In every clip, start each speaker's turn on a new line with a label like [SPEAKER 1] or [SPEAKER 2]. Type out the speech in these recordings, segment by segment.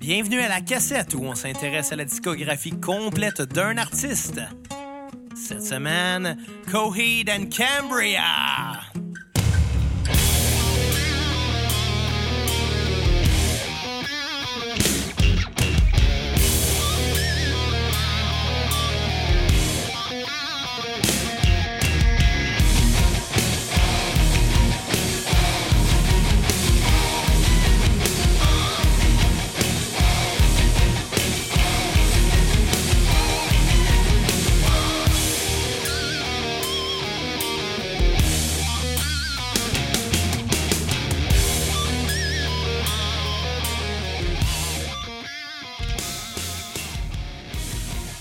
[SPEAKER 1] Bienvenue à la cassette où on s'intéresse à la discographie complète d'un artiste. Cette semaine, Coheed and Cambria.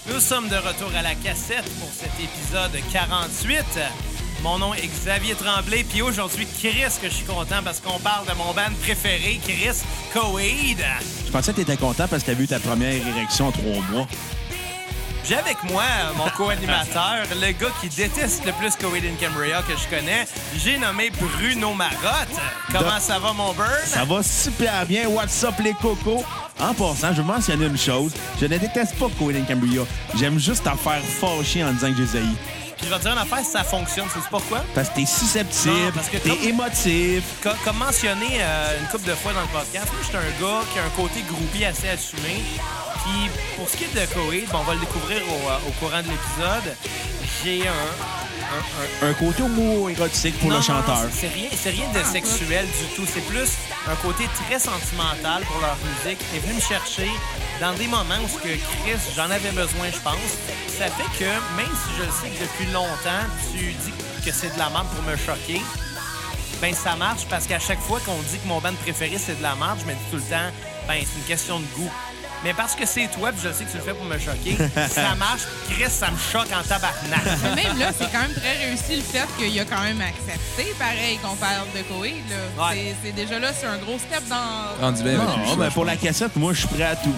[SPEAKER 1] Nous sommes de retour à la cassette pour cet épisode 48. Mon nom est Xavier Tremblay, puis aujourd'hui, Chris, que je suis content parce qu'on parle de mon band préféré, Chris Coheed.
[SPEAKER 2] Je pensais que t'étais content parce que t'avais eu ta première érection en trois mois.
[SPEAKER 1] J'ai avec moi mon co-animateur, le gars qui déteste le plus Coheed and Cambria que je connais. J'ai nommé Bruno Marotte. Comment ça va, mon burn?
[SPEAKER 2] Ça va super bien. What's up, les cocos? En passant, je veux mentionner une chose. Je ne déteste pas Cohen and Cambria. J'aime juste t'en faire fâcher en disant que je les haïs.
[SPEAKER 1] Puis je vais te dire une affaire, ça fonctionne. Sais-tu pourquoi?
[SPEAKER 2] Parce que t'es susceptible,
[SPEAKER 1] Non, parce que
[SPEAKER 2] t'es
[SPEAKER 1] comme-
[SPEAKER 2] émotif.
[SPEAKER 1] Co- Comme mentionné euh, une couple de fois dans le podcast, moi, je suis un gars qui a un côté groupie assez assumé. Puis, pour ce qui est de Coheed, ben, on va le découvrir au, euh, au courant de l'épisode. J'ai un. un- un-
[SPEAKER 2] Un côté homo-érotique pour
[SPEAKER 1] Non,
[SPEAKER 2] le
[SPEAKER 1] non,
[SPEAKER 2] chanteur.
[SPEAKER 1] C'est c'est rien, c'est rien de sexuel du tout. C'est plus un côté très sentimental pour leur musique. Est venu me chercher dans des moments où ce que Chris, j'en avais besoin, je pense. Ça fait que même si je le sais que depuis longtemps, tu dis que c'est de la merde pour me choquer, ben ça marche parce qu'à chaque fois qu'on dit que mon band préféré c'est de la merde, je me dis tout le temps, ben c'est une question de goût. Mais parce que c'est toi, puis je sais que tu le fais pour me choquer, ça marche. Chris, ça me choque en tabarnak.
[SPEAKER 3] Mais même là, c'est quand même très réussi le fait qu'il a quand même accepté, pareil, qu'on parle de Koé. là.
[SPEAKER 1] Ouais.
[SPEAKER 3] C'est- C'est déjà là, c'est un gros step dans.
[SPEAKER 4] Rendu bien avec lui,
[SPEAKER 2] Non,
[SPEAKER 4] ça,
[SPEAKER 2] ben
[SPEAKER 4] je
[SPEAKER 2] pour la cassette, moi, je suis prêt à tout.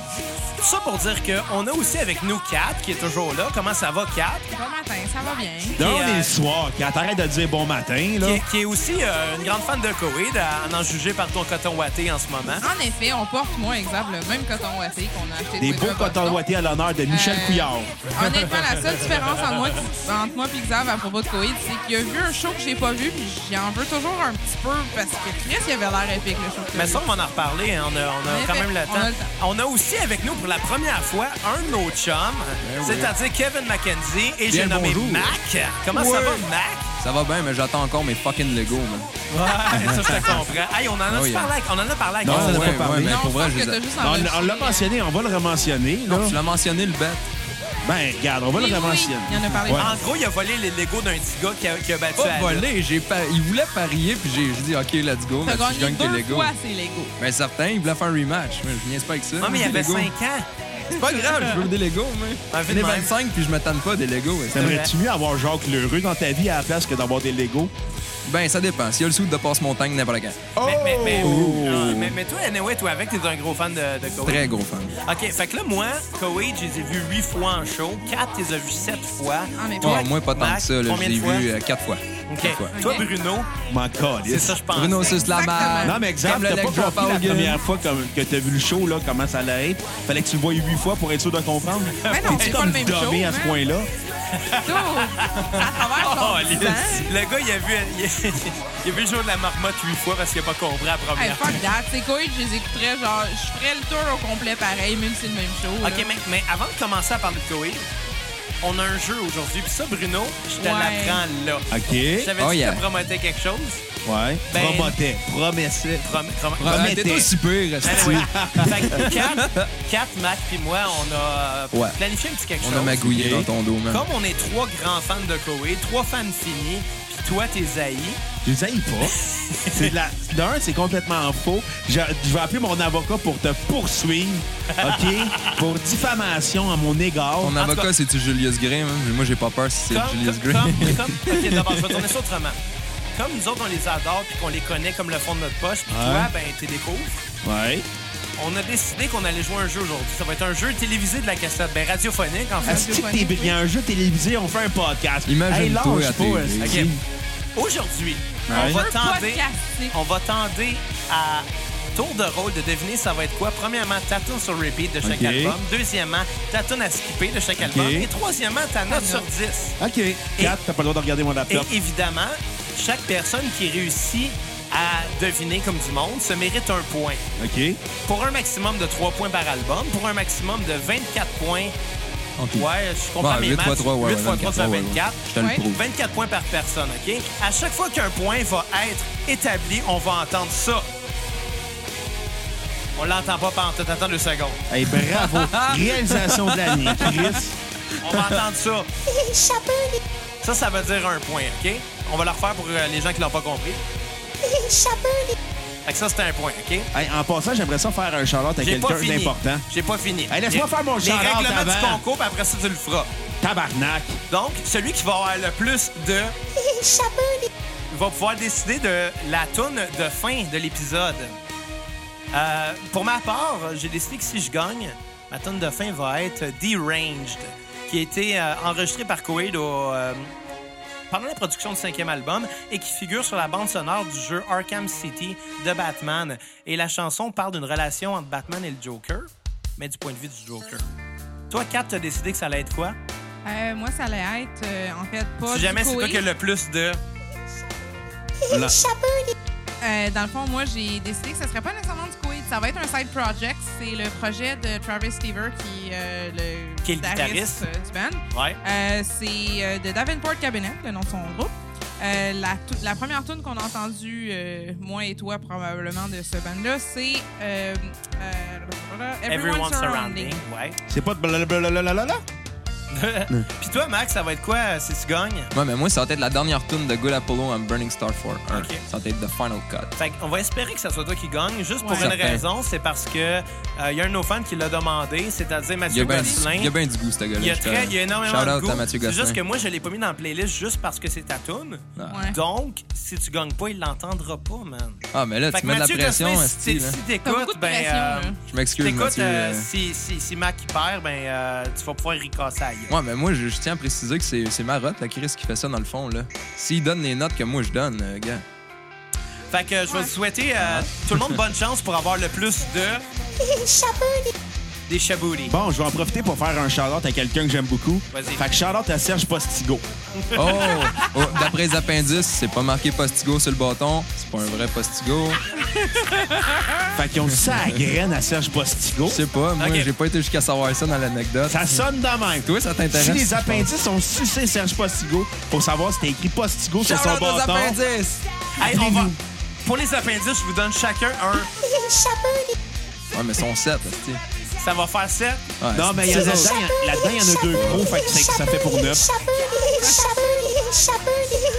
[SPEAKER 1] Tout ça pour dire qu'on a aussi avec nous Kat, qui est toujours là. Comment ça va, Kat?
[SPEAKER 3] Bon matin, ça va bien.
[SPEAKER 2] Non,
[SPEAKER 1] Et,
[SPEAKER 2] on est
[SPEAKER 1] euh,
[SPEAKER 2] le soir. Quand t'arrêtes de dire bon matin, là.
[SPEAKER 1] Qui est, qui est aussi euh, une grande fan de Koweïd, à, à en juger par ton coton watté en ce moment.
[SPEAKER 3] En effet, on porte, moi, exemple, le même coton ouaté qu'on a acheté.
[SPEAKER 2] Des
[SPEAKER 3] chez
[SPEAKER 2] beaux
[SPEAKER 3] Robinson.
[SPEAKER 2] cotons ouatés à l'honneur de Michel
[SPEAKER 3] Euh,
[SPEAKER 2] Couillard.
[SPEAKER 3] Honnêtement, la seule différence entre moi, entre moi et Xav à propos de Koïd, c'est qu'il a vu un show que j'ai pas vu, puis j'en veux toujours un petit peu parce que Chris, il avait l'air épique, le show. qu'il a
[SPEAKER 1] Mais
[SPEAKER 3] vu.
[SPEAKER 1] ça, on va en reparler. hein. On a, on a
[SPEAKER 3] En
[SPEAKER 1] quand
[SPEAKER 3] effet,
[SPEAKER 1] même le temps.
[SPEAKER 3] on a le temps.
[SPEAKER 1] On a aussi avec nous pour la première fois un de nos chums, c'est-à-dire Kevin McKenzie, et j'ai nommé
[SPEAKER 4] Ben bonjour.
[SPEAKER 1] Mac. Comment ça
[SPEAKER 4] Ouais.
[SPEAKER 1] va, Mac?
[SPEAKER 4] Ça va bien, mais j'attends encore mes fucking Lego, man.
[SPEAKER 1] Ouais, ça, je te comprends. Hey, on en a,
[SPEAKER 4] Oh, yeah.
[SPEAKER 1] parlé, à- on en a parlé à
[SPEAKER 2] Non,
[SPEAKER 1] Kevin.
[SPEAKER 2] on en a
[SPEAKER 4] ouais,
[SPEAKER 2] pas parlé.
[SPEAKER 4] ouais, mais
[SPEAKER 3] non,
[SPEAKER 4] pour
[SPEAKER 3] je
[SPEAKER 4] vrai,
[SPEAKER 3] pense que
[SPEAKER 4] je les
[SPEAKER 3] t'as
[SPEAKER 4] a-
[SPEAKER 3] juste
[SPEAKER 2] On,
[SPEAKER 3] enregistré,
[SPEAKER 2] on l'a
[SPEAKER 3] euh,
[SPEAKER 2] mentionné, on va le rementionner. là.
[SPEAKER 4] Non, tu l'as mentionné, le bat.
[SPEAKER 2] Ben, regarde, on va
[SPEAKER 3] Oui,
[SPEAKER 2] le
[SPEAKER 3] oui,
[SPEAKER 2] rementionner.
[SPEAKER 3] il y en a parlé.
[SPEAKER 1] En gros, il a volé les Legos d'un petit gars qui a, qui a battu
[SPEAKER 4] Pas
[SPEAKER 1] Alain.
[SPEAKER 4] volé, j'ai pas... il voulait parier, puis j'ai j'ai dit, OK, let's go, mais
[SPEAKER 3] hein. T'as
[SPEAKER 4] tu
[SPEAKER 3] gagné
[SPEAKER 4] gagnes tes
[SPEAKER 3] deux
[SPEAKER 4] Lego.
[SPEAKER 3] fois, c'est Lego.
[SPEAKER 4] Mais certain, il voulait faire un rematch, mais je viens pas avec ça.
[SPEAKER 1] Non, mais il
[SPEAKER 4] Des
[SPEAKER 1] avait
[SPEAKER 4] Lego.
[SPEAKER 1] 5 ans.
[SPEAKER 4] C'est pas grave, je veux des Lego, mais.
[SPEAKER 1] Un
[SPEAKER 4] J'en ai
[SPEAKER 1] film même.
[SPEAKER 4] 25, puis je m'attends pas des Lego. mais c'est-
[SPEAKER 2] T'aimerais-tu mieux avoir Jacques Lheureux dans ta vie à la place que d'avoir des Legos?
[SPEAKER 4] Ben, ça dépend. S'il y a le sou de passe-montagne, n'importe quand.
[SPEAKER 1] Mais, mais, mais,
[SPEAKER 2] Oh!
[SPEAKER 1] Ah, mais- mais toi, anyway, toi avec, t'es un gros fan de, de Koweïd.
[SPEAKER 4] Très gros fan.
[SPEAKER 1] OK, fait que là, moi, Koweïd, je les ai vus huit fois en show. Kat, tu les as vus sept fois.
[SPEAKER 3] Ah, mais
[SPEAKER 4] Moi,
[SPEAKER 3] Mac,
[SPEAKER 4] au moins, pas tant
[SPEAKER 1] Mac,
[SPEAKER 4] que ça. Là, je
[SPEAKER 1] combien
[SPEAKER 4] l'ai
[SPEAKER 1] de fois?
[SPEAKER 4] vu euh, quatre fois.
[SPEAKER 1] OK.
[SPEAKER 4] Quatre fois.
[SPEAKER 1] Toi, Bruno,
[SPEAKER 2] M'en calisse.
[SPEAKER 1] c'est ça, je pense.
[SPEAKER 4] Bruno, c'est la merde.
[SPEAKER 2] Non, mais
[SPEAKER 4] Comme
[SPEAKER 2] exemple,
[SPEAKER 4] le euh,
[SPEAKER 2] t'as
[SPEAKER 4] leg
[SPEAKER 2] pas
[SPEAKER 4] drop
[SPEAKER 2] compris la
[SPEAKER 4] out, Gun.
[SPEAKER 2] première fois comme- que t'as vu le show, là, comment ça allait être. Fallait que tu le voyes huit fois pour être sûr de comprendre.
[SPEAKER 3] Mais non,
[SPEAKER 2] T'es
[SPEAKER 3] c'est pas le
[SPEAKER 2] comme
[SPEAKER 3] même show.
[SPEAKER 2] dommé à ce
[SPEAKER 3] hein.
[SPEAKER 2] point-là.
[SPEAKER 3] Tout. À travers
[SPEAKER 1] Oh,
[SPEAKER 3] son
[SPEAKER 1] les-
[SPEAKER 3] sang.
[SPEAKER 1] le gars, il a, vu, il, a, il a vu le jour de la marmotte huit fois parce qu'il a pas compris la
[SPEAKER 3] Hey,
[SPEAKER 1] première.
[SPEAKER 3] fuck that. C'est cool, je les écouterais, genre, je ferais le tour au complet pareil, même si c'est le même show. là.
[SPEAKER 1] OK, mais, mais avant de commencer à parler de Koweïd, on a un jeu aujourd'hui. Puis ça, Bruno, je te
[SPEAKER 3] Ouais.
[SPEAKER 1] l'apprends là.
[SPEAKER 2] OK.
[SPEAKER 1] Je t'avais
[SPEAKER 4] Oh,
[SPEAKER 1] dit
[SPEAKER 4] yeah.
[SPEAKER 1] que tu promettais quelque chose.
[SPEAKER 2] Ouais.
[SPEAKER 1] Ben-
[SPEAKER 2] Promettais. Promessais.
[SPEAKER 1] Prom- prom-
[SPEAKER 4] Ah,
[SPEAKER 2] Promettais.
[SPEAKER 4] T'es aussi
[SPEAKER 1] Anyway,
[SPEAKER 4] pire,
[SPEAKER 1] fait que Kat, Kat, Mac puis moi, on a euh,
[SPEAKER 4] Ouais.
[SPEAKER 1] planifié un petit quelque
[SPEAKER 4] On
[SPEAKER 1] chose.
[SPEAKER 4] a magouillé hein. dans ton dos, man.
[SPEAKER 1] Comme on est trois grands fans de Koweïd, trois fans finis, puis toi, t'es Zaï.
[SPEAKER 2] Je les haïs pas. C'est de la... D'un, c'est complètement faux. Je, je vais appeler mon avocat pour te poursuivre, OK? pour diffamation à mon égard.
[SPEAKER 4] Ton
[SPEAKER 1] tout cas-
[SPEAKER 4] avocat, c'est-tu Julius Gray, man? Moi, j'ai pas peur si c'est Julius
[SPEAKER 1] comme,
[SPEAKER 4] Gray.
[SPEAKER 1] comme, comme- OK, d'abord, je vais tourner ça autrement. Comme nous autres, on les adore puis qu'on les connaît comme le fond de notre poche, puis toi,
[SPEAKER 2] Ouais.
[SPEAKER 1] ben, t'es des pauvres.
[SPEAKER 2] Ouais.
[SPEAKER 1] On a décidé qu'on allait jouer un jeu aujourd'hui. Ça va être un jeu télévisé de la cassette, ben radiophonique, en fait.
[SPEAKER 2] Est-ce que t'es brillant? Un jeu télévisé, on fait un podcast.
[SPEAKER 4] Imagine-toi
[SPEAKER 2] hey, lâche
[SPEAKER 4] à
[SPEAKER 2] pas,
[SPEAKER 4] TV.
[SPEAKER 2] est-ce que-
[SPEAKER 1] OK. Aujourd'hui, on
[SPEAKER 2] Ouais.
[SPEAKER 1] va
[SPEAKER 3] Un
[SPEAKER 1] tenter...
[SPEAKER 3] podcastique.
[SPEAKER 1] On va tenter à tour de rôle de deviner ça va être quoi. Premièrement, ta tune sur repeat de chaque
[SPEAKER 2] Ok.
[SPEAKER 1] album. Deuxièmement, ta tune à skipper de chaque album. Et troisièmement, ta note sur 10.
[SPEAKER 2] OK. Kat, t'as pas le droit de regarder mon
[SPEAKER 1] Et
[SPEAKER 2] laptop.
[SPEAKER 1] évidemment, chaque personne qui réussit à deviner comme du monde se mérite un point.
[SPEAKER 2] OK.
[SPEAKER 1] Pour un maximum de 3 points par album, pour un maximum de 24 points.
[SPEAKER 4] En tout.
[SPEAKER 1] Ouais, je comprends
[SPEAKER 4] Ouais,
[SPEAKER 1] mes
[SPEAKER 4] 8
[SPEAKER 1] maths.
[SPEAKER 4] fois 3, ouais,
[SPEAKER 1] 8 fois 3,
[SPEAKER 4] 24,
[SPEAKER 1] ça fait
[SPEAKER 4] ouais, ouais.
[SPEAKER 1] 24.
[SPEAKER 4] Je te le
[SPEAKER 3] Ouais.
[SPEAKER 4] prouve.
[SPEAKER 1] 24 points par personne, OK? À chaque fois qu'un point va être établi, on va entendre ça. On l'entend pas pendant tout. Attends deux secondes.
[SPEAKER 2] Hey, bravo. Réalisation de l'année, Chris.
[SPEAKER 1] On va entendre ça. Ça, ça veut dire un point, OK? On va le refaire pour euh, les gens qui l'ont pas compris. Fait que ça, c'était un point, OK?
[SPEAKER 2] Hey, en passant, j'aimerais ça faire un charlotte à
[SPEAKER 1] J'ai pas
[SPEAKER 2] quelqu'un
[SPEAKER 1] fini.
[SPEAKER 2] d'important.
[SPEAKER 1] J'ai pas fini.
[SPEAKER 2] Hey, laisse-moi
[SPEAKER 1] Les-
[SPEAKER 2] faire mon
[SPEAKER 1] Les
[SPEAKER 2] shout-out
[SPEAKER 1] règlements du
[SPEAKER 2] avant.
[SPEAKER 1] concours, puis après ça, tu le feras.
[SPEAKER 2] Tabarnak.
[SPEAKER 1] Donc, celui qui va avoir le plus de... va pouvoir décider de la toune de fin de l'épisode. Euh, pour ma part, j'ai décidé que si je gagne, ma toune de fin va être Deranged, qui a été euh, enregistrée par Quaid au, euh, pendant la production du cinquième album et qui figure sur la bande sonore du jeu Arkham City de Batman. Et la chanson parle d'une relation entre Batman et le Joker, mais du point de vue du Joker. Toi, Kat, t'as décidé que ça allait être quoi?
[SPEAKER 3] Euh, moi, ça allait être, euh, en fait, pas.
[SPEAKER 1] si
[SPEAKER 3] du
[SPEAKER 1] jamais c'est toi
[SPEAKER 3] Koei.
[SPEAKER 1] qui a le plus de...
[SPEAKER 2] Là.
[SPEAKER 3] Euh, dans le fond, moi, j'ai décidé que ce serait pas nécessairement du Koei. Ça va être un side project. C'est le projet de Travis Stever, qui, euh, le
[SPEAKER 1] Qui est le guitariste.
[SPEAKER 3] euh, du band.
[SPEAKER 1] Ouais.
[SPEAKER 3] Euh, c'est euh, de Davenport Cabinet, le nom de son groupe. Euh, la, tou- la première tune qu'on a entendue, euh, moi et toi probablement, de ce band-là, c'est euh, euh,
[SPEAKER 1] Everyone Surrounding. Ouais.
[SPEAKER 2] C'est pas de blablabla.
[SPEAKER 1] Puis toi, Max, ça va être quoi euh, si tu gagnes?
[SPEAKER 4] Ouais, mais moi, ça va être la dernière tune de Good Apollo and Burning Star 4. un.
[SPEAKER 1] Ok.
[SPEAKER 4] Ça va être The Final Cut.
[SPEAKER 1] Fait qu'on va espérer que ça soit toi qui gagne, juste pour
[SPEAKER 3] Ouais.
[SPEAKER 1] une
[SPEAKER 4] Certain.
[SPEAKER 1] raison, c'est parce que euh, il y a un de nos fans qui l'a demandé, c'est-à-dire
[SPEAKER 4] Il y a
[SPEAKER 1] Mathieu
[SPEAKER 4] bien
[SPEAKER 1] Gosselin.
[SPEAKER 4] du, ben du goût, ce gars-là.
[SPEAKER 1] Il y a,
[SPEAKER 4] je te-
[SPEAKER 1] très, il y a énormément
[SPEAKER 4] Shout
[SPEAKER 1] de
[SPEAKER 4] out
[SPEAKER 1] goût.
[SPEAKER 4] à Mathieu
[SPEAKER 1] C'est
[SPEAKER 4] Gosselin.
[SPEAKER 1] juste que moi, je l'ai pas mis dans la playlist juste parce que c'est ta toune.
[SPEAKER 4] Ah.
[SPEAKER 3] Ouais.
[SPEAKER 1] Donc, si tu gagnes pas, il l'entendra pas, man.
[SPEAKER 4] Ah, mais là,
[SPEAKER 1] Fait
[SPEAKER 4] tu
[SPEAKER 1] que
[SPEAKER 4] mets de
[SPEAKER 1] Mathieu
[SPEAKER 4] la pression,
[SPEAKER 1] Gosselin, si
[SPEAKER 4] esti,
[SPEAKER 1] t'es-
[SPEAKER 4] là.
[SPEAKER 1] si
[SPEAKER 3] T'as beaucoup
[SPEAKER 1] t'écoutes,
[SPEAKER 3] de
[SPEAKER 1] ben...
[SPEAKER 3] pression, hein.
[SPEAKER 1] euh,
[SPEAKER 3] là.
[SPEAKER 4] Je m'excuse,
[SPEAKER 1] T'écoutes,
[SPEAKER 4] Mathieu.
[SPEAKER 1] euh,
[SPEAKER 4] euh,
[SPEAKER 1] si, si, si Mac il perd, ben euh, tu vas pouvoir y casser la gueule.
[SPEAKER 4] Ouais, mais moi, je, je tiens à préciser que c'est c'est Marotte, la Chris, qui fait ça dans le fond, là. S'il donne les notes que moi je donne, euh, gars.
[SPEAKER 1] Fait que euh, je vais
[SPEAKER 3] Ouais.
[SPEAKER 1] vous souhaiter euh, tout le monde bonne chance pour avoir le plus de... Des chabouris.
[SPEAKER 2] Bon, je vais en profiter pour faire un shout-out à quelqu'un que j'aime beaucoup.
[SPEAKER 1] Vas-y.
[SPEAKER 2] Fait que shout-out à Serge Postigo.
[SPEAKER 4] Oh! Oh, D'après les appendices, c'est pas marqué Postigo sur le bâton. C'est pas un vrai Postigo.
[SPEAKER 2] Fait qu'ils ont dit ça à graine à Serge Postigo.
[SPEAKER 4] Je sais pas, moi,
[SPEAKER 1] Ok.
[SPEAKER 4] j'ai pas été jusqu'à savoir ça dans l'anecdote.
[SPEAKER 2] Ça sonne de même.
[SPEAKER 4] Toi, ça t'intéresse?
[SPEAKER 2] Si les appendices ont sucé Serge Postigo, faut savoir si t'as écrit Postigo sur son
[SPEAKER 4] Shout-out aux
[SPEAKER 2] bâton.
[SPEAKER 4] appendices!
[SPEAKER 1] Hey, on va... Pour les appendices, je vous donne chacun un.
[SPEAKER 4] Ouais, mais son 7, esti.
[SPEAKER 1] Ça va faire 7.
[SPEAKER 4] Ouais,
[SPEAKER 2] Non, mais il y en a-
[SPEAKER 4] c'est-
[SPEAKER 2] là-dedans, il y, en a- là-dedans, il y en a deux gros, fait que c'est- ça fait pour neuf.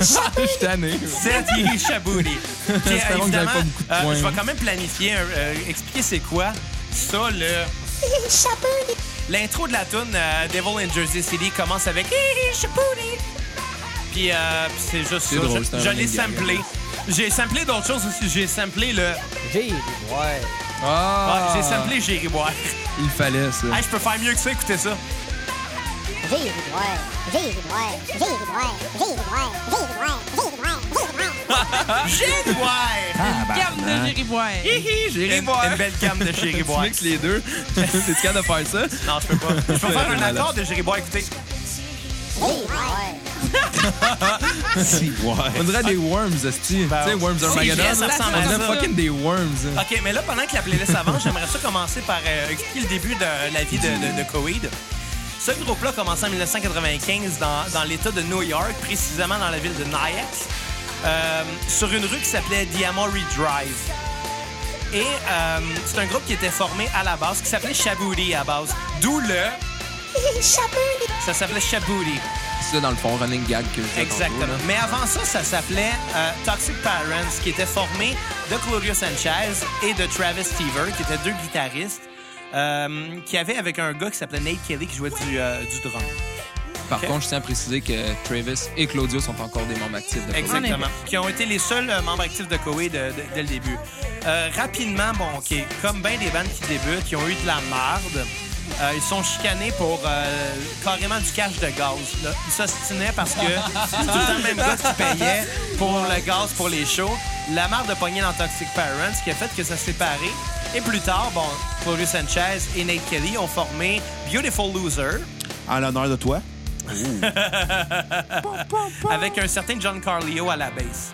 [SPEAKER 4] Je suis tanné.
[SPEAKER 1] 7 et Chabouli. Puis, euh,
[SPEAKER 4] Espérons que
[SPEAKER 1] évidemment,
[SPEAKER 4] j'avais pas beaucoup de
[SPEAKER 1] euh,
[SPEAKER 4] points.
[SPEAKER 1] je vais quand même planifier, un- euh, expliquer c'est quoi. Ça, le... L'intro de la tune Devil in Jersey City commence avec Hey, Chabouli. Puis, euh, puis c'est juste ça.
[SPEAKER 4] drôle,
[SPEAKER 1] je
[SPEAKER 4] c'est un
[SPEAKER 1] je l'ai
[SPEAKER 4] running gag.
[SPEAKER 1] samplé. J'ai samplé d'autres choses aussi. J'ai samplé le.
[SPEAKER 4] Ah!
[SPEAKER 1] Ah, J'ai samplé Jerry Boire.
[SPEAKER 4] Il fallait, ça.
[SPEAKER 1] Hey, je peux faire mieux que ça, écoutez ça.
[SPEAKER 4] Ah.
[SPEAKER 1] Jerry Boire!
[SPEAKER 3] Gamme
[SPEAKER 2] Hein?
[SPEAKER 3] de Jerry Boy.
[SPEAKER 1] Hihi, Jerry
[SPEAKER 4] Boire.
[SPEAKER 1] Une belle gamme de Jerry
[SPEAKER 4] Tu
[SPEAKER 1] Boire.
[SPEAKER 4] mixes les deux. T'es-tu capable de faire ça?
[SPEAKER 1] Non, je peux pas. Je peux faire un accord de Jerry Boire, écoutez.
[SPEAKER 2] Si, ouais.
[SPEAKER 4] On dirait des worms, esti. tu sais, Worms
[SPEAKER 1] Ben, c'est vrai,
[SPEAKER 4] Armageddon.
[SPEAKER 1] ça
[SPEAKER 4] là.
[SPEAKER 1] ressemble à
[SPEAKER 4] On
[SPEAKER 1] ça.
[SPEAKER 4] a fucking des worms. hein.
[SPEAKER 1] OK, mais là, pendant que la playlist avance, j'aimerais ça commencer par euh, expliquer le début de la vie de, de, de Coheed. Ce groupe-là a commencé en 1995 dans, dans l'État de New York, précisément dans la ville de Nyack, euh, sur une rue qui s'appelait Diamory Drive. Et euh, c'est un groupe qui était formé à la base, qui s'appelait Shaboody à la base, d'où le... Ça s'appelait Shaboody.
[SPEAKER 4] C'est ça, dans le fond, running gag que je fais
[SPEAKER 1] Exactement.
[SPEAKER 4] tantôt, là.
[SPEAKER 1] Mais avant ça, ça s'appelait euh, Toxic Parents, qui était formé de Claudio Sanchez et de Travis Stever, qui étaient deux guitaristes, euh, qui avaient avec un gars qui s'appelait Nate Kelly, qui jouait du, euh, du drum.
[SPEAKER 4] Par contre, je tiens à préciser que Travis et Claudio sont encore des membres actifs de Coheed.
[SPEAKER 3] En
[SPEAKER 1] Exactement.
[SPEAKER 3] effet.
[SPEAKER 1] Qui ont été les seuls euh, membres actifs de Koei de- de- dès le début. Euh, rapidement, bon, OK, comme bien des bandes qui débutent, qui ont eu de la marde, Euh, ils sont chicanés pour euh, carrément du cash de gaz. là. Ils s'ostinaient parce que c'est tout le temps le même gars qui payait pour le gaz pour les shows. La marque de pogner dans Toxic Parents, ce qui a fait que ça s'est séparé. Et plus tard, bon, Claudio Sanchez et Nate Kelly ont formé Beautiful Loser
[SPEAKER 2] En l'honneur de toi.
[SPEAKER 1] avec un certain John Carlio à la base.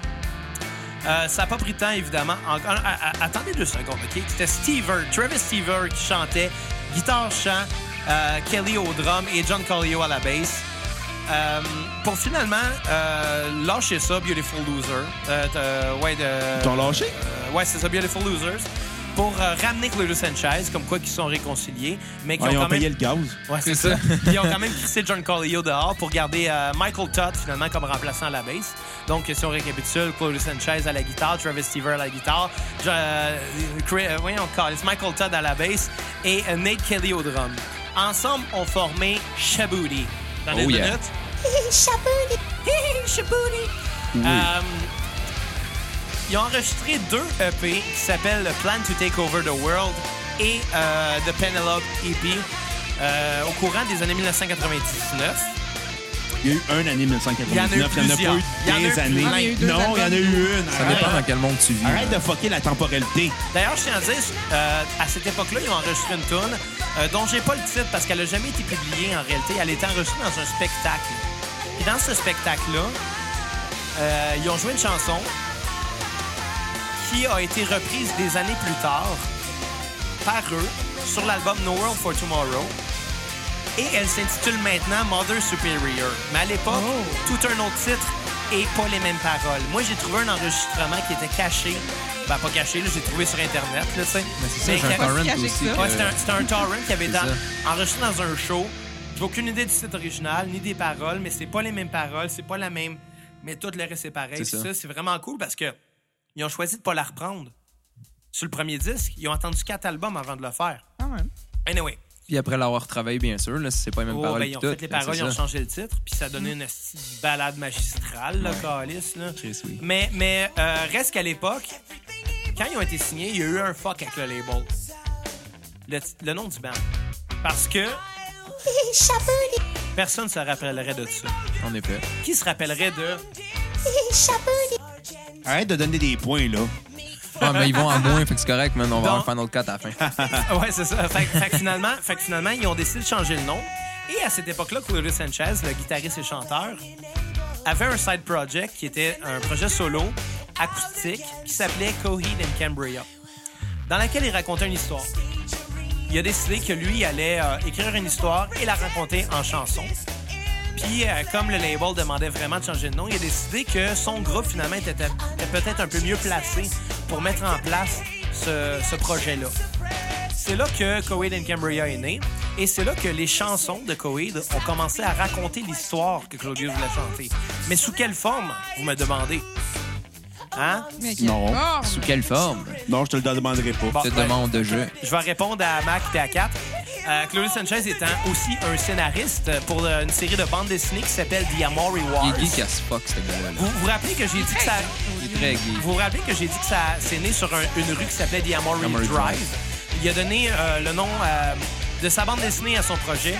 [SPEAKER 1] Euh, ça n'a pas pris de temps, évidemment. En- en- a- a- attendez deux secondes, OK? C'était Stever, Travis Stever qui chantait, guitare-chant, euh, Kelly au drum et John Carlio à la basse. Euh, pour finalement euh, lâcher ça, Beautiful Loser. Euh, t- euh, ouais, de,
[SPEAKER 2] Ils t'ont lâché?
[SPEAKER 1] euh, ouais, c'est ça, Beautiful Losers. Pour euh, ramener Claudio Sanchez, comme quoi qu'ils sont réconciliés, mais qui
[SPEAKER 2] Ah, ils ont
[SPEAKER 1] quand même...
[SPEAKER 2] payé le gaz.
[SPEAKER 1] Ouais, c'est
[SPEAKER 4] C'est
[SPEAKER 1] ça.
[SPEAKER 4] ça.
[SPEAKER 1] Ils ont quand même crissé John Corleo E dehors pour garder euh, Michael Todd finalement comme remplaçant à la bass. Donc, si on récapitule, Claudio Sanchez à la guitare, Travis Stever à la guitare, Jo- euh, Chris- euh, voyons, câlisse, Michael Todd à la bass et euh, Nate Kelly au drum. Ensemble, ont formé Shabooty. Dans les
[SPEAKER 4] Oh, yeah.
[SPEAKER 1] minutes. Shabooty! Shabooty! Euh, ils ont enregistré deux EP qui s'appellent Plan to Take Over the World et euh, The Penelope EP euh, au courant des années 1999.
[SPEAKER 2] Il y a eu un année 1999.
[SPEAKER 1] Il y en a eu plusieurs.
[SPEAKER 2] Il
[SPEAKER 1] Il y
[SPEAKER 2] y en a pas eu des
[SPEAKER 1] en a eu
[SPEAKER 2] années.
[SPEAKER 1] plein. Il y
[SPEAKER 3] a eu deux
[SPEAKER 2] non, il y en a eu une.
[SPEAKER 4] Ça dépend dans quel monde tu vis.
[SPEAKER 2] Arrête de fucker la temporalité.
[SPEAKER 1] D'ailleurs, je tiens à dire, euh, à cette époque-là, ils ont enregistré une tune euh, dont j'ai pas le titre parce qu'elle a jamais été publiée en réalité. Elle a été enregistrée dans un spectacle. Et dans ce spectacle-là, euh, ils ont joué une chanson qui a été reprise des années plus tard par eux sur l'album No World for Tomorrow. Et elle s'intitule maintenant Mother Superior. Mais à l'époque,
[SPEAKER 4] Oh.
[SPEAKER 1] tout un autre titre et pas les mêmes paroles. Moi, j'ai trouvé un enregistrement qui était caché. Ben, pas caché, là, j'ai trouvé sur Internet, là, tu sais.
[SPEAKER 4] Mais Ben, c'est ça,
[SPEAKER 1] Mais
[SPEAKER 4] j'ai
[SPEAKER 1] qui
[SPEAKER 4] un
[SPEAKER 1] avait-
[SPEAKER 3] torrent
[SPEAKER 4] torrent
[SPEAKER 3] caché
[SPEAKER 4] aussi.
[SPEAKER 3] que ça.
[SPEAKER 4] que-
[SPEAKER 1] Ouais, c'était un, c'était un torrent qui avait été
[SPEAKER 4] C'est
[SPEAKER 1] en- enregistré dans un show. J'ai aucune idée du titre original, ni des paroles, mais c'est pas les mêmes paroles, c'est pas la même. Mais tout le reste est pareil.
[SPEAKER 4] C'est
[SPEAKER 1] Puis ça,
[SPEAKER 4] ça.
[SPEAKER 1] c'est vraiment cool parce que ils ont choisi de pas la reprendre. Sur le premier disque, ils ont entendu quatre albums avant de le faire.
[SPEAKER 3] Quand même.
[SPEAKER 1] Anyway,
[SPEAKER 4] Puis après l'avoir travaillé, bien sûr, là, c'est pas les mêmes
[SPEAKER 1] oh,
[SPEAKER 4] paroles.
[SPEAKER 1] ben, ils ont
[SPEAKER 4] puis
[SPEAKER 1] fait
[SPEAKER 4] tout,
[SPEAKER 1] les
[SPEAKER 4] là,
[SPEAKER 1] paroles,
[SPEAKER 4] c'est
[SPEAKER 1] ils ont
[SPEAKER 4] ça.
[SPEAKER 1] changé le titre, puis ça a donné une petite balade magistrale, là,
[SPEAKER 4] Ouais.
[SPEAKER 1] câlisse, là.
[SPEAKER 4] Chris, oui.
[SPEAKER 1] Mais, mais euh, reste qu'à l'époque, quand ils ont été signés, il y a eu un fuck avec le label. Le, le nom du band. Parce que personne ne se rappellerait de ça.
[SPEAKER 4] En effet.
[SPEAKER 1] Qui se rappellerait de...
[SPEAKER 2] Arrête de donner des points, là.
[SPEAKER 4] Ah, mais ils vont en moins, fait que c'est correct, man. On va
[SPEAKER 1] Donc-
[SPEAKER 4] avoir un final cut à la fin.
[SPEAKER 1] Ah ouais, c'est ça. Fait, que- fait que finalement, fait que finalement, ils ont décidé de changer le nom. Et à cette époque-là, Claudio Sanchez, le guitariste et chanteur, avait un side project qui était un projet solo acoustique qui s'appelait Coheed and Cambria, dans laquelle il racontait une histoire. Il a décidé que lui il allait euh, écrire une histoire et la raconter en chanson. Puis, euh, comme le label demandait vraiment de changer de nom, il a décidé que son groupe, finalement, était, était peut-être un peu mieux placé pour mettre en place ce, ce projet-là. C'est là que Coheed and Cambria est né, et c'est là que les chansons de Coheed ont commencé à raconter l'histoire que Claudius voulait chanter. Mais sous quelle forme, vous me demandez? Hein?
[SPEAKER 3] Mais quelle
[SPEAKER 2] Non.
[SPEAKER 3] forme.
[SPEAKER 4] Sous quelle forme?
[SPEAKER 2] Non, je te le demanderai pas.
[SPEAKER 1] Bon,
[SPEAKER 4] Cette
[SPEAKER 1] ouais.
[SPEAKER 4] demande de jeu.
[SPEAKER 1] Je vais répondre à Mac et à Cap. Euh, Claudio Sanchez étant aussi un scénariste pour euh, une série de bandes dessinées qui s'appelle The Amory
[SPEAKER 4] Il
[SPEAKER 1] Wars.
[SPEAKER 4] est geek as fuck, ce gars-là.
[SPEAKER 1] Vous vous rappelez que j'ai dit que ça...
[SPEAKER 4] Il est très geek.
[SPEAKER 1] Vous vous rappelez que j'ai dit que ça c'est né sur un- une rue qui s'appelait The Amory
[SPEAKER 4] Amory
[SPEAKER 1] Drive.
[SPEAKER 4] Drive.
[SPEAKER 1] Il a donné euh, le nom euh, de sa bande dessinée à son projet,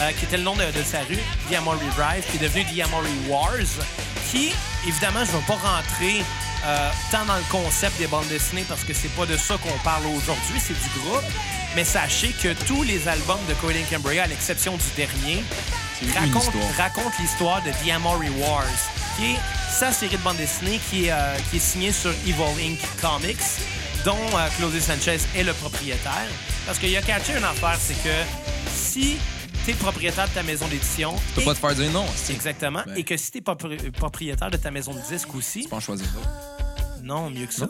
[SPEAKER 1] euh, qui était le nom de, de sa rue, The Amory Drive, qui est devenu The Amory Wars, qui, évidemment, je ne vais pas rentrer euh, tant dans le concept des bandes dessinées parce que c'est pas de ça qu'on parle aujourd'hui, c'est du groupe. Mais sachez que tous les albums de Coheed and Cambria, à l'exception du dernier,
[SPEAKER 4] une
[SPEAKER 1] racontent
[SPEAKER 4] histoire.
[SPEAKER 1] raconte l'histoire de The Amory Wars, qui est sa série de bande dessinée qui, est, euh, qui est signée sur Evil Inc. Comics, dont euh, Claudio Sanchez est le propriétaire. Parce qu'il a catché une affaire, c'est que si t'es propriétaire de ta maison d'édition...
[SPEAKER 4] Tu peux
[SPEAKER 1] et-
[SPEAKER 4] pas te faire dire non. c'est-
[SPEAKER 1] Exactement.
[SPEAKER 4] Ben.
[SPEAKER 1] Et que si t'es propri- propriétaire de ta maison de disques aussi,
[SPEAKER 4] Tu peux en choisir d'autres.
[SPEAKER 1] non, mieux que ça.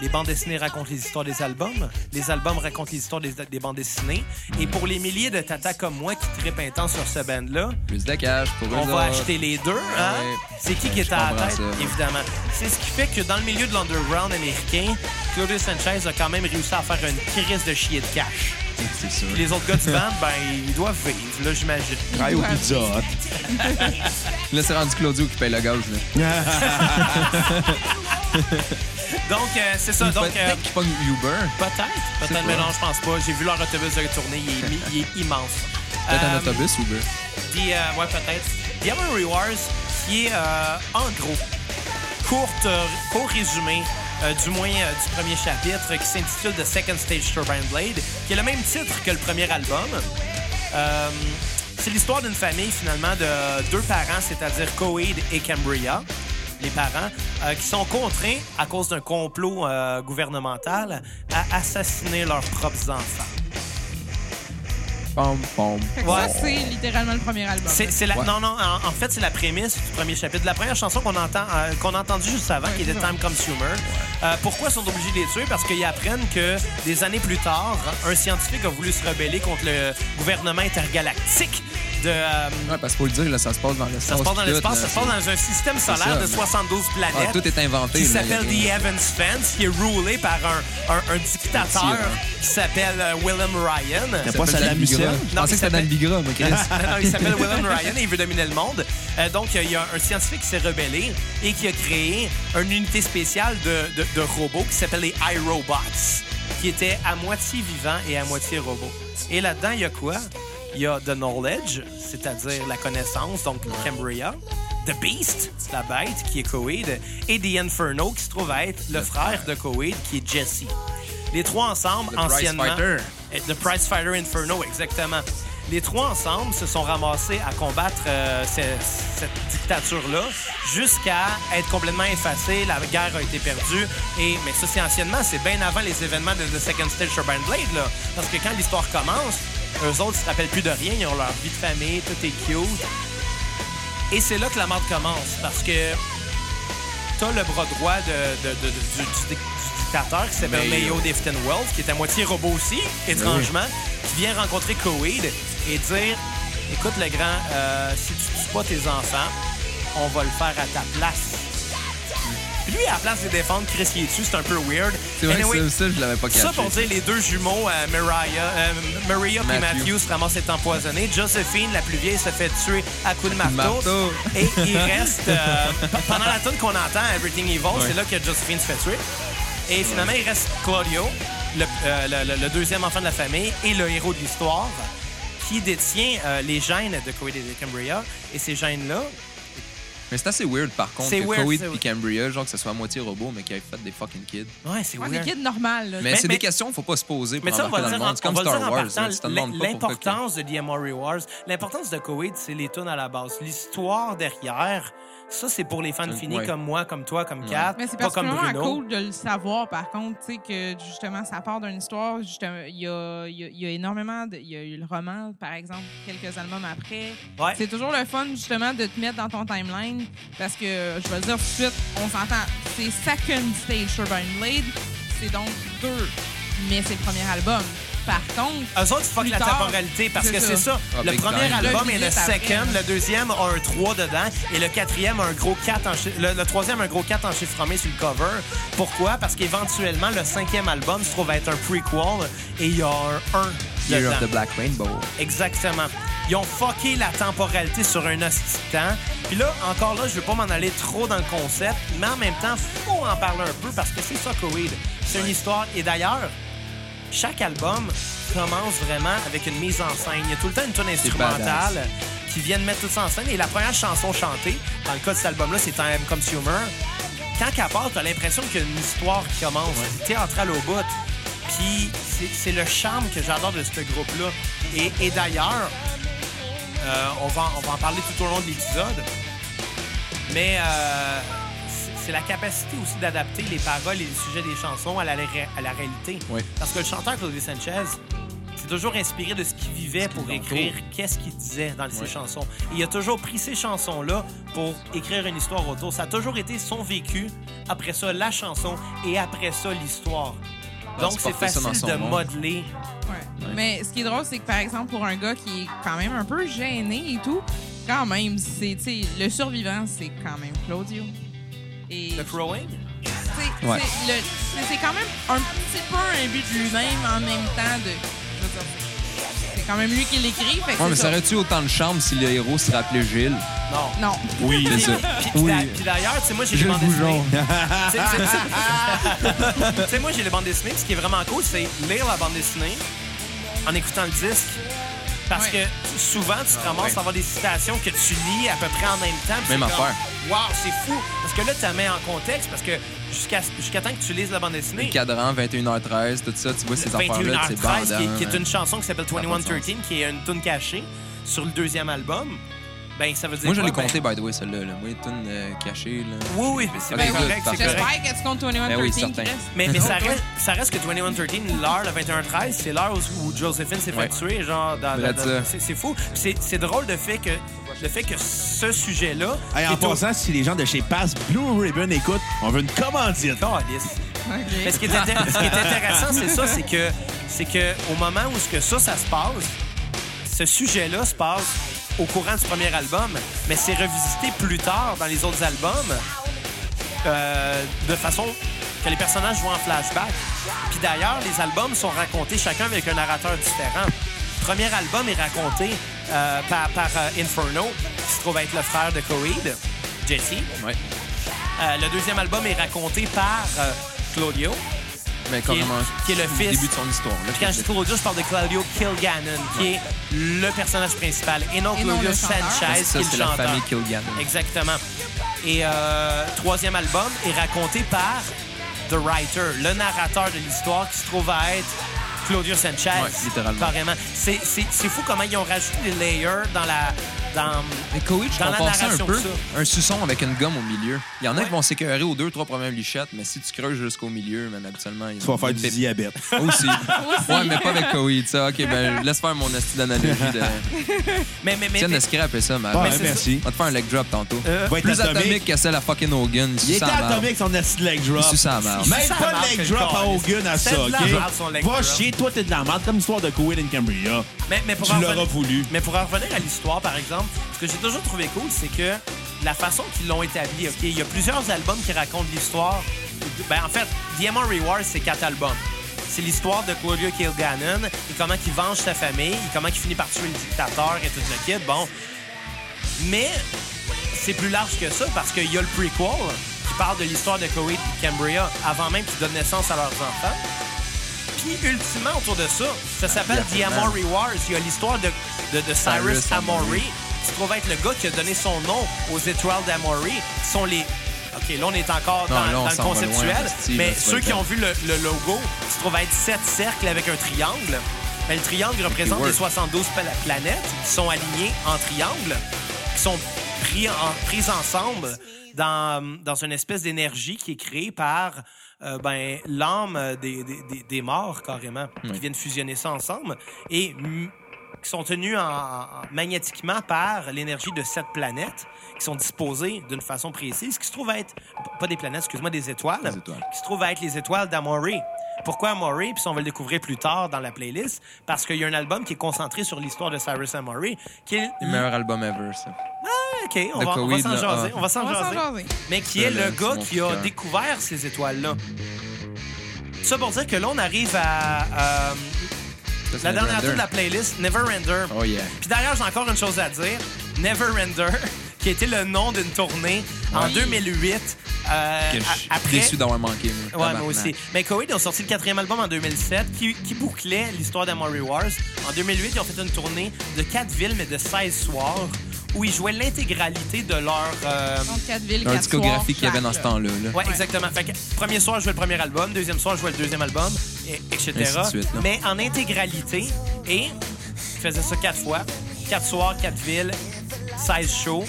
[SPEAKER 1] Les bandes dessinées racontent les histoires des albums. Les albums racontent les histoires des, des bandes dessinées. Et pour les milliers de tatas comme moi qui tripent intense sur ce band-là,
[SPEAKER 4] Plus de cash pour eux
[SPEAKER 1] on va
[SPEAKER 4] autres.
[SPEAKER 1] acheter les deux, hein?
[SPEAKER 4] Ouais.
[SPEAKER 1] C'est qui
[SPEAKER 4] Ouais,
[SPEAKER 1] qui est
[SPEAKER 4] je
[SPEAKER 1] à la
[SPEAKER 4] comprends
[SPEAKER 1] tête,
[SPEAKER 4] ça, ouais.
[SPEAKER 1] évidemment. C'est ce qui fait que dans le milieu de l'underground américain, Claudio Sanchez a quand même réussi à faire une crise de chier de cash.
[SPEAKER 4] C'est sûr.
[SPEAKER 1] Puis les autres gars du band, ben, ils doivent vivre, là, j'imagine.
[SPEAKER 2] Travaille au pizza. Hut.
[SPEAKER 4] Là, c'est rendu Claudio qui paye le gage. là.
[SPEAKER 1] Donc, euh, c'est ça. Donc, euh,
[SPEAKER 4] Peut-être qu'ils pognent Uber.
[SPEAKER 1] peut-être.
[SPEAKER 4] C'est
[SPEAKER 1] Peut-être,
[SPEAKER 4] pas-
[SPEAKER 1] mais non, je pense pas. J'ai vu leur autobus de retourner. Il est, mi- il est immense.
[SPEAKER 4] Peut-être
[SPEAKER 1] Euh,
[SPEAKER 4] un autobus Uber.
[SPEAKER 1] Puis, euh, ouais, peut-être. Diamond Rewards, qui est euh, en gros, courte, euh, court résumé, euh, du moins euh, du premier chapitre, qui s'intitule The Second Stage Turbine Blade, qui est le même titre que le premier album. Euh, c'est l'histoire d'une famille, finalement, de deux parents, c'est-à-dire Coed et Cambria, les parents, euh, qui sont contraints, à cause d'un complot euh, gouvernemental, à assassiner leurs propres enfants.
[SPEAKER 4] Pom, pom.
[SPEAKER 3] Fait que
[SPEAKER 1] Ouais.
[SPEAKER 3] Ça, c'est littéralement le premier album.
[SPEAKER 1] C'est,
[SPEAKER 3] là.
[SPEAKER 1] c'est la,
[SPEAKER 4] Ouais.
[SPEAKER 1] Non, non, en, en fait, c'est la prémisse du premier chapitre. La première chanson qu'on entend, euh, qu'on a entendue juste avant,
[SPEAKER 3] Ouais,
[SPEAKER 1] qui était
[SPEAKER 3] c'est ça.
[SPEAKER 1] Time Consumer. Euh, pourquoi ils sont obligés de les tuer? Parce qu'ils apprennent que des années plus tard, un scientifique a voulu se rebeller contre le gouvernement intergalactique de. euh,
[SPEAKER 4] Ouais, parce qu'il faut le dire, là, ça se passe dans l'espace.
[SPEAKER 1] ça se passe dans
[SPEAKER 4] puis tout,
[SPEAKER 1] l'espace,
[SPEAKER 4] là,
[SPEAKER 1] ça se passe dans un système solaire
[SPEAKER 4] ça,
[SPEAKER 1] de
[SPEAKER 4] mais-
[SPEAKER 1] 72 planètes.
[SPEAKER 4] Ah, tout est inventé,
[SPEAKER 1] Qui
[SPEAKER 4] là,
[SPEAKER 1] s'appelle
[SPEAKER 4] y
[SPEAKER 1] The
[SPEAKER 4] a
[SPEAKER 1] Evans Fence, qui est rulé par un, un, un
[SPEAKER 4] Petit,
[SPEAKER 1] dictateur
[SPEAKER 4] ouais.
[SPEAKER 1] qui s'appelle euh, Willem Ryan.
[SPEAKER 2] C'est pas
[SPEAKER 4] hein. s'appelle
[SPEAKER 2] Saddam
[SPEAKER 4] Dan Bigra.
[SPEAKER 2] Hussein?
[SPEAKER 4] Je
[SPEAKER 1] Non,
[SPEAKER 4] pensais
[SPEAKER 1] il
[SPEAKER 4] que c'était Dan Bigra, mais Chris.
[SPEAKER 1] Ah, Non, il s'appelle Willem Ryan et il veut dominer le monde. Euh, donc, euh, il y a un scientifique qui s'est rebellé et qui a créé une unité spéciale de, de- de robots qui s'appelle les iRobots, qui étaient à moitié vivants et à moitié robots. Et là-dedans, il y a quoi? Il y a The Knowledge, c'est-à-dire la connaissance, donc Cambria. The Beast, la bête, qui est Coed. Et The Inferno, qui se trouve à être le frère de Coed, qui est Jesse. Les trois ensemble,
[SPEAKER 4] The Prize
[SPEAKER 1] anciennement...
[SPEAKER 4] Fighter.
[SPEAKER 1] Et The Prize Fighter Inferno, exactement. Les trois ensemble se sont ramassés à combattre euh, ce- cette dictature-là jusqu'à être complètement effacée. La guerre a été perdue. Et, mais ça, c'est anciennement. C'est bien avant les événements de The Second Stage Turbine Blade. Là. Parce que quand l'histoire commence, eux autres, ils se rappellent plus de rien. Ils ont leur vie de famille. Tout est cute. Et c'est là que la merde commence. Parce que t'as le bras droit de- de- de- de- du, du- du dictateur qui s'appelle
[SPEAKER 4] Mayo.
[SPEAKER 1] Mayo Defton Wells, qui est à moitié robot aussi, étrangement, qui vient rencontrer Coed et dire Écoute, le grand, euh, si tu tues pas tes enfants, on va le faire à ta place.
[SPEAKER 4] Mm.
[SPEAKER 1] Puis lui, à la place de les défendre, Chris il les tue, c'est un peu weird.
[SPEAKER 4] C'est vrai
[SPEAKER 1] Anyway,
[SPEAKER 4] que ça, ça, je l'avais pas caché.
[SPEAKER 1] ça pour dire les deux jumeaux, euh, Mariah, euh, Maria et
[SPEAKER 4] Matthew.
[SPEAKER 1] Matthew se ramassent être empoisonnés. Josephine, la plus vieille, se fait tuer à coups de marteau.
[SPEAKER 4] marteau.
[SPEAKER 1] Et il reste euh, p- pendant la tune qu'on entend Everything Evil, c'est là que Josephine se fait tuer. Et finalement, il reste Claudio, le, euh, le- le- le deuxième enfant de la famille et le héros de l'histoire, qui détient euh, les gènes de Coed et de Cambria. Et ces gènes-là,
[SPEAKER 4] Mais c'est assez weird, par contre,
[SPEAKER 1] C'est
[SPEAKER 4] que
[SPEAKER 1] weird,
[SPEAKER 4] Coed
[SPEAKER 1] c'est
[SPEAKER 4] et
[SPEAKER 1] weird.
[SPEAKER 4] Cambria, genre que ce soit à moitié robot, mais qu'ils aient fait des fucking kids.
[SPEAKER 1] ouais, c'est
[SPEAKER 3] Ouais,
[SPEAKER 1] weird.
[SPEAKER 3] des kids normales. là.
[SPEAKER 4] Mais,
[SPEAKER 1] Mais-
[SPEAKER 4] c'est
[SPEAKER 1] mais-
[SPEAKER 4] des questions qu'il faut pas se poser
[SPEAKER 1] Mais
[SPEAKER 4] pour
[SPEAKER 1] ça, on va
[SPEAKER 4] embarquer
[SPEAKER 1] le
[SPEAKER 4] dans le
[SPEAKER 1] dire en,
[SPEAKER 4] monde. C'est
[SPEAKER 1] on
[SPEAKER 4] comme
[SPEAKER 1] va le dire en
[SPEAKER 4] Star Wars.
[SPEAKER 1] partant,
[SPEAKER 4] là, Tu te demandes pas pourquoi que-
[SPEAKER 1] L'importance de DMR Rewards, l'importance de Koweït, c'est les tunes à la base. L'histoire derrière, ça, c'est pour les fans
[SPEAKER 4] Ouais.
[SPEAKER 1] finis comme moi, comme toi, comme Kat,
[SPEAKER 3] Mais c'est
[SPEAKER 1] pas comme
[SPEAKER 3] particulièrement
[SPEAKER 1] Bruno.
[SPEAKER 3] cool de le savoir, par contre, tu sais, que justement, ça part d'une histoire. Justement, il y a, il y a- il y a énormément. de- Il y a eu le roman, par exemple, quelques albums après.
[SPEAKER 1] Ouais.
[SPEAKER 3] C'est toujours le fun, justement, de te mettre dans ton timeline parce que, je vais le dire tout de suite, on s'entend. C'est Second Stage Turbine Blade. C'est donc deux, mais c'est le premier album. Par contre,
[SPEAKER 1] Eux autres, ils fuck
[SPEAKER 3] Plus
[SPEAKER 1] la
[SPEAKER 3] tard,
[SPEAKER 1] temporalité parce
[SPEAKER 3] c'est
[SPEAKER 1] que
[SPEAKER 3] ça.
[SPEAKER 1] c'est ça.
[SPEAKER 4] Ah,
[SPEAKER 1] le
[SPEAKER 4] big
[SPEAKER 1] premier
[SPEAKER 4] time.
[SPEAKER 1] album
[SPEAKER 3] Là,
[SPEAKER 1] est
[SPEAKER 3] il
[SPEAKER 1] le
[SPEAKER 3] est après,
[SPEAKER 1] second,
[SPEAKER 3] là.
[SPEAKER 1] le deuxième a un 3 dedans et le quatrième a un gros 4 en chiffre. Le, le troisième, un gros 4 en chiffre romé sur le cover. Pourquoi? Parce qu'éventuellement, le cinquième album se trouve être un prequel et il y a un 1
[SPEAKER 4] Year of
[SPEAKER 1] dedans.
[SPEAKER 4] the Black Rainbow.
[SPEAKER 1] Exactement. Ils ont fucké la temporalité sur un hostie de temps. Puis là, encore là, je veux pas m'en aller trop dans le concept, mais en même temps, faut en parler un peu parce que c'est ça, Coed. C'est une histoire. Et d'ailleurs, chaque album commence vraiment avec une mise en scène. Il y a tout le temps une tune instrumentale qui vient de mettre tout ça en scène. Et la première chanson chantée, dans le cas de cet album-là, c'est Time Consumer. Quand qu'elle part, t'as l'impression qu'il y a une histoire qui commence, théâtrale au bout. Puis c'est- c'est le charme que j'adore de ce groupe-là. Et, et d'ailleurs, euh, on, va, en- on va en parler tout au long de l'épisode, mais euh, c'est- c'est la capacité aussi d'adapter les paroles et les sujets des chansons à la, ré- à la réalité.
[SPEAKER 4] Oui.
[SPEAKER 1] Parce que le chanteur Claudio Sanchez, c'est toujours inspiré de ce qu'il vivait pour
[SPEAKER 4] l'entoure.
[SPEAKER 1] écrire qu'est-ce qu'il disait dans ses
[SPEAKER 4] Oui.
[SPEAKER 1] chansons. Et il a toujours pris ces chansons-là pour écrire une histoire autour. Ça a toujours été son vécu, après ça la chanson et après ça l'histoire.
[SPEAKER 4] Ouais,
[SPEAKER 1] Donc
[SPEAKER 4] c'est
[SPEAKER 1] c'est
[SPEAKER 4] porter ça dans
[SPEAKER 1] facile
[SPEAKER 4] son
[SPEAKER 1] de
[SPEAKER 4] monde.
[SPEAKER 1] modeler.
[SPEAKER 3] Ouais. Mais ce qui est drôle, c'est que par exemple, pour un gars qui est quand même un peu gêné et tout, quand même, c'est, tu sais, le survivant, c'est quand même Claudio. Et
[SPEAKER 1] Le crowing?
[SPEAKER 3] c'est-
[SPEAKER 4] Ouais.
[SPEAKER 3] c'est le- c'est- c'est quand même un petit peu un but de lui-même en même temps de. je veux dire, c'est quand même lui qui l'écrit. fait que
[SPEAKER 4] Ouais,
[SPEAKER 3] c'est
[SPEAKER 4] mais
[SPEAKER 3] ça.
[SPEAKER 4] ça aurait-tu autant de charme si le héros se rappelait Gilles?
[SPEAKER 1] Non.
[SPEAKER 3] Non.
[SPEAKER 2] Oui.
[SPEAKER 4] C'est ça.
[SPEAKER 1] Puis,
[SPEAKER 4] Oui.
[SPEAKER 1] d'a- puis d'ailleurs, tu sais, moi, j'ai les
[SPEAKER 4] Jules
[SPEAKER 1] bandes dessinées.
[SPEAKER 4] Goujon.
[SPEAKER 1] Tu sais, tu sais, tu sais- tu sais, moi, j'ai les bandes dessinées. puis Ce qui est vraiment cool, c'est lire la bande dessinée en écoutant le disque. Parce
[SPEAKER 3] Ouais.
[SPEAKER 1] que souvent, tu te ramasses
[SPEAKER 4] ouais.
[SPEAKER 1] à avoir des citations que tu lis à peu près en même temps. puis
[SPEAKER 4] Même
[SPEAKER 1] c'est comme,
[SPEAKER 4] affaire.
[SPEAKER 1] Wow, c'est fou. Parce que là, tu la mets en contexte. Parce que jusqu'à jusqu'à temps que tu lises la bande dessinée,
[SPEAKER 4] Les cadrans, 21h13, tout ça, tu hein. vois ces affaires-là, c'est
[SPEAKER 1] 21h13,
[SPEAKER 4] bandant.
[SPEAKER 1] qui, est- qui est
[SPEAKER 4] ouais.
[SPEAKER 1] une chanson qui s'appelle
[SPEAKER 4] a pas de
[SPEAKER 1] 2113, qui est une tune cachée sur le deuxième album. Ben, ça veut dire.
[SPEAKER 4] Moi, je l'ai
[SPEAKER 1] quoi? Ben,
[SPEAKER 4] compté, by the way, celle-là. là. Moi, les tunes euh, cachées, là.
[SPEAKER 1] Oui, oui, mais c'est
[SPEAKER 4] Ok,
[SPEAKER 1] bien
[SPEAKER 4] good,
[SPEAKER 1] correct, c'est
[SPEAKER 4] parfait.
[SPEAKER 1] correct.
[SPEAKER 3] Ben J'espère que tu comptes 21
[SPEAKER 4] Ben oui,
[SPEAKER 3] 13
[SPEAKER 4] certain.
[SPEAKER 3] Chris.
[SPEAKER 1] Mais, mais ça, reste, ça reste que 2113, l'heure, le 2113, c'est l'heure où, où Josephine s'est fait
[SPEAKER 4] Ouais.
[SPEAKER 1] tuer. Genre, dans, dans-
[SPEAKER 4] Vrai de
[SPEAKER 1] dans-
[SPEAKER 4] ça.
[SPEAKER 1] c'est, c'est fou. Puis C'est, c'est drôle de fait que, le fait que ce sujet-là.
[SPEAKER 2] Hey, en
[SPEAKER 1] est au-
[SPEAKER 2] passant, si les gens de chez Pass Blue Ribbon écoutent, on veut une commandite.
[SPEAKER 1] Calisse. Mais
[SPEAKER 3] Ok.
[SPEAKER 1] ce qui est, intér- ce qui est intéressant, c'est ça, c'est que c'est que au moment où ce que ça, ça se passe, ce sujet-là se passe au courant du premier album, mais c'est revisité plus tard dans les autres albums euh, de façon que les personnages jouent en flashback. Puis d'ailleurs, les albums sont racontés chacun avec un narrateur différent. Le premier album est raconté euh, par, par, euh, Inferno, qui se trouve être le frère de Coheed, Jesse.
[SPEAKER 4] Ouais.
[SPEAKER 1] Euh, le deuxième album est raconté par euh, Claudio.
[SPEAKER 4] Mais
[SPEAKER 1] Qui est-
[SPEAKER 4] carrément.
[SPEAKER 1] qui est le
[SPEAKER 4] au
[SPEAKER 1] fils.
[SPEAKER 4] début de son histoire. là,
[SPEAKER 1] Puis quand je dis Claudio, je parle de Claudio Kilgannon, qui est le personnage principal, et non
[SPEAKER 3] Et non
[SPEAKER 1] Claudio
[SPEAKER 3] le chanteur.
[SPEAKER 1] Sanchez,
[SPEAKER 4] Ah, C'est ça,
[SPEAKER 1] qui est
[SPEAKER 4] c'est
[SPEAKER 1] le
[SPEAKER 4] la
[SPEAKER 1] chanteur.
[SPEAKER 4] famille Kilgannon.
[SPEAKER 1] Exactement. Et euh, troisième album est raconté par The Writer, le narrateur de l'histoire qui se trouve à être Claudio Sanchez.
[SPEAKER 4] Ouais, littéralement.
[SPEAKER 1] Carrément. C'est c'est- c'est fou comment ils ont rajouté des layers dans la. Dans,
[SPEAKER 4] Mais Koichi,
[SPEAKER 1] Dans la
[SPEAKER 4] on ça un
[SPEAKER 1] narration
[SPEAKER 4] peu
[SPEAKER 1] de ça.
[SPEAKER 4] un suçon avec une gomme au milieu. Il y en a
[SPEAKER 1] Ouais.
[SPEAKER 4] qui vont s'écœurer aux deux, trois premières lichettes, mais si tu creuses jusqu'au milieu, même habituellement, il
[SPEAKER 2] Tu vas faire du diabète.
[SPEAKER 4] Aussi. ouais, mais pas avec Koichi, ça. OK, ben, laisse faire mon esti d'analogie de...
[SPEAKER 1] mais, mais, mais,
[SPEAKER 4] Tiens,
[SPEAKER 1] mais-
[SPEAKER 4] de scrap et ça, mais...
[SPEAKER 2] Ouais,
[SPEAKER 4] mais c'est-
[SPEAKER 2] Ah, merci.
[SPEAKER 4] On va te faire un leg drop tantôt.
[SPEAKER 2] Va être
[SPEAKER 4] Plus
[SPEAKER 2] atomique.
[SPEAKER 4] atomique que celle à fucking Hogan.
[SPEAKER 2] Il était
[SPEAKER 4] suçant à barbe.
[SPEAKER 2] atomique son acide leg drop.
[SPEAKER 4] Il suce à la marde.
[SPEAKER 1] Il
[SPEAKER 2] Même
[SPEAKER 1] suce à
[SPEAKER 2] pas
[SPEAKER 1] la marde,
[SPEAKER 2] de
[SPEAKER 1] le
[SPEAKER 2] leg drop à
[SPEAKER 1] corps.
[SPEAKER 2] Hogan à
[SPEAKER 1] C'est
[SPEAKER 2] ça,
[SPEAKER 1] de
[SPEAKER 2] OK?
[SPEAKER 1] la marde, son leg
[SPEAKER 2] Va
[SPEAKER 1] drop.
[SPEAKER 2] chier, toi, t'es de la merde, comme l'histoire de Cohen and Cambria.
[SPEAKER 1] Mais, mais pour
[SPEAKER 2] Tu
[SPEAKER 1] en
[SPEAKER 2] l'auras
[SPEAKER 1] revenir-
[SPEAKER 2] voulu.
[SPEAKER 1] Mais pour en revenir à l'histoire, par exemple, ce que j'ai toujours trouvé cool, c'est que la façon qu'ils l'ont établi, OK, il y a plusieurs albums qui racontent l'histoire. Ben, en fait, Diamond Reward, c'est quatre albums. C'est l'histoire de Claudio Kilgannon et comment il venge sa famille, et comment il finit par tuer le dictateur et tout le kit. Bon. Mais c'est plus large que ça parce qu'il y a le prequel qui parle de l'histoire de Corey et Cambria avant même qu'ils donnent naissance à leurs enfants. Puis, ultimement, autour de ça, ça s'appelle The Amory Wars. Il y a l'histoire de, de, de Cyrus
[SPEAKER 4] Cyrus
[SPEAKER 1] Amory,
[SPEAKER 4] Amory.
[SPEAKER 1] qui se trouve être le gars qui a donné son nom aux étoiles d'Amory, qui sont les. OK, là, on est encore dans,
[SPEAKER 4] Non, là, on
[SPEAKER 1] dans le
[SPEAKER 4] s'en va
[SPEAKER 1] conceptuel,
[SPEAKER 4] loin, Steve,
[SPEAKER 1] mais
[SPEAKER 4] là, tu vas
[SPEAKER 1] ceux
[SPEAKER 4] le
[SPEAKER 1] qui
[SPEAKER 4] faire.
[SPEAKER 1] ont vu le, le logo, qui se trouve être sept cercles avec un triangle, ben, le triangle représente
[SPEAKER 4] work.
[SPEAKER 1] les 72 pla- planètes qui sont alignées en triangle, qui sont pris en, prises ensemble dans, dans une espèce d'énergie qui est créée par euh, ben, l'âme euh, des, des- des- des morts, carrément, qui viennent fusionner ça ensemble et mm, qui sont tenus en- en- magnétiquement par l'énergie de sept planètes qui sont disposées d'une façon précise, qui se trouvent être, pas des planètes, excuse-moi, des étoiles,
[SPEAKER 4] Des étoiles.
[SPEAKER 1] qui se trouvent à être les étoiles d'Amory. Pourquoi Amory? Puis ça, on va le découvrir plus tard dans la playlist, parce qu'il y a un album qui est concentré sur l'histoire de Cyrus Amory, qui est...
[SPEAKER 4] Le meilleur album ever, ça.
[SPEAKER 1] Ah, OK, on va,
[SPEAKER 4] The
[SPEAKER 1] on va
[SPEAKER 4] Hmm. Covid,
[SPEAKER 1] s'en
[SPEAKER 4] là,
[SPEAKER 1] jaser,
[SPEAKER 4] ah.
[SPEAKER 1] on va s'en
[SPEAKER 3] On va s'en
[SPEAKER 1] jaser.
[SPEAKER 3] jaser.
[SPEAKER 1] Mais qui est
[SPEAKER 4] Ça, là,
[SPEAKER 1] le
[SPEAKER 4] c'est
[SPEAKER 1] gars
[SPEAKER 4] mon
[SPEAKER 1] qui a
[SPEAKER 4] cœur.
[SPEAKER 1] découvert ces étoiles-là. Ça pour dire que là, on arrive à euh,
[SPEAKER 4] Ça, c'est
[SPEAKER 1] la dernière
[SPEAKER 4] Neverender.
[SPEAKER 1] tour de la playlist, Neverender.
[SPEAKER 4] Oh yeah.
[SPEAKER 1] Puis d'ailleurs, j'ai encore une chose à dire. Neverender, qui était le nom d'une tournée en
[SPEAKER 4] Oui.
[SPEAKER 1] 2008. euh,
[SPEAKER 4] Que
[SPEAKER 1] a-
[SPEAKER 4] je suis
[SPEAKER 1] après...
[SPEAKER 4] déçu d'avoir manqué.
[SPEAKER 1] Ouais, moi aussi. Mais Coheed ont sorti le quatrième album en 2007 qui, qui bouclait l'histoire d'Amory Wars. En 2008, ils ont fait une tournée de quatre villes, mais de 16 soirs, où ils jouaient l'intégralité de leur... euh,
[SPEAKER 3] Donc, 4 villes,
[SPEAKER 4] Un
[SPEAKER 3] 4
[SPEAKER 4] discographie qu'il y avait dans ce temps-là. là.
[SPEAKER 1] Ouais, exactement. Fait que premier soir, je jouais le premier album, deuxième soir, je jouais le deuxième album, et, etc.
[SPEAKER 4] Ainsi de suite, là.
[SPEAKER 1] Mais en intégralité, et je faisais ça quatre fois. Quatre soirs, quatre villes, 16 shows.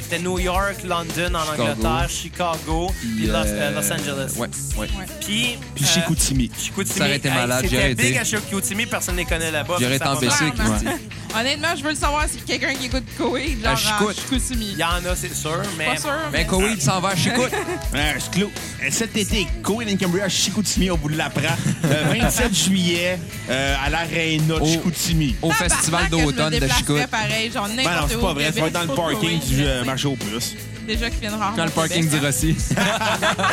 [SPEAKER 1] C'était New York, London en Angleterre, Chicago, puis
[SPEAKER 4] Puis,
[SPEAKER 1] Los,
[SPEAKER 4] euh,
[SPEAKER 1] euh, Los Angeles.
[SPEAKER 4] Ouais, ouais.
[SPEAKER 1] Puis,
[SPEAKER 2] Puis
[SPEAKER 1] euh,
[SPEAKER 2] chez Koutimi.
[SPEAKER 1] Chicoutimi.
[SPEAKER 4] Ça aurait été malade,
[SPEAKER 1] C'était
[SPEAKER 4] j'aurais
[SPEAKER 1] big
[SPEAKER 4] été.
[SPEAKER 1] à Chicoutimi, personne ne les connaît là-bas.
[SPEAKER 4] J'aurais
[SPEAKER 1] fait que ça
[SPEAKER 4] été
[SPEAKER 1] va
[SPEAKER 4] embêché.
[SPEAKER 1] mal.
[SPEAKER 3] Clairement.
[SPEAKER 4] Ouais.
[SPEAKER 3] Honnêtement, je veux le savoir si quelqu'un qui écoute Koei, genre
[SPEAKER 4] Ah,
[SPEAKER 3] en
[SPEAKER 4] j'écoute.
[SPEAKER 3] Chicoutimi.
[SPEAKER 1] Il y en a, c'est sûr, mais.
[SPEAKER 3] Pas sûr, mais...
[SPEAKER 4] Ben, Koweïd s'en va à Chicout.
[SPEAKER 2] Ah, je clôt. Euh, Cet été, Cohen and Cambria à Chicoutimi, au bout de la Prat, le 27 Euh, juillet, euh, à l'Arena de
[SPEAKER 4] Au-
[SPEAKER 2] Chicoutimi.
[SPEAKER 4] Au
[SPEAKER 3] Tabarnak
[SPEAKER 4] Festival
[SPEAKER 3] que je me
[SPEAKER 4] d'automne de
[SPEAKER 3] déplacerais
[SPEAKER 4] Chicout.
[SPEAKER 3] pareil, genre n'importe
[SPEAKER 2] Ben non, c'est
[SPEAKER 3] où
[SPEAKER 2] pas
[SPEAKER 3] au
[SPEAKER 2] vrai, ça va
[SPEAKER 3] Québec,
[SPEAKER 2] être dans le
[SPEAKER 3] faut
[SPEAKER 2] parking
[SPEAKER 3] Koweïd,
[SPEAKER 2] du
[SPEAKER 3] je
[SPEAKER 2] euh,
[SPEAKER 3] sais.
[SPEAKER 2] marché au plus.
[SPEAKER 3] Déjà qu'ils viennent rarement
[SPEAKER 4] Quand le
[SPEAKER 3] au
[SPEAKER 4] parking
[SPEAKER 3] Québec,
[SPEAKER 4] du Rossi.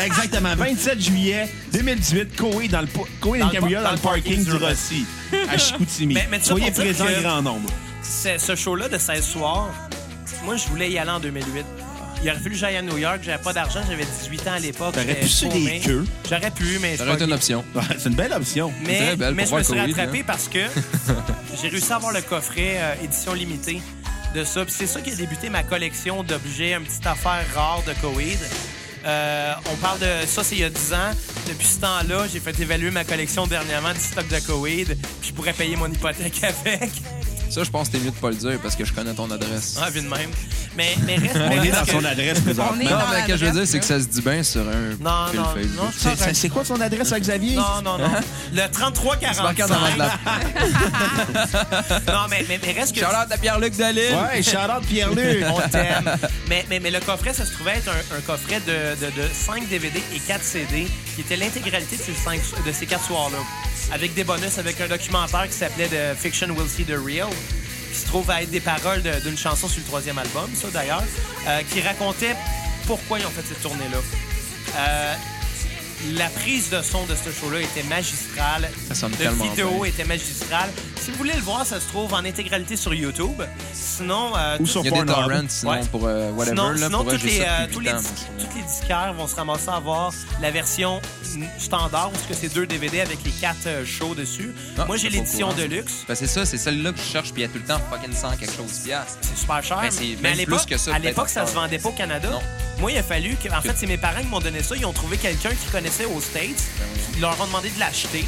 [SPEAKER 2] Exactement, 27 juillet 2018, Cohen dans le po- Cohen
[SPEAKER 1] Dans
[SPEAKER 2] and
[SPEAKER 1] le
[SPEAKER 2] Cambria
[SPEAKER 1] par-
[SPEAKER 2] dans le parking du Rossi, à Chicoutimi.
[SPEAKER 1] Mais- mais tu sais,
[SPEAKER 2] Soyez
[SPEAKER 1] pour dire
[SPEAKER 2] présents
[SPEAKER 1] que-
[SPEAKER 2] en grand nombre.
[SPEAKER 1] c'est- ce show-là de 16 soirs, Moi, je voulais y aller en 2008. Il aurait fallu que j'aille à New York. J'avais pas d'argent. J'avais 18 ans à l'époque.
[SPEAKER 2] T'aurais
[SPEAKER 1] j'étais
[SPEAKER 2] pu sucer
[SPEAKER 1] paumé.
[SPEAKER 2] des queues.
[SPEAKER 1] J'aurais pu, mais
[SPEAKER 4] Ça
[SPEAKER 1] c'est
[SPEAKER 4] aurait
[SPEAKER 1] pas
[SPEAKER 4] été une
[SPEAKER 1] gay.
[SPEAKER 4] option.
[SPEAKER 2] C'est une belle option.
[SPEAKER 1] Mais,
[SPEAKER 4] Très belle
[SPEAKER 1] mais je
[SPEAKER 4] pour
[SPEAKER 1] me
[SPEAKER 4] voir
[SPEAKER 1] suis
[SPEAKER 4] Covid,
[SPEAKER 1] rattrapé
[SPEAKER 4] hein.
[SPEAKER 1] parce que j'ai réussi à avoir le coffret euh, édition limitée de ça. Puis C'est ça qui a débuté ma collection d'objets, une petite affaire rare de Coed. Euh, on parle de ça, c'est il y a 10 ans. Depuis ce temps-là, j'ai fait évaluer ma collection dernièrement du stock de Coed. Puis je pourrais payer mon hypothèque avec.
[SPEAKER 4] Ça, je pense que t'es mieux de pas le dire parce que je connais ton adresse.
[SPEAKER 1] Ah, vu de même. Mais, mais reste.
[SPEAKER 2] On est dans
[SPEAKER 1] reste
[SPEAKER 2] son
[SPEAKER 1] que-
[SPEAKER 2] adresse
[SPEAKER 3] On est
[SPEAKER 2] présentement.
[SPEAKER 4] non,
[SPEAKER 3] dans
[SPEAKER 4] mais ce que je veux
[SPEAKER 3] l'adresse,
[SPEAKER 4] dire, c'est que
[SPEAKER 3] là.
[SPEAKER 4] ça se dit bien sur un
[SPEAKER 1] Non,
[SPEAKER 4] profil
[SPEAKER 1] non,
[SPEAKER 4] Facebook.
[SPEAKER 1] non,
[SPEAKER 4] C'est-
[SPEAKER 2] C'est- c'est- C'est quoi ton adresse à Xavier?
[SPEAKER 1] Non, non, non. Le
[SPEAKER 4] c'est marqué en avant de
[SPEAKER 1] 3345.
[SPEAKER 4] la-
[SPEAKER 1] Non, mais, mais, mais reste que.
[SPEAKER 4] Shout-out à Pierre-Luc Dalil.
[SPEAKER 2] Ouais, shout-out Pierre-Luc.
[SPEAKER 1] On t'aime. Mais, mais, mais le coffret, ça se trouvait être un, un coffret de, de, 5 DVD et 4 CD, qui était l'intégralité de, ces cinq- de ces 4 soirs-là, avec des bonus, avec un documentaire qui s'appelait The Fiction Will See the Real, qui se trouve à être des paroles de- d'une chanson sur le troisième album, ça d'ailleurs, euh, qui racontait pourquoi ils ont fait cette tournée-là. Euh, la prise de son de ce show-là était magistrale.
[SPEAKER 4] Ça sonne
[SPEAKER 1] Le
[SPEAKER 4] tellement
[SPEAKER 1] vidéo
[SPEAKER 4] bien.
[SPEAKER 1] était magistrale. Si vous voulez le voir, ça se trouve en intégralité sur YouTube. Sinon, euh,
[SPEAKER 2] Ou
[SPEAKER 1] tout-
[SPEAKER 2] sur
[SPEAKER 4] Il y a des
[SPEAKER 2] Pornhub.
[SPEAKER 4] torrents, sinon,
[SPEAKER 1] Ouais.
[SPEAKER 4] pour euh, whatever.
[SPEAKER 1] Sinon,
[SPEAKER 4] là,
[SPEAKER 1] sinon,
[SPEAKER 4] pour, euh,
[SPEAKER 1] tous,
[SPEAKER 4] j'ai
[SPEAKER 1] les,
[SPEAKER 4] ça
[SPEAKER 1] euh,
[SPEAKER 4] depuis
[SPEAKER 1] tous,
[SPEAKER 4] le
[SPEAKER 1] les
[SPEAKER 4] temps,
[SPEAKER 1] dis-
[SPEAKER 4] moi.
[SPEAKER 1] tous les disquaires vont se ramasser à avoir la version n- standard, parce que c'est deux DVD avec les quatre euh, shows dessus.
[SPEAKER 4] Ah,
[SPEAKER 1] Moi, j'ai
[SPEAKER 4] c'est pas au
[SPEAKER 1] l'édition
[SPEAKER 4] courant.
[SPEAKER 1] de luxe.
[SPEAKER 4] Parce que c'est ça, c'est celle-là que je cherche, puis il y a tout le temps fucking 100 quelque chose de piastres.
[SPEAKER 1] C'est super cher.
[SPEAKER 4] Ben, c'est
[SPEAKER 1] mais à
[SPEAKER 4] même plus
[SPEAKER 1] l'époque,
[SPEAKER 4] que ça,
[SPEAKER 1] à
[SPEAKER 4] peut-être
[SPEAKER 1] l'époque, ça se
[SPEAKER 4] encore.
[SPEAKER 1] vendait pas au Canada.
[SPEAKER 4] Non.
[SPEAKER 1] Moi, il a fallu que. En fait, c'est mes parents qui m'ont donné ça. Ils ont trouvé quelqu'un qui connaissait aux States. Ils leur ont demandé de l'acheter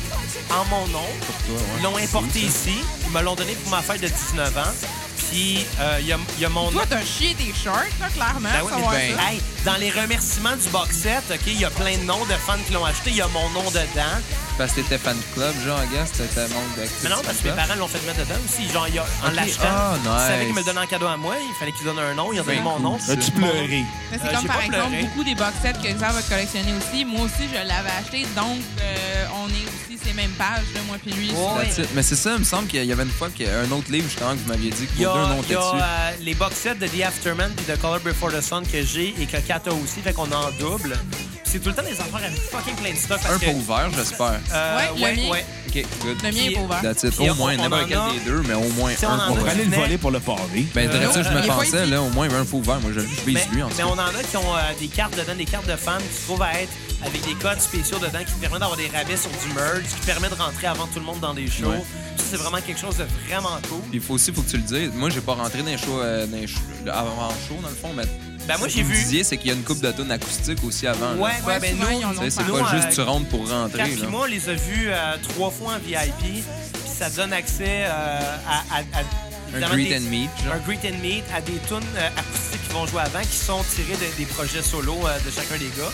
[SPEAKER 1] en mon nom.
[SPEAKER 4] Ben toi, ouais.
[SPEAKER 1] Ils l'ont importé ici. Ils me l'ont donné pour ma fête de 19 ans. Puis, euh, il y, a- il y a mon nom.
[SPEAKER 3] Toi, t'as chié tes shirts, là, clairement,
[SPEAKER 1] Ben oui,
[SPEAKER 3] Hein, savoir
[SPEAKER 4] mais ben,
[SPEAKER 3] ça.
[SPEAKER 1] Hey, dans les remerciements du box set, OK, il y a plein de noms de fans qui l'ont acheté. Il y a mon nom dedans.
[SPEAKER 4] Parce que t'étais fan club, genre, gars, t'étais membre d'actifs.
[SPEAKER 1] Mais non, parce que mes parents l'ont fait mettre dedans aussi. Genre, il y a- en
[SPEAKER 4] Ok.
[SPEAKER 1] l'achetant,
[SPEAKER 4] Ah,
[SPEAKER 1] ils savaient
[SPEAKER 4] nice.
[SPEAKER 1] qu'ils me le donnaient en cadeau à moi. Il fallait qu'ils donnent un nom. Ils ont donné
[SPEAKER 4] Ben,
[SPEAKER 1] mon
[SPEAKER 4] cool.
[SPEAKER 1] nom.
[SPEAKER 2] As-tu pleuré?
[SPEAKER 3] Mais c'est
[SPEAKER 1] Euh, j'ai
[SPEAKER 3] comme, par
[SPEAKER 1] pas
[SPEAKER 3] exemple,
[SPEAKER 1] pleuré.
[SPEAKER 3] beaucoup des box sets que Xav va collectionner aussi. Moi aussi, je l'avais acheté, donc euh, on est aussi ces mêmes pages, là, moi puis lui.
[SPEAKER 1] Ouais.
[SPEAKER 4] That's it. Mais c'est ça, il me semble qu'il y avait une fois qu'un autre livre, justement, que vous m'aviez dit que
[SPEAKER 1] Il y
[SPEAKER 4] vos
[SPEAKER 1] a,
[SPEAKER 4] deux noms
[SPEAKER 1] il
[SPEAKER 4] étaient
[SPEAKER 1] y a,
[SPEAKER 4] dessus.
[SPEAKER 1] euh, les box sets de The Afterman et de Color Before the Sun que j'ai et que Kat a aussi, fait qu'on en double. Puis C'est tout le temps des affaires avec fucking plein de stuff. Parce
[SPEAKER 4] Un
[SPEAKER 1] que,
[SPEAKER 4] pour ouvert, j'espère.
[SPEAKER 1] euh,
[SPEAKER 3] Ouais, le mien.
[SPEAKER 4] OK, good.
[SPEAKER 3] Le mien est pas ouvert.
[SPEAKER 4] That's it.
[SPEAKER 1] Et
[SPEAKER 4] Au moins,
[SPEAKER 1] on en
[SPEAKER 4] n'importe lequel
[SPEAKER 1] a-
[SPEAKER 4] des deux, mais au moins
[SPEAKER 1] Si on en
[SPEAKER 4] un
[SPEAKER 1] a-
[SPEAKER 2] On
[SPEAKER 4] pour
[SPEAKER 2] pourrait
[SPEAKER 4] ouvert.
[SPEAKER 2] aller le
[SPEAKER 1] Mais-
[SPEAKER 2] voler pour le pavé.
[SPEAKER 1] Euh,
[SPEAKER 4] Ben, de ça, je
[SPEAKER 3] il
[SPEAKER 4] me
[SPEAKER 3] est pas
[SPEAKER 4] pensais,
[SPEAKER 3] ici.
[SPEAKER 4] là, au moins, il y avait un faux ouvert. Moi, je je vise
[SPEAKER 1] Mais,
[SPEAKER 4] lui, en tout
[SPEAKER 1] mais
[SPEAKER 4] cas.
[SPEAKER 1] on en a qui ont euh, des cartes dedans, des cartes de fans qui se trouvent à être avec des codes spéciaux dedans qui te permettent d'avoir des rabais sur du merge, qui te permet de rentrer avant tout le monde dans des shows.
[SPEAKER 4] Ouais.
[SPEAKER 1] Ça, c'est vraiment quelque chose de vraiment cool.
[SPEAKER 4] Il faut aussi, faut que tu le dises. Moi, j'ai pas rentré dans les shows, euh, dans les shows- avant show, dans le fond, mais.
[SPEAKER 1] Ben, moi,
[SPEAKER 4] ce
[SPEAKER 1] j'ai
[SPEAKER 4] que vous
[SPEAKER 1] vu-
[SPEAKER 4] disiez, c'est qu'il y a une coupe de tunes acoustiques aussi avant. là.
[SPEAKER 1] Ouais, ouais,
[SPEAKER 3] Ouais,
[SPEAKER 1] ben
[SPEAKER 3] souvent,
[SPEAKER 1] nous,
[SPEAKER 3] ils en
[SPEAKER 4] Tu sais,
[SPEAKER 3] ont
[SPEAKER 4] C'est
[SPEAKER 3] parlé.
[SPEAKER 1] Nous,
[SPEAKER 4] pas
[SPEAKER 1] euh,
[SPEAKER 4] juste tu rentres pour
[SPEAKER 1] Kat
[SPEAKER 4] rentrer.
[SPEAKER 1] et
[SPEAKER 4] Là.
[SPEAKER 1] moi, on les a vus euh, trois fois en VIP, puis ça donne accès euh, à, à- à- évidemment,
[SPEAKER 4] greet
[SPEAKER 1] des-
[SPEAKER 4] and meet, genre.
[SPEAKER 1] Un greet and meet à des tunes euh, acoustiques qui vont jouer avant, qui sont tirées de- des projets solo euh, de chacun des gars.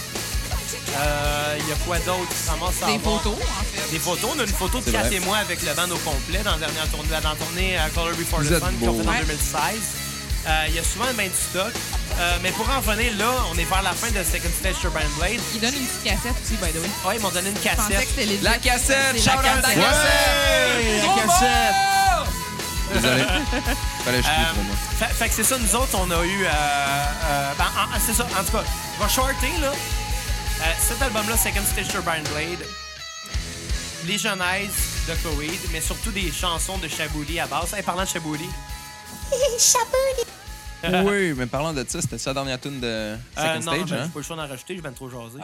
[SPEAKER 1] Euh, Il y a quoi d'autre qui se ramasse à
[SPEAKER 3] Des
[SPEAKER 1] avoir?
[SPEAKER 3] photos, en fait.
[SPEAKER 1] Des photos, on a une photo de
[SPEAKER 4] C'est
[SPEAKER 1] Kat
[SPEAKER 4] vrai.
[SPEAKER 1] et moi avec le band au complet dans la dernière tournée, dans la tournée euh, Color Before
[SPEAKER 4] Vous
[SPEAKER 1] the
[SPEAKER 4] êtes
[SPEAKER 1] Sun qu'on fait
[SPEAKER 4] beau.
[SPEAKER 1] en
[SPEAKER 3] Ouais.
[SPEAKER 1] 2016. Euh, Il y a souvent bien du stock. Euh, mais pour en revenir là, on est vers la fin de Second Stage Turbine Blade.
[SPEAKER 3] Il donne une petite cassette aussi, by the way.
[SPEAKER 1] Ouais, ils m'ont donné une
[SPEAKER 3] Je pensais que
[SPEAKER 1] cassette.
[SPEAKER 3] c'était legit.
[SPEAKER 4] La cassette!
[SPEAKER 3] C'est la
[SPEAKER 4] Shout-out à la
[SPEAKER 3] cassette.
[SPEAKER 4] cassette!
[SPEAKER 2] Ouais, la cassette!
[SPEAKER 4] Désolé. Fallait chier
[SPEAKER 1] Euh,
[SPEAKER 4] pour moi.
[SPEAKER 1] fait, fait que c'est ça, nous autres, on a eu. euh, euh, ben, en- en- c'est ça, en tout cas, je vais shorter, là. Euh, cet album-là, Second Stage Turbine Blade, les genèses de Coed, mais surtout des chansons de Chabouli à base. Hey, parlant de Chabouli,
[SPEAKER 4] Oui, mais parlant de ça, c'était ça la dernière tune de
[SPEAKER 1] euh,
[SPEAKER 4] Second
[SPEAKER 1] non,
[SPEAKER 4] Stage,
[SPEAKER 1] ben, j'ai
[SPEAKER 4] hein?
[SPEAKER 1] pas le choix d'en rajouter, j'ai bien trop jasé.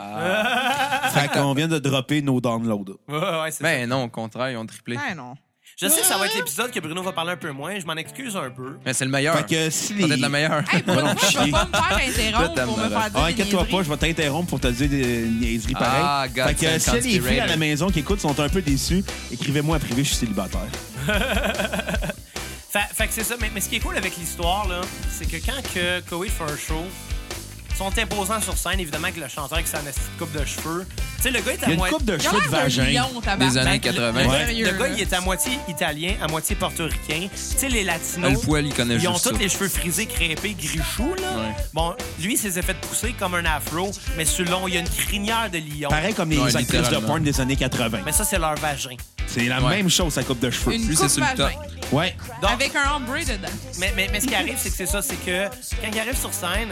[SPEAKER 2] Fait qu'on vient de dropper nos downloads.
[SPEAKER 1] Ouais, ouais, c'est ça.
[SPEAKER 4] Ben non, au contraire, ils ont triplé.
[SPEAKER 3] Ouais, non.
[SPEAKER 1] Je sais que ça va être l'épisode que Bruno va parler un peu moins, je m'en excuse un peu.
[SPEAKER 4] Mais c'est le meilleur.
[SPEAKER 2] Fait que si les...
[SPEAKER 4] Peut-être la meilleure.
[SPEAKER 3] Hey, pour une fois, je vais
[SPEAKER 2] chier.
[SPEAKER 3] pas me faire interrompre pour me faire dire
[SPEAKER 2] Ah,
[SPEAKER 3] des
[SPEAKER 2] inquiète-toi
[SPEAKER 3] niaiseries.
[SPEAKER 2] pas, je vais t'interrompre pour te dire des niaiseries pareilles.
[SPEAKER 4] Ah, God,
[SPEAKER 2] fait que
[SPEAKER 4] c'est
[SPEAKER 2] si les
[SPEAKER 4] un
[SPEAKER 2] filles à
[SPEAKER 4] conspirator.
[SPEAKER 2] la maison qui écoutent sont un peu déçues, écrivez-moi en privé, je suis célibataire.
[SPEAKER 1] Fait, fait que c'est ça, mais, mais ce qui est cool avec l'histoire, là, c'est que quand que Coed fait un show, ils sont imposants sur scène, évidemment, que le chanteur qui s'en a une coupe de cheveux. Tu sais, le gars est à
[SPEAKER 2] Il y a une
[SPEAKER 1] moitié.
[SPEAKER 2] coupe de
[SPEAKER 3] Il a
[SPEAKER 2] cheveux de
[SPEAKER 3] l'air d'un
[SPEAKER 2] vagin.
[SPEAKER 3] lion, tabarnak.
[SPEAKER 4] Des
[SPEAKER 1] Ben,
[SPEAKER 4] années 80.
[SPEAKER 1] Le,
[SPEAKER 2] Ouais.
[SPEAKER 1] le gars, il est à moitié italien, à moitié portoricain. Tu sais, les latinos.
[SPEAKER 4] Le poil, il connaît
[SPEAKER 1] Ils ont
[SPEAKER 4] juste ça.
[SPEAKER 1] tous les cheveux frisés, crépés, grichous, là.
[SPEAKER 4] Ouais.
[SPEAKER 1] Bon, lui, il s'est fait pousser comme un afro, mais sur le long, il a une crinière de lion.
[SPEAKER 2] Pareil comme
[SPEAKER 4] Ouais,
[SPEAKER 2] les actrices de
[SPEAKER 4] littéralement.
[SPEAKER 2] porn des années 80.
[SPEAKER 1] Mais ça, c'est leur vagin.
[SPEAKER 2] C'est la
[SPEAKER 4] Ouais.
[SPEAKER 2] même chose, sa coupe de cheveux.
[SPEAKER 3] Une
[SPEAKER 4] Lui,
[SPEAKER 3] coupe
[SPEAKER 4] c'est sur le
[SPEAKER 3] vagin.
[SPEAKER 4] top.
[SPEAKER 2] Ouais.
[SPEAKER 1] Donc,
[SPEAKER 3] Avec un ombre dedans.
[SPEAKER 1] mais, mais, mais ce qui arrive, c'est que c'est ça, c'est que quand ils arrivent sur scène,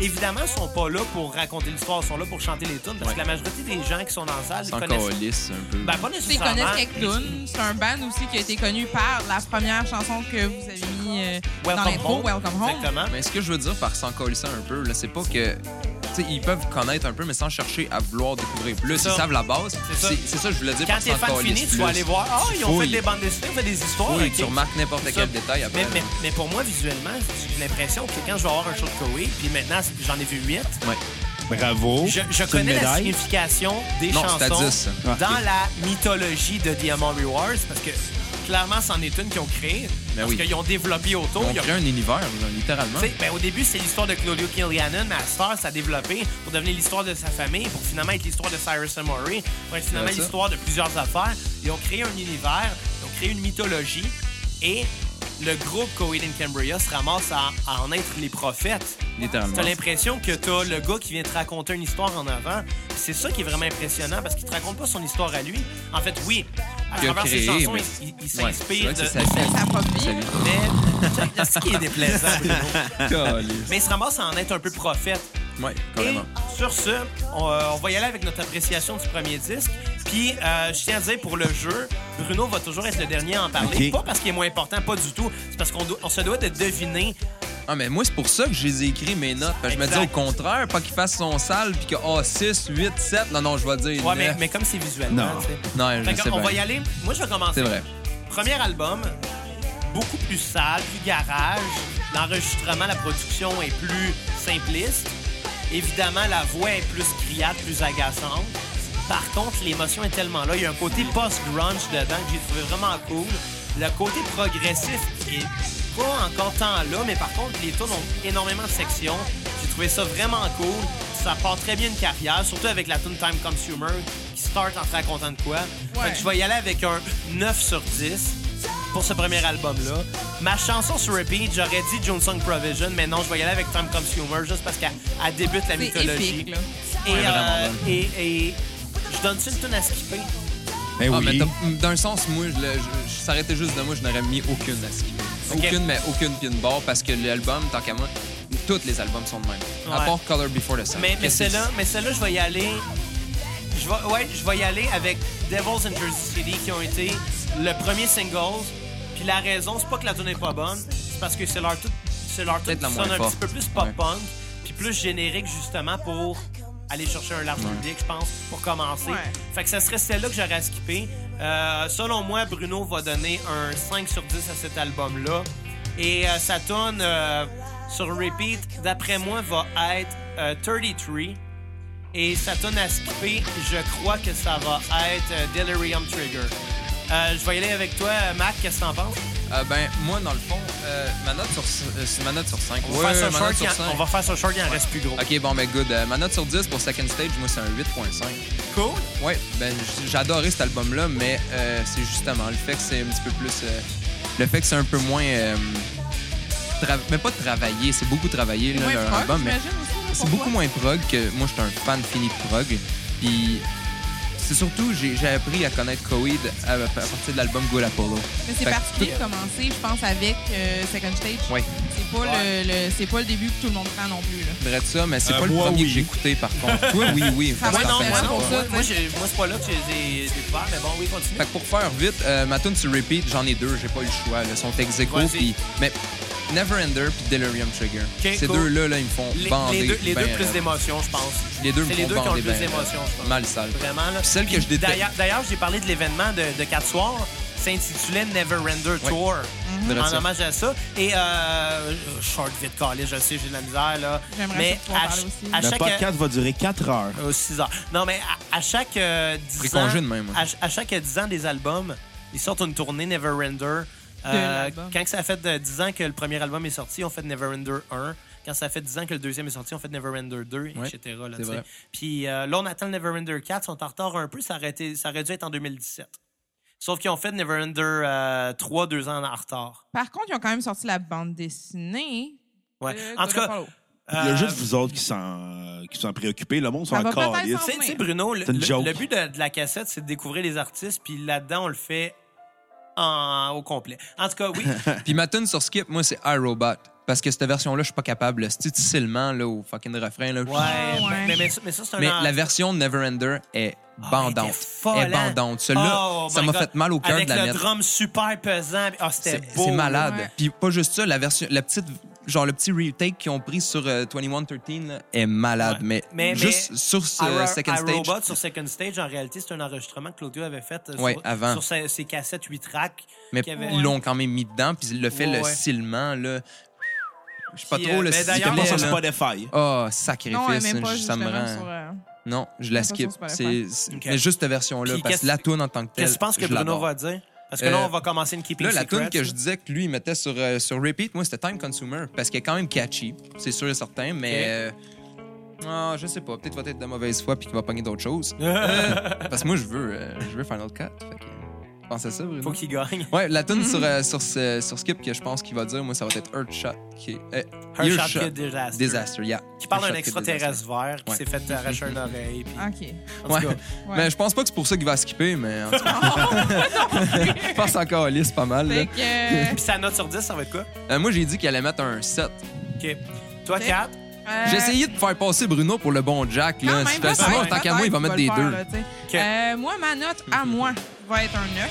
[SPEAKER 1] évidemment, ils sont pas là pour raconter l'histoire, ils sont là pour chanter les tunes, parce
[SPEAKER 4] Ouais.
[SPEAKER 1] que la majorité des gens qui sont dans la salle, ils
[SPEAKER 4] C'est encore
[SPEAKER 1] connaissent.
[SPEAKER 4] lisse un peu.
[SPEAKER 1] Ben, pas
[SPEAKER 3] Ils
[SPEAKER 1] nécessairement.
[SPEAKER 3] connaissent quelques tunes. C'est un band aussi qui a été connu par la première chanson que vous avez mis euh, dans
[SPEAKER 1] Welcome
[SPEAKER 3] l'intro,
[SPEAKER 1] Home.
[SPEAKER 3] Welcome Home.
[SPEAKER 1] Exactement.
[SPEAKER 4] Mais ce que je veux dire par s'en colisser un peu, là, c'est pas que. tu sais, ils peuvent connaître un peu, mais sans chercher à vouloir découvrir plus.
[SPEAKER 1] C'est
[SPEAKER 4] Ils
[SPEAKER 1] ça.
[SPEAKER 4] savent la base.
[SPEAKER 1] C'est ça.
[SPEAKER 4] C'est c'est ça que je voulais dire
[SPEAKER 1] Quand
[SPEAKER 4] par
[SPEAKER 1] t'es
[SPEAKER 4] s'en
[SPEAKER 1] fan
[SPEAKER 4] colisser
[SPEAKER 1] fini, tu
[SPEAKER 4] plus.
[SPEAKER 1] vas aller voir. Ah, ils ont
[SPEAKER 4] Fouilles.
[SPEAKER 1] fait des bandes dessinées, ils ont fait des histoires.
[SPEAKER 4] Oui,
[SPEAKER 1] ok.
[SPEAKER 4] tu remarques n'importe
[SPEAKER 1] C'est ça.
[SPEAKER 4] quel détail après.
[SPEAKER 1] Mais, mais, mais pour moi, visuellement, j'ai l'impression que quand je vais avoir un show de Corey, puis maintenant, j'en ai vu huit,
[SPEAKER 4] Ouais.
[SPEAKER 2] Bravo.
[SPEAKER 1] je, je
[SPEAKER 2] C'est une
[SPEAKER 1] connais la
[SPEAKER 2] médaille.
[SPEAKER 1] signification des
[SPEAKER 4] Non, c'est à
[SPEAKER 1] chansons
[SPEAKER 4] 10.
[SPEAKER 2] Ah, ok.
[SPEAKER 1] dans la mythologie de Diamond Rewards, parce que clairement, c'en est une qu'ils ont créée,
[SPEAKER 4] Ben
[SPEAKER 1] parce
[SPEAKER 4] oui.
[SPEAKER 1] qu'ils ont développé autour.
[SPEAKER 4] On
[SPEAKER 1] Ils ont-
[SPEAKER 4] crée un hein. univers, là, littéralement.
[SPEAKER 1] Tu sais, ben, au début, c'est l'histoire de Claudio Kilianen, mais à Star, ça a développé pour devenir l'histoire de sa famille, pour finalement être l'histoire de Cyrus Amory, pour être finalement
[SPEAKER 4] Ouais, ça.
[SPEAKER 1] l'histoire de plusieurs affaires. Ils ont créé un univers, ils ont créé une mythologie, et le groupe Coed and Cambria se ramasse à, à en être les prophètes.
[SPEAKER 4] Littéralement.
[SPEAKER 1] T'as l'impression que t'as le gars qui vient te raconter une histoire en avant. Puis C'est ça qui est vraiment impressionnant parce qu'il te raconte pas son histoire à lui. En fait, oui, à
[SPEAKER 4] Qu'il a
[SPEAKER 1] travers ses
[SPEAKER 4] créé,
[SPEAKER 1] chansons,
[SPEAKER 4] mais-
[SPEAKER 1] il, il- il
[SPEAKER 4] Ouais,
[SPEAKER 1] s'inspire
[SPEAKER 4] c'est vrai que
[SPEAKER 1] de.
[SPEAKER 4] c'est sa vie.
[SPEAKER 3] C'est sa propre vie.
[SPEAKER 4] C'est lui.
[SPEAKER 1] Mais ce qui est déplaisant, Bruno.
[SPEAKER 4] Calisse.
[SPEAKER 1] Mais il se ramasse à en être un peu prophète.
[SPEAKER 4] Ouais,
[SPEAKER 1] Et
[SPEAKER 4] carrément.
[SPEAKER 1] sur ce, on, euh, on va y aller avec notre appréciation du premier disque. Puis, euh, je tiens à dire pour le jeu, Bruno va toujours être le dernier à en parler.
[SPEAKER 2] Ok.
[SPEAKER 1] Pas parce qu'il est moins important, pas du tout. C'est parce qu'on doit- on se doit de deviner.
[SPEAKER 4] Ah, mais moi, c'est pour ça que je les ai écrits, mes notes. Parce que je me dis
[SPEAKER 1] Exact.
[SPEAKER 4] au contraire, pas qu'il fasse son sale, puis que, ah, 6, 8, 7. Non, non, je vais dire.
[SPEAKER 1] Ouais, mais,
[SPEAKER 4] neuf.
[SPEAKER 1] mais comme c'est visuellement.
[SPEAKER 2] Non.
[SPEAKER 1] tu sais.
[SPEAKER 4] Non, je
[SPEAKER 1] Fait
[SPEAKER 4] sais
[SPEAKER 1] qu'on
[SPEAKER 4] bien.
[SPEAKER 1] va y aller. Moi, je vais commencer.
[SPEAKER 4] C'est vrai.
[SPEAKER 1] Premier album, beaucoup plus sale, plus garage. L'enregistrement, la production est plus simpliste. Évidemment, la voix est plus criante, plus agaçante. Par contre, l'émotion est tellement là. Il y a un côté post-grunge dedans que j'ai trouvé vraiment cool. Le côté progressif est pas encore tant là, mais par contre, les tunes ont énormément de sections. J'ai trouvé ça vraiment cool. Ça part très bien une carrière, surtout avec la tune Time Consumer qui start en te racontant de quoi.
[SPEAKER 3] Ouais.
[SPEAKER 1] Fait que je vais y aller avec un 9 sur 10 pour ce premier album-là. Ma chanson sur repeat, j'aurais dit Jones Song Provision, mais non, je vais y aller avec Time Consumer juste parce qu'elle elle débute la
[SPEAKER 3] C'est
[SPEAKER 1] mythologie.
[SPEAKER 3] épique, là.
[SPEAKER 1] Et,
[SPEAKER 4] vraiment
[SPEAKER 1] euh,
[SPEAKER 4] bonne.
[SPEAKER 1] et, et je donne-tu une tune à skipper?
[SPEAKER 2] Ben
[SPEAKER 4] Ah, mais
[SPEAKER 2] oui.
[SPEAKER 4] t'as- d'un sens, moi, je, le- je- je- ça aurait été juste de moi, je n'aurais mis aucune à skipper.
[SPEAKER 1] Ok.
[SPEAKER 4] Aucune, mais aucune pin bar parce que l'album, tant qu'à moi, tous les albums sont de même.
[SPEAKER 1] Ouais.
[SPEAKER 4] À part Color Before the Sun.
[SPEAKER 1] Mais, mais
[SPEAKER 4] Qu'est-ce que
[SPEAKER 1] celle-là, mais celle-là, je vais y aller. Je vais, ouais, je vais y aller avec Devils and Jersey City qui ont été le premier single. Puis la raison, c'est pas que la tune n'est pas bonne, c'est parce que c'est leur tout, c'est leur tout
[SPEAKER 4] Peut-être
[SPEAKER 1] qui
[SPEAKER 4] la moins
[SPEAKER 1] sonne un
[SPEAKER 4] forte.
[SPEAKER 1] petit peu plus pop
[SPEAKER 4] Ouais.
[SPEAKER 1] punk, puis plus générique justement pour aller chercher un large public, je pense, pour commencer.
[SPEAKER 3] Ouais.
[SPEAKER 1] Fait que ça serait celle-là que j'aurais à skipper. Euh, selon moi, Bruno va donner un 5 sur 10 à cet album-là. Et euh, sa tune euh, sur repeat, d'après moi, va être euh, 33. Et ça tourne à skipper, je crois que ça va être euh, Delirium Trigger. Euh, je vais y aller avec toi, euh, Matt, qu'est-ce que t'en penses?
[SPEAKER 4] c'est? Euh, ben, moi, dans le fond, euh, ma note sur, euh, c'est ma note sur 5.
[SPEAKER 1] On va faire ça short, il en- on va faire ça short, il en reste plus gros.
[SPEAKER 4] Ok, bon, ben, good. Euh, ma note sur 10 pour Second Stage, moi, c'est un 8.5.
[SPEAKER 1] Cool.
[SPEAKER 4] Ouais, ben j- j'ai adoré cet album-là, mais euh, c'est justement le fait que c'est un petit peu plus. euh, le fait que c'est un peu moins. euh, tra- mais pas travaillé, c'est beaucoup travaillé, là,
[SPEAKER 3] Moins
[SPEAKER 4] leur
[SPEAKER 3] prog,
[SPEAKER 4] album. Mais
[SPEAKER 3] j'imagine aussi, là,
[SPEAKER 4] c'est
[SPEAKER 3] pourquoi?
[SPEAKER 4] beaucoup moins prog que. Moi, je suis un fan fini de prog. Puis. C'est surtout, j'ai j'ai appris à connaître Coheed à, à partir de l'album Good Apollo.
[SPEAKER 3] Mais c'est
[SPEAKER 4] Fait que
[SPEAKER 3] particulier
[SPEAKER 4] tout-
[SPEAKER 3] de commencer, je pense, avec euh, Second Stage.
[SPEAKER 4] Ouais.
[SPEAKER 3] C'est pas,
[SPEAKER 1] Ouais.
[SPEAKER 3] le, le- c'est pas le début que tout le monde prend non plus. Là.
[SPEAKER 4] Vrai de ça, mais c'est
[SPEAKER 2] Euh,
[SPEAKER 4] pas le
[SPEAKER 2] moi,
[SPEAKER 4] premier
[SPEAKER 2] oui.
[SPEAKER 4] que j'ai écouté, par contre. Toi, oui, oui.
[SPEAKER 3] Ça
[SPEAKER 4] je
[SPEAKER 1] Moi
[SPEAKER 3] va,
[SPEAKER 4] t'en
[SPEAKER 1] non,
[SPEAKER 4] fais
[SPEAKER 1] moi
[SPEAKER 4] pas.
[SPEAKER 1] non.
[SPEAKER 3] pour ça,
[SPEAKER 1] Moi,
[SPEAKER 3] tu sais.
[SPEAKER 1] moi, j'ai- moi, c'est pas là que j'ai j'ai découvert, mais bon, oui, continue.
[SPEAKER 4] Fait que pour faire vite, euh, ma tune sur repeat, j'en ai deux, j'ai pas eu le choix. Là. Sont ex aequo,
[SPEAKER 1] Vas-y.
[SPEAKER 4] puis mais Neverender puis Delirium Trigger.
[SPEAKER 1] Ok,
[SPEAKER 4] Ces
[SPEAKER 1] cool.
[SPEAKER 4] deux-là, là, ils me font
[SPEAKER 1] Les,
[SPEAKER 4] bander.
[SPEAKER 1] les deux, les deux
[SPEAKER 4] ben,
[SPEAKER 1] plus
[SPEAKER 4] euh,
[SPEAKER 1] d'émotions, je pense.
[SPEAKER 4] les deux me
[SPEAKER 1] C'est les
[SPEAKER 4] font
[SPEAKER 1] deux qui ont
[SPEAKER 4] bander
[SPEAKER 1] le plus
[SPEAKER 4] ben,
[SPEAKER 1] d'émotions, je pense.
[SPEAKER 4] Mal sale.
[SPEAKER 1] Vraiment, là.
[SPEAKER 4] Puis celle que
[SPEAKER 1] Puis
[SPEAKER 4] je déteste.
[SPEAKER 1] D'ailleurs, d'ailleurs, j'ai parlé de l'événement de, de 4 soirs. S'intitulait Never Render Tour.
[SPEAKER 4] Vrai
[SPEAKER 1] En
[SPEAKER 4] ça.
[SPEAKER 1] hommage à ça. Et euh, short vite calé, je sais, j'ai de la misère, là.
[SPEAKER 3] J'aimerais
[SPEAKER 1] Mais
[SPEAKER 3] ça pouvoir
[SPEAKER 1] à,
[SPEAKER 3] parler
[SPEAKER 1] ch-
[SPEAKER 3] aussi.
[SPEAKER 1] à
[SPEAKER 2] Le
[SPEAKER 1] chaque.
[SPEAKER 2] podcast va durer 4 heures.
[SPEAKER 1] euh, six heures. Non, mais à, à chaque euh, 10
[SPEAKER 4] Pris
[SPEAKER 1] ans.
[SPEAKER 4] congé de même, moi.
[SPEAKER 1] À, ch- à chaque 10 ans des albums, ils sortent une tournée Never Render. Euh,
[SPEAKER 3] l'album.
[SPEAKER 1] quand que ça a fait euh, 10 ans que le premier album est sorti, on fait Never Render 1. Quand ça a fait 10 ans que le deuxième est sorti, on fait Never Render 2,
[SPEAKER 4] Ouais,
[SPEAKER 1] etc. là,
[SPEAKER 4] c'est
[SPEAKER 1] tu sais.
[SPEAKER 4] vrai.
[SPEAKER 1] Puis euh, là, on attend le Never Render 4. Ils sont en retard un peu. Ça aurait, été- ça aurait dû être en 2017. Sauf qu'ils ont fait Never Render 3 deux ans en retard.
[SPEAKER 3] Par contre, ils ont quand même sorti la bande dessinée.
[SPEAKER 1] Ouais.
[SPEAKER 4] Euh,
[SPEAKER 3] de
[SPEAKER 1] En tout
[SPEAKER 3] God
[SPEAKER 1] cas,
[SPEAKER 3] of Hollow.
[SPEAKER 2] Il y
[SPEAKER 1] euh,
[SPEAKER 2] a juste vous autres qui s'en, qui s'en préoccupez. Le monde
[SPEAKER 3] Ça
[SPEAKER 2] s'en
[SPEAKER 3] va peut-être
[SPEAKER 2] calisse.
[SPEAKER 3] s'en
[SPEAKER 1] Tu sais- tu sais, Bruno, le,
[SPEAKER 2] C'est une
[SPEAKER 1] le-
[SPEAKER 2] joke.
[SPEAKER 1] le but de, de la cassette, c'est de découvrir les artistes, puis là-dedans, on le fait en- au complet. En tout cas, oui.
[SPEAKER 4] Ah Puis ma tune sur skip, moi, c'est iRobot. Parce que cette version-là, je suis pas capable. là. C'est difficilement là, au fucking refrain. Là.
[SPEAKER 1] Ouais, ben,
[SPEAKER 3] ouais.
[SPEAKER 1] Mais, mais, ça- mais ça, c'est un.
[SPEAKER 4] Mais
[SPEAKER 1] an-
[SPEAKER 4] la version Neverender est bandante.
[SPEAKER 1] Elle était folle,
[SPEAKER 4] est
[SPEAKER 1] hein?
[SPEAKER 4] bandante. Celle-là,
[SPEAKER 1] Oh
[SPEAKER 4] ça
[SPEAKER 1] my
[SPEAKER 4] m'a
[SPEAKER 1] God.
[SPEAKER 4] fait mal au cœur
[SPEAKER 1] Avec
[SPEAKER 4] de la
[SPEAKER 1] le
[SPEAKER 4] mettre.
[SPEAKER 1] drum super pesant. Ah, c'était
[SPEAKER 4] C'est
[SPEAKER 1] beau.
[SPEAKER 4] c'est malade.
[SPEAKER 3] Ouais.
[SPEAKER 4] Puis pas juste ça, la version, la petite, genre le petit retake qu'ils ont pris sur euh, 2113 là, est malade.
[SPEAKER 1] Ouais.
[SPEAKER 4] Mais,
[SPEAKER 1] Mais-
[SPEAKER 4] juste
[SPEAKER 1] mais-
[SPEAKER 4] sur ce
[SPEAKER 1] I-
[SPEAKER 4] second
[SPEAKER 1] I,
[SPEAKER 4] stage,
[SPEAKER 1] Robot sur Second Stage, en réalité, c'est un enregistrement que Claudio avait fait euh,
[SPEAKER 4] Ouais,
[SPEAKER 1] sur,
[SPEAKER 4] avant.
[SPEAKER 1] sur ses, ses cassettes 8 tracks.
[SPEAKER 4] mais
[SPEAKER 1] qu'il y avait-
[SPEAKER 4] ils l'ont quand même mis dedans. Puis le fait
[SPEAKER 1] Ouais,
[SPEAKER 4] le
[SPEAKER 1] ouais.
[SPEAKER 4] ciment là, je sais pas
[SPEAKER 1] Puis, euh,
[SPEAKER 4] trop le
[SPEAKER 1] mais
[SPEAKER 4] sifflet,
[SPEAKER 1] d'ailleurs,
[SPEAKER 2] Pas sur
[SPEAKER 1] là.
[SPEAKER 2] Spotify.
[SPEAKER 4] Oh, sacrifice,
[SPEAKER 3] Non, elle même
[SPEAKER 4] hein,
[SPEAKER 3] pas
[SPEAKER 4] ça me
[SPEAKER 3] justement
[SPEAKER 4] rend.
[SPEAKER 3] sur... euh,
[SPEAKER 4] Non, je la
[SPEAKER 3] Pas sur
[SPEAKER 4] skip.
[SPEAKER 3] Spotify.
[SPEAKER 4] C'est c'est-
[SPEAKER 1] Ok.
[SPEAKER 4] mais juste cette version-là,
[SPEAKER 1] Puis
[SPEAKER 4] parce que
[SPEAKER 1] qu'est-ce-
[SPEAKER 4] la tune en tant que telle.
[SPEAKER 1] Qu'est-ce que tu penses que
[SPEAKER 4] je
[SPEAKER 1] Bruno
[SPEAKER 4] l'adore.
[SPEAKER 1] va dire? Parce que
[SPEAKER 4] Euh,
[SPEAKER 1] là, on va commencer une Keeping
[SPEAKER 4] Là, la
[SPEAKER 1] Secrets,
[SPEAKER 4] tune que
[SPEAKER 1] là.
[SPEAKER 4] je disais que lui il mettait sur, euh, sur repeat, moi, c'était Time Consumer, parce qu'elle est quand même catchy, c'est sûr et certain, mais... euh, ah, je sais pas, peut-être va être de mauvaise foi puis qu'il va pogner d'autres choses. Euh, parce que moi, je veux, euh, je veux Final Cut. Fait que, euh, pense à ça, Bruno.
[SPEAKER 1] Faut qu'il gagne.
[SPEAKER 4] Ouais, la tune sur, euh, sur, ce- sur Skip que je pense qu'il va dire, moi, ça va être Earthshot. Qui est, euh,
[SPEAKER 1] Hershot
[SPEAKER 4] Earshot
[SPEAKER 1] Kid Disaster.
[SPEAKER 4] Disaster, yeah.
[SPEAKER 1] Qui parle d'un
[SPEAKER 4] Earthshot Kid
[SPEAKER 1] extraterrestre
[SPEAKER 4] Disaster.
[SPEAKER 1] vert qui
[SPEAKER 4] Ouais.
[SPEAKER 1] s'est fait arracher une oreille. puis-
[SPEAKER 3] OK.
[SPEAKER 1] En tout
[SPEAKER 4] Ouais.
[SPEAKER 1] cas,
[SPEAKER 3] Ouais. Oh,
[SPEAKER 4] Mais je pense pas que c'est pour ça qu'il va skipper, mais en tout cas. je pense encore à liste pas mal. là.
[SPEAKER 3] Fait que... euh,
[SPEAKER 1] Puis sa note sur 10, ça va être quoi?
[SPEAKER 4] Euh, moi, j'ai dit qu'il allait mettre un 7.
[SPEAKER 1] OK. Toi,
[SPEAKER 3] Ok.
[SPEAKER 1] 4.
[SPEAKER 3] euh,
[SPEAKER 4] J'ai essayé de faire passer Bruno pour le bon Jack. Là.
[SPEAKER 3] quand
[SPEAKER 4] C'est
[SPEAKER 3] même,
[SPEAKER 4] facile.
[SPEAKER 3] peut-être,
[SPEAKER 4] en tant qu'à
[SPEAKER 3] peut-être
[SPEAKER 4] moi, il va mettre des
[SPEAKER 3] le
[SPEAKER 4] deux. Mhm.
[SPEAKER 3] faire, là, tu sais.
[SPEAKER 1] OK.
[SPEAKER 3] Euh, moi, ma note à moi va être un 9.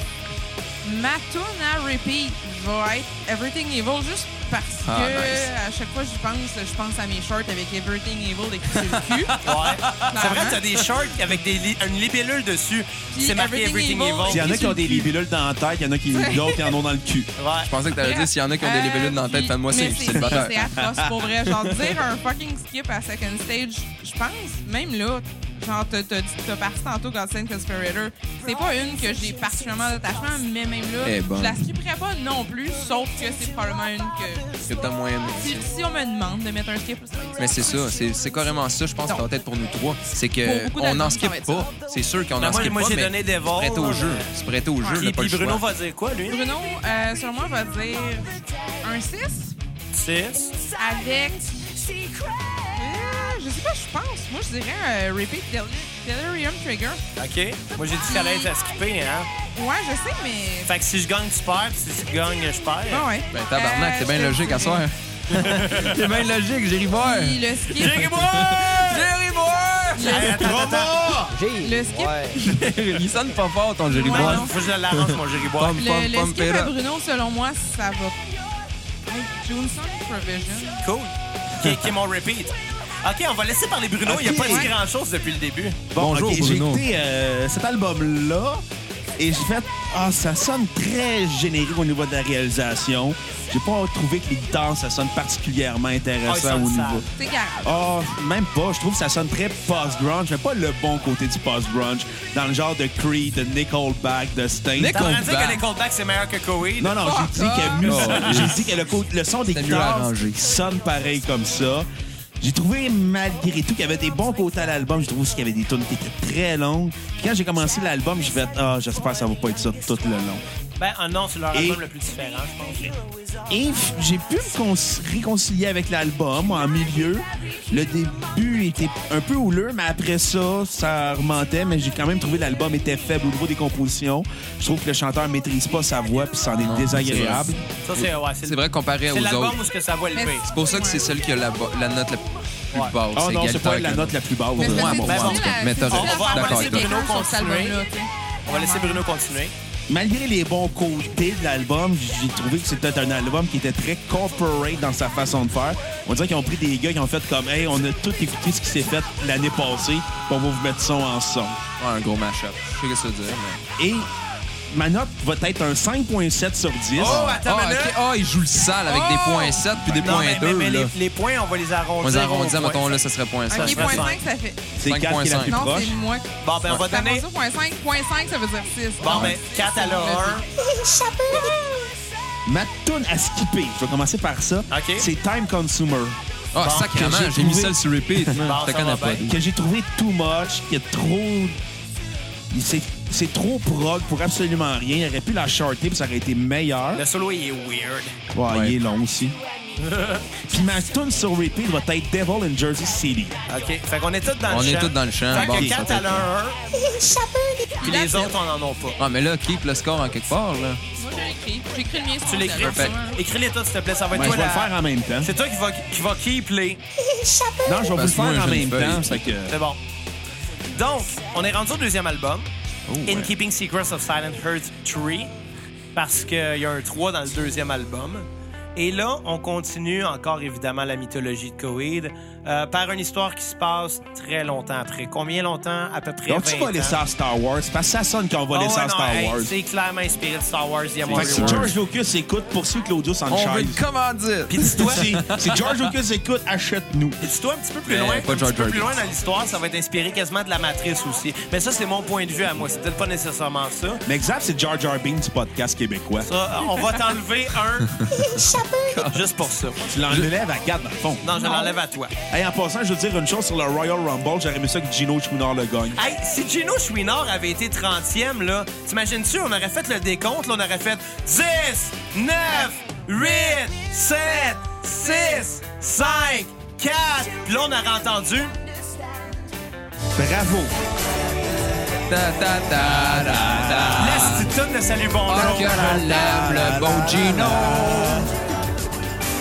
[SPEAKER 3] Ma tune à repeat va être Everything Evil, juste parce
[SPEAKER 4] Ah,
[SPEAKER 3] que
[SPEAKER 4] nice.
[SPEAKER 3] à chaque fois que j'y pense, je pense à mes shorts avec Everything Evil écrit sur le cul.
[SPEAKER 1] Ouais. C'est vrai que t'as
[SPEAKER 4] Uh-huh.
[SPEAKER 1] des shorts avec des li- une libellule dessus.
[SPEAKER 3] Puis
[SPEAKER 1] C'est marqué Everything
[SPEAKER 3] Everything
[SPEAKER 2] Il y
[SPEAKER 1] Evil.
[SPEAKER 2] en a qui ont des libellules dans la tête, il y en a qui d'autres qui en ont dans le cul.
[SPEAKER 1] Ouais.
[SPEAKER 4] Je pensais que t'allais dire Euh, s'il y en a qui ont des libellules dans la tête,
[SPEAKER 3] Euh,
[SPEAKER 4] fais-moi
[SPEAKER 3] mais
[SPEAKER 4] signe, c'est le batteur.
[SPEAKER 3] C'est atroce pour vrai. Genre, dire un fucking skip à second stage, je pense, même là, genre, t'as- t'as dit- t'as parti tantôt Godsend Conspirator. C'est pas une que j'ai particulièrement d'attachement, mais même
[SPEAKER 4] Elle est
[SPEAKER 3] là,
[SPEAKER 4] bonne.
[SPEAKER 3] je la skipperais pas non plus, sauf que c'est probablement une que.
[SPEAKER 4] C'est peut-être moyen.
[SPEAKER 3] Si, si on me demande de mettre un skip, ça va être ça.
[SPEAKER 4] Mais c'est ça, c'est c'est carrément ça, je pense, que ça va être pour nous trois. C'est
[SPEAKER 3] Pour
[SPEAKER 4] que
[SPEAKER 3] beaucoup
[SPEAKER 4] on n'en
[SPEAKER 3] d'albums, ça
[SPEAKER 4] skip
[SPEAKER 3] va être
[SPEAKER 4] pas. C'est sûr qu'on
[SPEAKER 1] Ben,
[SPEAKER 4] en
[SPEAKER 1] moi,
[SPEAKER 4] skip
[SPEAKER 1] moi,
[SPEAKER 4] pas,
[SPEAKER 1] j'ai
[SPEAKER 4] mais
[SPEAKER 1] donné des vols,
[SPEAKER 4] prêt au
[SPEAKER 1] là.
[SPEAKER 4] jeu. C'est prêt au jeu,
[SPEAKER 1] Puis,
[SPEAKER 4] n'a pas
[SPEAKER 1] puis
[SPEAKER 4] le
[SPEAKER 1] Bruno
[SPEAKER 4] choix.
[SPEAKER 1] va dire quoi, lui?
[SPEAKER 3] Bruno, euh, sur moi, va dire un 6
[SPEAKER 1] 6.
[SPEAKER 3] avec. euh, je sais pas, je pense. Moi, je dirais euh, Repeat Del- Delirium Trigger.
[SPEAKER 1] OK. Moi, j'ai dit qu'il allait être à skipper, hein?
[SPEAKER 3] Ouais, je sais, mais.
[SPEAKER 1] Fait que si je gagne, tu perds. Puis si tu gagnes, je perds.
[SPEAKER 3] Ah ouais.
[SPEAKER 4] Ben, tabarnak, c'est bien logique
[SPEAKER 3] Euh,
[SPEAKER 4] à soir. C'est bien logique, j'ai riveur.
[SPEAKER 3] Puis le skip.
[SPEAKER 1] J'ai gagné, moi! Hey, attends, attends, attends.
[SPEAKER 3] Le skip.
[SPEAKER 4] Il sonne pas fort, ton Jerry
[SPEAKER 3] Ouais,
[SPEAKER 4] Boy.
[SPEAKER 3] non.
[SPEAKER 1] Faut que je l'arrange, mon Géribois.
[SPEAKER 4] Pom,
[SPEAKER 3] Le,
[SPEAKER 4] pom,
[SPEAKER 3] le
[SPEAKER 4] pom,
[SPEAKER 3] skip à
[SPEAKER 4] pera.
[SPEAKER 3] Bruno, selon moi, ça va. Hey, Johnson Provision.
[SPEAKER 1] Cool. Qui, qui est mon repeat. OK, on va laisser parler Bruno. Il n'y a pas
[SPEAKER 3] Ouais.
[SPEAKER 1] dit grand-chose depuis le début.
[SPEAKER 4] Bonjour,
[SPEAKER 2] ok,
[SPEAKER 4] Bruno.
[SPEAKER 2] J'ai écouté euh, cet album-là et j'ai fait Ah, ça sonne très générique au niveau de la réalisation. J'ai pas trouvé que les guitares, ça sonne particulièrement
[SPEAKER 1] Ah, ils
[SPEAKER 2] intéressant
[SPEAKER 1] sonnent
[SPEAKER 2] au
[SPEAKER 1] sales.
[SPEAKER 2] niveau.
[SPEAKER 3] C'est grave.
[SPEAKER 2] Ah, même pas. Je trouve que ça sonne très post-grunge, mais pas le bon côté du post-grunge. Dans le genre de Creed, de Nickelback, de Sting.
[SPEAKER 4] Nick-
[SPEAKER 1] T'as envie de dire que
[SPEAKER 4] Comeback.
[SPEAKER 1] les callbacks, c'est meilleur que Coheed?
[SPEAKER 2] Non, non, j'ai dit que,
[SPEAKER 4] Oh.
[SPEAKER 2] j'ai dit que le, co- le son des
[SPEAKER 4] C'était mieux
[SPEAKER 2] guitares
[SPEAKER 4] arrangé.
[SPEAKER 2] sonne pareil comme ça. J'ai trouvé malgré tout qu'il y avait des bons côtés à l'album. J'ai trouvé aussi qu'il y avait des tunes qui étaient très longues. Puis quand j'ai commencé l'album, j'ai fait Ah, j'espère que ça va pas être ça tout le long.
[SPEAKER 1] Ben, ah non, c'est leur
[SPEAKER 2] Et-
[SPEAKER 1] album le plus différent, je pense.
[SPEAKER 2] Et f- j'ai pu me cons- réconcilier avec l'album en milieu. Le début était un peu houleux, mais après ça, ça remontait. Mais j'ai quand même trouvé que l'album était faible au niveau des compositions. Je trouve que le chanteur maîtrise pas sa voix, puis c'en est désagréable.
[SPEAKER 1] Ça, c'est ouais, c'est
[SPEAKER 4] C'est vrai, comparé
[SPEAKER 1] C'est
[SPEAKER 4] aux autres.
[SPEAKER 1] l'album où ce que ça va le
[SPEAKER 3] Mais-
[SPEAKER 1] pire.
[SPEAKER 4] C'est pour ça que c'est celle qui a la, bo- la note la plus
[SPEAKER 1] Ouais.
[SPEAKER 4] basse.
[SPEAKER 2] Ah non, c'est
[SPEAKER 4] égalitaire
[SPEAKER 2] pas la
[SPEAKER 4] que-
[SPEAKER 2] note la plus basse.
[SPEAKER 3] Mais c'est
[SPEAKER 2] Ouais,
[SPEAKER 3] parce
[SPEAKER 2] bon,
[SPEAKER 3] que
[SPEAKER 2] bon.
[SPEAKER 1] ben,
[SPEAKER 3] c'est
[SPEAKER 1] bon.
[SPEAKER 3] la-
[SPEAKER 4] Mais
[SPEAKER 3] c'est
[SPEAKER 4] t'as
[SPEAKER 3] la
[SPEAKER 4] raison.
[SPEAKER 3] force
[SPEAKER 4] On va- on
[SPEAKER 3] de
[SPEAKER 4] va laisser
[SPEAKER 3] quelqu'un
[SPEAKER 1] Bruno
[SPEAKER 3] sur cet
[SPEAKER 1] continuer.
[SPEAKER 3] album-là, tu sais.
[SPEAKER 1] On va laisser Bruno continuer.
[SPEAKER 2] Malgré les bons côtés de l'album, j'ai trouvé que c'était un album qui était très corporate dans sa façon de faire. On dirait qu'ils ont pris des gars qui ont fait comme Hey, on a tout écouté ce qui s'est fait l'année passée, puis on va vous mettre son en son.
[SPEAKER 4] Ouais, un gros mash-up. Je sais ce que ça veut dire. mais-
[SPEAKER 2] Et ma note va être un 5.7 sur 10.
[SPEAKER 4] Ah,
[SPEAKER 3] Oh,
[SPEAKER 1] attends,
[SPEAKER 4] ok. Ah, il joue le sale avec des
[SPEAKER 1] Oh!
[SPEAKER 4] points 7 puis des
[SPEAKER 1] Non,
[SPEAKER 4] points
[SPEAKER 1] mais,
[SPEAKER 4] 2.
[SPEAKER 1] mais- mais
[SPEAKER 4] là.
[SPEAKER 1] les, les points, on va les arrondir.
[SPEAKER 4] On les arrondit,
[SPEAKER 1] au point.
[SPEAKER 4] mettons, là, ça serait point 7.
[SPEAKER 3] Ok,
[SPEAKER 1] serait
[SPEAKER 3] point
[SPEAKER 1] cinq.
[SPEAKER 3] 5, ça fait.
[SPEAKER 2] c'est 4 qui est la plus
[SPEAKER 3] Non,
[SPEAKER 2] proche.
[SPEAKER 3] c'est moi.
[SPEAKER 1] Bon, ben, on va
[SPEAKER 3] Ça
[SPEAKER 1] donner.
[SPEAKER 3] compte ça, point 5. Point 5, ça veut dire 6.
[SPEAKER 1] Bon, ben, 4 à la 1.
[SPEAKER 2] Ma tune à skipper, je vais commencer par ça,
[SPEAKER 1] Ok.
[SPEAKER 2] c'est Time Consumer.
[SPEAKER 4] Ah,
[SPEAKER 1] Bon,
[SPEAKER 4] sacrément,
[SPEAKER 2] que j'ai
[SPEAKER 4] j'ai mis
[SPEAKER 2] trouvé-
[SPEAKER 4] ça sur repeat. man.
[SPEAKER 1] Bon,
[SPEAKER 4] Je te
[SPEAKER 1] ça
[SPEAKER 4] connais
[SPEAKER 1] va
[SPEAKER 4] pas.
[SPEAKER 1] bien.
[SPEAKER 2] que j'ai trouvé too much, qui est trop. il- C'est, c'est trop prog pour absolument rien. Il aurait pu la shorter puis ça aurait été meilleur.
[SPEAKER 1] Le solo, il est weird.
[SPEAKER 2] Ouais,
[SPEAKER 4] Ouais.
[SPEAKER 2] il est long aussi. puis ma tune sur repeat va être Devil in Jersey City.
[SPEAKER 1] OK. Fait qu'on est tous dans
[SPEAKER 4] On
[SPEAKER 1] le
[SPEAKER 4] est
[SPEAKER 1] champ.
[SPEAKER 4] tous dans le champ.
[SPEAKER 1] Fait
[SPEAKER 4] Bon,
[SPEAKER 1] que
[SPEAKER 4] ça
[SPEAKER 1] 4
[SPEAKER 4] fait
[SPEAKER 1] à la 1. Puis les autres, on n'en a pas.
[SPEAKER 4] Ah, mais là, keep le score en quelque part, là.
[SPEAKER 3] Moi, j'ai écrit. J'ai écrit le mien sur
[SPEAKER 1] Tu
[SPEAKER 3] mon
[SPEAKER 1] l'écris.
[SPEAKER 3] téléphone,
[SPEAKER 4] Parfait.
[SPEAKER 3] sûrement.
[SPEAKER 1] Écris-les tous, s'il te plaît. Ça va être
[SPEAKER 2] Ben, je
[SPEAKER 1] toi
[SPEAKER 2] vais le
[SPEAKER 1] la-
[SPEAKER 2] faire en même temps.
[SPEAKER 1] C'est toi qui va, qui va keep les.
[SPEAKER 2] Non, je vais vous le
[SPEAKER 4] Parce que moi,
[SPEAKER 2] faire en
[SPEAKER 4] j'ai
[SPEAKER 2] même
[SPEAKER 4] une
[SPEAKER 2] temps.
[SPEAKER 4] feuille.
[SPEAKER 2] fait que-
[SPEAKER 1] C'est bon. Donc, on est rendu au deuxième album,
[SPEAKER 4] Oh,
[SPEAKER 1] In
[SPEAKER 4] ouais.
[SPEAKER 1] Keeping Secrets of Silent Heart 3, parce qu'il y a un 3 dans le deuxième album. Et là, on continue encore évidemment la mythologie de Coheed euh, par une histoire qui se passe très longtemps après. Combien longtemps? À peu près
[SPEAKER 2] Donc,
[SPEAKER 1] 20
[SPEAKER 2] tu vas laisser
[SPEAKER 1] ans.
[SPEAKER 2] à Star Wars, parce que ça sonne qu'on va laisser
[SPEAKER 1] Ah ouais,
[SPEAKER 2] à
[SPEAKER 1] ben, non,
[SPEAKER 2] Star
[SPEAKER 1] hey,
[SPEAKER 2] Wars. Fait
[SPEAKER 1] C'est clairement inspiré de Star Wars, The
[SPEAKER 2] que si
[SPEAKER 1] Warrior.
[SPEAKER 2] George Lucas écoute, poursuis Claudio Sanchez.
[SPEAKER 4] On veut une commandite.
[SPEAKER 1] Puis dis-toi,
[SPEAKER 2] Si, si George Lucas écoute, achète-nous.
[SPEAKER 1] Dis-toi un petit peu plus
[SPEAKER 4] Mais
[SPEAKER 1] loin,
[SPEAKER 4] pas
[SPEAKER 1] un petit
[SPEAKER 4] George
[SPEAKER 1] peu plus
[SPEAKER 4] Lucas.
[SPEAKER 1] loin dans l'histoire, ça va être inspiré quasiment de la matrice aussi. Mais ça, c'est mon point de vue à moi. C'est peut-être pas nécessairement ça.
[SPEAKER 2] L'exemple, c'est George Jar Binks du podcast québécois.
[SPEAKER 1] Ça, on va t'enlever un juste pour ça.
[SPEAKER 2] Tu l'enlèves à 4 dans le fond.
[SPEAKER 1] Non, je l'enlève à toi.
[SPEAKER 2] Hey, en passant, je veux dire une chose sur le Royal Rumble. J'aurais aimé ça que Gino Chouinard le gagne.
[SPEAKER 1] Hey, si Gino Chouinard avait été 30e, là, t'imagines-tu, on aurait fait le décompte, là, on aurait fait 10, 9, 8, 7, 6, 5, 4. Puis là, on aurait entendu.
[SPEAKER 2] Bravo.
[SPEAKER 4] Ta, ta, ta, ra, ra.
[SPEAKER 1] La petite toune de Salut Bon
[SPEAKER 4] Oh,
[SPEAKER 1] Jour.
[SPEAKER 4] que la lave, le bon Gino.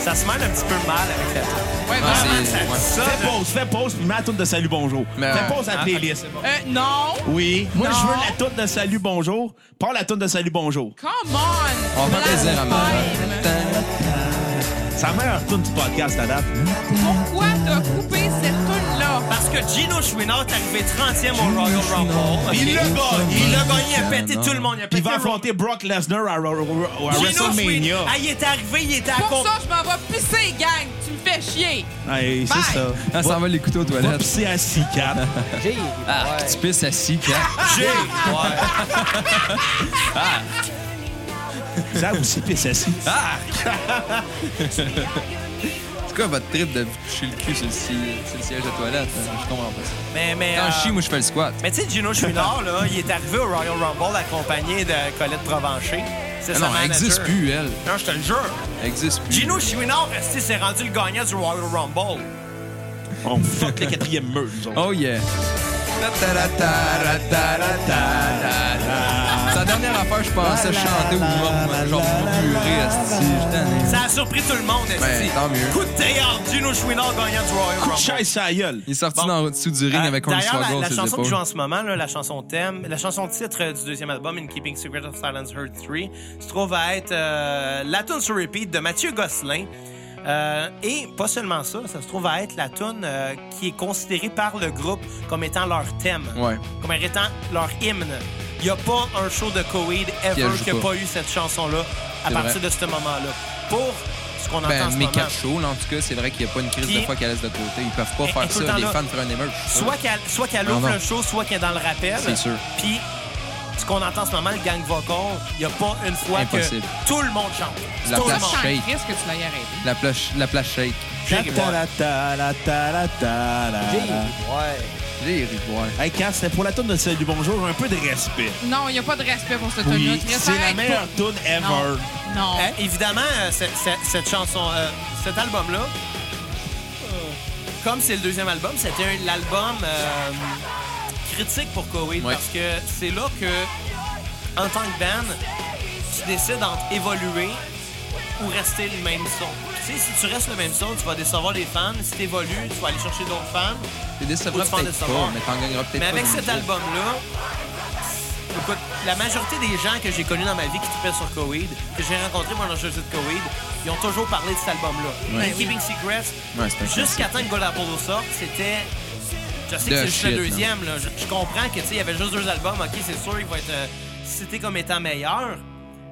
[SPEAKER 1] Ça se mêle un petit peu mal avec la toune.
[SPEAKER 3] Ouais,
[SPEAKER 4] Ah,
[SPEAKER 3] ben,
[SPEAKER 4] c'est-
[SPEAKER 1] Ça,
[SPEAKER 4] ouais.
[SPEAKER 1] ça,
[SPEAKER 2] Fais pause, fais pause, puis mets la toute de Salut Bonjour.
[SPEAKER 4] Mais-
[SPEAKER 2] Fais pause à la
[SPEAKER 1] Ah,
[SPEAKER 2] playlist.
[SPEAKER 3] euh, non!
[SPEAKER 2] Oui. Moi,
[SPEAKER 3] Non.
[SPEAKER 2] je veux la toute de Salut Bonjour. Pas la toute de Salut Bonjour.
[SPEAKER 3] Come on!
[SPEAKER 4] On va faire plaisir à
[SPEAKER 3] Blasphème.
[SPEAKER 4] Marc.
[SPEAKER 2] C'est la meilleure toute du podcast à date.
[SPEAKER 3] Pourquoi t'as coupé cette tune-là?
[SPEAKER 1] Parce que Gino Chouinard est arrivé 30e au Royal Rumble.
[SPEAKER 2] Il l'a gagné.
[SPEAKER 1] Il l'a gagné, il a pété
[SPEAKER 4] Non.
[SPEAKER 1] tout le monde. Il a
[SPEAKER 2] Puis
[SPEAKER 1] pété
[SPEAKER 2] il va
[SPEAKER 1] Ro-
[SPEAKER 2] affronter Brock Lesnar à, Ro- Ro- Ro- à
[SPEAKER 1] Gino
[SPEAKER 2] WrestleMania.
[SPEAKER 1] Chouinard. Ah, il est arrivé, il était à
[SPEAKER 3] Pour
[SPEAKER 1] compte.
[SPEAKER 3] ça, je m'en vais pisser, gang! Tu me fais chier!
[SPEAKER 2] Hey,
[SPEAKER 3] Bye.
[SPEAKER 2] c'est ça.
[SPEAKER 4] Ah, ça va les couteaux aux
[SPEAKER 2] Va
[SPEAKER 4] toilettes.
[SPEAKER 2] pisser à 6-4.
[SPEAKER 4] Ah, tu pisses assis, Kat.
[SPEAKER 1] J'ai-
[SPEAKER 2] Ça aussi pisse à 6.
[SPEAKER 4] C'est quoi votre trip de toucher le cul sur le, si- sur le siège de toilette? hein? Je comprends pas ça.
[SPEAKER 1] Mais, mais,
[SPEAKER 4] Quand
[SPEAKER 1] euh,
[SPEAKER 4] je chie, moi, je fais le squat.
[SPEAKER 1] mais tu sais, Gino Chouinard, là, il est arrivé au Royal Rumble accompagné de Colette Provencher. C'est
[SPEAKER 4] Ah
[SPEAKER 1] sa
[SPEAKER 4] non, elle
[SPEAKER 1] manager.
[SPEAKER 4] existe plus, elle.
[SPEAKER 1] Non, je te le jure.
[SPEAKER 4] Elle existe plus.
[SPEAKER 1] Gino Chouinard, resté, s'est rendu le gagnant du Royal Rumble.
[SPEAKER 2] On fuck le quatrième mur, nous autres.
[SPEAKER 4] Oh yeah. Sa dernière affaire, je pensais chanter ou genre, genre purée, asti. Je t'en ai-
[SPEAKER 1] Ça a surpris tout le monde, esti.
[SPEAKER 4] Ben, tant mieux.
[SPEAKER 1] Coup de théâtre, Gino Chouinard gagnant du Royal
[SPEAKER 2] Coup de
[SPEAKER 1] Rumble.
[SPEAKER 2] chaise sur la gueule.
[SPEAKER 4] Il est sorti
[SPEAKER 1] Bon.
[SPEAKER 4] dans le dessous du ring
[SPEAKER 1] Euh,
[SPEAKER 4] avec un
[SPEAKER 1] D'ailleurs, la,
[SPEAKER 4] swaggle
[SPEAKER 1] la
[SPEAKER 4] sur les
[SPEAKER 1] chanson qui joue
[SPEAKER 4] épaules.
[SPEAKER 1] en ce moment, là, la chanson thème, la chanson titre euh, du deuxième album, In Keeping Secret of Silence Heard 3, se trouve à être euh, la tune sur repeat de Mathieu Gosselin. Euh, et pas seulement ça, ça se trouve à être la tune euh, qui est considérée par le groupe comme étant leur thème,
[SPEAKER 4] Ouais.
[SPEAKER 1] comme étant leur hymne. Il n'y a pas un show de Coheed
[SPEAKER 4] Qui
[SPEAKER 1] ever
[SPEAKER 4] la joue
[SPEAKER 1] qui n'a
[SPEAKER 4] pas.
[SPEAKER 1] pas eu cette chanson-là à
[SPEAKER 4] C'est
[SPEAKER 1] partir de
[SPEAKER 4] vrai.
[SPEAKER 1] ce moment-là. Pour ce qu'on entend en
[SPEAKER 4] Ben,
[SPEAKER 1] ce
[SPEAKER 4] mes
[SPEAKER 1] moment.
[SPEAKER 4] quatre shows, là, en tout cas, c'est vrai qu'il n'y a pas une crise
[SPEAKER 1] Puis-
[SPEAKER 4] de fois qu'elle laisse de côté. Ils peuvent pas
[SPEAKER 1] Et- et
[SPEAKER 4] faire
[SPEAKER 1] Eh, tout le temps
[SPEAKER 4] ça. Les
[SPEAKER 1] là.
[SPEAKER 4] fans feraient un émeute. je suis sûr.
[SPEAKER 1] Soit qu'elle soit qu'elle
[SPEAKER 4] Ah. Non,
[SPEAKER 1] ouvre
[SPEAKER 4] non.
[SPEAKER 1] le show, soit qu'elle est dans le rappel.
[SPEAKER 4] C'est sûr.
[SPEAKER 1] Puis, ce qu'on entend en ce moment, le gang vocal, il n'y a pas une fois
[SPEAKER 4] Impossible.
[SPEAKER 1] que tout le monde chante.
[SPEAKER 4] La
[SPEAKER 1] tout le
[SPEAKER 4] place
[SPEAKER 1] monde.
[SPEAKER 4] chante. Hey.
[SPEAKER 3] Tant risque que tu l'aies arrêté.
[SPEAKER 4] La plage, la plage shake.
[SPEAKER 1] J'ai ri, moi.
[SPEAKER 4] J'ai ri de voir.
[SPEAKER 2] Hey, Cass, c'était pour la tourne de celle du bonjour, un peu de respect.
[SPEAKER 3] Non, il n'y a pas de respect pour cette tune-là. Tu restes
[SPEAKER 2] c'est la
[SPEAKER 3] arrête
[SPEAKER 2] meilleure tourne
[SPEAKER 3] pas.
[SPEAKER 2] ever.
[SPEAKER 3] Non. non.
[SPEAKER 1] Euh, évidemment, euh, c'est- c'est- cette chanson, euh, cet album-là, euh, comme c'est le deuxième album, c'était un- l'album euh, critique pour Koweïd
[SPEAKER 4] Ouais.
[SPEAKER 1] parce que c'est là que, en tant que band, tu décides entre évoluer ou rester le même son. Tu sais, si tu restes le même son, tu vas décevoir les fans. Si tu évolues, tu vas aller chercher d'autres fans.
[SPEAKER 4] T'es
[SPEAKER 1] Faut
[SPEAKER 4] décevra
[SPEAKER 1] se faire
[SPEAKER 4] peut-être
[SPEAKER 1] décevoir.
[SPEAKER 4] pas, mais t'en gagneras peut-être
[SPEAKER 1] Mais
[SPEAKER 4] pas.
[SPEAKER 1] avec
[SPEAKER 4] du
[SPEAKER 1] cet
[SPEAKER 4] tout.
[SPEAKER 1] album-là, écoute, la majorité des gens que j'ai connus dans ma vie qui trippaient sur Coheed, que j'ai rencontrés moi dans le jeu de Coheed, ils ont toujours parlé de cet album-là. In
[SPEAKER 4] Ouais.
[SPEAKER 1] Keeping Secrets,
[SPEAKER 4] Ouais, c'est un
[SPEAKER 1] jusqu'à temps que Gold Apollo sorte, c'était. Je sais
[SPEAKER 4] The
[SPEAKER 1] que c'est juste le
[SPEAKER 4] shit,
[SPEAKER 1] deuxième, là. Je, je comprends que, tu sais, il y avait juste deux albums, ok, c'est sûr, il va être euh, cité comme étant meilleur.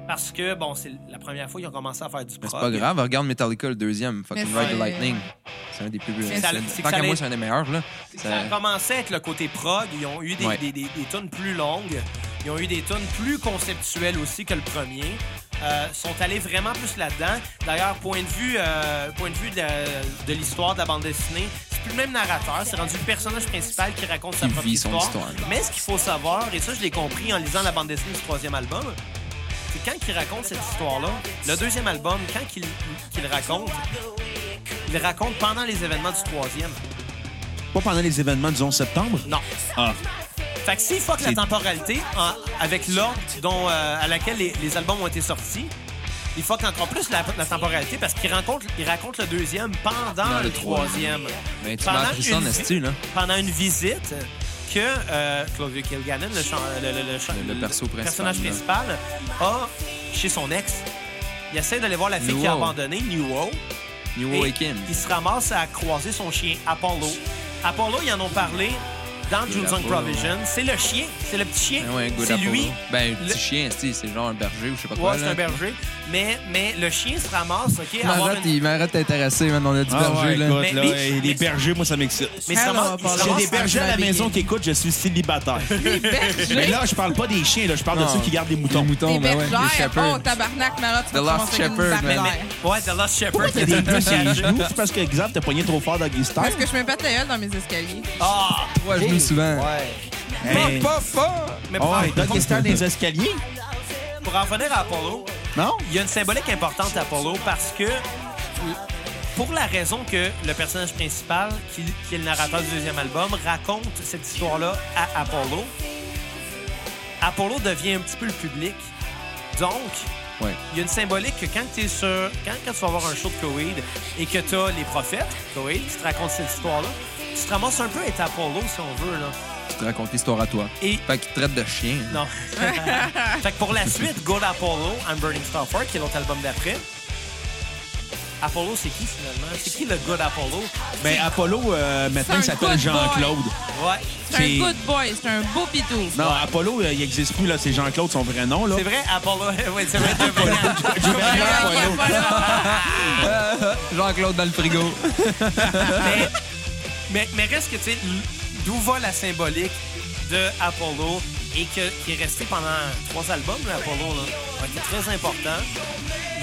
[SPEAKER 1] Parce que, bon, c'est la première fois qu'ils ont commencé à faire du
[SPEAKER 4] Mais
[SPEAKER 1] prog.
[SPEAKER 4] c'est pas grave, regarde Metallica le deuxième, fucking
[SPEAKER 3] Mais
[SPEAKER 4] Ride
[SPEAKER 3] c'est-
[SPEAKER 4] the Lightning. C'est un des plus
[SPEAKER 1] Mais ça- c'est que
[SPEAKER 4] c'est- Tant
[SPEAKER 1] ça
[SPEAKER 4] qu'à
[SPEAKER 1] l'est-
[SPEAKER 4] moi, c'est un des meilleurs, là.
[SPEAKER 1] Ça a
[SPEAKER 4] Ça-
[SPEAKER 1] commencé avec le côté prog. Ils ont eu des,
[SPEAKER 4] Ouais.
[SPEAKER 1] des, des- des tunes plus longues. Ils ont eu des tunes plus conceptuelles aussi que le premier. Euh, sont allés vraiment plus là-dedans. D'ailleurs, point de vue, euh, point de, vue de, de l'histoire de la bande dessinée, c'est plus le même narrateur. C'est rendu le personnage principal qui raconte sa
[SPEAKER 4] Qui
[SPEAKER 1] propre
[SPEAKER 4] vit son
[SPEAKER 1] histoire.
[SPEAKER 4] histoire.
[SPEAKER 1] Mais ce qu'il faut savoir, et ça je l'ai compris en lisant la bande dessinée du troisième album, c'est quand il raconte cette histoire-là, le deuxième album, quand il, qu'il raconte, il le raconte pendant les événements du troisième.
[SPEAKER 2] Pas pendant les événements du 11 septembre?
[SPEAKER 1] Non.
[SPEAKER 2] Ah.
[SPEAKER 1] Fait que s'il fuck la
[SPEAKER 2] C'est-
[SPEAKER 1] temporalité en- avec l'ordre dont, euh, à laquelle les, les albums ont été sortis, il fuck encore plus la, la temporalité parce qu'il rencontre, il raconte le deuxième pendant
[SPEAKER 4] Dans
[SPEAKER 1] le,
[SPEAKER 4] le
[SPEAKER 1] troisième.
[SPEAKER 4] Ben, tu
[SPEAKER 1] Pendant
[SPEAKER 4] m'as appris ça en
[SPEAKER 1] une vie-
[SPEAKER 4] esti, là.
[SPEAKER 1] Pendant une visite que euh, Claudio Kilgannon, le, chan- le- le- le chan-
[SPEAKER 4] Le- le perso principal,
[SPEAKER 1] personnage
[SPEAKER 4] là.
[SPEAKER 1] principal, a chez son ex. Il essaie d'aller voir la fille
[SPEAKER 4] Nuo.
[SPEAKER 1] qui a abandonné, Newell.
[SPEAKER 4] New
[SPEAKER 1] Et
[SPEAKER 4] Awaken.
[SPEAKER 1] Il se ramasse à croiser son chien, Apollo. Apollo, ils en ont parlé dans
[SPEAKER 4] Good
[SPEAKER 1] Jules Junk
[SPEAKER 4] Apollo.
[SPEAKER 1] Provision. C'est le chien, c'est le petit chien.
[SPEAKER 4] Ben ouais, good
[SPEAKER 1] c'est
[SPEAKER 4] Apollo.
[SPEAKER 1] lui.
[SPEAKER 4] Ben,
[SPEAKER 1] Le-
[SPEAKER 4] petit chien, esti, c'est genre un berger ou je sais pas
[SPEAKER 1] Ouais,
[SPEAKER 4] quoi.
[SPEAKER 1] c'est
[SPEAKER 4] là.
[SPEAKER 1] un berger. Mais, mais le chien se ramasse, OK? à avoir
[SPEAKER 4] M'arrête,
[SPEAKER 1] une-
[SPEAKER 4] il m'arrête d'intéresser, man. On a du
[SPEAKER 2] Ah
[SPEAKER 4] berger,
[SPEAKER 2] ouais,
[SPEAKER 4] là.
[SPEAKER 2] écoute,
[SPEAKER 1] Mais-
[SPEAKER 2] là,
[SPEAKER 1] mais-
[SPEAKER 2] hey, les
[SPEAKER 1] mais-
[SPEAKER 2] bergers, moi, ça m'excite.
[SPEAKER 1] Mais il se
[SPEAKER 3] Hello,
[SPEAKER 1] ramasse- il se
[SPEAKER 3] Apollo.
[SPEAKER 2] J'ai
[SPEAKER 1] ramasse-
[SPEAKER 2] des bergers à la
[SPEAKER 3] Amélie.
[SPEAKER 2] maison qui écoutent, je suis célibataire. Mais
[SPEAKER 3] Berger.
[SPEAKER 2] là, je parle pas des chiens, là, je parle de
[SPEAKER 4] Non.
[SPEAKER 2] ceux qui gardent des moutons.
[SPEAKER 4] Les moutons,
[SPEAKER 3] Des
[SPEAKER 4] ben ouais,
[SPEAKER 3] bergères.
[SPEAKER 4] les shepherds.
[SPEAKER 3] Oh, tabarnak, Marat, tu vas
[SPEAKER 4] The
[SPEAKER 3] te
[SPEAKER 4] Lost
[SPEAKER 3] ramasser avec une
[SPEAKER 4] Shepherd, mais-
[SPEAKER 3] bergère.
[SPEAKER 1] Ouais, The Lost Shepherd.
[SPEAKER 2] T'as des bleus sur les genoux, c'est parce que, exemple, t'as poigné trop fort dans Guy Style.
[SPEAKER 3] Parce que je me pète la gueule dans mes escaliers.
[SPEAKER 1] Ah!
[SPEAKER 4] Moi, je joue souvent.
[SPEAKER 1] Ouais.
[SPEAKER 2] Hey.
[SPEAKER 4] Pop, pop, pop!
[SPEAKER 1] Mais pour,
[SPEAKER 2] Oh,
[SPEAKER 1] en-
[SPEAKER 2] et Doug Esther des escaliers,
[SPEAKER 1] pour en revenir à Apollo,
[SPEAKER 2] non?
[SPEAKER 1] il y a une symbolique importante à Apollo parce que pour la raison que le personnage principal, qui, qui est le narrateur du deuxième album, raconte cette histoire-là à Apollo, Apollo devient un petit peu le public. Donc,
[SPEAKER 4] Ouais.
[SPEAKER 1] il y a une symbolique que quand, es sur, quand, quand tu vas voir un show de Koweïd et que tu as les prophètes, Koweïd, qui te racontent cette histoire-là, tu te ramasses un peu à être Apollo, si on veut. Là.
[SPEAKER 4] Tu te racontes l'histoire à toi.
[SPEAKER 1] Et
[SPEAKER 4] Fait qu'il te traite de chien.
[SPEAKER 1] Non. fait que pour la suite, Gold Apollo and Burning Starfire, qui est l'autre album d'après. Apollo, c'est qui finalement? C'est qui le Good Apollo?
[SPEAKER 2] Ben, Apollo, euh, maintenant, il
[SPEAKER 3] C'est un
[SPEAKER 2] s'appelle
[SPEAKER 3] good
[SPEAKER 2] Jean-Claude.
[SPEAKER 1] Ouais.
[SPEAKER 3] C'est
[SPEAKER 2] C'est-
[SPEAKER 3] un good boy, c'est un beau pitou.
[SPEAKER 2] Non, Apollo, euh, il existe plus, là, c'est Jean-Claude, son vrai nom, là.
[SPEAKER 1] C'est vrai, Apollo. ouais, c'est vrai, t'as
[SPEAKER 2] Je
[SPEAKER 1] pas-
[SPEAKER 2] vais aller à
[SPEAKER 3] Regarde,
[SPEAKER 2] Apollo.
[SPEAKER 3] voilà.
[SPEAKER 4] Jean-Claude dans le frigo.
[SPEAKER 1] mais, mais, mais reste que, tu sais, l- d'où va la symbolique de Apollo et que, qui est resté pendant trois albums, là, Apollo, là. Ouais, c'est très important,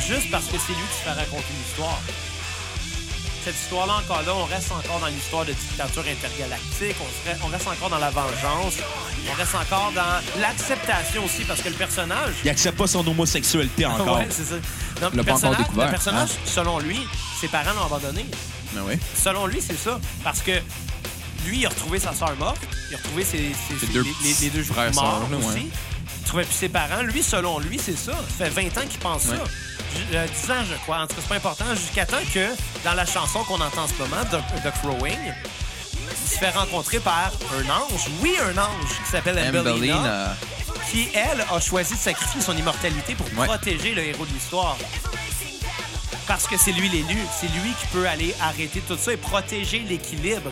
[SPEAKER 1] juste parce que c'est lui qui se fait raconter l'histoire. Cette histoire-là, encore là, on reste encore dans l'histoire de dictature intergalactique, on, se re- on reste encore dans la vengeance, on reste encore dans l'acceptation aussi, parce que le personnage...
[SPEAKER 2] Il accepte pas son homosexualité encore.
[SPEAKER 1] Ouais, c'est ça. Non, le,
[SPEAKER 4] l'a pas encore
[SPEAKER 1] personnage,
[SPEAKER 4] découvert, hein.
[SPEAKER 1] le personnage, selon lui, ses parents l'ont abandonné.
[SPEAKER 4] Ben ouais.
[SPEAKER 1] Selon lui, c'est ça. Parce que lui, il a retrouvé sa soeur morte. Il a retrouvé ses, ses-
[SPEAKER 4] Ses
[SPEAKER 1] ses-
[SPEAKER 4] deux
[SPEAKER 1] les,
[SPEAKER 4] petits
[SPEAKER 1] les- les deux
[SPEAKER 4] frères,
[SPEAKER 1] morts
[SPEAKER 4] sœurs, là,
[SPEAKER 1] aussi.
[SPEAKER 4] ouais.
[SPEAKER 1] Il trouvait plus ses parents. Lui, selon lui, c'est ça. Ça fait 20 ans qu'il pense
[SPEAKER 4] Ouais.
[SPEAKER 1] ça. J- euh, 10 ans, je crois. En tout cas, c'est pas important. Jusqu'à temps que, dans la chanson qu'on entend en ce moment, The, The Crowing, il se fait rencontrer par un ange. Oui, un ange qui s'appelle Ambelina
[SPEAKER 4] Ambelina.
[SPEAKER 1] qui, elle, a choisi de sacrifier son immortalité pour
[SPEAKER 4] Ouais.
[SPEAKER 1] protéger le héros de l'histoire. Parce que c'est lui l'élu, c'est lui qui peut aller arrêter tout ça et protéger l'équilibre.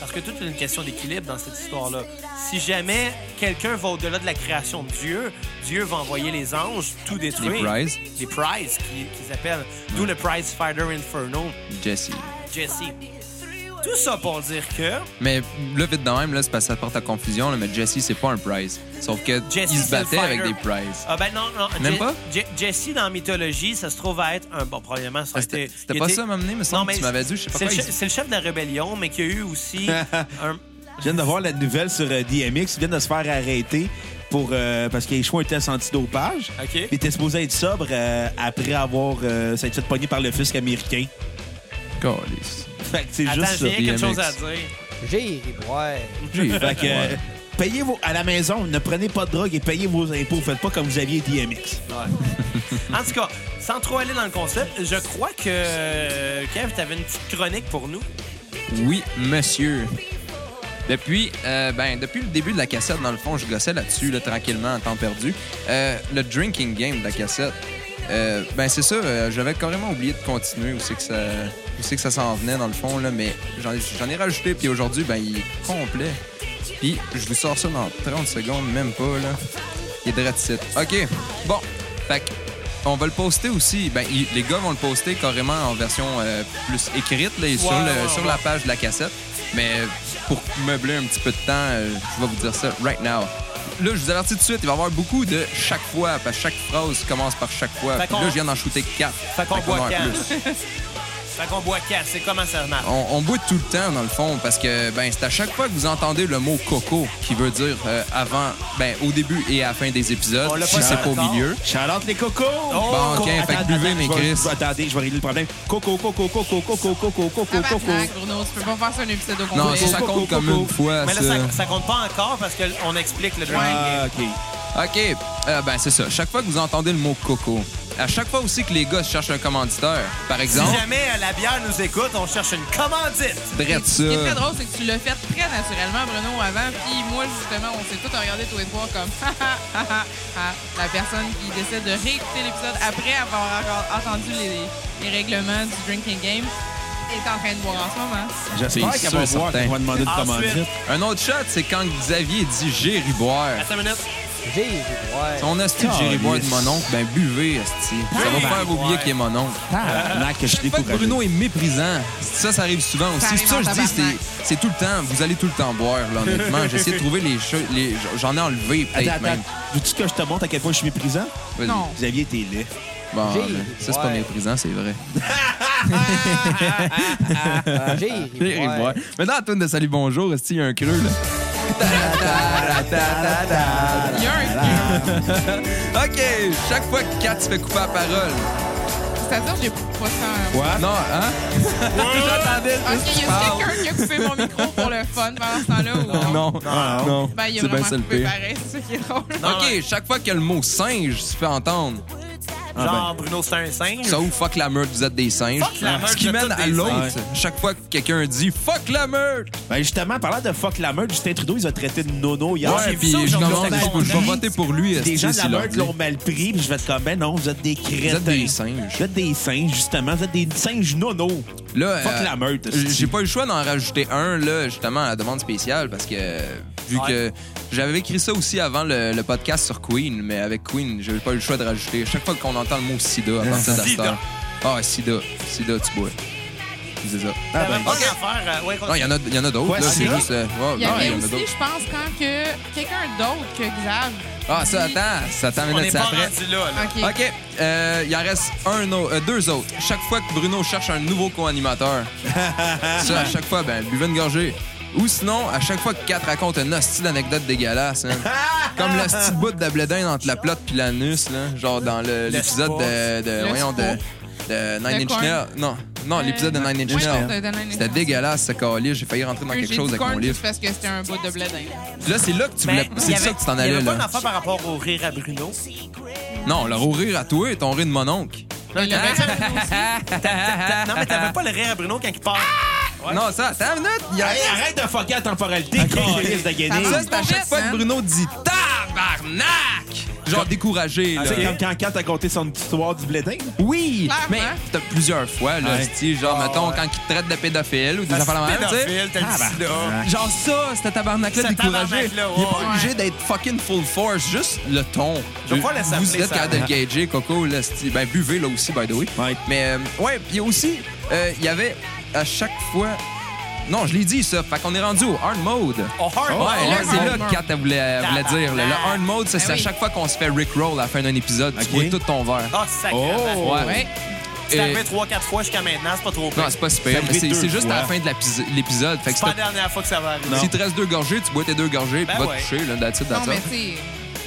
[SPEAKER 1] Parce que tout est une question d'équilibre dans cette histoire-là. Si jamais quelqu'un va au-delà de la création de Dieu, Dieu va envoyer les anges tout détruire.
[SPEAKER 4] Prize.
[SPEAKER 1] Les Prize, qui- qu'ils appellent. D'où le Prize Fighter Inferno,
[SPEAKER 4] Jesse.
[SPEAKER 1] Jesse. Tout ça pour dire que...
[SPEAKER 4] Mais là, vite de même, là, c'est parce que ça porte à confusion, là, mais Jesse, c'est pas un prize. Sauf que
[SPEAKER 1] Jesse,
[SPEAKER 4] il
[SPEAKER 1] c'est
[SPEAKER 4] se
[SPEAKER 1] le
[SPEAKER 4] battait avec
[SPEAKER 1] fighter.
[SPEAKER 4] des prizes.
[SPEAKER 1] Ah ben non, non.
[SPEAKER 4] Même
[SPEAKER 1] Je-
[SPEAKER 4] pas?
[SPEAKER 1] Je- Jesse dans la mythologie, ça se trouve à être un bon probablement. ça aurait
[SPEAKER 4] Ah, C'était
[SPEAKER 1] été-
[SPEAKER 4] c'était
[SPEAKER 1] il
[SPEAKER 4] pas
[SPEAKER 1] était-
[SPEAKER 4] ça m'amener, mais
[SPEAKER 1] Non,
[SPEAKER 4] semble
[SPEAKER 1] mais
[SPEAKER 4] que tu m'avais dit, je sais pas
[SPEAKER 1] c'est
[SPEAKER 4] quoi.
[SPEAKER 1] le,
[SPEAKER 4] il-
[SPEAKER 1] chef- c'est le chef de la rébellion, mais qui a eu aussi un.
[SPEAKER 2] Je viens de voir la nouvelle sur euh, DMX. Ils viennent de se faire arrêter pour, euh, parce qu'il a échoué un test antidopage.
[SPEAKER 1] OK.
[SPEAKER 2] Il était supposé être sobre euh, après avoir euh, ça a été fait pogner par le fisc américain.
[SPEAKER 4] Calisse.
[SPEAKER 2] Fait que c'est
[SPEAKER 1] Attends,
[SPEAKER 2] juste ça.
[SPEAKER 1] j'ai quelque
[SPEAKER 4] DMX.
[SPEAKER 1] chose à dire.
[SPEAKER 5] J'ai ri, ouais.
[SPEAKER 2] Fait que, euh, payez vos, à la maison, ne prenez pas de drogue et payez vos impôts. Faites pas comme vous aviez DMX.
[SPEAKER 1] En tout cas, sans trop aller dans le concept, je crois que euh, Kev, t'avais une petite chronique pour nous.
[SPEAKER 4] Oui, monsieur. Depuis, euh, ben, depuis le début de la cassette, dans le fond, je gossais là-dessus, là, tranquillement, en temps perdu. Euh, le drinking game de la cassette. Euh, ben, c'est ça, euh, j'avais carrément oublié de continuer où c'est que ça, où c'est que ça s'en venait, dans le fond, là, mais j'en, j'en ai rajouté, puis aujourd'hui, ben, il est complet. Puis, je vous sors ça dans 30 secondes, même pas, là. Il est direct site. OK, bon. Fait que, on va le poster aussi. Ben, il- les gars vont le poster carrément en version euh, plus écrite, là, et sur,
[SPEAKER 1] Ouais,
[SPEAKER 4] le-
[SPEAKER 1] ouais,
[SPEAKER 4] sur
[SPEAKER 1] ouais.
[SPEAKER 4] la page de la cassette. Mais pour meubler un petit peu de temps, euh, je vais vous dire ça right now. Là, je vous avertis tout de suite, il va y avoir beaucoup de chaque fois, parce que chaque phrase commence par chaque fois.
[SPEAKER 1] Fait
[SPEAKER 4] Puis
[SPEAKER 1] qu'on-
[SPEAKER 4] là, je viens d'en shooter quatre.
[SPEAKER 1] Fait qu'on
[SPEAKER 4] Fait qu'on
[SPEAKER 1] boit
[SPEAKER 4] en a
[SPEAKER 1] quatre.
[SPEAKER 4] plus.
[SPEAKER 1] Fait qu'on boit quatre, c'est comment ça marche?
[SPEAKER 4] On, on boit tout le temps, dans le fond, parce que ben, c'est à chaque fois que vous entendez le mot coco qui veut dire euh, avant, ben, au début et à la fin des épisodes,
[SPEAKER 1] On l'a
[SPEAKER 4] si
[SPEAKER 1] pas dit
[SPEAKER 4] c'est pas au
[SPEAKER 1] encore.
[SPEAKER 4] milieu.
[SPEAKER 2] Charlotte les cocos!
[SPEAKER 1] Oh!
[SPEAKER 4] Bon, ok,
[SPEAKER 2] Coco-
[SPEAKER 4] fait que
[SPEAKER 2] Attends,
[SPEAKER 4] buvez,
[SPEAKER 2] attends,
[SPEAKER 4] mais
[SPEAKER 2] je vais-
[SPEAKER 4] Chris.
[SPEAKER 2] je vais- Attendez, je vais régler le problème. Coco, coco, coco, coco, coco, coco,
[SPEAKER 3] Ah,
[SPEAKER 2] coco,
[SPEAKER 3] Tabarnak, Bruno, tu peux pas faire ça un épisode au complet.
[SPEAKER 4] Non, ça, ça
[SPEAKER 2] Coco,
[SPEAKER 4] compte comme
[SPEAKER 2] coco.
[SPEAKER 4] une fois,
[SPEAKER 1] Mais là,
[SPEAKER 4] ça.
[SPEAKER 1] ça, ça compte pas encore parce qu'on explique le drinking
[SPEAKER 2] Ah, OK.
[SPEAKER 4] OK. Euh, ben, c'est ça. Chaque fois que vous entendez le mot coco, à chaque fois aussi que les gars cherchent un commanditeur, par exemple,
[SPEAKER 1] Si jamais euh, la bière nous écoute, on cherche une commandite.
[SPEAKER 4] drette
[SPEAKER 3] Ce
[SPEAKER 4] ça.
[SPEAKER 3] qui est très drôle, c'est que tu l'as fait très naturellement, Bruno, avant. Puis moi, justement, on s'est tous regardés tous les trois comme ha, ha, ha, ha, ha. la personne qui décide de réécouter l'épisode après avoir encore entendu les, les règlements du drinking game est en train de boire en ce moment.
[SPEAKER 2] J'espère
[SPEAKER 4] C'est
[SPEAKER 2] qu'elle
[SPEAKER 4] sûr
[SPEAKER 2] va
[SPEAKER 4] et
[SPEAKER 2] voir
[SPEAKER 4] certain.
[SPEAKER 2] qu'on va demander de
[SPEAKER 1] Ensuite-
[SPEAKER 2] commander.
[SPEAKER 4] Un autre shot, c'est quand Xavier dit Jerry boire.
[SPEAKER 1] Attends une minute.
[SPEAKER 5] J'ai ouais.
[SPEAKER 4] Son asti de Jerry boire de mon oncle, ben buvez, asti. Ça va
[SPEAKER 1] Ouais.
[SPEAKER 4] faire oublier
[SPEAKER 1] Ouais.
[SPEAKER 4] qu'il est mon oncle.
[SPEAKER 2] Tabarnak, que je suis
[SPEAKER 4] Ah, Chaque fois que
[SPEAKER 2] découragé.
[SPEAKER 4] Bruno est méprisant, ça, ça arrive souvent aussi.
[SPEAKER 3] Ça
[SPEAKER 4] C'est pour ça que
[SPEAKER 3] arrive en
[SPEAKER 4] je dis,
[SPEAKER 3] tabarnak.
[SPEAKER 4] c'est- c'est tout le temps. Vous allez tout le temps boire, là, honnêtement. J'ai essayé de trouver les choses. les- J'en ai enlevé,
[SPEAKER 2] Attends,
[SPEAKER 4] peut-être
[SPEAKER 2] attends.
[SPEAKER 4] même.
[SPEAKER 2] Veux-tu que je te montre à quel point je suis méprisant?
[SPEAKER 4] Vas-y.
[SPEAKER 3] Non.
[SPEAKER 2] Xavier, t'es laid.
[SPEAKER 4] Bon,
[SPEAKER 5] Jerry
[SPEAKER 4] ben, ça, c'est pas
[SPEAKER 5] boire.
[SPEAKER 4] méprisant, c'est vrai.
[SPEAKER 5] J'ai
[SPEAKER 4] Jerry boire. Mais dans la toune de Salut Bonjour, esti, il y a un creux, là.
[SPEAKER 3] Il y a un
[SPEAKER 4] OK, chaque fois que Kat se fait couper la parole.
[SPEAKER 3] C'est-à-dire, j'ai pas ça.
[SPEAKER 2] Quoi?
[SPEAKER 4] Non, hein? J'attendais le
[SPEAKER 3] Ok, il y a quelqu'un qui a coupé mon micro pour le fun pendant ce temps-là ou non?
[SPEAKER 4] Non, Ah,
[SPEAKER 2] non.
[SPEAKER 4] non.
[SPEAKER 3] Ben, il a
[SPEAKER 4] C'est
[SPEAKER 3] vraiment
[SPEAKER 4] bien ça le
[SPEAKER 3] coupé
[SPEAKER 4] pire.
[SPEAKER 3] pareil, c'est ça qui est drôle.
[SPEAKER 4] OK, chaque fois que le mot singe se fait entendre,
[SPEAKER 2] Ah,
[SPEAKER 1] Genre, Bruno, c'est un singe.
[SPEAKER 4] ben. ça ou fuck la meute, vous êtes des singes.
[SPEAKER 1] Fuck la meute,
[SPEAKER 4] Ce
[SPEAKER 1] vous
[SPEAKER 4] qui
[SPEAKER 1] êtes
[SPEAKER 4] mène
[SPEAKER 1] tous
[SPEAKER 4] à
[SPEAKER 1] des
[SPEAKER 4] l'autre,
[SPEAKER 2] singes.
[SPEAKER 4] chaque fois que quelqu'un dit fuck la meute.
[SPEAKER 2] Ben justement, parlant de fuck la meute, Justin Trudeau, ils ont traité de nono hier.
[SPEAKER 1] j'ai
[SPEAKER 4] Ouais,
[SPEAKER 1] vu
[SPEAKER 4] puis
[SPEAKER 1] ça
[SPEAKER 4] je
[SPEAKER 1] aujourd'hui,
[SPEAKER 4] commence,
[SPEAKER 1] c'était
[SPEAKER 4] je- je vais
[SPEAKER 1] content.
[SPEAKER 4] voter pour lui.
[SPEAKER 2] Des
[SPEAKER 4] esti,
[SPEAKER 2] gens de la
[SPEAKER 4] s'il leur
[SPEAKER 2] meute
[SPEAKER 4] dit.
[SPEAKER 2] l'ont mal pris, puis je vais être comme, ben non, vous êtes des crétins.
[SPEAKER 4] des singes.
[SPEAKER 2] Vous êtes des singes, justement. Vous êtes des singes nono.
[SPEAKER 4] Là,
[SPEAKER 2] Fuck
[SPEAKER 4] euh,
[SPEAKER 2] la meute, esti.
[SPEAKER 4] J'ai pas eu le choix d'en rajouter un, là, justement, à la demande spéciale, parce que euh, vu
[SPEAKER 1] Ouais.
[SPEAKER 4] que j'avais écrit ça aussi avant le, le podcast sur Queen, mais avec Queen, j'avais pas eu le choix de rajouter. Chaque fois qu'on entend le mot sida à partir de
[SPEAKER 1] Sida.
[SPEAKER 4] Star. Ah, sida. Sida, tu bois. C'est ça.
[SPEAKER 2] Ah
[SPEAKER 1] T'avais
[SPEAKER 2] ben,
[SPEAKER 1] pas d'affaire, euh, ouais,
[SPEAKER 4] Non, il y en a, il y en a d'autres,
[SPEAKER 2] Ouais,
[SPEAKER 4] là. C'est
[SPEAKER 2] sida.
[SPEAKER 4] juste. euh, ouais,
[SPEAKER 3] Il y
[SPEAKER 4] non,
[SPEAKER 3] avait
[SPEAKER 4] en a
[SPEAKER 3] aussi,
[SPEAKER 4] d'autres.
[SPEAKER 3] je pense, quand que quelqu'un d'autre que Xav.
[SPEAKER 4] Ah, ça, attends. Ça, attends, une
[SPEAKER 1] on
[SPEAKER 4] minute,
[SPEAKER 1] n'est
[SPEAKER 4] c'est
[SPEAKER 1] pas
[SPEAKER 4] après.
[SPEAKER 1] rendu là. là.
[SPEAKER 3] OK.
[SPEAKER 4] OK. euh, il en reste un, au- euh, deux autres. Chaque fois que Bruno cherche un nouveau co-animateur, ça, à chaque fois, ben, buvez une gorgée. Ou sinon, à chaque fois que Kat raconte une hostie d'anecdote dégueulasse, hein. comme la petite bout de bledin entre la plotte puis l'anus, là, genre dans le- l'épisode de, de-
[SPEAKER 3] Le
[SPEAKER 4] voyons, de, de Nine
[SPEAKER 3] Le
[SPEAKER 4] Inch
[SPEAKER 3] corn.
[SPEAKER 4] Nails. Non, non,
[SPEAKER 3] Euh,
[SPEAKER 4] l'épisode de Nine Inch
[SPEAKER 3] oui,
[SPEAKER 4] Nails.
[SPEAKER 3] c'était de Nine Inch
[SPEAKER 4] C'était
[SPEAKER 3] Nails.
[SPEAKER 4] dégueulasse, ce collier. J'ai failli rentrer dans
[SPEAKER 3] J'ai
[SPEAKER 4] quelque
[SPEAKER 3] dit
[SPEAKER 4] chose avec
[SPEAKER 3] corn
[SPEAKER 4] mon livre.
[SPEAKER 3] juste parce que c'était un bout de bledin.
[SPEAKER 4] Puis là, c'est là que tu voulais.
[SPEAKER 1] Mais Ben,
[SPEAKER 3] Ben,
[SPEAKER 1] il y
[SPEAKER 4] C'est
[SPEAKER 1] avait-
[SPEAKER 4] ça que tu t'en
[SPEAKER 1] Il y
[SPEAKER 4] allais,
[SPEAKER 1] avait pas
[SPEAKER 4] là.
[SPEAKER 1] d'affaire par rapport au rire à Bruno.
[SPEAKER 4] Non, le rire à toi, ton rire de mon oncle.
[SPEAKER 3] Mais le reste, Bruno aussi.
[SPEAKER 1] T'a- Non, mais
[SPEAKER 4] Ah.
[SPEAKER 1] t'avais pas le rire à Bruno quand il part. Ouais.
[SPEAKER 4] Non, ça, attends une minute. il y a-
[SPEAKER 2] Hey, arrête de fucker la temporalité, câlisse de guenille.
[SPEAKER 3] Ça
[SPEAKER 4] Ça,
[SPEAKER 3] va.
[SPEAKER 4] c'est à chaque fois que Bruno dit tabarnak! Genre découragé, là.
[SPEAKER 2] C'est comme quand Kat a conté son histoire du blédin.
[SPEAKER 4] Oui!
[SPEAKER 3] Clairement.
[SPEAKER 4] Mais t'as plusieurs fois, là,
[SPEAKER 2] Ouais.
[SPEAKER 4] tu sais, genre, mettons, quand il te traite de pédophile ou des affaires de même, tu sais.
[SPEAKER 1] Pédophile, t'as le sida.
[SPEAKER 4] Genre ça, c'était tabarnak-là
[SPEAKER 1] Ce
[SPEAKER 4] découragé.
[SPEAKER 1] tabarnak-là, ouais.
[SPEAKER 4] Il est pas
[SPEAKER 3] Ouais.
[SPEAKER 4] obligé d'être fucking full force, juste le ton.
[SPEAKER 1] Je vais pas laisser
[SPEAKER 4] Vous
[SPEAKER 1] appeler
[SPEAKER 4] êtes
[SPEAKER 1] ça.
[SPEAKER 4] capable de gager, Coco, là, c'est- ben buvez, là aussi, by the way.
[SPEAKER 2] Ouais.
[SPEAKER 4] Mais, euh, ouais, puis aussi, euh, il y avait à chaque fois... Non, je l'ai dit, ça. Fait qu'on est rendu au hard mode.
[SPEAKER 1] Oh, hard
[SPEAKER 4] Ouais,
[SPEAKER 1] mode.
[SPEAKER 4] là,
[SPEAKER 3] le
[SPEAKER 4] c'est là
[SPEAKER 3] hard
[SPEAKER 4] que Kat elle voulait, elle voulait dire. là. Le hard mode, ça,
[SPEAKER 3] Ben
[SPEAKER 4] c'est à
[SPEAKER 3] oui.
[SPEAKER 4] chaque fois qu'on se fait Rickroll à la fin d'un épisode. Tu
[SPEAKER 2] Ok.
[SPEAKER 4] bois tout ton verre.
[SPEAKER 1] Ah, sacré.
[SPEAKER 2] Oh!
[SPEAKER 4] Ouais.
[SPEAKER 3] Ouais.
[SPEAKER 1] C'est
[SPEAKER 4] Et-
[SPEAKER 1] arrivé 3-4 fois jusqu'à maintenant, c'est pas trop
[SPEAKER 4] Non,
[SPEAKER 1] pire.
[SPEAKER 4] c'est pas super.
[SPEAKER 2] Ça
[SPEAKER 4] mais C'est
[SPEAKER 2] arrive
[SPEAKER 4] c'est
[SPEAKER 2] deux
[SPEAKER 4] juste à la
[SPEAKER 2] fois.
[SPEAKER 4] fin de l'épis- l'épisode. Fait que
[SPEAKER 1] C'est pas la
[SPEAKER 4] si
[SPEAKER 1] dernière fois que ça va arriver.
[SPEAKER 4] t'as- s'il te reste deux gorgées, tu bois tes deux gorgées, puis
[SPEAKER 1] Ben
[SPEAKER 4] va
[SPEAKER 1] ouais.
[SPEAKER 4] te coucher, là, that's it,
[SPEAKER 3] Non,
[SPEAKER 4] that's
[SPEAKER 3] mais
[SPEAKER 4] all.
[SPEAKER 3] tu sais,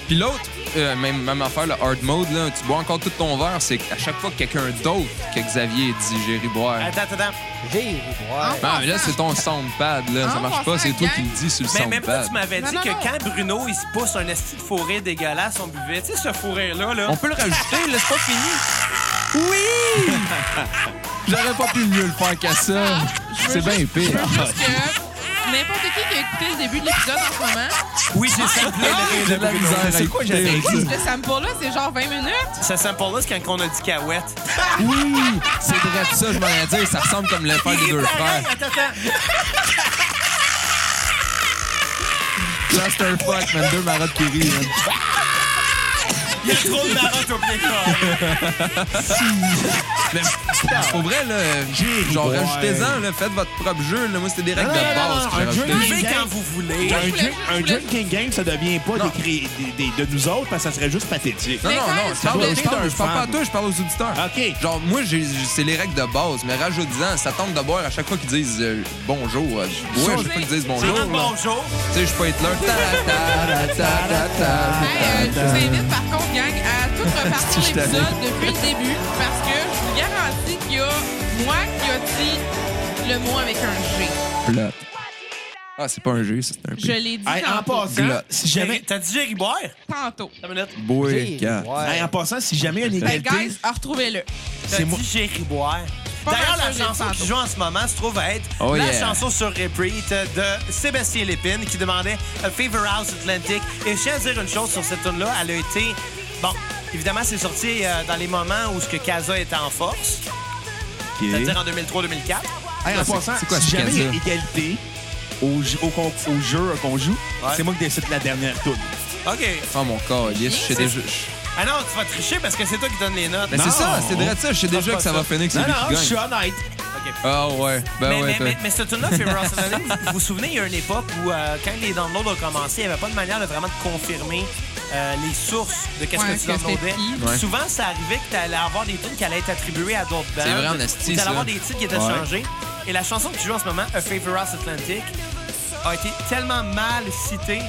[SPEAKER 4] Puis l'autre, euh, même, même affaire, le hard mode, là, tu bois encore tout ton verre, c'est qu'à chaque fois que quelqu'un d'autre que Xavier dit Jerry boire.
[SPEAKER 1] Attends, attends, attends.
[SPEAKER 5] J'ai
[SPEAKER 4] Non, Ah, mais là, c'est ton soundpad, là.
[SPEAKER 3] Ah,
[SPEAKER 4] Ça marche
[SPEAKER 3] passant,
[SPEAKER 4] pas, c'est toi
[SPEAKER 3] gang.
[SPEAKER 4] qui le dis sur le
[SPEAKER 1] Mais même toi,
[SPEAKER 4] soundpad.
[SPEAKER 1] tu m'avais
[SPEAKER 3] Non,
[SPEAKER 1] dit
[SPEAKER 3] non,
[SPEAKER 1] que
[SPEAKER 3] non.
[SPEAKER 1] quand Bruno, il se pousse un esti de fourré dégueulasse, on buvait. Tu sais, ce fourré-là, là.
[SPEAKER 4] On peut le rajouter, là, c'est pas fini. Oui! J'aurais pas pu mieux le faire qu'à ça. C'est bien pire.
[SPEAKER 2] Ah,
[SPEAKER 3] parce que n'importe qui qui a écouté le début de l'épisode en ce moment,
[SPEAKER 1] Oui, j'ai samplé le
[SPEAKER 4] J'ai de la misère à
[SPEAKER 2] C'est quoi,
[SPEAKER 4] écouter.
[SPEAKER 2] j'avais dit?
[SPEAKER 3] le sample-là, c'est genre 20 minutes.
[SPEAKER 1] Ce sample-là, c'est quand on a dit cahouette.
[SPEAKER 4] Oui! C'est vrai de ça, je m'en ai dit. Ça ressemble comme le frère des
[SPEAKER 1] Il est
[SPEAKER 4] deux
[SPEAKER 1] pareil,
[SPEAKER 4] frères.
[SPEAKER 1] attends, attends.
[SPEAKER 4] Clusterfuck, man. Deux marottes qui rient, man.
[SPEAKER 1] Il y a trop de marottes au pied de corps.
[SPEAKER 4] Mais Pour vrai, là,
[SPEAKER 2] J'ai
[SPEAKER 4] genre,
[SPEAKER 2] ri, ouais.
[SPEAKER 4] rajoutez-en, là, faites votre propre jeu. Là. Moi, c'était des règles
[SPEAKER 2] Non,
[SPEAKER 4] de
[SPEAKER 2] non, non,
[SPEAKER 4] base.
[SPEAKER 2] non,
[SPEAKER 4] que
[SPEAKER 2] un
[SPEAKER 4] j'ai
[SPEAKER 2] jeu
[SPEAKER 4] rajoutées.
[SPEAKER 2] de
[SPEAKER 1] Buvez quand vous voulez.
[SPEAKER 3] Moi,
[SPEAKER 2] Un,
[SPEAKER 3] je voulais-
[SPEAKER 2] drink-
[SPEAKER 3] je
[SPEAKER 2] un
[SPEAKER 3] voulais-
[SPEAKER 2] drinking game, ça devient pas
[SPEAKER 4] Non.
[SPEAKER 2] des cré- des- des- de nous autres parce que ça serait juste pathétique.
[SPEAKER 4] Non, non, non, je parle,
[SPEAKER 2] Mais
[SPEAKER 4] je parle, je parle pas à
[SPEAKER 2] femme.
[SPEAKER 4] toi, je parle aux auditeurs.
[SPEAKER 2] OK.
[SPEAKER 4] Genre, moi, j'ai- j'ai- c'est les règles de base, mais rajoute-en, ça tente de boire à chaque fois qu'ils disent euh, bonjour. euh, Ouais, je veux pas qu'ils disent bonjour.
[SPEAKER 1] Un
[SPEAKER 4] là.
[SPEAKER 1] bonjour.
[SPEAKER 4] Tu sais, je peux être là. Ta, ta, ta, ta, ta.
[SPEAKER 3] Hey, euh, je vous invite par contre, gang, à tout repartir l'épisode depuis le début parce que je vous garantis qu'il y a moi qui a dit le mot avec un G.
[SPEAKER 4] Plot. Ah, c'est pas un jeu, ça, c'est un
[SPEAKER 3] Je
[SPEAKER 4] jeu.
[SPEAKER 3] l'ai dit
[SPEAKER 2] Hey, en
[SPEAKER 3] tantôt.
[SPEAKER 2] passant,
[SPEAKER 4] Glotte.
[SPEAKER 2] si jamais,
[SPEAKER 1] T'as dit Jerry Boire?
[SPEAKER 3] tantôt.
[SPEAKER 1] Attends une minute.
[SPEAKER 4] Boy, gars.
[SPEAKER 2] hey, en passant, si jamais il y a une
[SPEAKER 3] Fait que,
[SPEAKER 2] égalité,
[SPEAKER 3] Ben, guys, retrouvez-le.
[SPEAKER 1] T'as
[SPEAKER 2] C'est moi-
[SPEAKER 1] dit Jerry Boire.
[SPEAKER 3] Pas
[SPEAKER 1] D'ailleurs,
[SPEAKER 3] mal
[SPEAKER 1] la
[SPEAKER 3] sûr, j'ai
[SPEAKER 1] chanson
[SPEAKER 3] dit
[SPEAKER 1] qui
[SPEAKER 3] tantôt.
[SPEAKER 1] joue en ce moment se trouve à être
[SPEAKER 4] Oh,
[SPEAKER 1] la
[SPEAKER 4] yeah.
[SPEAKER 1] chanson sur repeat de Sébastien Lépine qui demandait A Fever House Atlantic. Et je tiens à dire une chose sur cette tune-là. Elle a été. Bon, évidemment, c'est sorti euh, dans les moments où ce que Kaza était en force, c'est-à-dire en 2003-2004.
[SPEAKER 2] hey, en
[SPEAKER 4] c'est-
[SPEAKER 2] passant,
[SPEAKER 4] c'est quoi
[SPEAKER 2] si
[SPEAKER 4] ce
[SPEAKER 2] jamais il y a
[SPEAKER 4] cas-là?
[SPEAKER 2] égalité au, jeu- au, con- au jeu euh, qu'on joue,
[SPEAKER 1] Ouais.
[SPEAKER 2] c'est moi qui décide la dernière tour.
[SPEAKER 1] OK.
[SPEAKER 4] Oh mon corps, yes, je sais déjà. je-
[SPEAKER 1] Ah non, tu vas tricher parce que c'est toi qui donne les notes.
[SPEAKER 4] Mais c'est ça, c'est vrai ça, je sais déjà que ça va finir que c'est
[SPEAKER 2] Non,
[SPEAKER 4] lui
[SPEAKER 2] non,
[SPEAKER 4] qui
[SPEAKER 2] je suis
[SPEAKER 4] gagne.
[SPEAKER 2] honnête.
[SPEAKER 1] OK.
[SPEAKER 4] Ah ouais,
[SPEAKER 1] mais,
[SPEAKER 4] ben ouais.
[SPEAKER 1] mais,
[SPEAKER 4] t'as-
[SPEAKER 1] mais, mais ce tune-là, Fever House Atlantic, vous vous souvenez, il y a une époque où, euh, quand les downloads ont commencé, il n'y avait pas de manière de vraiment de confirmer euh, les sources de qu'est-ce
[SPEAKER 3] Ouais,
[SPEAKER 1] que tu
[SPEAKER 3] parce que
[SPEAKER 1] downloadais.
[SPEAKER 3] c'était qui.
[SPEAKER 4] Ouais.
[SPEAKER 1] Souvent, ça arrivait que tu allais avoir des tunes qui allaient être attribuées à d'autres bandes.
[SPEAKER 4] C'est vrai, en esti,
[SPEAKER 1] Tu
[SPEAKER 4] ça.
[SPEAKER 1] allais avoir des titres qui étaient
[SPEAKER 4] Ouais.
[SPEAKER 1] changés. Et la chanson que tu joues en ce moment, A Fever House Atlantic, a été tellement mal citée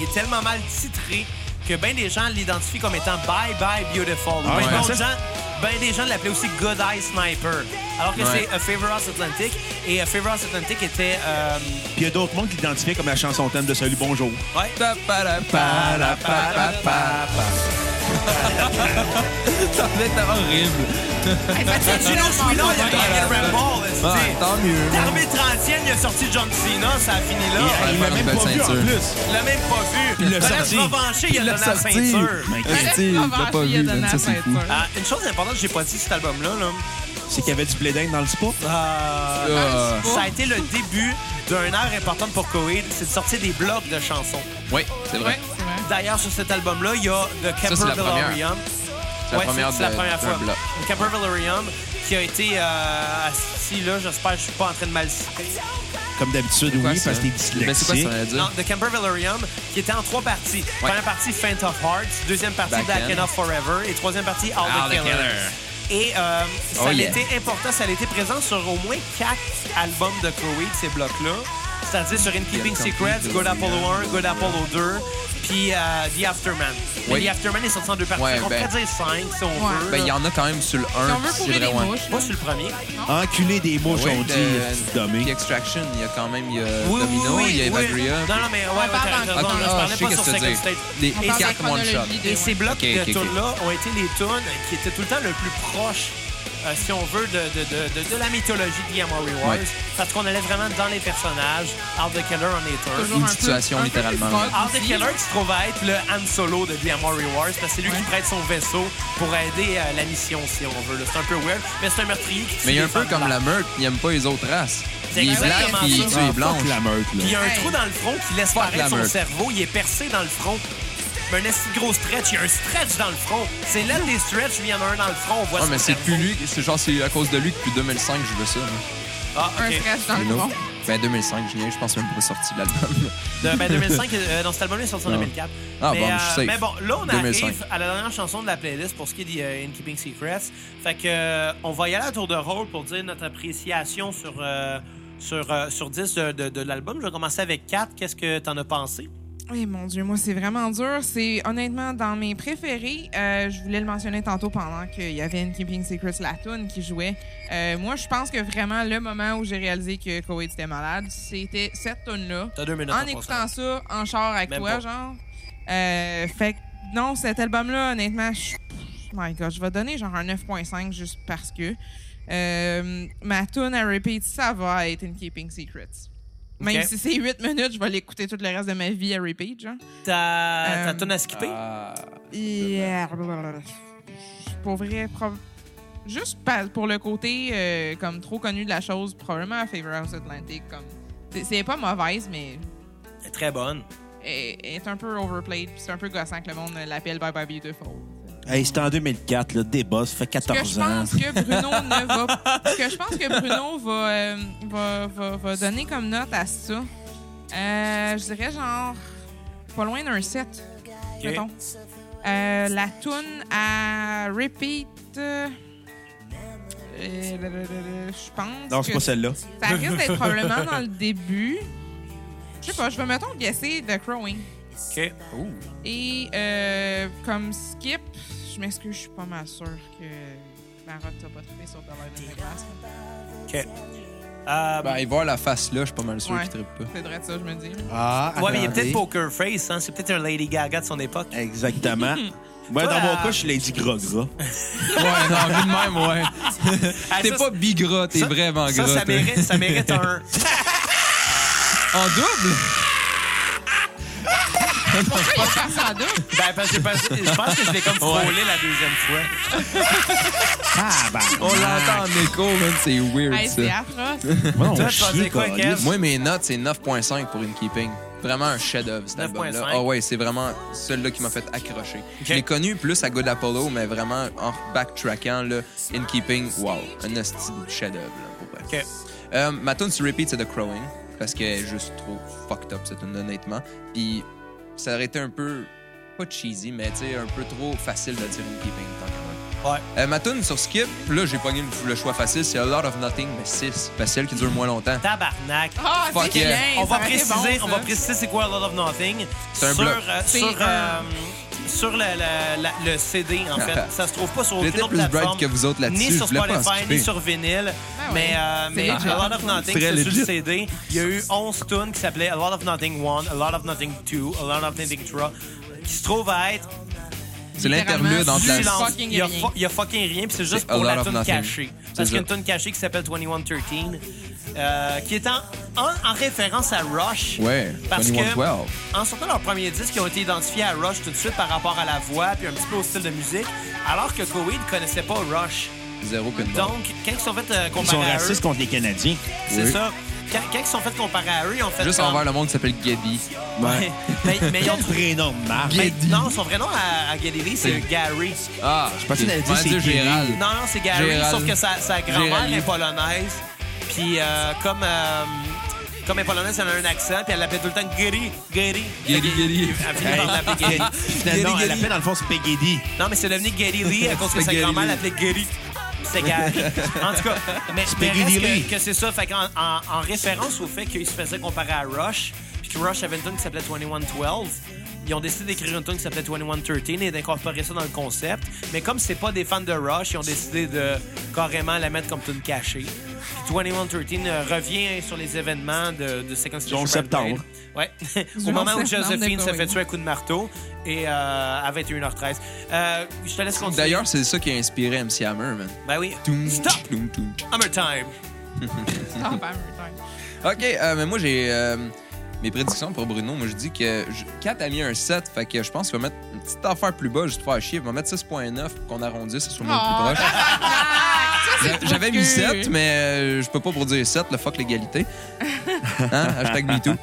[SPEAKER 1] et tellement mal titrée que bien des gens l'identifient comme étant Bye Bye Beautiful. Ou
[SPEAKER 2] Ah,
[SPEAKER 1] ben
[SPEAKER 4] ouais.
[SPEAKER 1] d'autres gens- ben des gens l'appelaient aussi Good Eye Sniper. Alors que
[SPEAKER 4] Ouais.
[SPEAKER 1] c'est A Favor House Atlantic. Et A Favor House Atlantic était. euh,
[SPEAKER 2] Puis il y a d'autres mondes qui l'identifiaient comme la chanson thème de Salut, bonjour.
[SPEAKER 1] ouais.
[SPEAKER 4] Pa, pa, la, pa, la, pa, pa, pa, pa. Ça va être horrible.
[SPEAKER 3] Hey, ça fait
[SPEAKER 1] Gino
[SPEAKER 3] tellement
[SPEAKER 1] Chouinard, il y a
[SPEAKER 3] longtemps.
[SPEAKER 1] gagné le Red Ball. est-ce que
[SPEAKER 4] Ah,
[SPEAKER 1] tu dis?
[SPEAKER 4] tant mieux.
[SPEAKER 1] L'armée 30e, il a sorti John Cena, ça a fini là.
[SPEAKER 4] va
[SPEAKER 2] il
[SPEAKER 4] faire
[SPEAKER 2] l'a
[SPEAKER 4] une
[SPEAKER 2] même
[SPEAKER 4] belle
[SPEAKER 2] pas vu en
[SPEAKER 4] ceinture.
[SPEAKER 2] plus.
[SPEAKER 1] Il l'a même pas vu.
[SPEAKER 2] Il l'a
[SPEAKER 1] Fallait
[SPEAKER 2] sorti.
[SPEAKER 1] se revancher, il a
[SPEAKER 4] Il l'a
[SPEAKER 1] donné la
[SPEAKER 4] sorti.
[SPEAKER 1] ceinture.
[SPEAKER 2] Mais
[SPEAKER 3] Arrête
[SPEAKER 4] Christy,
[SPEAKER 3] de
[SPEAKER 4] je l'ai
[SPEAKER 3] m'avoir
[SPEAKER 4] pas
[SPEAKER 3] chier
[SPEAKER 4] vu,
[SPEAKER 3] dedans,
[SPEAKER 4] man, ça, c'est
[SPEAKER 3] va être
[SPEAKER 4] fou.
[SPEAKER 3] fun.
[SPEAKER 1] Ah, une chose importante que j'ai pas dit sur cet album-là, là,
[SPEAKER 2] C'est qu'il y avait du blé d'Inde dans le spa.
[SPEAKER 1] euh,
[SPEAKER 4] Euh,
[SPEAKER 1] ça a été le début d'un air important pour Coheed, c'est de sortir des blocs de chansons.
[SPEAKER 4] Oui, c'est vrai.
[SPEAKER 3] Ouais, c'est vrai.
[SPEAKER 1] D'ailleurs, sur cet album-là, il y a The
[SPEAKER 4] c'est
[SPEAKER 1] Capper
[SPEAKER 4] la première.
[SPEAKER 1] Valorium.
[SPEAKER 4] C'est la
[SPEAKER 1] Ouais,
[SPEAKER 4] première
[SPEAKER 1] c'est la
[SPEAKER 4] de-
[SPEAKER 1] première
[SPEAKER 4] d'un
[SPEAKER 1] fois.
[SPEAKER 4] bloc.
[SPEAKER 1] Le Capper Valorium qui a été euh, assis là, j'espère que je suis pas en train de mal citer.
[SPEAKER 2] Comme d'habitude,
[SPEAKER 4] Quoi,
[SPEAKER 2] oui,
[SPEAKER 4] ça?
[SPEAKER 2] parce que t'es
[SPEAKER 4] Mais c'est quoi
[SPEAKER 2] dyslexique.
[SPEAKER 4] ça veut
[SPEAKER 1] Non,
[SPEAKER 4] dire?
[SPEAKER 1] The Camper Valerium, qui était en trois parties. Première partie, Faint of Hearts. Deuxième partie,
[SPEAKER 4] Back
[SPEAKER 1] That
[SPEAKER 4] End.
[SPEAKER 1] Enough Forever. Et troisième partie, All,
[SPEAKER 4] All
[SPEAKER 1] the,
[SPEAKER 4] the
[SPEAKER 1] Killers. Et euh, ça
[SPEAKER 4] Oh
[SPEAKER 1] a
[SPEAKER 4] yeah.
[SPEAKER 1] été important, ça a été présent sur au moins quatre albums de Chloé, de ces blocs-là. C'est-à-dire sur In Keeping
[SPEAKER 4] Bien compris,
[SPEAKER 1] Secrets, Good
[SPEAKER 4] Chloé,
[SPEAKER 1] Apollo 1, Good Apollo 2, puis euh, The Afterman. Mais
[SPEAKER 4] Oui.
[SPEAKER 1] The Afterman est sorti en deux parties.
[SPEAKER 4] Ouais,
[SPEAKER 1] on
[SPEAKER 4] ben-
[SPEAKER 1] pourrait dire cinq si on
[SPEAKER 3] Ouais.
[SPEAKER 1] veut.
[SPEAKER 4] Ben, il y en a quand même sur le 1.
[SPEAKER 3] Si on veut courir les mouches,
[SPEAKER 1] Moi,
[SPEAKER 3] là.
[SPEAKER 1] je suis le premier.
[SPEAKER 2] Enculé des mouches, on dit,
[SPEAKER 4] euh, Puis
[SPEAKER 2] dommé.
[SPEAKER 4] Extraction, il y ben, a quand même il y a Domino, il y a Evagria.
[SPEAKER 1] Non, non, mais ouais,
[SPEAKER 3] On
[SPEAKER 1] ouais,
[SPEAKER 3] parle
[SPEAKER 1] t'as raison.
[SPEAKER 3] dans-
[SPEAKER 4] Ok,
[SPEAKER 1] Je
[SPEAKER 4] ah,
[SPEAKER 1] parlais
[SPEAKER 4] je sais
[SPEAKER 1] pas sur
[SPEAKER 4] qu'est-ce que tu
[SPEAKER 1] Second
[SPEAKER 4] veux
[SPEAKER 1] State.
[SPEAKER 4] dire. Les
[SPEAKER 3] On parle de la
[SPEAKER 4] quatre one-shot.
[SPEAKER 3] chronologie
[SPEAKER 1] Et
[SPEAKER 3] des
[SPEAKER 1] ces blocs
[SPEAKER 4] Ok, ok,
[SPEAKER 1] de
[SPEAKER 4] ok.
[SPEAKER 1] tunes-là ont été les tunes qui étaient tout le temps le plus proche, euh, si on veut, de, de, de, de, de la mythologie de Guillermo Wars.
[SPEAKER 4] Ouais.
[SPEAKER 1] Parce qu'on allait vraiment dans les personnages. Art the Killer en est
[SPEAKER 3] Toujours
[SPEAKER 1] un.
[SPEAKER 4] Une
[SPEAKER 3] un peu-
[SPEAKER 4] situation,
[SPEAKER 3] un peu
[SPEAKER 4] littéralement.
[SPEAKER 3] plus fun
[SPEAKER 1] Art the
[SPEAKER 3] aussi.
[SPEAKER 1] Killer qui se trouve à être le Han Solo de Guillermo Wars, parce que c'est lui qui
[SPEAKER 3] Ouais.
[SPEAKER 1] prête son vaisseau pour aider euh, la mission, si on veut. là. C'est un peu weird, mais c'est un meurtrier qui tue
[SPEAKER 4] Mais il y a un
[SPEAKER 1] des
[SPEAKER 4] peu
[SPEAKER 1] femmes
[SPEAKER 4] comme la
[SPEAKER 1] blanches.
[SPEAKER 4] meurtre, il aime pas les autres races.
[SPEAKER 1] C'est
[SPEAKER 4] Il est
[SPEAKER 1] exactement
[SPEAKER 4] black,
[SPEAKER 1] ça.
[SPEAKER 4] puis il
[SPEAKER 1] Ah,
[SPEAKER 4] tue les
[SPEAKER 1] fuck
[SPEAKER 4] blanches.
[SPEAKER 2] Fuck la meute, là.
[SPEAKER 1] Il y a un
[SPEAKER 3] Hey.
[SPEAKER 1] trou dans le front qui laisse
[SPEAKER 4] Fuck
[SPEAKER 1] paraître
[SPEAKER 4] la
[SPEAKER 1] son
[SPEAKER 4] meute.
[SPEAKER 1] cerveau. Il est percé dans le front. Un assez gros stretch. Il y a un stretch dans le front. C'est là des stretchs, mais il y en a un dans le front. On voit
[SPEAKER 4] Ouais,
[SPEAKER 1] son
[SPEAKER 4] mais c'est
[SPEAKER 1] cerveau.
[SPEAKER 4] plus lui, c'est genre c'est à cause de lui que depuis 2005 je veux ça. hein.
[SPEAKER 1] Ah,
[SPEAKER 3] Un
[SPEAKER 1] OK.
[SPEAKER 3] stress dans le
[SPEAKER 4] Bruno.
[SPEAKER 3] fond.
[SPEAKER 4] Ben 2005, je viens, je pense même pas sorti de l'album.
[SPEAKER 1] De- ben, 2005, euh, dans cet album, il est sorti en
[SPEAKER 4] Non.
[SPEAKER 1] 2004.
[SPEAKER 4] Ah,
[SPEAKER 1] mais, euh,
[SPEAKER 4] bon, je suis safe.
[SPEAKER 1] mais bon, là, on
[SPEAKER 4] 2005.
[SPEAKER 1] arrive à la dernière chanson de la playlist pour ce qui est des euh, In Keeping Secrets. Fait que, euh, on va y aller à tour de rôle pour dire notre appréciation sur, euh, sur, euh, sur 10 de, de- de l'album. Je vais commencer avec 4. Qu'est-ce que t'en as pensé?
[SPEAKER 3] Oui, mon Dieu, moi, c'est vraiment dur. C'est honnêtement dans mes préférés. Euh, je voulais le mentionner tantôt pendant qu'il y avait une Keeping Secrets la toune qui jouait. Euh, moi, je pense que vraiment, le moment où j'ai réalisé que Koweïd était malade, c'était cette toune-là.
[SPEAKER 1] T'as deux minutes.
[SPEAKER 3] En
[SPEAKER 1] pour
[SPEAKER 3] écoutant ça, en char avec
[SPEAKER 1] Même
[SPEAKER 3] toi,
[SPEAKER 1] pas.
[SPEAKER 3] genre. Euh, fait que, non, cet album-là, honnêtement, je. My God, je vais donner genre un 9.5 juste parce que. Euh, ma tune à repeat, ça va être In Keeping Secrets. Même
[SPEAKER 1] Ok.
[SPEAKER 3] si c'est 8 minutes, je vais l'écouter tout le reste de ma vie à repeat, genre.
[SPEAKER 1] Ta, ta
[SPEAKER 3] Euh,
[SPEAKER 1] tune à skipper?
[SPEAKER 4] Ah,
[SPEAKER 3] Yeah. Pour vrai, prob- juste pa- pour le côté euh, comme trop connu de la chose, probablement à Favor House Atlantic. Comme... c'est- C'est pas mauvaise, mais
[SPEAKER 1] Très bonne.
[SPEAKER 3] est, est un peu overplayed, puis c'est un peu gossant que le monde l'appelle Bye Bye Beautiful.
[SPEAKER 2] Hey, c'était en 2004, le débat, ça fait
[SPEAKER 3] que je
[SPEAKER 2] 14 ans.
[SPEAKER 3] pense que Bruno ne va que je pense que Bruno va, euh, va, va- va donner comme note à ça. Euh, je dirais genre pas loin d'un 7.
[SPEAKER 1] Ok.
[SPEAKER 3] mettons. Euh, la toune à repeat euh, euh, le- le- le- le- je pense
[SPEAKER 2] Non, c'est
[SPEAKER 3] que
[SPEAKER 2] pas celle-là.
[SPEAKER 3] ça risque d'être probablement dans le début. Je sais pas, je vais mettons guesser The Crowing.
[SPEAKER 1] OK. Euh,
[SPEAKER 4] Oh.
[SPEAKER 3] Et euh, comme skip, je m'excuse, je suis pas mal sûre que la robe t'a pas trouvé sur The Live in the Glass.
[SPEAKER 1] OK. Euh,
[SPEAKER 4] Ben, et voir la face là, je suis pas mal sûr
[SPEAKER 3] Ouais.
[SPEAKER 4] qu'il trippe pas.
[SPEAKER 3] C'est vrai de ça, je me dis.
[SPEAKER 5] Ah,
[SPEAKER 1] ouais, mais il y a
[SPEAKER 5] attendez.
[SPEAKER 1] peut-être Poker Face, hein. C'est peut-être un Lady Gaga de son époque.
[SPEAKER 2] Exactement. Moi,
[SPEAKER 1] Toi,
[SPEAKER 2] dans
[SPEAKER 1] euh,
[SPEAKER 2] mon cas, je suis Lady Grogra.
[SPEAKER 4] Ouais, non, vu de même, ouais.
[SPEAKER 1] Ah,
[SPEAKER 4] T'es
[SPEAKER 1] ça,
[SPEAKER 4] pas bigras, t'es
[SPEAKER 1] ça-
[SPEAKER 4] vraiment
[SPEAKER 1] ça,
[SPEAKER 4] gras.
[SPEAKER 1] ça,
[SPEAKER 4] toi.
[SPEAKER 1] mérite, ça mérite un.
[SPEAKER 4] En double?
[SPEAKER 3] Pourquoi il a passé en double?
[SPEAKER 1] Ben, parce que j'ai pas- je pense que je l'ai comme frôlé la deuxième fois.
[SPEAKER 2] Ah, bah.
[SPEAKER 4] On l'entend en écho, man, c'est weird
[SPEAKER 3] Hey, c'est
[SPEAKER 4] ça.
[SPEAKER 3] atroce.
[SPEAKER 2] Bon,
[SPEAKER 1] Toi,
[SPEAKER 2] on
[SPEAKER 1] tu pensais
[SPEAKER 2] chie,
[SPEAKER 1] quoi,
[SPEAKER 2] câlisse.
[SPEAKER 1] Kev?
[SPEAKER 4] Moi, mes notes, c'est 9.5 pour une keeping. Vraiment un chef-d'œuvre, cet
[SPEAKER 1] 9.5.
[SPEAKER 4] album-là. Ah ouais, c'est vraiment celui-là qui m'a fait accrocher. Je l'ai connu plus à Good Apollo, mais vraiment en backtrackant, là, in keeping, wow, un esti de chef-d'œuvre, là, pour vrai.
[SPEAKER 1] OK.
[SPEAKER 4] Euh, ma tune sur repeat, c'est The Crowing, parce que juste trop fucked up, cette tune honnêtement. Puis ça aurait été un peu, pas cheesy, mais tu sais, un peu trop facile de dire une keeping, tant qu'à moi.
[SPEAKER 1] Ouais.
[SPEAKER 4] Euh, ma tune sur skip, là, j'ai pogné le, le choix facile, c'est A Lot of Nothing, mais 6, parce que c'est celle qui dure moins longtemps.
[SPEAKER 1] Tabarnak.
[SPEAKER 3] Ah,
[SPEAKER 4] Fuck
[SPEAKER 3] c'est bien.
[SPEAKER 4] yeah.
[SPEAKER 1] on
[SPEAKER 3] ça
[SPEAKER 1] va
[SPEAKER 3] aurait été
[SPEAKER 1] préciser,
[SPEAKER 3] bon,
[SPEAKER 1] on
[SPEAKER 3] ça.
[SPEAKER 1] va préciser c'est quoi A Lot of Nothing
[SPEAKER 4] C'est un
[SPEAKER 1] sur
[SPEAKER 4] bloc.
[SPEAKER 1] euh,
[SPEAKER 3] C'est
[SPEAKER 1] sur,
[SPEAKER 3] un-
[SPEAKER 1] euh, sur le, le- la- le CD en fait. ça se trouve pas sur aucune
[SPEAKER 4] J'étais
[SPEAKER 1] autre
[SPEAKER 4] plus bright
[SPEAKER 1] plateforme,
[SPEAKER 4] que vous autres là-dessus,
[SPEAKER 1] ni sur
[SPEAKER 4] je voulais pas en
[SPEAKER 1] Spotify,
[SPEAKER 4] skipper.
[SPEAKER 1] ni sur vinyle.
[SPEAKER 3] Ben ouais.
[SPEAKER 1] Mais euh,
[SPEAKER 3] C'est
[SPEAKER 1] mais
[SPEAKER 3] legit.
[SPEAKER 1] A Lot of Nothing
[SPEAKER 4] Très
[SPEAKER 1] c'est sur le
[SPEAKER 4] legit.
[SPEAKER 1] CD. Il y a eu 11 tunes qui s'appelaient A Lot of Nothing 1, A Lot of Nothing 2, A Lot of Nothing 3 qui se trouve à être
[SPEAKER 4] C'est l'interlude
[SPEAKER 3] Littéralement,
[SPEAKER 4] entre la...
[SPEAKER 3] du silence.
[SPEAKER 1] silence.
[SPEAKER 3] fucking
[SPEAKER 1] Il y a,
[SPEAKER 3] rien.
[SPEAKER 1] fu- il y a fucking rien, puis c'est juste
[SPEAKER 4] C'est a
[SPEAKER 1] pour la
[SPEAKER 4] lot of
[SPEAKER 1] tune
[SPEAKER 4] nothing.
[SPEAKER 1] cachée.
[SPEAKER 4] C'est
[SPEAKER 1] Parce qu'il y a une
[SPEAKER 4] ça.
[SPEAKER 1] tune cachée qui s'appelle 2113, euh, qui est en, en, en référence à Rush.
[SPEAKER 4] Ouais,
[SPEAKER 1] parce que
[SPEAKER 4] 2112.
[SPEAKER 1] en sortant leur premier disque, ils ont été identifiés à Rush tout de suite par rapport à la voix, puis un petit peu au style de musique, alors que Coheed connaissait pas Rush.
[SPEAKER 4] Zéro que de
[SPEAKER 1] Donc, quand ils sont fait euh,
[SPEAKER 2] Ils sont
[SPEAKER 1] comparer à eux,
[SPEAKER 2] racistes contre les Canadiens.
[SPEAKER 1] c'est
[SPEAKER 4] oui.
[SPEAKER 1] ça. Quand, quand ils sont fait comparer à eux, ils ont fait
[SPEAKER 4] Juste
[SPEAKER 1] comme-
[SPEAKER 4] envers le monde qui s'appelle Gaby.
[SPEAKER 1] Ouais. mais, mais ils ont
[SPEAKER 2] Quel prénom de marque.
[SPEAKER 1] mais- non, son vrai nom à, à Galilee, c'est
[SPEAKER 4] C'est-
[SPEAKER 1] Gary.
[SPEAKER 4] Ah, je
[SPEAKER 2] pensais qu'elle allait dire c'est
[SPEAKER 4] Gérald.
[SPEAKER 1] Non, non, c'est Gary,
[SPEAKER 4] Gérald.
[SPEAKER 1] sauf que sa, sa grand-mère
[SPEAKER 4] Gérald.
[SPEAKER 1] est polonaise. Puis euh, comme, euh, comme elle est polonaise, elle a un accent, puis elle l'appelle tout le temps Gary, Gary.
[SPEAKER 4] Gary, Gary.
[SPEAKER 1] Elle finit par l'appeler Gary.
[SPEAKER 2] Finalement, elle appelle dans le fond, c'est Peggy.
[SPEAKER 1] Non, mais c'est devenu Gary Lee à cause que
[SPEAKER 4] C'est
[SPEAKER 1] sa
[SPEAKER 4] Gary
[SPEAKER 1] grand-mère
[SPEAKER 4] Lee.
[SPEAKER 1] l'appelait Gary. C'est Gary. En tout cas, mais, mais
[SPEAKER 2] Peggy
[SPEAKER 1] reste
[SPEAKER 2] Lee.
[SPEAKER 1] que, que c'est ça. Fait qu'en- en, en référence au fait qu'ils se faisaient comparer à Rush, puis que Rush avait une tune qui s'appelait 2112, ils ont décidé d'écrire une tune qui s'appelait 2113 et d'incorporer ça dans le concept. Mais comme c'est pas des fans de Rush, ils ont décidé de carrément la mettre comme tune cachée. Puis 2113 euh, revient sur les événements de, de Second Stage.
[SPEAKER 2] 11 septembre.
[SPEAKER 1] Ouais.
[SPEAKER 3] Du
[SPEAKER 1] Au moment où
[SPEAKER 3] 11 septembre,
[SPEAKER 1] Josephine
[SPEAKER 3] de
[SPEAKER 1] se fait
[SPEAKER 3] Bowie.
[SPEAKER 1] tuer à coup de marteau et euh, à 21h13. Euh, je te laisse continuer.
[SPEAKER 4] D'ailleurs, c'est ça qui a inspiré MC Hammer, man.
[SPEAKER 1] ben oui.
[SPEAKER 4] Toum,
[SPEAKER 1] Stop!
[SPEAKER 4] toum, toum.
[SPEAKER 1] Hammer time!
[SPEAKER 3] Ah, ben, putain.
[SPEAKER 4] OK, euh, mais moi, j'ai... euh, mes prédictions pour Bruno, moi, je dis que... Je, Kat a mis un 7, fait que je pense qu'il va mettre une petite affaire plus bas, juste pour faire chier. Il va mettre 6.9 pour qu'on arrondisse, c'est sûrement
[SPEAKER 3] Oh,
[SPEAKER 4] le plus proche.
[SPEAKER 3] Ah, ça, c'est
[SPEAKER 4] J'avais
[SPEAKER 3] trop
[SPEAKER 4] mis
[SPEAKER 3] cul.
[SPEAKER 4] 7, mais euh, je peux pas pour dire 7, le fuck l'égalité. Hein? Hashtag MeToo.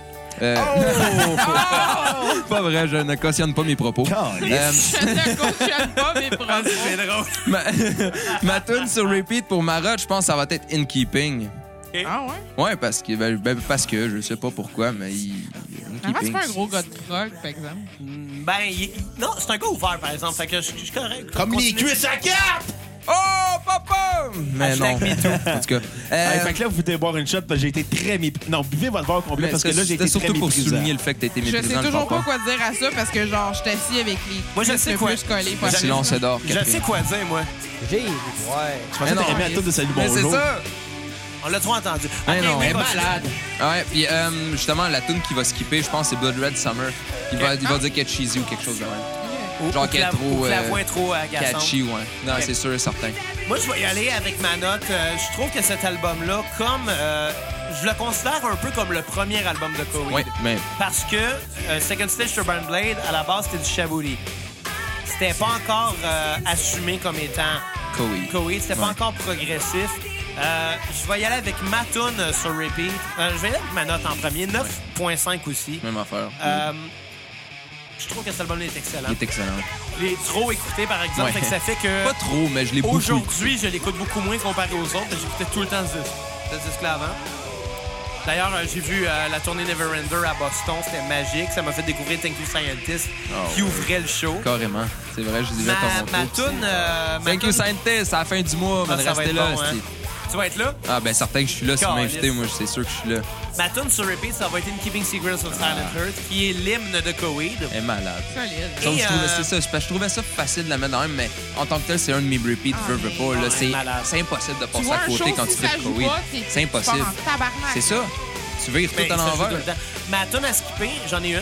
[SPEAKER 4] Euh,
[SPEAKER 3] Oh!
[SPEAKER 4] pas vrai, je ne cautionne pas mes propos. Euh,
[SPEAKER 3] Je ne cautionne pas mes
[SPEAKER 4] Ah,
[SPEAKER 3] propos.
[SPEAKER 1] drôle.
[SPEAKER 4] ma, ma tune sur repeat pour Marotte, je pense que ça va être In Keeping.
[SPEAKER 3] Ah, ouais?
[SPEAKER 4] Ouais, parce que, ben, ben, parce que je sais pas pourquoi, mais il. In
[SPEAKER 3] Maman, c'est
[SPEAKER 4] Keeping.
[SPEAKER 3] pas un gros gars de rock, par exemple.
[SPEAKER 1] Ben, il- non, c'est un gars ouvert, par exemple. Fait que je je suis correct.
[SPEAKER 2] Comme les
[SPEAKER 1] Continue.
[SPEAKER 2] cuisses à cap!
[SPEAKER 4] Oh, papa! Mais non.
[SPEAKER 1] Hashtag MeToo.
[SPEAKER 4] En tout cas. euh,
[SPEAKER 2] Hey, Ah, fait que là, vous pouvez boire une shot, parce que j'ai été très mépris... Non, buvez votre verre complet,
[SPEAKER 4] mais
[SPEAKER 2] parce que là, j'ai
[SPEAKER 4] c'était
[SPEAKER 2] été très
[SPEAKER 4] surtout pour
[SPEAKER 2] méprisant.
[SPEAKER 4] souligner le fait que t'as été
[SPEAKER 3] Je sais
[SPEAKER 4] méprisant. le
[SPEAKER 3] toujours pas
[SPEAKER 4] papa.
[SPEAKER 3] quoi dire à ça parce que, genre, je suis assis avec les
[SPEAKER 1] Moi, je
[SPEAKER 3] cuisses
[SPEAKER 1] sais
[SPEAKER 3] le
[SPEAKER 1] quoi.
[SPEAKER 3] plus collées
[SPEAKER 1] Je-
[SPEAKER 3] possible.
[SPEAKER 4] Silence et d'or,
[SPEAKER 1] Je sais
[SPEAKER 4] Catherine.
[SPEAKER 1] quoi dire, moi.
[SPEAKER 5] J'ai, ouais.
[SPEAKER 2] Je pensais que
[SPEAKER 4] Mais
[SPEAKER 2] t'aurais
[SPEAKER 4] non.
[SPEAKER 2] mis à tout de salut
[SPEAKER 4] Mais c'est
[SPEAKER 2] bonjour.
[SPEAKER 4] ça!
[SPEAKER 1] On l'a trop entendu.
[SPEAKER 4] Hein,
[SPEAKER 1] Ok,
[SPEAKER 4] non,
[SPEAKER 1] mais
[SPEAKER 4] elle est
[SPEAKER 1] continue.
[SPEAKER 4] Ouais, puis euh, justement, la tune qui va skipper, je pense, c'est Blood Red Summer. Il va, il va dire qu'elle est cheesy ou quelque chose de même.
[SPEAKER 1] Ou-
[SPEAKER 4] Genre
[SPEAKER 1] ou que
[SPEAKER 4] qu'elle est
[SPEAKER 1] la-
[SPEAKER 4] trop,
[SPEAKER 1] ou que la
[SPEAKER 4] euh,
[SPEAKER 1] voix est trop agaçante.
[SPEAKER 4] Catchy, ouais. Non,
[SPEAKER 1] Ouais.
[SPEAKER 4] c'est sûr et certain.
[SPEAKER 1] Moi, je vais y aller avec ma note. Euh, je trouve que cet album-là, comme. euh, je le considère un peu comme le premier album de Coheed.
[SPEAKER 4] Ouais, mais.
[SPEAKER 1] Parce que euh, Second Stage Turbine Blade, à la base, c'était du Shabouli. C'était pas encore euh, assumé comme étant
[SPEAKER 4] Coheed.
[SPEAKER 1] Coheed, c'était pas
[SPEAKER 4] Ouais.
[SPEAKER 1] encore progressif. Euh, je vais y aller avec ma tune euh, sur
[SPEAKER 4] Mm.
[SPEAKER 1] repeat. Euh, je vais y aller avec ma note en premier, 9.5 aussi.
[SPEAKER 4] Même affaire.
[SPEAKER 1] Euh, Je trouve que cet album-là est excellent.
[SPEAKER 4] Il est excellent.
[SPEAKER 2] euh,
[SPEAKER 1] Il est trop écouté, par exemple.
[SPEAKER 4] Ouais.
[SPEAKER 1] Fait que ça fait que
[SPEAKER 4] Pas trop, mais je l'ai beaucoup
[SPEAKER 1] aujourd'hui, je l'écoute beaucoup moins comparé aux autres. mais J'écoutais tout le temps ce disque, ce disque-là avant. D'ailleurs, euh, j'ai vu euh, la tournée Neverender à Boston. C'était magique. Ça m'a fait découvrir Thank You Scientist
[SPEAKER 4] Oh,
[SPEAKER 1] qui
[SPEAKER 4] ouais.
[SPEAKER 1] ouvrait le show.
[SPEAKER 4] Carrément. C'est vrai, je l'ai vu à
[SPEAKER 1] Ma,
[SPEAKER 4] Toronto.
[SPEAKER 1] ma toune, euh, ma
[SPEAKER 4] Thank
[SPEAKER 1] toune-
[SPEAKER 4] you, Scientist, à la fin du mois,
[SPEAKER 1] Ah,
[SPEAKER 4] man,
[SPEAKER 1] ça va
[SPEAKER 4] restez
[SPEAKER 1] être
[SPEAKER 4] là.
[SPEAKER 1] bon,
[SPEAKER 4] c'est-
[SPEAKER 1] hein. Tu vas être là?
[SPEAKER 4] Ah, ben certain que je suis là, si vous m'invitez,
[SPEAKER 1] Caliste.
[SPEAKER 4] moi, c'est sûr que je suis là.
[SPEAKER 1] Ma tune sur repeat, ça va être In Keeping Secrets of Silent
[SPEAKER 4] Ah.
[SPEAKER 1] Earth, qui est l'hymne de Coheed.
[SPEAKER 4] Elle est malade.
[SPEAKER 3] Solide.
[SPEAKER 1] Et,
[SPEAKER 4] Donc, je, trouvais,
[SPEAKER 1] euh,
[SPEAKER 4] c'est ça, c'est parce que je trouvais ça facile de la mettre dans même, mais en tant que tel, c'est un de mes repeats,
[SPEAKER 3] Ah,
[SPEAKER 4] veux, veux
[SPEAKER 3] mais-
[SPEAKER 4] pas. là,
[SPEAKER 1] ah,
[SPEAKER 4] c'est-
[SPEAKER 1] malade.
[SPEAKER 4] c'est impossible de
[SPEAKER 3] Tu
[SPEAKER 4] passer
[SPEAKER 3] vois
[SPEAKER 4] à
[SPEAKER 3] un show,
[SPEAKER 4] côté quand
[SPEAKER 3] si
[SPEAKER 4] tu fais
[SPEAKER 3] ça
[SPEAKER 4] le
[SPEAKER 3] joue
[SPEAKER 4] Covid.
[SPEAKER 3] pas, t'es-
[SPEAKER 4] C'est
[SPEAKER 3] tu pars
[SPEAKER 4] impossible.
[SPEAKER 3] en tabarnak.
[SPEAKER 4] C'est ça. Tu vires
[SPEAKER 1] Ben,
[SPEAKER 4] tout à
[SPEAKER 1] ça joue tout
[SPEAKER 4] l'envers.
[SPEAKER 1] le temps. Ma tune à skipper, j'en ai une.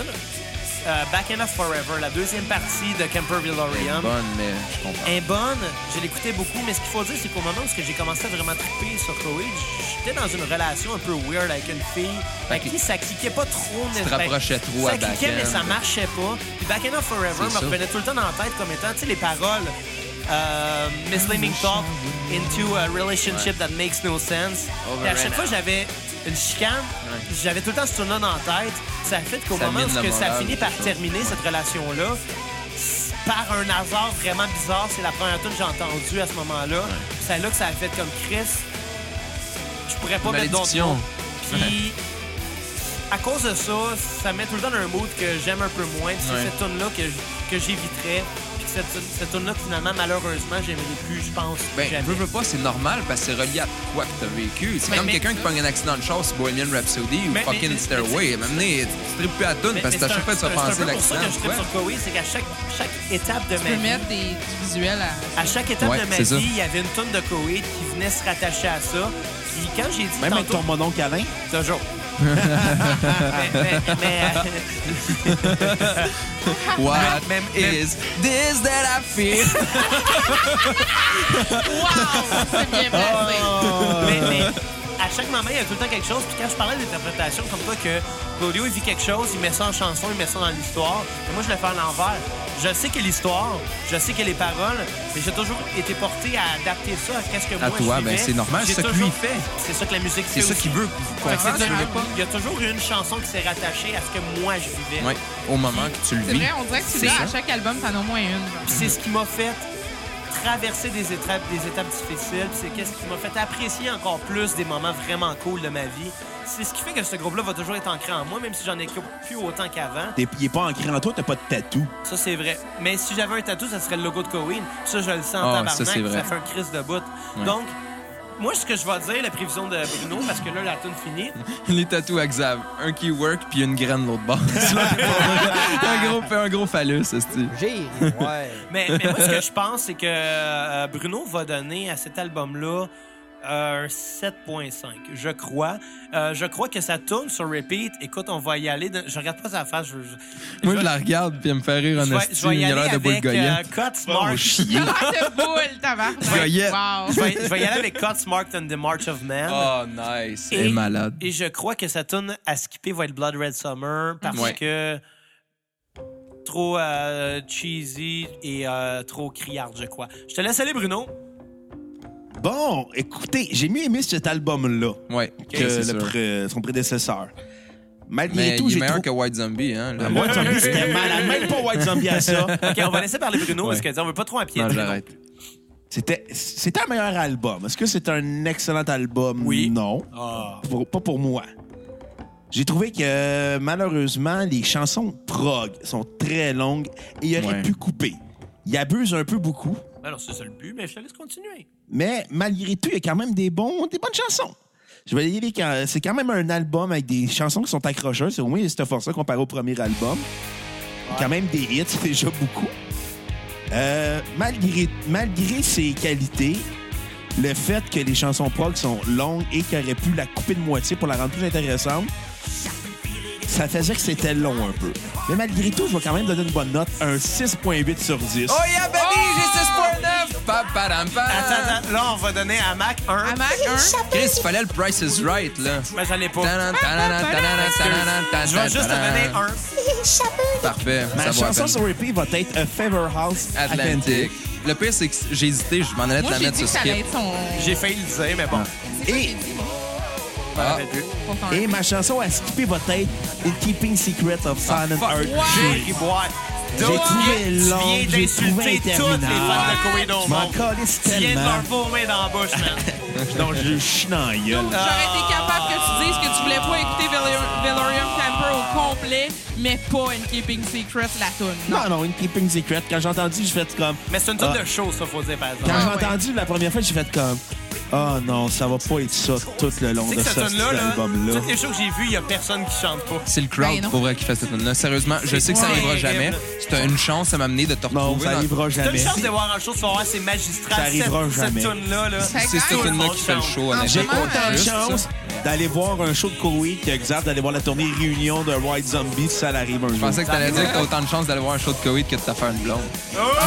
[SPEAKER 1] Euh, Back Enough Forever, la deuxième partie de Camperville
[SPEAKER 4] Elle est
[SPEAKER 1] Orium.
[SPEAKER 4] bonne, mais je comprends.
[SPEAKER 1] est bonne. Je l'écoutais beaucoup, mais ce qu'il faut dire, c'est qu'au moment où j'ai commencé à vraiment triper sur Coheed, j'étais dans une relation un peu weird avec une fille à
[SPEAKER 4] que-
[SPEAKER 1] qui ça cliquait pas trop. mais-
[SPEAKER 4] te rapprochais
[SPEAKER 1] ben,
[SPEAKER 4] trop à
[SPEAKER 1] Ça cliquait,
[SPEAKER 4] Back
[SPEAKER 1] mais
[SPEAKER 4] End.
[SPEAKER 1] ça marchait pas. Puis Back End of Forever
[SPEAKER 4] C'est
[SPEAKER 1] me
[SPEAKER 4] ça.
[SPEAKER 1] revenait tout le temps dans la tête comme étant, tu sais, les paroles... Euh, misleading thought into a relationship that makes no sense.
[SPEAKER 4] Over
[SPEAKER 1] Puis à
[SPEAKER 4] and
[SPEAKER 1] chaque fois,
[SPEAKER 4] out.
[SPEAKER 1] j'avais une chicane.
[SPEAKER 4] Ouais.
[SPEAKER 1] J'avais tout le temps ce tune-là dans la tête. Ça fait qu'au
[SPEAKER 4] Ça
[SPEAKER 1] moment
[SPEAKER 4] mine
[SPEAKER 1] où
[SPEAKER 4] le
[SPEAKER 1] que ça
[SPEAKER 4] moral,
[SPEAKER 1] finit par
[SPEAKER 4] quelque chose.
[SPEAKER 1] terminer, cette relation-là, par un hasard vraiment bizarre, c'est la première tune que j'ai entendue à ce moment-là. C'est là que ça a fait comme Chris. Je pourrais pas mettre d'autres
[SPEAKER 4] Malédiction.
[SPEAKER 1] mots. Puis, à cause de ça, ça met tout le temps dans un mood que j'aime un peu moins. Puis
[SPEAKER 4] Ouais.
[SPEAKER 1] C'est cette tune là que, j- que j'éviterais. Puis que cette, tune- cette tune-là, que finalement, malheureusement, j'aimerais plus, je pense.
[SPEAKER 4] Ben,
[SPEAKER 1] jamais.
[SPEAKER 4] veux, veux pas, c'est normal parce que c'est relié à quoi que t'as vécu. C'est
[SPEAKER 1] Mais-
[SPEAKER 4] comme
[SPEAKER 1] mais-
[SPEAKER 4] quelqu'un qui pogne un accident de chasse, Bohemian Rhapsody ou
[SPEAKER 1] Mais- mais- mais-
[SPEAKER 4] fucking Stairway. À un moment donné, tu tripes plus à la toune
[SPEAKER 1] Mais-
[SPEAKER 4] parce que
[SPEAKER 1] mais
[SPEAKER 4] à chaque fois,
[SPEAKER 1] c'est
[SPEAKER 4] tu vas
[SPEAKER 1] un-
[SPEAKER 4] penser
[SPEAKER 1] C'est un peu pour ça
[SPEAKER 4] l'accident.
[SPEAKER 1] que je tripe
[SPEAKER 4] Ouais.
[SPEAKER 1] sur Koei, c'est qu'à chaque, chaque étape de
[SPEAKER 3] Tu peux
[SPEAKER 1] ma vie,
[SPEAKER 3] mettre des, du visuel à.
[SPEAKER 1] à chaque étape
[SPEAKER 4] Ouais,
[SPEAKER 1] de ma
[SPEAKER 4] c'est ça.
[SPEAKER 1] vie, il y avait une tonne de Koei qui venait se rattacher à ça. Puis quand j'ai dit
[SPEAKER 2] Même avec
[SPEAKER 1] tantôt
[SPEAKER 2] ton mononcle Alain.
[SPEAKER 1] Toujours. mais, mais, mais,
[SPEAKER 4] What
[SPEAKER 1] Mais- mais-
[SPEAKER 4] is this that I feel?
[SPEAKER 3] Wow! C'est bien
[SPEAKER 1] Ah!
[SPEAKER 3] placé.
[SPEAKER 1] mais- mais à chaque moment, il y a tout le temps quelque chose. Puis quand je parlais d'interprétation, comme toi, que Claudio, il vit quelque chose, il met ça en chanson, il met ça dans l'histoire. Et moi, je le fais à l'envers. Je sais que l'histoire, je sais que les paroles, mais j'ai toujours été porté à adapter ça à qu'est-ce que
[SPEAKER 4] À
[SPEAKER 1] moi
[SPEAKER 4] toi,
[SPEAKER 1] je
[SPEAKER 4] ben,
[SPEAKER 1] vivais.
[SPEAKER 4] c'est normal,
[SPEAKER 1] J'ai
[SPEAKER 4] c'est ça que
[SPEAKER 1] toujours
[SPEAKER 4] lui
[SPEAKER 1] fait. C'est ça que la musique fait
[SPEAKER 4] C'est ça
[SPEAKER 1] aussi.
[SPEAKER 4] qu'il veut qu'on
[SPEAKER 1] Fait que
[SPEAKER 4] fasse.
[SPEAKER 1] c'est
[SPEAKER 4] tu
[SPEAKER 1] toujours-
[SPEAKER 4] veux pas?
[SPEAKER 1] Il y a toujours une chanson qui s'est rattachée à ce que moi je vivais.
[SPEAKER 4] Ouais, au moment que tu le
[SPEAKER 3] C'est
[SPEAKER 4] vis.
[SPEAKER 3] vrai, on dirait que tu
[SPEAKER 4] C'est
[SPEAKER 3] l'as à
[SPEAKER 4] ça.
[SPEAKER 3] chaque album, t'en as au moins une. genre.
[SPEAKER 1] Puis c'est ce qui m'a fait traverser des étapes, des étapes difficiles. Puis C'est qu'est-ce qui m'a fait apprécier encore plus des moments vraiment cool de ma vie. C'est ce qui fait que ce groupe-là va toujours être ancré en moi, même si j'en ai plus autant qu'avant.
[SPEAKER 2] T'es- Il est pas ancré en toi, t'as pas de tatou.
[SPEAKER 1] Ça, c'est vrai. Mais si j'avais un tatou, ça serait le logo de Cohen. Ça, je le sens en
[SPEAKER 4] Ah,
[SPEAKER 1] tabarnak.
[SPEAKER 4] ça, c'est vrai.
[SPEAKER 1] Ça fait un crise de bout.
[SPEAKER 4] Ouais.
[SPEAKER 1] Donc, moi, ce que je vais dire, la prévision de Bruno, parce que là, la tune finit,
[SPEAKER 4] Les tatous à Xav. Un qui work puis une graine l'autre bord. Tu vois, un gros un gros phallus, c'est
[SPEAKER 5] J'ai ri, ouais.
[SPEAKER 1] Mais, mais moi, ce que je pense, c'est que euh, Bruno va donner à cet album-là euh, un 7.5, je crois. Euh, je crois que ça tourne sur repeat. Écoute, on va y aller. de- Je regarde pas sa face. Je, je-
[SPEAKER 4] Moi,
[SPEAKER 1] je-
[SPEAKER 4] je la regarde puis elle me fait rire
[SPEAKER 1] je
[SPEAKER 4] en
[SPEAKER 1] vais,
[SPEAKER 4] esti.
[SPEAKER 1] je vais y
[SPEAKER 4] Il a
[SPEAKER 1] aller
[SPEAKER 4] l'air de boule
[SPEAKER 1] avec euh,
[SPEAKER 4] goyette. Oh,
[SPEAKER 1] Cutsmart.
[SPEAKER 3] Il a l'air de boule, tabarnak.
[SPEAKER 4] Goyette.
[SPEAKER 3] Wow.
[SPEAKER 1] je, vais, je vais y aller avec Cutsmart and the March of Man.
[SPEAKER 4] Oh, nice. Elle est malade.
[SPEAKER 1] Et je crois que sa tune à skipper va être Blood Red Summer parce
[SPEAKER 4] Ouais.
[SPEAKER 1] que trop euh, cheesy et euh, trop criarde, je crois. Je te laisse aller, Bruno.
[SPEAKER 2] Bon, écoutez, j'ai mieux aimé cet album-là
[SPEAKER 4] Ouais,
[SPEAKER 2] que
[SPEAKER 4] c'est
[SPEAKER 2] le
[SPEAKER 4] sûr.
[SPEAKER 2] pré- son prédécesseur. Malgré
[SPEAKER 4] Mais
[SPEAKER 2] tout,
[SPEAKER 4] il est
[SPEAKER 2] j'ai
[SPEAKER 4] meilleur
[SPEAKER 2] trouvé...
[SPEAKER 4] que White Zombie, hein. là.
[SPEAKER 2] Ah, White Zombie, c'était malade. Même pas White Zombie à ça.
[SPEAKER 1] OK, on va laisser parler Bruno
[SPEAKER 4] Ouais.
[SPEAKER 1] parce que tu sais, on veut pas trop
[SPEAKER 4] Non,
[SPEAKER 1] empiéter.
[SPEAKER 4] j'arrête.
[SPEAKER 2] C'était, c'était un meilleur album. Est-ce que c'est un excellent album?
[SPEAKER 1] Oui.
[SPEAKER 2] Non.
[SPEAKER 1] Ah.
[SPEAKER 2] Pour- pas pour moi. J'ai trouvé que malheureusement, les chansons prog sont très longues et il aurait
[SPEAKER 4] Ouais.
[SPEAKER 2] pu couper. Il abuse un peu beaucoup,
[SPEAKER 1] Ben Alors, c'est ça le but, mais je te laisse continuer.
[SPEAKER 2] mais malgré tout, il y a quand même des, bons, des bonnes chansons. Je vais y aller quand- c'est quand même un album avec des chansons qui sont accrocheuses. C'est au moins cette force-là comparé au premier album. Quand même des hits, c'est déjà beaucoup. Euh, malgré, malgré ses qualités, le fait que les chansons prog sont longues et qu'il aurait pu la couper de moitié pour la rendre plus intéressante, ça faisait que c'était long un peu. Mais malgré tout, je vais quand même donner une bonne note, un 6.8 sur 10.
[SPEAKER 4] Oh yeah, baby, j'ai 6.9! Oh, Pa, pa, dam, pa.
[SPEAKER 1] Attends, attends, là, on va donner à Mac un.
[SPEAKER 3] À Mac, un.
[SPEAKER 4] Chris, il fallait le Price is Right, là.
[SPEAKER 1] Mais j'allais pas.
[SPEAKER 4] Tanan, tanan, tanan, tanan, tanan,
[SPEAKER 1] Je vais juste te
[SPEAKER 4] tanan.
[SPEAKER 1] donner un.
[SPEAKER 4] Parfait, ça
[SPEAKER 2] Ma
[SPEAKER 4] vaut la
[SPEAKER 2] chanson
[SPEAKER 4] peine.
[SPEAKER 2] sur repeat va être A Favor House
[SPEAKER 4] Atlantic.
[SPEAKER 2] Atlantic.
[SPEAKER 4] Le pire, c'est que j'ai hésité, je m'en allais te
[SPEAKER 3] Moi,
[SPEAKER 4] la
[SPEAKER 3] j'ai
[SPEAKER 4] mettre
[SPEAKER 3] dit que
[SPEAKER 4] sur
[SPEAKER 3] ça allait
[SPEAKER 4] skip.
[SPEAKER 3] être son.
[SPEAKER 1] J'ai failli le dire, mais bon.
[SPEAKER 2] Et,
[SPEAKER 4] Ah,
[SPEAKER 3] pour son-
[SPEAKER 2] et ma chanson à skipper va être In Keeping Secret of Silent
[SPEAKER 4] fuck.
[SPEAKER 2] Earth.
[SPEAKER 1] J'ai ri boire. Donc,
[SPEAKER 2] J'ai trouvé
[SPEAKER 1] tu viens-
[SPEAKER 2] long,
[SPEAKER 1] Tu viens
[SPEAKER 2] j'ai trouvé
[SPEAKER 1] d'insulter toutes les fans de Koei
[SPEAKER 2] Je
[SPEAKER 1] Domo.
[SPEAKER 2] m'en calisse
[SPEAKER 1] Tu viens de
[SPEAKER 2] tellement.
[SPEAKER 1] leur fourmer dans la bouche, man.
[SPEAKER 2] Donc, je chie dans la gueule.
[SPEAKER 3] J'aurais été capable que tu dises que tu voulais pas écouter Valor- Valorium Camper au complet, mais pas In Keeping Secret, la toune. Non.
[SPEAKER 2] Non, non, une Keeping Secret. Quand j'ai entendu, j'ai fait comme.
[SPEAKER 1] Mais c'est une toute
[SPEAKER 2] Ah.
[SPEAKER 1] de choses, ça, faut dire, par exemple.
[SPEAKER 2] Quand
[SPEAKER 3] Ah
[SPEAKER 2] j'ai
[SPEAKER 3] ouais.
[SPEAKER 2] entendu la première fois, j'ai fait comme. Oh non, ça va pas être ça tout le long
[SPEAKER 1] Tu sais
[SPEAKER 2] de
[SPEAKER 1] que
[SPEAKER 2] ce
[SPEAKER 1] cette
[SPEAKER 2] cet
[SPEAKER 1] tune-là, là,
[SPEAKER 2] album-là.
[SPEAKER 1] toutes les shows que j'ai vues, il n'y a personne qui chante pas.
[SPEAKER 4] C'est le
[SPEAKER 3] Ben
[SPEAKER 4] crowd
[SPEAKER 3] non.
[SPEAKER 4] pour vrai qui fait cette tune-là. Sérieusement, je sais que ça
[SPEAKER 1] Ouais.
[SPEAKER 4] arrivera jamais. C'était une chance à m'amener de te retrouver.
[SPEAKER 2] Non, ça
[SPEAKER 4] dans-
[SPEAKER 2] arrivera
[SPEAKER 1] T'as une
[SPEAKER 2] jamais.
[SPEAKER 1] chance de voir un show, tu vas voir, c'est magistral.
[SPEAKER 2] Ça arrivera
[SPEAKER 1] cette,
[SPEAKER 2] jamais.
[SPEAKER 1] Cette tune-là, là.
[SPEAKER 3] Ça
[SPEAKER 4] C'est cette
[SPEAKER 3] Tout le
[SPEAKER 4] tune-là
[SPEAKER 1] monde
[SPEAKER 4] qui fait le
[SPEAKER 1] chante.
[SPEAKER 4] show.
[SPEAKER 3] En
[SPEAKER 2] J'ai
[SPEAKER 4] honnêtement.
[SPEAKER 3] Vraiment,
[SPEAKER 2] autant de
[SPEAKER 4] Juste
[SPEAKER 2] chance
[SPEAKER 4] ça.
[SPEAKER 2] d'aller voir un show de Koei que Xav d'aller voir la tournée Réunion de White Zombie si ça l'arrive un
[SPEAKER 4] Je
[SPEAKER 2] jour.
[SPEAKER 4] pensais que t'allais dire que t'as autant de chance d'aller voir un show de Koweït que de te faire une blonde.
[SPEAKER 1] Oh!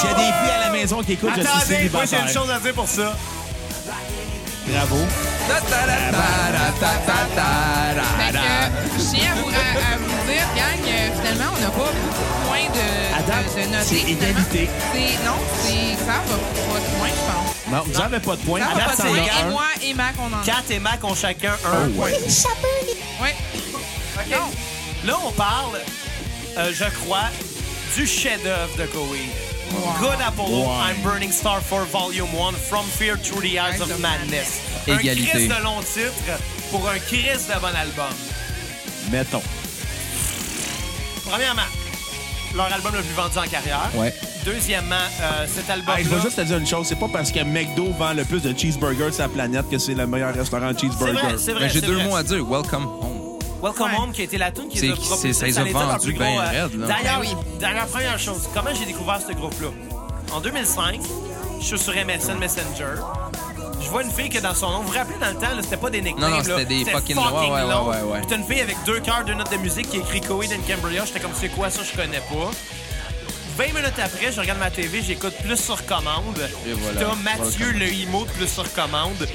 [SPEAKER 2] S'il y a des filles à la maison qui écoutent, je suis
[SPEAKER 1] Attendez, moi, j'ai
[SPEAKER 2] célibataire.
[SPEAKER 1] une chose à dire pour ça.
[SPEAKER 2] Bravo.
[SPEAKER 3] Fait que, je tiens à vous, à- à vous dire, gang, euh, finalement, on n'a pas beaucoup de points de,
[SPEAKER 2] À date,
[SPEAKER 3] de, de noter.
[SPEAKER 2] c'est
[SPEAKER 3] finalement.
[SPEAKER 2] égalité.
[SPEAKER 3] C'est- Non, c'est ça va pas de points, je pense.
[SPEAKER 2] Non, vous n'avez pas de points.
[SPEAKER 3] Ça
[SPEAKER 2] À
[SPEAKER 3] va
[SPEAKER 2] date,
[SPEAKER 3] pas de
[SPEAKER 2] ça en
[SPEAKER 3] points.
[SPEAKER 2] a
[SPEAKER 3] Et
[SPEAKER 2] Ah, un.
[SPEAKER 3] moi et Mac, on en a.
[SPEAKER 1] Kat et Mac ont chacun
[SPEAKER 2] Oh,
[SPEAKER 1] un point.
[SPEAKER 3] Ouais. Non.
[SPEAKER 1] Là, on parle, euh, je crois, du chef-d'œuvre de Koei. Good Apollo, I'm Burning Star 4 Volume 1, From Fear to the Eyes of Madness.
[SPEAKER 4] Égalité.
[SPEAKER 1] Un Chris de long titre pour un Chris de bon album.
[SPEAKER 2] Mettons.
[SPEAKER 1] Premièrement, leur album le plus vendu en carrière.
[SPEAKER 4] Ouais.
[SPEAKER 1] Deuxièmement, euh, cet
[SPEAKER 2] Hey, je
[SPEAKER 1] album-là.
[SPEAKER 2] veux Ah, juste te dire une chose, c'est pas parce que McDo vend le plus de cheeseburgers sur la planète que c'est le meilleur restaurant de
[SPEAKER 1] C'est
[SPEAKER 2] cheeseburger.
[SPEAKER 1] vrai, c'est vrai.
[SPEAKER 4] Mais Ben, J'ai
[SPEAKER 1] c'est
[SPEAKER 4] deux
[SPEAKER 1] vrai.
[SPEAKER 4] mots à dire. Welcome home.
[SPEAKER 1] Welcome
[SPEAKER 3] Ouais.
[SPEAKER 1] Home, qui a été la tune qui
[SPEAKER 4] C'est-
[SPEAKER 1] les a propulsés,
[SPEAKER 4] c'est- ça les a
[SPEAKER 1] les dans le plus
[SPEAKER 4] vendus
[SPEAKER 1] gros,
[SPEAKER 4] bien
[SPEAKER 1] euh,
[SPEAKER 4] raide, là.
[SPEAKER 1] D'ailleurs,
[SPEAKER 3] Ben oui.
[SPEAKER 1] d'ailleurs, première chose, comment j'ai découvert ce groupe-là? En 2005, je suis sur MSN Messenger. Je vois une fille que dans son nom, vous vous rappelez dans le temps, là, c'était pas des nicknames.
[SPEAKER 4] Non, non,
[SPEAKER 1] là.
[SPEAKER 4] c'était des fucking noirs, ouais, ouais,
[SPEAKER 1] long.
[SPEAKER 4] ouais, ouais.
[SPEAKER 1] Puis t'as une fille avec deux cœurs, deux notes de musique qui écrit Coed and Cambria. J'étais comme, c'est quoi ça, je connais pas. 20 minutes après, je regarde ma TV, j'écoute Plus sur commande.
[SPEAKER 4] Et voilà.
[SPEAKER 1] T'as Mathieu Le Himo de Plus sur commande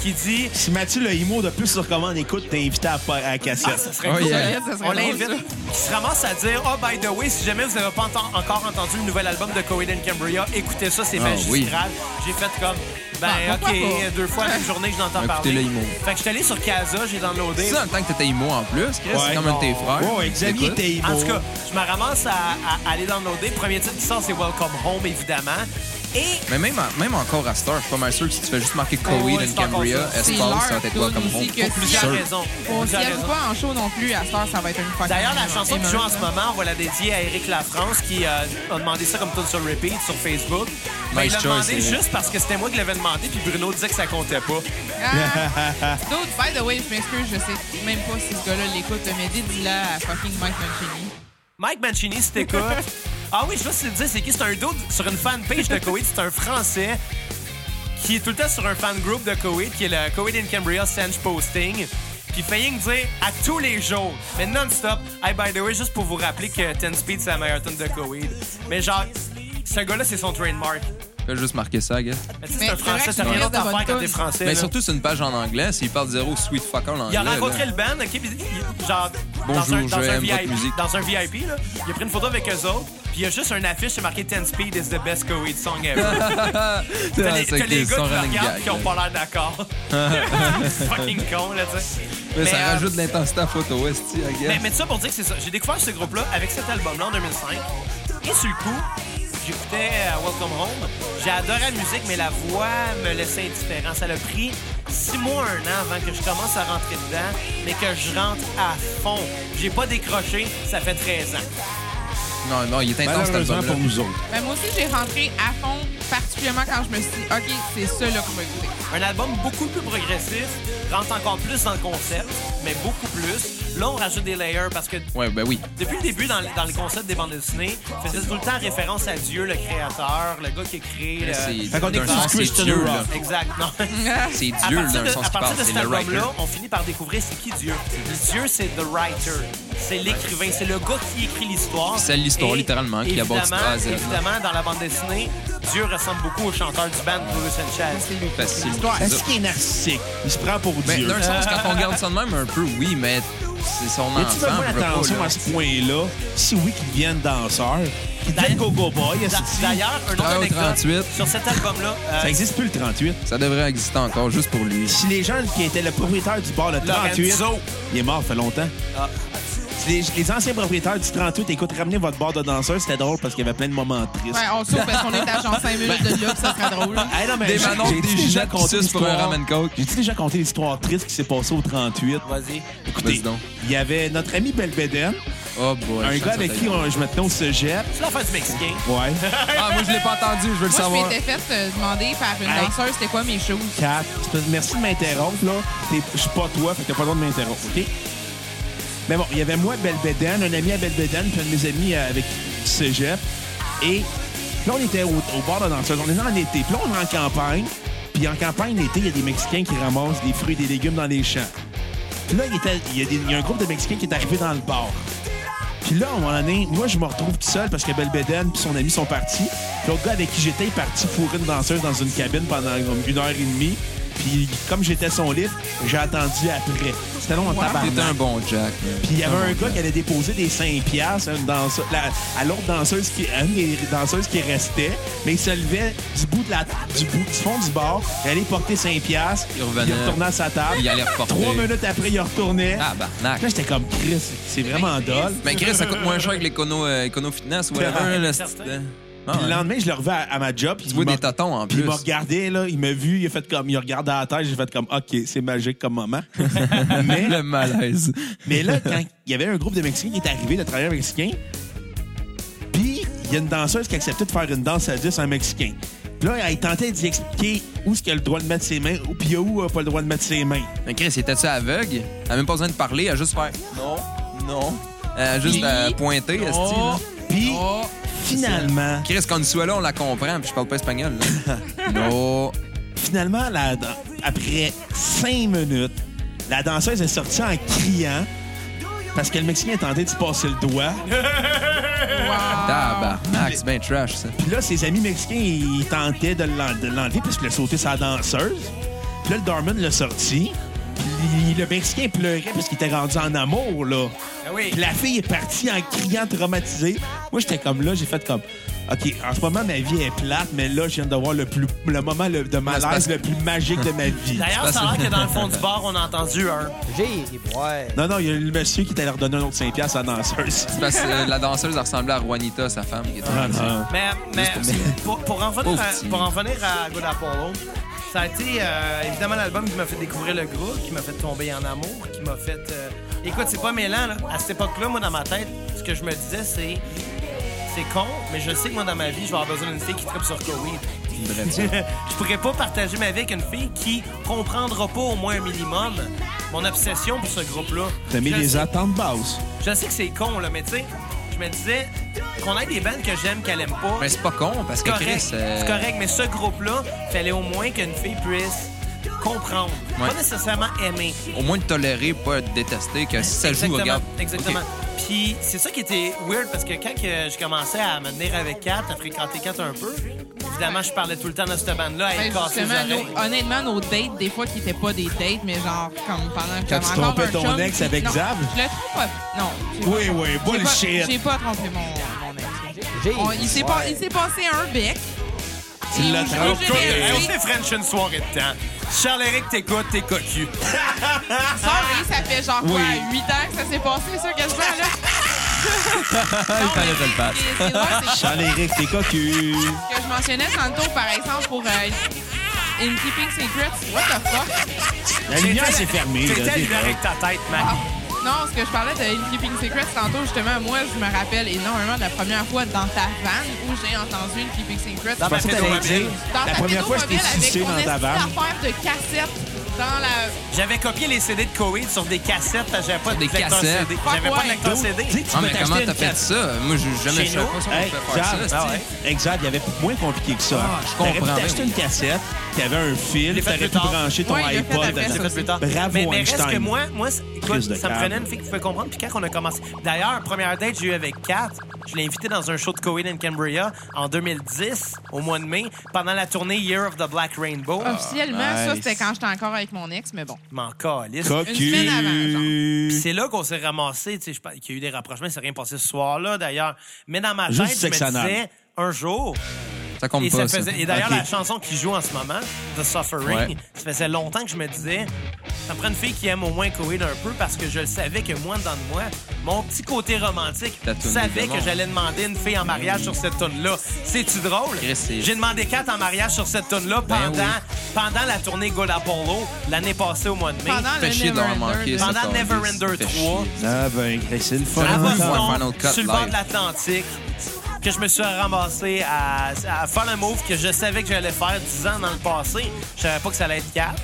[SPEAKER 1] qui dit
[SPEAKER 2] Si Mathieu Le Himo de plus sur comment on écoute, t'es invité à, à la
[SPEAKER 1] Ah,
[SPEAKER 2] cassette.
[SPEAKER 1] ça serait
[SPEAKER 4] Oh,
[SPEAKER 1] cool.
[SPEAKER 4] yeah.
[SPEAKER 3] Ça serait
[SPEAKER 1] On
[SPEAKER 3] drôle,
[SPEAKER 1] l'invite.
[SPEAKER 3] ça.
[SPEAKER 1] Qui se ramasse à dire Oh, by the way, si jamais vous n'avez pas enten- encore entendu le nouvel album de Coed and Cambria, écoutez ça, c'est
[SPEAKER 4] Ah,
[SPEAKER 1] magistral. J'ai fait comme Ben,
[SPEAKER 3] Ah,
[SPEAKER 1] OK,
[SPEAKER 3] pourquoi pas?
[SPEAKER 1] deux fois une journée que je l'entends
[SPEAKER 4] Écoutez-le,
[SPEAKER 1] parler.
[SPEAKER 4] ils m'ont-
[SPEAKER 1] Fait que je suis allé sur Casa, j'ai downloadé.
[SPEAKER 4] C'est ça, en tant que t'étais IMO en plus, Chris,
[SPEAKER 2] Ouais.
[SPEAKER 4] c'est comme un de
[SPEAKER 1] Oh,
[SPEAKER 4] tes frères.
[SPEAKER 2] Ouais, ouais, Xavier
[SPEAKER 4] T'écoutes.
[SPEAKER 2] était Himo.
[SPEAKER 1] En tout cas, je me ramasse à, à- à aller downloader. Premier titre qui sort, c'est Welcome Home, évidemment. Et
[SPEAKER 4] Mais même, en- même encore à Star, je suis pas mal sûr que si tu fais juste marquer Koweït
[SPEAKER 1] ouais,
[SPEAKER 4] and
[SPEAKER 1] c'est encore
[SPEAKER 4] Cambria,
[SPEAKER 1] ça.
[SPEAKER 4] Espace,
[SPEAKER 3] C'est
[SPEAKER 4] ça va
[SPEAKER 3] leur
[SPEAKER 4] être Welcome
[SPEAKER 3] tune
[SPEAKER 4] home.
[SPEAKER 3] aussi que
[SPEAKER 4] Pour
[SPEAKER 3] si-
[SPEAKER 4] plusieurs
[SPEAKER 1] plusieurs raisons.
[SPEAKER 4] raisons.
[SPEAKER 3] On s'y
[SPEAKER 1] Plusieurs
[SPEAKER 3] arrive
[SPEAKER 1] raisons.
[SPEAKER 3] pas en show non plus. À cette heure, ça va être une fucking.
[SPEAKER 1] D'ailleurs, la chanson qui joue en ce
[SPEAKER 3] émeute,
[SPEAKER 1] moment, on va la dédier à Eric Lafrance qui euh, a demandé ça comme tout sur repeat sur Facebook. Mais il
[SPEAKER 4] Nice
[SPEAKER 1] l'a
[SPEAKER 4] choice,
[SPEAKER 1] demandé
[SPEAKER 4] Eric.
[SPEAKER 1] juste parce que c'était moi qui l'avais demandé, puis Bruno disait que ça comptait pas.
[SPEAKER 3] Ah. D'autres, by the way, je m'excuse, je sais même pas si ce gars-là l'écoute, mais dis-le à fucking Mike Mancini.
[SPEAKER 1] Mike Mancini, si t'écoutes. ah oui, je veux te dire, c'est qui? C'est un dude sur une fanpage de Koweït. C'est un Français qui est tout le temps sur un fan group de Koweït, qui est le Koweït in Cambria Sanch Posting. Puis Faying dire à tous les jours, mais non-stop, hey, by the way, juste pour vous rappeler que 10 Speed, c'est la meilleure tune de Koweït. Mais genre, ce gars-là, c'est son trademark.
[SPEAKER 4] Fais juste marquer ça, gars.
[SPEAKER 1] Mais tu sais,
[SPEAKER 3] Mais
[SPEAKER 1] c'est un
[SPEAKER 3] c'est vrai
[SPEAKER 1] français, t'as
[SPEAKER 3] que c'est
[SPEAKER 1] rien
[SPEAKER 3] une
[SPEAKER 1] d'autre à
[SPEAKER 3] bonne
[SPEAKER 1] faire quand
[SPEAKER 3] tune.
[SPEAKER 1] t'es français.
[SPEAKER 4] Mais
[SPEAKER 1] là.
[SPEAKER 4] surtout, c'est une page en anglais. S'il parle zéro sweet fucker en anglais.
[SPEAKER 1] il a rencontré
[SPEAKER 4] là.
[SPEAKER 1] le band, OK, puis il- genre, dans,
[SPEAKER 4] Bonjour,
[SPEAKER 1] un, dans,
[SPEAKER 4] je
[SPEAKER 1] un
[SPEAKER 4] aime votre
[SPEAKER 1] VIP,
[SPEAKER 4] musique.
[SPEAKER 1] dans un VIP, là, il a pris une photo avec eux autres, puis il y a juste un affiche, c'est marqué 10 Speed is the best Koweït song ever. T'as
[SPEAKER 4] Ah,
[SPEAKER 1] les,
[SPEAKER 4] c'est
[SPEAKER 1] t'as les
[SPEAKER 4] que
[SPEAKER 1] gars qui
[SPEAKER 4] son
[SPEAKER 1] le
[SPEAKER 4] running
[SPEAKER 1] regardent
[SPEAKER 4] gag,
[SPEAKER 1] qui ont
[SPEAKER 4] là.
[SPEAKER 1] pas l'air d'accord. Fucking con, là, tu sais.
[SPEAKER 4] Mais ça
[SPEAKER 1] euh,
[SPEAKER 4] rajoute de l'intensité à photo, esti, I
[SPEAKER 1] mais,
[SPEAKER 4] guess.
[SPEAKER 1] mais tout Ben, ça pour dire que c'est ça. J'ai découvert ce groupe-là avec cet album-là en 2005. Et sur le coup, j'écoutais euh, Welcome Home. J'ai adoré la musique, mais la voix me laissait indifférent. Ça a pris six mois, un an avant que je commence à rentrer dedans, mais que je rentre à fond. J'ai pas décroché, ça fait 13 ans.
[SPEAKER 4] Non, non, il est intense, cet
[SPEAKER 2] Malheureusement
[SPEAKER 4] album-là.
[SPEAKER 2] pour nous autres.
[SPEAKER 3] Ben, moi aussi, j'ai rentré à fond, particulièrement quand je me suis dit, OK, c'est ça là qu'on va écouter.
[SPEAKER 1] Un album beaucoup plus progressif, rentre encore plus dans le concept, mais beaucoup plus. Là, on rajoute des layers parce que
[SPEAKER 4] Ouais, ben oui.
[SPEAKER 1] Depuis le début, dans, le- dans le concept des bandes dessinées, on faisait tout le temps référence à Dieu, le créateur, le gars qui écrit. Le...
[SPEAKER 4] C'est
[SPEAKER 2] Fait qu'on
[SPEAKER 4] d'un
[SPEAKER 2] écoute
[SPEAKER 4] sens, c'est
[SPEAKER 2] Christian
[SPEAKER 4] Dieu,
[SPEAKER 2] Rock.
[SPEAKER 4] là.
[SPEAKER 1] Exact, non.
[SPEAKER 4] C'est
[SPEAKER 1] À
[SPEAKER 4] Dieu,
[SPEAKER 1] partir
[SPEAKER 4] d'un
[SPEAKER 1] de,
[SPEAKER 4] sens,
[SPEAKER 1] à partir
[SPEAKER 4] qui parle.
[SPEAKER 1] de
[SPEAKER 4] C'est
[SPEAKER 1] cet
[SPEAKER 4] le writer.
[SPEAKER 1] album-là, on finit par découvrir c'est qui Dieu. Dieu, c'est The Writer. C'est l'écrivain. C'est le gars qui écrit l'histoire.
[SPEAKER 4] C'est l'histoire,
[SPEAKER 1] Et
[SPEAKER 4] littéralement, qui aborde
[SPEAKER 1] évidemment-
[SPEAKER 4] cette phrase.
[SPEAKER 1] Évidemment, dans la bande dessinée, Dieu ressemble beaucoup au chanteur du band Blue Sanchez.
[SPEAKER 4] Facile.
[SPEAKER 2] Est-ce qu'il est narcissique? Il se prend pour
[SPEAKER 4] Ben,
[SPEAKER 2] Dieu.
[SPEAKER 4] d'un sens, quand on regarde ça de même, un peu, oui, mais c'est son enfant.
[SPEAKER 2] tu pas
[SPEAKER 4] on peut pas,
[SPEAKER 2] attention
[SPEAKER 4] là.
[SPEAKER 2] à ce point-là? Si oui, qu'ils deviennent danseurs, qu'ils deviennent go-go boy,
[SPEAKER 1] D'a- D'ailleurs, un autre
[SPEAKER 4] Star
[SPEAKER 1] anecdote
[SPEAKER 4] 38.
[SPEAKER 1] sur cet album-là, euh,
[SPEAKER 2] ça existe plus le 38.
[SPEAKER 4] Ça devrait exister encore, juste pour lui.
[SPEAKER 2] Si les gens qui étaient le propriétaire du bar le 38,
[SPEAKER 1] Lorenzo. ah,
[SPEAKER 2] il est mort, fait longtemps. les, les anciens propriétaires du 38, écoute, ramenez votre bar de danseurs, c'était drôle parce qu'il y avait plein de moments tristes.
[SPEAKER 3] Ouais, on saute parce qu'on est à genre 5 minutes de là, puis ça serait drôle.
[SPEAKER 2] Hey, non, mais
[SPEAKER 4] Des
[SPEAKER 2] j'ai-
[SPEAKER 4] manons,
[SPEAKER 2] j'ai-tu
[SPEAKER 4] des gens qui sucent pour un
[SPEAKER 2] l'histoire-
[SPEAKER 4] ramen coke.
[SPEAKER 2] J'ai-tu déjà conté l'histoire triste qui s'est passée au 38?
[SPEAKER 1] Vas-y.
[SPEAKER 2] Écoutez,
[SPEAKER 4] Vas-y donc.
[SPEAKER 2] il y avait notre ami Belbeden,
[SPEAKER 4] Oh boy.
[SPEAKER 2] un
[SPEAKER 4] je
[SPEAKER 2] gars
[SPEAKER 4] sens
[SPEAKER 2] avec
[SPEAKER 4] ça
[SPEAKER 2] qui on- je me tenais au cégep.
[SPEAKER 1] C'est l'enfer du Mexicain.
[SPEAKER 2] Ouais.
[SPEAKER 4] Ah, moi, je l'ai pas entendu, je veux
[SPEAKER 3] Moi,
[SPEAKER 4] le
[SPEAKER 3] je
[SPEAKER 4] savoir.
[SPEAKER 3] m'étais fait euh, demander par une
[SPEAKER 2] Hey.
[SPEAKER 3] danseuse c'était quoi mes choses.
[SPEAKER 2] Kat, c'est pas- merci de m'interrompre, là. T'es- Je suis pas toi, fait que t'as pas le droit de m'interrompre, OK? Mais bon, il y avait moi à Belbédène, un ami à Belbédène, puis un de mes amis euh, avec du cégep. Et là, on était au, au bord de la danseuse. On est en été. Puis là, on est en campagne. Puis en campagne, l'été, il y a des Mexicains qui ramassent des fruits et des légumes dans les champs. Puis là, il était- il y, a des- il y a un groupe de Mexicains qui est arrivé dans le bar. Puis là, à un moment donné, moi, je me retrouve tout seul parce que Belbédène puis son ami sont partis. Puis L'autre gars avec qui j'étais est parti fourrer une danseuse dans une cabine pendant comme une heure et demie. Puis comme j'étais son livre, j'ai attendu après. C'était long en tabarnak.
[SPEAKER 4] T'étais Ah, un bon Jack. man.
[SPEAKER 2] Puis il y avait un
[SPEAKER 4] bon
[SPEAKER 2] gars qui allait déposer des 5 piastres à, une danse- la- à l'autre danseuse qui, à une des danseuses qui restait, mais il se levait du bout de la, du bout du fond du bar, il allait porter 5 piastres,
[SPEAKER 4] Il revenait.
[SPEAKER 2] retournait à sa table.
[SPEAKER 4] Il allait reporter.
[SPEAKER 2] Trois minutes après, il retournait.
[SPEAKER 4] Ah, bah,
[SPEAKER 2] Puis là, j'étais comme Chris, c'est vraiment dole.
[SPEAKER 4] Mais Ben, Chris, ça coûte moins cher que l'écono euh, écono fitness ou whatever. là, c'est-
[SPEAKER 1] Certain.
[SPEAKER 4] Ah,
[SPEAKER 2] Puis
[SPEAKER 4] ouais.
[SPEAKER 2] le lendemain, je le revais à, à ma job. puis
[SPEAKER 4] Tu
[SPEAKER 2] il
[SPEAKER 4] vois
[SPEAKER 2] m'a-
[SPEAKER 4] des tatons en
[SPEAKER 2] Puis il
[SPEAKER 4] plus.
[SPEAKER 2] m'a regardé, là, il m'a vu, il a fait comme, il a regardé à la tête, j'ai fait comme, OK, c'est magique comme moment. mais,
[SPEAKER 4] Le malaise.
[SPEAKER 2] Mais là, quand il y avait un groupe de Mexicains qui est arrivé, de travailleurs mexicains, puis il y a une danseuse qui acceptait de faire une danse à 10 en Mexicain. Puis là, elle tentait d'y expliquer où est-ce qu'il a le droit de mettre ses mains, ou puis où il a pas le droit de mettre ses mains.
[SPEAKER 4] Mais Chris, était-tu aveugle? Elle a même pas besoin de parler, elle a juste fait non, non. Elle a juste
[SPEAKER 3] Oui.
[SPEAKER 4] euh, pointé, esti, là.
[SPEAKER 2] Puis
[SPEAKER 3] Oh,
[SPEAKER 2] finalement,
[SPEAKER 4] Chris, quand soit là, on la comprend, puis je parle pas espagnol. là. non.
[SPEAKER 2] finalement, la dan- après cinq minutes, la danseuse est sortie en criant parce que le Mexicain a tenté de se passer le doigt.
[SPEAKER 4] Tabarnak, c'est bien trash, ça.
[SPEAKER 2] Puis là, ses amis mexicains, ils tentaient de l'en- de l'enlever parce qu'il a sauté sa danseuse. Puis là, le Dorman l'a sorti. Puis le Mexicain pleurait parce qu'il était rendu en amour, là.
[SPEAKER 1] Ah oui.
[SPEAKER 2] Puis la fille est partie en criant traumatisée. Moi, j'étais comme là, j'ai fait comme... OK, en ce moment, ma vie est plate, mais là, je viens de voir le, plus, le moment le- de
[SPEAKER 4] c'est parce
[SPEAKER 2] malaise
[SPEAKER 4] que-
[SPEAKER 2] le plus magique de ma vie.
[SPEAKER 1] D'ailleurs, ça a l'air que dans le fond du bar, on a entendu un.
[SPEAKER 5] J'ai ri, ouais.
[SPEAKER 2] Non, non, il y a le monsieur qui était leur donner un autre 5$ piastres à la danseuse.
[SPEAKER 4] C'est parce que euh, la danseuse, elle ressemblait à Juanita, sa femme. Qui était
[SPEAKER 2] Ah, non.
[SPEAKER 1] Mais, mais pour, pour en revenir
[SPEAKER 4] Pauvre
[SPEAKER 1] à,
[SPEAKER 4] petit.
[SPEAKER 1] pour en revenir à Good Apollo, ça a été euh, évidemment l'album qui m'a fait découvrir le groupe, qui m'a fait tomber en amour, qui m'a fait. euh, Écoute, c'est pas mêlant, là. À cette époque-là, moi, dans ma tête, ce que je me disais, c'est. C'est con, mais je sais que moi, dans ma vie, je vais avoir besoin d'une fille qui tripe sur Chloé. je pourrais pas partager ma vie avec une fille qui comprendra pas au moins un minimum mon obsession pour ce groupe-là.
[SPEAKER 2] T'as mis
[SPEAKER 1] Je le
[SPEAKER 2] des
[SPEAKER 1] sais
[SPEAKER 2] attentes basses.
[SPEAKER 1] je sais que c'est con, là, mais tu sais, je me disais qu'on ait des bandes que j'aime, qu'elle aime pas.
[SPEAKER 4] Mais c'est pas con, parce
[SPEAKER 1] C'est
[SPEAKER 4] que
[SPEAKER 1] correct,
[SPEAKER 4] Chris. euh,
[SPEAKER 1] c'est correct, mais ce groupe-là, fallait au moins qu'une fille puisse comprendre.
[SPEAKER 4] Ouais.
[SPEAKER 1] Pas nécessairement aimer.
[SPEAKER 4] Au moins de tolérer, pas de détester, que si ça joue,
[SPEAKER 1] Exactement,
[SPEAKER 4] regarde.
[SPEAKER 1] Exactement.
[SPEAKER 4] Ok.
[SPEAKER 1] Puis c'est ça qui était weird parce que quand que je commençais à me tenir avec Kat, à fréquenter Kat un peu, évidemment, je parlais tout le temps de cette bande-là, elle
[SPEAKER 3] Ben,
[SPEAKER 1] cassait les
[SPEAKER 3] justement,
[SPEAKER 1] oreilles.
[SPEAKER 3] nos- honnêtement, nos dates, des fois, qui n'étaient pas des dates, mais genre, comme pendant
[SPEAKER 2] Quand
[SPEAKER 3] que j'avais
[SPEAKER 2] tu
[SPEAKER 3] encore
[SPEAKER 2] trompais
[SPEAKER 3] un
[SPEAKER 2] ton
[SPEAKER 3] chum,
[SPEAKER 2] ex avec
[SPEAKER 3] non,
[SPEAKER 2] Xav?
[SPEAKER 3] Je le trompe pas. Non. j'ai
[SPEAKER 2] Oui,
[SPEAKER 3] pas-
[SPEAKER 2] oui,
[SPEAKER 3] j'ai pas-
[SPEAKER 2] bullshit.
[SPEAKER 3] J'ai pas trompé mon, mon ex.
[SPEAKER 5] J'ai
[SPEAKER 3] On- il s'est pas- il s'est passé un bec.
[SPEAKER 2] Tu
[SPEAKER 3] Et
[SPEAKER 2] l'as
[SPEAKER 4] Ah,
[SPEAKER 3] aujourd'hui,
[SPEAKER 2] trompé.
[SPEAKER 3] j'ai réalisé-
[SPEAKER 1] on s'est French une soirée de temps. Charles-Éric t'écoute, t'es cocu.
[SPEAKER 3] Sorry, ça fait genre quoi,
[SPEAKER 2] Oui.
[SPEAKER 3] 8 ans que ça s'est passé, ça, quasiment, là?
[SPEAKER 4] Il fallait que je le Ah, fasse.
[SPEAKER 3] C'est- c'est drôle, c'est
[SPEAKER 2] Charles-Éric, t'es cocu.
[SPEAKER 3] que je mentionnais tantôt, par exemple, pour euh, In Keeping Secrets, what the fuck?
[SPEAKER 2] La lumière s'est fermée. là,
[SPEAKER 1] T'étais
[SPEAKER 2] des
[SPEAKER 1] libéré avec ta tête, man.
[SPEAKER 3] Ah, non, ce que je parlais de In Keeping Secrets tantôt, justement, moi, je me rappelle énormément de la première fois dans ta van où j'ai entendu In Keeping Secrets.
[SPEAKER 1] Dans ma
[SPEAKER 2] pensais que t'allais
[SPEAKER 1] pédomobile.
[SPEAKER 2] dire,
[SPEAKER 3] Dans
[SPEAKER 2] la
[SPEAKER 3] ta
[SPEAKER 2] première fois, je t'ai
[SPEAKER 3] pédophobie
[SPEAKER 2] sucé
[SPEAKER 3] avec
[SPEAKER 2] dans
[SPEAKER 3] mon
[SPEAKER 2] ta vanne.
[SPEAKER 3] affaire de cassette dans la...
[SPEAKER 1] J'avais copié les CD de Koweït sur des cassettes parce que j'avais pas
[SPEAKER 4] Sur
[SPEAKER 1] de
[SPEAKER 4] des
[SPEAKER 1] lecteur
[SPEAKER 4] cassettes.
[SPEAKER 1] CD. J'avais pas de lecteur
[SPEAKER 2] Dude,
[SPEAKER 1] CD.
[SPEAKER 2] tu sais, tu
[SPEAKER 4] Ah,
[SPEAKER 2] peux
[SPEAKER 4] mais comment
[SPEAKER 2] t'acheter
[SPEAKER 4] t'as
[SPEAKER 2] une
[SPEAKER 4] fait
[SPEAKER 2] cassette.
[SPEAKER 4] ça? Moi, j'ai jamais
[SPEAKER 1] Chez
[SPEAKER 4] fait
[SPEAKER 1] nous?
[SPEAKER 4] ça.
[SPEAKER 2] Hey, Xav,
[SPEAKER 1] Ah ouais.
[SPEAKER 2] Exact, il y avait moins compliqué que ça.
[SPEAKER 4] Ah, je comprends,
[SPEAKER 2] T'aurais pu
[SPEAKER 4] ben
[SPEAKER 2] t'acheter
[SPEAKER 4] oui.
[SPEAKER 2] une cassette, t'avais un fil,
[SPEAKER 1] l'ai fait
[SPEAKER 2] t'aurais
[SPEAKER 1] plus
[SPEAKER 2] pu
[SPEAKER 1] tard.
[SPEAKER 2] brancher ton
[SPEAKER 3] Ouais, il l'a fait
[SPEAKER 2] iPod.
[SPEAKER 3] après,
[SPEAKER 2] à
[SPEAKER 1] Ça
[SPEAKER 2] ta-
[SPEAKER 1] fait plus tard.
[SPEAKER 2] Bravo,
[SPEAKER 1] mais, mais reste
[SPEAKER 2] Einstein.
[SPEAKER 1] que moi, moi c'est- écoute,
[SPEAKER 2] Crise de
[SPEAKER 1] ça me
[SPEAKER 2] câble.
[SPEAKER 1] prenait une fille qui pouvait comprendre. Puis quand on a commencé... D'ailleurs, première date que j'ai eu avec Kat, je l'ai invitée dans un show de Coheed and Cambria en 2010, au mois de mai, pendant la tournée Year of the Black Rainbow.
[SPEAKER 4] Ah,
[SPEAKER 2] Ah.
[SPEAKER 3] Officiellement, ça,
[SPEAKER 2] nice.
[SPEAKER 3] c'était quand j'étais encore avec mon ex, mais bon.
[SPEAKER 1] Je m'en calisse.
[SPEAKER 3] Une semaine avant, genre.
[SPEAKER 2] Cocu.
[SPEAKER 1] Puis C'est là qu'on s'est ramassé, tu sais, je pense qu'il y a eu des rapprochements, il s'est rien passé ce soir-là d'ailleurs. Mais dans ma
[SPEAKER 2] Juste
[SPEAKER 1] tête, je me
[SPEAKER 2] sectionnal.
[SPEAKER 1] disais, un jour,
[SPEAKER 4] Ça compte
[SPEAKER 1] Et,
[SPEAKER 4] pas.
[SPEAKER 1] ça faisait-
[SPEAKER 4] ça.
[SPEAKER 1] et d'ailleurs,
[SPEAKER 4] Ok.
[SPEAKER 1] la chanson qui joue en ce moment, The Suffering,
[SPEAKER 4] Ouais.
[SPEAKER 1] ça faisait longtemps que je me disais, ça me prend une fille qui aime au moins Coheed un peu parce que je le savais que moi, dans de moi, mon petit côté romantique
[SPEAKER 4] La toune des
[SPEAKER 1] savait
[SPEAKER 4] démons.
[SPEAKER 1] que j'allais demander une fille en mariage sur cette tune-là. C'est-tu drôle?
[SPEAKER 4] Chris, c'est-
[SPEAKER 1] J'ai demandé quatre en mariage sur cette tune-là
[SPEAKER 4] Ben
[SPEAKER 1] pendant,
[SPEAKER 4] oui.
[SPEAKER 1] pendant la tournée Gold Apollo l'année passée au mois de mai.
[SPEAKER 3] Pendant
[SPEAKER 4] Fait
[SPEAKER 3] le
[SPEAKER 4] chier d'avoir manqué
[SPEAKER 3] Neverender.
[SPEAKER 4] ça,
[SPEAKER 1] Pendant
[SPEAKER 4] ça,
[SPEAKER 1] Neverender
[SPEAKER 4] ça fait
[SPEAKER 1] 3.
[SPEAKER 4] chier.
[SPEAKER 2] Ah ben, Chris, c'est le fun.
[SPEAKER 1] à
[SPEAKER 4] Final
[SPEAKER 1] Boston,
[SPEAKER 4] Final Cut
[SPEAKER 1] sur le bord
[SPEAKER 4] live.
[SPEAKER 1] de l'Atlantique, que je me suis ramassé à, à faire un move que je savais que j'allais faire 10 ans dans le passé. Je savais pas que ça allait être 4.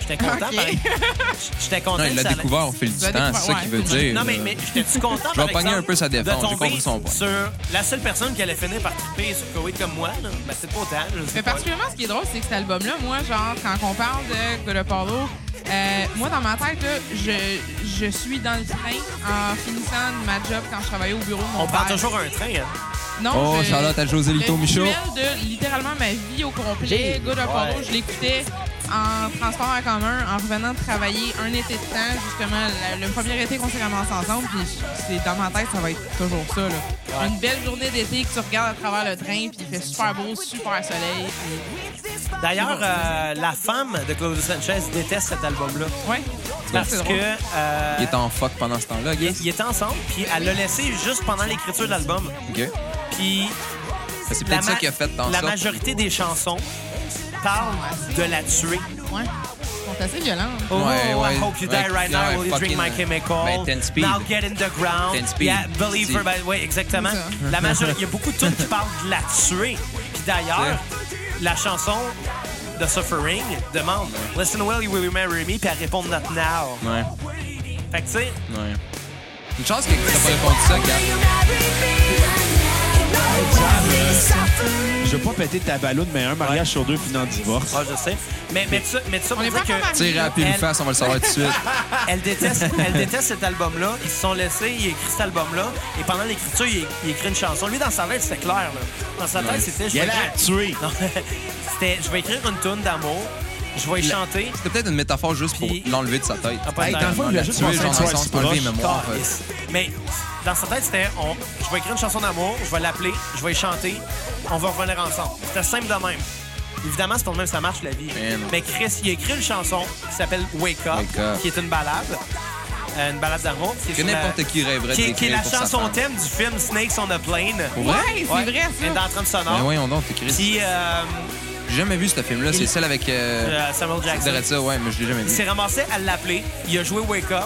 [SPEAKER 1] J'étais content,
[SPEAKER 3] Ok.
[SPEAKER 1] pareil. J'étais content.
[SPEAKER 4] Non,
[SPEAKER 1] que
[SPEAKER 4] il
[SPEAKER 1] ça
[SPEAKER 4] l'a
[SPEAKER 1] allait-
[SPEAKER 4] découvert au fil du
[SPEAKER 3] Tu l'as
[SPEAKER 4] temps,
[SPEAKER 3] découvert,
[SPEAKER 4] c'est ça qu'il
[SPEAKER 3] ouais.
[SPEAKER 4] veut dire.
[SPEAKER 1] Non, mais, mais j'étais-tu content,
[SPEAKER 4] Je
[SPEAKER 1] par
[SPEAKER 4] vais pogner
[SPEAKER 1] exemple,
[SPEAKER 4] un peu sa défense,
[SPEAKER 1] de
[SPEAKER 4] j'ai
[SPEAKER 1] tomber
[SPEAKER 4] compris son point.
[SPEAKER 1] sur la seule personne qui allait finir par triper sur Koweït comme moi? là? Ben, c'est pas autant. je sais
[SPEAKER 3] Mais
[SPEAKER 1] pas.
[SPEAKER 3] particulièrement, ce qui est drôle, c'est que cet album-là, moi, genre, quand on parle de Golo Paulo, euh, moi, dans ma tête, là, je, je suis dans le train en finissant ma job quand je travaillais au bureau de mon
[SPEAKER 1] On
[SPEAKER 3] père.
[SPEAKER 1] parle toujours un train. hein.
[SPEAKER 3] Non,
[SPEAKER 4] Oh,
[SPEAKER 3] je-
[SPEAKER 4] Charlotte à José Lito
[SPEAKER 3] le
[SPEAKER 4] Michaud.
[SPEAKER 3] visuel de littéralement ma vie au complet.
[SPEAKER 5] J'ai-
[SPEAKER 3] Good Up Apollo,
[SPEAKER 1] ouais.
[SPEAKER 3] je l'écoutais en transport en commun, en revenant travailler un été de temps, justement, la- le premier été qu'on s'est ramassés ensemble, puis c'est dans ma tête, ça va être toujours ça, là. Une belle journée d'été que tu regardes à travers le train, puis il fait super beau, super soleil.
[SPEAKER 1] D'ailleurs, euh, la femme de Claudio Sanchez déteste cet album-là.
[SPEAKER 3] Ouais.
[SPEAKER 1] Parce
[SPEAKER 3] C'est
[SPEAKER 1] que...
[SPEAKER 3] drôle.
[SPEAKER 1] euh,
[SPEAKER 4] Il est en fuck pendant ce temps-là,
[SPEAKER 1] Il,
[SPEAKER 4] Guess.
[SPEAKER 1] il était ensemble, puis elle l'a laissé juste pendant l'écriture de l'album.
[SPEAKER 4] OK.
[SPEAKER 1] Puis
[SPEAKER 4] C'est
[SPEAKER 1] la,
[SPEAKER 4] peut-être ça
[SPEAKER 1] ma-
[SPEAKER 4] qui a fait tant
[SPEAKER 1] la
[SPEAKER 4] ça.
[SPEAKER 1] majorité des chansons parlent de la tuer.
[SPEAKER 3] Ouais. Ils sont assez violents.
[SPEAKER 1] Oh,
[SPEAKER 4] Ouais, ouais.
[SPEAKER 1] I hope you die
[SPEAKER 4] Ouais,
[SPEAKER 1] right
[SPEAKER 4] ouais,
[SPEAKER 1] now. Will you drink
[SPEAKER 4] fucking,
[SPEAKER 1] my
[SPEAKER 4] euh,
[SPEAKER 1] chemical?
[SPEAKER 4] ben, Ten Speed.
[SPEAKER 1] Now get in the ground.
[SPEAKER 4] Ten Speed.
[SPEAKER 1] Yeah, believe
[SPEAKER 4] Si.
[SPEAKER 1] her. Ben, ouais, exactement.
[SPEAKER 3] C'est
[SPEAKER 1] La majorité, il y a beaucoup de tunes qui parlent de la tuer. Puis d'ailleurs, la chanson de Suffering demande Listen well, will you marry me? Puis elle répond Not now.
[SPEAKER 4] Ouais,
[SPEAKER 1] Fait que tu sais,
[SPEAKER 4] ouais. Une chance que t'as pas répondu ça, Gab.
[SPEAKER 2] Je veux pas péter ta balloune, mais un mariage sur deux finit en divorce.
[SPEAKER 1] ah, je sais. Mais, mais, ça, mais ça
[SPEAKER 3] On
[SPEAKER 1] pour
[SPEAKER 3] est
[SPEAKER 1] dire
[SPEAKER 3] pas
[SPEAKER 1] que.
[SPEAKER 3] encore
[SPEAKER 4] Tire à pile
[SPEAKER 1] Elle-
[SPEAKER 4] face, on va le savoir tout de suite.
[SPEAKER 1] Elle déteste, elle déteste cet album-là. Ils se sont laissés, il a écrit cet album-là. Et pendant l'écriture, il, il écrit une chanson. Lui, dans sa tête, c'était clair. Là. Dans sa tête,
[SPEAKER 4] Ouais.
[SPEAKER 1] c'était... Je vais,
[SPEAKER 2] Il allait la
[SPEAKER 1] écrire...
[SPEAKER 2] tuer.
[SPEAKER 1] Non, c'était... Je vais écrire une tune d'amour. Je vais y
[SPEAKER 4] La-
[SPEAKER 1] chanter.
[SPEAKER 4] C'était peut-être une métaphore juste pour
[SPEAKER 1] Puis-
[SPEAKER 4] l'enlever de sa tête.
[SPEAKER 1] Ah, pas
[SPEAKER 2] Hey,
[SPEAKER 1] de
[SPEAKER 2] dans le fond,
[SPEAKER 1] temps.
[SPEAKER 2] il a
[SPEAKER 4] Tu
[SPEAKER 2] juste
[SPEAKER 4] veux,
[SPEAKER 2] pensé à
[SPEAKER 4] genre,
[SPEAKER 2] être
[SPEAKER 4] dans le
[SPEAKER 2] sur
[SPEAKER 4] sens,
[SPEAKER 2] un
[SPEAKER 4] enlever les
[SPEAKER 2] proche.
[SPEAKER 4] mémoires. euh,
[SPEAKER 1] Calisse. Mais dans sa tête, c'était... on- Je vais écrire une chanson d'amour. Je vais l'appeler. Je vais y chanter. On va revenir ensemble. C'était simple de même. Évidemment, c'est pour le même ça marche, la vie.
[SPEAKER 4] Man.
[SPEAKER 1] Mais Chris, il a écrit une chanson qui s'appelle Wake Up,
[SPEAKER 4] Wake Up.
[SPEAKER 1] qui est une balade. Euh, une balade d'amour. qui est
[SPEAKER 4] Que
[SPEAKER 1] sur la-
[SPEAKER 4] n'importe qui rêverait
[SPEAKER 1] qui,
[SPEAKER 4] de
[SPEAKER 1] est- qui est la
[SPEAKER 4] l'écrire pour sa
[SPEAKER 1] chanson
[SPEAKER 4] femme.
[SPEAKER 1] thème du film Snakes on a Plane.
[SPEAKER 4] Pour
[SPEAKER 3] Ouais,
[SPEAKER 4] vrai?
[SPEAKER 3] c'est
[SPEAKER 1] Ouais.
[SPEAKER 3] vrai,
[SPEAKER 1] Elle est
[SPEAKER 3] ça.
[SPEAKER 1] dans train de sonore.
[SPEAKER 4] Ben voyons donc, t'es Chris.
[SPEAKER 1] Puis euh,
[SPEAKER 4] J'ai jamais vu ce film-là. C'est celle avec... euh,
[SPEAKER 1] euh, Samuel
[SPEAKER 4] Je
[SPEAKER 1] Jackson.
[SPEAKER 4] dirais ça, ouais, mais je l'ai jamais
[SPEAKER 1] Il
[SPEAKER 4] vu.
[SPEAKER 1] s'est ramassé à l'appeler. Il a joué Wake Up.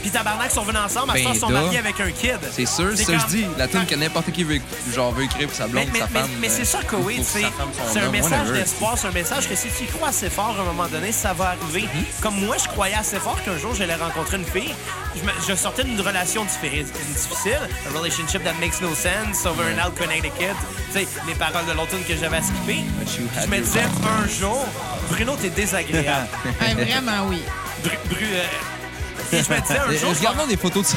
[SPEAKER 1] Puis Tabarnak sont venus ensemble. À ce
[SPEAKER 4] Ben
[SPEAKER 1] soir, ils sont
[SPEAKER 4] là.
[SPEAKER 1] mariés avec un kid.
[SPEAKER 4] C'est sûr, c'est ça que
[SPEAKER 1] comme-
[SPEAKER 4] je dis. La tune que n'importe qui veut, genre, veut écrire pour sa
[SPEAKER 1] Mais,
[SPEAKER 4] blonde,
[SPEAKER 1] mais,
[SPEAKER 4] sa
[SPEAKER 1] mais,
[SPEAKER 4] femme.
[SPEAKER 1] mais c'est ça,
[SPEAKER 4] euh,
[SPEAKER 1] Koweït,
[SPEAKER 4] pour sa
[SPEAKER 1] c'est
[SPEAKER 4] femme, son
[SPEAKER 1] c'est un
[SPEAKER 4] homme,
[SPEAKER 1] message
[SPEAKER 4] whatever.
[SPEAKER 1] d'espoir, c'est un message que si tu y crois assez fort à un moment donné, ça va arriver. Comme moi, je croyais assez fort qu'un jour j'allais rencontrer une fille. Je, me- je sortais d'une relation diffi- difficile, a relationship that makes no sense, over and out Connecticut, tu sais, les paroles de l'automne que j'avais à skipper.
[SPEAKER 4] But you had
[SPEAKER 1] Je me
[SPEAKER 4] your
[SPEAKER 1] disais un jour, Bruno, t'es désagréable.
[SPEAKER 3] Ouais, vraiment, oui.
[SPEAKER 1] Bru- Bru- euh, et je me disais un
[SPEAKER 4] Et-
[SPEAKER 1] jour, je vais
[SPEAKER 4] Regardons des photos de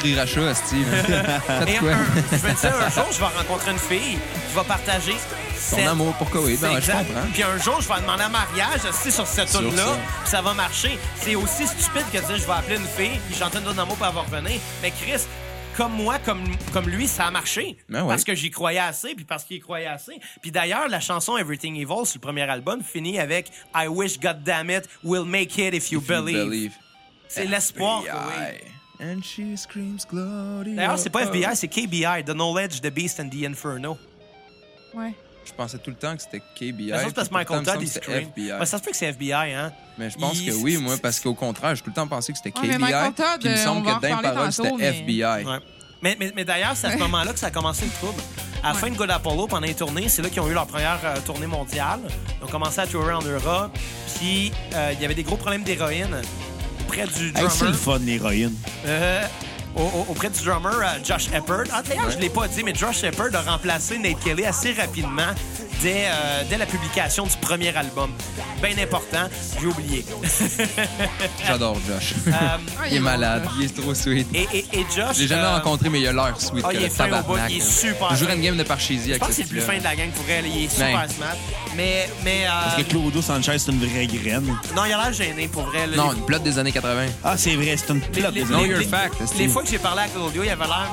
[SPEAKER 4] Sriracha, Steve.
[SPEAKER 1] Et
[SPEAKER 4] Faites quoi?
[SPEAKER 1] un- je me disais, un jour, je vais rencontrer une fille qui va partager
[SPEAKER 4] Son
[SPEAKER 1] cette-
[SPEAKER 4] amour pour Koweït.
[SPEAKER 1] C'est
[SPEAKER 4] Ben, je
[SPEAKER 1] exact.
[SPEAKER 4] comprends.
[SPEAKER 1] Puis un jour, je vais demander un mariage aussi sur cette
[SPEAKER 4] Sur
[SPEAKER 1] tune là
[SPEAKER 4] ça.
[SPEAKER 1] puis ça va marcher. C'est aussi stupide que de dire je vais appeler une fille, puis chanter une tune d'amour pour avoir revenir. Mais Chris, comme moi, comme, comme lui, ça a marché.
[SPEAKER 4] Ben ouais.
[SPEAKER 1] Parce que j'y croyais assez, puis parce qu'il y croyait assez. Puis d'ailleurs, la chanson Everything Evil sur le premier album finit avec I wish, God damn it, we'll make it if you believe. C'est l'espoir. oui.
[SPEAKER 4] FBI. And she screams Gloria.
[SPEAKER 1] D'ailleurs, c'est pas FBI, c'est KBI, The Knowledge, The Beast and the Inferno.
[SPEAKER 3] Ouais.
[SPEAKER 4] Je pensais tout le temps que c'était KBI.
[SPEAKER 1] Mais ça, c'est parce que
[SPEAKER 4] puis pourtant,
[SPEAKER 1] Michael Todd,
[SPEAKER 4] il me
[SPEAKER 1] il
[SPEAKER 4] semble que
[SPEAKER 1] scream.
[SPEAKER 4] c'était FBI.
[SPEAKER 1] Ouais, ça se peut que c'est FBI, hein?
[SPEAKER 4] Mais je pense
[SPEAKER 1] Il-
[SPEAKER 4] que oui, moi, parce qu'au contraire, j'ai tout le temps pensé que c'était
[SPEAKER 3] Ouais, mais
[SPEAKER 4] KBI.
[SPEAKER 3] Michael Todd,
[SPEAKER 4] puis il me
[SPEAKER 3] euh, on
[SPEAKER 4] semble
[SPEAKER 3] va en
[SPEAKER 4] que d'un
[SPEAKER 3] reparler
[SPEAKER 4] parole,
[SPEAKER 3] tantôt, mais-
[SPEAKER 4] c'était FBI.
[SPEAKER 1] Ouais. Mais, mais, mais d'ailleurs, c'est à ce moment-là que ça a commencé le trouble. À la fin de God Apollo, pendant les tournées, c'est là qu'ils ont eu leur première euh, tournée mondiale. Ils ont commencé à tourer en Europe, puis euh, il y avait des gros problèmes d'héroïne auprès du
[SPEAKER 2] Hey,
[SPEAKER 1] drummer.
[SPEAKER 2] c'est le fun, l'héroïne.
[SPEAKER 1] euh, au- au- auprès du drummer euh, Josh Eppert. Ah, d'ailleurs, je ne l'ai pas dit, mais Josh Eppert a remplacé Nate Kelly assez rapidement dès, euh, dès la publication du premier album. Bien important, j'ai oublié.
[SPEAKER 4] J'adore Josh.
[SPEAKER 3] Ah,
[SPEAKER 4] il est
[SPEAKER 3] bon,
[SPEAKER 4] malade.
[SPEAKER 3] ça.
[SPEAKER 4] Il est trop sweet.
[SPEAKER 1] Euh, Et, et, et Josh.
[SPEAKER 4] Je l'ai jamais
[SPEAKER 1] euh,
[SPEAKER 4] rencontré, mais il a l'air sweet.
[SPEAKER 1] ah,
[SPEAKER 4] que
[SPEAKER 1] il
[SPEAKER 4] le
[SPEAKER 1] est fin au bout,
[SPEAKER 4] tabarnak,
[SPEAKER 1] il est
[SPEAKER 4] là.
[SPEAKER 1] super
[SPEAKER 4] Je jouerais
[SPEAKER 1] fin.
[SPEAKER 4] une game de Parcheesi
[SPEAKER 1] Je
[SPEAKER 4] avec
[SPEAKER 1] pense que
[SPEAKER 4] ce
[SPEAKER 1] c'est le plus
[SPEAKER 4] type-là.
[SPEAKER 1] fin de la gang pour elle. Il est super
[SPEAKER 4] Ben.
[SPEAKER 1] smart. Mais. mais euh,
[SPEAKER 2] Parce que Claudio Sanchez, c'est une vraie graine.
[SPEAKER 1] Non, il a l'air gêné pour vrai. là.
[SPEAKER 4] Non, une plot des années 80.
[SPEAKER 2] Ah, c'est vrai, c'est une
[SPEAKER 1] Les-
[SPEAKER 2] plotte.
[SPEAKER 1] les-
[SPEAKER 2] des
[SPEAKER 1] les-
[SPEAKER 4] your
[SPEAKER 1] les-
[SPEAKER 4] fact,
[SPEAKER 1] les
[SPEAKER 4] Steve.
[SPEAKER 1] fois que j'ai parlé à Claudio, il avait l'air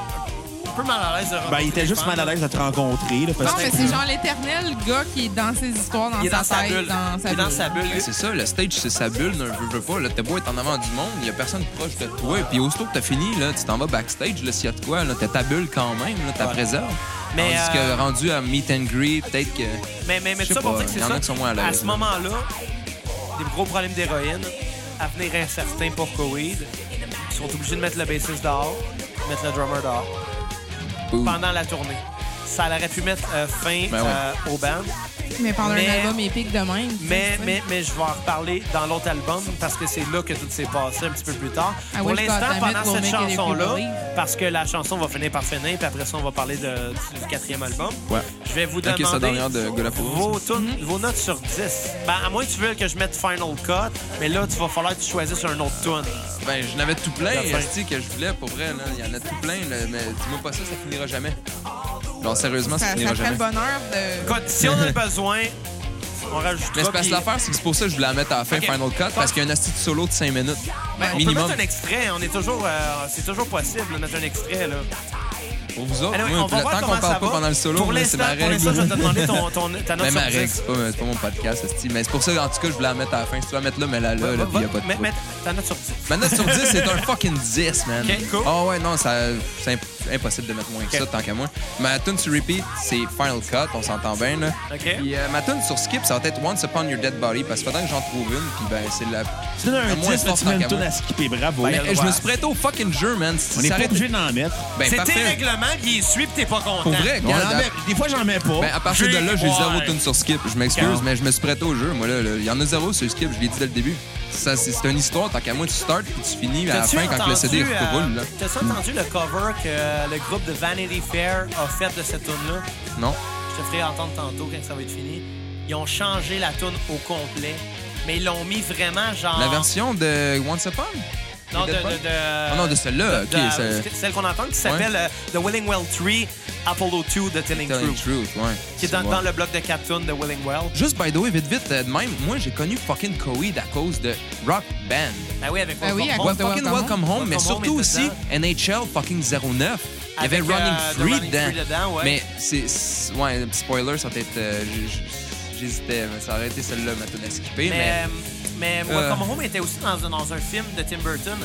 [SPEAKER 1] peu mal à l'aise de rencontrer
[SPEAKER 2] Ben, il était
[SPEAKER 1] des
[SPEAKER 2] juste
[SPEAKER 1] fans.
[SPEAKER 2] mal à l'aise de te rencontrer. là, parce
[SPEAKER 3] Non,
[SPEAKER 2] que-
[SPEAKER 3] mais c'est genre l'éternel gars qui est dans ses histoires, dans
[SPEAKER 1] Il est
[SPEAKER 3] sa
[SPEAKER 1] dans sa
[SPEAKER 3] tête,
[SPEAKER 1] bulle.
[SPEAKER 3] dans sa
[SPEAKER 1] Il est dans
[SPEAKER 3] bulle.
[SPEAKER 1] sa bulle.
[SPEAKER 4] Ben, c'est ça, le stage, c'est sa bulle, ne veux, veux pas. Là, t'es beau être en avant du monde, il y a personne proche de toi. Puis aussitôt que t'as fini, là, tu t'en vas backstage, là, s'il y a de quoi, là, t'as ta bulle quand même, là, ta
[SPEAKER 1] Ouais.
[SPEAKER 4] préserve.
[SPEAKER 1] Mais,
[SPEAKER 4] Tandis
[SPEAKER 1] euh,
[SPEAKER 4] que rendu à meet and greet, peut-être que.
[SPEAKER 1] Mais, mais, mais
[SPEAKER 4] Je sais
[SPEAKER 1] ça pour
[SPEAKER 4] pas,
[SPEAKER 1] dire que c'est
[SPEAKER 4] y en a
[SPEAKER 1] ça.
[SPEAKER 4] qui sont moins à l'aise,
[SPEAKER 1] à ce
[SPEAKER 4] là.
[SPEAKER 1] moment-là, des gros problèmes d'héroïne, avenir incertain pour Covid. Ils sont obligés de mettre le bassiste dehors, mettre le drummer dehors
[SPEAKER 4] Ouh.
[SPEAKER 1] pendant la tournée. Ça aurait pu mettre euh, fin
[SPEAKER 4] Ben ouais.
[SPEAKER 1] euh, au band.
[SPEAKER 3] Mais pendant
[SPEAKER 1] Mais-
[SPEAKER 3] un album épique de même. tu sais,
[SPEAKER 1] Mais,
[SPEAKER 3] c'est-
[SPEAKER 1] mais, mais je vais en reparler dans l'autre album parce que c'est là que tout s'est passé un petit peu plus tard.
[SPEAKER 3] I
[SPEAKER 1] Pour
[SPEAKER 3] wish God
[SPEAKER 1] l'instant,
[SPEAKER 3] damn it
[SPEAKER 1] pendant cette
[SPEAKER 3] will make it if you
[SPEAKER 1] chanson-là,
[SPEAKER 3] believe.
[SPEAKER 1] parce que la chanson va finir par finir, puis après ça, on va parler de- du quatrième album.
[SPEAKER 4] Ouais.
[SPEAKER 1] Je vais vous
[SPEAKER 4] Ok,
[SPEAKER 1] demander
[SPEAKER 4] c'est la dernière de Golapalooza.
[SPEAKER 1] vos, tunes- vos notes sur 10. Ben, à moins que tu veuilles que je mette Final Cut, mais là, tu vas falloir que tu choisisses un autre tune.
[SPEAKER 4] Ben, je n'avais tout
[SPEAKER 1] La
[SPEAKER 4] plein,
[SPEAKER 1] fin.
[SPEAKER 4] esti, que je voulais, pour vrai, là. Il y en a tout plein, là, mais dis-moi pas ça, ça finira jamais. Non, sérieusement, ça,
[SPEAKER 3] ça, ça
[SPEAKER 4] finira
[SPEAKER 3] ferait le
[SPEAKER 4] jamais.
[SPEAKER 3] bonheur de.
[SPEAKER 1] Écoute, si on a besoin, on rajoutera.
[SPEAKER 4] Mais c'est parce que
[SPEAKER 1] puis-
[SPEAKER 4] l'affaire, c'est que c'est pour ça que je voulais la mettre à la fin,
[SPEAKER 1] Ok.
[SPEAKER 4] Final Cut, parce qu'il y a un asti de solo de 5 minutes.
[SPEAKER 1] Ben, on peut
[SPEAKER 4] minimum.
[SPEAKER 1] mettre un extrait, on est toujours, euh, c'est toujours possible de mettre un extrait. Là.
[SPEAKER 4] Pour vous autres,
[SPEAKER 1] Anyway,
[SPEAKER 4] moi,
[SPEAKER 1] Ah Ben, on va
[SPEAKER 4] le
[SPEAKER 1] voir
[SPEAKER 4] temps
[SPEAKER 1] comment
[SPEAKER 4] qu'on
[SPEAKER 1] ça
[SPEAKER 4] parle pas
[SPEAKER 1] va.
[SPEAKER 4] pendant le solo,
[SPEAKER 1] pour
[SPEAKER 4] là,
[SPEAKER 1] l'instant,
[SPEAKER 4] c'est ma
[SPEAKER 1] pour
[SPEAKER 4] règle.
[SPEAKER 1] l'instant, je vais te demander ton, ton, ta note
[SPEAKER 4] Mais
[SPEAKER 1] sur
[SPEAKER 4] ma
[SPEAKER 1] 10.
[SPEAKER 4] règle, c'est pas, c'est pas mon podcast, esti. Mais c'est pour ça, en tout cas, je voulais la mettre à la fin. Si tu vas la mettre là, mais là, là,
[SPEAKER 1] Va-
[SPEAKER 4] là, puis
[SPEAKER 1] va-
[SPEAKER 4] y a pas de
[SPEAKER 1] mets-
[SPEAKER 4] trouble.
[SPEAKER 1] mets ta note sur 10.
[SPEAKER 4] Ma note sur 10, c'est un fucking 10, man.
[SPEAKER 1] Ok, cool.
[SPEAKER 4] Ah ouais, non, ça, c'est imp- impossible de mettre moins que ça,
[SPEAKER 1] Ok.
[SPEAKER 4] tant qu'à moi. Ma tune sur repeat, c'est Final Cut, on s'entend bien, là.
[SPEAKER 1] Ok.
[SPEAKER 4] Puis euh, ma tune sur skip, ça va être Once Upon Your Dead Body, parce que faudrait que j'en trouve une, puis ben, c'est la.
[SPEAKER 2] Tu donnes
[SPEAKER 4] la
[SPEAKER 2] un
[SPEAKER 4] moins
[SPEAKER 2] 10, mais
[SPEAKER 4] forte,
[SPEAKER 2] tu
[SPEAKER 4] tant
[SPEAKER 2] mets une
[SPEAKER 4] qu'à
[SPEAKER 2] toune
[SPEAKER 4] moi.
[SPEAKER 2] à skipper, bravo.
[SPEAKER 1] Ben,
[SPEAKER 4] Mais,
[SPEAKER 1] elle
[SPEAKER 4] eh, je
[SPEAKER 1] doit.
[SPEAKER 4] me suis prêté au fucking jeu, man. Si
[SPEAKER 2] on n'est
[SPEAKER 4] ça
[SPEAKER 2] pas
[SPEAKER 4] arrête-
[SPEAKER 2] obligé d'en mettre.
[SPEAKER 4] Ben,
[SPEAKER 1] C'est tes
[SPEAKER 4] parfait.
[SPEAKER 1] règlements, puis il suit, puis t'es pas content.
[SPEAKER 4] Pour vrai,
[SPEAKER 2] On en
[SPEAKER 4] regarde,
[SPEAKER 2] met- Des fois, j'en mets pas.
[SPEAKER 4] Ben, à partir de là, j'ai
[SPEAKER 1] Ouais.
[SPEAKER 4] zéro tune sur skip. Je m'excuse,
[SPEAKER 1] Calme.
[SPEAKER 4] mais je me suis prêté au jeu. Moi, là, là. il y en a zéro sur skip, je l'ai dit dès le début. Ça, c'est c'est une histoire. Tant qu'à moi, tu starts puis tu finis à la
[SPEAKER 1] T'as-tu
[SPEAKER 4] fin quand le CD
[SPEAKER 1] entendu, euh,
[SPEAKER 4] roule. Là.
[SPEAKER 1] T'as-tu entendu le cover que euh, le groupe de Vanity Fair a fait de cette tune-là?
[SPEAKER 4] Non.
[SPEAKER 1] Je te ferai entendre tantôt quand ça va être fini. Ils ont changé la tune au complet, mais ils l'ont mis vraiment genre...
[SPEAKER 4] La version de Once Upon?
[SPEAKER 1] Non, de... de, de-
[SPEAKER 4] Ah non, de celle-là, ok,
[SPEAKER 1] Euh, de-
[SPEAKER 4] c'est-
[SPEAKER 1] Celle qu'on entend qui s'appelle euh, The Willing Well 3 Apollo 2 de Telling
[SPEAKER 4] Telling
[SPEAKER 1] Truth.
[SPEAKER 4] Truth, ouais.
[SPEAKER 1] Qui est dans,
[SPEAKER 4] C'est
[SPEAKER 1] dans
[SPEAKER 4] bon.
[SPEAKER 1] le bloc de 4 tunes de Willing Well.
[SPEAKER 4] Juste, by the way, vite, vite, euh, de même, moi, j'ai connu fucking Coheed à cause de Rock Band.
[SPEAKER 1] Ben oui, avec
[SPEAKER 3] Ben oui,
[SPEAKER 1] Welcome
[SPEAKER 3] à
[SPEAKER 1] Home.
[SPEAKER 3] cause de
[SPEAKER 4] fucking
[SPEAKER 3] Welcome
[SPEAKER 4] Welcome Home, mais
[SPEAKER 1] Welcome Home
[SPEAKER 4] surtout
[SPEAKER 1] est
[SPEAKER 4] aussi NHL fucking 09. Il y avait
[SPEAKER 1] Avec,
[SPEAKER 4] Running
[SPEAKER 1] euh, de
[SPEAKER 4] Free
[SPEAKER 1] Running
[SPEAKER 4] dedans.
[SPEAKER 1] Free dedans, ouais.
[SPEAKER 4] Mais c'est. c'est- Ouais, spoiler, ça peut être. euh, j- j- J'hésitais, mais ça aurait été celle-là, ma tune à skipper.
[SPEAKER 1] Mais,
[SPEAKER 4] Mais,
[SPEAKER 1] mais
[SPEAKER 4] Euh.
[SPEAKER 1] Welcome Home était aussi dans un, dans un film de Tim Burton,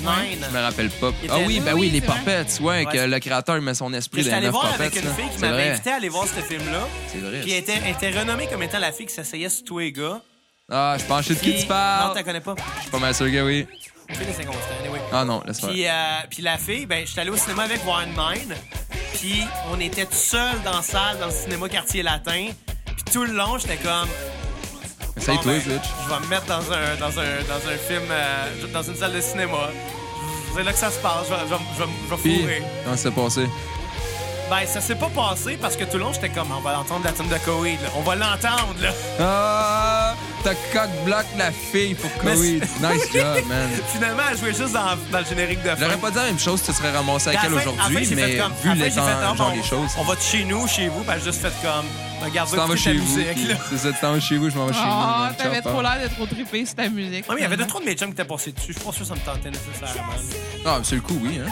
[SPEAKER 1] Nine.
[SPEAKER 4] je me rappelle pas.
[SPEAKER 1] Il
[SPEAKER 4] Ah
[SPEAKER 1] était-
[SPEAKER 4] oui, ben
[SPEAKER 3] Oui,
[SPEAKER 4] oui, les
[SPEAKER 3] c'est vrai.
[SPEAKER 4] Puppets, ouais,
[SPEAKER 1] Ouais.
[SPEAKER 4] que le créateur met son esprit
[SPEAKER 1] Puis j'étais
[SPEAKER 4] dans
[SPEAKER 1] allé
[SPEAKER 4] les neuf
[SPEAKER 1] voir
[SPEAKER 4] Puppets.
[SPEAKER 1] avec une
[SPEAKER 4] là.
[SPEAKER 1] fille qui
[SPEAKER 4] C'est
[SPEAKER 1] m'avait
[SPEAKER 4] vrai.
[SPEAKER 1] invité à aller voir ce film-là.
[SPEAKER 4] C'est vrai.
[SPEAKER 1] Puis elle était, elle était renommée comme étant la fille qui s'essayait sur tous les gars.
[SPEAKER 4] Ah, je pense je sais de qui
[SPEAKER 1] Puis-
[SPEAKER 4] tu parles.
[SPEAKER 1] Non, t'en connais pas.
[SPEAKER 4] Je suis pas mal sûr que oui.
[SPEAKER 1] Fille de 50 ans, anyway.
[SPEAKER 4] Ah non, laisse
[SPEAKER 1] Puis,
[SPEAKER 4] faire.
[SPEAKER 1] euh, puis la fille, ben, j'étais allé au cinéma avec Warren Mine. Puis on était tout seul dans la salle, dans le cinéma quartier latin. Puis tout le long, j'étais comme.
[SPEAKER 4] Essaye
[SPEAKER 1] Bon,
[SPEAKER 4] toi,
[SPEAKER 1] ben,
[SPEAKER 4] bitch.
[SPEAKER 1] Je vais me mettre dans un, dans un, dans un film, euh, dans une salle de cinéma. C'est là que ça se passe. Je vais, je vais- je vais- je vais
[SPEAKER 4] Puis,
[SPEAKER 1] fourrer.
[SPEAKER 4] comment ça s'est passé?
[SPEAKER 1] Ben, ça s'est pas passé parce que tout le long, j'étais comme, on va l'entendre la tune de Coheed. là. On va l'entendre, là.
[SPEAKER 4] Ah, t'as cock block la fille pour
[SPEAKER 1] Mais
[SPEAKER 4] Covid.
[SPEAKER 1] c'est-
[SPEAKER 4] Nice job, man.
[SPEAKER 1] Finalement, elle jouait juste dans, dans le générique de fin.
[SPEAKER 4] J'aurais pas dit la même chose si tu serais ramassé
[SPEAKER 1] Puis
[SPEAKER 4] avec
[SPEAKER 1] Ben, à
[SPEAKER 4] elle
[SPEAKER 1] la fin- à la fin,
[SPEAKER 4] aujourd'hui,
[SPEAKER 1] j'ai fait
[SPEAKER 4] mais
[SPEAKER 1] comme- à
[SPEAKER 4] vu
[SPEAKER 1] la fin,
[SPEAKER 4] les
[SPEAKER 1] j'ai fait, Ah,
[SPEAKER 4] gens,
[SPEAKER 1] bon,
[SPEAKER 4] genre
[SPEAKER 1] on-
[SPEAKER 4] les choses.
[SPEAKER 1] On va de chez nous, chez vous, ben, j'ai juste fait comme, regarde,
[SPEAKER 4] Tu t'en vas
[SPEAKER 1] écoutez ta
[SPEAKER 4] chez vous.
[SPEAKER 1] musique, là. Ah,
[SPEAKER 4] C'est ça, tu t'en vas chez vous, je m'en vais chez vous.
[SPEAKER 3] Oh,
[SPEAKER 4] man.
[SPEAKER 3] t'avais
[SPEAKER 4] Ciao,
[SPEAKER 3] trop
[SPEAKER 4] bye.
[SPEAKER 3] l'air de trop triper sur ta musique.
[SPEAKER 1] Ouais, mais il y avait deux, trois de mes chums qui étaient passés dessus. Je suis pas sûr que ça me tentait nécessairement.
[SPEAKER 4] Non, mais c'est le coup, oui. Hein.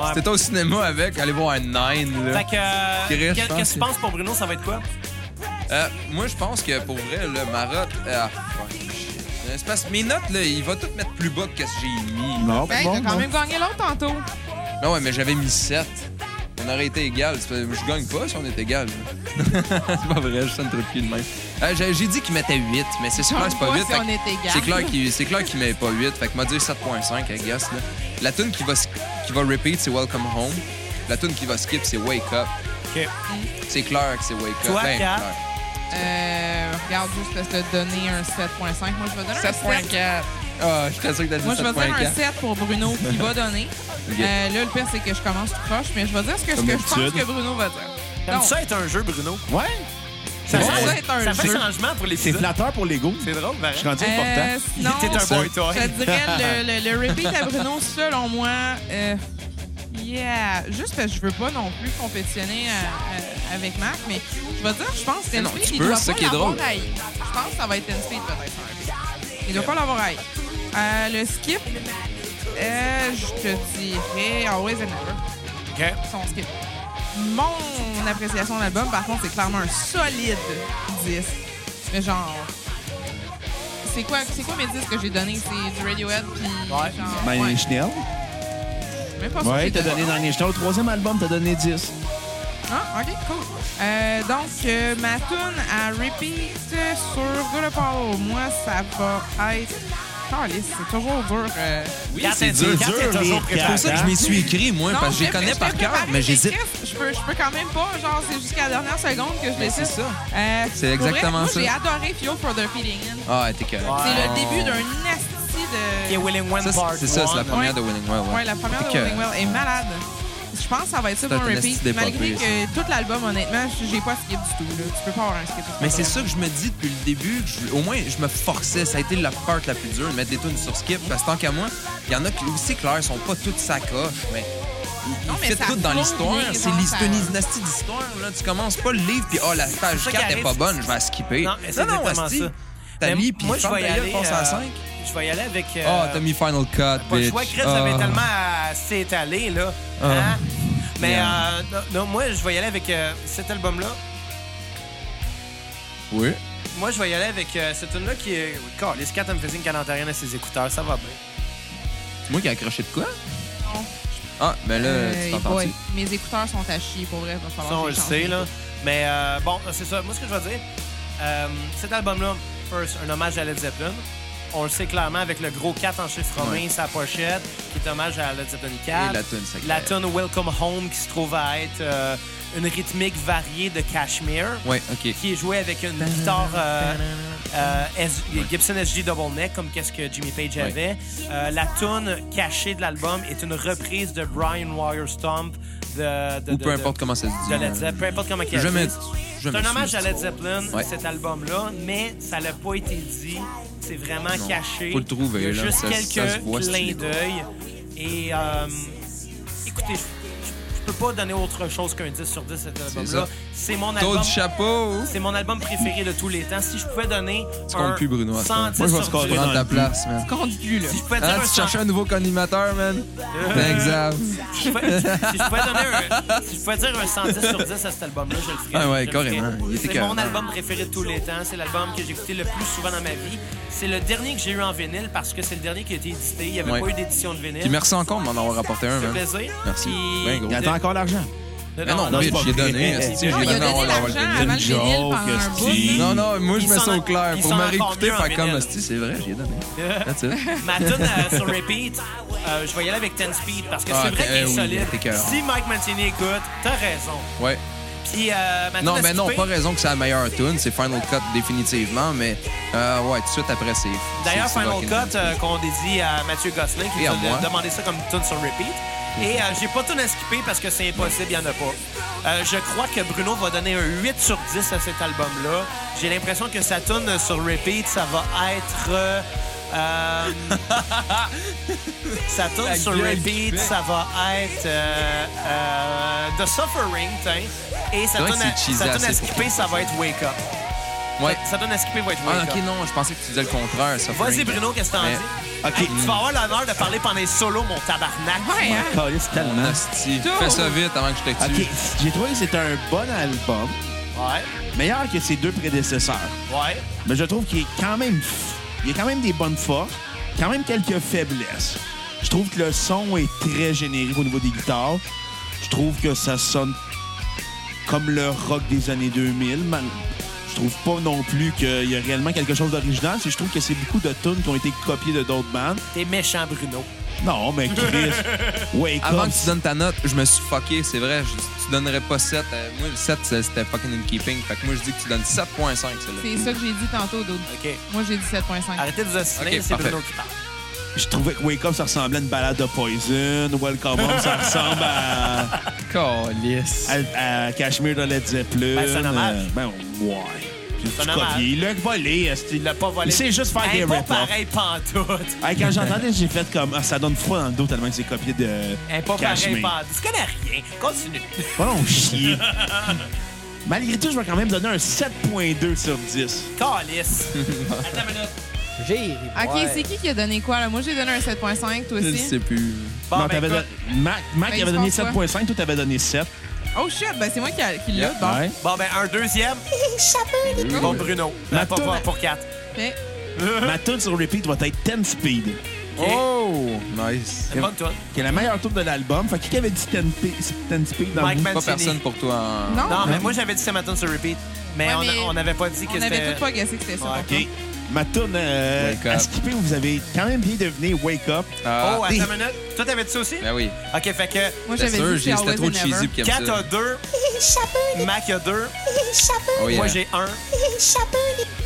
[SPEAKER 1] Ouais.
[SPEAKER 4] T'étais au cinéma avec, allez voir un Nine. Là.
[SPEAKER 1] Ah, Fait que, euh,
[SPEAKER 4] Qui reste,
[SPEAKER 1] qu'est- qu'est-ce
[SPEAKER 4] je pense,
[SPEAKER 1] que tu
[SPEAKER 4] c'est-
[SPEAKER 1] penses pour Bruno? Ça va être quoi?
[SPEAKER 4] Euh, moi, je pense que pour vrai, le Marotte. Ah, fuck, shit. Euh, C'est parce que mes notes, là, il va tout mettre plus bas que ce que j'ai mis.
[SPEAKER 2] Non,
[SPEAKER 3] Hey,
[SPEAKER 2] bon,
[SPEAKER 3] t'as ben, quand
[SPEAKER 2] non.
[SPEAKER 3] même gagné l'autre tantôt.
[SPEAKER 4] Non, ouais, mais j'avais mis 7. On aurait été égal. C'est pas- Je gagne pas si on est égal. c'est pas vrai, je sonne trop de même. Euh, j'ai j'ai dit qu'il mettait 8, mais c'est sûr,
[SPEAKER 1] Ah,
[SPEAKER 4] c'est pas
[SPEAKER 3] Moi,
[SPEAKER 4] 8.
[SPEAKER 3] si
[SPEAKER 4] fait
[SPEAKER 3] on
[SPEAKER 4] que-
[SPEAKER 3] est égal.
[SPEAKER 4] C'est clair qu'il c'est clair qu'il met pas 8, fait que m'a dit 7.5 I guess là. La tune qui va sk- qui va repeat c'est Welcome Home. La tune qui va skip c'est Wake Up.
[SPEAKER 1] OK.
[SPEAKER 4] C'est clair que c'est Wake Up.
[SPEAKER 1] Toi,
[SPEAKER 4] Ben,
[SPEAKER 1] Kat?
[SPEAKER 4] clair.
[SPEAKER 3] Euh, regarde, juste parce que te donner un 7.5. Moi, je vais donner un 7.
[SPEAKER 4] Ah, je suis très sûr que t'as dit
[SPEAKER 3] Moi, je vais dire un
[SPEAKER 4] 7.4.
[SPEAKER 3] 7 pour Bruno qui va donner.
[SPEAKER 4] Ok.
[SPEAKER 3] Euh, là, le pire, c'est que je commence tout proche, mais je vais dire ce que, ce
[SPEAKER 2] Comme
[SPEAKER 3] que je pense
[SPEAKER 2] d'habitude.
[SPEAKER 3] que Bruno va dire.
[SPEAKER 1] T'aimes
[SPEAKER 3] Donc,
[SPEAKER 1] ça être un jeu, Bruno?
[SPEAKER 2] Ouais,
[SPEAKER 1] Ça,
[SPEAKER 2] Ouais.
[SPEAKER 1] change-
[SPEAKER 2] Ça,
[SPEAKER 3] c'est un
[SPEAKER 1] ça fait
[SPEAKER 3] jeu.
[SPEAKER 1] un changement pour les
[SPEAKER 2] c'est flatteur pour l'ego.
[SPEAKER 1] C'est drôle,
[SPEAKER 2] Je
[SPEAKER 1] pareil.
[SPEAKER 2] suis rendu
[SPEAKER 3] euh,
[SPEAKER 2] important.
[SPEAKER 3] sinon,
[SPEAKER 1] T'es un boy toy.
[SPEAKER 3] je dirais le, le, le repeat à Bruno, selon moi, euh, yeah. Juste parce que je veux pas non plus compétitionner euh, euh, avec Marc, mais je vais dire, je pense que
[SPEAKER 4] Mais non,
[SPEAKER 3] Speed,
[SPEAKER 4] tu
[SPEAKER 3] il
[SPEAKER 4] peux,
[SPEAKER 3] doit
[SPEAKER 4] c'est ça
[SPEAKER 3] pas
[SPEAKER 4] qui est
[SPEAKER 3] l'avoir
[SPEAKER 4] drôle.
[SPEAKER 3] à Aïe. Je pense que ça va être Speed peut-être, son repeat. Il doit pas l'avoir à Aïe. Euh, le skip, euh, je te dirais Always and Never.
[SPEAKER 1] OK. OK.
[SPEAKER 3] son skip. Mon appréciation de l'album, par contre, c'est clairement un solide 10. Mais genre. C'est quoi, c'est quoi mes 10 que j'ai donné? C'est du Radiohead, puis.
[SPEAKER 1] Ouais.
[SPEAKER 3] Genre,
[SPEAKER 2] Dans
[SPEAKER 3] ouais,
[SPEAKER 2] les Ben, Schnell.
[SPEAKER 3] même pas sûr que
[SPEAKER 2] Ouais,
[SPEAKER 3] j'ai
[SPEAKER 2] t'as donné dans les Schnell. Au troisième album, t'as donné 10.
[SPEAKER 3] Ah, ok, cool. Euh, donc, euh, ma tune à repeat sur Good Apollo, moi, ça va être. Calisse, c'est toujours dur. euh,
[SPEAKER 1] Oui,
[SPEAKER 2] c'est dur, dur, les
[SPEAKER 4] C'est pour ça que je m'y suis écrit, moi,
[SPEAKER 3] Non,
[SPEAKER 4] parce que je les
[SPEAKER 3] l'ai-
[SPEAKER 4] connais
[SPEAKER 3] l'ai
[SPEAKER 4] par cœur,
[SPEAKER 3] préparé,
[SPEAKER 4] mais j'hésite.
[SPEAKER 3] Chris, Je peux, je peux quand même pas. Genre, c'est jusqu'à la dernière seconde que je
[SPEAKER 4] Mais
[SPEAKER 3] décide.
[SPEAKER 4] c'est ça.
[SPEAKER 3] Euh,
[SPEAKER 4] C'est
[SPEAKER 3] pour vrai,
[SPEAKER 4] exactement
[SPEAKER 3] moi,
[SPEAKER 4] ça.
[SPEAKER 3] J'ai adoré Fuel for the Feeling. In.
[SPEAKER 4] Ah, t'es correct.
[SPEAKER 1] Ouais.
[SPEAKER 3] C'est le début d'un nasty
[SPEAKER 1] Et
[SPEAKER 3] de.
[SPEAKER 1] Willing One
[SPEAKER 4] Ça,
[SPEAKER 1] Part
[SPEAKER 4] c'est- C'est ça, c'est la
[SPEAKER 1] One.
[SPEAKER 4] première de Winning Well.
[SPEAKER 3] Ouais, la première de
[SPEAKER 4] T'es
[SPEAKER 3] Rolling Well est malade. Je pense que ça va être ça
[SPEAKER 4] C'est
[SPEAKER 3] mon
[SPEAKER 4] un nasty
[SPEAKER 3] repeat.
[SPEAKER 4] d'épopée,
[SPEAKER 3] Malgré
[SPEAKER 4] ça.
[SPEAKER 3] que tout l'album, honnêtement, j'ai pas skip du tout. là. Tu peux pas avoir un skip.
[SPEAKER 4] Mais c'est ça que je me dis depuis le début. que je- au moins, je me forçais. Ça a été la part la plus dure, de mettre des tunes sur skip. Parce que tant qu'à moi, il y en a qui, aussi, clair, sont pas toutes sacoches, mais
[SPEAKER 3] Non, mais
[SPEAKER 4] ils
[SPEAKER 3] ça
[SPEAKER 4] fit tout dans
[SPEAKER 3] flow
[SPEAKER 4] l'histoire.
[SPEAKER 3] bien,
[SPEAKER 4] C'est
[SPEAKER 3] genre,
[SPEAKER 4] l'his-
[SPEAKER 3] ça-
[SPEAKER 4] c'est une dynastie d'histoire. là. Tu commences pas le livre, puis ah, la page
[SPEAKER 1] ça qui
[SPEAKER 4] 4 est pas
[SPEAKER 1] arrive.
[SPEAKER 4] bonne, je vais la skipper.
[SPEAKER 1] Non, mais c'est exactement
[SPEAKER 4] asti,
[SPEAKER 1] ça.
[SPEAKER 4] T'as
[SPEAKER 1] Mais
[SPEAKER 4] mis, puis
[SPEAKER 1] moi, je
[SPEAKER 4] ferme
[SPEAKER 1] vais y
[SPEAKER 4] ta gueule,
[SPEAKER 1] aller,
[SPEAKER 4] passe
[SPEAKER 1] euh,
[SPEAKER 4] à 5.
[SPEAKER 1] Je vais y aller avec. euh,
[SPEAKER 4] Ah, t'as mis Final Cut,
[SPEAKER 1] Pas le
[SPEAKER 4] bitch.
[SPEAKER 1] choix, Chris,
[SPEAKER 4] Ah.
[SPEAKER 1] avait tellement à s'étaler, là. Hein? Mais euh, non, non, moi, je vais y aller avec euh, cet album-là.
[SPEAKER 4] Oui.
[SPEAKER 1] Moi, je vais y aller avec euh, cette tune-là qui est. Car, les scats me faisaient une n'entend rien à ses écouteurs, ça va bien.
[SPEAKER 4] C'est moi qui ai accroché de quoi?
[SPEAKER 3] Non.
[SPEAKER 4] Ah, mais là,
[SPEAKER 3] Euh,
[SPEAKER 4] tu
[SPEAKER 3] hey
[SPEAKER 4] t'entends-tu?
[SPEAKER 3] boy, mes écouteurs sont à chier pour vrai. va falloir
[SPEAKER 1] Ça, on
[SPEAKER 3] que
[SPEAKER 1] le
[SPEAKER 3] je change.
[SPEAKER 1] sait, là. Mais euh, bon, c'est ça. Moi, ce que je veux dire, euh, cet album-là, first, un hommage à Led Zeppelin. On le sait clairement avec le gros 4 en chiffre romain,
[SPEAKER 4] Ouais.
[SPEAKER 1] sa pochette, qui est hommage à Led Zeppelin 4.
[SPEAKER 4] Et la tune, c'est
[SPEAKER 1] La
[SPEAKER 4] clair.
[SPEAKER 1] tune Welcome Home, qui se trouve à être euh, une rythmique variée de Cashmere.
[SPEAKER 4] Ouais, OK.
[SPEAKER 1] qui est joué avec une guitare euh, euh, S- Gibson SG Double Neck, comme qu'est-ce que Jimmy Page
[SPEAKER 4] Oui.
[SPEAKER 1] avait. Euh, la tune cachée de l'album est une reprise de Brian Wire Stomp de, de,
[SPEAKER 4] Ou
[SPEAKER 1] de-
[SPEAKER 4] peu
[SPEAKER 1] de-
[SPEAKER 4] importe comment ça se dit. euh,
[SPEAKER 1] de Led Zeppelin, peu importe comment il
[SPEAKER 4] Je me-
[SPEAKER 1] dit.
[SPEAKER 4] je
[SPEAKER 1] C'est
[SPEAKER 4] me
[SPEAKER 1] un
[SPEAKER 4] suis-
[SPEAKER 1] hommage à Led Zeppelin,
[SPEAKER 4] Ouais.
[SPEAKER 1] cet album-là, mais ça l'a pas été dit. C'est vraiment
[SPEAKER 4] Non.
[SPEAKER 1] caché.
[SPEAKER 4] Faut le trouver,
[SPEAKER 1] Il y a
[SPEAKER 4] là.
[SPEAKER 1] juste
[SPEAKER 4] Ça- ça
[SPEAKER 1] quelques
[SPEAKER 4] se voit si tu
[SPEAKER 1] clins
[SPEAKER 4] l'écoutes.
[SPEAKER 1] d'œil. Et euh, écoutez, je, je- je peux pas donner autre chose qu'un 10 sur 10 cet album-là.
[SPEAKER 4] ça.
[SPEAKER 1] C'est mon
[SPEAKER 4] Taux
[SPEAKER 1] album.
[SPEAKER 4] du chapeau!
[SPEAKER 1] C'est mon album préféré de tous les temps. Si je pouvais donner un
[SPEAKER 4] comptes plus, Bruno, à ce moment.
[SPEAKER 1] 110
[SPEAKER 2] Moi, je vais
[SPEAKER 1] sur
[SPEAKER 2] scorer
[SPEAKER 1] 10,
[SPEAKER 2] dans
[SPEAKER 4] Prends ta place, man.
[SPEAKER 3] Compte plus, là.
[SPEAKER 1] si je pouvais dire
[SPEAKER 4] Ah,
[SPEAKER 1] un
[SPEAKER 4] tu
[SPEAKER 1] 100
[SPEAKER 4] cherchais un nouveau co-animateur, man. Thanks, Zab.
[SPEAKER 1] si je pouvais- si je pouvais donner un- si je pouvais dire un 110 sur 10 à cet album-là, je le ferais.
[SPEAKER 4] Ah ouais,
[SPEAKER 1] Je le ferais.
[SPEAKER 4] carrément. Il était
[SPEAKER 1] C'est
[SPEAKER 4] carrément.
[SPEAKER 1] mon album préféré de tous les temps. C'est l'album que j'ai écouté le plus souvent dans ma vie. C'est le dernier que j'ai eu en vinyle parce que c'est le dernier qui a été édité. Il n'y avait
[SPEAKER 4] Ouais.
[SPEAKER 1] pas eu d'édition de
[SPEAKER 4] Puis
[SPEAKER 1] vinyle.
[SPEAKER 4] merci encore de m'en avoir apporté
[SPEAKER 1] Ça
[SPEAKER 4] un,
[SPEAKER 1] fait
[SPEAKER 4] man.
[SPEAKER 1] plaisir.
[SPEAKER 4] Merci.
[SPEAKER 1] Puis-
[SPEAKER 4] Ben, gros.
[SPEAKER 2] Il attend encore l'argent.
[SPEAKER 4] Mais non,
[SPEAKER 2] non,
[SPEAKER 4] bitch,
[SPEAKER 2] c'est
[SPEAKER 4] j'ai
[SPEAKER 2] pas
[SPEAKER 4] donné.
[SPEAKER 2] vrai.
[SPEAKER 4] esti, j'ai
[SPEAKER 3] Non, il a
[SPEAKER 4] donné, on
[SPEAKER 3] donné
[SPEAKER 4] va l'avoir le
[SPEAKER 3] l'argent avant le
[SPEAKER 2] C'est une
[SPEAKER 3] vinyle pendant un
[SPEAKER 2] joke,
[SPEAKER 3] bout.
[SPEAKER 2] esti.
[SPEAKER 3] là.
[SPEAKER 4] Non, non, moi, je
[SPEAKER 1] Il
[SPEAKER 4] mets
[SPEAKER 1] s'en
[SPEAKER 4] ça au
[SPEAKER 1] en-
[SPEAKER 4] clair.
[SPEAKER 1] il
[SPEAKER 4] Pour
[SPEAKER 1] s'en
[SPEAKER 4] me
[SPEAKER 1] en
[SPEAKER 4] réécouter,
[SPEAKER 1] encore mieux en
[SPEAKER 4] faire comme,
[SPEAKER 1] vinyle.
[SPEAKER 4] hostie, c'est vrai, j'ai donné. That's it.
[SPEAKER 1] Ma tune euh, sur repeat, euh, je vais y aller avec 10 Speed parce que
[SPEAKER 4] Ah,
[SPEAKER 1] c'est vrai
[SPEAKER 4] t'es-
[SPEAKER 1] qu'il est
[SPEAKER 4] eh oui,
[SPEAKER 1] solide.
[SPEAKER 4] t'es cœur.
[SPEAKER 1] Si Mike Mancini écoute, t'as raison.
[SPEAKER 4] Ouais.
[SPEAKER 1] Puis, euh, ma
[SPEAKER 4] Non,
[SPEAKER 1] tune à
[SPEAKER 4] mais non,
[SPEAKER 1] skipper-
[SPEAKER 4] pas raison que c'est la meilleure tune. C'est Final Cut, définitivement, mais euh, ouais, tout de suite après, c'est.
[SPEAKER 1] D'ailleurs,
[SPEAKER 4] c'est- c'est
[SPEAKER 1] Final
[SPEAKER 4] fucking-
[SPEAKER 1] Cut, euh, qu'on dédie à Mathieu Gosselin, qui
[SPEAKER 4] Et à
[SPEAKER 1] nous a
[SPEAKER 4] moi.
[SPEAKER 1] demandé ça comme tune sur repeat. Et euh, j'ai pas tout à skipper parce que c'est impossible, il y en a pas. Euh, je crois que Bruno va donner un 8 sur 10 à cet album-là. J'ai l'impression que sa tune sur repeat, ça va être... euh, euh, sa tune
[SPEAKER 4] La
[SPEAKER 1] sur
[SPEAKER 4] gueule
[SPEAKER 1] repeat,
[SPEAKER 4] qu'il fait.
[SPEAKER 1] ça va être euh, euh, The Suffering, tiens. Et sa
[SPEAKER 4] C'est vrai
[SPEAKER 1] tune
[SPEAKER 4] que
[SPEAKER 1] à,
[SPEAKER 4] c'est cheesy
[SPEAKER 1] sa tune à
[SPEAKER 4] assez pour
[SPEAKER 1] skipper, ça va être Wake Up.
[SPEAKER 4] Ouais.
[SPEAKER 1] Sa tune à skipper va être Wake
[SPEAKER 4] Ah,
[SPEAKER 1] Up.
[SPEAKER 4] ok, non, je pensais que tu disais le contraire. ça,
[SPEAKER 1] Vas-y,
[SPEAKER 4] Frank.
[SPEAKER 1] Bruno, qu'est-ce que t'en
[SPEAKER 4] Mais-
[SPEAKER 1] dis?
[SPEAKER 2] OK.
[SPEAKER 1] Hey, tu vas avoir l'honneur de parler pendant les solos, mon tabarnak.
[SPEAKER 3] Ouais, hein?
[SPEAKER 2] Calisse tellement.
[SPEAKER 4] Hostie, Fais ça vite avant que je te tue.
[SPEAKER 2] OK, j'ai trouvé que c'est un bon album,
[SPEAKER 1] Ouais,
[SPEAKER 2] meilleur que ses deux prédécesseurs.
[SPEAKER 1] ouais.
[SPEAKER 2] Mais je trouve qu'il est quand même... Il y a quand même des bonnes forces, quand même quelques faiblesses. Je trouve que le son est très générique au niveau des guitares. Je trouve que ça sonne comme le rock des années 2000. mal- Je trouve pas non plus qu'il y a réellement quelque chose d'original. C'est que Je trouve que c'est beaucoup de tunes qui ont été copiées de d'autres bandes.
[SPEAKER 1] T'es méchant, Bruno.
[SPEAKER 2] Non, mais Chris, wake
[SPEAKER 4] Avant
[SPEAKER 2] up.
[SPEAKER 4] que tu donnes ta note, je me suis fucké, c'est vrai. je- tu donnerais pas 7. euh, moi, le 7, c'est- c'était fucking in keeping. Fait que moi, je dis que tu donnes 7.5, celle-là.
[SPEAKER 3] C'est ça que j'ai dit tantôt, Dodo.
[SPEAKER 1] OK.
[SPEAKER 3] Moi, j'ai dit 7.5.
[SPEAKER 1] Arrêtez de vous assassiner,
[SPEAKER 4] Ok,
[SPEAKER 1] c'est
[SPEAKER 4] parfait.
[SPEAKER 1] Bruno qui parle.
[SPEAKER 2] Je trouvais que Wake Up, ça ressemblait à une balade de Poison. Welcome Home, ça ressemble à,
[SPEAKER 4] Calice.
[SPEAKER 2] à, à Cashmere de Led Zeppelin.
[SPEAKER 1] Ben, c'est un hommage.
[SPEAKER 2] Euh, Ben, ouais. Puis
[SPEAKER 1] C'est un
[SPEAKER 2] tu
[SPEAKER 1] hommage.
[SPEAKER 2] copies. Il l'a volé, esti.
[SPEAKER 1] Il l'a pas volé.
[SPEAKER 2] Il sait juste faire
[SPEAKER 1] Hey,
[SPEAKER 2] des
[SPEAKER 1] pas
[SPEAKER 2] rip offs
[SPEAKER 1] pareil pantoute.
[SPEAKER 2] Quand j'entendais, j'ai fait comme... Ah, ça donne froid dans le dos tellement que c'est copié de
[SPEAKER 1] Hey, pas pareil
[SPEAKER 2] Cashmere.
[SPEAKER 1] pantoute. Tu connais rien. Continue.
[SPEAKER 2] Pas long chier. Malgré tout, je vais quand même donner un 7.2 sur 10.
[SPEAKER 1] Calice. Attends une minute.
[SPEAKER 5] J'ai ri.
[SPEAKER 3] Ok,
[SPEAKER 5] ouais.
[SPEAKER 3] c'est qui qui a donné quoi, là? Moi, j'ai donné un 7.5, toi
[SPEAKER 4] Je
[SPEAKER 3] aussi.
[SPEAKER 4] sais plus.
[SPEAKER 1] Bon,
[SPEAKER 2] non,
[SPEAKER 1] ben,
[SPEAKER 2] t'avais
[SPEAKER 1] écoute,
[SPEAKER 2] don- Mac, Mac
[SPEAKER 3] Ben,
[SPEAKER 2] il
[SPEAKER 3] ils
[SPEAKER 2] avait donné
[SPEAKER 3] font
[SPEAKER 2] 7.5, toi t'avais donné 7.
[SPEAKER 3] Oh shit, ben c'est moi qui, a- qui l'ai,
[SPEAKER 4] Yeah.
[SPEAKER 3] bon.
[SPEAKER 2] Ouais.
[SPEAKER 1] bon, ben, un deuxième. Bon, Bruno.
[SPEAKER 2] La
[SPEAKER 1] La pas
[SPEAKER 2] toune-
[SPEAKER 1] voir pour quatre.
[SPEAKER 3] Fait-
[SPEAKER 2] Ma tune sur repeat va être 10 Speed,
[SPEAKER 4] Oh! Nice.
[SPEAKER 1] C'est bonne toi.
[SPEAKER 2] qui est la meilleure tour de l'album. Fait que qui avait dit 10, pe- 10 Speed dans
[SPEAKER 1] Mike
[SPEAKER 2] vous?
[SPEAKER 1] Man-
[SPEAKER 4] Pas personne pour toi en.
[SPEAKER 3] Non,
[SPEAKER 1] Non, mais moi, j'avais dit c'est ma toune sur repeat. Mais,
[SPEAKER 3] Ouais,
[SPEAKER 1] on a-
[SPEAKER 3] mais
[SPEAKER 1] on n'avait pas dit que
[SPEAKER 3] on
[SPEAKER 1] c'était...
[SPEAKER 3] avait tout pas guessé que c'était ça.
[SPEAKER 1] Ouais,
[SPEAKER 3] par
[SPEAKER 2] OK. Ma tune euh,
[SPEAKER 4] Wake
[SPEAKER 2] à
[SPEAKER 4] Up.
[SPEAKER 2] skipper, vous avez quand même bien deviné Wake Up.
[SPEAKER 4] Ah,
[SPEAKER 1] Oh, attends une minute. Toi, t'avais dit ça aussi?
[SPEAKER 4] Ben oui.
[SPEAKER 1] OK, fait que
[SPEAKER 3] contre. Moi,
[SPEAKER 4] C'est
[SPEAKER 3] j'avais
[SPEAKER 4] sûr,
[SPEAKER 3] dit
[SPEAKER 4] j'ai-
[SPEAKER 3] c'est
[SPEAKER 4] c'était
[SPEAKER 3] Always
[SPEAKER 4] trop
[SPEAKER 3] and Never.
[SPEAKER 4] cheesy pour qu'elle
[SPEAKER 1] Kat a
[SPEAKER 4] ça.
[SPEAKER 1] deux, Mac a deux,
[SPEAKER 4] Oh,
[SPEAKER 2] hein.
[SPEAKER 4] yeah.
[SPEAKER 1] moi, j'ai un.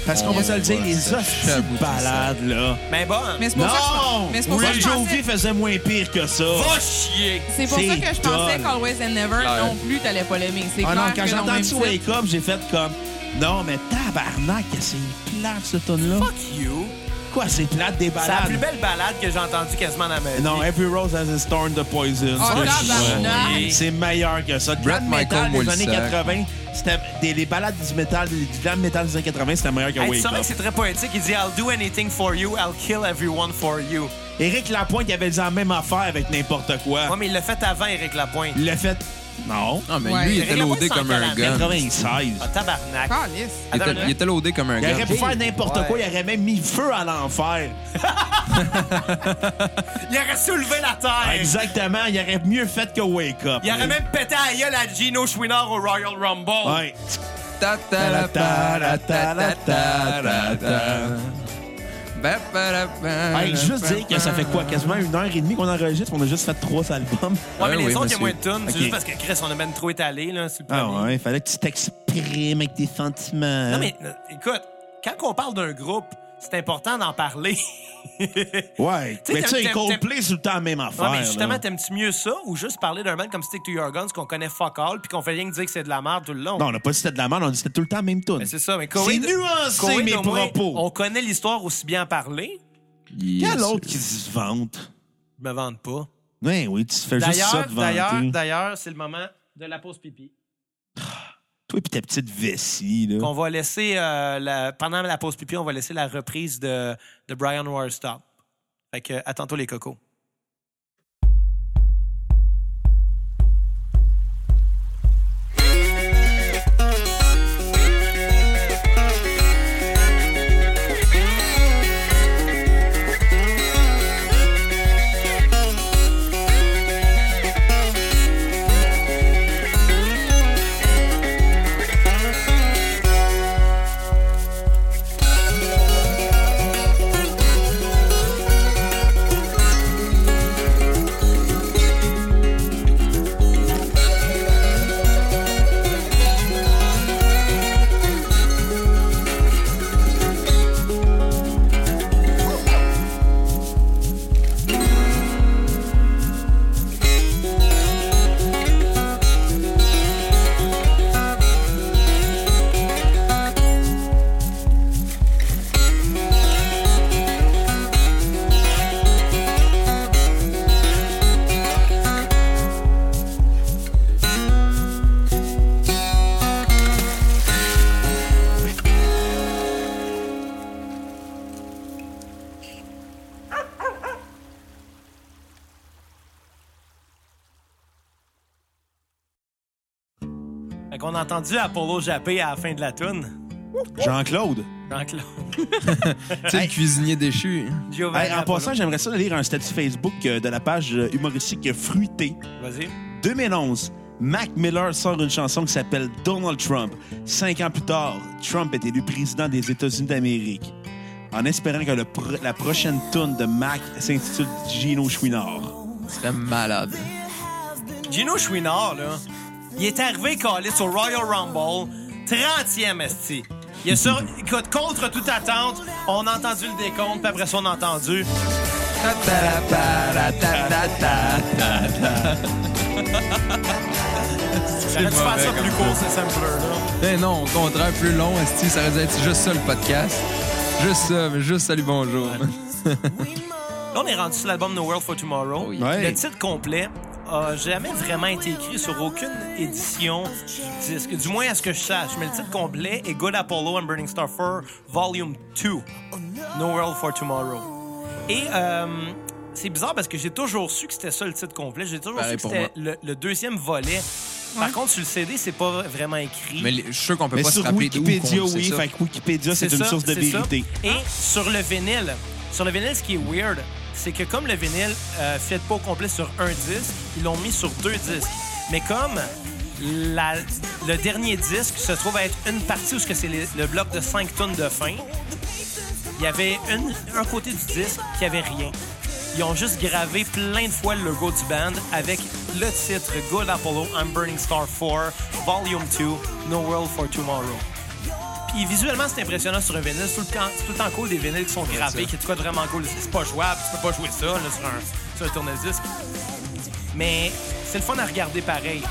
[SPEAKER 2] Parce qu'on
[SPEAKER 4] On
[SPEAKER 2] va se le dire,
[SPEAKER 4] va
[SPEAKER 2] les
[SPEAKER 4] se
[SPEAKER 2] hosties
[SPEAKER 4] chabouter
[SPEAKER 2] balades, là.
[SPEAKER 1] Mais bon,
[SPEAKER 3] Mais c'est pour ça que
[SPEAKER 2] Non!
[SPEAKER 3] je- mais c'est pour ça que
[SPEAKER 2] Ray
[SPEAKER 3] je pensais-
[SPEAKER 2] Jovi faisait moins pire que ça.
[SPEAKER 1] va chier!
[SPEAKER 3] c'est pour ça
[SPEAKER 2] C'est
[SPEAKER 3] que je pensais
[SPEAKER 2] done.
[SPEAKER 3] qu'Always and Never
[SPEAKER 4] Clair.
[SPEAKER 3] non plus, t'allais pas l'aimer. C'est
[SPEAKER 2] Ah
[SPEAKER 3] clair
[SPEAKER 2] non, quand
[SPEAKER 3] que
[SPEAKER 2] j'ai
[SPEAKER 3] dans le même
[SPEAKER 2] entendu
[SPEAKER 3] titre-
[SPEAKER 2] Wake Up, j'ai fait comme... Non, mais tabarnak, c'est plate, ce tune-là.
[SPEAKER 1] Fuck you!
[SPEAKER 2] Quoi, c'est plate des
[SPEAKER 1] C'est la plus
[SPEAKER 2] balades?
[SPEAKER 1] belle balade que j'ai entendue quasiment dans ma vie.
[SPEAKER 2] Non, eh Every Rose Has a Thorn de Poison.
[SPEAKER 3] Oh,
[SPEAKER 2] C'est-
[SPEAKER 3] tabarnak!
[SPEAKER 2] Ouais. C'est meilleur que ça.
[SPEAKER 4] Brett
[SPEAKER 2] Glam metal
[SPEAKER 4] Michael
[SPEAKER 2] des années
[SPEAKER 4] Moulsac.
[SPEAKER 2] 80, c'était des, les balades du métal, du glam metal des années 80, c'était meilleur que
[SPEAKER 1] Hey, tu
[SPEAKER 2] Wake
[SPEAKER 1] saurais que
[SPEAKER 2] Up.
[SPEAKER 1] c'est très poétique. Il dit I'll do anything for you, I'll kill everyone for you.
[SPEAKER 2] Éric Lapointe, il avait dit la même affaire avec n'importe quoi.
[SPEAKER 1] Ouais, mais il l'a fait avant, Eric Lapointe.
[SPEAKER 2] Ah. Le fait... Non.
[SPEAKER 4] Non, mais
[SPEAKER 3] Ouais.
[SPEAKER 4] lui, il était
[SPEAKER 1] Il a pas
[SPEAKER 4] loadé
[SPEAKER 1] de
[SPEAKER 4] comme un
[SPEAKER 1] 140.
[SPEAKER 4] gun.
[SPEAKER 2] 96.
[SPEAKER 1] Ah, tabarnak.
[SPEAKER 3] Calisse.
[SPEAKER 4] Il
[SPEAKER 1] Attends,
[SPEAKER 4] était,
[SPEAKER 1] là.
[SPEAKER 4] il était loadé comme un
[SPEAKER 2] Il
[SPEAKER 4] gun.
[SPEAKER 2] aurait pu faire n'importe
[SPEAKER 5] Ouais.
[SPEAKER 2] quoi, il aurait même mis feu à l'enfer.
[SPEAKER 1] Il aurait soulevé la terre.
[SPEAKER 2] Exactement, il aurait mieux fait que Wake Up.
[SPEAKER 1] Il aurait même pété à gueule à Gino Chouinard au Royal Rumble.
[SPEAKER 2] Ouais.
[SPEAKER 4] Ta ta la ta la ta la ta la ta. Ba ba la ba
[SPEAKER 2] Hey,
[SPEAKER 4] la
[SPEAKER 2] juste
[SPEAKER 4] ba
[SPEAKER 2] dire que ça fait quoi? Quasiment une heure et demie qu'on enregistre, on a juste fait trois albums.
[SPEAKER 1] Ouais, mais
[SPEAKER 4] Ah
[SPEAKER 1] les
[SPEAKER 4] oui,
[SPEAKER 1] autres, il y a
[SPEAKER 4] monsieur.
[SPEAKER 1] moins de tunes. C'est
[SPEAKER 2] Ok.
[SPEAKER 1] juste parce que Chris, on a même trop étalé, là, sur le
[SPEAKER 2] Ah
[SPEAKER 1] premier.
[SPEAKER 2] ouais, il fallait que tu t'exprimes avec tes sentiments.
[SPEAKER 1] Non, mais euh, écoute, quand on parle d'un groupe, c'est important d'en parler.
[SPEAKER 2] Ouais,
[SPEAKER 1] Tu sais,
[SPEAKER 2] mais tu
[SPEAKER 1] t'aimes-
[SPEAKER 2] sais,
[SPEAKER 1] t'aimes-
[SPEAKER 2] Coldplay, c'est tout le temps la même affaire.
[SPEAKER 1] Ouais, Ah, mais justement,
[SPEAKER 2] là.
[SPEAKER 1] t'aimes-tu mieux ça ou juste parler d'un band comme Stick to Your Guns qu'on connaît fuck all puis qu'on fait rien que dire que c'est de la merde tout le long?
[SPEAKER 2] Non, on n'a pas dit que c'était de la merde, on a dit que c'était tout le temps la même tune.
[SPEAKER 1] Mais c'est ça, mais
[SPEAKER 2] C'est
[SPEAKER 1] Coheed-
[SPEAKER 2] nuancé,
[SPEAKER 1] Coheed,
[SPEAKER 2] mes
[SPEAKER 1] au moins,
[SPEAKER 2] propos.
[SPEAKER 1] On connaît l'histoire aussi bien à parler.
[SPEAKER 4] Yes.
[SPEAKER 2] Quel autre qui se vante?
[SPEAKER 1] Je me vante pas.
[SPEAKER 2] Ouais, oui, tu te fais juste ça
[SPEAKER 1] D'ailleurs,
[SPEAKER 2] de
[SPEAKER 1] d'ailleurs,
[SPEAKER 2] vanter.
[SPEAKER 1] d'ailleurs, c'est le moment de la pause pipi.
[SPEAKER 2] Toi et ta petite vessie, là.
[SPEAKER 1] Qu'on va laisser, euh, la- pendant la pause pipi, on va laisser la reprise de, de Brian Warstop. Fait que, à tantôt les cocos. Fait qu'on a entendu Apollo japper à la fin de la tune.
[SPEAKER 2] Jean-Claude.
[SPEAKER 1] Donc là,
[SPEAKER 4] Tu sais, le cuisinier déchu.
[SPEAKER 1] Giovanni
[SPEAKER 2] Hey, en
[SPEAKER 1] Apollo.
[SPEAKER 2] passant, j'aimerais ça lire un statut Facebook euh, de la page euh, humoristique Fruité.
[SPEAKER 1] Vas-y.
[SPEAKER 2] 2011, Mac Miller sort une chanson qui s'appelle Donald Trump. Cinq ans plus tard, Trump est élu président des États-Unis d'Amérique. En espérant que le pro- la prochaine tune de Mac s'intitule Gino Chouinard.
[SPEAKER 4] C'était malade.
[SPEAKER 1] Gino Chouinard, là, il est arrivé calé sur Royal Rumble, 30e esti. Il a sur... Écoute, contre toute attente, on a entendu le décompte, puis après ça, on a entendu.
[SPEAKER 4] Ta ta la ta la ta la ta.
[SPEAKER 1] J'aurais dû faire
[SPEAKER 4] mauvais
[SPEAKER 1] ça
[SPEAKER 4] comme
[SPEAKER 1] plus court, ce sampler-là.
[SPEAKER 4] Eh non, au contraire, plus long, esti, ça aurait dû être juste ça le podcast. Juste ça, mais juste salut, bonjour.
[SPEAKER 1] Là, on est rendu sur l'album No World for Tomorrow.
[SPEAKER 4] Oui.
[SPEAKER 2] Ouais.
[SPEAKER 1] Le titre complet a jamais vraiment été écrit sur aucune édition du disque, du moins à ce que je sache. Mais le titre complet est Good Apollo and Burning Star 4 Volume 2. No World for Tomorrow. Et euh, c'est bizarre parce que j'ai toujours su que c'était ça le titre complet. J'ai toujours
[SPEAKER 4] Pareil
[SPEAKER 1] su que
[SPEAKER 4] pour
[SPEAKER 1] c'était le, le deuxième volet. Par contre, sur le CD, c'est pas vraiment écrit.
[SPEAKER 4] Mais les- je suis sûr qu'on peut
[SPEAKER 2] Mais
[SPEAKER 4] pas se
[SPEAKER 2] sur
[SPEAKER 4] rappeler
[SPEAKER 2] Wikipédia,
[SPEAKER 4] d'où qu'on sait
[SPEAKER 2] oui.
[SPEAKER 4] ça.
[SPEAKER 2] Fait que Wikipédia, c'est
[SPEAKER 1] C'est
[SPEAKER 2] une
[SPEAKER 1] ça,
[SPEAKER 2] source de
[SPEAKER 1] c'est ça.
[SPEAKER 2] vérité.
[SPEAKER 1] Et sur le vinyle, sur le vinyle, ce qui est weird, c'est que comme le vinyle euh, fait pas au complet sur un disque, ils l'ont mis sur deux disques. Mais comme la- le dernier disque se trouve à être une partie où ce que c'est le, le bloc de 5 tonnes de fin, il y avait une- un côté du disque qui avait rien. Ils ont juste gravé plein de fois le logo du band avec le titre Good Apollo, I'm Burning Star 4, Volume 2, No World for Tomorrow. Puis visuellement, c'est impressionnant sur un vinyle. C'est tout le temps, c'est tout le temps cool des vinyles qui sont gravés, qui est de quoi de vraiment cool. C'est pas jouable, tu peux pas jouer ça là, sur un, sur un tourne-disque. Mais c'est le fun à regarder pareil.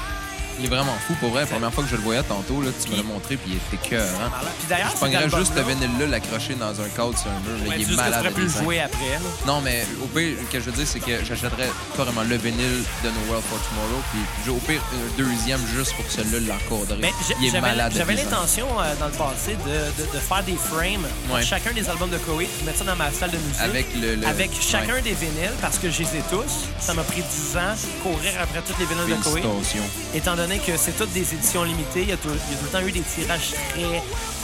[SPEAKER 4] Il est vraiment fou, pour vrai. La première fois que je le voyais tantôt, là, tu me l'as montré, puis il était cœur.
[SPEAKER 2] Ah,
[SPEAKER 4] Hein?
[SPEAKER 1] Puis d'ailleurs,
[SPEAKER 4] Je
[SPEAKER 1] cet
[SPEAKER 4] pognerais
[SPEAKER 1] album-là,
[SPEAKER 4] juste le vinyle-là, l'accrocher dans un cadre sur un mur. là,
[SPEAKER 1] ouais, tu
[SPEAKER 4] il est
[SPEAKER 1] risquerais
[SPEAKER 4] malade. hein.
[SPEAKER 1] plus
[SPEAKER 4] le
[SPEAKER 1] le
[SPEAKER 4] design.
[SPEAKER 1] jouer après. là.
[SPEAKER 4] Non, mais au pire, ce que je veux dire, c'est que j'achèterais carrément le vinyle de No World for Tomorrow, puis j'ai au pire un deuxième juste pour celui-là, l'encoder.
[SPEAKER 1] Mais j'-
[SPEAKER 4] Il est
[SPEAKER 1] j'avais
[SPEAKER 4] malade.
[SPEAKER 1] j'avais
[SPEAKER 4] le design.
[SPEAKER 1] l'intention euh, dans le passé de, de- de faire des frames pour
[SPEAKER 4] Ouais.
[SPEAKER 1] chacun des albums de Koei, puis mettre ça dans ma salle de musique.
[SPEAKER 4] Avec le- le-
[SPEAKER 1] Avec chacun
[SPEAKER 4] ouais.
[SPEAKER 1] des vinyles, parce que je les ai tous. Ça m'a pris 10 ans courir après toutes les vinyles de Koei.
[SPEAKER 4] Félicitations.
[SPEAKER 1] étant donné que c'est toutes des éditions limitées, il y a tout, il y a tout le temps eu des tirages très,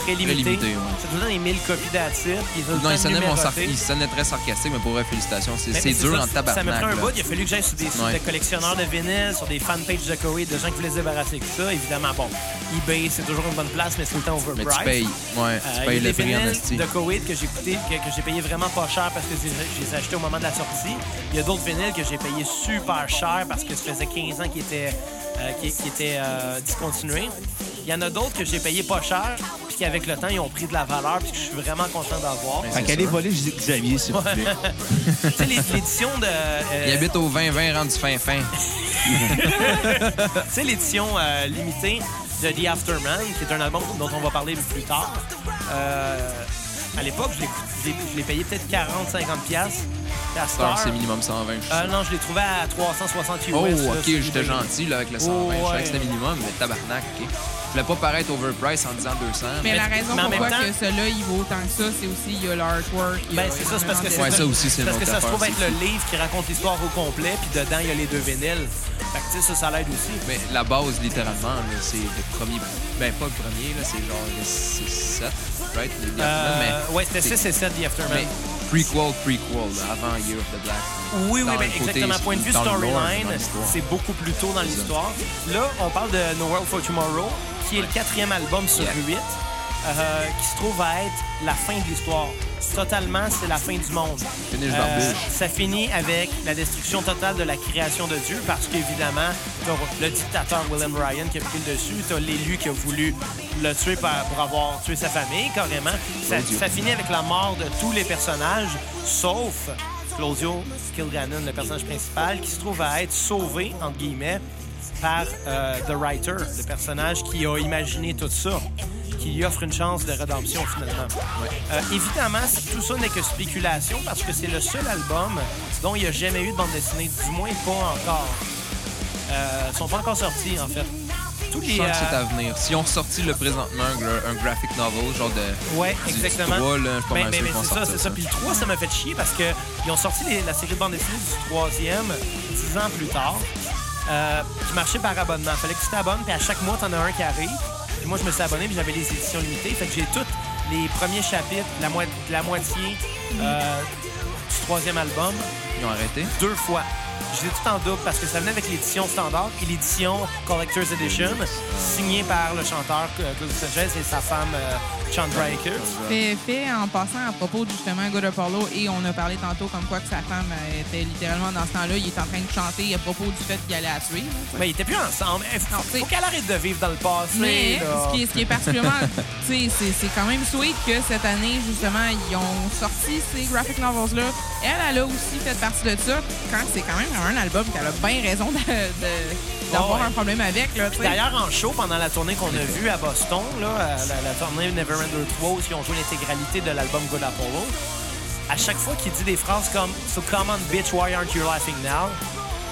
[SPEAKER 1] très limités.
[SPEAKER 4] limités, ouais.
[SPEAKER 1] C'est tout le temps des 1000 copies d'Atir.
[SPEAKER 4] Non, il sonnait, mon sar- il sonnait très sarcastique, mais pour vrai, félicitations. C'est c'est dur en tabarnak.
[SPEAKER 1] Ça me prend un
[SPEAKER 4] là.
[SPEAKER 1] bout. Il a fallu que j'aille sur des sites
[SPEAKER 4] Ouais.
[SPEAKER 1] de collectionneurs de vinyles, sur des fanpages de Koei, de gens qui voulaient se débarrasser de ça. Évidemment, bon, eBay, c'est toujours une bonne place, mais c'est tout le temps
[SPEAKER 4] Mais
[SPEAKER 1] overpriced.
[SPEAKER 4] tu payes. Ouais,
[SPEAKER 1] Euh,
[SPEAKER 4] tu
[SPEAKER 1] il y
[SPEAKER 4] payes
[SPEAKER 1] a des
[SPEAKER 4] le prix en
[SPEAKER 1] vinyles
[SPEAKER 4] esti.
[SPEAKER 1] de Koweït que j'ai coûté, que, que j'ai payé vraiment pas cher parce que je les ai- je les ai achetés au moment de la sortie. Il y a d'autres vinyles que j'ai payé super cher parce que ça faisait 15 ans qu'ils étaient, euh, qu'ils- qu'ils étaient, euh, discontinués. Il y en a d'autres que j'ai payé pas cher puis qu'avec le temps, ils ont pris de la valeur puis que je suis vraiment content d'avoir.
[SPEAKER 4] Mais
[SPEAKER 2] Fait
[SPEAKER 4] C'est
[SPEAKER 2] qu'allez
[SPEAKER 4] sûr.
[SPEAKER 2] voler Xavier, s'il vous plaît.
[SPEAKER 1] Tu sais, les- l'édition de... euh,
[SPEAKER 4] Il habite au 20-20, rendu fin-fin.
[SPEAKER 1] Tu sais, l'édition euh, limitée de The Afterman, qui est un album dont on va parler plus tard. Euh, à l'époque, je l'ai coûté- je l'ai- je l'ai payé peut-être 40-50$. piastres. Puis à cette
[SPEAKER 4] Star,
[SPEAKER 1] heure,
[SPEAKER 4] c'est minimum 120, je suis
[SPEAKER 1] Euh,
[SPEAKER 4] sûr.
[SPEAKER 1] non, je l'ai trouvé à 368
[SPEAKER 4] Oh,
[SPEAKER 1] US, là,
[SPEAKER 4] ok,
[SPEAKER 1] sur
[SPEAKER 4] j'étais
[SPEAKER 1] eBay.
[SPEAKER 4] gentil là, avec le 120.
[SPEAKER 1] Oh,
[SPEAKER 4] Je savais
[SPEAKER 1] ouais.
[SPEAKER 4] que c'était minimum, mais tabarnak, ok. Je voulais pas paraître overpriced en disant 200.
[SPEAKER 3] Mais la raison
[SPEAKER 1] mais en
[SPEAKER 3] pourquoi
[SPEAKER 1] même temps-
[SPEAKER 3] que cela il vaut autant que ça, c'est aussi il y a l'artwork. il y a
[SPEAKER 1] Ben, c'est ça, c'est parce que c'est.
[SPEAKER 3] énormément
[SPEAKER 4] Ouais, ça aussi, c'est
[SPEAKER 1] Parce
[SPEAKER 4] une
[SPEAKER 1] que
[SPEAKER 4] autre
[SPEAKER 1] ça se trouve
[SPEAKER 4] affaire,
[SPEAKER 1] être le livre qui raconte l'histoire au complet, puis dedans, il y a les deux vinyles. Fait que, tu sais, ça, ça l'aide aussi.
[SPEAKER 4] Mais la base, littéralement, là, c'est le premier. Ben, pas le premier, là, c'est genre le 6-7, right? Les Diabolos,
[SPEAKER 1] Euh,
[SPEAKER 4] mais
[SPEAKER 1] ouais, c'était 6 et 7 The Aftermath.
[SPEAKER 4] Mais prequel, prequel, là, avant Year of the Black.
[SPEAKER 1] Oui, oui,
[SPEAKER 4] Dans
[SPEAKER 1] ben,
[SPEAKER 4] le côté-
[SPEAKER 1] exactement. Point de vue
[SPEAKER 4] dans le lore,
[SPEAKER 1] storyline,
[SPEAKER 4] dans l'histoire.
[SPEAKER 1] c'est beaucoup plus tôt dans l'histoire. Là, on parle de No World for Tomorrow, qui est le quatrième album sur
[SPEAKER 4] Yeah.
[SPEAKER 1] huit, euh, qui se trouve à être la fin de l'histoire. Totalement, c'est la fin du monde.
[SPEAKER 4] Finish barbuche.
[SPEAKER 1] Euh, ça finit avec la destruction totale de la création de Dieu, parce qu'évidemment, t'as le dictateur William Ryan qui a pris le dessus, t'as l'élu qui a voulu le tuer par- pour avoir tué sa famille, carrément. Ça,
[SPEAKER 4] Claudio.
[SPEAKER 1] ça finit avec la mort de tous les personnages, sauf Claudio Kilgannon, le personnage principal, qui se trouve à être sauvé, entre guillemets, par euh, The Writer, le personnage qui a imaginé tout ça, qui lui offre une chance de rédemption finalement. Euh, évidemment, c- tout ça n'est que spéculation parce que c'est le seul album dont il n'y a jamais eu de bande dessinée, du moins pas encore. Euh, Ils ne sont pas encore sortis en fait. Tous
[SPEAKER 4] Je
[SPEAKER 1] les,
[SPEAKER 4] sens que
[SPEAKER 1] euh,
[SPEAKER 4] c'est à venir. Si on sortit le présentement un, gra- un graphic novel, genre de.
[SPEAKER 1] Ouais,
[SPEAKER 4] du- du
[SPEAKER 1] exactement.
[SPEAKER 4] trois, là, hein, je suis pas
[SPEAKER 1] Mais-
[SPEAKER 4] mal
[SPEAKER 1] mais-
[SPEAKER 4] sûr
[SPEAKER 1] mais
[SPEAKER 4] qu'ils vont
[SPEAKER 1] c'est ça,
[SPEAKER 4] sortir
[SPEAKER 1] c'est ça.
[SPEAKER 4] ça.
[SPEAKER 1] Puis le 3, ça m'a fait chier parce que ils ont sorti les- la série de bande dessinée du troisième dix ans plus tard, euh, qui marchait par abonnement. Fallait que tu t'abonnes, puis à chaque mois, t'en as un qui arrive. Puis moi, je me suis abonné, puis j'avais les éditions limitées. Fait que j'ai toutes les premiers chapitres, la, moi- la moitié euh, du troisième album,
[SPEAKER 4] Ils ont arrêté.
[SPEAKER 1] deux fois. Je l'ai tout en double parce que ça venait avec l'édition standard et l'édition Collector's Edition, signée par le chanteur euh, Claude Sanchez et sa femme euh, Chandra Akers.
[SPEAKER 3] Fait, fait en passant à propos de, justement Good Apollo et on a parlé tantôt comme quoi que sa femme euh, était littéralement dans ce temps-là, il est en train de chanter à propos du fait qu'il allait la tuer.
[SPEAKER 1] Mais ils étaient plus ensemble. Eh, Faut,
[SPEAKER 3] Non, tu sais.
[SPEAKER 1] faut qu'elle arrête de vivre dans le passé.
[SPEAKER 3] Mais
[SPEAKER 1] là.
[SPEAKER 3] ce qui, est- ce qui est particulièrement, tu sais, c'est c'est quand même sweet que cette année, justement, ils ont sorti ces graphic novels-là. Elle, elle a aussi fait partie de ça. Quand c'est quand même vraiment un album qu'elle a bien raison de- de- d'avoir
[SPEAKER 1] Ah Ouais.
[SPEAKER 3] un problème avec, là, tu sais.
[SPEAKER 1] D'ailleurs, en show, pendant la tournée qu'on a vue à Boston, là, à la, la tournée Neverender 3, où ils ont joué l'intégralité de l'album Good Apollo, à chaque fois qu'il dit des phrases comme « So come on, bitch, why aren't you laughing now? »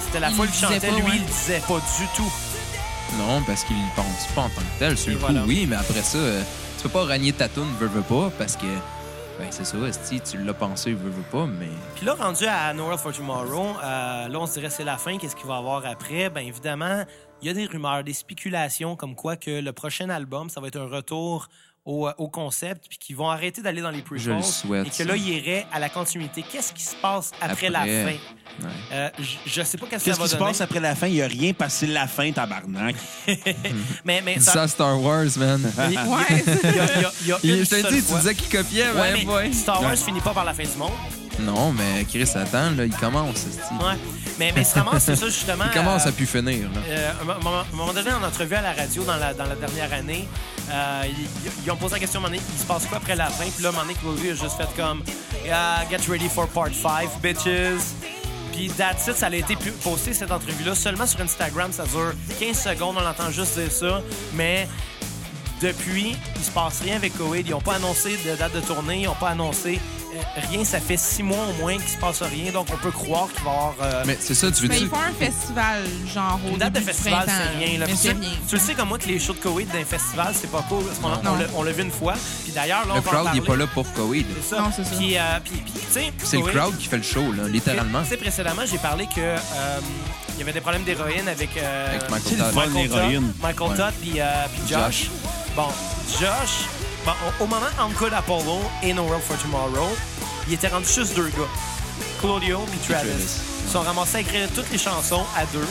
[SPEAKER 1] C'était la
[SPEAKER 3] Il
[SPEAKER 1] foule
[SPEAKER 3] le
[SPEAKER 1] qui
[SPEAKER 3] disait
[SPEAKER 1] chantait.
[SPEAKER 3] pas,
[SPEAKER 1] Lui,
[SPEAKER 3] ouais.
[SPEAKER 1] il le disait pas du tout.
[SPEAKER 4] Non, parce qu'ils ne pensent pas en tant que tel. Sur
[SPEAKER 1] Et
[SPEAKER 4] le coup,
[SPEAKER 1] voilà.
[SPEAKER 4] oui, mais après ça, euh, tu peux pas renier ta toune, veux, veux pas, parce que Ben, c'est ça, si tu l'as pensé, veux, veux pas, mais.
[SPEAKER 1] Puis là, rendu à No World for Tomorrow, euh, là, on se dirait c'est la fin, qu'est-ce qu'il va y avoir après? Bien évidemment, il y a des rumeurs, des spéculations comme quoi que le prochain album, ça va être un retour au, au concept, puis qu'ils vont arrêter d'aller dans les pre
[SPEAKER 4] Je le souhaite,
[SPEAKER 1] Et que là,
[SPEAKER 4] ça.
[SPEAKER 1] il irait à la continuité. Qu'est-ce qui se passe après,
[SPEAKER 4] Après.
[SPEAKER 1] la fin?
[SPEAKER 4] Ouais.
[SPEAKER 1] Euh, j- je sais pas qu'est-ce que
[SPEAKER 2] Qu'est-ce
[SPEAKER 1] ça va
[SPEAKER 2] qui se
[SPEAKER 1] donner.
[SPEAKER 2] passe après la fin? Il n'y a rien parce que c'est la fin, tabarnak.
[SPEAKER 1] Mais, mais
[SPEAKER 4] Dis
[SPEAKER 1] ça-
[SPEAKER 4] ça à Star Wars, man.
[SPEAKER 1] il- il-
[SPEAKER 3] Ouais,
[SPEAKER 1] il y a- il y a- il y a une
[SPEAKER 4] Je
[SPEAKER 1] seule
[SPEAKER 4] te dis, tu
[SPEAKER 1] fois.
[SPEAKER 4] disais qu'il copiait,
[SPEAKER 1] Ouais,
[SPEAKER 4] ben,
[SPEAKER 1] mais
[SPEAKER 4] ouais.
[SPEAKER 1] Star Wars finit pas par la fin du monde.
[SPEAKER 4] Non, mais Chris, attends, là, il commence, esti.
[SPEAKER 1] Ouais. Mais, mais ça commence, c'est ça, justement.
[SPEAKER 4] Il commence
[SPEAKER 1] euh,
[SPEAKER 4] à pu finir, là.
[SPEAKER 1] Euh, à un moment- à un moment donné, en entrevue à la radio dans la, dans la dernière année, euh, ils, ils ont posé la question à un moment donné, il se passe quoi après la fin? Puis là, à un moment donné, Chloe a juste fait comme Ah, Get ready for part 5, bitches. Puis that's it, ça a été pu- posté, cette entrevue-là, seulement sur Instagram. Ça dure 15 secondes, on entend juste dire ça. Mais depuis, il se passe rien avec Covid. Ils n'ont pas annoncé de date de tournée, ils n'ont pas annoncé euh, rien. Ça fait six mois au moins qu'il se passe rien. Donc, on peut croire qu'il va y avoir... euh,
[SPEAKER 4] Mais c'est ça, tu veux
[SPEAKER 3] Mais ils
[SPEAKER 4] dire.
[SPEAKER 3] font un festival, genre, au
[SPEAKER 1] une date de
[SPEAKER 3] début du
[SPEAKER 1] festival,
[SPEAKER 3] printemps,
[SPEAKER 1] c'est rien. Là.
[SPEAKER 3] Mais
[SPEAKER 1] Puis
[SPEAKER 3] c'est
[SPEAKER 1] tu,
[SPEAKER 3] rien.
[SPEAKER 1] tu le sais comme moi que les shows de Covid d'un festival, c'est pas cool. Parce qu'on l'a-
[SPEAKER 4] Non.
[SPEAKER 1] on l'a- on l'a vu une fois. Puis d'ailleurs, là, on
[SPEAKER 4] Le
[SPEAKER 1] va en
[SPEAKER 4] crowd, il est pas
[SPEAKER 1] parler.
[SPEAKER 4] là pour Covid.
[SPEAKER 1] C'est ça.
[SPEAKER 3] Non, c'est ça.
[SPEAKER 1] Puis, euh, puis- puis, tu sais,
[SPEAKER 4] C'est le
[SPEAKER 1] Covid,
[SPEAKER 4] crowd qui fait le show, là, littéralement.
[SPEAKER 1] Tu sais, précédemment, j'ai parlé que euh, il y avait des problèmes d'héroïne avec, euh,
[SPEAKER 4] Avec
[SPEAKER 2] C'est
[SPEAKER 4] Michael
[SPEAKER 2] le
[SPEAKER 4] Todd.
[SPEAKER 2] fun,
[SPEAKER 1] Michael Todd,
[SPEAKER 2] l'héroïne.
[SPEAKER 1] Michael
[SPEAKER 4] Ouais.
[SPEAKER 1] Todd puis, euh, puis Josh.
[SPEAKER 4] Josh.
[SPEAKER 1] Bon, Josh, bon, au au moment Uncle Apollo et No World for Tomorrow, il était rendu juste deux gars. Claudio puis Travis.
[SPEAKER 4] Travis.
[SPEAKER 1] Ils sont ramassés à écrire toutes les chansons à deux.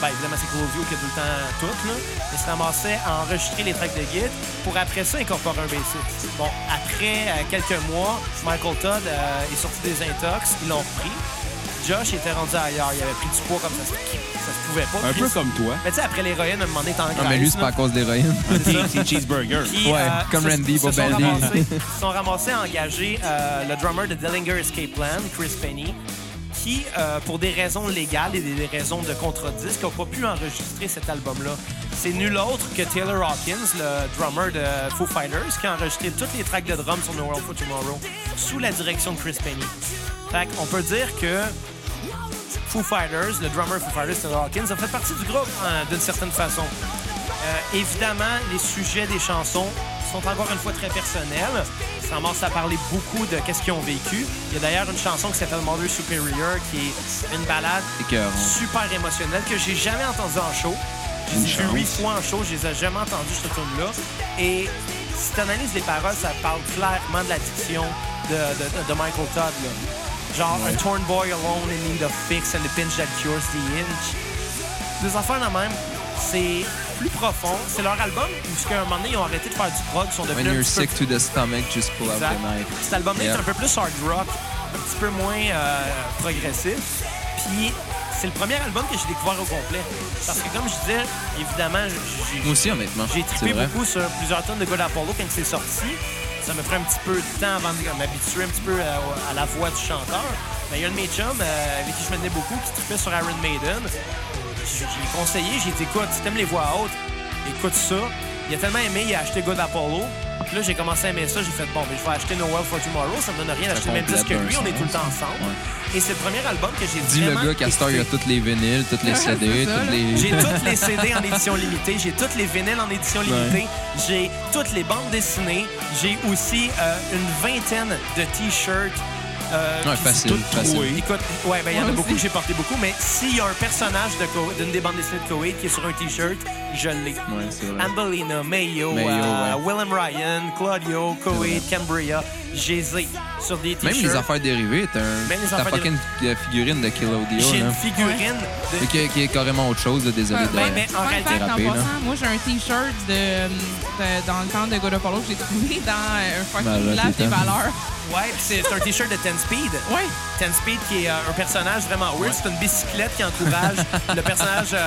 [SPEAKER 1] Ben, évidemment, c'est Claudio qui a tout le temps toutes, là. Ils se ramassaient à enregistrer les tracks de guide pour après ça incorporer un bassiste. Bon, après euh, quelques mois, Michael Todd euh, est sorti des intox, ils l'ont repris. Josh était rendu ailleurs, il avait pris du poids comme ça, se- ça se pouvait pas.
[SPEAKER 2] Un peu
[SPEAKER 1] Chris-
[SPEAKER 2] comme toi.
[SPEAKER 1] mais tu sais, après l'héroïne, à un moment donné, t'en
[SPEAKER 4] Non, Ah, mais lui, c'est pas à cause d'héroïne.
[SPEAKER 2] C'est cheeseburger.
[SPEAKER 1] Puis,
[SPEAKER 4] Ouais, comme
[SPEAKER 1] euh, se-
[SPEAKER 4] Randy
[SPEAKER 1] se sont
[SPEAKER 4] Bobaldi.
[SPEAKER 1] ramassés- Ils sont ramassés à engager euh, le drummer de Dillinger Escape Plan, Chris Penny, qui, euh, pour des raisons légales et des raisons de contre-disque, n'a pas pu enregistrer cet album-là. C'est nul autre que Taylor Hawkins, le drummer de Foo Fighters, qui a enregistré toutes les tracks de drum sur No World for Tomorrow sous la direction de Chris Penny. Fait qu'on peut dire que Foo Fighters, le drummer Foo Fighters, Taylor Hawkins, a fait partie du groupe hein, d'une certaine façon. Euh, évidemment, les sujets des chansons sont encore une fois très personnels. Ça commence à parler beaucoup de qu'est-ce qu'ils ont vécu. Il y a d'ailleurs une chanson qui s'appelle Mother Superior, qui est une balade
[SPEAKER 4] Écœurant.
[SPEAKER 1] super émotionnelle que j'ai jamais entendue en show.
[SPEAKER 4] Une
[SPEAKER 1] J'ai vu
[SPEAKER 4] chance.
[SPEAKER 1] huit fois en show, je les ai jamais entendus, ce tune-là. Et si tu analyses les paroles, ça parle clairement de l'addiction de, de- de- de Michael Todd. là. Genre, un torn boy alone in need of fix and the pinch that cures the inch des affaires de même. C'est plus profond. C'est leur album où, parce qu'à un moment donné, ils ont arrêté de faire du prog. Ils sont
[SPEAKER 4] When
[SPEAKER 1] devenus un
[SPEAKER 4] you're
[SPEAKER 1] petit peu
[SPEAKER 4] sick to the stomach, just pull out
[SPEAKER 1] Exact.
[SPEAKER 4] the knife.
[SPEAKER 1] Cet album-là est
[SPEAKER 4] Yeah.
[SPEAKER 1] un peu plus hard rock, un petit peu moins euh, progressif. Puis c'est le premier album que j'ai découvert au complet. Parce que comme je disais, évidemment, j'ai-
[SPEAKER 4] Moi aussi, honnêtement.
[SPEAKER 1] j'ai
[SPEAKER 4] C'est
[SPEAKER 1] trippé
[SPEAKER 4] vrai.
[SPEAKER 1] beaucoup sur plusieurs tonnes de God Apollo quand c'est sorti. Ça me prend un petit peu de temps avant de m'habituer un petit peu à, à la voix du chanteur. Mais il y a un de mes chums euh, avec qui je me tenais beaucoup qui trippait sur Iron Maiden. Je je l'ai conseillé, j'ai dit écoute, si t'aimes les voix hautes, écoute ça. Il a tellement aimé, il a acheté God Apollo. Puis là, j'ai commencé à aimer ça, j'ai fait bon, mais je vais acheter No World for Tomorrow, ça me donne rien d'acheter le même
[SPEAKER 4] complète
[SPEAKER 1] disque que
[SPEAKER 4] un
[SPEAKER 1] lui, on est
[SPEAKER 4] sens.
[SPEAKER 1] tout le temps ensemble. Et c'est le premier album que j'ai
[SPEAKER 4] Dis le
[SPEAKER 1] vraiment
[SPEAKER 4] gars qu'à Star, il y a
[SPEAKER 1] écouté.
[SPEAKER 4] toutes les vinyles, toutes les
[SPEAKER 3] Ouais, c'est
[SPEAKER 4] CD,
[SPEAKER 3] ça,
[SPEAKER 4] toutes
[SPEAKER 3] là.
[SPEAKER 4] les.
[SPEAKER 1] J'ai toutes les CD en édition limitée, j'ai toutes les vinyles en édition limitée, j'ai toutes les bandes dessinées, j'ai aussi euh, une vingtaine de t-shirts. euh,
[SPEAKER 4] Ouais,
[SPEAKER 1] qui-
[SPEAKER 4] facile,
[SPEAKER 2] tout troué.
[SPEAKER 4] facile.
[SPEAKER 1] Écoute, ouais, ben il y en a
[SPEAKER 3] Moi
[SPEAKER 1] beaucoup
[SPEAKER 3] aussi.
[SPEAKER 1] que j'ai porté beaucoup, mais s'il y a un personnage de Ko- d'une des bandes dessinées de Koweït qui est sur un t-shirt, je l'ai.
[SPEAKER 4] Ouais, c'est vrai.
[SPEAKER 1] Ambolina, Mayo,
[SPEAKER 4] Mayo,
[SPEAKER 1] euh,
[SPEAKER 4] ouais.
[SPEAKER 1] Willem Ryan, Claudio, Koweït, Cambria, je les ai sur des
[SPEAKER 4] Même
[SPEAKER 1] t-shirts.
[SPEAKER 4] les affaires dérivées, t'as un...
[SPEAKER 1] Même les
[SPEAKER 4] t'as
[SPEAKER 1] affaires
[SPEAKER 4] fucking fi- figurine de Kill
[SPEAKER 1] J'ai
[SPEAKER 4] Audio,
[SPEAKER 1] une
[SPEAKER 4] là.
[SPEAKER 1] figurine de
[SPEAKER 4] Et Qui, qui est carrément autre chose, là, désolé.
[SPEAKER 3] Ouais,
[SPEAKER 4] de-
[SPEAKER 1] ben, ben, en
[SPEAKER 3] Fun
[SPEAKER 1] réalité,
[SPEAKER 3] fact, en
[SPEAKER 4] Thérapie, là.
[SPEAKER 3] passant, moi j'ai un t-shirt de, de- dans le camp de God of Apollo que j'ai trouvé dans euh, un fucking
[SPEAKER 4] Malade,
[SPEAKER 3] lab des
[SPEAKER 4] t'es
[SPEAKER 3] valeurs.
[SPEAKER 1] Ouais, pis c'est c'est un t-shirt de 10 Speed.
[SPEAKER 3] Ouais.
[SPEAKER 1] 10 Speed qui est euh, un personnage vraiment weird. C'est une bicyclette qui encourage le personnage euh,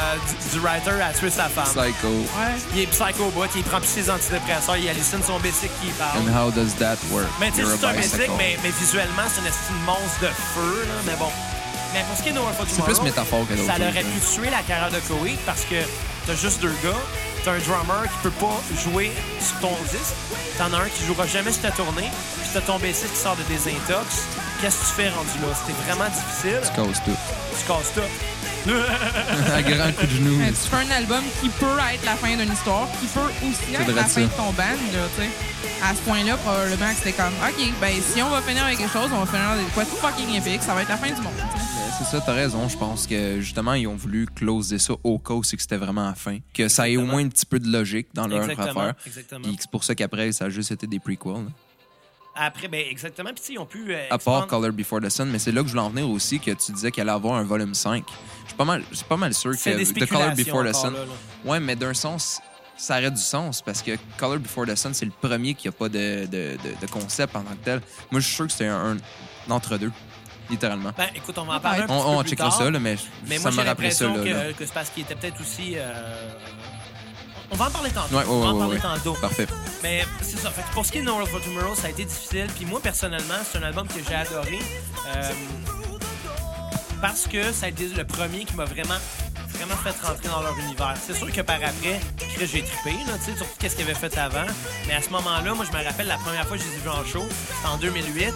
[SPEAKER 1] du, du writer à tuer sa femme.
[SPEAKER 4] Psycho.
[SPEAKER 3] Ouais.
[SPEAKER 1] Il est psycho au bout, il prend plus ses antidépresseurs, il hallucine son bicycle qui parle.
[SPEAKER 4] And how does that work?
[SPEAKER 1] Mais tu sais,
[SPEAKER 4] You're a
[SPEAKER 1] c'est un bicycle,
[SPEAKER 4] bicycle.
[SPEAKER 1] mais, mais visuellement, c'est une estime monstre de feu, là, mais bon. Mais pour ce qui est de No One for
[SPEAKER 4] C'est plus métaphore que d'autres
[SPEAKER 1] Ça
[SPEAKER 4] choses,
[SPEAKER 1] l'aurait
[SPEAKER 4] hein.
[SPEAKER 1] pu tuer la carrière de Koweït parce que t'as juste deux gars, t'as un drummer qui peut pas jouer sur ton disque, t'en as un qui jouera jamais sur ta tournée, puis t'as ton bassiste qui sort de désintox. Qu'est-ce que tu fais rendu là? C'était vraiment difficile
[SPEAKER 4] Cause tout.
[SPEAKER 1] tu casses tout.
[SPEAKER 4] à grand coup de genoux.
[SPEAKER 3] Euh, tu fais un album qui peut être la fin d'une histoire, qui peut aussi être
[SPEAKER 4] vrai
[SPEAKER 3] la
[SPEAKER 4] ça.
[SPEAKER 3] fin de ton band, là, tu sais. À ce point-là, probablement que c'était comme, OK, ben si on va finir avec quelque chose, on va finir avec quoi de fucking épique, ça va être la fin du monde. tu sais.
[SPEAKER 4] Ben, C'est ça, t'as raison. Je pense que justement, ils ont voulu closer ça au cas où c'est que c'était vraiment la fin. Que ça ait au
[SPEAKER 1] Exactement.
[SPEAKER 4] moins un petit peu de logique dans leur
[SPEAKER 1] Exactement.
[SPEAKER 4] affaire.
[SPEAKER 1] Exactement.
[SPEAKER 4] Puis c'est pour ça qu'après, ça a juste été des prequels. là.
[SPEAKER 1] Après, ben exactement. Puis tu sais, ils ont pu. euh,
[SPEAKER 4] À part
[SPEAKER 1] expandre-
[SPEAKER 4] Color Before the Sun, mais c'est là que je voulais en venir aussi que tu disais qu'elle allait avoir un volume 5. Je suis pas mal, je suis pas mal sûr
[SPEAKER 1] C'est des
[SPEAKER 4] que The Color
[SPEAKER 1] spéculations
[SPEAKER 4] Before the
[SPEAKER 1] encore,
[SPEAKER 4] Sun.
[SPEAKER 1] là, là.
[SPEAKER 4] Ouais, mais d'un sens, ça aurait du sens parce que Color Before the Sun, c'est le premier qui a pas de, de- de- de concept en tant que tel. Moi, je suis sûr que c'était un, un entre-deux, littéralement.
[SPEAKER 1] Ben, écoute, on va en parler un
[SPEAKER 4] On,
[SPEAKER 1] petit
[SPEAKER 4] on
[SPEAKER 1] peu plus
[SPEAKER 4] checkera
[SPEAKER 1] tard.
[SPEAKER 4] ça, là, mais,
[SPEAKER 1] Mais
[SPEAKER 4] ça
[SPEAKER 1] moi,
[SPEAKER 4] m'a
[SPEAKER 1] j'ai
[SPEAKER 4] rappelé ça.
[SPEAKER 1] l'impression
[SPEAKER 4] là,
[SPEAKER 1] que,
[SPEAKER 4] là.
[SPEAKER 1] que c'est parce qu'il était peut-être aussi. euh, On va en parler tantôt.
[SPEAKER 4] Ouais, ouais,
[SPEAKER 1] on va en
[SPEAKER 4] ouais,
[SPEAKER 1] parler
[SPEAKER 4] ouais.
[SPEAKER 1] tantôt.
[SPEAKER 4] Parfait.
[SPEAKER 1] Mais c'est ça. Fait que pour ce qui est de No World for Tomorrow, ça a été difficile. Puis moi, personnellement, c'est un album que j'ai adoré. euh, parce que ça a été le premier qui m'a vraiment vraiment fait rentrer dans leur univers. C'est sûr que par après, Chris, j'ai trippé, là, tu sais, surtout qu'est-ce qu'ils avaient fait avant. Mais à ce moment-là, moi, je me rappelle la première fois que je les ai vus en show, c'était en 2008.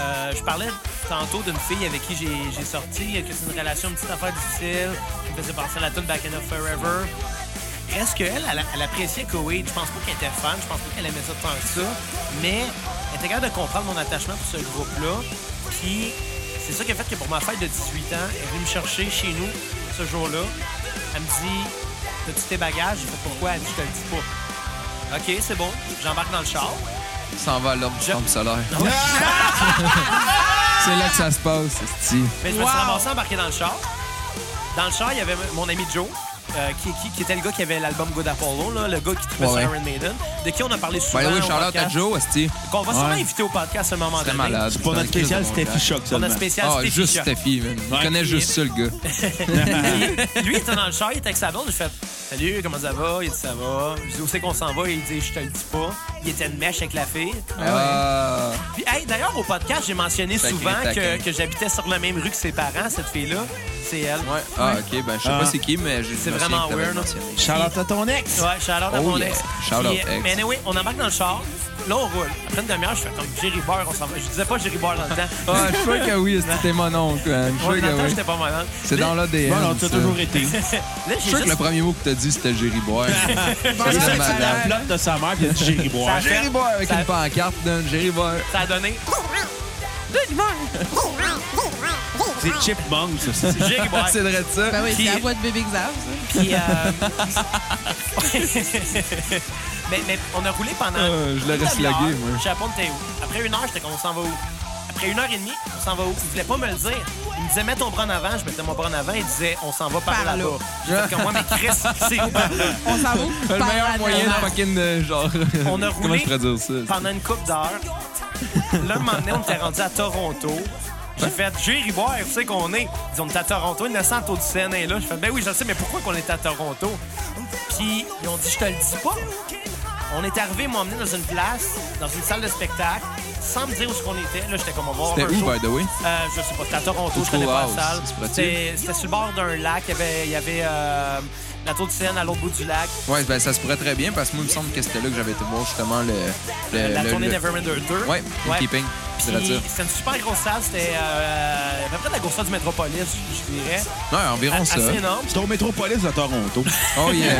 [SPEAKER 1] Euh, je parlais tantôt d'une fille avec qui j'ai- j'ai sorti, que c'est une relation, une petite affaire difficile, qui me faisait penser à la tune Back in Up Forever. Est-ce qu'elle, elle, elle appréciait Koweïd? Je pense pas qu'elle était fan, je pense pas qu'elle aimait ça tant que ça, mais elle était capable de comprendre mon attachement pour ce groupe-là. Puis c'est ça qui a fait que pour ma fête de 18 ans, elle est venue me chercher chez nous ce jour-là. Elle me dit T'as-tu tes bagages? J'ai fait pourquoi? Elle dit Je te le dis pas. Ok, c'est bon, j'embarque dans le char.
[SPEAKER 4] s'en va à l'ordre du
[SPEAKER 1] Je-
[SPEAKER 4] temple solaire. c'est là que ça se passe, esti.
[SPEAKER 1] Mais Ben, je me
[SPEAKER 3] Wow.
[SPEAKER 1] suis ramassé embarqué dans le char. Dans le char, il y avait mon ami Joe, euh, qui, qui- qui était le gars qui avait l'album Good Apollo, là, le gars qui trippait
[SPEAKER 4] Ouais.
[SPEAKER 1] sur Iron Maiden, de qui on Ah, ben, a parlé souvent.
[SPEAKER 4] By the way,
[SPEAKER 1] au
[SPEAKER 4] shout-out à
[SPEAKER 1] podcast.
[SPEAKER 4] Joe, esti.
[SPEAKER 1] Qu'on va sûrement
[SPEAKER 2] Ouais.
[SPEAKER 1] inviter au podcast à un moment
[SPEAKER 4] C'était
[SPEAKER 1] donné.
[SPEAKER 4] malade.
[SPEAKER 2] Pour notre spécial, c'était Shock
[SPEAKER 1] Pour
[SPEAKER 2] seulement.
[SPEAKER 1] notre spécial,
[SPEAKER 4] Ah,
[SPEAKER 1] c'était hein.
[SPEAKER 4] juste
[SPEAKER 1] Fisher.
[SPEAKER 4] Steffi, man. Il
[SPEAKER 2] Ouais.
[SPEAKER 4] connaît juste ça, le gars.
[SPEAKER 1] Puis Lui, il était dans le char, il était avec sa blonde. J'ai fait Salut, comment ça va Il dit Ça va. Je dis Où c'est qu'on s'en va Il dit Je te le dis pas. Il était une mèche avec la fille.
[SPEAKER 4] Ah,
[SPEAKER 1] Puis, hey, d'ailleurs, au podcast, j'ai mentionné
[SPEAKER 4] Sacré
[SPEAKER 1] souvent que,
[SPEAKER 4] taquin.
[SPEAKER 1] que j'habitais sur la même rue que ses parents, cette fille-là. C'est elle.
[SPEAKER 4] ouais. Ah, ok, ben je sais
[SPEAKER 2] Ah.
[SPEAKER 4] pas c'est qui, mais je
[SPEAKER 1] C'est
[SPEAKER 4] me souviens
[SPEAKER 1] vraiment
[SPEAKER 4] que t'avais
[SPEAKER 1] weird, hein. là.
[SPEAKER 4] mentionné.
[SPEAKER 2] Charlotte à ton ex.
[SPEAKER 1] Ouais, shout out à
[SPEAKER 4] Oh
[SPEAKER 1] mon
[SPEAKER 4] yeah,
[SPEAKER 1] ex.
[SPEAKER 4] shout out
[SPEAKER 1] Puis, euh,
[SPEAKER 4] ex.
[SPEAKER 1] Mais anyway, on embarque dans le char. Là, on roule. Après une demi-heure, je fais comme Jerry Beurre, on s'en va. Je disais pas Jerry Beurre dans le temps.
[SPEAKER 4] Ah, je suis sûr que oui, esti, t'es mon oncle, man.
[SPEAKER 1] Moi,
[SPEAKER 4] Je
[SPEAKER 1] dans le
[SPEAKER 4] suis sûr
[SPEAKER 1] temps,
[SPEAKER 4] que oui.
[SPEAKER 1] j'étais pas malade.
[SPEAKER 4] C'est dans l'ADN.
[SPEAKER 2] Bon, on
[SPEAKER 4] ça.
[SPEAKER 2] t'a toujours été.
[SPEAKER 1] Là,
[SPEAKER 4] Je
[SPEAKER 1] j'ai
[SPEAKER 4] suis sûr que
[SPEAKER 1] juste
[SPEAKER 4] le premier mot que t'as dit, c'était Jerry Boire.
[SPEAKER 2] C'est
[SPEAKER 4] c'est
[SPEAKER 2] la
[SPEAKER 4] malade.
[SPEAKER 2] flotte de sa mère qui a dit Jerry Boire.
[SPEAKER 1] Ça-
[SPEAKER 4] Jerry Boire avec
[SPEAKER 1] Ça-
[SPEAKER 4] une pancarte, man. Jerry Boire.
[SPEAKER 1] Ça a donné
[SPEAKER 2] C'est Chipmunk, ça. c'est-
[SPEAKER 1] Jerry Beurre.
[SPEAKER 4] C'est vrai de ça.
[SPEAKER 3] Ben oui, c'est
[SPEAKER 1] Qui-
[SPEAKER 3] la voix de bébé Xav, ça.
[SPEAKER 1] Puis, euh, mais, mais on a roulé pendant.
[SPEAKER 4] Euh, je l'aurais
[SPEAKER 1] une demi-heure.
[SPEAKER 4] slagué, moi.
[SPEAKER 1] Je sais pas, on était où. Après une heure, j'étais comme, on s'en va où? Après une heure et demie, on s'en va où? Il voulait pas me le dire. Il me disait, mets ton bras en avant. Je mettais mon bras en avant. Il disait, on s'en va par,
[SPEAKER 3] Par là.
[SPEAKER 1] là-bas. J'ai fait comme moi, mais Chris, c'est où par là?
[SPEAKER 3] On s'en va.
[SPEAKER 4] Le
[SPEAKER 3] par
[SPEAKER 4] meilleur
[SPEAKER 3] la
[SPEAKER 4] moyen de
[SPEAKER 3] demande.
[SPEAKER 4] fucking euh, genre.
[SPEAKER 1] On a
[SPEAKER 4] Comment
[SPEAKER 1] roulé
[SPEAKER 4] je pourrais dire ça?
[SPEAKER 1] pendant une coupe d'heures. Là, un moment donné, on était rendu à Toronto.
[SPEAKER 4] Hein?
[SPEAKER 1] J'ai fait, Jerry Boire, tu sais qu'on est. Ils dit, on est à Toronto, Innocent au du Sénat est là. J'ai fait, ben oui, je le sais, mais pourquoi qu'on est à Toronto? Puis, ils ont dit, je te le dis pas. On est arrivé, ils m'ont emmené dans une place, dans une salle de spectacle, sans me dire où ce qu'on était. Là, j'étais comme, on va voir
[SPEAKER 4] C'était
[SPEAKER 1] un
[SPEAKER 4] où,
[SPEAKER 1] show.
[SPEAKER 4] by the way?
[SPEAKER 1] Euh, je sais pas, c'était à Toronto, je connais
[SPEAKER 4] Cool
[SPEAKER 1] pas
[SPEAKER 4] House,
[SPEAKER 1] la salle.
[SPEAKER 4] c'est pratique.
[SPEAKER 1] C'était c'était sur le bord d'un lac, il y avait, il y avait euh, la tour du Seine à l'autre bout du lac.
[SPEAKER 4] Ouais, ben ça se pourrait très bien parce que moi, il me semble que c'était là que j'avais été voir justement le. le-
[SPEAKER 1] la
[SPEAKER 4] Euh, le-
[SPEAKER 1] tournée
[SPEAKER 4] le-
[SPEAKER 1] Nevermind 2.
[SPEAKER 4] Ouais, Keeping. C'est vrai de
[SPEAKER 1] Puis,
[SPEAKER 4] ça.
[SPEAKER 1] C'était une super grosse salle. C'était euh, à peu près la grosse salle du Métropolis, je je dirais.
[SPEAKER 4] Ouais, environ Ah, ça.
[SPEAKER 1] Assez énorme.
[SPEAKER 2] C'est au Métropolis de Toronto.
[SPEAKER 4] Oh yeah.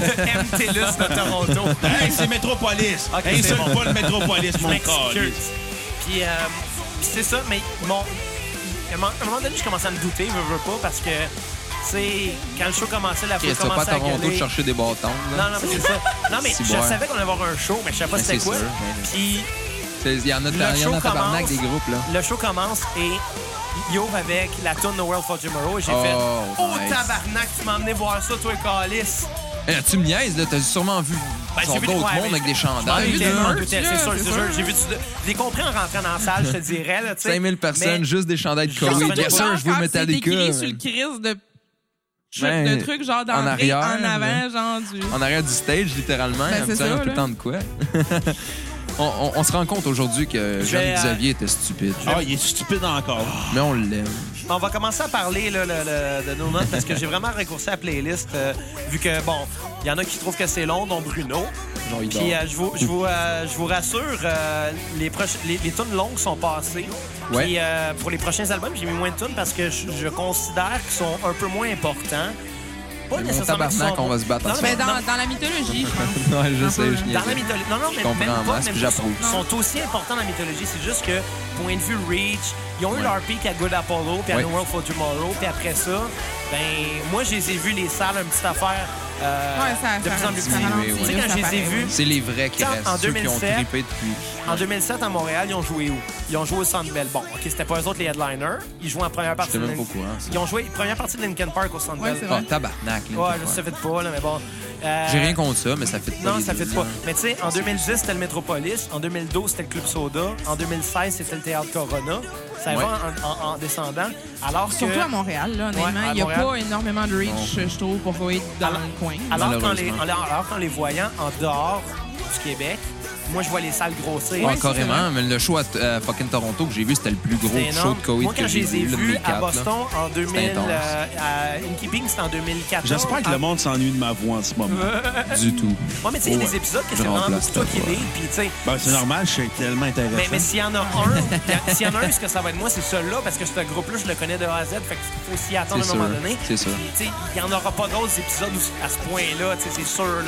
[SPEAKER 1] MTLUS de Toronto.
[SPEAKER 2] Hey, c'est Métropolis.
[SPEAKER 1] Ok,
[SPEAKER 2] Hey,
[SPEAKER 1] c'est
[SPEAKER 2] c'est
[SPEAKER 1] bon.
[SPEAKER 2] pas le Métropolis,
[SPEAKER 1] Je
[SPEAKER 2] mon
[SPEAKER 1] m'excuse.
[SPEAKER 2] corps.
[SPEAKER 1] Puis, euh, puis c'est ça, mais mon, à un moment- à un moment donné, je commençais à me douter, je veux pas, parce que, tu sais, quand le show commençait, la foule
[SPEAKER 4] Chris, t'as pas à
[SPEAKER 1] commençait à
[SPEAKER 4] Toronto de
[SPEAKER 1] gueuler.
[SPEAKER 4] chercher des bâtons.
[SPEAKER 1] Non,
[SPEAKER 4] Là.
[SPEAKER 1] non, mais c'est ça. Non, mais
[SPEAKER 4] C'est
[SPEAKER 1] je
[SPEAKER 4] bon.
[SPEAKER 1] savais qu'on allait avoir un show, mais je savais pas
[SPEAKER 4] Mais
[SPEAKER 1] c'était
[SPEAKER 4] c'est
[SPEAKER 1] quoi.
[SPEAKER 4] sûr, mais-
[SPEAKER 1] Puis
[SPEAKER 4] C'est- Il y en a, il
[SPEAKER 1] Le
[SPEAKER 4] y en a
[SPEAKER 1] show
[SPEAKER 4] en tabarnak
[SPEAKER 1] commence.
[SPEAKER 4] des groupes, là.
[SPEAKER 1] le show commence et il ouvre avec la tune No World for Tomorrow et j'ai
[SPEAKER 4] Oh,
[SPEAKER 1] fait Oh
[SPEAKER 4] nice.
[SPEAKER 1] tabarnak, tu m'as emmené voir ça, toi, Calis.
[SPEAKER 4] Hey, Eh, tu me niaises, là. T'as sûrement vu
[SPEAKER 1] Ben,
[SPEAKER 4] son
[SPEAKER 1] j'ai vu
[SPEAKER 4] d'autres
[SPEAKER 1] ouais,
[SPEAKER 4] mondes
[SPEAKER 1] mais-
[SPEAKER 4] avec des
[SPEAKER 1] Je m'en
[SPEAKER 4] chandails.
[SPEAKER 1] doutais, je m'en
[SPEAKER 4] là.
[SPEAKER 1] doutais, c'est
[SPEAKER 3] là,
[SPEAKER 1] sûr,
[SPEAKER 3] c'est
[SPEAKER 1] c'est
[SPEAKER 3] sûr.
[SPEAKER 1] sûr. J'ai vu. du- Je l'ai compris en rentrant dans la salle, je te dirais. Là, tu sais.
[SPEAKER 4] 5000 personnes,
[SPEAKER 1] Mais-
[SPEAKER 4] juste des chandails de
[SPEAKER 1] Genre,
[SPEAKER 4] Koweït.
[SPEAKER 1] ça
[SPEAKER 4] Bien
[SPEAKER 1] dépend
[SPEAKER 4] sûr, je
[SPEAKER 3] Quand
[SPEAKER 4] veux Metallica. euh,
[SPEAKER 3] C'est écrit
[SPEAKER 4] man.
[SPEAKER 3] sur le crise de,
[SPEAKER 4] Ben,
[SPEAKER 3] de trucs genre d'entrée,
[SPEAKER 4] en arrière,
[SPEAKER 3] en avant,
[SPEAKER 4] ben.
[SPEAKER 3] genre du...
[SPEAKER 4] En arrière du stage, littéralement.
[SPEAKER 3] Ben, c'est
[SPEAKER 4] ça,
[SPEAKER 3] ça,
[SPEAKER 4] tout le
[SPEAKER 3] là.
[SPEAKER 4] temps de quoi. On, on- on se rend compte aujourd'hui
[SPEAKER 1] vais,
[SPEAKER 4] que
[SPEAKER 1] euh,
[SPEAKER 4] Jean-Xavier était stupide.
[SPEAKER 2] Ah, il est stupide encore.
[SPEAKER 4] Mais on l'aime.
[SPEAKER 1] On va commencer à parler là, le- le- de nos notes parce que j'ai vraiment raccourci la playlist euh, vu que, bon, il y en a qui trouvent que c'est long, dont Bruno.
[SPEAKER 4] Genre, il
[SPEAKER 1] Puis
[SPEAKER 4] dort.
[SPEAKER 1] euh, je vous, je vous, euh, je vous rassure, euh, les, proches, les, les tunes longues sont passées.
[SPEAKER 4] Ouais.
[SPEAKER 1] Puis euh, pour les prochains albums, j'ai mis moins de tunes parce que je, je considère qu'ils sont un peu moins importants. Pas
[SPEAKER 4] Mais mon
[SPEAKER 1] nécessairement qu'ils
[SPEAKER 4] tabarnak,
[SPEAKER 1] sont-
[SPEAKER 4] on va se battre
[SPEAKER 1] Non,
[SPEAKER 4] ensemble.
[SPEAKER 1] mais
[SPEAKER 3] Mais Ben, dans, dans la mythologie, je pense.
[SPEAKER 4] Ouais, je sais, je
[SPEAKER 1] euh, dans la
[SPEAKER 4] niaise.
[SPEAKER 1] mythologie. Non, non, mais
[SPEAKER 4] comprends
[SPEAKER 1] même
[SPEAKER 4] en
[SPEAKER 1] pas.
[SPEAKER 4] masse,
[SPEAKER 1] Même
[SPEAKER 4] puis
[SPEAKER 1] pas,
[SPEAKER 4] j'approuve.
[SPEAKER 1] Ils sont aussi importants dans la mythologie. C'est juste que, point de vue Reach, ils ont eu
[SPEAKER 4] Ouais.
[SPEAKER 1] leur peak à Good Apollo, puis à
[SPEAKER 4] Ouais.
[SPEAKER 1] No World for Tomorrow, puis après ça, ben, moi, je les ai vus, les salles, une petite affaire euh,
[SPEAKER 3] Ouais, ça,
[SPEAKER 1] de
[SPEAKER 3] ça,
[SPEAKER 1] plus en plus
[SPEAKER 3] ça
[SPEAKER 1] petite.
[SPEAKER 3] ralentit,
[SPEAKER 4] Tu
[SPEAKER 1] sais, quand
[SPEAKER 3] ça
[SPEAKER 1] je les ai
[SPEAKER 3] paraît,
[SPEAKER 1] vus,
[SPEAKER 3] oui.
[SPEAKER 4] C'est les vrais qui
[SPEAKER 1] Quand-
[SPEAKER 4] restent,
[SPEAKER 1] en
[SPEAKER 4] ceux qui ont
[SPEAKER 1] 2007,
[SPEAKER 4] trippé depuis.
[SPEAKER 1] En 2007, à Montréal, ils ont joué où? Ils ont joué au Centre Bell. Bon, OK, c'était pas eux autres les headliners. Ils jouaient en première partie.
[SPEAKER 4] J'étais
[SPEAKER 1] de
[SPEAKER 4] même
[SPEAKER 1] Lin-
[SPEAKER 4] pas au courant, ça.
[SPEAKER 1] Ils ont joué première partie de Linkin Park au Centre
[SPEAKER 3] Ouais,
[SPEAKER 1] Bell.
[SPEAKER 3] c'est vrai.
[SPEAKER 4] Ah, tabarnak. là,
[SPEAKER 1] Ouais,
[SPEAKER 4] t'es
[SPEAKER 1] je
[SPEAKER 4] pas-
[SPEAKER 1] sais pas, là, mais bon. Euh,
[SPEAKER 4] J'ai rien contre ça, mais ça fait pas.
[SPEAKER 1] Non,
[SPEAKER 4] les
[SPEAKER 1] ça
[SPEAKER 4] deux,
[SPEAKER 1] fait pas.
[SPEAKER 4] là.
[SPEAKER 1] Mais tu sais, en 2010, c'était le Metropolis. En 2012, c'était le Club Soda. En 2016, c'était le Théâtre Corona. Ça
[SPEAKER 4] Ouais.
[SPEAKER 1] va en, en- en descendant. Alors que.
[SPEAKER 3] Surtout à Montréal, là, honnêtement.
[SPEAKER 1] Ouais, à
[SPEAKER 3] il n'y a
[SPEAKER 1] Montréal.
[SPEAKER 3] pas énormément de reach, je trouve, pour être dans
[SPEAKER 1] Alors-
[SPEAKER 3] le coin.
[SPEAKER 1] Alors qu'en les,
[SPEAKER 4] Malheureusement.
[SPEAKER 1] alors- alors qu'en les voyant en dehors du Québec, moi, je vois les salles grossir.
[SPEAKER 4] Ouais,
[SPEAKER 3] c'est
[SPEAKER 4] carrément, mais le show à t- à fucking Toronto que j'ai vu, c'était le plus gros
[SPEAKER 1] C'était
[SPEAKER 4] show
[SPEAKER 1] énorme.
[SPEAKER 4] de Covid
[SPEAKER 1] Moi,
[SPEAKER 4] que
[SPEAKER 1] quand je
[SPEAKER 4] j'ai
[SPEAKER 1] les ai
[SPEAKER 4] vu. là,
[SPEAKER 1] vus
[SPEAKER 4] mes
[SPEAKER 1] à
[SPEAKER 4] quatre, là.
[SPEAKER 1] Boston en 2000,
[SPEAKER 4] intense.
[SPEAKER 1] euh, à Inkeeping, c'était en 2014.
[SPEAKER 2] J'espère que le monde s'ennuie de ma voix en ce moment.
[SPEAKER 4] Du tout.
[SPEAKER 1] Ah, Ouais, mais tu sais, il y a des
[SPEAKER 2] Ouais.
[SPEAKER 1] épisodes que
[SPEAKER 4] Je
[SPEAKER 1] c'est vraiment
[SPEAKER 4] remplace
[SPEAKER 1] beaucoup toi qui
[SPEAKER 4] ta voix.
[SPEAKER 1] lead, puis tu sais.
[SPEAKER 2] Ben, c'est normal, hein. je suis tellement intéressant.
[SPEAKER 1] Mais, mais s'il y en a un, s'il y en a un, ce que ça va être moi, c'est celui-là, parce que ce groupe-là, je le connais de A à Z, fait qu'il faut s'y attendre à un
[SPEAKER 4] C'est
[SPEAKER 1] moment
[SPEAKER 4] sûr,
[SPEAKER 1] donné.
[SPEAKER 4] c'est sûr.
[SPEAKER 1] Puis, tu sais, Il n'y en aura pas d'autres épisodes où- à ce point-là, tu sais, c'est sûr. là.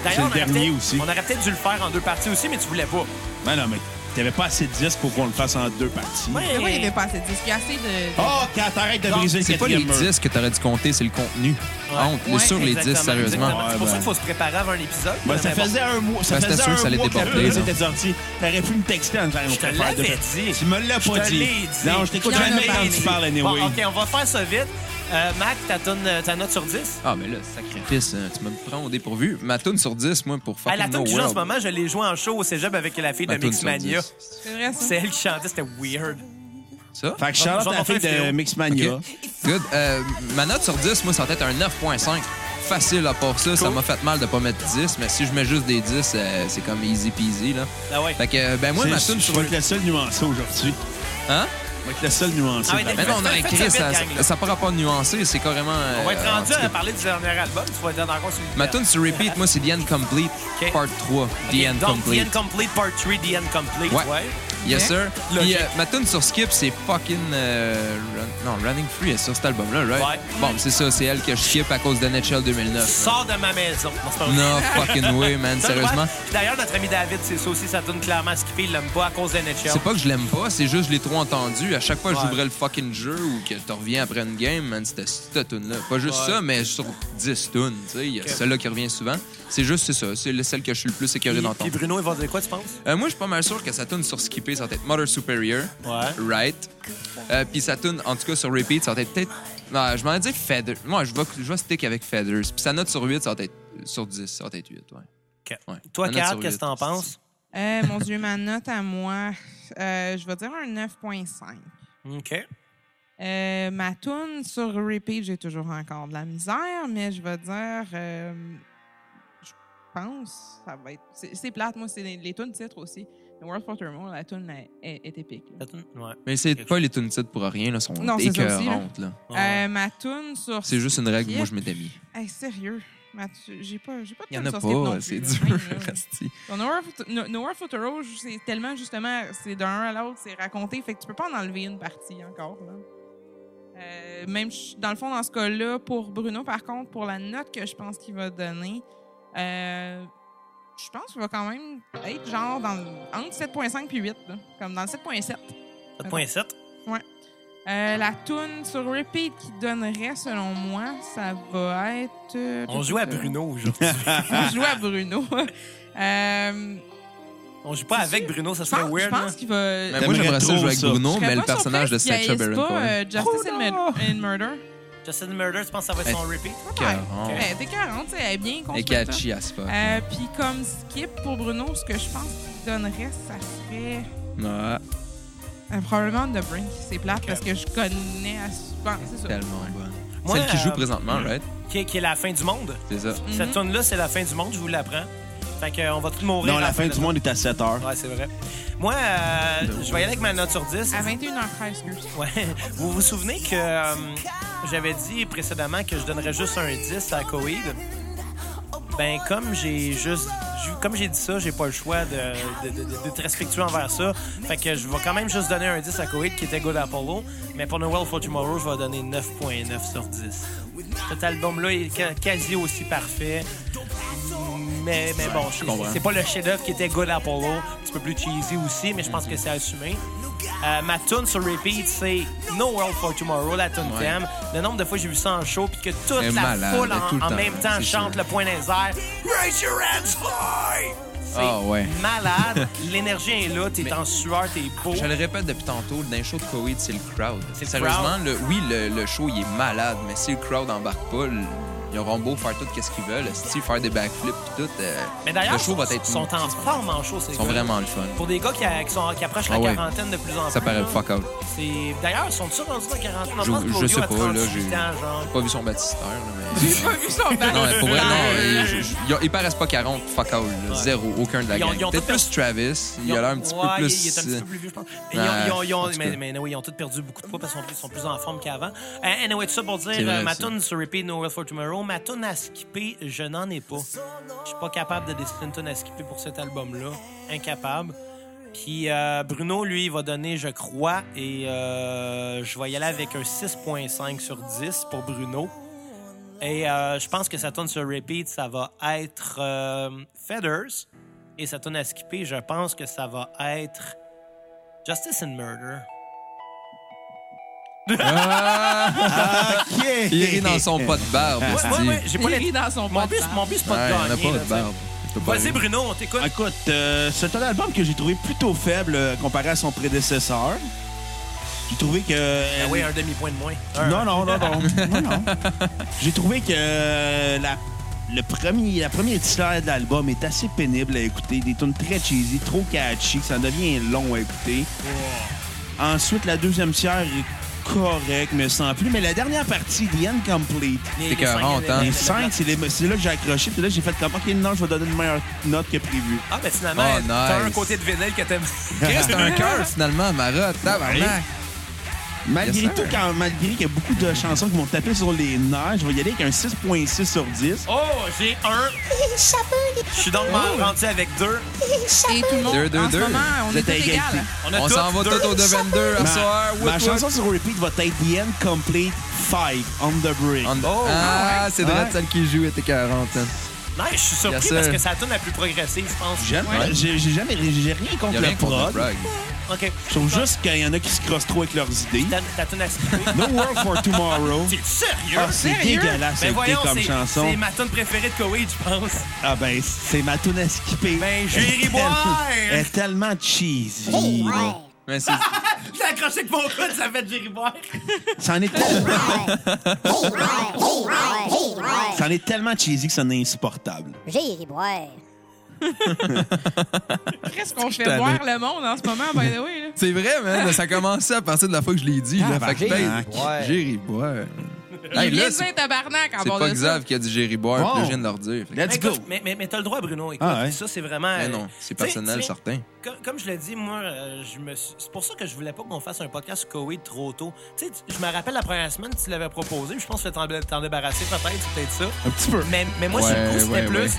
[SPEAKER 2] C'est
[SPEAKER 1] D'ailleurs,
[SPEAKER 2] le
[SPEAKER 1] on aurait
[SPEAKER 2] dernier
[SPEAKER 1] peut-être-
[SPEAKER 2] aussi.
[SPEAKER 1] on aurait peut-être dû le faire en deux parties aussi, mais tu voulais pas.
[SPEAKER 2] Ben non, mais t'avais pas assez de 10 pour qu'on le fasse en deux parties.
[SPEAKER 1] Ouais.
[SPEAKER 3] Mais oui, il est pas assez de disques. Il y a assez de.
[SPEAKER 1] Ah,
[SPEAKER 2] Oh, Kat, arrête de
[SPEAKER 1] Non,
[SPEAKER 2] briser le
[SPEAKER 4] C'est pas les
[SPEAKER 2] quatrième mur.
[SPEAKER 4] 10 que t'aurais dû compter, c'est le contenu. Honte, le
[SPEAKER 3] Ouais,
[SPEAKER 4] sur les 10,
[SPEAKER 1] Exactement, exactement.
[SPEAKER 4] sérieusement.
[SPEAKER 1] C'est pour
[SPEAKER 2] Ouais,
[SPEAKER 1] ça
[SPEAKER 2] ben.
[SPEAKER 1] qu'il faut se préparer avant un épisode.
[SPEAKER 2] Ben,
[SPEAKER 1] là,
[SPEAKER 2] ça
[SPEAKER 1] mais bon.
[SPEAKER 2] faisait un mois. Ça
[SPEAKER 4] Ben, c'était
[SPEAKER 2] faisait
[SPEAKER 4] sûr
[SPEAKER 2] un
[SPEAKER 4] que ça allait
[SPEAKER 2] mois
[SPEAKER 4] déborder,
[SPEAKER 2] la
[SPEAKER 4] là.
[SPEAKER 2] était sortie. T'aurais pu me texter en disant on
[SPEAKER 1] Je te
[SPEAKER 2] peut faire deux
[SPEAKER 1] l'avais
[SPEAKER 2] parties.
[SPEAKER 1] dit.
[SPEAKER 2] Tu me l'as
[SPEAKER 1] Je
[SPEAKER 2] pas
[SPEAKER 1] te
[SPEAKER 2] dit.
[SPEAKER 1] l'ai dit.
[SPEAKER 2] Non, je t'écoute
[SPEAKER 3] Il y en a
[SPEAKER 2] jamais
[SPEAKER 3] pas
[SPEAKER 2] quand
[SPEAKER 3] dit.
[SPEAKER 2] tu parles, anyway.
[SPEAKER 1] Bon, OK, on va faire ça vite. Euh, Mac, ta, tonne- ta note sur 10?
[SPEAKER 4] Ah, mais là, sacrifice, hein, tu me prends au dépourvu. Ma toune sur 10, moi, pour
[SPEAKER 1] Ah,
[SPEAKER 4] fucking
[SPEAKER 1] la
[SPEAKER 4] No
[SPEAKER 1] tune du jeu en ce
[SPEAKER 4] World.
[SPEAKER 1] moment, je l'ai jouée en show au cégep avec la fille de
[SPEAKER 4] Ma toune sur
[SPEAKER 1] Mixmania.
[SPEAKER 4] 10.
[SPEAKER 3] C'est vrai, ça.
[SPEAKER 1] C'est elle qui chantait, c'était weird.
[SPEAKER 4] Ça?
[SPEAKER 2] Fait que Charlotte,
[SPEAKER 1] Je vais
[SPEAKER 2] la fille
[SPEAKER 1] montrer un
[SPEAKER 2] de
[SPEAKER 1] vidéo.
[SPEAKER 2] Mixmania.
[SPEAKER 4] OK. Good. Euh, ma note sur 10, moi, ça va être un 9.5. Facile à part ça. Ça
[SPEAKER 1] Cool.
[SPEAKER 4] m'a fait mal de pas mettre 10, mais si je mets juste des 10, euh, c'est comme easy peasy, là.
[SPEAKER 1] Ah ouais.
[SPEAKER 4] Fait que, euh, ben moi, ma
[SPEAKER 2] C'est-
[SPEAKER 4] toune
[SPEAKER 2] Je
[SPEAKER 4] sur...
[SPEAKER 2] vais être la seule nuancée aujourd'hui.
[SPEAKER 4] Hein?
[SPEAKER 2] Je vais être la seule nuancée.
[SPEAKER 1] Ah, mais
[SPEAKER 4] Mais non, non,
[SPEAKER 1] Faites- faites
[SPEAKER 4] Chris,
[SPEAKER 1] ça
[SPEAKER 4] ça
[SPEAKER 1] vite, gang, là.
[SPEAKER 4] ça n'a pas rapport à nuancer, c'est carrément... euh,
[SPEAKER 1] On va être
[SPEAKER 4] en
[SPEAKER 1] rendu
[SPEAKER 4] tout cas,
[SPEAKER 1] à parler du dernier album. Tu vas être encore sur
[SPEAKER 4] Ma tune sur repeat, moi, c'est The End Complete,
[SPEAKER 1] OK.
[SPEAKER 4] part 3. The End
[SPEAKER 1] Donc,
[SPEAKER 4] Complete.
[SPEAKER 1] The Incomplete Part 3, The Incomplete.
[SPEAKER 4] Ouais.
[SPEAKER 1] Ouais.
[SPEAKER 4] Yes, sir.
[SPEAKER 1] Logique.
[SPEAKER 4] Puis, euh, ma tune sur skip, c'est fucking. euh, Run- Non, Running Free est sur cet album-là, right?
[SPEAKER 1] Ouais.
[SPEAKER 4] Bon, c'est ça, c'est elle que je skip à cause de NHL 2009.
[SPEAKER 1] Sors de ma maison. Non, c'est pas vrai.
[SPEAKER 4] Non, fucking way, man,
[SPEAKER 1] T'as le droit.
[SPEAKER 4] sérieusement.
[SPEAKER 1] Puis D'ailleurs, notre ami David, c'est ça aussi, ça tourne clairement à skipper. Il l'aime pas à cause de NHL.
[SPEAKER 4] C'est pas que je l'aime pas, c'est juste que je l'ai trop entendu. À chaque fois que
[SPEAKER 1] Ouais.
[SPEAKER 4] j'ouvrais le fucking jeu ou que tu reviens après une game, man, c'était cette tune là Pas juste
[SPEAKER 1] Ouais.
[SPEAKER 4] ça, mais sur 10 tunes, tu sais, il y a
[SPEAKER 1] Ok.
[SPEAKER 4] celle-là qui revient souvent. C'est juste, c'est ça, c'est celle que je suis le plus écœuré
[SPEAKER 1] Puis,
[SPEAKER 4] d'entendre.
[SPEAKER 1] puis Bruno, il va dire quoi, tu penses?
[SPEAKER 4] Euh, moi, je suis pas mal sûr que sa tune sur Skipper, ça va être Mother Superior.
[SPEAKER 1] Ouais.
[SPEAKER 4] Right. Euh, Puis sa tune, en tout cas sur Repeat, ça va être peut-être. Non, je m'en vais dire Feather. Moi, je vais, je vais stick avec Feathers. Puis sa note sur 8, ça va être. Sur 10, ça va être 8, ouais. Ouais.
[SPEAKER 1] Toi,
[SPEAKER 4] Ma note
[SPEAKER 1] Kat,
[SPEAKER 4] sur
[SPEAKER 1] qu'est-ce que
[SPEAKER 4] huit.
[SPEAKER 1] t'en penses?
[SPEAKER 3] Euh, mon Dieu, ma note à moi, euh, je vais dire un 9.5.
[SPEAKER 1] OK.
[SPEAKER 3] Euh, ma tune sur repeat, j'ai toujours encore de la misère, mais je vais dire, euh, je pense, ça va être. C'est c'est plate, moi, c'est les, les tunes titres aussi. The World for Turmoil, la tune est, est- est épique. là.
[SPEAKER 1] Ouais.
[SPEAKER 4] Mais c'est pas les tunes titres pour rien, là. sont
[SPEAKER 3] Non, c'est ça aussi, là.
[SPEAKER 4] écœurantes, là.
[SPEAKER 1] Ouais.
[SPEAKER 3] Euh, ma tune sur.
[SPEAKER 4] C'est juste une règle que moi, je m'étais mis.
[SPEAKER 3] Hey, sérieux, ma tu- j'ai pas, j'ai pas de
[SPEAKER 4] Il y en
[SPEAKER 3] tune
[SPEAKER 4] a
[SPEAKER 3] sur skip non
[SPEAKER 4] pas,
[SPEAKER 3] plus, là.
[SPEAKER 4] c'est dur,
[SPEAKER 3] Ouais, ouais.
[SPEAKER 4] Rasti.
[SPEAKER 3] Ton Nowhere for- No- Nowhere for Toro, c'est tellement justement, c'est d'un à l'autre, c'est raconté, fait que tu peux pas en enlever une partie encore. Là. Euh, même ch- dans le fond, dans ce cas-là, pour Bruno, par contre, pour la note que je pense qu'il va donner, euh, je pense qu'il va quand même être genre dans, le- entre 7.5 puis 8, là, comme dans le 7.7.
[SPEAKER 1] 7.7.
[SPEAKER 3] Euh, la toune sur repeat qui donnerait, selon moi, ça va être. euh,
[SPEAKER 1] On joue à Bruno aujourd'hui.
[SPEAKER 3] On joue à Bruno. euh,
[SPEAKER 1] On joue pas avec Bruno, ça
[SPEAKER 3] je
[SPEAKER 1] serait
[SPEAKER 3] pense, je
[SPEAKER 1] weird. hein?
[SPEAKER 3] pense qu'il va.
[SPEAKER 4] Mais moi, j'aimerais ça
[SPEAKER 2] trop
[SPEAKER 4] jouer avec
[SPEAKER 2] ça.
[SPEAKER 4] Bruno,
[SPEAKER 3] Je serais
[SPEAKER 4] mais le
[SPEAKER 3] pas
[SPEAKER 4] personnage de
[SPEAKER 3] surprise
[SPEAKER 4] Sacha
[SPEAKER 3] qu'il
[SPEAKER 4] Baron
[SPEAKER 3] haïsse pas,
[SPEAKER 4] Cohen.
[SPEAKER 3] euh, Justice in, Mur- in Murder.
[SPEAKER 1] Justin Murder, tu penses que ça va
[SPEAKER 2] Ben,
[SPEAKER 1] être son repeat?
[SPEAKER 4] Écœurant.
[SPEAKER 3] Ben, T'es 40, tu sais, elle est bien
[SPEAKER 4] Et
[SPEAKER 3] construite. là.
[SPEAKER 4] catchy as fuck.
[SPEAKER 3] Euh, Puis comme skip pour Bruno, ce que je pense qu'il donnerait, ça serait
[SPEAKER 4] Ouais,
[SPEAKER 3] euh, probablement The Brink. C'est plate parce que je connais à bon, c'est ça.
[SPEAKER 4] tellement bonne.
[SPEAKER 1] Moi,
[SPEAKER 4] Celle qui joue
[SPEAKER 1] euh,
[SPEAKER 4] présentement, right?
[SPEAKER 1] Qui est, qui est la fin du monde.
[SPEAKER 2] Mhm.
[SPEAKER 4] C'est ça.
[SPEAKER 1] Cette tune là c'est la fin du monde, je vous l'apprends. Fait qu'on va tous mourir.
[SPEAKER 2] Non,
[SPEAKER 1] à
[SPEAKER 2] la fin du
[SPEAKER 1] de-
[SPEAKER 2] monde Ben est à 7 heures.
[SPEAKER 1] Ouais, c'est vrai. Moi, euh, je vais y aller avec ma note sur 10.
[SPEAKER 2] Ah,
[SPEAKER 3] À 21h13, excuse.
[SPEAKER 1] Ouais. Vous vous souvenez que euh, j'avais dit précédemment que je donnerais juste un 10 à Coïd? Ben, comme j'ai juste. j'ai- Comme j'ai dit ça, j'ai pas le choix de- de- de- de- d'être respectueux envers ça. Fait que je vais quand même juste donner un 10 à Coïd qui était Good Apollo. Mais pour Noel for Tomorrow, je vais donner 9.9 sur 10. Cet album-là est ca- quasi aussi parfait. Mais, mais bon, c'est-
[SPEAKER 4] comprends.
[SPEAKER 1] c'est pas le chef-d'œuvre qui était Good Apollo. Un petit peu plus cheesy aussi, mais je pense que c'est assumé. Euh, ma tune sur repeat, c'est No World for Tomorrow, la tune
[SPEAKER 4] Ouais.
[SPEAKER 1] thème. Le nombre de fois que j'ai vu ça en show, puis que toute
[SPEAKER 4] C'est
[SPEAKER 1] la
[SPEAKER 4] malade,
[SPEAKER 1] foule
[SPEAKER 4] tout le
[SPEAKER 1] en, en
[SPEAKER 4] temps,
[SPEAKER 1] même
[SPEAKER 4] ouais,
[SPEAKER 1] temps
[SPEAKER 4] c'est
[SPEAKER 1] chante
[SPEAKER 4] sûr.
[SPEAKER 1] le point dans les airs. Raise your hands high! C'est
[SPEAKER 4] Ah, ouais.
[SPEAKER 1] malade. L'énergie est là, t'es
[SPEAKER 4] Mais-
[SPEAKER 1] en sueur, t'es beau.
[SPEAKER 4] Je le répète depuis tantôt, d'un show de Covid, c'est le crowd.
[SPEAKER 1] C'est le
[SPEAKER 4] Sérieusement,
[SPEAKER 1] crowd.
[SPEAKER 4] le, oui, le, le show, il est malade, mais si le crowd embarque pas, le- ils auront beau faire tout ce qu'ils veulent, si faire des backflips et tout, euh,
[SPEAKER 1] Mais d'ailleurs,
[SPEAKER 4] le show va être...
[SPEAKER 1] ils sont en forme en show, ces
[SPEAKER 4] ils sont
[SPEAKER 1] gars.
[SPEAKER 4] vraiment le fun.
[SPEAKER 1] Pour des gars qui, a- qui sont- qui approchent la
[SPEAKER 4] Ah ouais.
[SPEAKER 1] quarantaine de plus en plus.
[SPEAKER 4] Ça paraît
[SPEAKER 1] là,
[SPEAKER 4] fuck out.
[SPEAKER 1] c'est- D'ailleurs, ils sont-ils rendus à la quarantaine?
[SPEAKER 4] Je,
[SPEAKER 1] pense que
[SPEAKER 4] je
[SPEAKER 1] Claudio
[SPEAKER 4] sais
[SPEAKER 1] a
[SPEAKER 4] pas, là,
[SPEAKER 1] 38
[SPEAKER 4] j'ai
[SPEAKER 1] ans, genre.
[SPEAKER 4] j'ai pas vu son baptisteur, là, mais...
[SPEAKER 3] J'ai pas vu son
[SPEAKER 4] Non, mais pour vrai,
[SPEAKER 1] Ah,
[SPEAKER 4] non,
[SPEAKER 3] baptistère.
[SPEAKER 4] ils, je- ils ont- ils paraissent pas 40, fuck all, là, zéro, aucun de la
[SPEAKER 1] Ils ont-
[SPEAKER 4] gang.
[SPEAKER 1] ils ont
[SPEAKER 4] Peut-être
[SPEAKER 1] tout
[SPEAKER 4] plus Travis, il a l'air un petit
[SPEAKER 1] Ouais,
[SPEAKER 4] peu plus... euh,
[SPEAKER 1] Il est un petit peu plus vieux, je pense. Mais
[SPEAKER 4] Ouais,
[SPEAKER 1] ils ont, ils ont- ils ont-
[SPEAKER 4] en tout
[SPEAKER 1] mais,
[SPEAKER 4] cas.
[SPEAKER 1] mais anyway, ils ont tous perdu beaucoup de poids parce qu'ils sont plus- sont plus en forme qu'avant. Euh, anyway, tout ça pour dire,
[SPEAKER 4] C'est vrai,
[SPEAKER 1] euh, ma
[SPEAKER 4] ça.
[SPEAKER 1] tune sur repeat No World for Tomorrow, ma tune à skipper, je n'en ai pas. Je suis pas capable de décider une tune à skipper pour cet album-là. Incapable. Puis euh, Bruno, lui, il va donner, je crois, et euh, je vais y aller avec un 6.5 sur 10 pour Bruno. Et euh, je pense que sa tune sur repeat, ça va être euh, Feathers. Et sa tune à skipper, je pense que ça va être Justice and Murder.
[SPEAKER 4] Ah! Il rit dans son pot de barbe,
[SPEAKER 1] Ouais,
[SPEAKER 4] esti.
[SPEAKER 1] ouais, ouais, j'ai pas
[SPEAKER 3] Il
[SPEAKER 1] la-
[SPEAKER 3] rit dans son hein.
[SPEAKER 1] Mon
[SPEAKER 3] pot de
[SPEAKER 1] but,
[SPEAKER 3] barbe.
[SPEAKER 1] mon but, c'est
[SPEAKER 4] Ouais,
[SPEAKER 1] pas
[SPEAKER 4] on
[SPEAKER 1] de
[SPEAKER 4] a
[SPEAKER 1] gagner.
[SPEAKER 4] pas
[SPEAKER 1] là,
[SPEAKER 4] de barbe. Je peux pas
[SPEAKER 1] Vas-y,
[SPEAKER 4] rire.
[SPEAKER 1] Bruno, on t'écoute.
[SPEAKER 2] Écoute, euh, c'est un album que j'ai trouvé plutôt faible euh, comparé à son prédécesseur. J'ai trouvé que...
[SPEAKER 1] Ah oui, un demi-point de moins. Un.
[SPEAKER 2] Non, non, non, non. non, non. J'ai trouvé que euh, la, le premier, la première tiers de l'album est assez pénible à écouter. Des tunes très cheesy, trop catchy, ça en devient long à écouter. Ensuite, la deuxième tiers est correcte, mais sans plus. Mais la dernière partie, The Incomplete,
[SPEAKER 1] Les-
[SPEAKER 4] C'est
[SPEAKER 1] les cinq,
[SPEAKER 4] écœurant,
[SPEAKER 1] les-
[SPEAKER 4] hein.
[SPEAKER 1] les-
[SPEAKER 2] les
[SPEAKER 1] les-
[SPEAKER 2] cinq, c'est les- c'est là que j'ai accroché. Puis là, j'ai fait comme, OK, non, je vais donner une meilleure note que prévu.
[SPEAKER 1] Ah, ben finalement,
[SPEAKER 4] Oh,
[SPEAKER 1] t'as un
[SPEAKER 4] nice.
[SPEAKER 1] côté de vinyle que t'aimes.
[SPEAKER 4] Chris, t'as un cœur, finalement, Mara. Tabarnak.
[SPEAKER 2] Malgré
[SPEAKER 4] Yes,
[SPEAKER 2] tout,
[SPEAKER 4] sir.
[SPEAKER 2] quand, malgré qu'il y a beaucoup de chansons qui m'ont tapé sur les nerfs, je vais y aller avec un 6.6 sur 10.
[SPEAKER 1] Oh, j'ai un. Je suis donc
[SPEAKER 4] Oh.
[SPEAKER 1] rendu avec deux.
[SPEAKER 3] Et tout le monde,
[SPEAKER 4] Deux, deux,
[SPEAKER 3] en
[SPEAKER 4] deux.
[SPEAKER 3] ce moment, on
[SPEAKER 2] Vous
[SPEAKER 3] est
[SPEAKER 2] êtes
[SPEAKER 3] tous
[SPEAKER 2] à égalité.
[SPEAKER 3] égales.
[SPEAKER 1] On, a
[SPEAKER 4] On
[SPEAKER 1] tous
[SPEAKER 4] s'en va
[SPEAKER 1] deux.
[SPEAKER 4] tout au 22 à
[SPEAKER 2] Ma,
[SPEAKER 4] soir.
[SPEAKER 2] ma
[SPEAKER 4] Woot,
[SPEAKER 2] chanson sur repeat va être The End Complete 5 on the
[SPEAKER 4] woot.
[SPEAKER 2] Brick.
[SPEAKER 4] On-
[SPEAKER 1] Oh,
[SPEAKER 4] Ah,
[SPEAKER 1] ouais.
[SPEAKER 4] c'est vrai,
[SPEAKER 2] Ouais.
[SPEAKER 4] celle qui joue était 40. hein.
[SPEAKER 1] Nice, je suis surpris
[SPEAKER 4] Yes, sir.
[SPEAKER 1] parce que c'est la tune la plus progressive, je pense.
[SPEAKER 2] J'aime-
[SPEAKER 4] Ouais.
[SPEAKER 2] J'ai j'ai jamais, j'ai rien
[SPEAKER 4] Il y
[SPEAKER 2] contre
[SPEAKER 4] a
[SPEAKER 2] le
[SPEAKER 4] rien contre le
[SPEAKER 2] prod.
[SPEAKER 4] prog.
[SPEAKER 1] OK.
[SPEAKER 2] Je trouve juste qu'il y en a qui se crossent trop avec leurs idées.
[SPEAKER 1] Ta, ta tune à skipper.
[SPEAKER 2] No World for Tomorrow.
[SPEAKER 1] T'es sérieux?
[SPEAKER 2] Ah, c'est
[SPEAKER 3] sérieux?
[SPEAKER 2] dégueulasse à
[SPEAKER 1] Ben
[SPEAKER 2] écouter
[SPEAKER 1] voyons,
[SPEAKER 2] comme
[SPEAKER 1] c'est-
[SPEAKER 2] chanson.
[SPEAKER 1] c'est ma tune préférée de Koweï, je pense.
[SPEAKER 2] Ah ben, c'est ma tune à skipper.
[SPEAKER 1] Ben,
[SPEAKER 2] Elle
[SPEAKER 1] j'irai
[SPEAKER 2] est
[SPEAKER 1] boire!
[SPEAKER 2] telle- Elle est tellement cheesy. là.
[SPEAKER 4] Mais c'est-
[SPEAKER 1] J'ai accroché avec mon coude, ça fait Jerry Boire.
[SPEAKER 2] C'en est, tellement- c'en est tellement cheesy que ça en est insupportable.
[SPEAKER 6] J'ai ri boire.
[SPEAKER 3] Qu'est-ce qu'on fait voir le monde en ce moment, by the way? Là.
[SPEAKER 4] c'est vrai, man. Ça a commencé à partir de la fois que je l'ai dit. là.
[SPEAKER 2] Ah,
[SPEAKER 4] Fait que
[SPEAKER 2] Barjac.
[SPEAKER 4] peut-être, Jerry Boire. Hey,
[SPEAKER 3] Il
[SPEAKER 4] là,
[SPEAKER 3] est
[SPEAKER 4] c'est
[SPEAKER 3] bien tabarnak en
[SPEAKER 4] c'est
[SPEAKER 3] bord
[SPEAKER 4] pas
[SPEAKER 3] de ça.
[SPEAKER 4] Xav qui a dit Jerry Boire. puis
[SPEAKER 2] Wow.
[SPEAKER 4] là, Je viens de leur dire. Fait que-
[SPEAKER 2] Let's
[SPEAKER 1] Mais
[SPEAKER 2] go.
[SPEAKER 1] écoute, Mais, mais, mais t'as le droit, Bruno. Écoute,
[SPEAKER 2] Ah ouais.
[SPEAKER 1] ça, c'est vraiment. euh,
[SPEAKER 4] Mais non, c'est
[SPEAKER 1] Tu sais,
[SPEAKER 4] personnel,
[SPEAKER 1] tu sais,
[SPEAKER 4] certain.
[SPEAKER 1] co- Comme, je l'ai dit, moi, euh, je me suis- c'est pour ça que je voulais pas qu'on fasse un podcast sur Koweït trop tôt. Tu sais, tu- je me rappelle la première semaine, tu l'avais proposé. puis Je pense que t'en t'en débarrasser peut-être, c'est peut-être ça.
[SPEAKER 2] Un petit peu.
[SPEAKER 1] Mais, mais moi, sur le coup,
[SPEAKER 4] Ouais,
[SPEAKER 1] c'était
[SPEAKER 4] ouais,
[SPEAKER 1] plus.
[SPEAKER 4] ouais.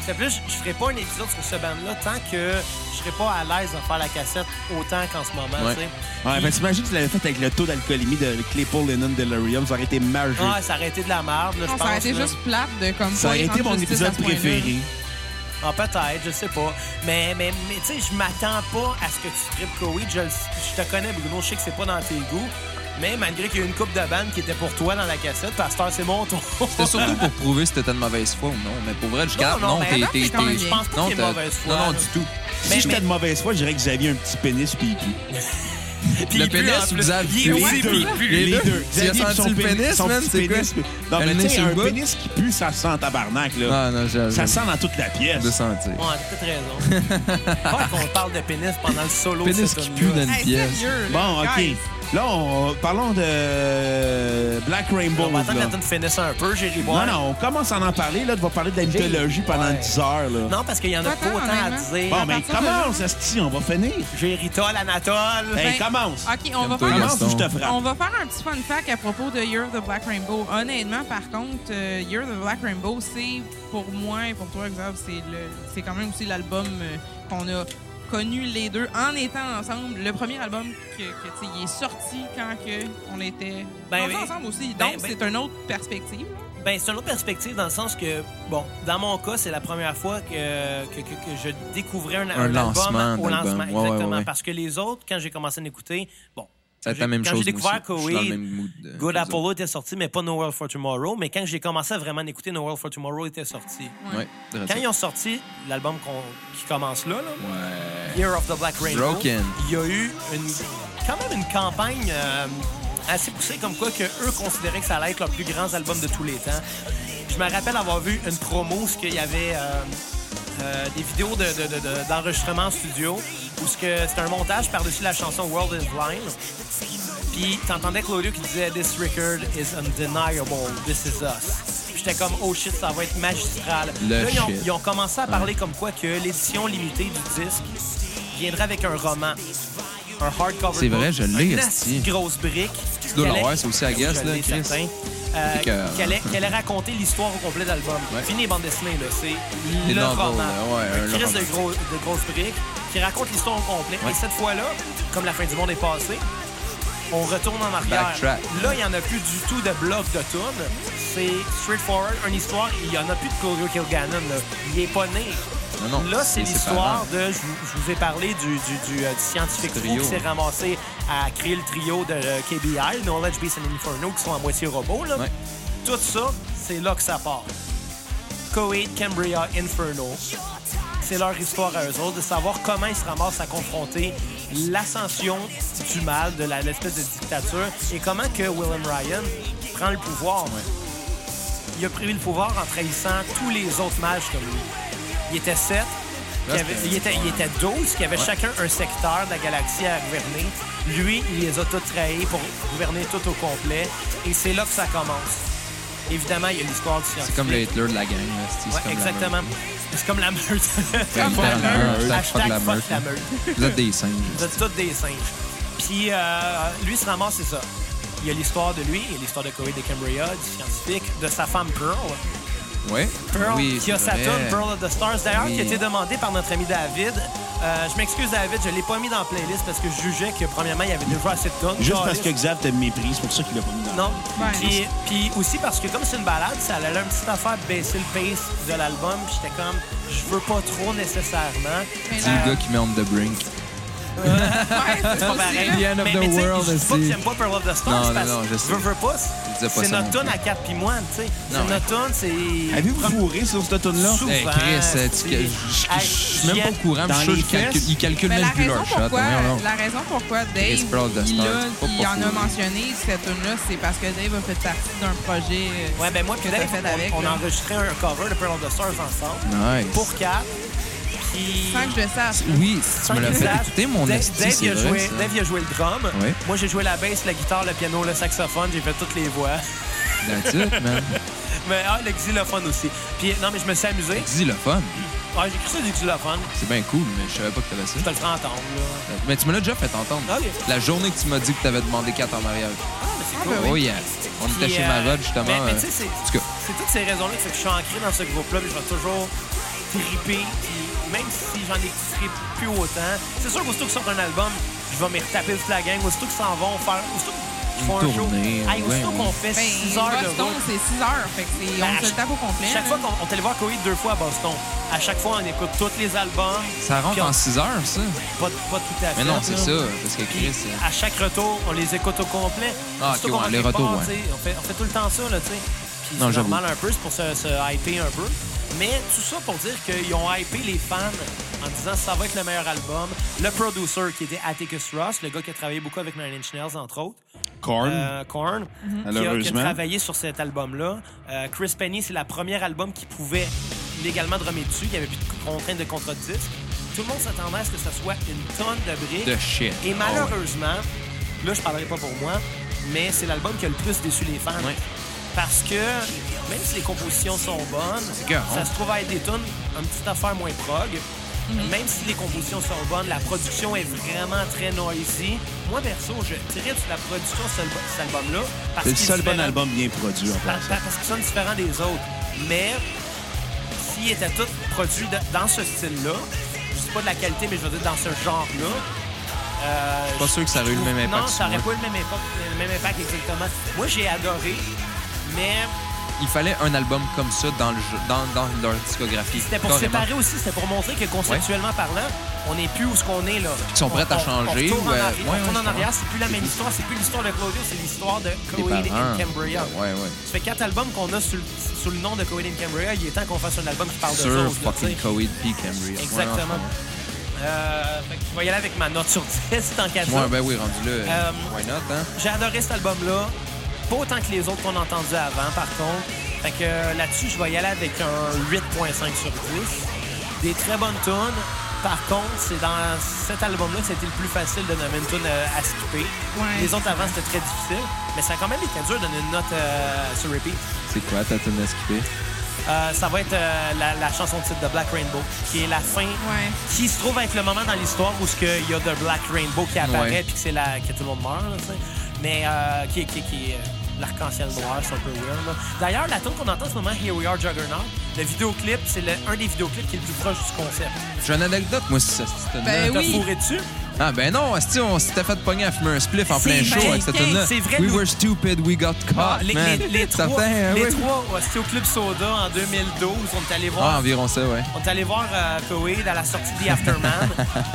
[SPEAKER 1] C'était plus, je- je ferais pas un épisode sur ce band-là tant que je serais pas à l'aise de faire la cassette autant qu'en ce moment,
[SPEAKER 4] Ouais.
[SPEAKER 1] tu sais.
[SPEAKER 2] Ouais, ben t'imagines que tu l'avais fait avec le taux d'alcoolémie de Claypool Lennon Delirium, ça aurait été majeur.
[SPEAKER 1] Ah, ça aurait été de la merde, là, je
[SPEAKER 3] Non,
[SPEAKER 1] pense.
[SPEAKER 3] Ça aurait été
[SPEAKER 1] là.
[SPEAKER 3] juste plate de comme
[SPEAKER 2] ça
[SPEAKER 3] pas
[SPEAKER 2] aurait
[SPEAKER 3] y
[SPEAKER 2] été
[SPEAKER 3] rendre
[SPEAKER 2] mon
[SPEAKER 3] justice à
[SPEAKER 2] épisode
[SPEAKER 3] ce point-là.
[SPEAKER 2] préféré.
[SPEAKER 1] Ah, peut-être, je sais pas. Mais, mais, mais tu sais, je m'attends pas à ce que tu tripes Koweït. Je, le- je te connais, Bruno, je sais que c'est pas dans tes goûts. Mais malgré qu'il y a une coupe de bande qui était pour toi dans la cassette, Pasteur, c'est mon tour.
[SPEAKER 4] C'était surtout pour prouver si t'étais de mauvaise foi ou non. Mais pour vrai, je garde.
[SPEAKER 1] non,
[SPEAKER 4] Non,
[SPEAKER 1] mais
[SPEAKER 4] t'es.
[SPEAKER 3] attends,
[SPEAKER 4] t'es-
[SPEAKER 3] c'est quand même
[SPEAKER 4] t'es-
[SPEAKER 1] Je pense pas
[SPEAKER 4] non,
[SPEAKER 1] qu'il y ait
[SPEAKER 4] t'as-
[SPEAKER 1] mauvaise foi,
[SPEAKER 4] Non, non,
[SPEAKER 1] là.
[SPEAKER 4] du tout.
[SPEAKER 1] Mais-
[SPEAKER 2] Si j'étais de mauvaise foi, je dirais que Xavier a un petit pénis piqué.
[SPEAKER 1] Puis
[SPEAKER 4] Le
[SPEAKER 1] il pue,
[SPEAKER 4] pénis
[SPEAKER 1] en
[SPEAKER 4] ou
[SPEAKER 1] plus.
[SPEAKER 4] Xav?
[SPEAKER 1] Il est
[SPEAKER 4] Les
[SPEAKER 1] aussi
[SPEAKER 4] deux.
[SPEAKER 1] pue, pue.
[SPEAKER 4] Les deux. Tu as
[SPEAKER 2] Xavier
[SPEAKER 4] senti
[SPEAKER 2] son
[SPEAKER 4] le pénis,
[SPEAKER 2] son
[SPEAKER 4] man?
[SPEAKER 2] petit
[SPEAKER 4] C'est quoi?
[SPEAKER 2] pénis pi- Non,
[SPEAKER 4] Le
[SPEAKER 2] mais
[SPEAKER 4] nez
[SPEAKER 2] tu sais,
[SPEAKER 4] sur le
[SPEAKER 2] un
[SPEAKER 4] bout?
[SPEAKER 2] pénis qui pue, ça sent en tabarnak, là.
[SPEAKER 4] Non, non, j'ai-
[SPEAKER 2] Ça sent dans toute la pièce.
[SPEAKER 4] Ah, de sentir.
[SPEAKER 1] Ouais, t'as peut-être raison. Pas qu'on parle de pénis pendant le solo. de
[SPEAKER 4] Pénis
[SPEAKER 1] cette
[SPEAKER 4] qui
[SPEAKER 1] tune-là.
[SPEAKER 4] pue dans une
[SPEAKER 3] Hey,
[SPEAKER 4] pièce.
[SPEAKER 3] sérieux, là,
[SPEAKER 2] Bon, OK.
[SPEAKER 3] guys.
[SPEAKER 2] Là, on, parlons de Black Rainbow.
[SPEAKER 1] On va attendre
[SPEAKER 2] là.
[SPEAKER 1] que la tune finisse un peu, Jerry
[SPEAKER 2] Non,
[SPEAKER 1] Boy.
[SPEAKER 2] non, on commence à en parler. Là, tu vas parler de la
[SPEAKER 5] J'ai-
[SPEAKER 2] mythologie pendant
[SPEAKER 5] Ouais.
[SPEAKER 2] 10 heures. Là.
[SPEAKER 1] Non, parce qu'il y en a
[SPEAKER 3] Attends,
[SPEAKER 1] pas autant à
[SPEAKER 3] honnêtement.
[SPEAKER 1] dire.
[SPEAKER 2] Bon,
[SPEAKER 3] à
[SPEAKER 2] mais
[SPEAKER 3] partir de
[SPEAKER 2] commence, Asti, on va finir.
[SPEAKER 1] Jerry Toll, Anatole.
[SPEAKER 2] Hey,
[SPEAKER 3] Ben,
[SPEAKER 2] commence.
[SPEAKER 3] OK, on va
[SPEAKER 4] Comme
[SPEAKER 3] faire
[SPEAKER 4] toi,
[SPEAKER 3] un
[SPEAKER 2] Commence ou je te
[SPEAKER 3] On
[SPEAKER 2] frappe.
[SPEAKER 3] va faire un petit fun fact à propos de Year of the Black Rainbow. Honnêtement, par contre, euh, Year of the Black Rainbow, c'est pour moi et pour toi, Xav, c'est le- c'est quand même aussi l'album euh, qu'on a connu les deux en étant ensemble. Le premier album que, que, tu sais, il est sorti quand que on était
[SPEAKER 1] Ben,
[SPEAKER 3] rendus
[SPEAKER 1] ben,
[SPEAKER 3] ensemble aussi.
[SPEAKER 1] ben,
[SPEAKER 3] Donc,
[SPEAKER 1] ben.
[SPEAKER 3] c'est une autre perspective.
[SPEAKER 1] Ben, c'est une autre perspective dans le sens que, bon, dans mon cas, c'est la première fois que, que, que- que je découvrais un,
[SPEAKER 4] Un lancement
[SPEAKER 1] album au
[SPEAKER 4] d'album.
[SPEAKER 1] lancement.
[SPEAKER 4] Ouais, ouais,
[SPEAKER 1] Exactement.
[SPEAKER 4] ouais.
[SPEAKER 1] Parce que les autres, quand j'ai commencé à l'écouter, bon.
[SPEAKER 4] Ça va être
[SPEAKER 1] j'ai-
[SPEAKER 4] la même
[SPEAKER 1] quand
[SPEAKER 4] chose.
[SPEAKER 1] j'ai
[SPEAKER 4] moi
[SPEAKER 1] découvert
[SPEAKER 4] aussi. Je suis dans le
[SPEAKER 1] Koei,
[SPEAKER 4] même mood, euh, que vous
[SPEAKER 1] Good
[SPEAKER 4] autres.
[SPEAKER 1] Apollo était sorti, mais pas No World for Tomorrow. Mais quand j'ai commencé à vraiment écouter No World for Tomorrow était sorti.
[SPEAKER 4] Ouais. de
[SPEAKER 1] Quand
[SPEAKER 4] raison.
[SPEAKER 1] ils ont sorti l'album qu'on- qui commence là, là,
[SPEAKER 4] Ouais.
[SPEAKER 1] Year of the Black Rainbow,
[SPEAKER 4] Broken.
[SPEAKER 1] il y a eu une, quand même une campagne euh, assez poussée comme quoi que eux considéraient que ça allait être leur plus grand album de tous les temps. Je me rappelle avoir vu une promo où il y avait euh, euh, des vidéos de- de- de- de- d'enregistrement en studio où ce que- c'était un montage par-dessus la chanson World is Blind. Puis t'entendais Claudio qui disait This record is undeniable, this is us. Puis J'étais comme oh shit, ça va être magistral.
[SPEAKER 4] Le
[SPEAKER 1] là, ils ont,
[SPEAKER 4] shit.
[SPEAKER 1] ils ont commencé à parler comme quoi que l'édition limitée du disque viendrait avec un roman. Un hardcover.
[SPEAKER 4] C'est vrai,
[SPEAKER 1] book,
[SPEAKER 4] je l'ai,
[SPEAKER 1] Une
[SPEAKER 4] esti.
[SPEAKER 1] assez grosse brique. Tu
[SPEAKER 4] dois l'avoir, c'est aussi à Guess, là, Chris.
[SPEAKER 1] euh,
[SPEAKER 4] Fait que-
[SPEAKER 1] qu'elle allait, qu'elle allait raconter l'histoire au complet de l'album.
[SPEAKER 4] Ouais.
[SPEAKER 1] Fini bande dessinée, là. C'est
[SPEAKER 4] Des
[SPEAKER 1] le
[SPEAKER 4] novels,
[SPEAKER 1] roman.
[SPEAKER 4] là, ouais,
[SPEAKER 1] un
[SPEAKER 4] un
[SPEAKER 1] Christ
[SPEAKER 4] roman.
[SPEAKER 1] de, gros, de grosses briques qui raconte l'histoire au complet.
[SPEAKER 4] Ouais.
[SPEAKER 1] Et cette fois-là, comme la fin du monde est passée, on retourne en arrière.
[SPEAKER 4] Backtrack.
[SPEAKER 1] Là, il n'y en a plus du tout de bloc de tunes. C'est straightforward, une histoire. Il n'y en a plus de Claudio Kilgannon. Là. Il n'est pas né.
[SPEAKER 4] Non, non,
[SPEAKER 1] là, c'est
[SPEAKER 4] c'est ses
[SPEAKER 1] l'histoire
[SPEAKER 4] parents.
[SPEAKER 1] de. Je, vous- je vous ai parlé du, du- du, euh, du scientifique
[SPEAKER 4] Ce
[SPEAKER 1] fou qui
[SPEAKER 4] trio.
[SPEAKER 1] s'est ramassé à créer le trio de euh, KBI, Knowledge Base and Inferno, qui sont à moitié robots. Là.
[SPEAKER 4] Ouais.
[SPEAKER 1] Tout ça, c'est là que ça part. Coed, Cambria, Inferno. C'est leur histoire à eux autres, de savoir comment ils se ramassent à confronter l'ascension du mal, de la- l'espèce de dictature, et comment que William Ryan prend le pouvoir. Il a pris le pouvoir en trahissant tous les autres mages comme lui. Il était sept, il, y avait- il était, il était 12, qui avaient chacun un secteur de la galaxie à gouverner. Lui, il les a tous trahis pour gouverner tout au complet, et c'est là que ça commence. Évidemment, il y a l'histoire du scientifique.
[SPEAKER 4] C'est comme le Hitler de la gang. là, c'est- c'est
[SPEAKER 1] Ouais,
[SPEAKER 4] comme la
[SPEAKER 1] exactement.
[SPEAKER 4] meute.
[SPEAKER 1] C'est comme la meute.
[SPEAKER 4] C'est
[SPEAKER 1] Fuck la
[SPEAKER 4] comme la meute.
[SPEAKER 1] meute.
[SPEAKER 4] Hashtag
[SPEAKER 1] Hashtag
[SPEAKER 4] fuck la
[SPEAKER 1] fuck la meute.
[SPEAKER 4] Vous êtes des singes.
[SPEAKER 1] Vous êtes tous des singes. Puis euh, lui se ramasse, c'est ça. Il y a l'histoire de lui, il y a l'histoire de Corey de Cambria, du scientifique, de sa femme Pearl.
[SPEAKER 4] Ouais.
[SPEAKER 1] Pearl
[SPEAKER 4] Oui,
[SPEAKER 1] qui a
[SPEAKER 4] c'est
[SPEAKER 1] sa
[SPEAKER 4] vrai.
[SPEAKER 1] tune Pearl of the Stars, d'ailleurs,
[SPEAKER 4] Oui.
[SPEAKER 1] qui a été demandée par notre ami David. Euh, je m'excuse, David, je l'ai pas mis dans la playlist parce que je jugeais que, premièrement, il y avait déjà assez de tunes.
[SPEAKER 2] Juste
[SPEAKER 1] Genre,
[SPEAKER 2] parce que Xav te méprise, c'est pour ça qu'il l'a pas mis dans
[SPEAKER 1] Non.
[SPEAKER 3] Ouais.
[SPEAKER 1] Puis, puis aussi parce que comme c'est une balade, ça allait un petit affaire baisser le pace de l'album. Puis j'étais comme, je veux pas trop nécessairement.
[SPEAKER 3] Mais
[SPEAKER 4] C'est
[SPEAKER 3] là-
[SPEAKER 4] le gars qui met on the brink.
[SPEAKER 3] Ouais, c'est
[SPEAKER 1] pas
[SPEAKER 3] aussi,
[SPEAKER 1] pareil.
[SPEAKER 3] là.
[SPEAKER 4] The end of
[SPEAKER 1] mais,
[SPEAKER 4] the
[SPEAKER 1] mais tu sais,
[SPEAKER 4] world,
[SPEAKER 1] je dis pas que
[SPEAKER 4] aussi.
[SPEAKER 1] j'aime pas Pearl of the Stars
[SPEAKER 4] Non, non,
[SPEAKER 1] parce
[SPEAKER 4] non, je sais.
[SPEAKER 1] que veux, veux pas,
[SPEAKER 4] Je disais pas
[SPEAKER 1] c'est
[SPEAKER 4] ça
[SPEAKER 1] notre
[SPEAKER 4] non
[SPEAKER 1] tune
[SPEAKER 4] plus.
[SPEAKER 1] à 4 puis moine, tu sais.
[SPEAKER 4] Non,
[SPEAKER 1] C'est notre tune, c'est...
[SPEAKER 2] Avez-vous fourré sur cette tune-là?
[SPEAKER 1] Souvent,
[SPEAKER 4] Hey, Chris, euh, tu-
[SPEAKER 1] c'est-
[SPEAKER 4] je- je je suis
[SPEAKER 1] Hey,
[SPEAKER 4] même pas au courant. mais
[SPEAKER 2] dans
[SPEAKER 4] Je suis sûr
[SPEAKER 2] les
[SPEAKER 4] qu'il calcule-
[SPEAKER 2] fesses.
[SPEAKER 4] il calcule
[SPEAKER 3] Mais la
[SPEAKER 4] même plus
[SPEAKER 3] raison,
[SPEAKER 4] leur shot. hein,
[SPEAKER 3] pourquoi,
[SPEAKER 4] voyons donc.
[SPEAKER 3] la raison pourquoi Dave
[SPEAKER 4] It's Proud of the
[SPEAKER 3] il, a-
[SPEAKER 4] Stars. Pas
[SPEAKER 3] il
[SPEAKER 4] pour
[SPEAKER 3] en a
[SPEAKER 4] fou.
[SPEAKER 3] mentionné cette tune-là, c'est parce que Dave a fait partie d'un projet euh,
[SPEAKER 1] Ouais, ben moi puis
[SPEAKER 3] que t'as
[SPEAKER 1] Dave,
[SPEAKER 3] fait
[SPEAKER 1] on-
[SPEAKER 3] avec.
[SPEAKER 1] on,
[SPEAKER 3] là.
[SPEAKER 1] a enregistré un cover de Pearl of the Stars ensemble
[SPEAKER 4] Nice.
[SPEAKER 1] pour 4. Puis...
[SPEAKER 3] Sans que je le sache.
[SPEAKER 4] Oui, si tu
[SPEAKER 1] Sans
[SPEAKER 4] me l'as
[SPEAKER 1] qu'il
[SPEAKER 4] fait
[SPEAKER 1] sache.
[SPEAKER 4] écouter, mon
[SPEAKER 1] Dave,
[SPEAKER 4] esti,
[SPEAKER 1] Dave,
[SPEAKER 4] c'est
[SPEAKER 1] il a
[SPEAKER 4] vrai,
[SPEAKER 1] joué,
[SPEAKER 4] ça.
[SPEAKER 1] Dave, il a joué le drum.
[SPEAKER 4] Ouais.
[SPEAKER 1] Moi, j'ai joué la basse, la guitare, le piano, le saxophone. J'ai fait toutes les voix.
[SPEAKER 4] That's it, man.
[SPEAKER 1] Mais ah, le xylophone aussi. Puis non, mais je me suis amusé.
[SPEAKER 4] Dis le fun.
[SPEAKER 1] Ah, j'ai écrit ça du xylophone.
[SPEAKER 4] C'est bien cool, mais je savais pas que t'avais ça.
[SPEAKER 1] Je te le ferai entendre, là.
[SPEAKER 4] Mais tu me l'as déjà fait entendre.
[SPEAKER 1] Ah, ok.
[SPEAKER 4] La journée que tu m'as dit que t'avais demandé 4 en mariage.
[SPEAKER 3] Ah, ben oui.
[SPEAKER 4] Oh yeah. On était
[SPEAKER 1] Puis,
[SPEAKER 4] chez
[SPEAKER 1] euh,
[SPEAKER 4] Marod, justement.
[SPEAKER 1] Mais, mais
[SPEAKER 4] euh,
[SPEAKER 1] tu sais, c'est
[SPEAKER 4] en tout cas,
[SPEAKER 1] c'est toutes ces raisons-là qui fait que je suis ancré dans ce groupe-là, puis je vais toujours triper. Puis même si j'en ai trippé plus autant, c'est sûr qu'aussitôt qu'ils sortent un album, je vais me retaper toute la gang. Aussitôt qu'ils s'en vont faire. Aussitôt qu'ils font un
[SPEAKER 4] Une
[SPEAKER 1] show.
[SPEAKER 4] tournée,
[SPEAKER 1] Hey, aussitôt
[SPEAKER 4] ouais,
[SPEAKER 1] qu'on fait
[SPEAKER 4] ouais.
[SPEAKER 3] Ben,
[SPEAKER 1] 6 heures de
[SPEAKER 3] Boston,
[SPEAKER 1] route.
[SPEAKER 3] c'est 6 heures. Fait que c'est-
[SPEAKER 1] Ben,
[SPEAKER 3] on se le tape au complet. hein.
[SPEAKER 1] Chaque
[SPEAKER 3] là.
[SPEAKER 1] fois qu'on on est allé voir Coheed deux fois à Boston, à chaque fois on écoute tous les albums.
[SPEAKER 4] ça rentre
[SPEAKER 1] puis on-
[SPEAKER 4] en 6 heures, ça.
[SPEAKER 1] Pas, pas tout à fait.
[SPEAKER 4] Mais non, c'est
[SPEAKER 1] là.
[SPEAKER 4] ça. Parce que Chris.
[SPEAKER 1] Puis,
[SPEAKER 4] euh,
[SPEAKER 1] à chaque retour, on les écoute au complet. Surtout
[SPEAKER 4] Ah, ok,
[SPEAKER 1] qu'on
[SPEAKER 4] ouais,
[SPEAKER 1] en
[SPEAKER 4] les
[SPEAKER 1] fait
[SPEAKER 4] retours,
[SPEAKER 1] pas,
[SPEAKER 4] ouais.
[SPEAKER 1] tu sais, on, fait, on fait tout le temps ça, là, tu sais. Puis
[SPEAKER 4] Non,
[SPEAKER 1] c'est
[SPEAKER 4] j'avoue.
[SPEAKER 1] normal un peu, c'est pour se, se hyper un peu. Mais tout ça pour dire qu'ils ont hypé les fans en disant ça va être le meilleur album. Le producer qui était Atticus Ross, le gars qui a travaillé beaucoup avec Nine Inch Nails, entre autres.
[SPEAKER 2] Korn.
[SPEAKER 1] Euh,
[SPEAKER 4] Mhm.
[SPEAKER 1] Korn, qui a- qui, a,
[SPEAKER 2] Malheureusement.
[SPEAKER 1] travaillé sur cet album-là. Euh, Chris Penny, c'est le premier album qui pouvait légalement drummer dessus. Il n'y avait plus de contraintes de contre-disque. Tout le monde s'attendait à ce que ça soit une tonne de briques.
[SPEAKER 4] De
[SPEAKER 1] Et
[SPEAKER 4] shit. Ah ouais.
[SPEAKER 1] malheureusement, Là, je parlerai pas pour moi, mais c'est l'album qui a le plus déçu les fans.
[SPEAKER 4] Ouais.
[SPEAKER 1] Parce que même si les compositions sont bonnes,
[SPEAKER 4] écœurant.
[SPEAKER 1] ça se trouve à être des tunes, une petite affaire moins prog. Même si les compositions sont bonnes, la production est vraiment très noisy. Moi, perso, je tripe sur la production de ce- cet album-là. parce
[SPEAKER 2] C'est le
[SPEAKER 1] qu'il
[SPEAKER 2] seul bon
[SPEAKER 1] fait-
[SPEAKER 2] album bien produit, en
[SPEAKER 1] par-
[SPEAKER 2] passant.
[SPEAKER 1] par- parce qu'ils sont différents des autres. Mais s'ils étaient tous produits de- dans ce style-là, je dis pas de la qualité, mais je veux dire dans ce genre-là. euh,
[SPEAKER 4] suis pas sûr que ça aurait eu le même impact
[SPEAKER 1] Non,
[SPEAKER 4] sur
[SPEAKER 1] ça aurait pas
[SPEAKER 4] moi.
[SPEAKER 1] eu le même impact, le même impact exactement. Moi, j'ai adoré, mais
[SPEAKER 4] Il fallait un album comme ça dans, le jeu- dans, dans leur discographie.
[SPEAKER 1] c'était pour
[SPEAKER 4] Carrément.
[SPEAKER 1] séparer aussi, c'était pour montrer que conceptuellement parlant, on n'est plus où ce qu'on est là.
[SPEAKER 4] Ils sont prêts à
[SPEAKER 1] On- on-
[SPEAKER 4] changer,
[SPEAKER 1] On retourne en
[SPEAKER 4] ouais.
[SPEAKER 1] arrière,
[SPEAKER 4] Ouais,
[SPEAKER 1] on
[SPEAKER 4] ouais,
[SPEAKER 1] retourne en
[SPEAKER 4] je
[SPEAKER 1] arrière, c'est plus la même histoire, c'est plus l'histoire de Claudio, c'est l'histoire de
[SPEAKER 4] Des
[SPEAKER 1] Coheed
[SPEAKER 4] parents.
[SPEAKER 1] and Cambria.
[SPEAKER 4] Ouais, ouais.
[SPEAKER 1] Ça fait quatre albums qu'on a sous, le- sous le nom de Coheed and Cambria. Il est temps qu'on fasse un album qui parle de
[SPEAKER 4] Sur
[SPEAKER 1] choses. là, tu
[SPEAKER 4] fucking
[SPEAKER 1] sais.
[SPEAKER 4] Coheed P. Cambria. Ouais,
[SPEAKER 1] Exactement.
[SPEAKER 4] en
[SPEAKER 1] Euh, fait que je vais y aller avec ma note sur 10, tant qu'à
[SPEAKER 4] ce
[SPEAKER 1] ça.
[SPEAKER 4] moment. Ouais, ben oui, rendu là.
[SPEAKER 1] Euh,
[SPEAKER 4] Why not, hein?
[SPEAKER 1] J'ai adoré cet album-là. Pas autant que les autres qu'on a entendus avant, par contre. Fait que euh, là-dessus, je vais y aller avec un 8.5 sur 10. Des très bonnes tunes. Par contre, c'est dans cet album-là que c'était le plus facile de nommer une tune euh, à skipper.
[SPEAKER 3] Ouais.
[SPEAKER 1] Les autres avant, c'était très difficile. Mais ça a quand même été dur de donner une note euh, sur repeat.
[SPEAKER 4] C'est quoi ta tune à skipper?
[SPEAKER 1] Euh, ça va être euh, la, la chanson titre de Black Rainbow, qui est la fin,
[SPEAKER 3] Ouais.
[SPEAKER 1] qui se trouve être le moment dans l'histoire où ce que il y a de Black Rainbow qui apparaît
[SPEAKER 4] Ouais.
[SPEAKER 1] puis que c'est la que tout le monde meurt, là, tu sais. mais euh, qui qui qui est, euh, l'arc-en-ciel noir, c'est un peu weird. là. D'ailleurs, la tune qu'on entend en ce moment, Here We Are Juggernaut, le vidéoclip, c'est le- un des vidéoclips qui est le plus proche du concept.
[SPEAKER 4] J'ai une anecdote, moi, sur cette tune
[SPEAKER 3] Ben
[SPEAKER 1] T'as
[SPEAKER 3] oui.
[SPEAKER 1] fourré dessus?
[SPEAKER 4] Ah ben non, asti, on s'était fait pogner à fumer un spliff en
[SPEAKER 1] C'est
[SPEAKER 4] plein show
[SPEAKER 1] vrai,
[SPEAKER 4] avec cette tune-là.
[SPEAKER 1] c'est vrai,
[SPEAKER 4] We
[SPEAKER 1] nous-
[SPEAKER 4] were stupid, we got
[SPEAKER 1] Ah,
[SPEAKER 4] caught,
[SPEAKER 1] les,
[SPEAKER 4] man.
[SPEAKER 1] les- les
[SPEAKER 4] Ça
[SPEAKER 1] trois,
[SPEAKER 4] fait, euh,
[SPEAKER 1] les
[SPEAKER 4] oui.
[SPEAKER 1] trois, ouais, c'était au Club Soda en 2012, on est allé voir
[SPEAKER 4] Ah, environ ça, ouais.
[SPEAKER 1] On est allé voir euh, Coheed à la sortie de The Afterman.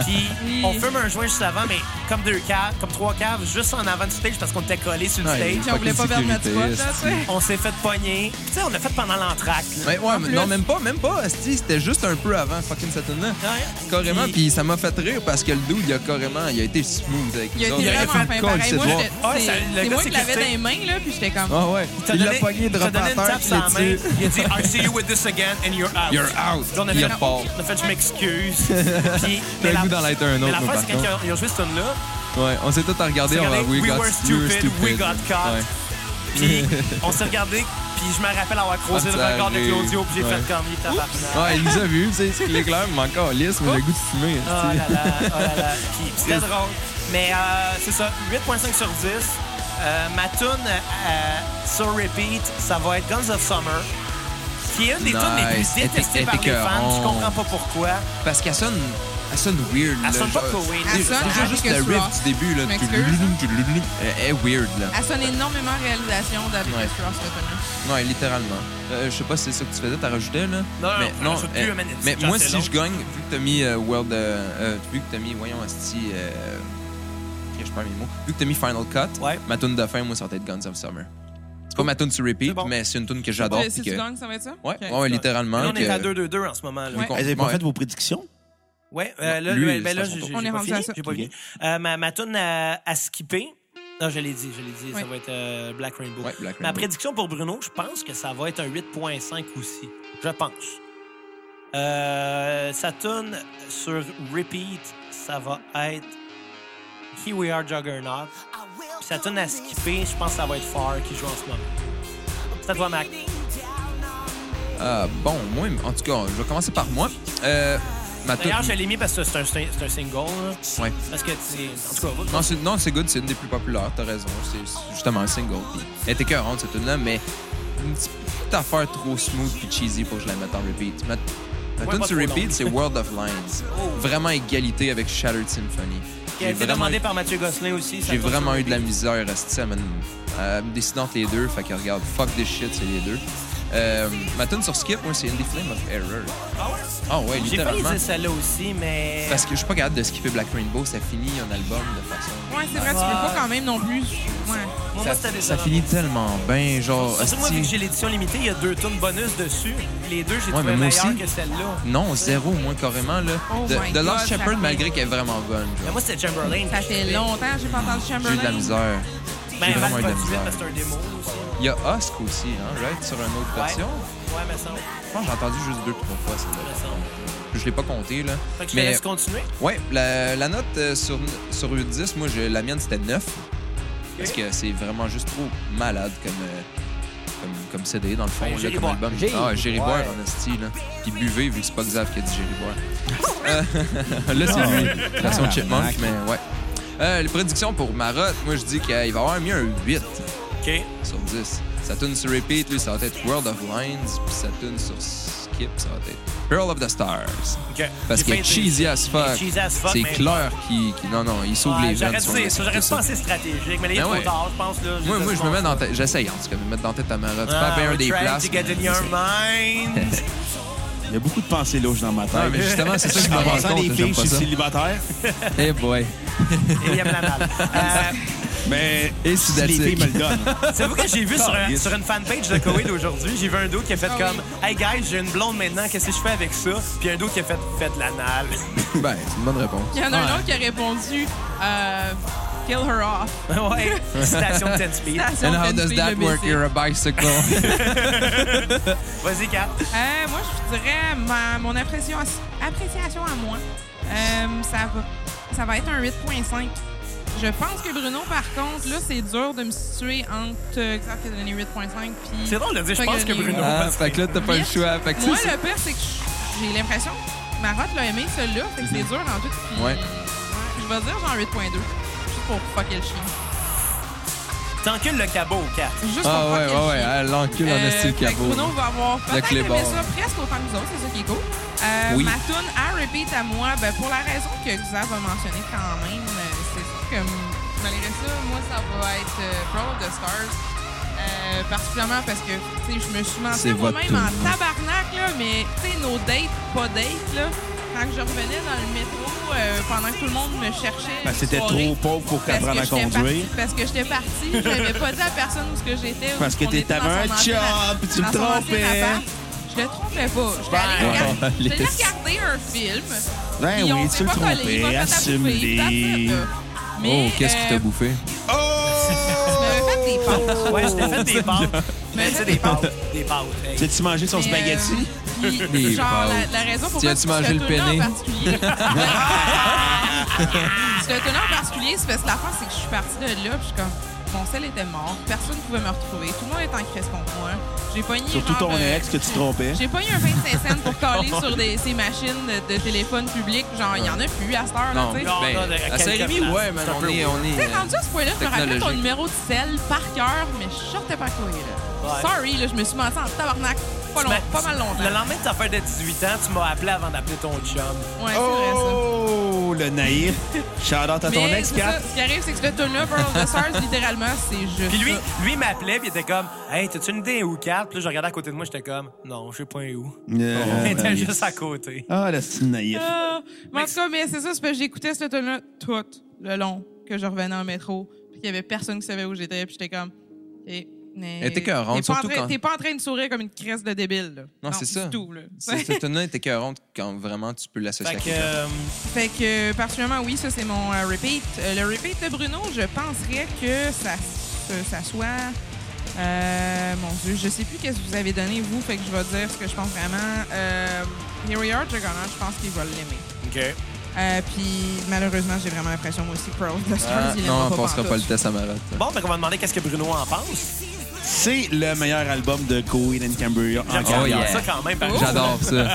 [SPEAKER 1] Puis
[SPEAKER 3] Oui.
[SPEAKER 1] on fume un joint juste avant, mais comme deux caves, comme trois caves, juste en avant du stage parce qu'on était collés sur le
[SPEAKER 4] Ouais,
[SPEAKER 1] stage.
[SPEAKER 3] Puis on voulait pas perdre notre spot, là, tu sais.
[SPEAKER 1] On s'est fait pogner. Tu sais, on l'a fait pendant l'entracte. là.
[SPEAKER 4] Mais ouais, mais non,
[SPEAKER 3] plus.
[SPEAKER 4] même pas, même pas, asti, c'était juste un peu avant fucking cette tune-là.
[SPEAKER 1] Ouais.
[SPEAKER 4] Carrément, puis ça m'a fait rire parce que le dude, il a carrément, il a été smooth avec
[SPEAKER 3] Il a
[SPEAKER 4] nous
[SPEAKER 3] été
[SPEAKER 4] autres.
[SPEAKER 3] vraiment
[SPEAKER 4] fait
[SPEAKER 3] fin pareil.
[SPEAKER 4] une colle,
[SPEAKER 3] Moi,
[SPEAKER 4] c'est bon.
[SPEAKER 3] j'étais-
[SPEAKER 1] Ah, ça- le
[SPEAKER 3] c'est
[SPEAKER 1] gars,
[SPEAKER 3] moi
[SPEAKER 1] c'est
[SPEAKER 3] qui l'avais
[SPEAKER 1] que-
[SPEAKER 3] dans les mains, là, puis j'étais comme...
[SPEAKER 4] Ah ouais.
[SPEAKER 1] t'a
[SPEAKER 4] Il l'a
[SPEAKER 1] donné-
[SPEAKER 4] pogné de
[SPEAKER 1] il t'a donné une tape sur la main.
[SPEAKER 4] dessus.
[SPEAKER 1] Il a dit, I'll see you with this again and you're out.
[SPEAKER 4] You're out.
[SPEAKER 1] Puis on a
[SPEAKER 4] Il
[SPEAKER 1] fait,
[SPEAKER 4] repart.
[SPEAKER 1] on a fait, je m'excuse. Puis, mais
[SPEAKER 4] le
[SPEAKER 1] la-
[SPEAKER 4] goût d'en être un
[SPEAKER 1] Mais
[SPEAKER 4] autre,
[SPEAKER 1] l'affaire,
[SPEAKER 4] moi,
[SPEAKER 1] c'est quand
[SPEAKER 4] par
[SPEAKER 1] ils ont- ils ont joué ce tune-là,
[SPEAKER 4] Ouais, on s'est tous regardés, on a
[SPEAKER 1] Regardez,
[SPEAKER 4] we,
[SPEAKER 1] we
[SPEAKER 4] got,
[SPEAKER 1] were stupid, we got caught.
[SPEAKER 4] Ouais.
[SPEAKER 1] Puis on s'est regardé, puis je me rappelle avoir croisé le
[SPEAKER 4] Ah, ça
[SPEAKER 1] regard de
[SPEAKER 4] arrive.
[SPEAKER 1] Claudio, puis j'ai
[SPEAKER 4] Ouais.
[SPEAKER 1] fait comme il tabarnak.
[SPEAKER 4] Ouais, il nous a vus, tu sais, c'est l'éclair, mais encore lisse, mais le goût de fumer.
[SPEAKER 1] Oh là là, oh là là. Puis c'était drôle. Mais euh, c'est ça, 8.5 sur 10. Euh, ma tune euh, sur repeat, ça va être Guns of Summer, qui est une des tunes les plus
[SPEAKER 4] Nice. oh. Elle était-
[SPEAKER 1] détestées
[SPEAKER 4] elle
[SPEAKER 1] par
[SPEAKER 4] était
[SPEAKER 1] les fans. Je
[SPEAKER 4] écœurante.
[SPEAKER 1] comprends pas pourquoi.
[SPEAKER 4] Parce qu'elle sonne, elle sonne weird.
[SPEAKER 1] Elle
[SPEAKER 4] là,
[SPEAKER 1] sonne pas
[SPEAKER 4] genre-
[SPEAKER 1] Cohen.
[SPEAKER 4] Déjà-
[SPEAKER 1] Elle
[SPEAKER 3] sonne
[SPEAKER 4] Déjà juste
[SPEAKER 3] avec
[SPEAKER 4] le
[SPEAKER 3] Ezra.
[SPEAKER 4] riff du début, là.
[SPEAKER 3] Je m'excuse.
[SPEAKER 4] Elle est weird, là.
[SPEAKER 3] Elle sonne énormément en réalisation d'Alex
[SPEAKER 4] Ouais.
[SPEAKER 3] Ross, cette année.
[SPEAKER 4] Ouais, littéralement. Euh, je sais pas si c'est ça que tu faisais, t'as rajouté, là.
[SPEAKER 1] Non,
[SPEAKER 4] mais, euh,
[SPEAKER 1] on rajoute plus, man,
[SPEAKER 4] mais
[SPEAKER 1] c'est
[SPEAKER 4] moi,
[SPEAKER 1] déjà
[SPEAKER 4] si
[SPEAKER 1] assez
[SPEAKER 4] je gagne, vu que t'as mis euh, World. euh, euh, vu que t'as mis, voyons, Asti. Euh, ok, je perds mes mots. Vu que t'as mis Final Cut,
[SPEAKER 1] Ouais.
[SPEAKER 4] ma tune de fin, moi, ça va être Guns of Summer. C'est pas ma tune sur
[SPEAKER 1] C'est
[SPEAKER 4] repeat,
[SPEAKER 1] bon.
[SPEAKER 4] mais c'est une tune que j'adore.
[SPEAKER 3] Euh, Si tu
[SPEAKER 4] puis que-
[SPEAKER 3] gagnes, ça va être ça?
[SPEAKER 4] Ouais,
[SPEAKER 3] Ok.
[SPEAKER 4] ouais, littéralement.
[SPEAKER 1] Là, on est
[SPEAKER 4] que-
[SPEAKER 1] à 2-2-2 en ce moment. Là.
[SPEAKER 3] Ouais.
[SPEAKER 2] Vous avez Eh, pas
[SPEAKER 4] Ouais.
[SPEAKER 2] fait vos prédictions?
[SPEAKER 1] Ouais, euh,
[SPEAKER 4] Non,
[SPEAKER 1] là,
[SPEAKER 4] lui,
[SPEAKER 1] ben- ben
[SPEAKER 4] c'est
[SPEAKER 1] là,
[SPEAKER 4] son
[SPEAKER 1] j'ai
[SPEAKER 4] tour.
[SPEAKER 1] j'ai
[SPEAKER 3] On
[SPEAKER 1] pas
[SPEAKER 3] est rendu
[SPEAKER 1] fini.
[SPEAKER 3] à ça.
[SPEAKER 1] J'ai pas
[SPEAKER 2] Ok.
[SPEAKER 1] fini. Euh, ma, ma toune à, à skipper. Non, je l'ai dit, je l'ai dit. Ça
[SPEAKER 3] Ouais.
[SPEAKER 1] va être euh, Black Rainbow.
[SPEAKER 4] Ouais, Black
[SPEAKER 1] Ma
[SPEAKER 4] Rainbow.
[SPEAKER 1] prédiction pour Bruno, je pense que ça va être un 8.5 aussi. Je pense. Euh, sa toune sur repeat, ça va être Here We Are Juggernaut. Puis sa toune à skipper, je pense que ça va être Far qui joue en ce moment. C'est à toi, Mac.
[SPEAKER 4] Ah, bon, moi, en tout cas, je vais commencer par moi. Euh, ma tune.
[SPEAKER 1] D'ailleurs, je l'ai mis parce que c'est un, c'est un- c'est un single. là.
[SPEAKER 4] Ouais.
[SPEAKER 1] Parce que, c'est- en tout cas, va-
[SPEAKER 4] Non, c'est, non, c'est good, c'est une des plus populaires, t'as raison. C'est c'est justement un single. Puis, elle était cohérente, cette tune-là, mais une petite petite affaire trop smooth puis cheesy pour que je la mette en repeat. Ma, ma
[SPEAKER 1] Ouais,
[SPEAKER 4] tune
[SPEAKER 1] pas
[SPEAKER 4] sur
[SPEAKER 1] trop longue.
[SPEAKER 4] repeat, c'est World of Lines.
[SPEAKER 1] Oh.
[SPEAKER 4] Vraiment égalité avec Shattered Symphony.
[SPEAKER 1] qui a été
[SPEAKER 4] vraiment,
[SPEAKER 1] demandé par Mathieu Gosselin aussi. ça
[SPEAKER 4] j'ai
[SPEAKER 1] va
[SPEAKER 4] vraiment
[SPEAKER 1] sur
[SPEAKER 4] eu de la
[SPEAKER 1] repeat.
[SPEAKER 4] misère à cette semaine. Euh, me décider entre les deux, fait que regarde, fuck this shit, c'est les deux. Euh, ma tune sur skip, moi, c'est In the Flame of Error.
[SPEAKER 1] Ah ouais?
[SPEAKER 4] Ah ouais,
[SPEAKER 1] J'ai failli
[SPEAKER 4] littéralement.
[SPEAKER 1] dire celle-là aussi, mais.
[SPEAKER 4] Parce que je suis pas capable de skipper Black Rainbow, ça finit un album de façon.
[SPEAKER 3] Ouais, c'est vrai, tu peux pas quand même non plus. Ouais.
[SPEAKER 1] Moi, moi,
[SPEAKER 4] Ça,
[SPEAKER 1] c'était
[SPEAKER 4] ça
[SPEAKER 1] décevant.
[SPEAKER 4] finit tellement bien, genre.
[SPEAKER 1] Surtout moi, vu que
[SPEAKER 4] hostie.
[SPEAKER 1] j'ai l'édition limitée, il y a deux tonnes bonus dessus. Les deux, j'ai
[SPEAKER 4] Ouais,
[SPEAKER 1] trouvé
[SPEAKER 4] mais moi
[SPEAKER 1] meilleures
[SPEAKER 4] aussi.
[SPEAKER 1] que celle-là.
[SPEAKER 4] Non, zéro, moi, carrément, là.
[SPEAKER 3] Oh
[SPEAKER 4] The,
[SPEAKER 3] my
[SPEAKER 4] The Lost
[SPEAKER 3] God,
[SPEAKER 4] Shepherd,
[SPEAKER 3] ça
[SPEAKER 4] malgré qu'elle est vraiment bonne,
[SPEAKER 1] Mais
[SPEAKER 4] genre.
[SPEAKER 1] moi, c'était Chamberlain. Ben,
[SPEAKER 3] Ça
[SPEAKER 1] que j'ai
[SPEAKER 3] fait
[SPEAKER 1] fait.
[SPEAKER 3] longtemps que j'ai pas entendu Chamberlain.
[SPEAKER 4] J'ai eu de la misère.
[SPEAKER 1] Ben,
[SPEAKER 4] J'ai vraiment eu de la
[SPEAKER 1] Valproduit,
[SPEAKER 4] misère.
[SPEAKER 1] parce que c'est un démo aussi.
[SPEAKER 4] Il y a Husk aussi, hein, right, sur une autre version.
[SPEAKER 1] Ouais, mais ça.
[SPEAKER 4] Je pense que j'ai entendu juste deux ou trois fois,
[SPEAKER 1] Mais
[SPEAKER 4] celle-là.
[SPEAKER 1] ça.
[SPEAKER 4] Je l'ai pas compté, là.
[SPEAKER 1] Fait que je te
[SPEAKER 4] Mais,
[SPEAKER 1] laisse continuer.
[SPEAKER 4] ouais, la, la note euh, sur, sur 10, moi, je- la mienne, c'était 9. Parce que c'est vraiment juste trop malade comme, euh, comme, comme CD, dans le fond,
[SPEAKER 1] Ben,
[SPEAKER 4] là,
[SPEAKER 1] Jerry
[SPEAKER 4] comme
[SPEAKER 1] Boire.
[SPEAKER 4] album.
[SPEAKER 5] Jerry
[SPEAKER 4] Ah, Jerry
[SPEAKER 5] Boire.
[SPEAKER 4] Boire, en esti, là. Puis buvez, vu que c'est pas Xav qui a dit Jerry Boire. là,
[SPEAKER 1] Ah,
[SPEAKER 4] c'est lui. Version Chipmunk, mais ouais. Euh, les prédictions pour Marotte, moi, je dis qu'il va y avoir mis un 8
[SPEAKER 1] OK.
[SPEAKER 4] sur 10. Sa tune sur repeat, lui, ça va être World of Lines, puis sa tune sur skip, ça va être Pearl of the Stars.
[SPEAKER 1] OK.
[SPEAKER 4] Parce
[SPEAKER 1] Il
[SPEAKER 4] qu'il
[SPEAKER 1] fait
[SPEAKER 4] est cheesy
[SPEAKER 1] des-
[SPEAKER 4] as fuck.
[SPEAKER 1] des cheesy as fuck,
[SPEAKER 4] C'est
[SPEAKER 1] mais-
[SPEAKER 4] clair qu'il. qu'il- Non, non, il sauve
[SPEAKER 1] Ouais,
[SPEAKER 4] les gens.
[SPEAKER 1] J'aurais dû dire ça, j'aurais dû penser stratégique, mais il est
[SPEAKER 4] Ben
[SPEAKER 1] trop
[SPEAKER 4] ouais.
[SPEAKER 1] tard, je pense. Là,
[SPEAKER 4] Moi, moi, je me mets dans
[SPEAKER 1] ta
[SPEAKER 4] tête. J'essaye, en tout cas, de me mettre dans tête à Mara. Tu
[SPEAKER 1] Ah,
[SPEAKER 4] perds bien un
[SPEAKER 1] we're
[SPEAKER 4] des
[SPEAKER 1] trying
[SPEAKER 4] places.
[SPEAKER 1] to get in
[SPEAKER 4] mais-
[SPEAKER 1] your mind.
[SPEAKER 2] Il y a beaucoup de pensées louches dans ma tête.
[SPEAKER 4] Ouais, mais justement, c'est ça que je me
[SPEAKER 2] en
[SPEAKER 4] rends
[SPEAKER 2] pensant à
[SPEAKER 4] compte.
[SPEAKER 2] des
[SPEAKER 4] que
[SPEAKER 2] filles,
[SPEAKER 4] j'aime
[SPEAKER 2] je
[SPEAKER 4] pas
[SPEAKER 2] suis
[SPEAKER 4] ça.
[SPEAKER 2] célibataire.
[SPEAKER 4] Eh boy.
[SPEAKER 1] Et il aime la malle. Euh,
[SPEAKER 2] Mais
[SPEAKER 4] Et
[SPEAKER 2] si les filles
[SPEAKER 4] Sudatic.
[SPEAKER 2] me le donnent.
[SPEAKER 1] Savez-vous que j'ai vu sur, un- sur une fanpage de Koweïd aujourd'hui, j'ai vu un dude qui a fait
[SPEAKER 3] Ah oui.
[SPEAKER 1] comme Hey guys, j'ai une blonde maintenant, qu'est-ce que je fais avec ça? Puis un dude qui a fait Faites l'anal.
[SPEAKER 4] Ben, c'est une bonne réponse.
[SPEAKER 3] Il y en a un autre qui a répondu euh, Kill her off.
[SPEAKER 1] ouais, citation de 10 speed.
[SPEAKER 3] Station
[SPEAKER 4] And how
[SPEAKER 3] Fence
[SPEAKER 4] does
[SPEAKER 3] Fille,
[SPEAKER 4] that
[SPEAKER 3] le
[SPEAKER 4] work?
[SPEAKER 3] BC.
[SPEAKER 4] You're a bicycle.
[SPEAKER 1] Vas-y, Kat.
[SPEAKER 3] Euh, moi, je dirais ma, mon impression- appréciation à moi. euh, ça, va, ça va être un 8.5. Je pense que Bruno, par contre, là, c'est dur de me situer entre euh, Xav qui a donné 8.5 puis.
[SPEAKER 1] C'est drôle de dire, je
[SPEAKER 3] Fait
[SPEAKER 1] pense que
[SPEAKER 3] que-
[SPEAKER 1] Bruno.
[SPEAKER 4] Ah,
[SPEAKER 1] parce
[SPEAKER 4] fait que là, t'as pas le choix. Fait que
[SPEAKER 3] Moi,
[SPEAKER 4] c'est-
[SPEAKER 3] le pire, c'est que je- j'ai l'impression que Marotte l'a aimé, celui-là. Fait que c'est dur en tout. puis-
[SPEAKER 4] Mhm. Ouais.
[SPEAKER 3] Je vais dire genre 8.2. Juste pour fucker le chien.
[SPEAKER 1] T'encules le cabot, Kat.
[SPEAKER 3] Juste pour
[SPEAKER 4] Ah,
[SPEAKER 3] fucker
[SPEAKER 4] ouais, ouais,
[SPEAKER 3] le
[SPEAKER 4] ouais.
[SPEAKER 3] chien.
[SPEAKER 4] Elle l'encule en
[SPEAKER 3] Euh,
[SPEAKER 4] esti le
[SPEAKER 3] fait que
[SPEAKER 4] cabot.
[SPEAKER 3] Bruno va avoir peut-être aimé
[SPEAKER 4] clébard.
[SPEAKER 3] ça presque autant que nous autres, c'est ça qui est cool. Euh,
[SPEAKER 4] Oui.
[SPEAKER 3] Ma tune à repeat à moi, ben, pour la raison que Xav a mentionné quand même, euh, c'est sûr que mm, malgré ça, moi, ça va être euh, Pro of the Stars. Euh, particulièrement parce que tu sais, je me suis
[SPEAKER 4] C'est
[SPEAKER 3] menti
[SPEAKER 4] votre
[SPEAKER 3] moi-même en
[SPEAKER 4] tune, hein.
[SPEAKER 3] tabarnak, là, mais tu sais, nos dates, pas dates, là, quand je revenais dans le métro euh, pendant que tout le monde me cherchait.
[SPEAKER 2] Ben,
[SPEAKER 3] une
[SPEAKER 2] C'était
[SPEAKER 3] soirée,
[SPEAKER 2] trop pauvre pour
[SPEAKER 3] parce
[SPEAKER 2] qu'apprendre
[SPEAKER 3] que
[SPEAKER 2] à
[SPEAKER 3] j'étais
[SPEAKER 2] conduire.
[SPEAKER 3] partie- parce que j'étais partie, j'avais pas dit à personne où ce que j'étais. où
[SPEAKER 2] Parce que
[SPEAKER 3] qu'on était
[SPEAKER 2] t'avais
[SPEAKER 3] dans
[SPEAKER 2] un
[SPEAKER 3] son ancien-
[SPEAKER 2] chum, puis tu
[SPEAKER 3] dans
[SPEAKER 2] me
[SPEAKER 3] son ancien
[SPEAKER 2] trompais.
[SPEAKER 3] appart. Je le trompais pas. J'étais allée
[SPEAKER 1] Ben,
[SPEAKER 3] regarder-
[SPEAKER 4] ouais.
[SPEAKER 3] j'étais allée regarder un film.
[SPEAKER 2] Ben
[SPEAKER 3] puis on
[SPEAKER 2] oui,
[SPEAKER 3] s'est
[SPEAKER 2] tu le
[SPEAKER 3] pas collé, il m'a
[SPEAKER 2] trompais,
[SPEAKER 3] fait bouffer, that's it,
[SPEAKER 2] assume-les.
[SPEAKER 3] là.
[SPEAKER 4] Oh,
[SPEAKER 3] Mais,
[SPEAKER 4] qu'est-ce qui t'a
[SPEAKER 3] euh,
[SPEAKER 4] bouffé?
[SPEAKER 3] Je m'avais fait des pâtes.
[SPEAKER 1] Ouais, je t'ai fait des pâtes. Mais tu sais, des pâtes. Des pâtes. hey.
[SPEAKER 2] T'as-tu mangé son
[SPEAKER 3] Mais,
[SPEAKER 2] spaghetti?
[SPEAKER 3] euh, puis,
[SPEAKER 4] Des
[SPEAKER 3] genre,
[SPEAKER 4] pâtes.
[SPEAKER 3] la, la raison pour
[SPEAKER 4] Tu
[SPEAKER 3] laquelle
[SPEAKER 4] as-tu mangé le penne?
[SPEAKER 3] en particulier. ce tune en particulier, c'est parce que la fin, c'est que je suis partie de là, puis je suis comme, mon sel était mort, personne ne pouvait me retrouver, tout le monde était en crise contre moi. J'ai pogné.
[SPEAKER 2] Surtout
[SPEAKER 3] genre,
[SPEAKER 2] ton
[SPEAKER 3] euh,
[SPEAKER 2] ex que tu trompais.
[SPEAKER 3] J'ai pas eu un 25 cents pour coller sur des, ces machines de, de téléphone public. Genre, il y en a plus à cette heure, là,
[SPEAKER 4] Non,
[SPEAKER 3] tu sais.
[SPEAKER 1] Non,
[SPEAKER 4] ben,
[SPEAKER 1] non, à
[SPEAKER 4] à
[SPEAKER 1] quelques
[SPEAKER 4] Saint-Rémy,
[SPEAKER 1] places.
[SPEAKER 4] ouais, man,
[SPEAKER 1] C'est un
[SPEAKER 4] on
[SPEAKER 1] peu
[SPEAKER 4] est... on est,
[SPEAKER 3] T'sais,
[SPEAKER 4] euh,
[SPEAKER 3] rendu à ce point-là, je me rappelais ton
[SPEAKER 4] technologique.
[SPEAKER 3] numéro de sel par cœur, mais je sortais pas courir, là.
[SPEAKER 1] Ouais.
[SPEAKER 3] Sorry, là, je me suis menti en tabarnak pas, long-
[SPEAKER 1] Ben,
[SPEAKER 3] pas mal longtemps.
[SPEAKER 1] Le lendemain de ta fête de 18 ans, tu m'as appelé avant d'appeler ton chum.
[SPEAKER 3] Ouais, c'est vrai, ça.
[SPEAKER 2] Oh, le naïf. Shout-out à ton
[SPEAKER 3] Mais
[SPEAKER 2] ex,
[SPEAKER 3] c'est
[SPEAKER 2] Kat.
[SPEAKER 3] ça, ce qui arrive, c'est que ce tune-là, Pearl of the Stars, littéralement, c'est juste.
[SPEAKER 1] Puis lui,
[SPEAKER 3] ça.
[SPEAKER 1] lui m'appelait, puis il était comme Hey, t'as-tu une idée où, Kat? Puis là, je regardais à côté de moi, j'étais comme Non, je sais pas où.
[SPEAKER 2] Euh,
[SPEAKER 1] Il
[SPEAKER 4] ben,
[SPEAKER 1] était
[SPEAKER 2] naïf.
[SPEAKER 1] juste à côté.
[SPEAKER 4] euh.
[SPEAKER 2] Ah, le petit naïf.
[SPEAKER 3] Ah, mais en tout cas, mais c'est ça, c'est parce que j'écoutais ce tune-là tout le long que je revenais en métro, puis qu'il y avait personne qui savait où j'étais, puis j'étais comme. OK, mais
[SPEAKER 4] Elle était écœurante,
[SPEAKER 3] t'es pas en
[SPEAKER 4] surtout
[SPEAKER 3] train-
[SPEAKER 4] quand-
[SPEAKER 3] T'es pas en train de sourire comme une cresse de débile, là.
[SPEAKER 4] Non, c'est ça.
[SPEAKER 3] du tout, là.
[SPEAKER 4] C'est- Cette tune-là est écœurante quand vraiment tu peux l'associer
[SPEAKER 1] Fait
[SPEAKER 4] à
[SPEAKER 1] que.
[SPEAKER 4] quelqu'un.
[SPEAKER 1] euh,
[SPEAKER 3] Fait que, euh, particulièrement, oui, ça, c'est mon euh, repeat. Euh, le repeat de Bruno, je penserais que ça, que ça soit... euh, mon Dieu, je sais plus qu'est-ce que vous avez donné, vous, fait que je vais dire ce que je pense vraiment. Euh, Here We Are, Juggernaut, je pense qu'il va l'aimer.
[SPEAKER 1] OK.
[SPEAKER 3] Euh, Puis, malheureusement, j'ai vraiment l'impression, moi aussi, que Pearl of the Stars,
[SPEAKER 4] Ah,
[SPEAKER 3] il
[SPEAKER 4] non,
[SPEAKER 3] l'aimera
[SPEAKER 4] on
[SPEAKER 3] pas
[SPEAKER 4] passera
[SPEAKER 3] pantoute.
[SPEAKER 4] pas le test à Marotte.
[SPEAKER 1] Bon, fait qu'on va demander qu'est-ce que Bruno en pense.
[SPEAKER 2] C'est le meilleur album de Coheed and Cambria en
[SPEAKER 1] J'aime
[SPEAKER 4] Oh,
[SPEAKER 2] carrière.
[SPEAKER 4] yeah.
[SPEAKER 1] ça quand même. par exemple.
[SPEAKER 4] J'adore ça.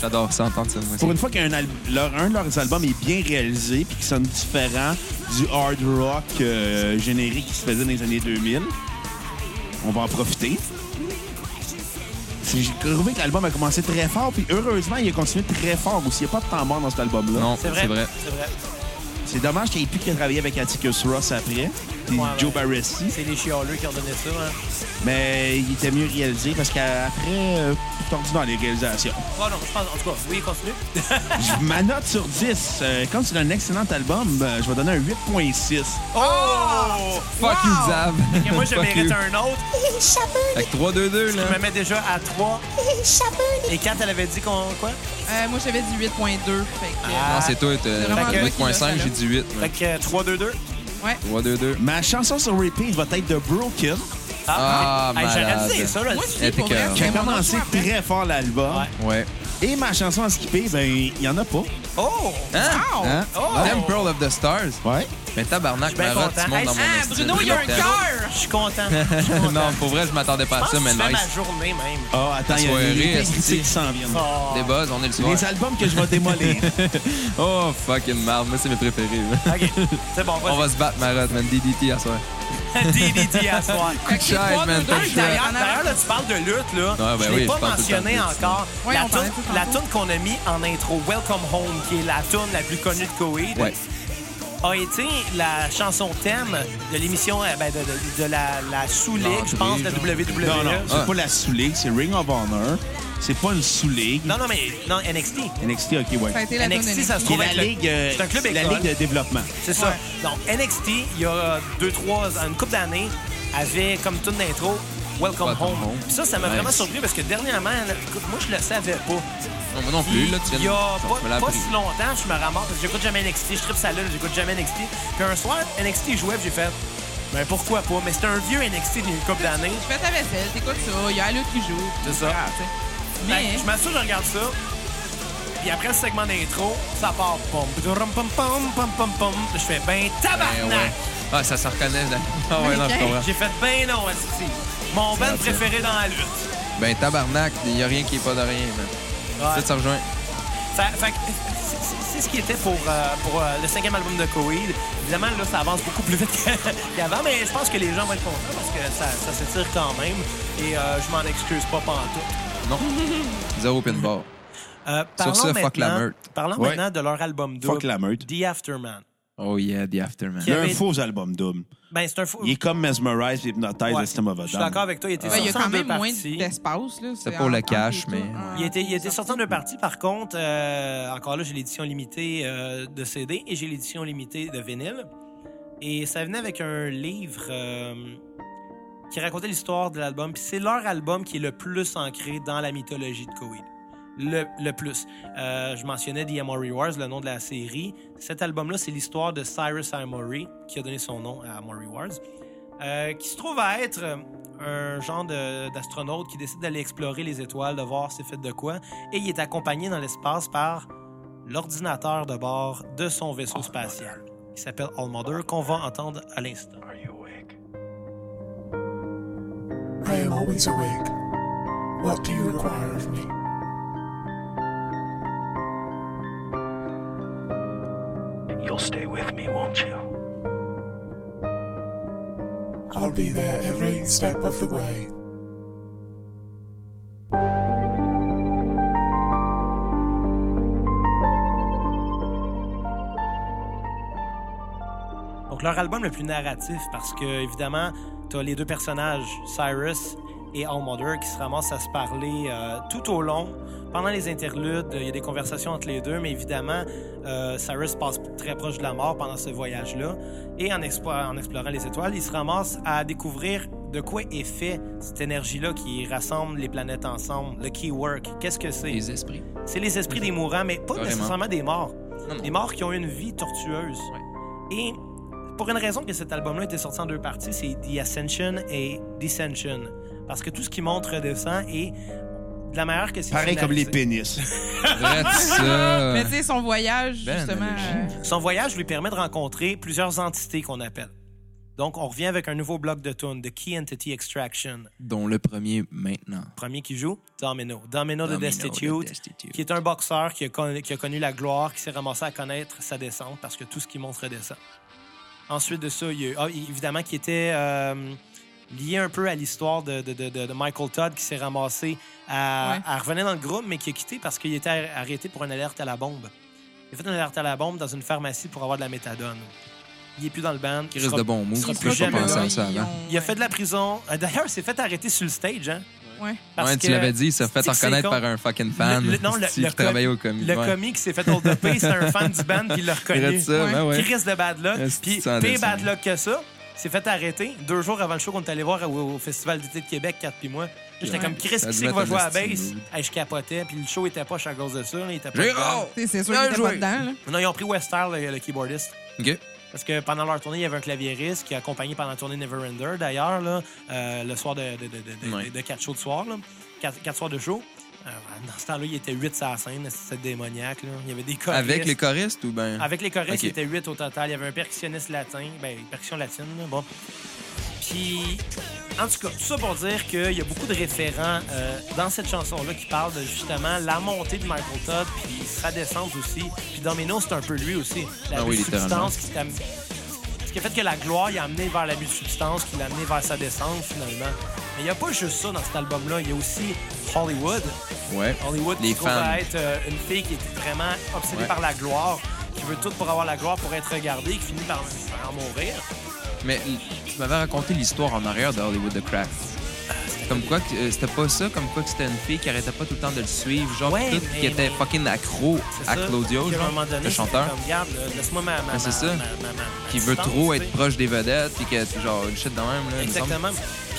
[SPEAKER 4] J'adore ça, entendre ça, moi aussi.
[SPEAKER 2] Pour une fois qu'un al- leur- un de leurs albums est bien réalisé puis qui sonne différent du hard rock euh, générique qui se faisait dans les années 2000, on va en profiter. C'est- J'ai trouvé que l'album a commencé très fort, puis heureusement, il a continué très fort aussi. Il n'y a pas de temps mort dans cet album-là.
[SPEAKER 4] Non,
[SPEAKER 1] C'est vrai.
[SPEAKER 4] c'est vrai.
[SPEAKER 1] C'est vrai.
[SPEAKER 2] C'est dommage qu'il ait plus qu'à travailler avec Atticus Ross après, puis
[SPEAKER 1] Ouais,
[SPEAKER 2] Joe
[SPEAKER 1] ouais.
[SPEAKER 2] Barresi.
[SPEAKER 1] C'est les chialeux qui ont donné ça. Hein.
[SPEAKER 2] Mais il était mieux réalisé parce qu'après, euh, tordu dans les réalisations.
[SPEAKER 1] Oh non, je pense, en tout cas, oui, continue.
[SPEAKER 2] Je- Ma note sur 10, euh, comme c'est un excellent album, euh, je vais donner un 8.6.
[SPEAKER 1] Oh!
[SPEAKER 4] Fuck you, Zav.
[SPEAKER 1] Et moi, je
[SPEAKER 4] Fuck
[SPEAKER 1] mérite
[SPEAKER 4] you. Hein?
[SPEAKER 1] un autre.
[SPEAKER 4] Fait que 3-2-2, là.
[SPEAKER 1] Je me mets déjà à 3. Et Kat, elle avait dit qu'on. Quoi?
[SPEAKER 3] Euh, moi, j'avais dit 8.2, fait que...
[SPEAKER 1] Ah.
[SPEAKER 4] Non, c'est toi, t'as
[SPEAKER 3] vraiment
[SPEAKER 1] moi qui
[SPEAKER 4] 8.5,
[SPEAKER 3] l'ai,
[SPEAKER 4] j'ai dit 8.
[SPEAKER 1] Fait que 3-2-2.
[SPEAKER 3] Ouais.
[SPEAKER 4] 3-2-2.
[SPEAKER 2] Ma chanson sur repeat va être The Broken,
[SPEAKER 4] Ah,
[SPEAKER 1] hey, j'aurais
[SPEAKER 4] malade.
[SPEAKER 1] dû dire ça, là.
[SPEAKER 3] Moi,
[SPEAKER 1] tu-
[SPEAKER 3] je suis pour vrai,
[SPEAKER 4] Étiqueur.
[SPEAKER 2] qui
[SPEAKER 3] c'est
[SPEAKER 2] a
[SPEAKER 3] mon autre
[SPEAKER 2] commencé
[SPEAKER 3] choix après.
[SPEAKER 2] très fort l'album.
[SPEAKER 1] Ouais.
[SPEAKER 4] Ouais.
[SPEAKER 2] Et ma chanson à skipper, ben, il n'y en a pas.
[SPEAKER 1] Oh!
[SPEAKER 4] Hein?
[SPEAKER 3] Wow!
[SPEAKER 2] Hein?
[SPEAKER 1] Oh!
[SPEAKER 4] Damn Pearl of the Stars.
[SPEAKER 2] Ouais.
[SPEAKER 4] Mais tabarnak,
[SPEAKER 1] Je suis bien
[SPEAKER 4] Marotte, tu
[SPEAKER 1] content.
[SPEAKER 4] montes dans
[SPEAKER 1] Hey,
[SPEAKER 4] mon
[SPEAKER 3] Ah,
[SPEAKER 4] estime.
[SPEAKER 3] Bruno, il y a un cœur!
[SPEAKER 1] Je suis content. Je suis content.
[SPEAKER 4] Non, pour vrai, je m'attendais pas
[SPEAKER 1] Je
[SPEAKER 4] à
[SPEAKER 1] pense
[SPEAKER 4] ça,
[SPEAKER 1] que
[SPEAKER 4] mais
[SPEAKER 1] tu fais ma
[SPEAKER 4] nice.
[SPEAKER 1] journée même.
[SPEAKER 2] Ah, attends, il y
[SPEAKER 4] Soirée, Ah,
[SPEAKER 2] a des- des
[SPEAKER 4] esti.
[SPEAKER 2] critiques qui s'en viennent.
[SPEAKER 1] Oh.
[SPEAKER 4] Des buzz, on est le soir.
[SPEAKER 2] Les albums que je vais démolir.
[SPEAKER 4] Oh, fucking marde. Moi, c'est mes préférés. man.
[SPEAKER 1] OK, c'est bon,
[SPEAKER 4] On
[SPEAKER 1] vas-y.
[SPEAKER 4] va se battre, Marotte, man. DDT à soir.
[SPEAKER 1] DDT à soir.
[SPEAKER 4] Coup de chaise, man.
[SPEAKER 1] Hey,
[SPEAKER 4] Top shot.
[SPEAKER 1] D'ailleurs, d'ailleurs, là, tu parles de lutte, là.
[SPEAKER 4] ben
[SPEAKER 1] je l'ai
[SPEAKER 4] oui,
[SPEAKER 1] pas
[SPEAKER 4] je parle tout le
[SPEAKER 1] mentionné
[SPEAKER 4] temps de lutte.
[SPEAKER 1] encore.
[SPEAKER 3] Ouais,
[SPEAKER 1] la
[SPEAKER 3] on parlait
[SPEAKER 1] toune-
[SPEAKER 3] tout
[SPEAKER 1] la
[SPEAKER 3] tantôt.
[SPEAKER 1] tune qu'on a mis en intro, Welcome Home, qui est la tune la plus connue de Koweït,
[SPEAKER 4] Ouais.
[SPEAKER 1] a été la chanson thème de l'émission, euh, ben, de, de- de la, la E. sous-ligue, je pense, de
[SPEAKER 4] L'entrée,
[SPEAKER 1] WWE.
[SPEAKER 2] non, non, c'est
[SPEAKER 4] Ah.
[SPEAKER 2] pas la sous-ligue, c'est Ring of Honor. C'est pas une sous-ligue.
[SPEAKER 1] Non, non, mais non, NXT.
[SPEAKER 2] NXT, OK,
[SPEAKER 3] Ça a
[SPEAKER 2] ouais.
[SPEAKER 3] été la tournée.
[SPEAKER 1] NXT, ça se
[SPEAKER 2] Qui est
[SPEAKER 1] trouve
[SPEAKER 2] la
[SPEAKER 1] être le-
[SPEAKER 2] ligue, euh,
[SPEAKER 1] c'est un club
[SPEAKER 2] la
[SPEAKER 1] école.
[SPEAKER 2] ligue de développement.
[SPEAKER 1] C'est ça.
[SPEAKER 3] Ouais.
[SPEAKER 1] Donc, NXT, il y a deux, trois, une couple d'années, avait comme tune d'intro Welcome
[SPEAKER 4] Welcome
[SPEAKER 1] Home.
[SPEAKER 4] Home.
[SPEAKER 1] Puis Ça, ça m'a
[SPEAKER 4] Nice.
[SPEAKER 1] vraiment surpris parce que dernièrement, là, écoute, moi, je le savais pas.
[SPEAKER 4] Non, moi non plus, là, tu viens
[SPEAKER 1] Il y a
[SPEAKER 4] de- tu me l'as
[SPEAKER 1] pas, pas
[SPEAKER 4] appris.
[SPEAKER 1] si longtemps, je me ramasse parce que j'écoute jamais NXT, je tripe sa lune, j'écoute jamais NXT. Puis un soir, NXT jouait, puis j'ai fait, ben pourquoi pas? Mais c'était un vieux NXT d'une couple d'années.
[SPEAKER 3] Tu fais ta vaisselle, t'écoutes ça, il y a Allo qui joue.
[SPEAKER 1] C'est ça.
[SPEAKER 3] Ah, tu sais.
[SPEAKER 1] Fait que
[SPEAKER 3] Mais
[SPEAKER 1] Je m'assure, je regarde ça. Puis après le segment d'intro, ça part. Pom, pom, pom, pom, pom, pom, pom. Je fais, ben
[SPEAKER 4] Eh,
[SPEAKER 1] tabarnak!
[SPEAKER 4] ouais. Ah, ça se reconnaît. là. Ah, ouais, non, je
[SPEAKER 3] Ok.
[SPEAKER 4] comprends.
[SPEAKER 1] J'ai fait ben non, esti. Mon band préféré dans la lutte.
[SPEAKER 4] Ben, tabarnak, il y a rien qui est pas de rien, man. Ça, ça rejoint.
[SPEAKER 1] Fait- fait que c'est- c'est- c'est ce qui était pour, euh, pour euh, le cinquième album de Coheed. Évidemment, là, ça avance beaucoup plus vite que- qu'avant, mais je pense que les gens vont être contents parce que ça, ça s'étire quand même. Et euh, je m'en excuse pas pantoute.
[SPEAKER 4] Non. Zéro pin bar.
[SPEAKER 1] Euh,
[SPEAKER 4] Sur
[SPEAKER 1] parlons
[SPEAKER 4] ce, fuck
[SPEAKER 1] maintenant-
[SPEAKER 4] la meute.
[SPEAKER 1] Parlons
[SPEAKER 2] Ouais.
[SPEAKER 1] maintenant de leur album double,
[SPEAKER 2] Fuck la meute.
[SPEAKER 1] The Afterman.
[SPEAKER 4] Oh yeah, The Aftermath.
[SPEAKER 1] Qui
[SPEAKER 2] Il y a un
[SPEAKER 1] avait-
[SPEAKER 2] faux album double.
[SPEAKER 1] Ben, c'est un fou.
[SPEAKER 2] Il est comme Mesmerize, Hypnotize,
[SPEAKER 1] Ouais.
[SPEAKER 2] System of a
[SPEAKER 1] Je suis
[SPEAKER 2] Down.
[SPEAKER 1] d'accord avec toi, il était
[SPEAKER 3] ben, il y a
[SPEAKER 1] sorti en
[SPEAKER 3] quand
[SPEAKER 1] deux
[SPEAKER 3] même moins
[SPEAKER 1] parties.
[SPEAKER 3] d'espace. là.
[SPEAKER 4] C'est pour
[SPEAKER 3] en-
[SPEAKER 4] le
[SPEAKER 3] entre
[SPEAKER 4] cash,
[SPEAKER 3] les
[SPEAKER 4] mais-
[SPEAKER 3] tours, hein.
[SPEAKER 1] Il était, il était sorti en deux parties. Par contre, euh, encore là, j'ai l'édition limitée euh, de CD et j'ai l'édition limitée de vinyle. Et ça venait avec un livre euh, qui racontait l'histoire de l'album. Puis c'est leur album qui est le plus ancré dans la mythologie de Coheed. Le, le plus. Euh, je mentionnais The Amory Wars, le nom de la série. Cet album-là, c'est l'histoire de Cyrus Amory, qui a donné son nom à Amory Wars, euh, qui se trouve à être euh, un genre de- d'astronaute qui décide d'aller explorer les étoiles, de voir c'est fait de quoi. Et il est accompagné dans l'espace par l'ordinateur de bord de son vaisseau spatial, qui s'appelle All Mother, qu'on va entendre à l'instant.
[SPEAKER 6] I am always awake. What do you require of me?
[SPEAKER 7] You'll stay with me, won't you?
[SPEAKER 6] I'll be there every step of the way.
[SPEAKER 1] Donc, leur album le plus narratif, parce que, évidemment, t'as les deux personnages, Cyrus et All Mother, qui se ramassent à se parler euh, tout au long. Pendant les interludes, il y a des conversations entre les deux, mais évidemment, euh, Cyrus passe très proche de la mort pendant ce voyage-là. Et en, expo- en explorant les étoiles, il se ramasse à découvrir de quoi est fait cette énergie-là qui rassemble les planètes ensemble, le key work. Qu'est-ce que c'est?
[SPEAKER 4] Les esprits.
[SPEAKER 1] C'est les esprits des mourants, mais pas
[SPEAKER 4] Carrément.
[SPEAKER 1] nécessairement des morts.
[SPEAKER 4] Non, non.
[SPEAKER 1] Des morts qui ont eu une vie tortueuse. Et pour une raison que cet album-là était sorti en deux parties, c'est The Ascension et Descension. Parce que tout ce qui montre redescend et de la manière que c'est
[SPEAKER 2] Pareil comme les
[SPEAKER 1] scénarisé-
[SPEAKER 2] pénis.
[SPEAKER 4] Arrête ça. Ben,
[SPEAKER 3] Mais tu sais, son voyage,
[SPEAKER 4] Belle
[SPEAKER 3] justement.
[SPEAKER 4] analogie.
[SPEAKER 3] euh,
[SPEAKER 1] Son voyage lui permet de rencontrer plusieurs entités qu'on appelle. Donc, on revient avec un nouveau bloc de tunes, The Key Entity Extraction.
[SPEAKER 4] Dont le premier maintenant.
[SPEAKER 1] Premier qui joue, Domino. Domino, de
[SPEAKER 4] Domino,
[SPEAKER 1] Destitute,
[SPEAKER 4] the Destitute.
[SPEAKER 1] qui est un boxeur qui a, con- qui a connu la gloire, qui s'est ramassé à connaître sa descente parce que tout ce qui monte redescend. Ensuite de ça, il y a eu- ah, évidemment, qui était euh, lié un peu à l'histoire de, de- de- de- de Michael Todd qui s'est ramassé à,
[SPEAKER 3] Ouais.
[SPEAKER 1] à revenir dans le groupe, mais qui a quitté parce qu'il était ar- arrêté pour une alerte à la bombe. Il a fait une alerte à la bombe dans une pharmacie pour avoir de la méthadone. Il est plus dans le band.
[SPEAKER 4] Qui
[SPEAKER 1] Il
[SPEAKER 4] reste
[SPEAKER 1] sera-
[SPEAKER 4] de bons mots.
[SPEAKER 1] il sera
[SPEAKER 4] Je
[SPEAKER 1] plus
[SPEAKER 4] peux pas
[SPEAKER 1] jamais
[SPEAKER 4] penser
[SPEAKER 1] là.
[SPEAKER 4] à hein. ça
[SPEAKER 3] ils
[SPEAKER 4] avant.
[SPEAKER 3] ont-
[SPEAKER 1] Il a fait de la prison. Euh, D'ailleurs, il s'est fait arrêter sur le stage. Hein?
[SPEAKER 3] Ouais.
[SPEAKER 1] Parce
[SPEAKER 4] ouais, tu
[SPEAKER 1] que-
[SPEAKER 4] l'avais dit, il s'est fait
[SPEAKER 1] c'est que c'est
[SPEAKER 4] reconnaître
[SPEAKER 1] con.
[SPEAKER 4] par un fucking fan.
[SPEAKER 1] Le- le- non, le-
[SPEAKER 4] qui
[SPEAKER 1] le com-
[SPEAKER 4] travaillait au comique.
[SPEAKER 1] Le comique s'est fait hold up, c'est un fan du band, puis il l'a reconnu.
[SPEAKER 4] Arrête ça,
[SPEAKER 3] Ouais.
[SPEAKER 4] ben ouais.
[SPEAKER 1] Qui risque de bad luck.
[SPEAKER 4] Est-ce que
[SPEAKER 1] Puis,
[SPEAKER 4] tu sens
[SPEAKER 1] pire
[SPEAKER 4] de ça?
[SPEAKER 1] bad luck que ça, s'est fait arrêter deux jours avant le show qu'on est allé voir au, au Festival d'été de Québec, 4 puis moi. J'étais
[SPEAKER 3] Ouais.
[SPEAKER 1] comme Chris,
[SPEAKER 4] Ça
[SPEAKER 1] qui
[SPEAKER 4] a dû
[SPEAKER 1] c'est qui
[SPEAKER 4] mettre
[SPEAKER 1] va
[SPEAKER 4] un
[SPEAKER 1] jouer à la
[SPEAKER 4] esti de
[SPEAKER 1] base?
[SPEAKER 4] mood.
[SPEAKER 1] Hey, je capotais, puis le show était poche à cause de ça. là, Il était pas
[SPEAKER 4] Gérard!
[SPEAKER 3] Tu sais, C'est sûr
[SPEAKER 4] Bien
[SPEAKER 3] qu'il était pas
[SPEAKER 4] joué.
[SPEAKER 3] dedans. là.
[SPEAKER 1] dedans. Non, ils ont pris Wester, le, le keyboardiste.
[SPEAKER 4] Ok.
[SPEAKER 1] Parce que pendant leur tournée, il y avait un claviériste qui a accompagné pendant la tournée Neverender, d'ailleurs, là, euh, le soir de, de, de, de, de-
[SPEAKER 4] Ouais.
[SPEAKER 1] de quatre shows de soir, là, quatre, quatre soirs de show. Euh, dans ce temps-là, il était 8 sur la scène, c'était démoniaque. Là. Il y avait des choristes.
[SPEAKER 4] Avec les choristes ou ben
[SPEAKER 1] Avec les choristes,
[SPEAKER 4] Ok.
[SPEAKER 1] il était 8 au total. Il y avait un percussionniste latin, ben, une percussion latine, là, bon. Puis, en tout cas, tout ça pour dire qu'il y a beaucoup de référents euh, dans cette chanson-là qui parlent de justement la montée de Michael Todd, puis sa descente aussi. Puis Domino, c'est un peu lui aussi. La
[SPEAKER 4] Ah oui,
[SPEAKER 1] rue
[SPEAKER 4] littéralement.
[SPEAKER 1] substance qui s'est am- Ce qui a fait que la gloire, il a amené vers la substance, qui l'a amené vers sa descente finalement. Mais il n'y a pas juste ça dans cet album-là. Il y a aussi Hollywood.
[SPEAKER 4] ouais.
[SPEAKER 1] Hollywood
[SPEAKER 4] les
[SPEAKER 1] qui se trouve
[SPEAKER 4] fans.
[SPEAKER 1] à être euh, une fille qui est vraiment obsédée
[SPEAKER 4] Ouais.
[SPEAKER 1] par la gloire, qui veut tout pour avoir la gloire, pour être regardée, qui finit par en mourir.
[SPEAKER 4] Mais l- tu m'avais raconté l'histoire en arrière de Hollywood The Crack. Comme quoi, que, euh, c'était pas ça, comme quoi que c'était une fille qui arrêtait pas tout le temps de le suivre, genre,
[SPEAKER 1] Ouais,
[SPEAKER 4] pis tout,
[SPEAKER 1] mais-
[SPEAKER 4] qui était
[SPEAKER 1] mais-
[SPEAKER 4] fucking accro
[SPEAKER 1] C'est
[SPEAKER 4] à
[SPEAKER 1] ça.
[SPEAKER 4] Claudio,
[SPEAKER 1] Puis à un
[SPEAKER 4] genre,
[SPEAKER 1] moment donné,
[SPEAKER 4] le
[SPEAKER 1] c'était
[SPEAKER 4] chanteur,
[SPEAKER 1] Comme, Regarde, là, laisse-moi ma, ma,
[SPEAKER 4] Ouais, c'est
[SPEAKER 1] ma-
[SPEAKER 4] ça.
[SPEAKER 1] ma- ma- ma-
[SPEAKER 4] qui
[SPEAKER 1] ma
[SPEAKER 4] veut
[SPEAKER 1] distance,
[SPEAKER 4] trop
[SPEAKER 1] tu
[SPEAKER 4] être
[SPEAKER 1] sais.
[SPEAKER 4] proche des vedettes, pis que, genre, une shit de même, là, il me semble.
[SPEAKER 1] Exactement.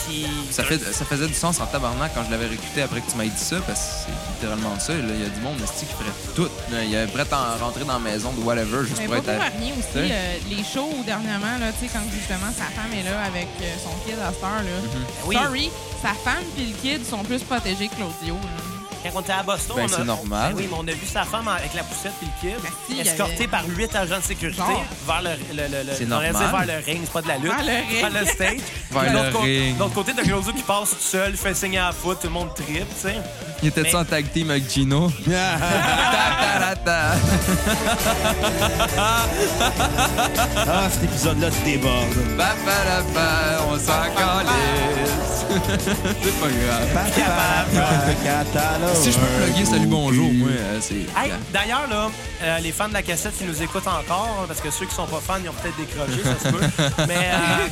[SPEAKER 1] Puis ben
[SPEAKER 4] Ça, fait, ça faisait du sens en tabarnak quand je l'avais réécouté après que tu m'aies dit ça, parce que c'est littéralement ça. là. Il y a du monde esti, qui ferait tout. là. Il est prêt à rentrer dans la maison de whatever juste
[SPEAKER 3] Mais
[SPEAKER 4] pour
[SPEAKER 3] pas
[SPEAKER 4] être
[SPEAKER 3] pour
[SPEAKER 4] à...
[SPEAKER 3] rien aussi,
[SPEAKER 4] Ouais.
[SPEAKER 3] euh, les shows dernièrement, là, tu sais, quand justement sa femme est là avec euh, son kid à cette heure, là.
[SPEAKER 4] Mm-hmm.
[SPEAKER 1] oui.
[SPEAKER 3] Sorry, sa femme et le kid sont plus protégés que Claudio. là.
[SPEAKER 1] quand on était à Boston,
[SPEAKER 4] Ben,
[SPEAKER 1] on a-
[SPEAKER 4] c'est normal.
[SPEAKER 1] Ben oui, mais on a vu sa femme avec la poussette puis le kid,
[SPEAKER 3] Ben, si, il y
[SPEAKER 1] escortée
[SPEAKER 3] avait-
[SPEAKER 1] par huit agents de sécurité
[SPEAKER 3] Genre.
[SPEAKER 1] vers le, le, le, le-
[SPEAKER 4] C'est
[SPEAKER 1] j'aurais dit
[SPEAKER 4] normal.
[SPEAKER 1] vers le ring, c'est pas de la lutte,
[SPEAKER 3] Vers le ring.
[SPEAKER 1] vers le stage.
[SPEAKER 4] Vers
[SPEAKER 1] Puis
[SPEAKER 4] le
[SPEAKER 1] l'autre co-
[SPEAKER 4] ring.
[SPEAKER 1] L'autre côté de Claudio qui passe tout seul, fait signe à la foot, tout le monde tripe, tu sais.
[SPEAKER 4] Il était
[SPEAKER 1] Mais-
[SPEAKER 4] en tag team avec Gino? Ta-ta-ta-ta.
[SPEAKER 2] Ah, cet épisode-là te déborde.
[SPEAKER 4] Ba-ba-da-ba, on s'en calisse. C'est pas grave. Bah, Si je peux plugger Salut Bonjour, moi, euh, c'est...
[SPEAKER 1] Hey, D'ailleurs, là, euh, les fans de la cassette qui nous écoutent encore, hein, parce que ceux qui sont pas fans, ils ont peut-être décroché, ça se peut. Mais euh,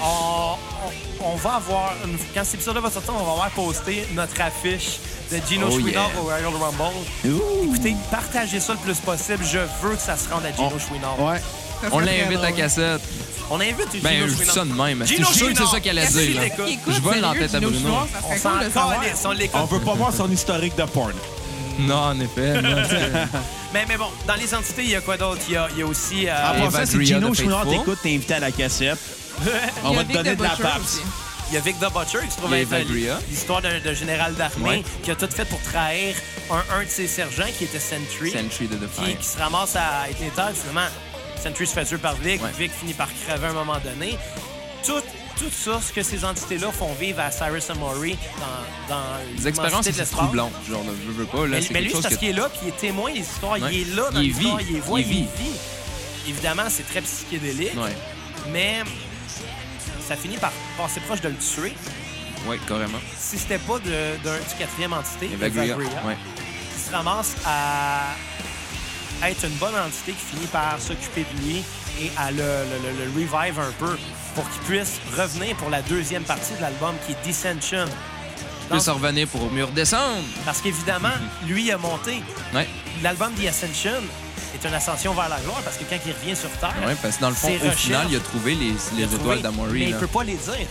[SPEAKER 1] on, on- on va avoir, une- quand cet épisode-là va sortir, on va avoir posté notre affiche de Gino
[SPEAKER 4] Oh,
[SPEAKER 1] Chouinard
[SPEAKER 4] yeah.
[SPEAKER 1] au Royal Rumble. Écoutez, partagez ça le plus possible. Je veux que ça se rende à Gino Chouinard.
[SPEAKER 2] Ouais.
[SPEAKER 3] Ça
[SPEAKER 4] On
[SPEAKER 3] serait très
[SPEAKER 4] l'invite à
[SPEAKER 3] drôle.
[SPEAKER 4] cassette.
[SPEAKER 1] On invite Gino
[SPEAKER 4] Ben, je dis
[SPEAKER 1] Chouinard.
[SPEAKER 4] ça de même. C'est
[SPEAKER 1] Gino
[SPEAKER 4] sûr que c'est
[SPEAKER 1] Chouinard.
[SPEAKER 4] ça qu'elle a
[SPEAKER 1] Qu'est-ce
[SPEAKER 4] dit,
[SPEAKER 1] qu'il
[SPEAKER 4] là.
[SPEAKER 1] écoute?
[SPEAKER 3] Qui écoute,
[SPEAKER 4] Je vole dans la
[SPEAKER 3] sérieux,
[SPEAKER 4] tête à
[SPEAKER 3] Gino
[SPEAKER 4] Bruno.
[SPEAKER 3] Chouinard, ça serait
[SPEAKER 1] On
[SPEAKER 3] cool
[SPEAKER 1] s'en
[SPEAKER 3] de savoir.
[SPEAKER 1] calisse, on l'écoute.
[SPEAKER 2] On veut pas voir son historique de porn.
[SPEAKER 4] Non, en effet. non.
[SPEAKER 1] Mais, mais bon, dans les entités, il y a quoi d'autre? Il y a, il y a aussi... euh,
[SPEAKER 2] En
[SPEAKER 4] Et
[SPEAKER 2] passant, si
[SPEAKER 4] Vagria
[SPEAKER 2] Gino
[SPEAKER 4] de
[SPEAKER 2] Chouinard
[SPEAKER 4] Faithful.
[SPEAKER 2] t'écoute, t'es invité à la cassette. On
[SPEAKER 3] Il y a
[SPEAKER 2] va te
[SPEAKER 3] Vic
[SPEAKER 2] donner de la
[SPEAKER 3] Butcher
[SPEAKER 2] pape.
[SPEAKER 3] aussi.
[SPEAKER 1] Il y a Vic the Butcher qui se trouve
[SPEAKER 4] Il y a
[SPEAKER 1] être
[SPEAKER 4] Evagria.
[SPEAKER 1] l'histoire d'un d'un général d'armée
[SPEAKER 4] Ouais.
[SPEAKER 1] qui a tout fait pour trahir un, un de ses sergents qui était Sentry,
[SPEAKER 4] Sentry de
[SPEAKER 1] qui,
[SPEAKER 4] Defiant.
[SPEAKER 1] qui se ramasse à être l'étage. Finalement, Sentry se fait tuer par Vic.
[SPEAKER 4] Ouais.
[SPEAKER 1] Vic finit par crever à un moment donné. Tout, tout ça, ce que ces entités-là font vivre à Cyrus Amory dans, dans
[SPEAKER 4] Les expériences,
[SPEAKER 1] l'immensité de
[SPEAKER 4] c'est
[SPEAKER 1] l'espace.
[SPEAKER 4] troublant. Genre, je veux pas, là,
[SPEAKER 1] Mais,
[SPEAKER 4] c'est
[SPEAKER 1] mais
[SPEAKER 4] quelque
[SPEAKER 1] lui, c'est
[SPEAKER 4] chose
[SPEAKER 1] parce
[SPEAKER 4] que...
[SPEAKER 1] qu'il est là, puis il est témoin de l'histoire.
[SPEAKER 4] Ouais.
[SPEAKER 1] Il est là dans
[SPEAKER 4] Il
[SPEAKER 1] l'histoire,
[SPEAKER 4] vit.
[SPEAKER 1] il les voit,
[SPEAKER 4] Il
[SPEAKER 1] il,
[SPEAKER 4] vit.
[SPEAKER 1] vit. Évidemment, c'est très psychédélique,
[SPEAKER 4] Ouais,
[SPEAKER 1] mais ça finit par passer proche de le tuer.
[SPEAKER 4] ouais, carrément.
[SPEAKER 1] si c'était pas de, d'un, du quatrième entité,
[SPEAKER 4] Et Vagria,
[SPEAKER 1] Evagria,
[SPEAKER 4] ouais.
[SPEAKER 1] qui se ramasse à être une bonne entité qui finit par s'occuper de lui et à le, le- le- le revive un peu pour qu'il puisse revenir pour la deuxième partie de l'album qui est Descension.
[SPEAKER 4] Plus s'en revenir pour au mur descendre.
[SPEAKER 1] Parce qu'évidemment,
[SPEAKER 4] Mhm.
[SPEAKER 1] lui a monté.
[SPEAKER 4] Ouais,
[SPEAKER 1] L'album The Ascension est une ascension vers la gloire parce que quand il revient sur Terre,
[SPEAKER 4] ouais, parce que dans le fond,
[SPEAKER 1] ses
[SPEAKER 4] au final,
[SPEAKER 1] recherches-
[SPEAKER 4] il a trouvé les, les
[SPEAKER 1] trouver,
[SPEAKER 4] étoiles
[SPEAKER 1] Mais
[SPEAKER 4] d'Amory.
[SPEAKER 1] il
[SPEAKER 4] là.
[SPEAKER 1] peut pas les dire.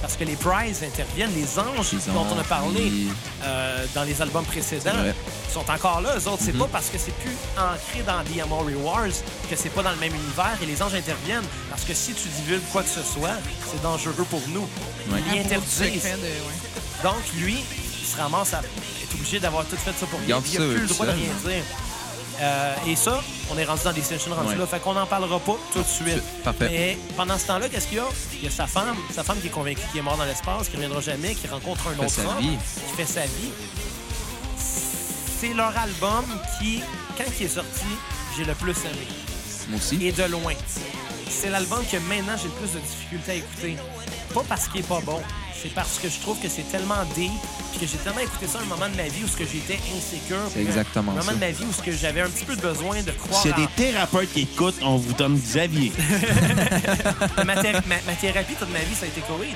[SPEAKER 1] Parce que les prizes interviennent, les anges
[SPEAKER 4] Les
[SPEAKER 1] dont on a
[SPEAKER 4] anges,
[SPEAKER 1] parlé
[SPEAKER 4] oui.
[SPEAKER 1] euh, dans les albums précédents
[SPEAKER 4] C'est vrai. Mm-hmm.
[SPEAKER 1] sont encore là. Eux autres, c'est pas parce que c'est plus ancré dans The Amory Wars que c'est pas dans le même univers et les anges interviennent. Parce que si tu divulgues quoi que ce soit, c'est dangereux pour nous. Ils
[SPEAKER 4] Ouais.
[SPEAKER 3] À propos du
[SPEAKER 1] interdisent.
[SPEAKER 3] secret de- ouais.
[SPEAKER 1] Donc, lui, il se ramasse à être obligé d'avoir tout fait ça pour rien.
[SPEAKER 4] Garde
[SPEAKER 1] Il
[SPEAKER 4] ça,
[SPEAKER 1] n'a plus le
[SPEAKER 4] lui
[SPEAKER 1] droit de
[SPEAKER 4] seul.
[SPEAKER 1] rien dire. Euh, et ça, on est rendu dans des sessions rendues
[SPEAKER 4] Ouais.
[SPEAKER 1] là. Fait qu'on n'en parlera pas tout de suite.
[SPEAKER 4] Parfait.
[SPEAKER 1] Mais pendant ce temps-là, qu'est-ce qu'il y a? Il y a sa femme, sa femme qui est convaincue qu'il est mort dans l'espace, qui ne reviendra jamais, qui rencontre un
[SPEAKER 4] Fait
[SPEAKER 1] autre
[SPEAKER 4] sa
[SPEAKER 1] homme,
[SPEAKER 4] vie.
[SPEAKER 1] qui fait sa vie. C'est leur album qui, quand il est sorti, j'ai le plus aimé.
[SPEAKER 4] Moi aussi.
[SPEAKER 1] Et de loin. C'est l'album que maintenant j'ai le plus de difficultés à écouter. Pas parce qu'il est pas bon, c'est parce que je trouve que c'est tellement deep, puis que j'ai tellement écouté ça à un moment de ma vie où ce que j'étais insécure.
[SPEAKER 4] C'est
[SPEAKER 1] puis
[SPEAKER 4] exactement
[SPEAKER 1] Un moment
[SPEAKER 4] ça.
[SPEAKER 1] de ma vie où ce que j'avais un petit peu de besoin de croire
[SPEAKER 2] S'il y a
[SPEAKER 1] en-
[SPEAKER 2] des thérapeutes qui écoutent, on vous donne Xavier.
[SPEAKER 1] ma, thé- ma- ma thérapie toute ma vie, ça a été Covid.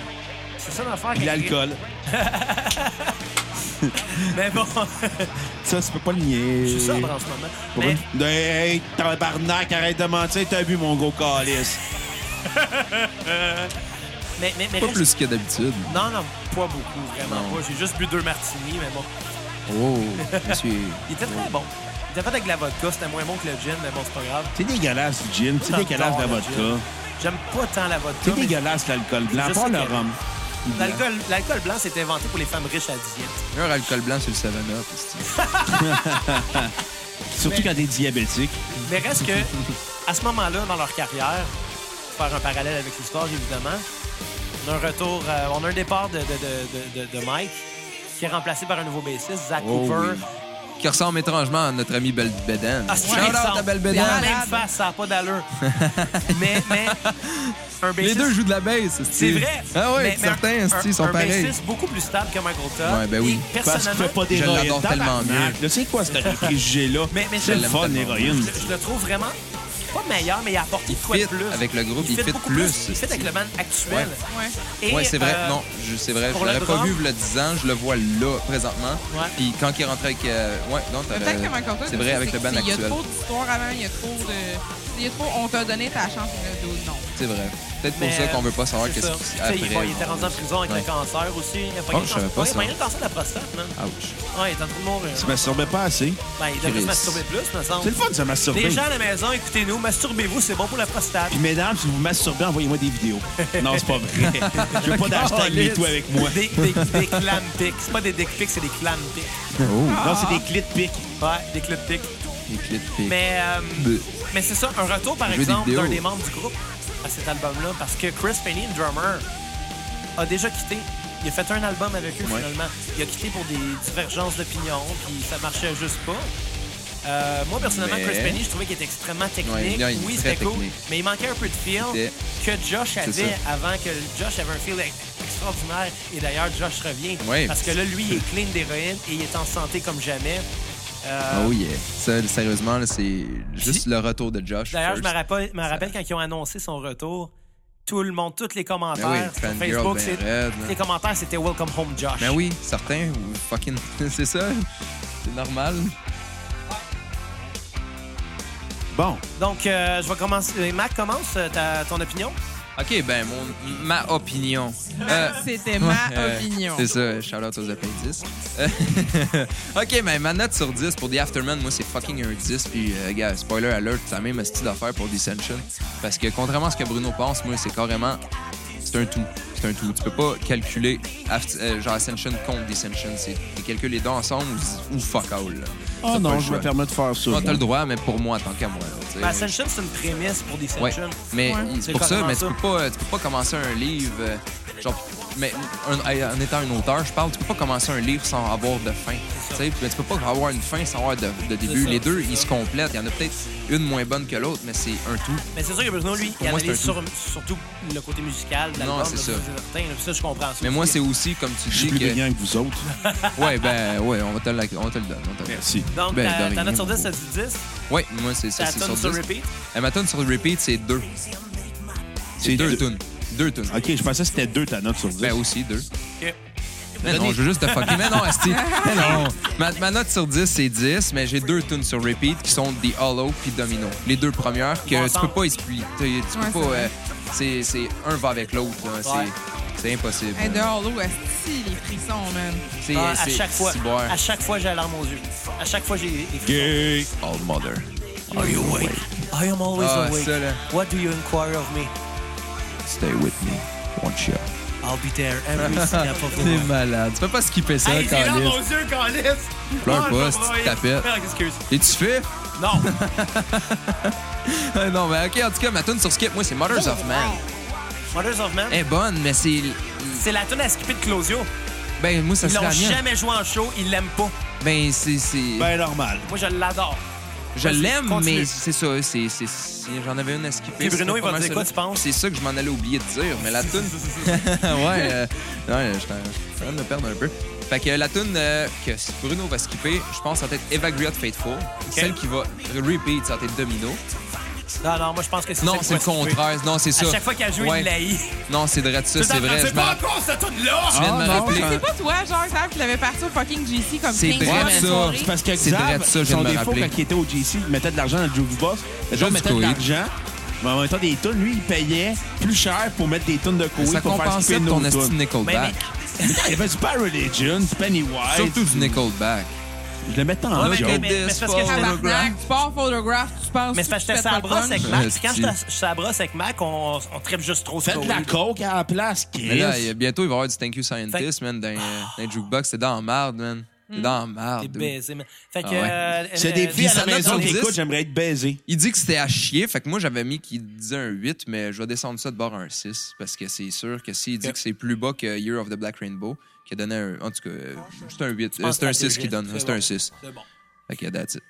[SPEAKER 1] C'est ça l'affaire.
[SPEAKER 2] Puis
[SPEAKER 1] quand-
[SPEAKER 2] l'alcool.
[SPEAKER 1] Mais bon,
[SPEAKER 2] Ça, tu peux pas le nier.
[SPEAKER 1] je suis sobre en ce moment.
[SPEAKER 2] Pour
[SPEAKER 1] Mais
[SPEAKER 2] une- Ben, Hey, tabarnak, arrête de mentir, t'as bu mon gros calice.
[SPEAKER 1] mais, mais, mais
[SPEAKER 4] Pas
[SPEAKER 1] reste-
[SPEAKER 4] plus que d'habitude.
[SPEAKER 1] Non, non, pas beaucoup, vraiment
[SPEAKER 4] Non.
[SPEAKER 1] pas. J'ai juste bu deux martinis, mais bon.
[SPEAKER 4] Oh, monsieur.
[SPEAKER 1] Il était très bon. Il était fait avec la vodka, c'était moins bon que le gin, mais bon, c'est pas grave.
[SPEAKER 2] C'est dégueulasse du gin, c'est dégueulasse de la
[SPEAKER 1] J'adore le
[SPEAKER 2] vodka.
[SPEAKER 1] gin. J'aime pas tant la vodka.
[SPEAKER 2] C'est
[SPEAKER 1] mais-
[SPEAKER 2] dégueulasse l'alcool blanc,
[SPEAKER 1] Je
[SPEAKER 2] pas
[SPEAKER 1] sais
[SPEAKER 2] le
[SPEAKER 1] que-
[SPEAKER 2] rhum.
[SPEAKER 1] L'alcool l'alcool blanc s'est inventé pour les femmes riches à diète.
[SPEAKER 4] Meilleur alcool blanc, c'est le 7-Up. c'est-tu.
[SPEAKER 2] Surtout quand t'es diabétique.
[SPEAKER 1] Mais reste que, à ce moment-là, dans leur carrière, pour faire un parallèle avec l'histoire, évidemment, on a un retour, euh, on a un départ de, de- de- de- de- de Mike qui est remplacé par un nouveau bassiste, Zach
[SPEAKER 4] Oh
[SPEAKER 1] Cooper.
[SPEAKER 4] oui. Qui ressemble étrangement à notre ami Belle Bédène.
[SPEAKER 1] Ah, c'est
[SPEAKER 4] Shout out
[SPEAKER 1] ça.
[SPEAKER 4] à Belle
[SPEAKER 1] Ils ont
[SPEAKER 4] Bédène.
[SPEAKER 1] la même face, ça n'a pas d'allure. mais, mais, un
[SPEAKER 4] Les
[SPEAKER 1] bassiste
[SPEAKER 4] deux jouent de la baisse. c'est-tu.
[SPEAKER 1] C'est vrai.
[SPEAKER 4] Ah
[SPEAKER 1] Mais-
[SPEAKER 4] oui,
[SPEAKER 1] mais
[SPEAKER 4] certains,
[SPEAKER 1] un-
[SPEAKER 4] c'est-tu, ils sont
[SPEAKER 1] un
[SPEAKER 4] pareils.
[SPEAKER 1] bassiste beaucoup plus stable que Michael Todd.
[SPEAKER 4] Ouais, ben oui.
[SPEAKER 1] Et
[SPEAKER 2] Parce qu'il
[SPEAKER 1] Personnellement,
[SPEAKER 2] fait pas
[SPEAKER 4] Je
[SPEAKER 2] d'héroïne.
[SPEAKER 4] l'adore tellement
[SPEAKER 2] Tabarnak, là, C'est quoi ce préjugé-là?
[SPEAKER 1] Mais- mais
[SPEAKER 2] c'est le
[SPEAKER 4] je l'aime
[SPEAKER 2] fun,
[SPEAKER 4] tellement.
[SPEAKER 2] l'héroïne.
[SPEAKER 1] je, je le trouve vraiment pas meilleur, mais il a apporté de quoi
[SPEAKER 4] fit
[SPEAKER 1] de plus.
[SPEAKER 4] avec le groupe, il
[SPEAKER 1] fait
[SPEAKER 4] fit
[SPEAKER 1] beaucoup
[SPEAKER 4] plus.
[SPEAKER 1] Il fit avec le band actuel.
[SPEAKER 3] Ouais.
[SPEAKER 1] Et,
[SPEAKER 4] Oui, c'est vrai.
[SPEAKER 1] euh,
[SPEAKER 4] non, je- c'est vrai. Je
[SPEAKER 1] pour le
[SPEAKER 4] l'aurais pas
[SPEAKER 1] drum-
[SPEAKER 4] vu le 10 ans. Je le vois là, présentement.
[SPEAKER 1] Ouais.
[SPEAKER 4] Puis quand il est rentré avec... euh, ouais, non, t'as-
[SPEAKER 3] Peut-être que Michael Todd,
[SPEAKER 4] C'est vrai, avec le band
[SPEAKER 3] Il y a
[SPEAKER 4] actuel.
[SPEAKER 3] trop d'histoires avant, il y a trop de. Il y a trop, on t'a donné ta chance, mais le dos, non.
[SPEAKER 4] C'est vrai. Peut-être pour
[SPEAKER 1] mais,
[SPEAKER 4] ça qu'on veut pas savoir
[SPEAKER 1] c'est ça.
[SPEAKER 4] qu'est-ce qui
[SPEAKER 1] Tu
[SPEAKER 4] se
[SPEAKER 1] sais,
[SPEAKER 4] après. euh,
[SPEAKER 1] il, va- il était rendu en prison avec
[SPEAKER 4] Ouais.
[SPEAKER 1] le cancer aussi. Il a
[SPEAKER 4] Oh, je savais pas
[SPEAKER 1] Ouais,
[SPEAKER 4] ça.
[SPEAKER 1] Il a pogné le cancer de la prostate, man.
[SPEAKER 4] Ouch.
[SPEAKER 1] Ouais, il est en train de mourir.
[SPEAKER 2] Tu masturbais pas assez.
[SPEAKER 1] Ben, il devrait se
[SPEAKER 4] Chris.
[SPEAKER 1] masturber plus, me
[SPEAKER 2] C'est
[SPEAKER 1] semble.
[SPEAKER 2] le fun de se masturber.
[SPEAKER 1] Les gens à la maison, écoutez-nous, masturbez-vous, c'est bon pour la prostate.
[SPEAKER 2] Puis mesdames, si vous masturbez, envoyez-moi des vidéos. Non, c'est pas vrai. Je veux pas
[SPEAKER 4] Ah,
[SPEAKER 2] d'hashtag
[SPEAKER 1] Oh,
[SPEAKER 2] MeToo avec moi.
[SPEAKER 1] Des, des, des clam pics. C'est pas des dick pics, c'est des clam pics.
[SPEAKER 4] Oh.
[SPEAKER 2] Non, c'est des clits pics.
[SPEAKER 1] Ouais, des clit pics.
[SPEAKER 4] Les clips. puis-
[SPEAKER 1] Mais, euh,
[SPEAKER 4] Bleu.
[SPEAKER 1] mais c'est ça, un retour par
[SPEAKER 4] Jeux
[SPEAKER 1] exemple
[SPEAKER 4] vidéo.
[SPEAKER 1] d'un des membres du groupe à cet album-là, parce que Chris Penny, le drummer, a déjà quitté. Il a fait un album avec eux
[SPEAKER 4] Ouais.
[SPEAKER 1] finalement. Il a quitté pour des divergences d'opinion, puis ça marchait juste pas. Euh, moi, personnellement,
[SPEAKER 4] Mais-
[SPEAKER 1] Chris Penny, je trouvais qu'il était extrêmement technique.
[SPEAKER 4] Ouais, non, il est
[SPEAKER 1] oui,
[SPEAKER 4] très
[SPEAKER 1] c'était cool,
[SPEAKER 4] technique.
[SPEAKER 1] mais il manquait un peu de feel
[SPEAKER 4] C'était-
[SPEAKER 1] que Josh avait
[SPEAKER 4] ça.
[SPEAKER 1] avant que Josh avait un feel ex- extraordinaire. Et d'ailleurs, Josh revient.
[SPEAKER 4] Ouais.
[SPEAKER 1] Parce que là, lui, il est clean d'héroïne et il est en santé comme jamais. Euh,
[SPEAKER 4] Ah oui, yeah. Ça, sérieusement, là, c'est juste le retour de Josh.
[SPEAKER 1] D'ailleurs, je me
[SPEAKER 4] first.
[SPEAKER 1] rappelle, me rappelle quand ils ont annoncé son retour, tout le monde, tous les commentaires
[SPEAKER 4] Ben oui,
[SPEAKER 1] sur
[SPEAKER 4] fangirl
[SPEAKER 1] Facebook,
[SPEAKER 4] ben
[SPEAKER 1] c'est-
[SPEAKER 4] raide,
[SPEAKER 1] tous
[SPEAKER 4] là.
[SPEAKER 1] les commentaires, c'était Welcome Home Josh.
[SPEAKER 4] Ben oui, certains, ou fucking. c'est ça. C'est normal.
[SPEAKER 2] Bon,
[SPEAKER 1] Donc, euh, je vais commencer. Mac, commence euh, ta- ton opinion.
[SPEAKER 4] OK, ben, mon, ma opinion. Euh,
[SPEAKER 3] C'était ma
[SPEAKER 4] Ouais, euh,
[SPEAKER 3] opinion.
[SPEAKER 4] C'est ça, shout-out aux appendices. Euh, OK, mais ma note sur 10 pour The Afterman, moi, c'est fucking un 10. Puis, euh, gars, spoiler alert, ça même un style d'affaire pour Dissension. Parce que, contrairement à ce que Bruno pense, moi, c'est carrément... C'est un tout. C'est un tout. Tu peux pas calculer Aft- euh, genre Ascension contre Dissension. C'est tu calcules les deux ensemble ou, ou fuck all. là. T'as
[SPEAKER 2] oh
[SPEAKER 4] pas
[SPEAKER 2] non,
[SPEAKER 4] le
[SPEAKER 2] je me
[SPEAKER 4] choix.
[SPEAKER 2] permets de faire ça.
[SPEAKER 4] Toi, t'as le droit, mais pour moi, tant qu'à moi. là, tu sais.
[SPEAKER 1] Ben, Ascension, c'est une prémisse pour des
[SPEAKER 4] Ouais.
[SPEAKER 1] Ascension.
[SPEAKER 4] Mais
[SPEAKER 3] Ouais.
[SPEAKER 4] il-
[SPEAKER 1] C'est
[SPEAKER 4] c'est pour ça,
[SPEAKER 1] carrément
[SPEAKER 4] mais tu
[SPEAKER 1] ça.
[SPEAKER 4] peux, pas, tu peux pas commencer un livre, euh, genre, mais un- hey, en étant un auteur, je parle, tu peux pas commencer un livre sans avoir de fin. Tu sais, mais tu peux pas avoir une fin sans avoir de, de début.
[SPEAKER 1] ça.
[SPEAKER 4] Les deux, ils se complètent. Il y en a peut-être une moins bonne que l'autre, mais c'est un tout.
[SPEAKER 1] Mais c'est sûr que Bruno, lui, il
[SPEAKER 4] moi, c'est
[SPEAKER 1] analyse
[SPEAKER 4] un
[SPEAKER 1] sur- surtout le côté musical de l'album.
[SPEAKER 4] Non, c'est
[SPEAKER 1] là,
[SPEAKER 4] ça.
[SPEAKER 1] certain, là, ça, je comprends ça.
[SPEAKER 4] Mais moi,
[SPEAKER 1] aussi.
[SPEAKER 4] c'est aussi, comme tu
[SPEAKER 2] Je suis
[SPEAKER 4] dis,
[SPEAKER 2] plus
[SPEAKER 4] que.
[SPEAKER 2] brillant que vous autres.
[SPEAKER 4] Ouais, ben, ouais, on va te, la- on te le donne. On te le donne.
[SPEAKER 2] Merci.
[SPEAKER 1] Donc,
[SPEAKER 4] Ben,
[SPEAKER 1] ta,
[SPEAKER 4] de
[SPEAKER 1] ta
[SPEAKER 4] rien,
[SPEAKER 1] note sur 10,
[SPEAKER 4] faut-
[SPEAKER 1] c'est du 10.
[SPEAKER 4] Ouais, moi, c'est c'est-
[SPEAKER 1] Ta
[SPEAKER 4] c'est sur
[SPEAKER 1] tune sur
[SPEAKER 4] 10.
[SPEAKER 1] repeat.
[SPEAKER 4] Et ma tune sur repeat, c'est deux. C'est deux tunes. Deux tunes.
[SPEAKER 2] OK, je pensais que c'était Ah, deux ta note sur 10.
[SPEAKER 4] Ben aussi, deux.
[SPEAKER 1] Ok.
[SPEAKER 4] Mais non, je veux juste te fucker. Mais non, Asti. Mais non. Ma, ma note sur 10, c'est 10, mais j'ai deux tunes sur repeat qui sont The Hollow puis Domino. Les deux premières que
[SPEAKER 1] Bon
[SPEAKER 4] tu
[SPEAKER 1] sens.
[SPEAKER 4] peux pas expliquer. Tu tu
[SPEAKER 3] Ouais,
[SPEAKER 4] peux
[SPEAKER 3] c'est
[SPEAKER 4] pas.
[SPEAKER 3] vrai.
[SPEAKER 4] euh, C'est c'est- un va avec l'autre. là. C'est-
[SPEAKER 1] Ouais.
[SPEAKER 4] C'est impossible.
[SPEAKER 3] Hey, dehors l'eau, esti, les frissons, man.
[SPEAKER 4] C'est
[SPEAKER 1] Ah, à
[SPEAKER 4] c'est-
[SPEAKER 1] chaque fois,
[SPEAKER 4] c'est boire.
[SPEAKER 1] à chaque fois, j'ai la larme aux yeux. À chaque fois, j'ai des frissons.
[SPEAKER 2] Gay.
[SPEAKER 4] Old Oh, Mother.
[SPEAKER 1] Are you awake? I am always
[SPEAKER 4] Ah,
[SPEAKER 1] awake.
[SPEAKER 4] ça, là.
[SPEAKER 1] What do you inquire of me?
[SPEAKER 4] Stay with me. One shot.
[SPEAKER 1] I'll be there every step of the way.
[SPEAKER 4] T'es malade. Tu peux pas skipper ça,
[SPEAKER 1] Hey, c'est là,
[SPEAKER 4] Calis.
[SPEAKER 1] mon Dieu, Calis!
[SPEAKER 4] Pleure
[SPEAKER 1] Ah,
[SPEAKER 4] pas,
[SPEAKER 1] je vais
[SPEAKER 4] c'est
[SPEAKER 1] broyer.
[SPEAKER 4] tapette.
[SPEAKER 1] Ah, Excuse.
[SPEAKER 4] Et tu fais?
[SPEAKER 1] Non,
[SPEAKER 4] Ah, non, mais ok, en tout cas, ma tune sur skip, moi, c'est Mothers of
[SPEAKER 3] Oh,
[SPEAKER 4] Man.
[SPEAKER 1] Mothers of Man,
[SPEAKER 4] Elle est bonne, mais c'est.
[SPEAKER 1] c'est la tune à skipper de Closio.
[SPEAKER 4] Ben, moi, ça
[SPEAKER 1] Ils
[SPEAKER 4] serait
[SPEAKER 1] l'ont
[SPEAKER 4] la mienne.
[SPEAKER 1] jamais joué en show, ils l'aiment pas.
[SPEAKER 4] Ben, c'est. c'est-
[SPEAKER 2] Ben normal.
[SPEAKER 1] Moi, je l'adore.
[SPEAKER 4] Je
[SPEAKER 1] Vas-y,
[SPEAKER 4] l'aime,
[SPEAKER 1] continue.
[SPEAKER 4] mais c'est ça. c'est- c'est- c'est- J'en avais une à skipper.
[SPEAKER 1] Puis Bruno,
[SPEAKER 4] c'est
[SPEAKER 1] il va
[SPEAKER 4] pas
[SPEAKER 1] dire
[SPEAKER 4] mal
[SPEAKER 1] quoi,
[SPEAKER 4] celle-là.
[SPEAKER 1] tu penses?
[SPEAKER 4] C'est ça que je m'en allais oublier de dire, mais la toune. ouais, euh, ouais, je suis en- je suis en train de me perdre un peu. Fait que la toune euh, que Bruno va skipper, je pense, ça va être Evagriot Faithful. Celle qui va repeat, ça va être Domino.
[SPEAKER 1] Non, non, moi, je pense que c'est
[SPEAKER 4] Non,
[SPEAKER 1] ça
[SPEAKER 4] c'est le
[SPEAKER 1] qu'il faut skipper.
[SPEAKER 4] contraire. Non, c'est ça.
[SPEAKER 1] À chaque fois qu'elle joue,
[SPEAKER 4] Ouais.
[SPEAKER 1] il l'haït.
[SPEAKER 4] Non, c'est de ça,
[SPEAKER 1] Tout
[SPEAKER 4] c'est
[SPEAKER 1] en train de
[SPEAKER 4] vrai.
[SPEAKER 1] dire,
[SPEAKER 4] Je me
[SPEAKER 1] pas Oh,
[SPEAKER 4] rappelle-
[SPEAKER 1] encore cette tune-là!
[SPEAKER 4] tu viens de me
[SPEAKER 2] Ah, non,
[SPEAKER 4] rappeler.
[SPEAKER 2] ça-
[SPEAKER 3] C'est pas toi, genre, Zach, qui l'avait parti au fucking GC comme 15
[SPEAKER 4] C'est vrai,
[SPEAKER 3] fois dans la
[SPEAKER 4] ça.
[SPEAKER 3] soirée?
[SPEAKER 2] C'est parce que
[SPEAKER 4] C'est vrai
[SPEAKER 2] Xav,
[SPEAKER 4] de ça, je viens
[SPEAKER 2] son
[SPEAKER 4] de me
[SPEAKER 2] défaut,
[SPEAKER 4] rappeler.
[SPEAKER 2] quand il était au JC, il mettait de l'argent dans le jukebox. Les gens
[SPEAKER 4] Juste
[SPEAKER 2] mettaient de
[SPEAKER 4] Koweït.
[SPEAKER 2] l'argent, mais en même temps, des tonnes, lui, il payait plus cher pour mettre des tonnes de couilles
[SPEAKER 4] Ça
[SPEAKER 2] pour faire skipper
[SPEAKER 4] compensait
[SPEAKER 2] nos
[SPEAKER 4] ton
[SPEAKER 2] tunes.
[SPEAKER 4] bah. estime Nickelback.
[SPEAKER 1] Mais-
[SPEAKER 2] Il y avait du Religion, du Pennywise.
[SPEAKER 4] Surtout du Nickelback.
[SPEAKER 2] Je le mettais en
[SPEAKER 1] Ouais,
[SPEAKER 2] joke.
[SPEAKER 1] mais- mais c'est parce que j'étais-
[SPEAKER 3] Tabarnak, tu pars photographe, tu penses
[SPEAKER 1] Mais c'est parce que
[SPEAKER 3] tu
[SPEAKER 1] j'étais
[SPEAKER 3] fais
[SPEAKER 1] sur la
[SPEAKER 3] pas de
[SPEAKER 1] brosse
[SPEAKER 3] punch.
[SPEAKER 1] avec Mac.
[SPEAKER 4] Ouais,
[SPEAKER 1] puis Quand
[SPEAKER 4] si.
[SPEAKER 1] j'étais sur la brosse avec Mac, on, on tripe juste trop sur
[SPEAKER 2] Faites de la
[SPEAKER 1] Kool.
[SPEAKER 2] coke à la place, Chris.
[SPEAKER 4] Mais là, il y a- bientôt, il va y avoir du Thank You Scientist,
[SPEAKER 1] Fait- Hmm.
[SPEAKER 4] man, dans, dans les jukebox. C'est dans la marde, man. C'est dans la
[SPEAKER 1] T'es
[SPEAKER 4] marde. dude.
[SPEAKER 1] baisé, man. Fait que.
[SPEAKER 4] Ah ouais.
[SPEAKER 1] euh,
[SPEAKER 2] C'est
[SPEAKER 1] euh,
[SPEAKER 2] des
[SPEAKER 1] lui,
[SPEAKER 2] filles à
[SPEAKER 1] elle
[SPEAKER 2] la
[SPEAKER 1] en a
[SPEAKER 2] maison
[SPEAKER 1] dans
[SPEAKER 2] qui
[SPEAKER 1] les-
[SPEAKER 2] écoutent, j'aimerais être baisé.
[SPEAKER 4] Il dit que c'était à chier. Fait que moi, j'avais mis qu'il disait un 8, mais je vais descendre ça de bord à un 6. Parce que c'est sûr que s'il dit
[SPEAKER 1] Ok.
[SPEAKER 4] que c'est plus bas que Year of the Black Rainbow, qui a donné un. En tout cas, euh, c'est un 8.
[SPEAKER 1] pense
[SPEAKER 4] C'est
[SPEAKER 1] que
[SPEAKER 4] un
[SPEAKER 1] c'est un
[SPEAKER 4] 6 qu'il
[SPEAKER 1] huit,
[SPEAKER 4] donne.
[SPEAKER 1] c'est
[SPEAKER 4] C'est un
[SPEAKER 1] bon.
[SPEAKER 4] 6.
[SPEAKER 1] C'est bon.
[SPEAKER 4] Fait qu'il y a that's it.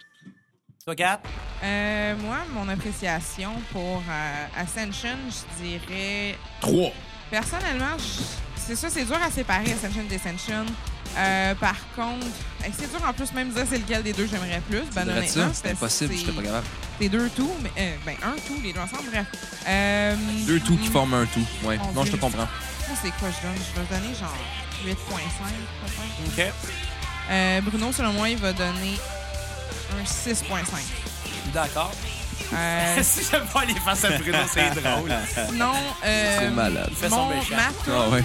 [SPEAKER 1] Toi, Kat?
[SPEAKER 3] Euh, moi, mon appréciation pour euh, Ascension, je dirais.
[SPEAKER 2] 3.
[SPEAKER 3] Personnellement, je- c'est ça, c'est dur à séparer Ascension et Descension. Euh, par contre, hey, c'est dur en plus même de dire c'est lequel des deux j'aimerais plus. Ben,
[SPEAKER 4] Dirais-tu ça?
[SPEAKER 3] honnêtement,
[SPEAKER 4] C'était
[SPEAKER 3] parce que
[SPEAKER 4] impossible,
[SPEAKER 3] c'est
[SPEAKER 4] j'étais pas capable.
[SPEAKER 3] Les deux tout, mais euh, ben un tout, les deux ensemble, bref. Euh,
[SPEAKER 4] Deux tout qui forment un tout. Ouais.
[SPEAKER 3] Mon
[SPEAKER 4] Non, je te
[SPEAKER 3] Dieu.
[SPEAKER 4] comprends.
[SPEAKER 3] ça, C'est quoi je donne? Je vais donner genre 8.5, peut-être.
[SPEAKER 1] OK.
[SPEAKER 3] Euh, Bruno, selon moi, il va donner un 6.5.
[SPEAKER 1] D'accord.
[SPEAKER 3] Euh,
[SPEAKER 1] si j'aime pas les faces à Bruno, Ah, c'est drôle.
[SPEAKER 3] sinon, euh,
[SPEAKER 4] C'est malade.
[SPEAKER 1] Il fait son
[SPEAKER 3] mon,
[SPEAKER 1] méchant.
[SPEAKER 3] ma
[SPEAKER 4] Ah
[SPEAKER 3] tourne-
[SPEAKER 4] ouais.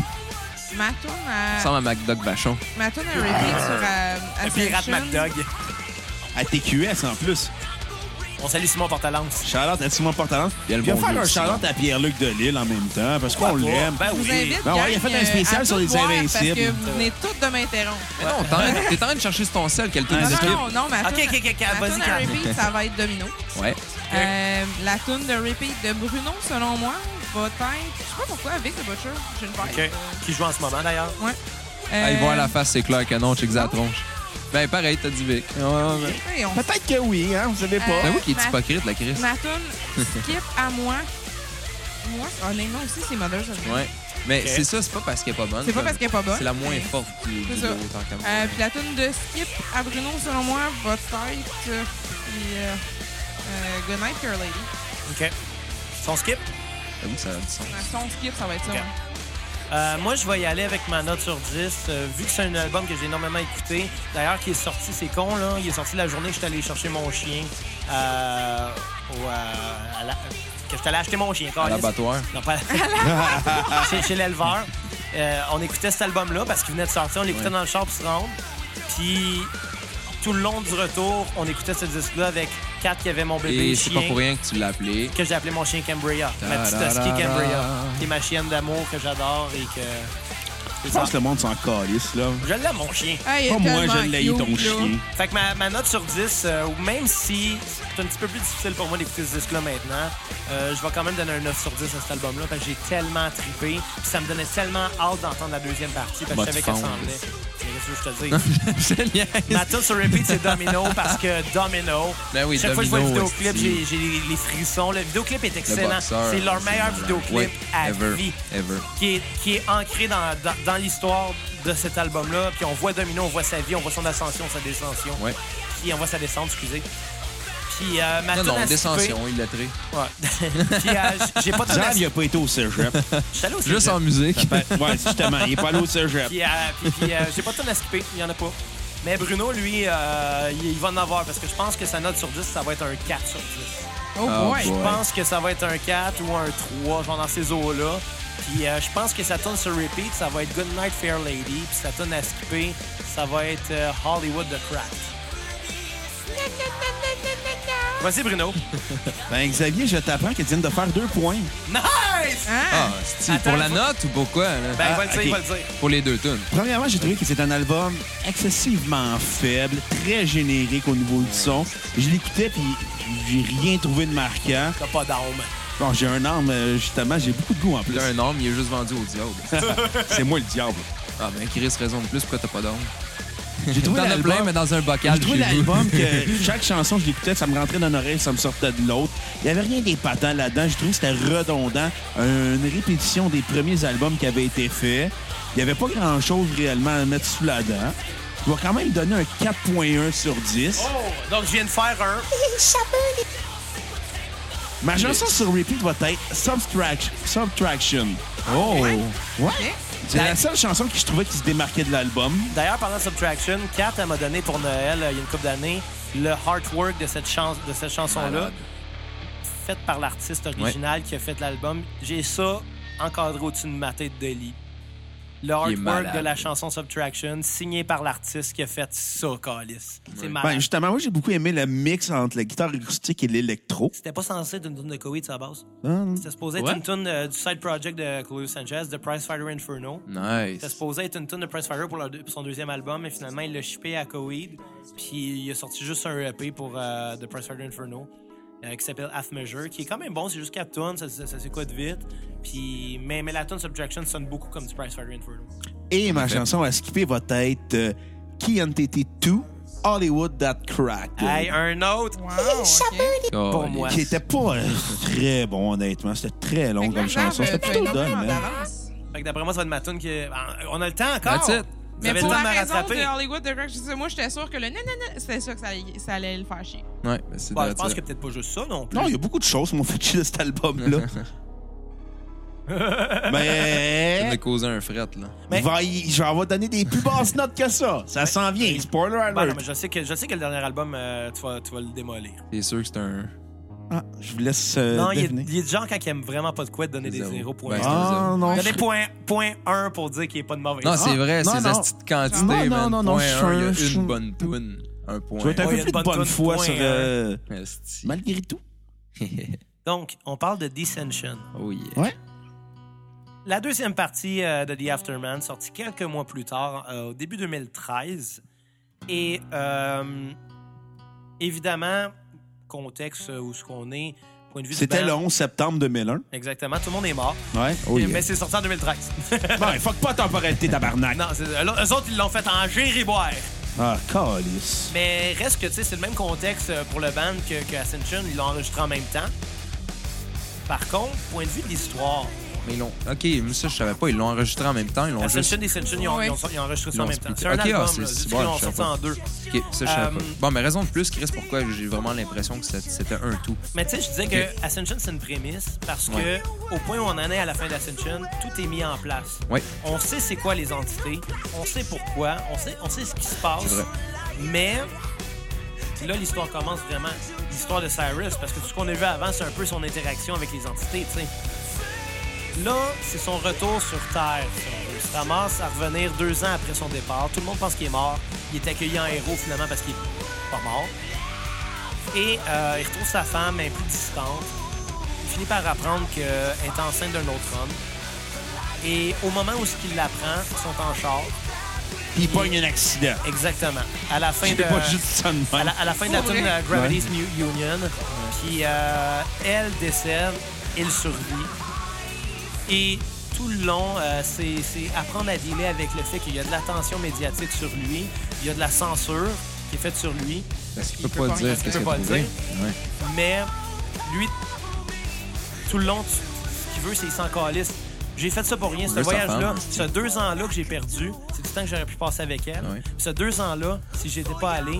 [SPEAKER 3] ma tourne à-
[SPEAKER 4] Ressemble à MacDoug Vachon.
[SPEAKER 3] ma tourne à repeat sur euh,
[SPEAKER 1] Le pirate
[SPEAKER 3] Ascension.
[SPEAKER 1] McDog.
[SPEAKER 2] À TQS en plus.
[SPEAKER 1] On salue Simon Portalance.
[SPEAKER 2] Charlotte à Simon Portalance.
[SPEAKER 4] Il y a le
[SPEAKER 2] Puis on
[SPEAKER 4] bon
[SPEAKER 2] va faire
[SPEAKER 4] Dieu
[SPEAKER 2] un
[SPEAKER 4] aussi,
[SPEAKER 2] Charlotte à Pierre-Luc Delisle en même temps parce qu'on l'aime.
[SPEAKER 1] Ben
[SPEAKER 3] Je vous
[SPEAKER 1] oui.
[SPEAKER 3] invite,
[SPEAKER 2] Ben ouais, il a
[SPEAKER 3] gang,
[SPEAKER 2] fait un spécial
[SPEAKER 3] euh, à
[SPEAKER 2] sur
[SPEAKER 3] tout
[SPEAKER 2] les
[SPEAKER 3] voir Parce
[SPEAKER 2] Invincibles.
[SPEAKER 3] que vous venez toutes de m'interrompre.
[SPEAKER 4] Mais non, t'es en train- t'es en train de chercher sur ton sel quel
[SPEAKER 2] Ah,
[SPEAKER 4] tournée
[SPEAKER 3] Non,
[SPEAKER 2] c'est
[SPEAKER 4] d'équipe.
[SPEAKER 3] non, non, ma
[SPEAKER 1] Ok,
[SPEAKER 3] tourne-
[SPEAKER 1] ok, ok,
[SPEAKER 3] ma
[SPEAKER 1] vas-y,
[SPEAKER 3] tourne à
[SPEAKER 1] Kat.
[SPEAKER 3] repeat, ça va être Domino.
[SPEAKER 4] Ouais.
[SPEAKER 3] Euh, la tourne de repeat de Bruno, selon moi, va être... Je sais pas pourquoi, avec The Butcher, j'ai une vibe. euh,
[SPEAKER 1] OK. Qui joue en ce moment, d'ailleurs.
[SPEAKER 3] Ouais.
[SPEAKER 2] Ah,
[SPEAKER 4] Allez voir
[SPEAKER 3] Euh,
[SPEAKER 4] la face, c'est clair que non, check la tronche. Ben pareil, t'as dit Vic. Ouais,
[SPEAKER 2] hein.
[SPEAKER 4] ouais, ouais.
[SPEAKER 3] et on
[SPEAKER 2] Peut-être que oui, hein, vous savez pas.
[SPEAKER 3] Euh,
[SPEAKER 4] J'avoue qu'il est
[SPEAKER 3] ma-
[SPEAKER 4] hypocrite, la Chris.
[SPEAKER 3] Ma toune skip à moi. Moi, honnêtement aussi, c'est Mother's Husband.
[SPEAKER 4] Ouais. Mais
[SPEAKER 1] Ok.
[SPEAKER 4] c'est ça, c'est pas parce qu'elle est pas bonne.
[SPEAKER 3] C'est pas
[SPEAKER 4] comme-
[SPEAKER 3] parce qu'elle est pas bonne.
[SPEAKER 4] C'est la moins
[SPEAKER 3] mais-
[SPEAKER 4] forte du
[SPEAKER 3] C'est
[SPEAKER 4] du
[SPEAKER 3] ça.
[SPEAKER 4] lot, tant qu'à moi.
[SPEAKER 3] Euh, puis la toune de skip à Bruno, selon moi, va être euh, puis, euh, euh, Good Night, Your Lady.
[SPEAKER 1] OK. Son skip?
[SPEAKER 4] J'avoue que ça a du sens.
[SPEAKER 3] Euh, Son skip, ça va être ça.
[SPEAKER 1] Ok.
[SPEAKER 3] ouais.
[SPEAKER 1] Euh, moi, je vais y aller avec ma note sur 10. euh, vu que c'est un album que j'ai énormément écouté, d'ailleurs, qui est sorti, c'est con, là. Il est sorti la journée que j'étais allé chercher mon chien. Euh, au, euh, à la- que j'étais allé acheter mon chien,
[SPEAKER 4] À
[SPEAKER 1] câlisse.
[SPEAKER 4] l'abattoir.
[SPEAKER 1] Non, pas chez, chez l'éleveur. Euh, on écoutait cet album-là parce qu'il venait de sortir. On l'écoutait
[SPEAKER 4] Ouais.
[SPEAKER 1] dans le char pour se rendre. Puis tout le long du retour, on écoutait ce disque-là avec Kat qui avait mon bébé
[SPEAKER 4] Et c'est
[SPEAKER 1] chien
[SPEAKER 4] pas pour rien que tu l'as appelé.
[SPEAKER 1] que j'ai appelé mon chien Cambria. Ma petite
[SPEAKER 4] Ta-da-da-da.
[SPEAKER 1] husky Cambria, qui est ma chienne d'amour que j'adore et que... et
[SPEAKER 2] Je
[SPEAKER 1] ça-
[SPEAKER 2] pense que le monde s'en calisse, là.
[SPEAKER 1] Je l'aime, mon chien.
[SPEAKER 3] Ah, il est
[SPEAKER 2] Pas moi,
[SPEAKER 3] tellement
[SPEAKER 2] je l'ai
[SPEAKER 3] cute,
[SPEAKER 2] ton
[SPEAKER 3] là. Ah,
[SPEAKER 2] chien.
[SPEAKER 1] Fait que ma, ma note sur 10, euh, même si c'est un petit peu plus difficile pour moi d'écouter ce disque-là maintenant, euh, je vais quand même donner un 9 sur 10 à cet album-là parce que j'ai tellement trippé. Puis ça me donnait tellement hâte d'entendre la deuxième partie parce que
[SPEAKER 4] Bah,
[SPEAKER 1] je savais
[SPEAKER 4] tu
[SPEAKER 1] qu'elle
[SPEAKER 4] fonds.
[SPEAKER 1] s'en venait. Mais qu'est-ce que je te dis?
[SPEAKER 4] Je te niaise.
[SPEAKER 1] ma tune sur repeat, c'est Domino parce que Domino.
[SPEAKER 4] Ben oui,
[SPEAKER 1] Chaque fois que je vois
[SPEAKER 4] Domino,
[SPEAKER 1] le vidéoclip, j'ai
[SPEAKER 4] hostie.
[SPEAKER 1] j'ai les, les frissons. Le vidéoclip est
[SPEAKER 4] Le
[SPEAKER 1] excellent.
[SPEAKER 4] boxeur.
[SPEAKER 1] C'est leur meilleur
[SPEAKER 4] malade.
[SPEAKER 1] vidéoclip
[SPEAKER 4] Ouais,
[SPEAKER 1] à
[SPEAKER 4] ever,
[SPEAKER 1] vie
[SPEAKER 4] Ever.
[SPEAKER 1] qui est, qui est ancré dans, dans, dans l'histoire de cet album-là. Puis on voit Domino, on voit sa vie, on voit son ascension, sa descension.
[SPEAKER 4] Ouais.
[SPEAKER 1] Puis on voit sa descente, excusez. Puis euh, ma
[SPEAKER 4] Non,
[SPEAKER 1] tune à
[SPEAKER 4] non,
[SPEAKER 1] skipper-
[SPEAKER 4] descension, il l'a très.
[SPEAKER 1] Ouais. Puis euh, j- j'ai pas
[SPEAKER 3] ben,
[SPEAKER 1] de tune à
[SPEAKER 2] Xav, il a pas été au cégep.
[SPEAKER 1] J'étais allé au
[SPEAKER 4] Juste
[SPEAKER 1] cégep.
[SPEAKER 4] en musique.
[SPEAKER 2] Ben, ouais, justement, il est pas allé au cégep.
[SPEAKER 1] Puis, euh, puis- puis, euh, j'ai pas de tune à skipper, il y en a pas. Mais Bruno, lui, euh, il, il va en avoir parce que je pense que sa note sur 10, ça va être un 4 sur 10.
[SPEAKER 3] Oh,
[SPEAKER 4] Ah,
[SPEAKER 3] boy.
[SPEAKER 1] Je
[SPEAKER 4] Ouais.
[SPEAKER 1] pense que ça va être un 4 ou un 3, genre dans ces eaux-là. Puis euh, je pense que sa tourne sur repeat, ça va être Good Night Fair Lady. Puis sa tourne à skipper, ça va être euh, Hollywood the Crack. Vas-y, Bruno.
[SPEAKER 2] Ben, Xavier, je t'apprends que tu viens de faire deux points.
[SPEAKER 1] Nice!
[SPEAKER 3] Hein?
[SPEAKER 4] Ah, c'est
[SPEAKER 1] Attends,
[SPEAKER 4] pour la
[SPEAKER 1] faut-
[SPEAKER 4] note ou pourquoi? là?
[SPEAKER 1] Ben, il va
[SPEAKER 2] Ah,
[SPEAKER 1] le dire,
[SPEAKER 2] ok.
[SPEAKER 1] il va le dire.
[SPEAKER 4] Pour les deux tunes.
[SPEAKER 2] Premièrement, j'ai trouvé que c'est un album excessivement faible, très générique au niveau du son. Je l'écoutais, puis j'ai rien trouvé de marquant.
[SPEAKER 1] T'as pas d'âme.
[SPEAKER 2] Bon, j'ai un arme, euh, justement, j'ai beaucoup de goût en plus.
[SPEAKER 4] Il a un homme, il est juste vendu au diable.
[SPEAKER 2] C'est moi le diable.
[SPEAKER 4] Ah, ben, Chris, raison de plus, pourquoi t'as pas d'homme?
[SPEAKER 2] J'ai trouvé
[SPEAKER 4] T'en as plein,
[SPEAKER 2] l'album...
[SPEAKER 4] mais dans un bocal.
[SPEAKER 2] J'ai trouvé
[SPEAKER 4] chez vous.
[SPEAKER 2] l'album que chaque chanson que je l'écoutais, ça me rentrait dans une oreille, ça me sortait de l'autre. Il n'y avait rien d'épatant là-dedans. Je trouve que c'était redondant. Une répétition des premiers albums qui avaient été faits. Il n'y avait pas grand-chose réellement à mettre sous la dent. Je vais quand même donner un 4.1 sur 10.
[SPEAKER 1] Oh! Donc, je viens de faire un.
[SPEAKER 4] Oh.
[SPEAKER 2] Ma chanson sur repeat va être Subtraction. Subtraction.
[SPEAKER 4] Oh!
[SPEAKER 2] Ouais.
[SPEAKER 3] Ok.
[SPEAKER 2] C'est la seule chanson que je trouvais qui se démarquait de l'album.
[SPEAKER 1] D'ailleurs, pendant Subtraction, Kat, elle m'a donné pour Noël, euh, il y a une couple d'années, le artwork de cette, chan- de cette chanson-là,
[SPEAKER 4] Malade.
[SPEAKER 1] faite par l'artiste original qui a fait l'album. J'ai ça encadré au-dessus de ma tête de lit. le artwork
[SPEAKER 4] malade.
[SPEAKER 1] de la chanson Subtraction, signé par l'artiste qui a fait ça, Calis. C'est
[SPEAKER 2] Ben,
[SPEAKER 1] malade.
[SPEAKER 2] justement, moi, j'ai beaucoup aimé le mix entre la guitare acoustique et l'électro.
[SPEAKER 1] C'était pas censé être une tune de Koweït à la base.
[SPEAKER 2] Hein?
[SPEAKER 1] C'était supposé
[SPEAKER 4] Ouais.
[SPEAKER 1] être une tune euh, du side project de Chloé Sanchez, The Price Fighter Inferno. C'était
[SPEAKER 4] Ah, Nice.
[SPEAKER 1] supposé être une tune de Price Fighter pour, leur deux- pour son deuxième album, mais finalement, il l'a shippé à Coheed. Puis il a sorti juste un EP pour euh, The Price Fighter Inferno, euh, qui s'appelle Half Measure, qui est quand même bon, c'est juste 4 tunes, ça, ça, ça s'écoute vite. Puis, mais, mais la tune Subtraction sonne beaucoup comme du Price Fighter Inferno.
[SPEAKER 2] Et ma chanson à skipper va être euh, Key NTT 2, Hollywood That Crack.
[SPEAKER 1] Hey, un autre!
[SPEAKER 3] Wow, ok.
[SPEAKER 1] Pour moi.
[SPEAKER 2] Qui était pas euh, très bon, honnêtement. C'était très long
[SPEAKER 3] Fait que la
[SPEAKER 2] comme chanson.
[SPEAKER 3] mère,
[SPEAKER 2] C'était
[SPEAKER 3] t'as
[SPEAKER 2] plutôt hein.
[SPEAKER 3] énormément
[SPEAKER 2] done, man.
[SPEAKER 3] d'avance.
[SPEAKER 1] Fait que d'après moi, ça va être ma tune que. Ah, On a le temps encore!
[SPEAKER 4] That's it.
[SPEAKER 1] Vous
[SPEAKER 3] Mais
[SPEAKER 1] avez le
[SPEAKER 3] pour
[SPEAKER 1] temps
[SPEAKER 3] la
[SPEAKER 1] de me
[SPEAKER 3] raison
[SPEAKER 1] rattraper.
[SPEAKER 3] de Hollywood The Rock, je sais, moi, j'étais sûr que le non, non, non, c'était sûr que ça allait, ça allait le faire chier.
[SPEAKER 4] Ouais, ben, c'est
[SPEAKER 1] Bah, je
[SPEAKER 4] de
[SPEAKER 1] pense
[SPEAKER 4] dire.
[SPEAKER 1] que peut-être pas juste ça non plus.
[SPEAKER 2] Non, il y a beaucoup de choses qui m'ont fait chier de cet album-là. Mais.
[SPEAKER 4] Ça m'a causé un fret, là.
[SPEAKER 1] Mais-
[SPEAKER 2] Va y- je vais avoir donné des plus basses notes que ça. Ça s'en vient. Spoiler
[SPEAKER 1] Bah, non,
[SPEAKER 2] alert.
[SPEAKER 1] mais je sais que, je sais que le dernier album, euh, tu, vas, tu vas le démolir.
[SPEAKER 4] C'est sûr que c'est un.
[SPEAKER 2] Ah, je vous laisse euh,
[SPEAKER 1] non, il est,
[SPEAKER 2] deviner.
[SPEAKER 1] il est du genre quand il aime vraiment pas de quoi de donner des
[SPEAKER 4] Zéro.
[SPEAKER 1] zéros pour
[SPEAKER 4] Ben,
[SPEAKER 1] un
[SPEAKER 4] c'est un
[SPEAKER 2] Ah,
[SPEAKER 4] zéro.
[SPEAKER 2] non.
[SPEAKER 1] Donnez
[SPEAKER 2] je-
[SPEAKER 1] point, point 1 pour dire qu'il est pas de mauvais.
[SPEAKER 4] Non, c'est vrai,
[SPEAKER 2] ah, non,
[SPEAKER 4] ces
[SPEAKER 2] non.
[SPEAKER 4] astiques quantités,
[SPEAKER 2] Non, non,
[SPEAKER 4] man.
[SPEAKER 2] non, non,
[SPEAKER 4] Point
[SPEAKER 2] je suis
[SPEAKER 4] un, il y
[SPEAKER 2] un-
[SPEAKER 4] a
[SPEAKER 2] je suis-
[SPEAKER 4] une bonne toune. Un
[SPEAKER 2] Je vais
[SPEAKER 4] point.
[SPEAKER 2] être un
[SPEAKER 1] Ouais,
[SPEAKER 2] peu
[SPEAKER 1] il y a
[SPEAKER 2] plus
[SPEAKER 1] pas
[SPEAKER 2] de
[SPEAKER 1] de
[SPEAKER 2] bonne
[SPEAKER 1] bonne
[SPEAKER 2] foi
[SPEAKER 1] point, hein.
[SPEAKER 2] sur. euh,
[SPEAKER 4] Asti.
[SPEAKER 2] Malgré tout.
[SPEAKER 1] Donc, on parle de Descension.
[SPEAKER 4] Oh yeah.
[SPEAKER 2] Ouais.
[SPEAKER 1] La deuxième partie euh, de The Afterman, sortie quelques mois plus tard, euh, au début 2013. Et euh, évidemment, contexte où ce qu'on est, point de vue du
[SPEAKER 2] C'était
[SPEAKER 1] band.
[SPEAKER 2] le 11 septembre 2001.
[SPEAKER 1] Exactement, tout le monde est mort.
[SPEAKER 2] Ben, Ouais. Oh, yeah.
[SPEAKER 1] Mais c'est sorti en 2013.
[SPEAKER 2] Ben, fuck pas temporalité, tabarnak.
[SPEAKER 1] non, c'est- eux eux autres, ils l'ont fait en gériboire.
[SPEAKER 2] Ah, calice.
[SPEAKER 1] Mais reste que, tu sais, c'est le même contexte euh, pour le band que, que Ascension, ils l'ont enregistré en même temps. Par contre, point de vue de l'histoire,
[SPEAKER 4] Mais ils l'ont. Ok, mais ça, je savais pas. Ils l'ont enregistré en même temps. Ils l'ont juste.
[SPEAKER 1] Ascension et Ascension, ils ont,
[SPEAKER 3] Ouais.
[SPEAKER 1] ils ont- ils ont enregistré
[SPEAKER 4] Ils
[SPEAKER 1] ça en
[SPEAKER 4] l'ont
[SPEAKER 1] même temps.
[SPEAKER 4] splitté.
[SPEAKER 1] Ah, C'est un
[SPEAKER 4] Ok, ah,
[SPEAKER 1] album,
[SPEAKER 4] c'est-
[SPEAKER 1] là,
[SPEAKER 4] c'est
[SPEAKER 1] juste
[SPEAKER 4] bon,
[SPEAKER 1] qu'ils l'ont
[SPEAKER 4] je savais
[SPEAKER 1] sorti
[SPEAKER 4] pas.
[SPEAKER 1] en deux.
[SPEAKER 4] Ok, ça, je savais
[SPEAKER 1] Euh,
[SPEAKER 4] pas. Bon, mais raison de plus, Chris, pourquoi j'ai vraiment l'impression que c'était- c'était un tout.
[SPEAKER 1] Mais tu sais, je disais que Ascension, c'est une prémisse parce
[SPEAKER 4] Ouais.
[SPEAKER 1] que, au point où on en est à la fin d'Ascension, tout est mis en place.
[SPEAKER 4] Ouais.
[SPEAKER 1] On sait c'est quoi les entités, on sait pourquoi, on sait, on sait ce qui se passe.
[SPEAKER 4] C'est vrai.
[SPEAKER 1] Mais là, l'histoire commence vraiment. L'histoire de Cyrus, parce que tout ce qu'on a vu avant, c'est un peu son interaction avec les entités, tu sais. Là, c'est son retour sur Terre. si on veut. Il se ramasse à revenir deux ans après son départ. Tout le monde pense qu'il est mort. Il est accueilli en héros finalement parce qu'il est pas mort. Et euh, il retrouve sa femme un peu distante. Il finit par apprendre qu'elle est enceinte d'un autre homme. Et au moment où il l'apprend, ils sont en char.
[SPEAKER 2] Il pogne un accident.
[SPEAKER 1] Exactement. À la fin de
[SPEAKER 2] C'était pas juste ça de même.
[SPEAKER 1] à la, à la fin de la
[SPEAKER 3] Pour
[SPEAKER 1] tune
[SPEAKER 3] vrai?
[SPEAKER 1] euh, Gravity's New Union. Puis euh, elle décède, il survit. Et tout le long, euh, c'est c'est apprendre à dealer avec le fait qu'il y a de l'attention médiatique sur lui, il y a de la censure qui est faite sur lui,
[SPEAKER 4] Parce qu'il
[SPEAKER 3] Il
[SPEAKER 4] peut
[SPEAKER 3] peut
[SPEAKER 4] pas
[SPEAKER 3] pas-
[SPEAKER 4] dire
[SPEAKER 3] parce
[SPEAKER 4] qu'est-ce
[SPEAKER 1] qu'il
[SPEAKER 4] qu'il
[SPEAKER 1] peut
[SPEAKER 4] a
[SPEAKER 1] pas
[SPEAKER 4] trouvé.
[SPEAKER 1] dire.
[SPEAKER 4] Ouais.
[SPEAKER 1] mais lui, tout le long, tu- ce qu'il veut, c'est qu'il s'en calisse. J'ai fait ça pour rien. Ce
[SPEAKER 4] veut sa
[SPEAKER 1] voyage-là,
[SPEAKER 4] femme.
[SPEAKER 1] ce deux ans-là que j'ai perdu, c'est du temps que j'aurais pu passer avec elle.
[SPEAKER 4] Ouais.
[SPEAKER 1] Ce deux ans-là, si j'étais pas allé,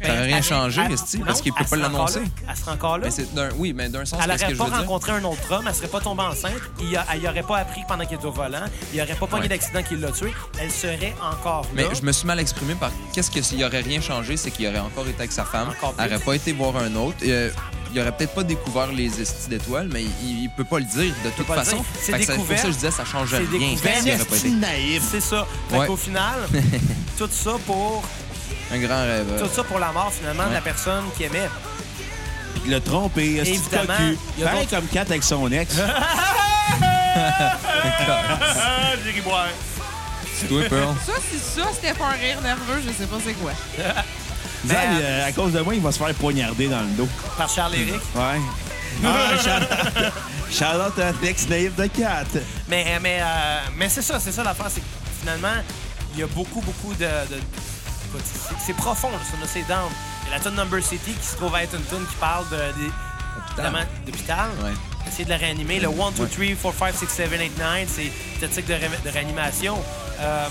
[SPEAKER 4] Ça aurait rien changé,
[SPEAKER 1] elle-
[SPEAKER 4] esti,
[SPEAKER 1] non,
[SPEAKER 4] parce qu'il peut
[SPEAKER 1] elle
[SPEAKER 4] pas
[SPEAKER 1] serait encore
[SPEAKER 4] l'annoncer.
[SPEAKER 1] là. Elle serait encore là.
[SPEAKER 4] Mais c'est d'un. Oui, mais d'un sens,
[SPEAKER 1] Elle
[SPEAKER 4] qu'est-ce
[SPEAKER 1] n'aurait
[SPEAKER 4] que je
[SPEAKER 1] pas
[SPEAKER 4] veux dire?
[SPEAKER 1] rencontré un autre homme, elle serait pas tombée enceinte, il y a- elle n'aurait pas appris pendant qu'elle était au volant, il n'y aurait pas pogné
[SPEAKER 4] Ouais.
[SPEAKER 1] d'accident qui l'a tué, elle serait encore là.
[SPEAKER 4] Mais je me suis mal exprimé par qu'est-ce que s'il aurait rien changé, c'est qu'il aurait encore été avec sa femme,
[SPEAKER 1] Encore plus.
[SPEAKER 4] il aurait pas été voir un autre, euh, il aurait peut-être pas découvert les estis d'étoiles, mais il, il peut pas le dire de toute
[SPEAKER 1] pas le
[SPEAKER 4] façon.
[SPEAKER 1] dire. C'est
[SPEAKER 4] Fait que ça- pour
[SPEAKER 1] découvert.
[SPEAKER 4] ça je disais ça change
[SPEAKER 1] C'est
[SPEAKER 4] rien.
[SPEAKER 1] découvert.
[SPEAKER 4] s'il aurait pas
[SPEAKER 2] C'est
[SPEAKER 4] été.
[SPEAKER 2] naïf.
[SPEAKER 1] C'est ça. Fait
[SPEAKER 4] Ouais.
[SPEAKER 1] qu'au final, tout ça pour
[SPEAKER 4] Un grand rêve. euh.
[SPEAKER 1] tout ça pour la mort finalement de la personne qui aimait.
[SPEAKER 2] Il l'a trompé. c'est
[SPEAKER 1] Évidemment,
[SPEAKER 2] cocu.
[SPEAKER 1] il y a
[SPEAKER 2] Pareil
[SPEAKER 1] d'autres-
[SPEAKER 2] comme Kat avec son ex.
[SPEAKER 4] Toi, Pearl.
[SPEAKER 3] Ça, si ça, c'était pas un rire nerveux, je sais pas c'est quoi.
[SPEAKER 1] Ben,
[SPEAKER 2] Zan, euh, à cause de moi, il va se faire poignarder dans le dos.
[SPEAKER 1] Par Charles Éric.
[SPEAKER 2] Ouais. Ah, shout- Shout-out à l'ex naïf de Kat.
[SPEAKER 1] Mais, mais, euh, mais c'est ça, c'est ça l'affaire. C'est que finalement, il y a beaucoup, beaucoup de. de- c'est- c'est profond, là, ça, là, c'est down. Il y a la tune Number City qui se trouve à être une tune qui parle de, des- évidemment, d'hôpital.
[SPEAKER 4] Ouais.
[SPEAKER 1] Essayer de la réanimer. Le 1, 2, 3, 4, 5, 6, 7, 8, 9, c'est une tactique de, ré- de réanimation. Euh,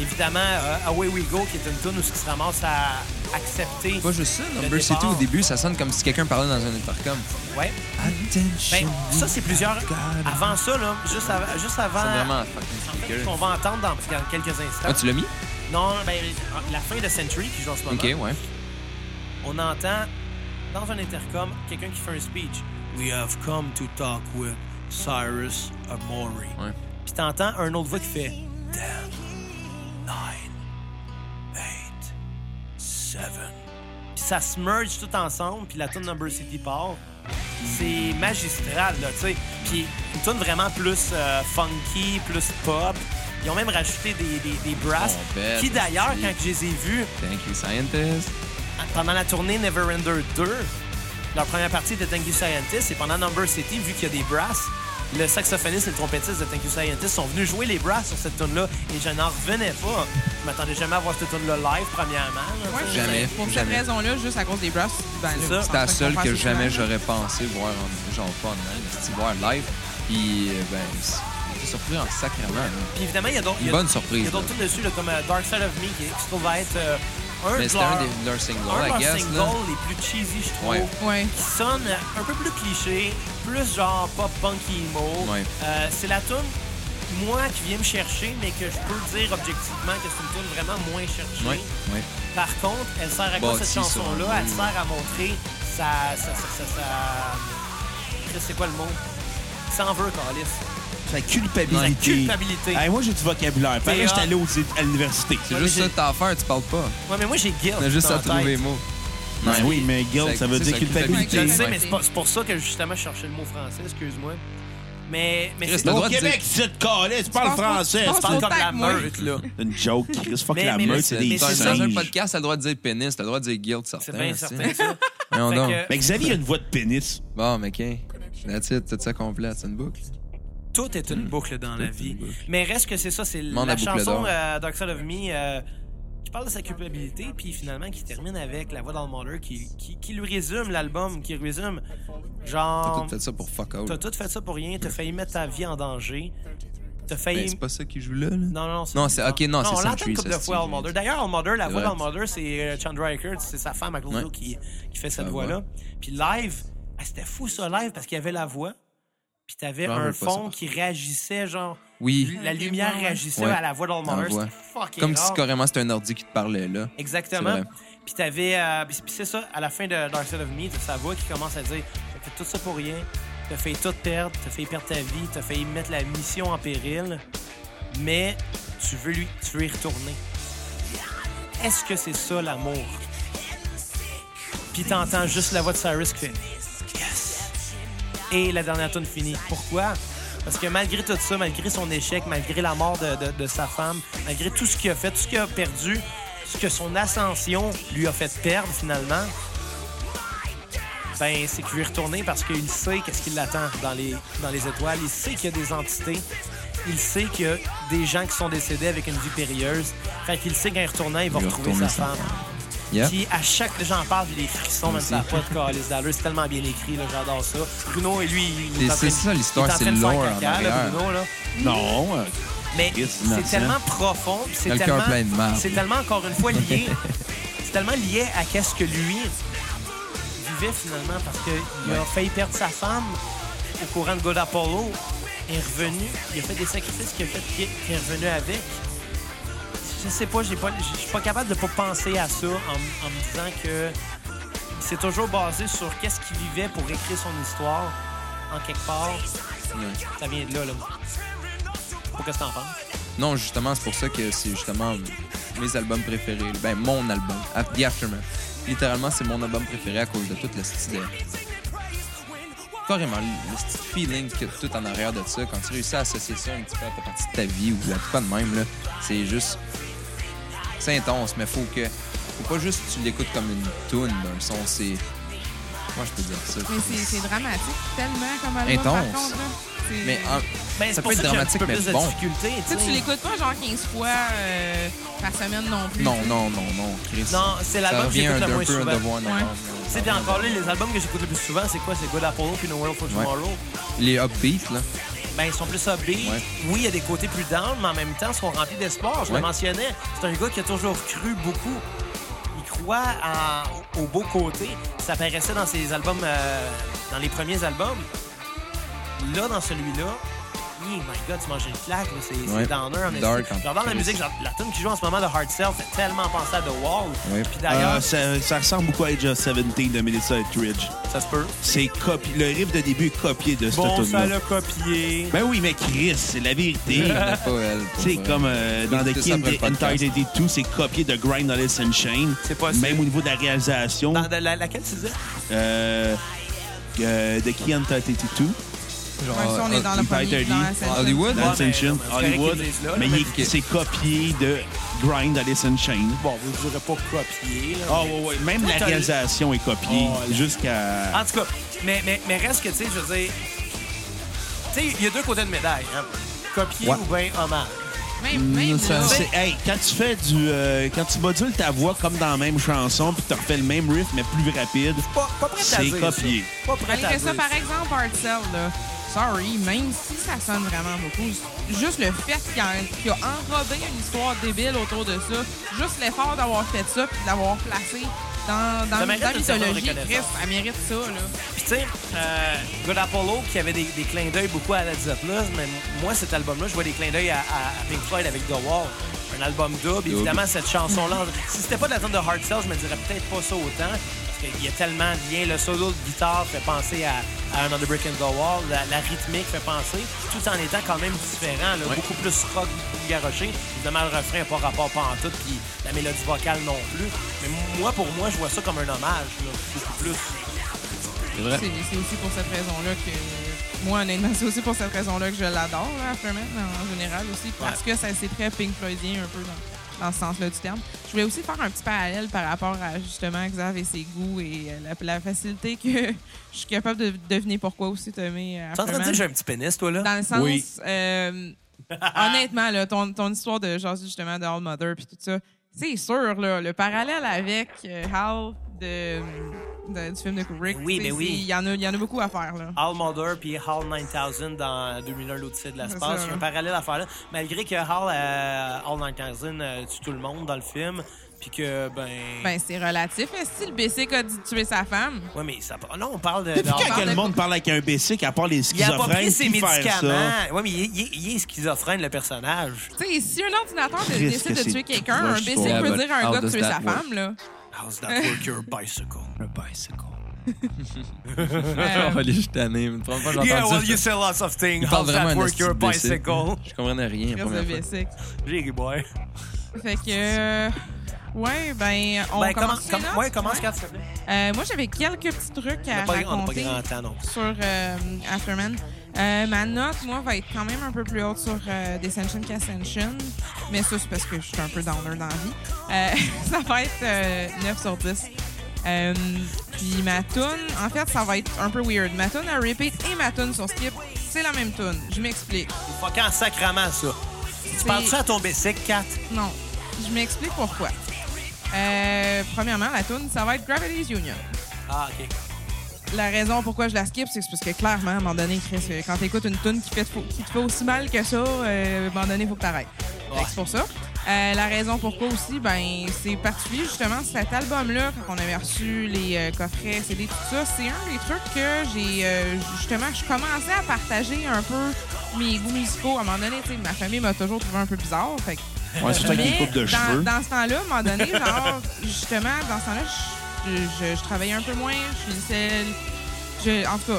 [SPEAKER 1] évidemment, euh, Away We Go, qui est une tune où ce qui se ramasse à accepter.
[SPEAKER 4] Pas juste ça,
[SPEAKER 1] le
[SPEAKER 4] Number City
[SPEAKER 1] départ.
[SPEAKER 4] au début, ça sonne comme si quelqu'un parlait dans un intercom.
[SPEAKER 1] Ouais. Ben, ça, c'est plusieurs. Avant ça, là, juste, av- juste avant.
[SPEAKER 4] C'est vraiment fucking
[SPEAKER 1] En fait,
[SPEAKER 4] speaker.
[SPEAKER 1] ce qu'on va entendre dans dans quelques instants.
[SPEAKER 4] Ah, tu l'as mis?
[SPEAKER 1] Non, ben, la fin de Century qui joue en ce moment,
[SPEAKER 4] Ok, ouais.
[SPEAKER 1] on entend dans un intercom quelqu'un qui fait un speech. We have come to talk with Cyrus Amory.
[SPEAKER 4] Ouais.
[SPEAKER 1] puis t'entends un autre voix qui fait 7. Puis ça se merge tout ensemble, puis la tune Number City part. C'est magistral, là, tu sais. Puis une tune vraiment plus euh, funky, plus pop. Ils ont même rajouté des, des, des brasses,
[SPEAKER 4] Trompette,
[SPEAKER 1] qui d'ailleurs,
[SPEAKER 4] aussi.
[SPEAKER 1] quand je les ai vus
[SPEAKER 4] Thank you, scientist.
[SPEAKER 1] pendant la tournée Neverender 2, leur première partie était Thank You Scientist, et pendant Number City, vu qu'il y a des brasses, le saxophoniste et le trompettiste de Thank You Scientist sont venus jouer les brasses sur cette tune-là, et je n'en revenais pas. Je m'attendais jamais à voir cette tune-là live, premièrement. là,
[SPEAKER 3] Ouais,
[SPEAKER 1] tu sais.
[SPEAKER 4] Jamais,
[SPEAKER 3] Pour cette
[SPEAKER 4] jamais.
[SPEAKER 3] raison-là, juste à cause des brasses, ben,
[SPEAKER 1] C'est
[SPEAKER 3] là,
[SPEAKER 1] ça.
[SPEAKER 3] je pense
[SPEAKER 4] C'est
[SPEAKER 3] pas
[SPEAKER 4] la
[SPEAKER 3] qu'on
[SPEAKER 4] seule
[SPEAKER 3] fasse
[SPEAKER 4] que
[SPEAKER 3] autant.
[SPEAKER 4] jamais j'aurais pensé voir en genre pas en c'est voir live. Puis, euh, ben, c'est- j'étais surpris en sacrément. hein. là.
[SPEAKER 1] Puis évidemment, il y a d'autres. il
[SPEAKER 4] Une
[SPEAKER 1] y a-
[SPEAKER 4] bonne
[SPEAKER 1] Il
[SPEAKER 4] surprise.
[SPEAKER 1] y a d'autres
[SPEAKER 4] là.
[SPEAKER 1] trucs dessus, là, comme euh, Dark Side of Me, qui, qui se trouve à être euh, un
[SPEAKER 4] Mais
[SPEAKER 1] de
[SPEAKER 4] c'était un
[SPEAKER 1] leurs
[SPEAKER 4] des- de leurs singles,
[SPEAKER 1] un de
[SPEAKER 4] I
[SPEAKER 1] leurs
[SPEAKER 4] guess.
[SPEAKER 1] singles
[SPEAKER 4] là.
[SPEAKER 1] les plus cheesy, je trouve.
[SPEAKER 4] Ouais.
[SPEAKER 3] Ouais.
[SPEAKER 1] qui sonne un peu plus cliché, plus genre pop punk emo.
[SPEAKER 4] Ouais.
[SPEAKER 1] Euh, c'est la tune moi qui viens me chercher, mais que je peux dire objectivement que c'est une tune vraiment moins cherchée.
[SPEAKER 4] Ouais, ouais.
[SPEAKER 1] Par contre, elle sert à quoi
[SPEAKER 4] Bâtie Mm.
[SPEAKER 1] cette
[SPEAKER 4] sur
[SPEAKER 1] chanson-là
[SPEAKER 4] un
[SPEAKER 1] Elle
[SPEAKER 4] mur.
[SPEAKER 1] sert à montrer sa, sa, sa, sa, sa- C'est quoi le mot S'en veut, Calis.
[SPEAKER 2] Sa culpabilité.
[SPEAKER 1] Sa culpabilité.
[SPEAKER 2] Hey, moi, j'ai du vocabulaire. Pareil,
[SPEAKER 1] T'es
[SPEAKER 2] j'étais allé aux- à l'université.
[SPEAKER 4] C'est
[SPEAKER 1] Ouais,
[SPEAKER 4] juste
[SPEAKER 1] mais
[SPEAKER 4] ça
[SPEAKER 1] j'ai-
[SPEAKER 4] que t'as à faire, tu parles pas.
[SPEAKER 1] Ouais, mais moi j'ai guilt.
[SPEAKER 4] On a juste
[SPEAKER 1] dans
[SPEAKER 4] à
[SPEAKER 1] la
[SPEAKER 4] trouver les
[SPEAKER 1] tête.
[SPEAKER 4] mots.
[SPEAKER 2] Ben oui, mais guilt,
[SPEAKER 4] C'est-
[SPEAKER 2] ça veut
[SPEAKER 4] c'est
[SPEAKER 2] dire
[SPEAKER 4] ça,
[SPEAKER 2] culpabilité.
[SPEAKER 1] Je le
[SPEAKER 4] culpabilité.
[SPEAKER 1] sais,
[SPEAKER 4] Ouais.
[SPEAKER 1] mais c'est pas- c'est pour ça que justement je cherchais le mot français, excuse-moi. Mais, mais
[SPEAKER 4] Chris,
[SPEAKER 1] c'est
[SPEAKER 4] t'as le
[SPEAKER 2] Au
[SPEAKER 4] droit de
[SPEAKER 2] Québec, c'est de caler, tu parles
[SPEAKER 3] penses- tu
[SPEAKER 2] français.
[SPEAKER 3] penses-
[SPEAKER 2] tu
[SPEAKER 1] parle
[SPEAKER 3] Autant
[SPEAKER 1] comme
[SPEAKER 3] que
[SPEAKER 1] la
[SPEAKER 3] moi.
[SPEAKER 1] meute, là.
[SPEAKER 2] parles- une joke, Chris. Fuck
[SPEAKER 1] Mais-
[SPEAKER 2] la
[SPEAKER 1] mais-
[SPEAKER 2] meute, c'est
[SPEAKER 1] mais
[SPEAKER 2] des
[SPEAKER 1] c'est
[SPEAKER 4] Dans
[SPEAKER 1] ça,
[SPEAKER 4] un
[SPEAKER 2] singes.
[SPEAKER 4] podcast, t'as le droit de dire pénis, t'as le droit de dire guilt, certains.
[SPEAKER 1] C'est bien
[SPEAKER 4] tu sais.
[SPEAKER 1] certain, ça.
[SPEAKER 4] Voyons
[SPEAKER 1] Fait
[SPEAKER 4] donc.
[SPEAKER 1] que-
[SPEAKER 2] Mais Xavier a une voix de pénis.
[SPEAKER 4] Bon, mais OK. That's it, tout ça complète, c'est une boucle.
[SPEAKER 1] Tout est une boucle dans la
[SPEAKER 4] est
[SPEAKER 1] vie.
[SPEAKER 4] une boucle.
[SPEAKER 1] Mais reste que c'est ça, c'est
[SPEAKER 4] Demande
[SPEAKER 1] la
[SPEAKER 4] à Boucle
[SPEAKER 1] chanson
[SPEAKER 4] d'Or.
[SPEAKER 1] euh, Dark Side of Me euh, qui parle de sa culpabilité, puis finalement qui termine avec la voix dans le Mauler qui, qui, qui lui résume l'album, qui résume
[SPEAKER 4] T'as
[SPEAKER 1] genre,
[SPEAKER 4] tout fait ça pour fuck out.
[SPEAKER 1] t'as tout fait ça pour rien, t'as failli mettre ta vie en danger, t'as
[SPEAKER 4] Ben,
[SPEAKER 1] failli.
[SPEAKER 4] c'est pas ça qui joue là, là.
[SPEAKER 1] Non, non, non.
[SPEAKER 4] Non, c'est- ok, non, c'est
[SPEAKER 1] On l'entend
[SPEAKER 4] Sentry,
[SPEAKER 1] une couple
[SPEAKER 4] ça,
[SPEAKER 1] de fois,
[SPEAKER 4] c'est-
[SPEAKER 1] Allmother. D'ailleurs, Allmother, la
[SPEAKER 4] C'est
[SPEAKER 1] voix
[SPEAKER 4] vrai.
[SPEAKER 1] d'Allmother, c'est euh, Chandra Eckert, c'est sa femme, à Claudio,
[SPEAKER 4] Ouais.
[SPEAKER 1] qui, qui fait cette
[SPEAKER 4] Ah,
[SPEAKER 1] voix-là.
[SPEAKER 4] ouais.
[SPEAKER 1] Puis live, ah, c'était fou ça, live, parce qu'il y avait la voix, puis t'avais
[SPEAKER 4] Ah,
[SPEAKER 1] un
[SPEAKER 4] ouais, pas
[SPEAKER 1] fond
[SPEAKER 4] ça.
[SPEAKER 1] qui réagissait, genre.
[SPEAKER 4] Oui.
[SPEAKER 1] La lumière
[SPEAKER 3] Ouais.
[SPEAKER 1] réagissait
[SPEAKER 4] Ouais.
[SPEAKER 1] à la voix
[SPEAKER 4] Dans
[SPEAKER 1] d'Allmother.
[SPEAKER 4] la voix.
[SPEAKER 1] C'était fucking
[SPEAKER 4] Comme si
[SPEAKER 1] rare.
[SPEAKER 4] carrément c'était un ordi qui te parlait, là.
[SPEAKER 1] Exactement.
[SPEAKER 4] C'est vrai.
[SPEAKER 1] Puis t'avais. euh, puis puis c'est ça, à la fin de Dark Side of Me, t'as sa voix qui commence à dire T'as fait tout ça pour rien, t'as failli tout perdre, t'as failli perdre ta vie, t'as failli mettre la mission en péril, mais tu veux, lui, tu veux y retourner. Est-ce que c'est ça l'amour? Puis t'entends juste la voix de Cyrus qui fait Yes! Et la dernière tune finie. Pourquoi? Parce que malgré tout ça, malgré son échec, malgré la mort de, de- de sa femme, malgré tout ce qu'il a fait, tout ce qu'il a perdu, ce que son ascension lui a fait perdre finalement, ben c'est qu'il veut y retourner parce qu'il sait qu'est-ce qui l'attend dans les, dans les étoiles. Il sait qu'il y a des entités. Il sait qu'il y a des gens qui sont décédés avec une vie périlleuse. Fait qu'il sait qu'en y retournant, il va
[SPEAKER 4] Il va
[SPEAKER 1] retrouver sa
[SPEAKER 4] retourner sa
[SPEAKER 1] femme.
[SPEAKER 4] Yeah.
[SPEAKER 1] Puis à chaque j'en parle, j'ai des frissons, même
[SPEAKER 4] Aussi.
[SPEAKER 1] ça a pas de calice d'allure. C'est tellement bien écrit, là, j'adore ça. Bruno et lui, il
[SPEAKER 4] Et
[SPEAKER 1] est en train
[SPEAKER 4] c'est
[SPEAKER 1] de-
[SPEAKER 4] ça, l'histoire,
[SPEAKER 1] il est en
[SPEAKER 4] c'est
[SPEAKER 1] train de faire
[SPEAKER 4] lore
[SPEAKER 1] caca,
[SPEAKER 4] en
[SPEAKER 1] là,
[SPEAKER 4] arrière.
[SPEAKER 1] Bruno, là.
[SPEAKER 2] Non. euh,
[SPEAKER 1] Mais
[SPEAKER 2] Yes,
[SPEAKER 1] c'est
[SPEAKER 2] innocent.
[SPEAKER 1] tellement profond, puis c'est
[SPEAKER 4] T'as le cœur
[SPEAKER 1] tellement,
[SPEAKER 4] plein de marde.
[SPEAKER 1] c'est tellement encore une fois lié, c'est tellement lié à qu'est-ce que lui vivait finalement parce qu'il a
[SPEAKER 4] Ouais.
[SPEAKER 1] failli perdre sa femme au courant de God Apollo, est revenu, il a fait des sacrifices qu'il a fait, qu'il qu'il est revenu avec. Je sais pas, j'ai pas, je suis pas capable de pas penser à ça en, en me disant que c'est toujours basé sur qu'est-ce qu'il vivait pour écrire son histoire en quelque part. Ça vient de là, là. Pour que t'en penses.
[SPEAKER 4] Non, justement, c'est pour ça que c'est justement mes albums préférés. Ben, mon album, Af- The Aftermath. Littéralement, c'est mon album préféré à cause de toute la style. Carrément, le style feeling que tout en arrière de ça, quand tu réussis à associer ça un petit peu à ta partie de ta vie ou à tout pas de même, là, c'est juste. C'est intense, mais faut que. Faut pas juste que tu l'écoutes comme une tune d'un son, c'est. Moi, je peux dire ça.
[SPEAKER 3] Mais c'est- c'est dramatique, tellement comme album,
[SPEAKER 4] Intense.
[SPEAKER 3] par contre. là. C'est-
[SPEAKER 4] Mais en-
[SPEAKER 1] Ben, c'est
[SPEAKER 4] ça peut
[SPEAKER 1] pour
[SPEAKER 4] être
[SPEAKER 1] ça que j'ai un petit
[SPEAKER 4] dramatique,
[SPEAKER 1] peu
[SPEAKER 4] mais
[SPEAKER 1] plus de
[SPEAKER 4] bon.
[SPEAKER 1] difficulté.
[SPEAKER 3] Tu sais, tu l'écoutes pas genre 15 fois euh, par semaine non plus.
[SPEAKER 4] Non, non, non, non, Chris.
[SPEAKER 1] Non, c'est
[SPEAKER 4] ça
[SPEAKER 1] l'album que
[SPEAKER 4] revient un,
[SPEAKER 1] j'écoute le
[SPEAKER 4] un
[SPEAKER 1] moins
[SPEAKER 4] peu un
[SPEAKER 1] souvent.
[SPEAKER 4] devoir non,
[SPEAKER 3] Ouais.
[SPEAKER 4] non, non,
[SPEAKER 1] Tu sais, puis
[SPEAKER 4] non,
[SPEAKER 1] encore
[SPEAKER 4] non.
[SPEAKER 1] là, les albums que j'écoute le plus souvent, c'est quoi? C'est God Apollo puis No World for
[SPEAKER 4] Ouais.
[SPEAKER 1] Tomorrow.
[SPEAKER 4] Les upbeats, là.
[SPEAKER 1] Ben, ils sont plus upbeat.
[SPEAKER 4] Ouais.
[SPEAKER 1] Oui, il y a des côtés plus down, mais en même temps, ils sont remplis d'espoir. Je
[SPEAKER 4] Ouais.
[SPEAKER 1] le mentionnais. C'est un gars qui a toujours cru beaucoup. Il croit en- au beau côté. Ça apparaissait dans ses albums, euh, dans les premiers albums. Là, dans celui-là, Hey my god, tu manges une claque, là, c'est c'est
[SPEAKER 4] Ouais.
[SPEAKER 1] downer. en esti.
[SPEAKER 4] Dark, en
[SPEAKER 1] Je regarde la
[SPEAKER 4] plus.
[SPEAKER 1] musique, genre, la tune qui joue en ce moment de Hard Cell fait tellement penser à The Wall.
[SPEAKER 4] Ouais. Euh,
[SPEAKER 1] Puis d'ailleurs,
[SPEAKER 2] Ah, ça, ça ressemble beaucoup à Age of 17 de Melissa Etheridge.
[SPEAKER 1] ça se peut.
[SPEAKER 2] C'est copié. Le riff de début est copié de cette
[SPEAKER 1] Bon, ça
[SPEAKER 2] tune-là.
[SPEAKER 1] l'a copié.
[SPEAKER 2] Ben oui, mais Chris, c'est la vérité.
[SPEAKER 4] connais pas elle. pour
[SPEAKER 2] C'est
[SPEAKER 4] vrai.
[SPEAKER 2] comme euh, dans The
[SPEAKER 4] Écoutez ça
[SPEAKER 2] King
[SPEAKER 4] après le podcast.
[SPEAKER 2] Entirety 2, c'est copié de Grind Alice and Shane.
[SPEAKER 1] C'est possible.
[SPEAKER 2] Même au niveau de la réalisation.
[SPEAKER 1] Dans de la- laquelle tu disais?
[SPEAKER 2] Euh, euh, The King Entirety 2,
[SPEAKER 4] Genre,
[SPEAKER 3] Même si
[SPEAKER 1] Euh,
[SPEAKER 3] on est dans la
[SPEAKER 2] Peter
[SPEAKER 3] première.
[SPEAKER 2] Lee,
[SPEAKER 3] dans la scène.
[SPEAKER 4] Hollywood?
[SPEAKER 1] Ouais,
[SPEAKER 2] Alice and
[SPEAKER 1] mais-
[SPEAKER 2] Shane,
[SPEAKER 1] c'est correct
[SPEAKER 2] Hollywood.
[SPEAKER 1] qu'ils disent là, là,
[SPEAKER 2] Mais
[SPEAKER 1] mais-
[SPEAKER 2] il est- c'est copié de Grind Alice and Shane.
[SPEAKER 1] Bon, vous ne direz pas copié. là,
[SPEAKER 2] Ah
[SPEAKER 1] mais-
[SPEAKER 2] ouais, ouais. Même
[SPEAKER 1] Toi,
[SPEAKER 2] la
[SPEAKER 1] t'as-
[SPEAKER 2] réalisation est copiée
[SPEAKER 1] Oh, là.
[SPEAKER 2] jusqu'à...
[SPEAKER 1] En tout cas, mais, mais, mais reste que, tu sais, je veux dire, tu sais, il y a deux côtés de médaille. Hein? Copier
[SPEAKER 4] Ouais.
[SPEAKER 1] ou bien hommage.
[SPEAKER 3] Même, même
[SPEAKER 2] Ça,
[SPEAKER 3] là,
[SPEAKER 2] c'est- hey, quand tu fais du. euh, quand tu modules ta voix comme dans la même chanson, puis tu refais le même riff, mais plus rapide.
[SPEAKER 1] Pas, pas prêt à
[SPEAKER 2] C'est
[SPEAKER 1] dire. ça.
[SPEAKER 2] copié.
[SPEAKER 1] Pas prêt à
[SPEAKER 3] Malgré
[SPEAKER 1] dire.
[SPEAKER 3] Ben, ça, par exemple, Hard Cell, là, sorry, même si ça sonne vraiment beaucoup, juste le fait qu'il y a, qu'il y a enrobé une histoire débile autour de ça, juste l'effort d'avoir fait ça puis de l'avoir placé dans, dans,
[SPEAKER 1] Ça
[SPEAKER 3] dans
[SPEAKER 1] mérite
[SPEAKER 3] la
[SPEAKER 1] une certaine
[SPEAKER 3] mythologie, Chris,
[SPEAKER 1] reconnaissance.
[SPEAKER 3] elle mérite ça, là.
[SPEAKER 1] Puis, tu sais, euh, God Apollo, qui avait des, des clins d'œil beaucoup à Led Zeppelin, mais moi, cet album-là, je vois des clins d'œil à, à- à Pink Floyd avec The Wall. Un album double. Évidemment, cette chanson-là, si c'était pas de la tune de Hard Cell, je me dirais peut-être pas ça autant. Parce qu'il y a tellement de liens. Le solo de guitare fait penser à, à Another Brick in the Wall. La, la rythmique fait penser, tout en étant quand même différent. là, Beaucoup plus rock, beaucoup garoché. Évidemment, le refrain n'a pas rapport pas en tout, puis la mélodie vocale non plus. Mais moi, pour moi, je vois ça comme un hommage, là, beaucoup plus.
[SPEAKER 4] Ouais.
[SPEAKER 3] C'est c'est aussi pour cette raison-là que. Moi, honnêtement, c'est aussi pour cette raison-là que je l'adore, là, Aftermath, en général aussi, parce que ça c'est très Pink Floydien, un peu, dans, dans ce sens-là du terme. Je voulais aussi faire un petit parallèle par rapport à, justement, Xav et ses goûts et euh, la, la facilité que je suis capable de deviner pourquoi aussi euh, Tommy
[SPEAKER 1] T'es en train de dire que j'ai un petit pénis, toi, là?
[SPEAKER 3] Dans le sens,
[SPEAKER 2] Oui.
[SPEAKER 3] euh, honnêtement, là, ton, ton histoire de genre justement de All Mother puis tout ça, c'est sûr, là, le parallèle avec euh, Hal de, de- du film de Kubrick,
[SPEAKER 1] Oui,
[SPEAKER 3] tu sais,
[SPEAKER 1] ben oui.
[SPEAKER 3] c'est- il y, en a- il y en a beaucoup à faire. Là.
[SPEAKER 1] Hal Mulder puis Hal 9000 dans 2001 l'Odyssée de l'espace.
[SPEAKER 3] C'est ça,
[SPEAKER 1] Il y a un
[SPEAKER 3] hein.
[SPEAKER 1] parallèle à faire là. Malgré que Hal, euh, Hal 9000 euh, tue tout le monde dans le film, puis que, ben...
[SPEAKER 3] Ben, c'est relatif. Mais si le BC a dit de tuer sa femme,
[SPEAKER 1] Ouais, mais ça... Non, on parle de...
[SPEAKER 2] Depuis
[SPEAKER 1] de-
[SPEAKER 2] quand
[SPEAKER 3] parle
[SPEAKER 2] que le
[SPEAKER 3] de-
[SPEAKER 2] monde parle avec un basic à part les
[SPEAKER 1] Il a
[SPEAKER 2] schizophrènes
[SPEAKER 1] pas pris ses
[SPEAKER 2] qui font faire ça?
[SPEAKER 1] médicaments. Ouais, mais il est, il est- il est schizophrène, le personnage.
[SPEAKER 3] tu sais, si un ordinateur
[SPEAKER 2] Christ, que
[SPEAKER 3] décide
[SPEAKER 2] c'est
[SPEAKER 3] de tuer quelqu'un,
[SPEAKER 2] proche,
[SPEAKER 3] un BC
[SPEAKER 2] toi.
[SPEAKER 3] peut
[SPEAKER 4] Yeah,
[SPEAKER 3] dire à
[SPEAKER 4] but
[SPEAKER 3] un
[SPEAKER 4] how
[SPEAKER 3] gars de
[SPEAKER 4] does
[SPEAKER 3] tuer
[SPEAKER 4] that
[SPEAKER 3] sa
[SPEAKER 4] work?
[SPEAKER 3] femme. Là.
[SPEAKER 1] How's that work your bicycle?
[SPEAKER 4] A bicycle.
[SPEAKER 3] Euh,
[SPEAKER 4] Oh, les chutanés. Me trompe pas, j'ai
[SPEAKER 1] Yeah,
[SPEAKER 4] entendu
[SPEAKER 1] well, you
[SPEAKER 4] ça.
[SPEAKER 1] say lots of things.
[SPEAKER 4] Il parle
[SPEAKER 1] How's that
[SPEAKER 4] vraiment
[SPEAKER 1] work your bicycle?
[SPEAKER 4] Je comprenais rien.
[SPEAKER 3] Chris de
[SPEAKER 4] la première fois.
[SPEAKER 3] BC.
[SPEAKER 1] J'ai boy.
[SPEAKER 3] Fait que. euh, ouais, ben, on
[SPEAKER 1] Ben, comment,
[SPEAKER 3] commence.
[SPEAKER 1] comment,
[SPEAKER 3] les
[SPEAKER 1] ouais,
[SPEAKER 3] notes?
[SPEAKER 1] commence quand s'il te plaît.
[SPEAKER 3] Euh, moi, j'avais quelques petits trucs
[SPEAKER 1] On
[SPEAKER 3] à
[SPEAKER 1] a pas- on n'a pas
[SPEAKER 3] raconter
[SPEAKER 1] grand temps, non.
[SPEAKER 3] sur euh, Afterman. Euh, ma note, moi, va être quand même un peu plus haute sur euh, Descension qu'Ascension. Mais ça, c'est parce que je suis un peu downer dans la vie. Euh, ça va être euh, 9 sur 10. Euh, puis ma tune, en fait, ça va être un peu weird. Ma tune à repeat et ma tune sur skip, c'est la même tune. Je m'explique.
[SPEAKER 1] Faut qu'en sacrament, ça. Tu
[SPEAKER 3] C'est-
[SPEAKER 1] parles ça à ton bicycle, Kat?
[SPEAKER 3] Non. Je m'explique pourquoi. Euh, premièrement, la tune, ça va être Gravity's Union.
[SPEAKER 1] Ah, OK.
[SPEAKER 3] la raison pourquoi je la skip, c'est parce que clairement, à un moment donné, Chris, euh, quand t'écoutes une tune qui, fait- qui te fait aussi mal que ça, euh, à un moment donné, il faut que t'arrêtes. Fait que C'est pour ça. Euh, la raison pourquoi aussi, ben, c'est particulier justement cet album-là, quand on avait reçu les euh, coffrets, CD, tout ça, c'est un des trucs que j'ai euh, justement, je commençais à partager un peu mes goûts musicaux. À un moment donné, tu sais, ma famille m'a toujours trouvé un peu bizarre. Fait que
[SPEAKER 2] Ouais, surtout avec
[SPEAKER 3] mais
[SPEAKER 2] les coupes de
[SPEAKER 3] dans,
[SPEAKER 2] cheveux.
[SPEAKER 3] dans ce temps-là, à un moment donné, genre, justement, dans ce temps-là, je, je- je travaillais un peu moins. Je finissais. Je, en tout cas,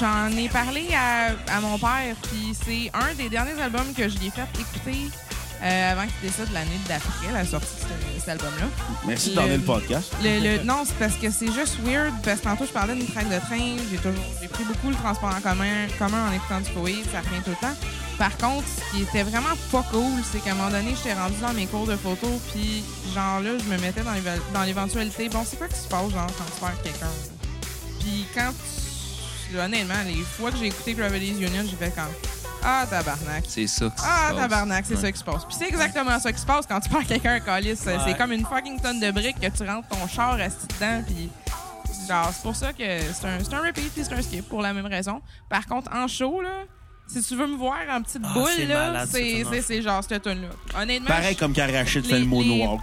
[SPEAKER 3] j'en ai parlé à, à mon père, puis c'est un des derniers albums que je lui ai fait écouter euh, avant qu'il décède l'année d'après, la sortie de ce- cet album-là.
[SPEAKER 2] Merci de
[SPEAKER 3] Le-
[SPEAKER 2] donner le podcast.
[SPEAKER 3] Le, le- non, c'est parce que c'est juste weird. Parce que tantôt, je parlais d'une traque de train. J'ai toujours j'ai pris beaucoup le transport en commun, commun en écoutant du poésie. Ça revient tout le temps. Par contre, ce qui était vraiment pas cool, c'est qu'à un moment donné, j'étais rendue dans mes cours de photo. Puis, genre là, je me mettais dans l'éva- dans l'éventualité. Bon, c'est quoi qui se passe, genre, quand tu perds quelqu'un? là? Puis quand tu- Honnêtement, les fois que j'ai écouté Gravity's Union, j'ai fait comme Ah, tabarnak.
[SPEAKER 4] C'est ça. qui se
[SPEAKER 3] Ah,
[SPEAKER 4] passe.
[SPEAKER 3] tabarnak, c'est
[SPEAKER 4] Ouais.
[SPEAKER 3] ça qui se passe. Puis c'est exactement ça qui se passe quand tu perds quelqu'un à calice. C'est-
[SPEAKER 1] Ouais.
[SPEAKER 3] C'est comme une fucking tonne de briques que tu rentres ton char assis dedans. Puis genre, c'est pour ça que c'est un, c'est un repeat puis c'est un skip pour la même raison. Par contre, en show, là, si tu veux me voir en petite
[SPEAKER 1] Ah, c'est
[SPEAKER 3] boule, là,
[SPEAKER 1] malade,
[SPEAKER 3] c'est-
[SPEAKER 1] cette tune-là.
[SPEAKER 3] c'est c'est genre cette tonne-là. Honnêtement,
[SPEAKER 2] Pareil comme quand Rachid fait le
[SPEAKER 3] les-
[SPEAKER 2] moonwalk.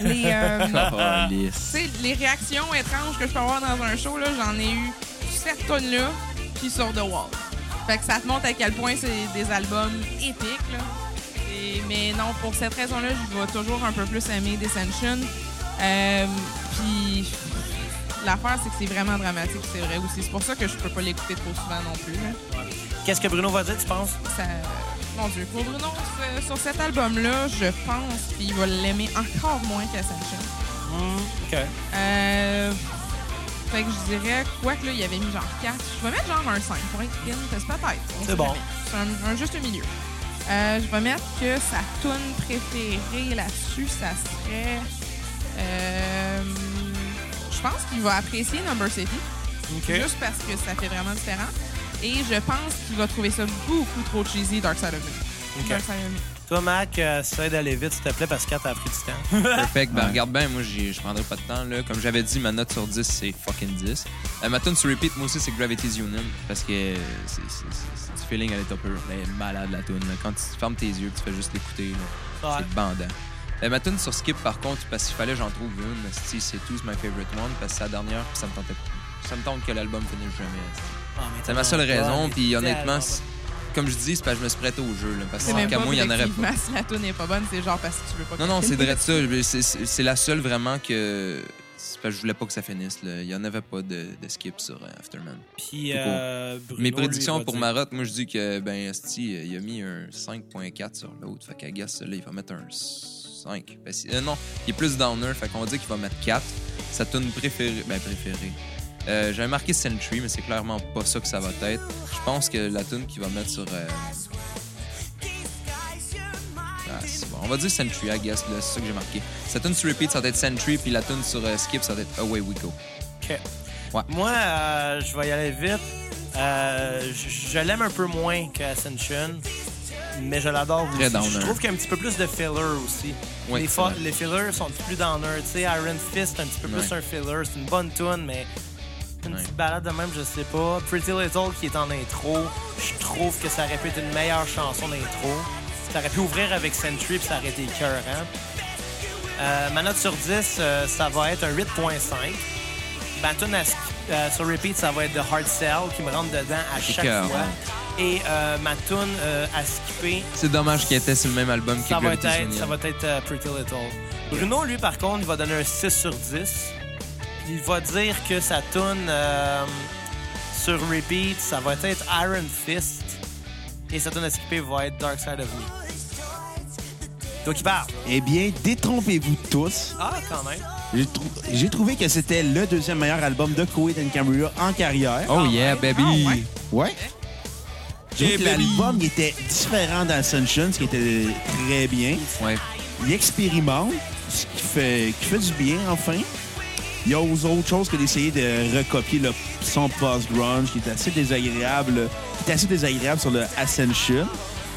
[SPEAKER 3] je- les, euh,
[SPEAKER 4] Oh, lisse.
[SPEAKER 3] tu sais, les réactions étranges que je peux avoir dans un show, là, j'en ai eu sur cette tonne-là puis sur The Wall. Fait que ça te montre à quel point c'est des albums épiques. Là. Et- mais non, pour cette raison-là, je vais toujours un peu plus aimer Descension. Euh, Puis l'affaire, c'est que c'est vraiment dramatique, c'est vrai aussi. C'est pour ça que je peux pas l'écouter trop souvent non plus. là.
[SPEAKER 1] Qu'est-ce que Bruno va dire, tu penses?
[SPEAKER 3] Ça- Mon Dieu, pour Bruno, ce- sur cet album-là, je pense qu'il va l'aimer encore moins que Ascension.
[SPEAKER 1] OK.
[SPEAKER 3] Euh, fait que je dirais, quoi que là, il y avait mis genre 4. Je vais mettre genre un 5 pour être clean, parce que peut-être. on
[SPEAKER 1] C'est
[SPEAKER 3] sait
[SPEAKER 1] bon.
[SPEAKER 3] jamais. C'est un, un juste milieu. Euh, je vais mettre que sa tune préférée là-dessus, ça serait. euh, je pense qu'il va apprécier Number City, juste parce que ça fait vraiment différent. Et je pense qu'il va trouver ça beaucoup trop cheesy, Dark Side of Me.
[SPEAKER 1] Ok.
[SPEAKER 3] Dark Side of Me.
[SPEAKER 1] Toi, Mac, euh, essaie d'aller vite, s'il te plaît, parce que t'as pris du temps.
[SPEAKER 4] Perfect. Ben, regarde bien, moi, j'ai- je prendrai pas de temps. Là. Comme j'avais dit, ma note sur 10, c'est fucking 10. Euh, ma tune sur repeat, moi aussi, c'est Gravity's Union. Parce que c'est c'est- c'est- c'est du feeling à l'état pur. Elle est malade, la tune. là. Quand tu fermes tes yeux, tu fais juste l'écouter. là.
[SPEAKER 1] Ouais.
[SPEAKER 4] C'est bandant. Euh, ma tune sur skip, par contre, parce qu'il fallait que j'en trouve une. Si c'est tous my favorite one, parce que c'est la dernière, puis ça me tentait ça me tente que l'album finisse jamais. C'est ma seule raison, puis honnêtement, c'est- comme je dis, c'est parce que je me suis prêté au jeu. là, parce que
[SPEAKER 3] C'est
[SPEAKER 4] sans
[SPEAKER 3] même
[SPEAKER 4] qu'à
[SPEAKER 3] pas
[SPEAKER 4] moi, il y en aurait pas.
[SPEAKER 3] objectivement, si la tune n'est pas bonne, c'est genre parce que tu veux pas
[SPEAKER 4] Non, non,
[SPEAKER 3] que-
[SPEAKER 4] c'est vrai de ça. Je- c'est- C'est c'est la seule vraiment que. c'est parce que je voulais pas que ça finisse. là. Il y en avait pas de, de skip sur euh, Afterman.
[SPEAKER 1] Puis,
[SPEAKER 4] Tout court.
[SPEAKER 1] euh, Bruno,
[SPEAKER 4] Mes
[SPEAKER 1] lui,
[SPEAKER 4] prédictions
[SPEAKER 1] va
[SPEAKER 4] pour
[SPEAKER 1] dire-
[SPEAKER 4] Marotte, moi je dis que ben Esti, euh, il a mis un 5.4 sur l'autre. Fait qu'à guess, là, il va mettre un 5. Parce que- euh, non, il est plus downer, fait qu'on dit qu'il va mettre 4. Sa tune préférée. Ben préférée. Euh, J'avais marqué Century, mais c'est clairement pas ça que ça va être. Je pense que la tune qu'il va mettre sur. euh, ah, c'est bon. On va dire Sentry, I guess, là, c'est ça que j'ai marqué. Sa tune sur Repeat, ça va être Sentry, puis la tune sur euh, Skip, ça va être Away We Go.
[SPEAKER 1] Moi, euh, je vais y aller vite. Euh, je je l'aime un peu moins que Ascension, mais je l'adore aussi.
[SPEAKER 4] Très downer.
[SPEAKER 1] Je trouve qu'il y a un petit peu plus de filler aussi.
[SPEAKER 4] Ouais,
[SPEAKER 1] les,
[SPEAKER 4] c'est
[SPEAKER 1] fa-
[SPEAKER 4] vrai.
[SPEAKER 1] les fillers sont un petit peu plus downer. Tu sais, Iron Fist, un petit peu plus
[SPEAKER 4] Ouais.
[SPEAKER 1] un filler. C'est une bonne tune, mais une
[SPEAKER 4] Ouais.
[SPEAKER 1] petite balade de même, je sais pas. Pretty Little qui est en intro, je trouve que ça aurait pu être une meilleure chanson d'intro. Ça aurait pu ouvrir avec Sentry puis ça aurait été écœurant. Euh, ma note sur 10, euh, ça va être un 8.5. Ma tune à sk- euh, sur repeat, ça va être The Hard Cell qui me rentre dedans à chaque
[SPEAKER 4] Écœurant.
[SPEAKER 1] fois. Et euh, ma tune euh, à skipper,
[SPEAKER 4] C'est dommage qu'il était sur le même album que
[SPEAKER 1] ça va,
[SPEAKER 4] Gravity's
[SPEAKER 1] être,
[SPEAKER 4] Union.
[SPEAKER 1] ça va être euh, Pretty Little. Bruno, lui, par contre, il va donner un 6 sur 10. Il va dire que sa tune euh, sur repeat, ça va être Iron Fist. Et sa tune à skipper va être Dark Side of Me. Donc il parle.
[SPEAKER 2] Eh bien, détrompez-vous tous.
[SPEAKER 1] Ah, quand même.
[SPEAKER 2] J'ai trou- J'ai trouvé que c'était le deuxième meilleur album de Koweït and Camera en carrière.
[SPEAKER 4] Oh yeah, baby!
[SPEAKER 3] Ah, ouais.
[SPEAKER 2] Ouais. J'ai trouvé
[SPEAKER 4] Eh,
[SPEAKER 2] que
[SPEAKER 4] baby.
[SPEAKER 2] l'album il était différent d'Ascension, ce qui était très bien.
[SPEAKER 4] Ouais.
[SPEAKER 2] Il expérimente, ce qui fait, qui fait du bien, enfin. Il y a aux autres choses que d'essayer de recopier le son post-grunge, qui est assez désagréable, qui est assez désagréable sur le Ascension.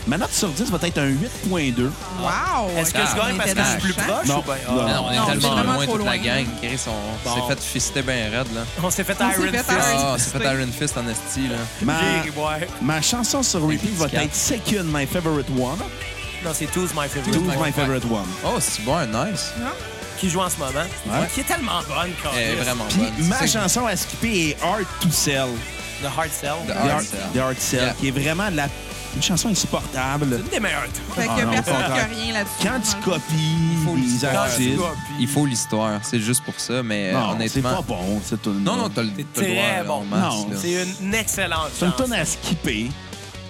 [SPEAKER 2] Ma note sur 10 va être un 8.2.
[SPEAKER 3] Wow!
[SPEAKER 1] Est-ce que
[SPEAKER 4] Ah,
[SPEAKER 1] je gagne
[SPEAKER 3] on
[SPEAKER 1] parce que
[SPEAKER 3] était
[SPEAKER 1] je
[SPEAKER 3] dans
[SPEAKER 1] suis plus
[SPEAKER 3] le champ.
[SPEAKER 1] proche?
[SPEAKER 2] Non.
[SPEAKER 1] ou ben-
[SPEAKER 2] Non.
[SPEAKER 1] Ah.
[SPEAKER 4] Mais non, on est
[SPEAKER 3] Non,
[SPEAKER 4] tellement
[SPEAKER 3] c'est vraiment
[SPEAKER 4] loin,
[SPEAKER 3] trop
[SPEAKER 4] toute la
[SPEAKER 3] loin.
[SPEAKER 4] gang. Chris, on
[SPEAKER 1] Bon.
[SPEAKER 4] s'est fait fister bien raide, là.
[SPEAKER 1] On s'est fait
[SPEAKER 3] On
[SPEAKER 1] Iron
[SPEAKER 3] s'est fait
[SPEAKER 1] Fist. Ah.
[SPEAKER 3] Iron-
[SPEAKER 4] Ah, on s'est fait Iron Fist en esti, là.
[SPEAKER 2] Ma,
[SPEAKER 1] J'ai- ouais.
[SPEAKER 2] ma chanson sur repeat va être Second My Favorite One,
[SPEAKER 1] Non, c'est Two's My Favorite.
[SPEAKER 2] 12
[SPEAKER 1] One,
[SPEAKER 2] My Favorite One.
[SPEAKER 4] Oh, c'est bon, nice.
[SPEAKER 1] Qui joue en ce moment. Qui est tellement bonne, quand
[SPEAKER 4] Elle est
[SPEAKER 1] même.
[SPEAKER 4] Eh, vraiment
[SPEAKER 2] Puis
[SPEAKER 4] bonne.
[SPEAKER 2] ma
[SPEAKER 4] C'est-
[SPEAKER 2] chanson à skipper est Hard to Sell.
[SPEAKER 1] The Hard Cell.
[SPEAKER 4] The
[SPEAKER 2] The
[SPEAKER 4] Hard
[SPEAKER 2] Hard,
[SPEAKER 4] Sell.
[SPEAKER 2] The Hard Sell,
[SPEAKER 4] Ah, Yeah.
[SPEAKER 2] qui est vraiment de la, une chanson insupportable.
[SPEAKER 1] Une des meilleures. tunes.
[SPEAKER 3] Fait que
[SPEAKER 2] Ah non,
[SPEAKER 3] personne
[SPEAKER 2] au
[SPEAKER 3] ne
[SPEAKER 2] contraire.
[SPEAKER 3] rien là-dessus.
[SPEAKER 2] Quand
[SPEAKER 3] dans
[SPEAKER 2] tu
[SPEAKER 3] le fond.
[SPEAKER 4] faut
[SPEAKER 2] copies les
[SPEAKER 4] l'histoire.
[SPEAKER 2] artistes,
[SPEAKER 4] Il faut l'histoire, c'est juste pour ça, mais euh,
[SPEAKER 2] non, c'est pas
[SPEAKER 4] honnêtement.
[SPEAKER 2] bon, cette tune.
[SPEAKER 4] Non, non, t'as le
[SPEAKER 1] C'est
[SPEAKER 4] t'as le droit,
[SPEAKER 1] très
[SPEAKER 4] là,
[SPEAKER 1] bon.
[SPEAKER 4] en masse,
[SPEAKER 2] Non,
[SPEAKER 4] là.
[SPEAKER 1] C'est une excellente
[SPEAKER 2] C'est une
[SPEAKER 1] chanson.
[SPEAKER 2] tune à skipper.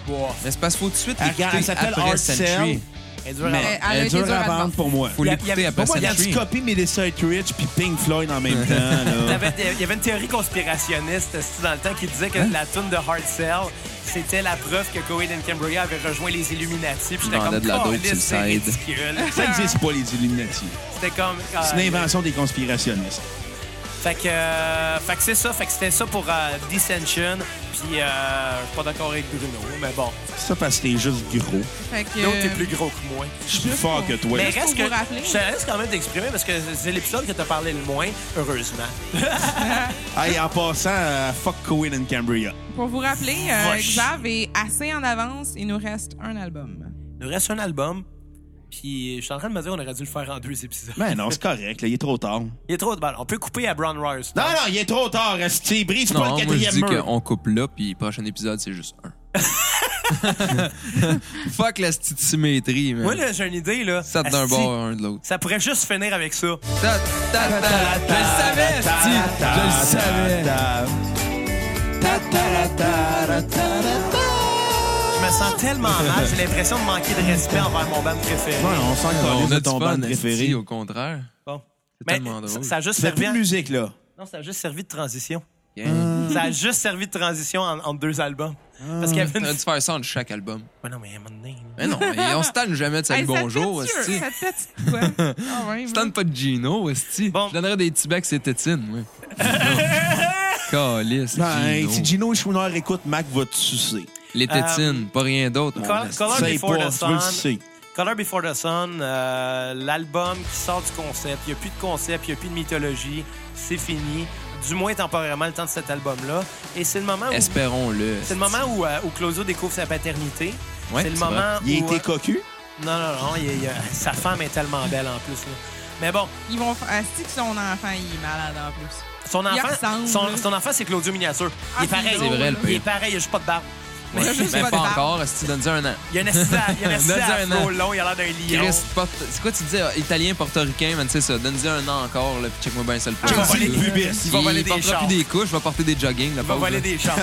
[SPEAKER 4] Mais c'est parce qu'il faut tout de suite
[SPEAKER 2] Elle-
[SPEAKER 4] l'écouter
[SPEAKER 2] elle s'appelle
[SPEAKER 4] après
[SPEAKER 2] Hard
[SPEAKER 4] Century.
[SPEAKER 2] Sell.
[SPEAKER 1] Elle dure
[SPEAKER 2] Mais
[SPEAKER 3] Elle a
[SPEAKER 2] elle est
[SPEAKER 3] été
[SPEAKER 2] dure
[SPEAKER 3] dure
[SPEAKER 2] à
[SPEAKER 3] à
[SPEAKER 2] vendre
[SPEAKER 3] vendre.
[SPEAKER 2] pour moi.
[SPEAKER 4] Faut
[SPEAKER 1] Il y a- il y
[SPEAKER 4] l'écouter
[SPEAKER 1] a-
[SPEAKER 4] après
[SPEAKER 1] pour moi,
[SPEAKER 2] Il a
[SPEAKER 4] Century.
[SPEAKER 2] copié Melissa Etheridge puis Pink Floyd en même temps.
[SPEAKER 1] Il y
[SPEAKER 2] là.
[SPEAKER 1] avait- Il y avait une théorie conspirationniste c'est-tu, dans le temps qui disait que la tune de Hard Cell, c'était la preuve que Coed and Cambria avaient rejoint les Illuminati. Puis j'étais
[SPEAKER 4] Vendait
[SPEAKER 1] comme,
[SPEAKER 4] de la dope
[SPEAKER 1] Caliste,
[SPEAKER 4] sur le
[SPEAKER 1] c'est
[SPEAKER 4] side.
[SPEAKER 1] ridicule.
[SPEAKER 2] Ça n'existe pas, les Illuminati.
[SPEAKER 1] C'était comme... euh,
[SPEAKER 2] C'est une invention des conspirationnistes.
[SPEAKER 1] Fait que, euh, fait que c'est ça. Fait que c'était ça pour euh, Dissension. Puis euh, je suis pas d'accord avec Bruno, mais bon.
[SPEAKER 2] Ça parce que t'es juste gros.
[SPEAKER 3] Fait que,
[SPEAKER 1] L'autre est plus gros que moi.
[SPEAKER 2] Je suis plus fort que toi.
[SPEAKER 1] Mais
[SPEAKER 3] Juste
[SPEAKER 1] reste que
[SPEAKER 3] pour vous rappeler.
[SPEAKER 1] je te laisse quand même t'exprimer parce que c'est l'épisode que t'as parlé le moins, heureusement.
[SPEAKER 2] Hey, en passant, euh, fuck Cohen and Cambria.
[SPEAKER 3] Pour vous rappeler, euh,
[SPEAKER 1] Voche.
[SPEAKER 3] Xav est assez en avance. Il nous reste un album.
[SPEAKER 1] Il nous reste un album. Puis je suis en train de me dire qu'on aurait dû le faire en deux épisodes.
[SPEAKER 2] Ben non, c'est correct, là, il est trop tard. Non,
[SPEAKER 1] Il y a trop de balles. On peut couper à Brown Rose.
[SPEAKER 2] non, il est trop tard, Esti. Brise
[SPEAKER 4] Non,
[SPEAKER 2] pas le
[SPEAKER 4] moi je
[SPEAKER 2] quatrième
[SPEAKER 4] dis
[SPEAKER 2] mur.
[SPEAKER 4] qu'on coupe là, puis prochain épisode, c'est juste un. Fuck la petite symétrie, man.
[SPEAKER 1] Moi, là, j'ai une idée, là.
[SPEAKER 4] Ça d'un
[SPEAKER 1] Asti,
[SPEAKER 4] bord, un de l'autre.
[SPEAKER 1] Ça pourrait juste finir avec ça.
[SPEAKER 4] Ta- ta- ta- Je le savais, asti. Je le savais.
[SPEAKER 1] Je me sens tellement mal, j'ai l'impression de manquer de respect envers mon band préféré.
[SPEAKER 2] Ouais, on sent
[SPEAKER 4] On
[SPEAKER 2] que
[SPEAKER 4] a
[SPEAKER 2] c'est
[SPEAKER 4] du
[SPEAKER 2] ton
[SPEAKER 4] fun,
[SPEAKER 2] band
[SPEAKER 4] asti,
[SPEAKER 2] préféré.
[SPEAKER 4] au contraire.
[SPEAKER 1] Bon.
[SPEAKER 4] C'est
[SPEAKER 1] Mais
[SPEAKER 4] tellement
[SPEAKER 1] ça,
[SPEAKER 4] drôle.
[SPEAKER 1] ça a juste
[SPEAKER 2] Vous avez
[SPEAKER 1] servi
[SPEAKER 2] plus
[SPEAKER 1] à-
[SPEAKER 2] de musique, là.
[SPEAKER 1] Non, ça a juste servi de transition.
[SPEAKER 4] Yeah.
[SPEAKER 1] Ça a juste servi de transition en- entre deux albums. Parce qu'il y avait une...
[SPEAKER 4] T'aurais dû faire ça entre chaque album.
[SPEAKER 1] Ouais, non, mais à un moment donné, là.
[SPEAKER 4] Mais non, mais on se tanne jamais de
[SPEAKER 3] Hey,
[SPEAKER 4] Salut Bonjour,
[SPEAKER 3] Ça te
[SPEAKER 4] esti.
[SPEAKER 3] fait-tu- ça te fait-tu de quoi? Ah ouais,
[SPEAKER 4] Je
[SPEAKER 3] moi.
[SPEAKER 4] tente pas de Gino, esti.
[SPEAKER 1] Bon.
[SPEAKER 4] Je donnerais des petits bacs, c'est Tétine, oui. Calice,
[SPEAKER 2] Ben,
[SPEAKER 4] Gino.
[SPEAKER 2] si Gino Schooner écoute, Mac va te sucer.
[SPEAKER 4] Les Tétines, pas rien d'autre. mon
[SPEAKER 1] Col-
[SPEAKER 4] esti.
[SPEAKER 1] Color
[SPEAKER 2] Ça, il
[SPEAKER 1] Before the
[SPEAKER 2] part, tu veux le
[SPEAKER 1] Sun,
[SPEAKER 2] sucer.
[SPEAKER 1] Color Before the Sun, euh, l'album qui sort du concept. Il n'y a plus de concept, il n'y a plus de mythologie. C'est fini. Du moins temporairement, le temps de cet album-là. Et c'est le moment où, c'est
[SPEAKER 4] Espérons-le.
[SPEAKER 1] le moment où, euh, où Closio découvre sa paternité.
[SPEAKER 4] Ouais,
[SPEAKER 1] c'est le
[SPEAKER 4] c'est
[SPEAKER 1] moment
[SPEAKER 2] Il
[SPEAKER 1] où...
[SPEAKER 2] était cocu.
[SPEAKER 1] euh, Non, non, non. il est- il est- sa femme est tellement belle en plus. là. Mais bon,
[SPEAKER 3] Ils vont faire. Ah, si que son enfant, il est malade en plus.
[SPEAKER 1] son
[SPEAKER 3] Il
[SPEAKER 1] enfant,
[SPEAKER 3] ressemble,
[SPEAKER 1] son,
[SPEAKER 3] là.
[SPEAKER 1] son enfant, c'est Claudio Miniature. Il est
[SPEAKER 3] Ah,
[SPEAKER 1] pareil.
[SPEAKER 4] c'est vrai, le
[SPEAKER 1] Il est
[SPEAKER 4] pire.
[SPEAKER 1] pareil, il a juste pas de barbe.
[SPEAKER 4] Ouais.
[SPEAKER 3] Mais là, juste
[SPEAKER 4] Mais
[SPEAKER 3] pas
[SPEAKER 4] pas,
[SPEAKER 3] de barbe.
[SPEAKER 4] encore, esti, donne-lui un an.
[SPEAKER 1] Il y a un assistant, il y a un assistant
[SPEAKER 4] Donne-lui un
[SPEAKER 1] afro
[SPEAKER 4] an.
[SPEAKER 1] long, il a l'air d'un lion.
[SPEAKER 4] Chris, porte- c'est quoi tu dis, euh, italien, portoricain, man, c'est ça. Donne-lui un an encore, là, puis check-moi bien ça le
[SPEAKER 1] Ah, Il va
[SPEAKER 4] prochain.
[SPEAKER 1] voler
[SPEAKER 2] les pubis.
[SPEAKER 1] Il va voler
[SPEAKER 4] Il
[SPEAKER 1] des
[SPEAKER 4] portera
[SPEAKER 1] chars.
[SPEAKER 4] plus des couches, va porter des jogging,
[SPEAKER 1] Il
[SPEAKER 4] la
[SPEAKER 1] va
[SPEAKER 4] pauvre,
[SPEAKER 1] voler
[SPEAKER 4] là.
[SPEAKER 1] des chars.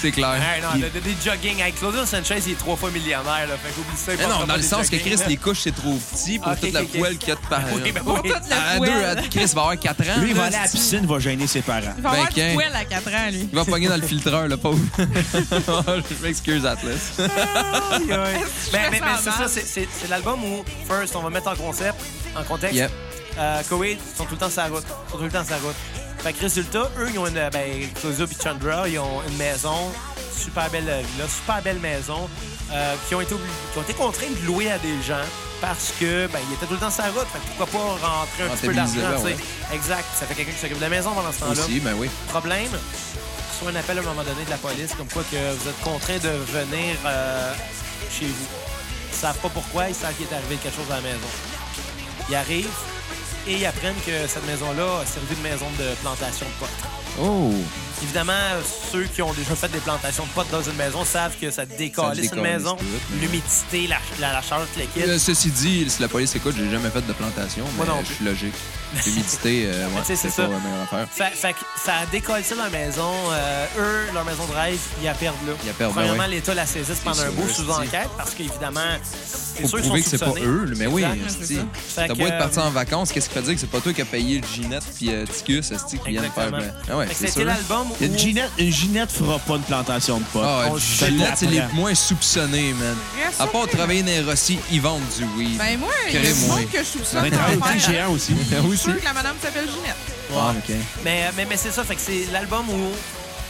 [SPEAKER 4] C'est clair.
[SPEAKER 1] Hey, non, le- le- des jogging. Avec Claudio Sanchez, il est trois fois millionnaire. Là, fait qu'oublie ça. il
[SPEAKER 4] Mais
[SPEAKER 1] porte
[SPEAKER 4] Eh non,
[SPEAKER 1] pas
[SPEAKER 4] dans le
[SPEAKER 1] des
[SPEAKER 4] sens que
[SPEAKER 1] jogging.
[SPEAKER 4] Chris, les couches, c'est trop petit pour
[SPEAKER 1] Ah, ok,
[SPEAKER 4] toute la
[SPEAKER 1] ok, ok.
[SPEAKER 4] poêle qu'il y a de par
[SPEAKER 1] Oui, ben
[SPEAKER 3] Pour
[SPEAKER 1] oui.
[SPEAKER 3] toute la
[SPEAKER 4] À deux,
[SPEAKER 3] poêle.
[SPEAKER 4] à- Chris va avoir 4 ans.
[SPEAKER 2] Lui, il va
[SPEAKER 4] là,
[SPEAKER 2] aller à la
[SPEAKER 4] esti.
[SPEAKER 2] piscine, va gêner ses parents.
[SPEAKER 3] Il va avoir
[SPEAKER 4] Ben,
[SPEAKER 3] du poil à 4 ans, lui.
[SPEAKER 4] Il va pogner dans le filtreur, le pauvre. Je m'excuse, Atlas.
[SPEAKER 1] Aïe, aïe.
[SPEAKER 3] Je
[SPEAKER 1] Mais,
[SPEAKER 3] fais
[SPEAKER 1] mais-
[SPEAKER 3] ça
[SPEAKER 1] mais
[SPEAKER 3] en
[SPEAKER 1] c'est ça,
[SPEAKER 3] marche.
[SPEAKER 1] c'est- c'est c'est l'album où, first, on va mettre en concept, en contexte.
[SPEAKER 4] Yep.
[SPEAKER 1] Euh, Koweït, ils sont tout le temps sur la route. Ils sont tout le temps sur la route. Fait que résultat, eux, ils ont une. euh, Ben, Claudio et Chandra, ils ont une maison, super belle euh, villa, super belle maison, euh, qui, ont été obli- qui ont été contraints de louer à des gens parce que, ben, ils étaient tout le temps sur la route. Fait que pourquoi pas rentrer un petit peu
[SPEAKER 4] Rentabiliser,
[SPEAKER 1] d'argent,
[SPEAKER 4] ben
[SPEAKER 1] tu sais. Exact. Ça fait quelqu'un qui s'occupe de la maison pendant ce temps-là
[SPEAKER 4] Aussi, ben oui.
[SPEAKER 1] problème, soit un appel à un moment donné de la police, comme quoi que vous êtes contraint de venir euh, chez vous. Ils savent pas pourquoi, ils savent qu'il est arrivé quelque chose à la maison. Ils arrivent et ils apprennent que cette maison-là a servi de maison de plantation de potes.
[SPEAKER 4] Oh!
[SPEAKER 1] Évidemment, ceux qui ont déjà fait des plantations de potes dans une maison savent que ça décalisse une
[SPEAKER 4] décalisse
[SPEAKER 1] maison.
[SPEAKER 4] tout, mais-
[SPEAKER 1] L'humidité, la, la, la chaleur, le kit.
[SPEAKER 4] Euh, ceci dit, si la police écoute, j'ai jamais fait de plantation, mais
[SPEAKER 1] Moi non
[SPEAKER 4] je suis logique. L'humidité, euh, ouais,
[SPEAKER 1] tu sais,
[SPEAKER 4] c'est
[SPEAKER 1] c'est ça.
[SPEAKER 4] pas la meilleure affaire.
[SPEAKER 1] Fait, fait que ça a décollé ça leur maison. Euh, eux, leur maison de rêve, ils la perdent là.
[SPEAKER 4] Ils la perdent, ben
[SPEAKER 1] Premièrement,
[SPEAKER 4] ouais.
[SPEAKER 1] l'État la saisit pendant
[SPEAKER 4] C'est
[SPEAKER 1] un bout
[SPEAKER 4] sûr,
[SPEAKER 1] sous
[SPEAKER 4] c'est-tu.
[SPEAKER 1] enquête parce qu'évidemment, c'est
[SPEAKER 4] Faut
[SPEAKER 1] sûr qu'ils
[SPEAKER 4] prouver
[SPEAKER 1] sont
[SPEAKER 4] que c'est pas
[SPEAKER 1] soupçonnés.
[SPEAKER 4] eux, là, mais oui,
[SPEAKER 1] Exact.
[SPEAKER 3] c'est
[SPEAKER 4] esti.
[SPEAKER 3] ça.
[SPEAKER 1] Fait
[SPEAKER 4] T'as
[SPEAKER 1] que,
[SPEAKER 4] beau être parti
[SPEAKER 1] euh,
[SPEAKER 4] en vacances, qu'est-ce qui veut dire que c'est pas toi qui as payé le Ginette puis euh, Ticus, esti, qui viennent faire.
[SPEAKER 1] Exactement.
[SPEAKER 4] ben, Ah ouais,
[SPEAKER 1] Fait que
[SPEAKER 4] c'est
[SPEAKER 1] C'était
[SPEAKER 4] sûr.
[SPEAKER 1] l'album
[SPEAKER 2] Il y a
[SPEAKER 1] où...
[SPEAKER 2] Une Ginette, une Ginette fera pas de plantation de potes.
[SPEAKER 4] Ah,
[SPEAKER 1] On
[SPEAKER 4] ouais,
[SPEAKER 1] se
[SPEAKER 4] Ginette, c'est les
[SPEAKER 2] l'apprend.
[SPEAKER 4] moins soupçonnés, man.
[SPEAKER 3] Reste
[SPEAKER 4] À part
[SPEAKER 3] surpris.
[SPEAKER 4] travailler dans les Rossi, ils vendent du weed.
[SPEAKER 3] Ben, moi, il y a
[SPEAKER 4] Crée,
[SPEAKER 3] du
[SPEAKER 4] moi.
[SPEAKER 3] monde que je trouve ça
[SPEAKER 2] Mais travaille au
[SPEAKER 3] faire.
[SPEAKER 2] géant aussi.
[SPEAKER 4] Ben
[SPEAKER 3] Je
[SPEAKER 4] oui,
[SPEAKER 3] suis sûr que la madame s'appelle Ginette.
[SPEAKER 4] Ah, ok.
[SPEAKER 1] Mais, euh, mais, mais c'est ça, fait que c'est l'album où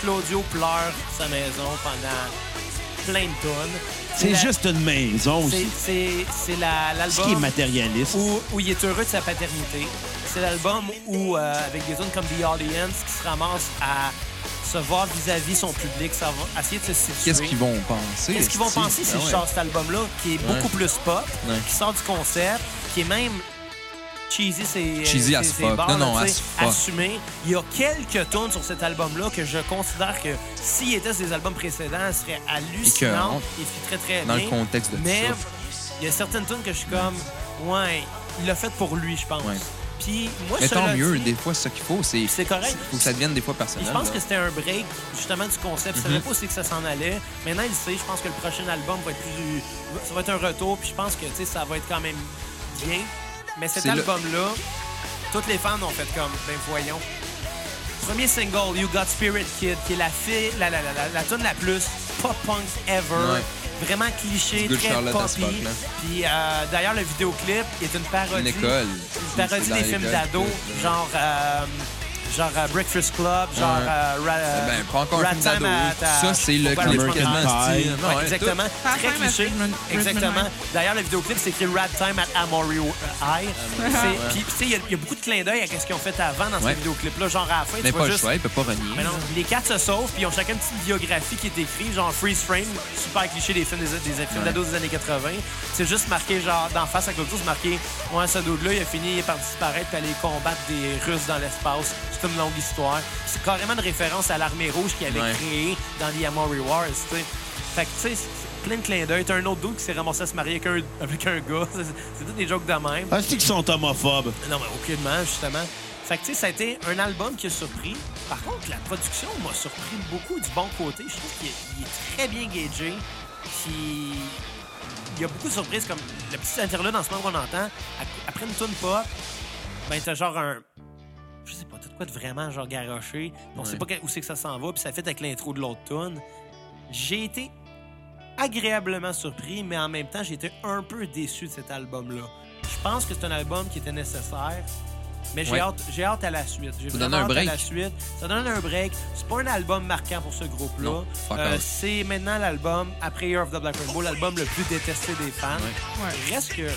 [SPEAKER 1] Claudio pleure sa maison pendant plein de tonnes.
[SPEAKER 2] C'est
[SPEAKER 1] la-
[SPEAKER 2] juste une maison
[SPEAKER 1] c'est-
[SPEAKER 2] aussi.
[SPEAKER 1] C'est c'est la-
[SPEAKER 2] Ce qui est
[SPEAKER 1] l'album
[SPEAKER 2] matérialiste.
[SPEAKER 1] où, où il est heureux de sa paternité. C'est l'album où, euh, avec des tunes comme The Audience, qui se ramasse à se voir vis-à-vis son public, ça va- essayer de se situer.
[SPEAKER 4] Qu'est-ce qu'ils vont penser?
[SPEAKER 1] Qu'est-ce qu'ils vont
[SPEAKER 4] esti?
[SPEAKER 1] penser si
[SPEAKER 4] Ah
[SPEAKER 1] je
[SPEAKER 4] ouais.
[SPEAKER 1] sors cet album-là, qui est beaucoup plus pop,
[SPEAKER 4] Ouais.
[SPEAKER 1] qui sort du concept, qui est même cheesy, c'est euh,
[SPEAKER 4] Cheesy
[SPEAKER 1] c'est-
[SPEAKER 4] as
[SPEAKER 1] c'est
[SPEAKER 4] fuck.
[SPEAKER 1] barre,
[SPEAKER 4] Non,
[SPEAKER 1] là,
[SPEAKER 4] non,
[SPEAKER 1] tu sais,
[SPEAKER 4] as fuck.
[SPEAKER 1] assumé. Il y a quelques tunes sur cet album-là que je considère que s'il était sur les albums précédents, elles seraient hallucinantes
[SPEAKER 4] Écœurantes.
[SPEAKER 1] et très très
[SPEAKER 4] Dans
[SPEAKER 1] bien.
[SPEAKER 4] le contexte de
[SPEAKER 1] Mais
[SPEAKER 4] ça.
[SPEAKER 1] il y a certaines tunes que je suis comme, ouais, il l'a fait pour lui, je pense.
[SPEAKER 4] Ouais.
[SPEAKER 1] Puis moi,
[SPEAKER 4] Mais tant
[SPEAKER 1] cela
[SPEAKER 4] mieux,
[SPEAKER 1] dit,
[SPEAKER 4] des fois, c'est ce qu'il faut, c'est.
[SPEAKER 1] c'est correct.
[SPEAKER 4] Faut que ça devienne des fois
[SPEAKER 1] Puis
[SPEAKER 4] personnel.
[SPEAKER 1] je pense
[SPEAKER 4] là.
[SPEAKER 1] que c'était un break, justement, du concept. Je savais
[SPEAKER 4] Mhm.
[SPEAKER 1] pas aussi que ça s'en allait. Maintenant, il sait. Je pense que le prochain album va être plus... Ça va être un retour. Puis je pense que, tu sais, ça va être quand même bien. Mais cet
[SPEAKER 4] C'est le-
[SPEAKER 1] album-là, toutes les fans ont fait comme, ben voyons. Premier single, You Got Spirit Kid, qui est la fille, la, la, la, la, la tune la plus pop punk ever.
[SPEAKER 4] Ouais.
[SPEAKER 1] Vraiment cliché,
[SPEAKER 4] Du good
[SPEAKER 1] très
[SPEAKER 4] Charlotte à ce
[SPEAKER 1] poppy.
[SPEAKER 4] moment-là.
[SPEAKER 1] Puis euh, d'ailleurs, le vidéoclip est une parodie
[SPEAKER 4] Une école.
[SPEAKER 1] une
[SPEAKER 4] C'est
[SPEAKER 1] parodie
[SPEAKER 4] dans
[SPEAKER 1] des
[SPEAKER 4] les
[SPEAKER 1] films
[SPEAKER 4] gueules,
[SPEAKER 1] d'ados,
[SPEAKER 4] tout, là.
[SPEAKER 1] genre, euh, genre euh, Breakfast Club, genre
[SPEAKER 4] Ouais.
[SPEAKER 1] euh, Ra-
[SPEAKER 4] Ben, pas encore
[SPEAKER 1] Rat
[SPEAKER 4] un film
[SPEAKER 1] Time
[SPEAKER 4] d'ado.
[SPEAKER 1] à ta-
[SPEAKER 4] Ça, c'est le
[SPEAKER 1] au
[SPEAKER 4] clip
[SPEAKER 1] American
[SPEAKER 4] quasiment
[SPEAKER 2] Pie.
[SPEAKER 4] style. Non,
[SPEAKER 1] Ouais,
[SPEAKER 4] ouais,
[SPEAKER 1] exactement.
[SPEAKER 3] Fast
[SPEAKER 1] Très
[SPEAKER 3] Time at
[SPEAKER 1] cliché.
[SPEAKER 3] Richmond-
[SPEAKER 1] Exactement.
[SPEAKER 3] Richmond
[SPEAKER 1] D'ailleurs, le vidéoclip, c'est écrit Rat Time at Amory euh,
[SPEAKER 4] Ah,
[SPEAKER 1] High. C'est- Puis, tu sais, il y a- il y, a beaucoup de clins d'œil à ce qu'ils ont fait avant dans ce
[SPEAKER 4] Ouais.
[SPEAKER 1] vidéoclip-là. Genre, à la fin, tu
[SPEAKER 4] Mais
[SPEAKER 1] vois
[SPEAKER 4] pas le
[SPEAKER 1] juste...
[SPEAKER 4] choix, il peut pas renier.
[SPEAKER 1] Mais non, les quatre se sauvent, puis ils ont chacun une petite biographie qui est écrite, genre freeze frame, super cliché des films, des, des films d'ados des années 80. C'est juste marqué, genre, d'en face à Claudio, c'est marqué, ouais, ce dude-là, il a fini par disparaître, puis aller combattre des Russes dans l'espace. C'est une longue histoire. C'est carrément une référence à l'armée rouge qu'il avait
[SPEAKER 4] Ouais.
[SPEAKER 1] créée dans The Amory Wars, tu sais. Fait que, tu sais, c'est- c'est plein de clins d'œil. T'as un autre doute qui s'est ramassé à se marier avec un, avec un gars. C'est- C'est tous des jokes de même.
[SPEAKER 2] Ah, c'est qu'ils sont homophobes.
[SPEAKER 1] Non, mais aucunement, justement. Fait que, tu sais, ça a été un album qui a surpris. Par contre, la production m'a surpris beaucoup du bon côté. Je trouve qu'il est, il est très bien gagé. Puis, il y a beaucoup de surprises, comme le petit interlude en ce moment qu'on entend. Ap- Après une tune pop, ben, t'as genre un. Je sais pas, t'as de quoi de vraiment, genre, garoché. On sait
[SPEAKER 4] Ouais.
[SPEAKER 1] pas que- où c'est que ça s'en va. Puis, ça fait avec l'intro de l'autre tune. J'ai été agréablement surpris, mais en même temps, j'étais un peu déçu de cet album-là. Je pense que c'est un album qui était nécessaire, mais j'ai
[SPEAKER 4] Ouais.
[SPEAKER 1] hâte, j'ai hâte à la suite. J'ai
[SPEAKER 4] Ça
[SPEAKER 1] vraiment
[SPEAKER 4] donne un
[SPEAKER 1] hâte à la
[SPEAKER 4] break.
[SPEAKER 1] suite. Ça donne un break. C'est pas un album marquant pour ce groupe-là.
[SPEAKER 4] Non, fuck off.
[SPEAKER 1] Euh, c'est maintenant l'album, après Year of the Black Rainbow, l'album le plus détesté des fans.
[SPEAKER 3] Ouais.
[SPEAKER 1] Reste que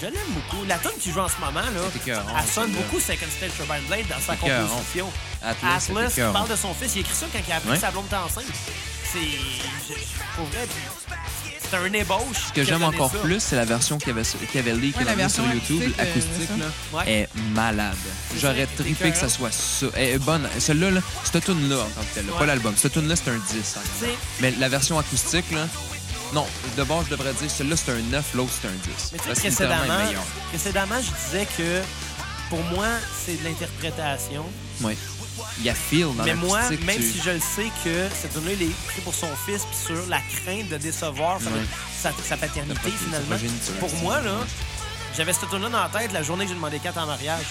[SPEAKER 1] je l'aime beaucoup. La tune qui joue en ce moment,
[SPEAKER 4] C'est
[SPEAKER 1] là,
[SPEAKER 4] écœurant,
[SPEAKER 1] elle sonne
[SPEAKER 4] celle-là.
[SPEAKER 1] beaucoup Second Stage Turbine Blade dans sa
[SPEAKER 4] C'est écœurant.
[SPEAKER 1] composition.
[SPEAKER 4] Atlas, c'est
[SPEAKER 1] Atlas
[SPEAKER 4] écœurant.
[SPEAKER 1] parle de son fils. Il écrit ça quand il a appris
[SPEAKER 4] Ouais.
[SPEAKER 1] que sa blonde était enceinte. C'est. je- Pour vrai, puis c'est un ébauche.
[SPEAKER 4] Ce que j'aime encore plus, c'est la version qu'il y avait, qu'il y avait leak
[SPEAKER 3] Ouais, la
[SPEAKER 4] qu'on a mis sur
[SPEAKER 3] version
[SPEAKER 4] YouTube,
[SPEAKER 3] acoustique, euh,
[SPEAKER 4] acoustique,
[SPEAKER 3] c'est ça.
[SPEAKER 4] là,
[SPEAKER 1] Ouais.
[SPEAKER 4] est malade. J'aurais
[SPEAKER 1] c'est
[SPEAKER 4] trippé que
[SPEAKER 1] écœurant.
[SPEAKER 4] ça soit ça. Elle est bonne. Celle-là, là, cette tune-là, en tant que telle, là,
[SPEAKER 1] Ouais.
[SPEAKER 4] pas l'album. Cette tune-là, c'est un 10. en
[SPEAKER 1] Tu sais,
[SPEAKER 4] Mais la version acoustique, là, non, de bord, je devrais dire celui-là c'est un 9, l'autre c'est un 10.
[SPEAKER 1] Mais tu sais,
[SPEAKER 4] Parce que littéralement,
[SPEAKER 1] précédemment,
[SPEAKER 4] est meilleur.
[SPEAKER 1] précédemment, je disais que pour moi, c'est de l'interprétation.
[SPEAKER 4] Ouais. Il y a Phil dans
[SPEAKER 1] Mais moi,
[SPEAKER 4] l'acoustique,
[SPEAKER 1] même
[SPEAKER 4] tu-
[SPEAKER 1] si je le sais que cette tune-là, il est écrit pour son fils, puis sur la crainte de décevoir sa,
[SPEAKER 4] Ouais.
[SPEAKER 1] sa- sa paternité,
[SPEAKER 4] Sa paternité, sa
[SPEAKER 1] finalement.
[SPEAKER 4] progéniture.
[SPEAKER 1] Pour moi, là, j'avais cette tune-là dans la tête la journée que j'ai demandé quatre en mariage.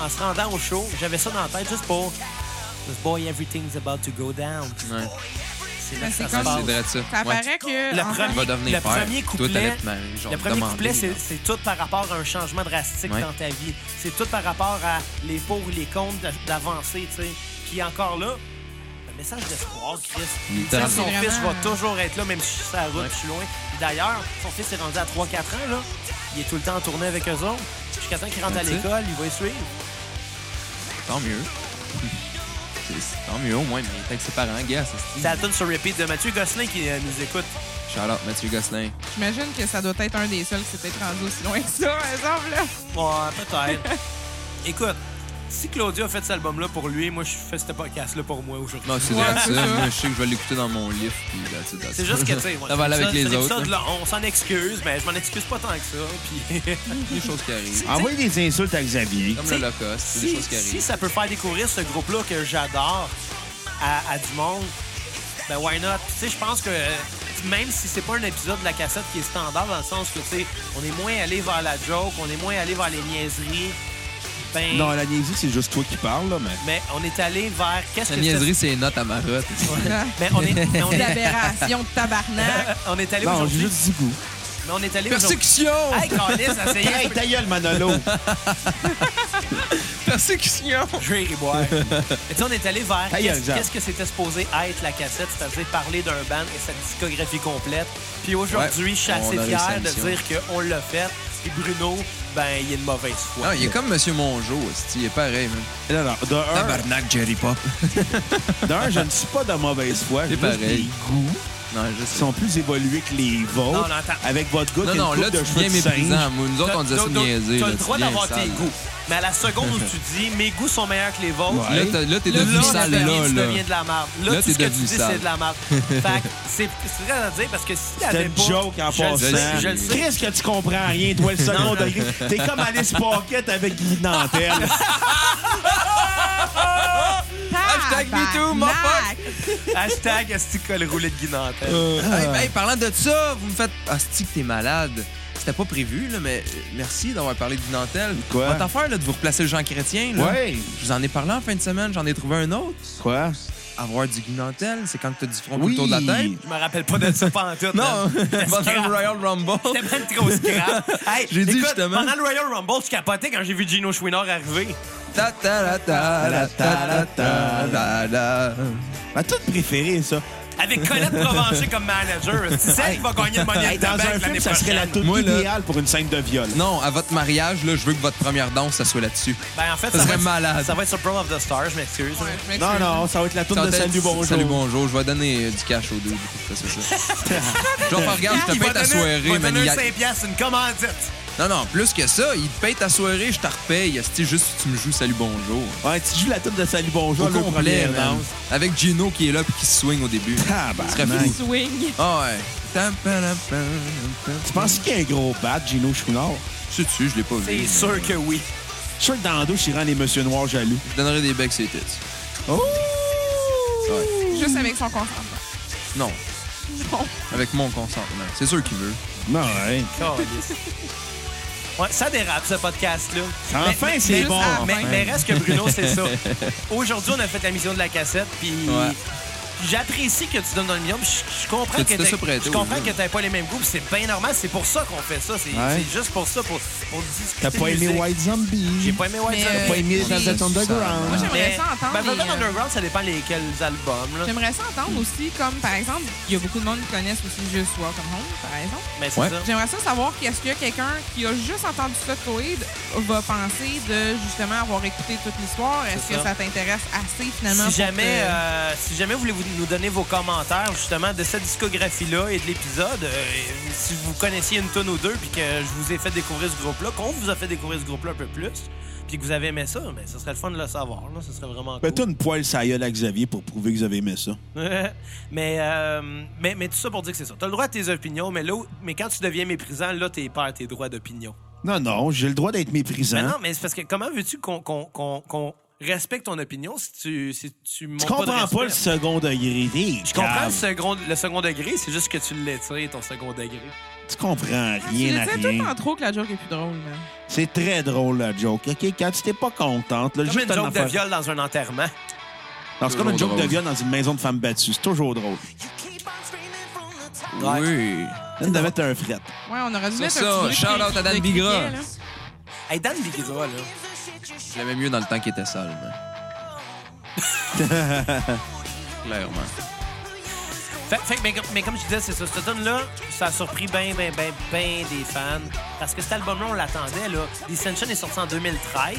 [SPEAKER 1] En se rendant au show, j'avais ça dans la tête juste pour. This boy, everything's about to go down.
[SPEAKER 4] Ouais.
[SPEAKER 1] C'est là
[SPEAKER 3] Mais
[SPEAKER 1] que
[SPEAKER 3] c'est
[SPEAKER 1] ça se
[SPEAKER 3] comme-
[SPEAKER 1] passe.
[SPEAKER 4] C'est vrai de ça.
[SPEAKER 3] Ça
[SPEAKER 4] Ouais.
[SPEAKER 3] paraît que.
[SPEAKER 1] Le
[SPEAKER 3] en fait,
[SPEAKER 1] premier,
[SPEAKER 4] va devenir
[SPEAKER 1] le
[SPEAKER 4] père.
[SPEAKER 1] premier
[SPEAKER 4] Toi,
[SPEAKER 1] couplet,
[SPEAKER 4] t'allais te marier, genre,
[SPEAKER 1] le premier
[SPEAKER 4] demander,
[SPEAKER 1] couplet, c'est
[SPEAKER 4] genre.
[SPEAKER 1] c'est tout par rapport à un changement drastique
[SPEAKER 4] Ouais.
[SPEAKER 1] dans ta vie. C'est tout par rapport à les pour ou les contre d'a- d'avancer, tu sais. Puis encore là, le message d'espoir, Chris. Il dit que
[SPEAKER 4] Littéralement.
[SPEAKER 1] son
[SPEAKER 3] C'est
[SPEAKER 1] fils va
[SPEAKER 3] vraiment-
[SPEAKER 1] toujours être là, même si je suis sur la route, je suis loin. Puis D'ailleurs, son fils est rendu à 3-4 ans, là. Il est tout le temps en tournée avec eux autres. Jusqu'à temps qu'il rentre à
[SPEAKER 4] Tu sais.
[SPEAKER 1] l'école, il va y suivre.
[SPEAKER 4] Tant mieux. C'est- c'est Tant mieux, au moins, mais il est avec ses parents, gars, ça se
[SPEAKER 1] C'est
[SPEAKER 4] dit.
[SPEAKER 1] la tune sur repeat de Mathieu Gosselin qui euh, nous écoute.
[SPEAKER 4] Shout-out Mathieu Gosselin.
[SPEAKER 3] J'imagine que ça doit être un des seuls qui s'est peut-être rendu aussi loin que ça, par exemple. Là.
[SPEAKER 1] Ouais, peut-être. Écoute, si Claudia a fait cet album-là pour lui, moi, je fais ce podcast-là pour moi aujourd'hui.
[SPEAKER 4] Non, c'est
[SPEAKER 3] Ouais,
[SPEAKER 4] vrai de
[SPEAKER 3] c'est
[SPEAKER 4] ça.
[SPEAKER 3] ça.
[SPEAKER 4] Moi, je sais que je vais l'écouter dans mon livre, puis là, tu sais,
[SPEAKER 1] C'est juste que, tu sais, ouais,
[SPEAKER 4] Ça va aller avec
[SPEAKER 1] c'est
[SPEAKER 4] les
[SPEAKER 1] l'épisode
[SPEAKER 4] autres. là.
[SPEAKER 1] là, on s'en excuse, mais je m'en excuse pas tant que ça. Puis,
[SPEAKER 4] Des choses qui arrivent.
[SPEAKER 2] Envoyez des insultes à Xavier.
[SPEAKER 4] Comme
[SPEAKER 1] t'sais,
[SPEAKER 4] l'Holocauste, c'est des
[SPEAKER 1] si,
[SPEAKER 4] choses qui
[SPEAKER 1] si
[SPEAKER 4] arrivent.
[SPEAKER 1] ça peut faire découvrir ce groupe-là que j'adore à, à du monde, ben why not? Puis, Tu sais, je pense que euh, même si c'est pas un épisode de la cassette qui est standard, dans le sens que, tu sais, on est moins allé vers la joke, on est moins allé vers les niaiseries, ben,
[SPEAKER 2] Non, la niaiserie, c'est juste toi qui parles, là, mais...
[SPEAKER 1] mais on est allé vers qu'est-ce
[SPEAKER 4] La
[SPEAKER 1] que
[SPEAKER 4] niaiserie,
[SPEAKER 1] c'est.
[SPEAKER 4] c'est les notes à marotte.
[SPEAKER 1] Mais on est, mais on est,
[SPEAKER 3] L'aberration de tabarnak.
[SPEAKER 1] on est allé
[SPEAKER 2] Non,
[SPEAKER 1] aujourd'hui.
[SPEAKER 2] j'ai juste du goût.
[SPEAKER 1] Mais on est allé aujourd'hui.
[SPEAKER 4] Persécution!
[SPEAKER 1] Hey, Carlis, essayez.
[SPEAKER 2] Hey, ta gueule, Manolo!
[SPEAKER 4] Persécution!
[SPEAKER 1] Je vais y boire. Et tu sais, on est allé vers
[SPEAKER 2] Ta gueule,
[SPEAKER 1] qu'est-ce
[SPEAKER 2] Jacques.
[SPEAKER 1] qu'est-ce que c'était supposé être la cassette, c'est-à-dire parler d'un band et sa discographie complète. Puis aujourd'hui,
[SPEAKER 4] Ouais,
[SPEAKER 1] je suis assez
[SPEAKER 4] on a réussi
[SPEAKER 1] fier
[SPEAKER 4] la
[SPEAKER 1] de
[SPEAKER 4] mission.
[SPEAKER 1] dire qu'on l'a fait. Puis Bruno, ben, il est de mauvaise foi.
[SPEAKER 4] Non, il est comme Monsieur Mongeau, hostie, il est pareil, man.
[SPEAKER 2] Non, non, de un,
[SPEAKER 4] Tabarnak, Jerry Pop.
[SPEAKER 2] de un, je ne suis pas de mauvaise foi.
[SPEAKER 4] C'est
[SPEAKER 2] J'ai juste
[SPEAKER 4] pareil.
[SPEAKER 2] des goûts
[SPEAKER 4] Non, je
[SPEAKER 2] qui
[SPEAKER 4] sais.
[SPEAKER 2] sont plus évolués que les vôtres.
[SPEAKER 1] Non, non, attends.
[SPEAKER 2] Avec votre goût,
[SPEAKER 4] Non, non, là,
[SPEAKER 2] de
[SPEAKER 4] tu
[SPEAKER 2] cheveux
[SPEAKER 4] viens
[SPEAKER 2] de singe.
[SPEAKER 4] méprisant. Moi, Nous autres, on disait ça de
[SPEAKER 1] T'as- t'as-
[SPEAKER 4] niaiser.
[SPEAKER 1] T'as
[SPEAKER 4] là,
[SPEAKER 1] le
[SPEAKER 4] tu
[SPEAKER 1] droit
[SPEAKER 4] viens
[SPEAKER 1] d'avoir
[SPEAKER 4] sale,
[SPEAKER 1] tes
[SPEAKER 4] là.
[SPEAKER 1] goûts. Mais à la seconde où tu dis mes goûts sont meilleurs que les vôtres,
[SPEAKER 2] Ouais.
[SPEAKER 4] Là, t'as- là, t'es
[SPEAKER 1] Là,
[SPEAKER 4] devenu
[SPEAKER 1] ça
[SPEAKER 4] sale, là,
[SPEAKER 1] devient- tu
[SPEAKER 4] là.
[SPEAKER 1] deviens de la merde. Là,
[SPEAKER 4] Là,
[SPEAKER 1] tout
[SPEAKER 4] t'es
[SPEAKER 1] ce que tu
[SPEAKER 4] devenu
[SPEAKER 1] dis,
[SPEAKER 4] sale.
[SPEAKER 1] c'est de la merde. fait que c'est c'est vrai à dire parce que si
[SPEAKER 2] C'était
[SPEAKER 1] t'avais
[SPEAKER 2] une
[SPEAKER 1] pas...
[SPEAKER 2] joke en
[SPEAKER 1] je le
[SPEAKER 2] passant.
[SPEAKER 1] sais, Je le sais.
[SPEAKER 2] Qu'est-ce que tu comprends rien, toi, le second degré? T'es comme Alice Pocket avec Guy Nantel.
[SPEAKER 4] Hashtag MeToo, mon
[SPEAKER 3] Tabarnak.
[SPEAKER 1] Hashtag asticole roulé de guinantelle.
[SPEAKER 2] Ah.
[SPEAKER 1] Ah.
[SPEAKER 4] Hey, hey, parlant de ça, vous me faites. Hostie, que t'es malade. C'était pas prévu, là, mais euh, merci d'avoir parlé du Nantel.
[SPEAKER 2] Quoi?
[SPEAKER 4] Votre affaire, là, de vous replacer le Jean Chrétien, là.
[SPEAKER 2] Ouais.
[SPEAKER 4] Je vous en ai parlé en fin de semaine, j'en ai trouvé un autre.
[SPEAKER 2] Quoi?
[SPEAKER 4] Avoir du guinantel, c'est quand t'as du front
[SPEAKER 2] Oui.
[SPEAKER 4] autour de la tête.
[SPEAKER 1] Je me rappelle pas de ça pendant tout.
[SPEAKER 4] Non, pendant
[SPEAKER 1] scrap.
[SPEAKER 4] le Royal Rumble.
[SPEAKER 1] C'était même trop scrap. Hey,
[SPEAKER 4] J'ai dit
[SPEAKER 1] écoute,
[SPEAKER 4] justement.
[SPEAKER 1] Pendant le Royal Rumble, je capotais quand j'ai vu Gino Chouinard arriver.
[SPEAKER 4] Ta ta la ta la ta la ta la la.
[SPEAKER 2] Ma toute préférée, ça.
[SPEAKER 1] Avec Colette Provencher comme manager. C'est celle qui va gagner le money
[SPEAKER 2] Hey,
[SPEAKER 1] de
[SPEAKER 2] dans
[SPEAKER 1] tabac
[SPEAKER 2] un film,
[SPEAKER 1] l'année
[SPEAKER 2] ça serait la
[SPEAKER 1] prochaine.
[SPEAKER 2] toute
[SPEAKER 4] Moi, là-
[SPEAKER 2] idéale pour une scène de viol.
[SPEAKER 4] Non, à votre mariage, là, je veux que votre première danse, ça soit là-dessus.
[SPEAKER 1] Ben, en fait, ça,
[SPEAKER 4] Ça
[SPEAKER 1] va
[SPEAKER 4] serait
[SPEAKER 1] être,
[SPEAKER 4] malade.
[SPEAKER 1] ça va être sur Prom of the Stars, je m'excuse.
[SPEAKER 3] Ouais, je m'excuse.
[SPEAKER 2] Non, non, ça va être la tourne
[SPEAKER 4] Ça
[SPEAKER 2] de
[SPEAKER 4] va être-
[SPEAKER 2] Salut Bonjour.
[SPEAKER 4] Salut, bonjour. Je vais donner euh, du cash au dude. Ça, c'est ça. Genre, regarde, je
[SPEAKER 1] Il
[SPEAKER 4] te
[SPEAKER 1] va
[SPEAKER 4] paye ta
[SPEAKER 1] donner-
[SPEAKER 4] soirée,
[SPEAKER 1] il va
[SPEAKER 4] man.
[SPEAKER 1] donner
[SPEAKER 4] il y
[SPEAKER 1] un
[SPEAKER 4] a-
[SPEAKER 1] 5 piastres, une commandite.
[SPEAKER 4] Non, non, plus que ça, il te paye ta soirée, je te repaye. C'était juste si tu me joues Salut Bonjour.
[SPEAKER 2] Ouais, tu joues la toute de Salut Bonjour,
[SPEAKER 4] Au
[SPEAKER 2] le
[SPEAKER 4] complet,
[SPEAKER 2] premier,
[SPEAKER 4] man.
[SPEAKER 2] man.
[SPEAKER 4] Avec Gino qui est là puis qui se swing au début.
[SPEAKER 2] Tabarnak.
[SPEAKER 4] Ce serait fou.
[SPEAKER 3] Swing.
[SPEAKER 4] Ah ouais. Tam, pam, pam, pam, pam.
[SPEAKER 2] Tu penses qu'il y a un gros bat, Gino Chouinard?
[SPEAKER 4] Je suis dessus, je l'ai pas vu.
[SPEAKER 1] C'est
[SPEAKER 4] mais
[SPEAKER 1] sûr que oui.
[SPEAKER 2] Je suis sûr que dans la douche, il rend les Monsieur Noirs jaloux.
[SPEAKER 4] Je donnerais des becs ses têtes.
[SPEAKER 2] Oh!
[SPEAKER 4] Ouais.
[SPEAKER 3] Juste avec son consentement.
[SPEAKER 4] Non,
[SPEAKER 3] Non.
[SPEAKER 4] avec mon consentement. C'est sûr qu'il veut.
[SPEAKER 2] Non, hein. ouais.
[SPEAKER 1] Calisse. Ouais, ça dérape, ce podcast-là.
[SPEAKER 2] Enfin,
[SPEAKER 1] Mais-
[SPEAKER 2] c'est
[SPEAKER 1] mais-
[SPEAKER 2] bon.
[SPEAKER 1] mais,
[SPEAKER 2] enfin.
[SPEAKER 1] mais reste que Bruno, c'est ça. Aujourd'hui, on a fait la mission de la cassette, puis
[SPEAKER 4] Ouais.
[SPEAKER 1] j'apprécie que tu donnes dans le million. puis Je, je comprends
[SPEAKER 4] Que
[SPEAKER 1] que,
[SPEAKER 4] tu te
[SPEAKER 1] t'aies-
[SPEAKER 4] sois prêté,
[SPEAKER 1] je comprends
[SPEAKER 4] oui.
[SPEAKER 1] que t'aies pas les mêmes groupes. C'est bien normal. C'est pour ça qu'on fait ça. C'est
[SPEAKER 2] Ouais.
[SPEAKER 1] c'est juste pour ça, pour, pour discuter.
[SPEAKER 2] T'as pas
[SPEAKER 1] de
[SPEAKER 2] aimé
[SPEAKER 1] musique.
[SPEAKER 2] White Zombie.
[SPEAKER 1] J'ai pas aimé White
[SPEAKER 3] Mais,
[SPEAKER 1] Zombie.
[SPEAKER 2] T'as pas aimé
[SPEAKER 3] J'ai-
[SPEAKER 2] Velvet Underground.
[SPEAKER 4] Moi,
[SPEAKER 3] j'aimerais- ça entendre
[SPEAKER 1] Ben, Velvet
[SPEAKER 3] les, euh,
[SPEAKER 1] Underground, ça dépend lesquels albums. Là.
[SPEAKER 3] J'aimerais ça entendre aussi, comme par exemple, il y a beaucoup de monde qui connaissent aussi Just Welcome Home, par exemple.
[SPEAKER 1] Mais c'est
[SPEAKER 4] Ouais.
[SPEAKER 1] ça.
[SPEAKER 3] J'aimerais ça savoir qu'est-ce que quelqu'un qui a juste entendu ça de Toid va penser de justement avoir écouté toute l'histoire. Est-ce
[SPEAKER 1] C'est
[SPEAKER 3] que
[SPEAKER 1] ça.
[SPEAKER 3] ça, t'intéresse assez finalement?
[SPEAKER 1] Si
[SPEAKER 3] pour
[SPEAKER 1] jamais,
[SPEAKER 3] que-
[SPEAKER 1] euh, si jamais vous voulez vous- nous donner vos commentaires justement de cette discographie-là et de l'épisode, euh, et si vous connaissiez une tonne ou deux puis que je vous ai fait découvrir ce groupe-là, qu'on vous a fait découvrir ce groupe-là un peu plus, puis que vous avez aimé ça, mais ce serait le fun de le savoir. Là. Ce serait vraiment cool.
[SPEAKER 2] Fais-toi une poêle sa gueule à Xavier pour prouver que vous avez aimé ça.
[SPEAKER 1] mais, euh, mais, mais tout ça pour dire que c'est ça. T'as le droit à tes opinions, mais là, où- mais quand tu deviens méprisant, là, t'es perds tes droits d'opinion.
[SPEAKER 2] Non, non, j'ai le droit d'être méprisant.
[SPEAKER 1] Mais non, mais c'est parce que comment veux-tu qu'on qu'on- qu'on- qu'on respecte ton opinion si tu, si tu montres
[SPEAKER 2] tu
[SPEAKER 1] pas de
[SPEAKER 2] comprends pas le
[SPEAKER 1] respect?
[SPEAKER 2] second degré. Hey,
[SPEAKER 1] Je comprends le
[SPEAKER 2] cave.
[SPEAKER 1] second, le second degré, c'est juste que tu l'étires, ton second degré.
[SPEAKER 2] Tu comprends
[SPEAKER 3] Ah, Tu
[SPEAKER 2] rien à
[SPEAKER 3] le disais tout
[SPEAKER 2] rien.
[SPEAKER 3] en trop que la joke est plus drôle. man.
[SPEAKER 2] C'est très drôle, la joke. OK, quand tu t'es pas contente, là,
[SPEAKER 1] Comme
[SPEAKER 2] juste
[SPEAKER 1] une
[SPEAKER 2] t'en
[SPEAKER 1] joke de
[SPEAKER 2] affaire-
[SPEAKER 1] viol dans un enterrement.
[SPEAKER 2] Non, c'est comme une
[SPEAKER 4] Toujours
[SPEAKER 2] joke de
[SPEAKER 4] drôle.
[SPEAKER 2] viol dans une maison de femmes battues. C'est toujours drôle.
[SPEAKER 4] Oui.
[SPEAKER 2] Même de mettre un fret.
[SPEAKER 3] Ouais, on aurait dû mettre
[SPEAKER 4] ça,
[SPEAKER 3] un petit
[SPEAKER 4] shout-out
[SPEAKER 3] bruit
[SPEAKER 4] à Dan
[SPEAKER 3] de
[SPEAKER 4] Bigra.
[SPEAKER 3] criquet, là.
[SPEAKER 1] Hey, Dan Bigra, là.
[SPEAKER 4] Je l'aimais mieux dans le temps qu'il était sale, man. Clairement.
[SPEAKER 1] Fait, fait que, mais, comme- mais comme je disais, c'est ça. Cet album-là, ça a surpris ben, bien, bien, bien, bien des fans. Parce que cet album-là, on l'attendait, là. Descension est sorti en 2013.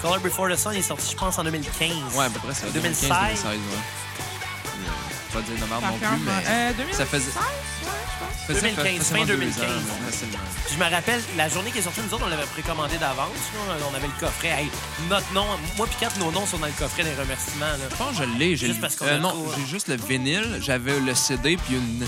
[SPEAKER 1] Color Before the Sun est sorti, je pense, en 2015.
[SPEAKER 4] Ouais, à peu près, ça.
[SPEAKER 1] 2016.
[SPEAKER 4] 2016, ouais. Euh, Pas dire de merde
[SPEAKER 3] Par
[SPEAKER 4] non
[SPEAKER 3] cœur,
[SPEAKER 4] plus, mais.
[SPEAKER 3] euh, 2016,
[SPEAKER 4] Ça faisait.
[SPEAKER 3] ouais, je
[SPEAKER 4] faisait
[SPEAKER 1] 2015,
[SPEAKER 4] facilement
[SPEAKER 1] fin
[SPEAKER 4] deux
[SPEAKER 1] 2015.
[SPEAKER 4] ans, là, facilement.
[SPEAKER 1] Puis je me rappelle, la journée qui est sortie, nous autres, on l'avait précommandé d'avance. là. On avait le coffret. Hey, notre nom, moi pis Kat, nos noms sont dans le coffret des remerciements, là.
[SPEAKER 4] Je pense que je l'ai. j'ai
[SPEAKER 1] Juste
[SPEAKER 4] le-
[SPEAKER 1] parce qu'on
[SPEAKER 4] euh,
[SPEAKER 1] a
[SPEAKER 4] Non,
[SPEAKER 1] trop-
[SPEAKER 4] j'ai juste le vinyle. J'avais le CD puis une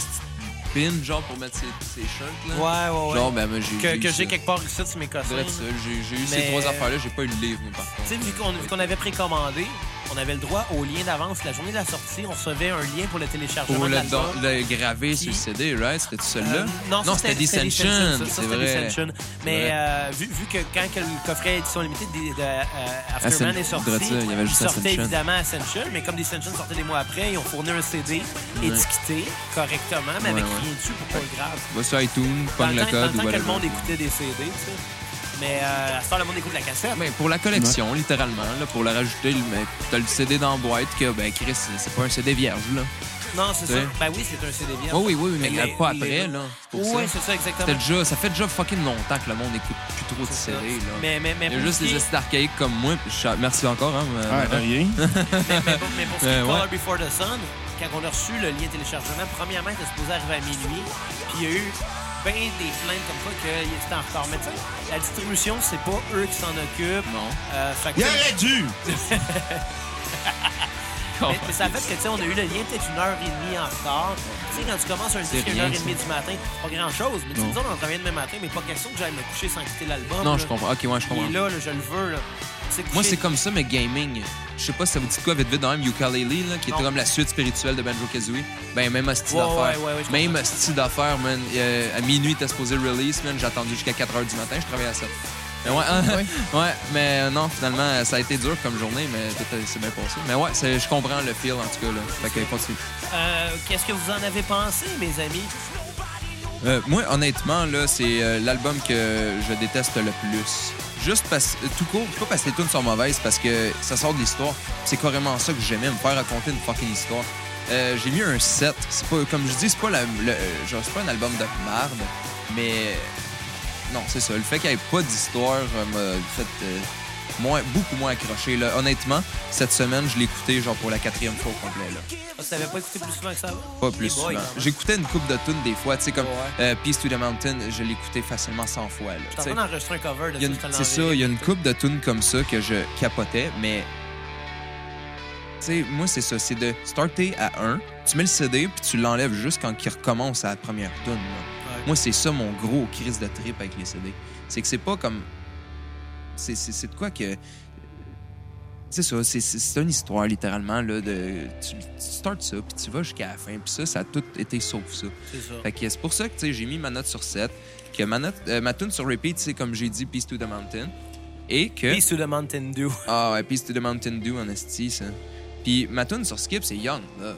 [SPEAKER 4] pin, genre, pour mettre ses, ses shirts, là.
[SPEAKER 1] Ouais, ouais, ouais.
[SPEAKER 4] Genre, ben, moi, j'ai.
[SPEAKER 1] que, que
[SPEAKER 4] eu
[SPEAKER 1] j'ai
[SPEAKER 4] ça.
[SPEAKER 1] quelque part ici sur mes cossins.
[SPEAKER 4] Bref, ça, j'ai j'ai eu
[SPEAKER 1] Mais-
[SPEAKER 4] ces trois affaires-là. J'ai pas eu le livre, moi, par
[SPEAKER 1] Tu
[SPEAKER 4] contre.
[SPEAKER 1] sais, vu qu'on vu qu'on avait précommandé, on avait le droit au lien d'avance. La journée de la sortie, on recevait un lien pour le téléchargement
[SPEAKER 4] Pour
[SPEAKER 1] de
[SPEAKER 4] le,
[SPEAKER 1] l'album.
[SPEAKER 4] don- le graver sur le CD, right? C'était celui-là?
[SPEAKER 1] Euh, non, ça,
[SPEAKER 4] c'était Descension.
[SPEAKER 1] Descension, ça,
[SPEAKER 4] C'est
[SPEAKER 1] c'était
[SPEAKER 4] vrai.
[SPEAKER 1] Descension. Mais
[SPEAKER 4] Ouais.
[SPEAKER 1] euh, vu, vu que quand que le coffret édition limitée de, de, euh, Afterman
[SPEAKER 4] Ascen-
[SPEAKER 1] est sorti,
[SPEAKER 4] de ça, il y avait juste
[SPEAKER 1] sortait
[SPEAKER 4] Ascension.
[SPEAKER 1] évidemment Ascension, mais comme Descension sortait des mois après, ils ont fourni un CD étiqueté correctement, mais avec
[SPEAKER 4] Ouais, ouais.
[SPEAKER 1] rien dessus pour pas le grave.
[SPEAKER 4] Va sur iTunes,
[SPEAKER 1] Dans
[SPEAKER 4] pogne
[SPEAKER 1] le
[SPEAKER 4] le
[SPEAKER 1] temps, dans le temps
[SPEAKER 4] code.
[SPEAKER 1] que le
[SPEAKER 4] whatever.
[SPEAKER 1] monde écoutait des CD, tu sais. Mais euh, à ce temps, le monde écoute la cassette.
[SPEAKER 4] Ben, pour la collection, littéralement, là, pour le rajouter, le- mais t'as le CD dans la boîte que, ben, Chris, c'est c'est pas un CD vierge, là.
[SPEAKER 1] non, c'est ça.
[SPEAKER 4] t'sais.
[SPEAKER 1] Ben oui, c'est un CD bien.
[SPEAKER 4] Oh oui, oui, oui, mais
[SPEAKER 1] Les-
[SPEAKER 4] pas
[SPEAKER 1] les-
[SPEAKER 4] après, là. C'est pour
[SPEAKER 1] Oui,
[SPEAKER 4] ça.
[SPEAKER 1] c'est ça, exactement.
[SPEAKER 4] C'était déjà, ça fait déjà fucking longtemps que le monde n'écoute plus trop de
[SPEAKER 1] C'est ça.
[SPEAKER 4] CD, là.
[SPEAKER 1] Mais, mais, mais
[SPEAKER 4] Il y a
[SPEAKER 1] pour
[SPEAKER 4] juste
[SPEAKER 1] ce qui
[SPEAKER 4] les
[SPEAKER 1] est-
[SPEAKER 4] esthètes archaïques comme moi. puis je- Merci encore, hein. ma-
[SPEAKER 2] Ah,
[SPEAKER 4] ma-
[SPEAKER 2] rien.
[SPEAKER 1] mais, pour, mais pour ce qui est
[SPEAKER 4] Euh,
[SPEAKER 1] de
[SPEAKER 4] ouais.
[SPEAKER 1] Color Before the Sun, quand on a reçu le lien téléchargement, premièrement, il était supposé arriver à minuit, puis il y a eu bien des plaintes comme ça qu'il était en retard. Mais tu sais, la distribution, c'est pas eux qui s'en occupent.
[SPEAKER 4] Non.
[SPEAKER 1] Euh, fait que-
[SPEAKER 2] Il aurait dû!
[SPEAKER 1] mais, mais ça fait que, tu sais, on a eu le lien peut-être une heure et demie en retard. Tu sais, quand tu commences un disque une
[SPEAKER 4] rien,
[SPEAKER 1] heure et
[SPEAKER 4] ça.
[SPEAKER 1] demie du matin, pas grand-chose. Mais tu me dis, on travaille demain matin, mais pas question que j'aille me coucher sans quitter l'album.
[SPEAKER 4] Non,
[SPEAKER 1] là.
[SPEAKER 4] je comprends. Ok, ouais, je comprends.
[SPEAKER 1] Il est là, là, je le veux. Là. Tu sais,
[SPEAKER 4] Moi,
[SPEAKER 1] coucher-
[SPEAKER 4] c'est comme ça, mais gaming. Je sais pas si ça vous dit de quoi vite vite dans même Ukulele, là, qui
[SPEAKER 1] Non.
[SPEAKER 4] était comme la suite spirituelle de Banjo Kazooie. Ben, même hostie
[SPEAKER 1] Ouais,
[SPEAKER 4] d'affaires.
[SPEAKER 1] ouais, ouais, ouais, je
[SPEAKER 4] même
[SPEAKER 1] comprends.
[SPEAKER 4] hostie d'affaires, man. Euh, à minuit, t'es supposé le release, man. J'ai attendu jusqu'à 4 h du matin, je travaillais à ça. Mais ouais, hein, ouais, mais non, finalement, euh, ça a été dur comme journée, mais tout euh, s'est bien passé. Mais ouais, c'est- je comprends le feel, en tout cas, là. Fait que continue.
[SPEAKER 1] Euh, Qu'est-ce que vous en avez pensé, mes amis?
[SPEAKER 4] Euh, moi, honnêtement, là, c'est euh, l'album que je déteste le plus. Juste parce euh, tout court, c'est pas parce que les tunes sont mauvaises, parce que ça sort de l'histoire. C'est carrément ça que j'aimais, me faire raconter une fucking histoire. Euh, j'ai mis un 7. C'est pas, comme je dis, c'est pas, la- le- euh, genre, c'est pas un album de merde, mais non, c'est ça. Le fait qu'il n'y ait pas d'histoire euh, m'a fait euh, moins, beaucoup moins accroché. Là. Honnêtement, cette semaine, je l'ai écouté genre pour la quatrième fois au complet. Là.
[SPEAKER 1] Ah, Tu t'avais pas écouté plus souvent que ça?
[SPEAKER 4] Pas plus
[SPEAKER 1] Les boys,
[SPEAKER 4] souvent.
[SPEAKER 1] quand même.
[SPEAKER 4] J'écoutais une coupe de tunes des fois, tu sais, comme
[SPEAKER 5] Ouais.
[SPEAKER 4] euh, Peace to the Mountain, je l'écoutais facilement 100 fois. là,
[SPEAKER 1] Je
[SPEAKER 4] tu
[SPEAKER 1] suis
[SPEAKER 4] sais.
[SPEAKER 1] en train d'enregistrer un cover de
[SPEAKER 4] Il y a une-
[SPEAKER 1] ça, je te
[SPEAKER 4] C'est ça,
[SPEAKER 1] l'enverrai.
[SPEAKER 4] il y a une coupe de tunes comme ça que je capotais, mais. Tu sais, moi, c'est ça. C'est de starter à 1, tu mets le CD, puis tu l'enlèves juste quand il recommence à la première tune. là. Moi, c'est ça mon gros crise de trip avec les CD. C'est que c'est pas comme. C'est c'est- c'est de quoi que. C'est ça, c'est- c'est c'est une histoire littéralement. Là, de, tu, tu startes ça, puis tu vas jusqu'à la fin, puis ça, ça a tout été sauf ça.
[SPEAKER 1] C'est ça.
[SPEAKER 4] Fait que c'est pour ça que tu sais, j'ai mis ma note sur 7, que ma, note, euh, ma tune sur repeat, c'est comme j'ai dit, Peace to the Mountain. Et que.
[SPEAKER 1] Peace to the Mountain Dew.
[SPEAKER 4] Ah ouais, Peace to the Mountain Dew en esti, ça. Puis ma tune sur skip, c'est Young Love.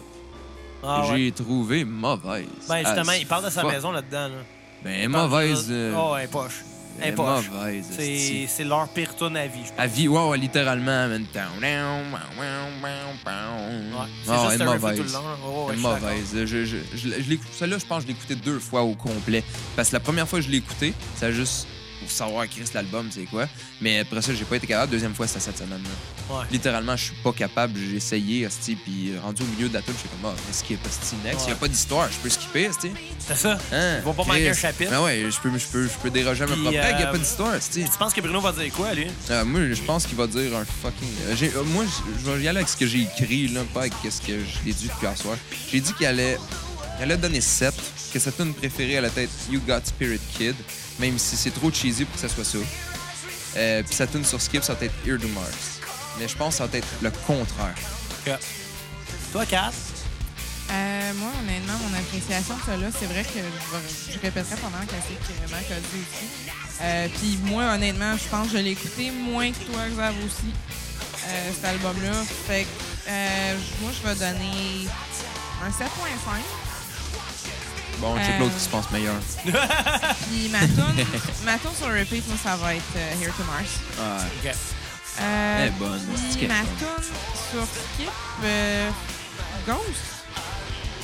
[SPEAKER 1] Ah, ouais.
[SPEAKER 4] J'ai ah, trouvé mauvaise.
[SPEAKER 1] Ben justement,
[SPEAKER 4] as
[SPEAKER 1] il parle de sa
[SPEAKER 4] fuck.
[SPEAKER 1] maison là-dedans. Là.
[SPEAKER 4] Ben
[SPEAKER 1] Il parle de-
[SPEAKER 4] mauvaise. euh,
[SPEAKER 1] Oh, elle est poche. Elle est
[SPEAKER 4] ben,
[SPEAKER 1] poche.
[SPEAKER 4] mauvaise,
[SPEAKER 1] C'est
[SPEAKER 4] esti.
[SPEAKER 1] c'est leur pire tourne à vie, je pense.
[SPEAKER 4] À vie, wow, littéralement, man. Down, down, down, down, down.
[SPEAKER 1] Ouais, c'est
[SPEAKER 4] Ah,
[SPEAKER 1] juste
[SPEAKER 4] elle est
[SPEAKER 1] un refus
[SPEAKER 4] mauvaise.
[SPEAKER 1] tout le long. Oh, ouais,
[SPEAKER 4] Elle est
[SPEAKER 1] je suis d'accord.
[SPEAKER 4] mauvaise. Je, je, je, je l'ai- celle-là, je pense que je l'ai écoutée deux fois au complet. Parce que la première fois que je l'ai écoutée, ça a juste pour savoir Chris l'album, c'est quoi. Mais après ça, j'ai pas été capable. Deuxième fois, c'était cette semaine. là.
[SPEAKER 1] Ouais.
[SPEAKER 4] Littéralement, je suis pas capable. J'ai essayé, esti, puis euh, rendu au milieu de la tune, je suis comme, ah, mais skip, esti, next.
[SPEAKER 1] Ouais.
[SPEAKER 4] Il y a pas d'histoire, je peux skipper, esti.
[SPEAKER 1] C'est ça.
[SPEAKER 4] Hein,
[SPEAKER 1] Ils vont pas manquer un
[SPEAKER 4] Chris.
[SPEAKER 1] chapitre.
[SPEAKER 4] Ben ouais, je peux, je peux, je peux déroger à ma
[SPEAKER 1] Puis,
[SPEAKER 4] propre règle, il y a
[SPEAKER 1] euh,
[SPEAKER 4] pas d'histoire, esti.
[SPEAKER 1] Tu penses que Bruno va dire quoi, lui?
[SPEAKER 4] Euh, moi, je pense qu'il va dire un fucking. euh, j'ai- euh, moi, j- je vais y aller avec ce que j'ai écrit, là, pas avec ce que je l'ai dit depuis hier soir. J'ai dit qu'il allait, il allait donner 7, que sa tune préférée allait être You Got Spirit Kid, même si c'est trop cheesy pour que ça soit ça. Euh, Puis sa tune sur Skip, ça va être Ear to Mars. Mais je pense que ça va être le contraire.
[SPEAKER 1] Toi, Kat?
[SPEAKER 3] Euh, moi, honnêtement, mon appréciation de celle-là, c'est vrai que je, je répéterai pendant la classique qui est vraiment causé aussi. Euh, Puis moi, honnêtement, je pense que je l'ai écouté moins que toi, Xav, aussi, euh, cet album-là. Fait que euh, moi, je vais donner un 7.5.
[SPEAKER 4] Bon, check
[SPEAKER 3] Euh.
[SPEAKER 4] l'autre qui se pense meilleur.
[SPEAKER 3] Puis ma tune, ma tune sur repeat, moi, ça va être euh, Here to Mars.
[SPEAKER 4] Ah,
[SPEAKER 1] OK.
[SPEAKER 3] Euh,
[SPEAKER 4] Elle est bonne, c'est
[SPEAKER 3] Puis
[SPEAKER 4] qu'elle est
[SPEAKER 3] ma
[SPEAKER 4] bonne.
[SPEAKER 3] tune sur skip, euh, Ghost.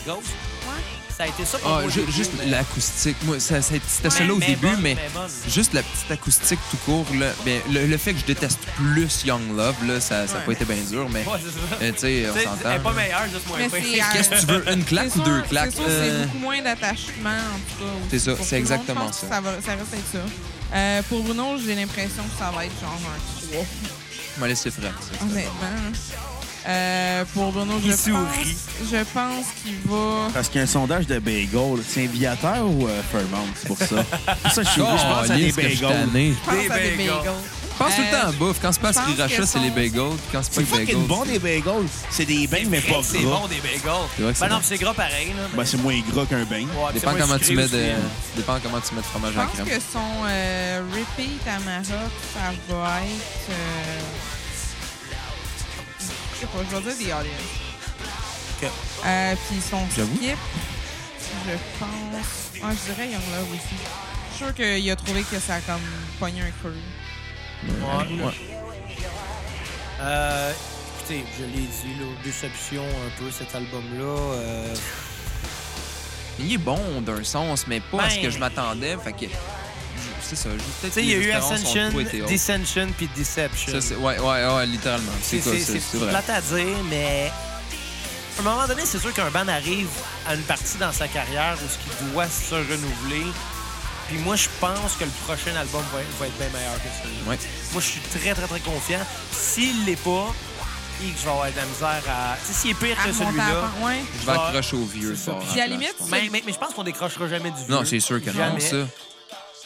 [SPEAKER 1] Ghost?
[SPEAKER 3] Ouais.
[SPEAKER 1] Ça a été ça pour
[SPEAKER 4] Ah,
[SPEAKER 1] moi,
[SPEAKER 4] ju-
[SPEAKER 1] j'ai
[SPEAKER 4] juste
[SPEAKER 1] vu, mais-
[SPEAKER 4] l'acoustique. Moi, ça, ça- c'était cela au
[SPEAKER 1] mais
[SPEAKER 4] début,
[SPEAKER 1] bonne,
[SPEAKER 4] mais.
[SPEAKER 1] bonne.
[SPEAKER 4] Juste la petite acoustique tout court, là, ben, le, le fait que je déteste plus Young Love, là, ça n'a pas
[SPEAKER 3] Ouais.
[SPEAKER 4] été bien dur, mais
[SPEAKER 1] Ouais, c'est ça.
[SPEAKER 4] euh, tu sais, on
[SPEAKER 1] Tu sais,
[SPEAKER 4] s'entend.
[SPEAKER 1] Elle est pas meilleure, juste moins
[SPEAKER 3] Mais
[SPEAKER 1] pire.
[SPEAKER 3] c'est, euh,
[SPEAKER 4] Qu'est-ce que tu veux, une claque
[SPEAKER 3] C'est
[SPEAKER 4] ou deux
[SPEAKER 3] sûr-
[SPEAKER 4] claques?
[SPEAKER 3] C'est sûr,
[SPEAKER 4] Euh,
[SPEAKER 3] c'est beaucoup moins d'attachement, en tout cas.
[SPEAKER 4] C'est ça,
[SPEAKER 3] Pour tout le
[SPEAKER 4] c'est
[SPEAKER 3] monde,
[SPEAKER 4] exactement
[SPEAKER 3] je pense que
[SPEAKER 4] ça.
[SPEAKER 3] Ça, va, ça reste être ça. Euh, pour Bruno, j'ai l'impression que ça va être genre un 3,
[SPEAKER 4] Je m'en laisse ses frères. ça.
[SPEAKER 3] honnêtement. Euh, pour Bruno, je
[SPEAKER 1] Il sourit.
[SPEAKER 3] pense, je pense qu'il va...
[SPEAKER 2] Parce qu'il y a un sondage de bagels. C'est un viateur ou euh, Fairmont, c'est pour ça. C'est pour ça que je suis
[SPEAKER 4] Oh,
[SPEAKER 2] je pense à des
[SPEAKER 4] lisse que je suis
[SPEAKER 2] bagels.
[SPEAKER 4] tanné.
[SPEAKER 3] Je pense
[SPEAKER 1] Des
[SPEAKER 3] à des
[SPEAKER 1] bagels.
[SPEAKER 3] bagels.
[SPEAKER 4] Pense tout le temps à
[SPEAKER 3] Euh,
[SPEAKER 4] bouffe. Quand c'est pas
[SPEAKER 3] je pense
[SPEAKER 4] sriracha,
[SPEAKER 3] que
[SPEAKER 4] c'est les
[SPEAKER 3] son-
[SPEAKER 4] bagels. puis Quand c'est pas
[SPEAKER 2] C'est
[SPEAKER 4] les bagels.
[SPEAKER 2] fucking bon des bagels. C'est des bains, Ben, mais
[SPEAKER 1] Hey,
[SPEAKER 2] pas
[SPEAKER 1] C'est bon,
[SPEAKER 2] gras.
[SPEAKER 1] des bagels.
[SPEAKER 4] vrai que
[SPEAKER 1] Ben
[SPEAKER 4] c'est
[SPEAKER 1] non,
[SPEAKER 4] bon.
[SPEAKER 1] mais c'est gras pareil. Là,
[SPEAKER 2] Ben, c'est moins gras qu'un bain.
[SPEAKER 1] Ouais, c'est
[SPEAKER 4] Dépend
[SPEAKER 1] moins
[SPEAKER 4] comment,
[SPEAKER 1] sucré
[SPEAKER 4] tu mets
[SPEAKER 1] aussi,
[SPEAKER 4] de...
[SPEAKER 1] hein.
[SPEAKER 4] Dépend comment tu mets de fromage
[SPEAKER 3] Je
[SPEAKER 4] en
[SPEAKER 3] pense
[SPEAKER 4] crème.
[SPEAKER 3] que son euh, repeat à Maroc, ça va être... euh, Je sais pas, je vais dire des audiences.
[SPEAKER 1] Ok.
[SPEAKER 3] Euh, puis son
[SPEAKER 4] J'avoue.
[SPEAKER 3] skip, je pense... Ah, je dirais Young Love aussi. Je suis sûr qu'il a trouvé que ça a comme pogné un creux.
[SPEAKER 1] Ouais.
[SPEAKER 4] Ouais.
[SPEAKER 1] Euh, écoutez, je l'ai dit, là, déception un peu cet album-là. euh,
[SPEAKER 4] Il est bon d'un sens, mais pas à ce que je m'attendais. Fait que. C'est ça.
[SPEAKER 1] Ben, Tu sais, il y a eu Ascension, Dissension, puis Deception.
[SPEAKER 4] Ça, c'est- ouais, ouais, ouais, littéralement. C'est
[SPEAKER 1] C'est
[SPEAKER 4] quoi,
[SPEAKER 1] c'est-
[SPEAKER 4] ça?
[SPEAKER 1] c'est
[SPEAKER 4] C'est vrai.
[SPEAKER 1] plate à dire, mais à un moment donné, c'est sûr qu'un band arrive à une partie dans sa carrière où ce qu'il doit se renouveler. Puis moi, je pense que le prochain album va, va être bien meilleur que celui-là.
[SPEAKER 4] Ouais.
[SPEAKER 1] Moi, je suis très, très, très confiant. S'il l'est pas, et que je vais avoir de la misère à... Tu sais, s'il est pire
[SPEAKER 3] À
[SPEAKER 1] que
[SPEAKER 3] remonter à
[SPEAKER 1] celui-là...
[SPEAKER 3] la fin, ouais.
[SPEAKER 4] Je vais accrocher au vieux
[SPEAKER 1] C'est ça.
[SPEAKER 4] fort.
[SPEAKER 1] Puis
[SPEAKER 4] en
[SPEAKER 3] à la
[SPEAKER 4] place,
[SPEAKER 3] limite,
[SPEAKER 4] je pense.
[SPEAKER 1] Mais, mais- mais je pense qu'on décrochera jamais du vieux.
[SPEAKER 4] Non, c'est sûr que non,
[SPEAKER 1] Jamais.
[SPEAKER 4] ça.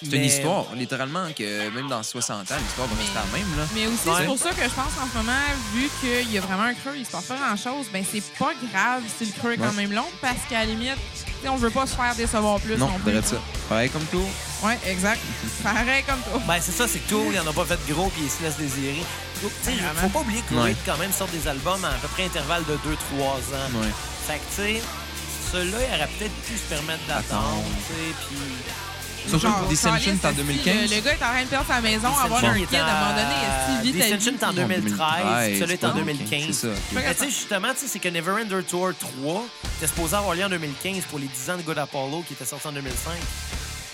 [SPEAKER 4] C'est une
[SPEAKER 1] Mais-
[SPEAKER 4] histoire, littéralement, que même dans 60 ans, l'histoire va rester la même, là.
[SPEAKER 3] Mais aussi,
[SPEAKER 1] Ouais.
[SPEAKER 3] c'est pour ça que je pense en ce moment, vu qu'il y a vraiment un creux, il se passe pas grand-chose, ben c'est pas grave si le creux est quand
[SPEAKER 4] Ouais.
[SPEAKER 3] même long, parce qu'à la limite, tu sais, on veut pas se faire décevoir plus non,
[SPEAKER 4] Non,
[SPEAKER 3] plus.
[SPEAKER 4] dirait ça. Pareil comme tout.
[SPEAKER 3] Ouais, exact. Pareil comme toi.
[SPEAKER 1] Ben, c'est ça, c'est que tout, il en a pas fait gros, puis il se laisse désirer. Tu sais, faut pas oublier que
[SPEAKER 4] Ouais.
[SPEAKER 1] Creed, quand même, sort des albums à à peu près intervalle de 2-3 ans.
[SPEAKER 4] Ouais.
[SPEAKER 1] Fait que, tu sais, ceux-là, il aurait peut-être pu se permettre d'attendre,
[SPEAKER 4] Attendre.
[SPEAKER 1] tu sais, puis...
[SPEAKER 4] Surtout
[SPEAKER 3] Genre,
[SPEAKER 4] pour Dissension,
[SPEAKER 3] Caroline,
[SPEAKER 4] t'es en
[SPEAKER 3] si
[SPEAKER 4] 2015.
[SPEAKER 3] Le, le gars est en train de perdre sa maison, avoir un
[SPEAKER 1] Dissension
[SPEAKER 3] kid
[SPEAKER 1] est
[SPEAKER 3] à un moment donné,
[SPEAKER 1] en-
[SPEAKER 3] est-ce qu'il vit ta vie?
[SPEAKER 1] Dissension est en
[SPEAKER 3] puis-
[SPEAKER 1] 2013, celui-là est en
[SPEAKER 4] Ah, ok,
[SPEAKER 1] 2015.
[SPEAKER 4] C'est ça. ok.
[SPEAKER 1] Mais tu sais, justement, tu sais, c'est que Never Ender Tour 3 était supposé avoir lieu en 2015 pour les 10 ans de God Apollo qui était sorti en 2005.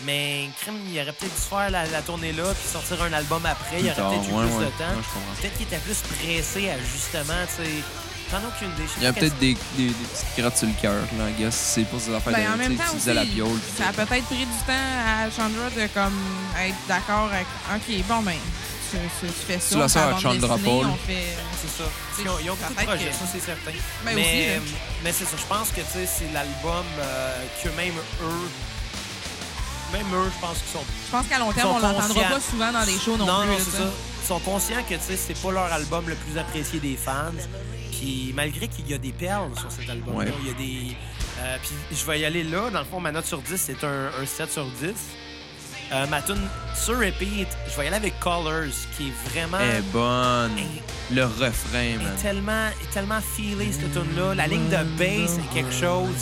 [SPEAKER 1] Mais crime, il aurait peut-être dû faire la, la tournée là, puis sortir un album après. il
[SPEAKER 4] Plus
[SPEAKER 1] aurait
[SPEAKER 4] tard,
[SPEAKER 1] peut-être eu
[SPEAKER 4] ouais,
[SPEAKER 1] plus
[SPEAKER 4] ouais.
[SPEAKER 1] de temps.
[SPEAKER 4] Ouais, je comprends.
[SPEAKER 1] peut-être qu'il était plus pressé à justement, tu sais. T'en as aucune idée. Je sais
[SPEAKER 4] Il y a
[SPEAKER 1] pas
[SPEAKER 4] peut-être des, des, des petites crottes sur le cœur, là, I guess. C'est pour ces affaires
[SPEAKER 3] Ben, en
[SPEAKER 4] de tu
[SPEAKER 3] même
[SPEAKER 4] sais,
[SPEAKER 3] temps
[SPEAKER 4] utiliser
[SPEAKER 3] aussi,
[SPEAKER 4] la piole.
[SPEAKER 3] ça a peut-être pris du temps à Chandra de comme être d'accord avec OK, bon ben tu, tu- tu fais ça.
[SPEAKER 4] Tu la
[SPEAKER 3] on
[SPEAKER 4] sors
[SPEAKER 3] fait
[SPEAKER 4] à
[SPEAKER 3] la bande
[SPEAKER 4] Chandra
[SPEAKER 3] dessinée,
[SPEAKER 4] Paul.
[SPEAKER 3] on fait-
[SPEAKER 1] C'est ça. Ils ont, ils ont beaucoup de
[SPEAKER 3] Peut-être
[SPEAKER 1] projets,
[SPEAKER 3] que-
[SPEAKER 1] ça, c'est certain.
[SPEAKER 3] Ben
[SPEAKER 1] mais euh,
[SPEAKER 3] aussi, là.
[SPEAKER 1] mais c'est ça. Je pense que tu sais, c'est l'album euh, que même eux, même eux, je pense qu'ils sont
[SPEAKER 3] Je pense qu'à long
[SPEAKER 1] Ils
[SPEAKER 3] terme,
[SPEAKER 1] sont
[SPEAKER 3] on l'entendra
[SPEAKER 1] conscients.
[SPEAKER 3] pas souvent dans des shows non,
[SPEAKER 1] non
[SPEAKER 3] plus. là,
[SPEAKER 1] c'est
[SPEAKER 3] ça.
[SPEAKER 1] ça. Ils sont conscients que tu sais, c'est pas leur album le plus apprécié des fans. Puis malgré qu'il y a des perles sur cet album-là,
[SPEAKER 4] Ouais.
[SPEAKER 1] il y a des. euh, puis je vais y aller là. Dans le fond, ma note sur 10, c'est un, un 7 sur 10. Euh, ma tune sur repeat, je vais y aller avec Colors, qui est vraiment.
[SPEAKER 4] Elle est bonne. Le refrain,
[SPEAKER 1] est
[SPEAKER 4] man.
[SPEAKER 1] tellement, est tellement feelée, cette tune-là. La ligne de bass est quelque chose.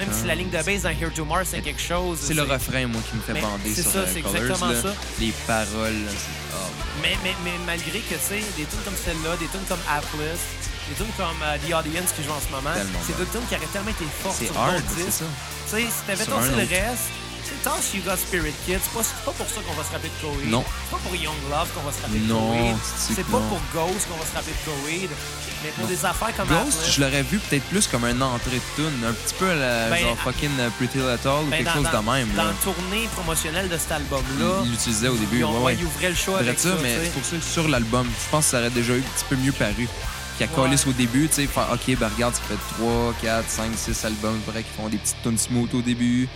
[SPEAKER 1] Même si la ligne de bass dans Here to Mars c'est quelque chose.
[SPEAKER 4] C'est le refrain, moi, qui me fait
[SPEAKER 1] Mais
[SPEAKER 4] bander
[SPEAKER 1] c'est
[SPEAKER 4] sur
[SPEAKER 1] ça,
[SPEAKER 4] euh,
[SPEAKER 1] c'est
[SPEAKER 4] Colours,
[SPEAKER 1] exactement
[SPEAKER 4] là.
[SPEAKER 1] ça.
[SPEAKER 4] Les paroles, là, c'est... oh,
[SPEAKER 1] Mais, mais, mais malgré que, tu sais, des tunes comme celle-là, des tunes comme Atlas, des tunes comme euh, The Audience qui joue en ce moment,
[SPEAKER 4] Tellement
[SPEAKER 1] c'est
[SPEAKER 4] bon.
[SPEAKER 1] deux tunes qui auraient tellement été fortes
[SPEAKER 4] C'est
[SPEAKER 1] sur
[SPEAKER 4] hard,
[SPEAKER 1] d'autres
[SPEAKER 4] c'est
[SPEAKER 1] disques.
[SPEAKER 4] ça.
[SPEAKER 1] Tu sais, si t'avais
[SPEAKER 4] Sur
[SPEAKER 1] tourné
[SPEAKER 4] un
[SPEAKER 1] le
[SPEAKER 4] autre.
[SPEAKER 1] reste, tu sais, tant si You Got Spirit Kids, c'est pas, c'est pas pour ça qu'on va se rappeler de Coheed.
[SPEAKER 4] Non.
[SPEAKER 1] C'est pas pour Young Love qu'on va se rappeler
[SPEAKER 4] Non,
[SPEAKER 1] de Coheed.
[SPEAKER 4] c'est-tu
[SPEAKER 1] C'est
[SPEAKER 4] que
[SPEAKER 1] pas
[SPEAKER 4] non.
[SPEAKER 1] pour Ghost qu'on va se rappeler de Coheed. Mais pour des affaires comme
[SPEAKER 4] Ghost,
[SPEAKER 1] Atlas,
[SPEAKER 4] je l'aurais vu peut-être plus comme un entrée de tune, un petit peu à la
[SPEAKER 1] Ben,
[SPEAKER 4] genre
[SPEAKER 1] à-
[SPEAKER 4] fucking euh, Pretty Little
[SPEAKER 1] ben,
[SPEAKER 4] ou quelque
[SPEAKER 1] dans,
[SPEAKER 4] chose
[SPEAKER 1] dans-
[SPEAKER 4] de même.
[SPEAKER 1] dans
[SPEAKER 4] là.
[SPEAKER 1] la tournée promotionnelle de cet album-là,
[SPEAKER 4] Ils l'utilisaient au début,
[SPEAKER 1] ils,
[SPEAKER 4] ouais,
[SPEAKER 1] ont-
[SPEAKER 4] ouais.
[SPEAKER 1] ils ouvraient le show
[SPEAKER 4] Je
[SPEAKER 1] avec
[SPEAKER 4] dirais
[SPEAKER 1] ça,
[SPEAKER 4] ça, mais
[SPEAKER 1] tu sais.
[SPEAKER 4] c'est pour ça que sur l'album, je pense que ça aurait déjà eu un petit peu mieux paru. Qu'à
[SPEAKER 1] Ouais.
[SPEAKER 4] Callis au début, tu sais, faire OK, ben regarde, ça fait 3, 4, 5, 6 albums, vrai, qui font des petites tunes smooth au début.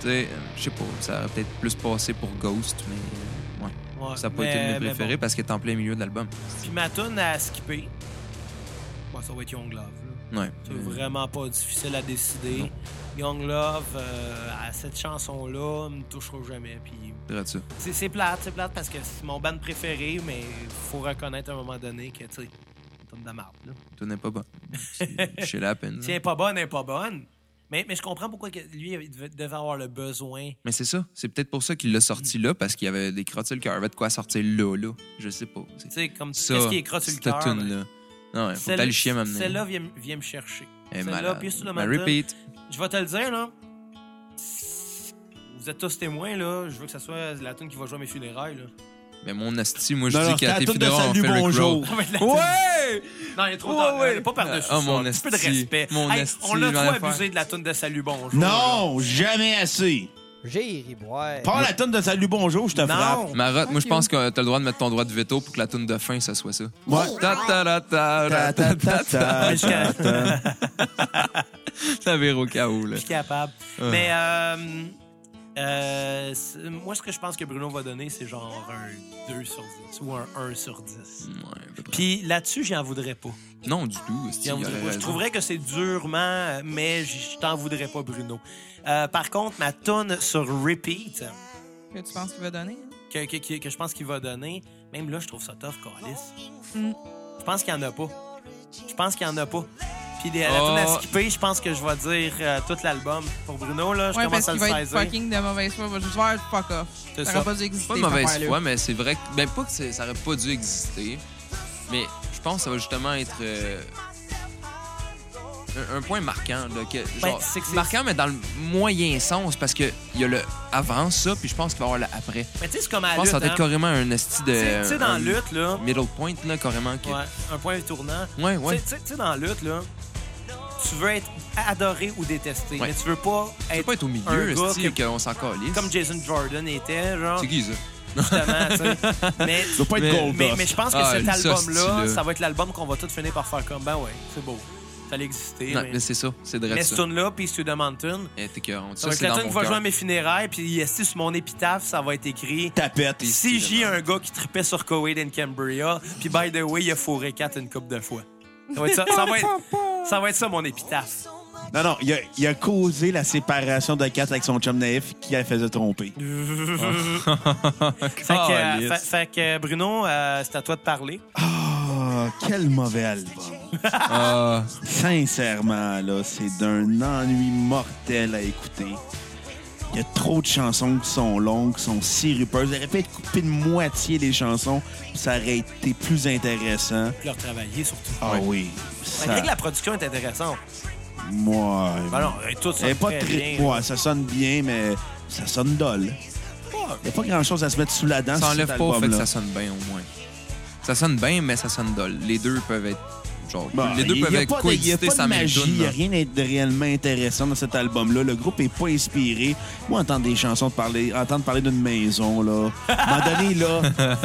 [SPEAKER 4] Tu sais, euh, je sais pas, ça aurait peut-être plus passé pour Ghost, mais euh, ouais.
[SPEAKER 1] Ouais,
[SPEAKER 4] Ça n'a pas été de
[SPEAKER 1] mais-
[SPEAKER 4] mes
[SPEAKER 1] mais bon.
[SPEAKER 4] préférés parce qu'elle est en plein milieu de l'album.
[SPEAKER 1] Puis ma tune à skipper, ouais, ça va être Young Love. là.
[SPEAKER 4] Ouais.
[SPEAKER 1] C'est vraiment pas difficile à décider. Young Love, euh, à cette chanson-là, me touchera jamais. Puis
[SPEAKER 4] Je dirais ça.
[SPEAKER 1] c'est, c'est plate, c'est plate parce que c'est mon band préféré, mais faut reconnaître à un moment donné que, tu sais, une tonne de marde. là.
[SPEAKER 4] Tout n'est pas bon. Chez la peine.
[SPEAKER 1] Si elle est pas bonne, elle est pas bonne. Mais, mais je comprends pourquoi que lui il devait- devait avoir le besoin.
[SPEAKER 4] Mais c'est ça. C'est peut-être pour ça qu'il l'a sorti là, parce qu'il y avait des crottules qui avaient de quoi sortir là, là. Je sais pas.
[SPEAKER 1] Tu
[SPEAKER 4] C'est
[SPEAKER 1] sais, comme
[SPEAKER 4] ça.
[SPEAKER 1] qu'est-ce qui est crotte sur le
[SPEAKER 4] cette
[SPEAKER 1] cœur. mais-
[SPEAKER 4] tune-là. Non, ouais, faut que
[SPEAKER 1] Celle-
[SPEAKER 4] t'ailles chier m'amener.
[SPEAKER 1] Celle-là vient, vient me chercher.
[SPEAKER 4] Elle est
[SPEAKER 1] Celle-là,
[SPEAKER 4] malade.
[SPEAKER 1] puis sur le
[SPEAKER 4] Mais
[SPEAKER 1] matin,
[SPEAKER 4] repeat.
[SPEAKER 1] Je vais te le dire, là. Vous êtes tous témoins, là. Je veux que ça soit la tune qui va jouer à mes funérailles, là.
[SPEAKER 4] Mais mon asti, moi, je
[SPEAKER 2] Non, non,
[SPEAKER 4] dis qu'à
[SPEAKER 2] c'était
[SPEAKER 4] tes
[SPEAKER 2] la toune de
[SPEAKER 4] funérailles, on
[SPEAKER 2] Salut,
[SPEAKER 4] fait Rick
[SPEAKER 2] bonjour.
[SPEAKER 1] On va être la tune.
[SPEAKER 4] Ouais!
[SPEAKER 1] Non, il est trop
[SPEAKER 4] Ouais,
[SPEAKER 1] tard.
[SPEAKER 4] ouais.
[SPEAKER 1] Euh, Pas par-dessus.
[SPEAKER 4] Ah,
[SPEAKER 1] ça.
[SPEAKER 4] mon
[SPEAKER 1] Un petit peu de
[SPEAKER 4] esti.
[SPEAKER 1] respect.
[SPEAKER 4] Mon
[SPEAKER 1] Hey,
[SPEAKER 4] esti,
[SPEAKER 1] on l'a
[SPEAKER 4] j'en ai
[SPEAKER 1] trop
[SPEAKER 4] affaire.
[SPEAKER 1] abusé de la toune de Salut Bonjour.
[SPEAKER 2] Non, jamais assez.
[SPEAKER 5] J'ai ri boire.
[SPEAKER 2] Prends la tonne de Salut Bonjour, je te
[SPEAKER 1] là.
[SPEAKER 2] frappe.
[SPEAKER 1] Non!
[SPEAKER 4] Marotte, moi, je
[SPEAKER 3] Ok.
[SPEAKER 4] pense que t'as le droit de mettre ton droit de veto pour que la toune de fin, ça soit ça.
[SPEAKER 2] Ouais.
[SPEAKER 4] Ta ta ta ta
[SPEAKER 2] Ta,
[SPEAKER 4] ta
[SPEAKER 2] ta, ta, ta.
[SPEAKER 1] Je suis ca-
[SPEAKER 4] Ça vire au chaos, là.
[SPEAKER 1] je suis capable.
[SPEAKER 4] Ah.
[SPEAKER 1] Mais, euh, euh, c'est- moi, ce que je pense que Bruno va donner, c'est genre un 2 sur 10 ou un 1 sur 10.
[SPEAKER 4] Ouais, à peu près.
[SPEAKER 1] Puis là-dessus, j'en voudrais pas.
[SPEAKER 4] Non, du tout. esti,
[SPEAKER 1] J'en
[SPEAKER 4] il
[SPEAKER 1] voudrais
[SPEAKER 4] aurait
[SPEAKER 1] pas. Je
[SPEAKER 4] raison.
[SPEAKER 1] trouverais que c'est durement, mais j- je t'en voudrais pas, Bruno. Euh, par contre, ma tonne sur repeat,
[SPEAKER 3] Que tu penses qu'il va donner? hein?
[SPEAKER 1] que, que- que- que je pense qu'il va donner, même là, je trouve ça tough, Carlis.
[SPEAKER 3] Mm.
[SPEAKER 1] Je pense qu'il y en a pas. Je pense qu'il y en a pas. Puis les- la
[SPEAKER 4] Oh.
[SPEAKER 1] tonne à skipper, je pense que je vais dire euh, tout l'album. Pour Bruno, là, je
[SPEAKER 3] Ouais,
[SPEAKER 1] commence
[SPEAKER 3] parce
[SPEAKER 1] à
[SPEAKER 3] qu'il
[SPEAKER 1] le
[SPEAKER 3] va être
[SPEAKER 1] saisir.
[SPEAKER 3] fucking de mauvaise foi. Il va juste faire fuck off.
[SPEAKER 1] C'est
[SPEAKER 3] Ça
[SPEAKER 1] ça.
[SPEAKER 3] aurait pas dû exister.
[SPEAKER 4] pas de
[SPEAKER 3] cette
[SPEAKER 4] mauvaise
[SPEAKER 3] affaire-là.
[SPEAKER 4] foi, mais c'est vrai que. Ben, pas que c'est- ça aurait pas dû exister, mais je pense que ça va justement être. euh, un- un point marquant, là, que,
[SPEAKER 1] Ben,
[SPEAKER 4] genre,
[SPEAKER 1] c'est que c'est-
[SPEAKER 4] marquant, mais dans le moyen sens, parce qu'il y a le avant ça, puis je pense qu'il va y avoir le après.
[SPEAKER 1] Mais tu sais, c'est comme à
[SPEAKER 4] Je
[SPEAKER 1] la
[SPEAKER 4] pense
[SPEAKER 1] lutte.
[SPEAKER 4] que ça va être
[SPEAKER 1] hein.
[SPEAKER 4] carrément un esti de.
[SPEAKER 1] Tu sais- tu sais, dans
[SPEAKER 4] un
[SPEAKER 1] la lutte, là,
[SPEAKER 4] Middle point, là, carrément. que-
[SPEAKER 1] ouais, un point tournant.
[SPEAKER 4] Ouais, ouais.
[SPEAKER 1] Tu sais- Tu sais- tu sais, dans la lutte, là, tu veux être adoré ou détesté,
[SPEAKER 4] Ouais.
[SPEAKER 1] mais tu veux pas
[SPEAKER 4] Tu peux
[SPEAKER 1] être
[SPEAKER 4] pas être au
[SPEAKER 1] un
[SPEAKER 4] milieu,
[SPEAKER 1] gars
[SPEAKER 4] esti,
[SPEAKER 1] que-
[SPEAKER 4] qu'on s'en calisse.
[SPEAKER 1] comme Jason Jordan était, genre,
[SPEAKER 4] C'est qui, ça?
[SPEAKER 1] justement, tu sais. Mais,
[SPEAKER 2] Ça doit pas
[SPEAKER 4] Mais-
[SPEAKER 2] être Gold
[SPEAKER 1] mais,
[SPEAKER 2] Dust.
[SPEAKER 1] mais je pense que
[SPEAKER 4] Ah,
[SPEAKER 1] cet
[SPEAKER 4] ça, c'est
[SPEAKER 1] album-là,
[SPEAKER 4] stylé.
[SPEAKER 1] ça va être l'album qu'on va tous finir par faire comme, ben ouais, c'est beau, fallait exister.
[SPEAKER 4] Non,
[SPEAKER 1] mais-
[SPEAKER 4] mais c'est ça, c'est de
[SPEAKER 1] Mais
[SPEAKER 4] ça.
[SPEAKER 1] ce tune-là, Peace to the Mountain,
[SPEAKER 4] Eh, t'es écœurant.
[SPEAKER 1] ça
[SPEAKER 4] Ça,
[SPEAKER 1] va être
[SPEAKER 4] c'est
[SPEAKER 1] la
[SPEAKER 4] dans
[SPEAKER 1] tune qui
[SPEAKER 4] mon
[SPEAKER 1] va
[SPEAKER 4] cœur.
[SPEAKER 1] jouer à mes funérailles, puis esti, sur mon épitaphe, ça va être écrit
[SPEAKER 2] Tapette.
[SPEAKER 1] Si j'ai un gars qui tripait sur Coed and Cambria, puis by the way, il a fourré 4 une coupe de fois. Ça va être ça, ça va être, ça va être ça, mon épitaphe.
[SPEAKER 2] Non, non, il a, il a causé la séparation de Kat avec son chum naïf qui la faisait tromper.
[SPEAKER 1] Fait que, euh,
[SPEAKER 4] Calisse.
[SPEAKER 1] fait- fait que, Bruno, euh, c'est à toi de parler.
[SPEAKER 2] Ah, quel mauvais album.
[SPEAKER 4] Ah,
[SPEAKER 2] Sincèrement, là, c'est d'un ennui mortel à écouter. Il y a trop de chansons qui sont longues, qui sont sirupeuses. J'aurais pu être coupé de moitié des chansons, puis ça aurait été plus intéressant.
[SPEAKER 1] Puis leur travailler, surtout.
[SPEAKER 2] Ah oui. Ça,
[SPEAKER 1] Malgré que la production est intéressante.
[SPEAKER 2] moi.
[SPEAKER 1] Ben non, euh, tout ça
[SPEAKER 2] Elle est pas
[SPEAKER 1] très
[SPEAKER 2] très.
[SPEAKER 1] bien.
[SPEAKER 2] Ouais, ça sonne bien, mais ça sonne dol. Il n'y a pas grand-chose à se mettre sous la dent
[SPEAKER 4] ça
[SPEAKER 2] sur cet
[SPEAKER 4] enlève pas au fait que
[SPEAKER 2] album-là.
[SPEAKER 4] ça sonne bien, au moins. Ça sonne bien, mais ça sonne dol. Les deux peuvent être. Genre,
[SPEAKER 2] Bon,
[SPEAKER 4] les deux
[SPEAKER 2] Bah, il y a
[SPEAKER 4] peuvent
[SPEAKER 2] pas
[SPEAKER 4] être
[SPEAKER 2] de- Il n'y a
[SPEAKER 4] coexister
[SPEAKER 2] pas de
[SPEAKER 4] sans même
[SPEAKER 2] magie,
[SPEAKER 4] tune,
[SPEAKER 2] il n'y a
[SPEAKER 4] là.
[SPEAKER 2] rien de réellement intéressant dans cet album-là. Le groupe est pas inspiré. Moi, entendre des chansons, de parler, entendre parler d'une maison, là. À un moment donné, là,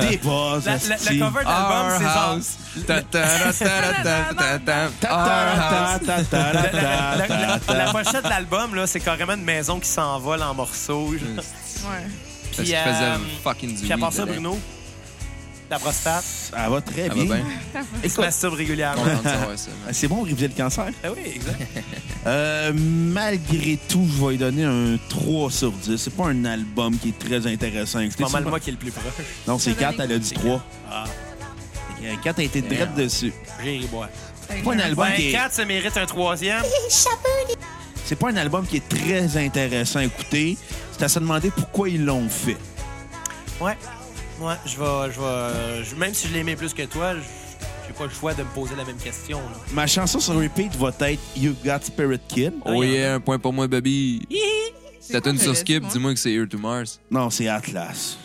[SPEAKER 2] dépose.
[SPEAKER 1] La, la- la
[SPEAKER 2] asti.
[SPEAKER 1] cover d'album,
[SPEAKER 4] Our
[SPEAKER 1] c'est genre...
[SPEAKER 4] house. Ta- ta- ta- ta- ta- ta- ta-
[SPEAKER 2] Ta- ta-
[SPEAKER 4] Our
[SPEAKER 2] ta-
[SPEAKER 4] house.
[SPEAKER 2] ta- ta- ta-
[SPEAKER 1] La,
[SPEAKER 2] ta-
[SPEAKER 1] la-
[SPEAKER 2] ta-
[SPEAKER 1] la-
[SPEAKER 2] ta-
[SPEAKER 1] la pochette de l'album, là, c'est carrément une maison qui s'envole en morceaux. genre.
[SPEAKER 3] Ouais.
[SPEAKER 4] Parce
[SPEAKER 1] Puis,
[SPEAKER 4] qu'il
[SPEAKER 1] euh,
[SPEAKER 4] faisait fucking du
[SPEAKER 1] puis à part
[SPEAKER 4] weed
[SPEAKER 1] ça,
[SPEAKER 4] dedans.
[SPEAKER 1] Bruno, ta prostate,
[SPEAKER 2] Ça va très
[SPEAKER 4] Ça va
[SPEAKER 2] bien.
[SPEAKER 4] bien.
[SPEAKER 1] tu se masturbes régulièrement.
[SPEAKER 4] Content de savoir ça, man.
[SPEAKER 2] C'est bon, réviser le cancer.
[SPEAKER 1] Ah oui, exact.
[SPEAKER 2] Euh, malgré tout, je vais lui donner un 3 sur 10. C'est pas un album qui est très intéressant. à écouter.
[SPEAKER 1] Pas mal
[SPEAKER 2] C'est pas-
[SPEAKER 1] moi qui est le plus proche.
[SPEAKER 2] Non, c'est 4, elle a dit
[SPEAKER 1] C'est
[SPEAKER 2] 3.
[SPEAKER 1] Ah,
[SPEAKER 2] 4 euh, a été drette dessus.
[SPEAKER 1] rire et boire.
[SPEAKER 3] Fait que-
[SPEAKER 2] Pas un album qui est...
[SPEAKER 1] 24, Ben, ça mérite un troisième.
[SPEAKER 2] C'est pas un album qui est très intéressant à écouter. C'est à se demander pourquoi ils l'ont fait.
[SPEAKER 1] Ouais. Ouais, je vais. Je vais je- même si je l'aimais plus que toi, je- j'ai pas le choix de me poser la même question. là.
[SPEAKER 2] Ma chanson sur repeat va être You Got Spirit Kid.
[SPEAKER 4] Oh yeah, un point pour moi, baby.
[SPEAKER 3] C'est
[SPEAKER 4] T'as
[SPEAKER 3] quoi
[SPEAKER 4] une
[SPEAKER 3] que
[SPEAKER 4] sur
[SPEAKER 3] le-
[SPEAKER 4] skip,
[SPEAKER 3] ouais.
[SPEAKER 4] dis-moi que c'est Here to Mars.
[SPEAKER 2] Non, c'est Atlas.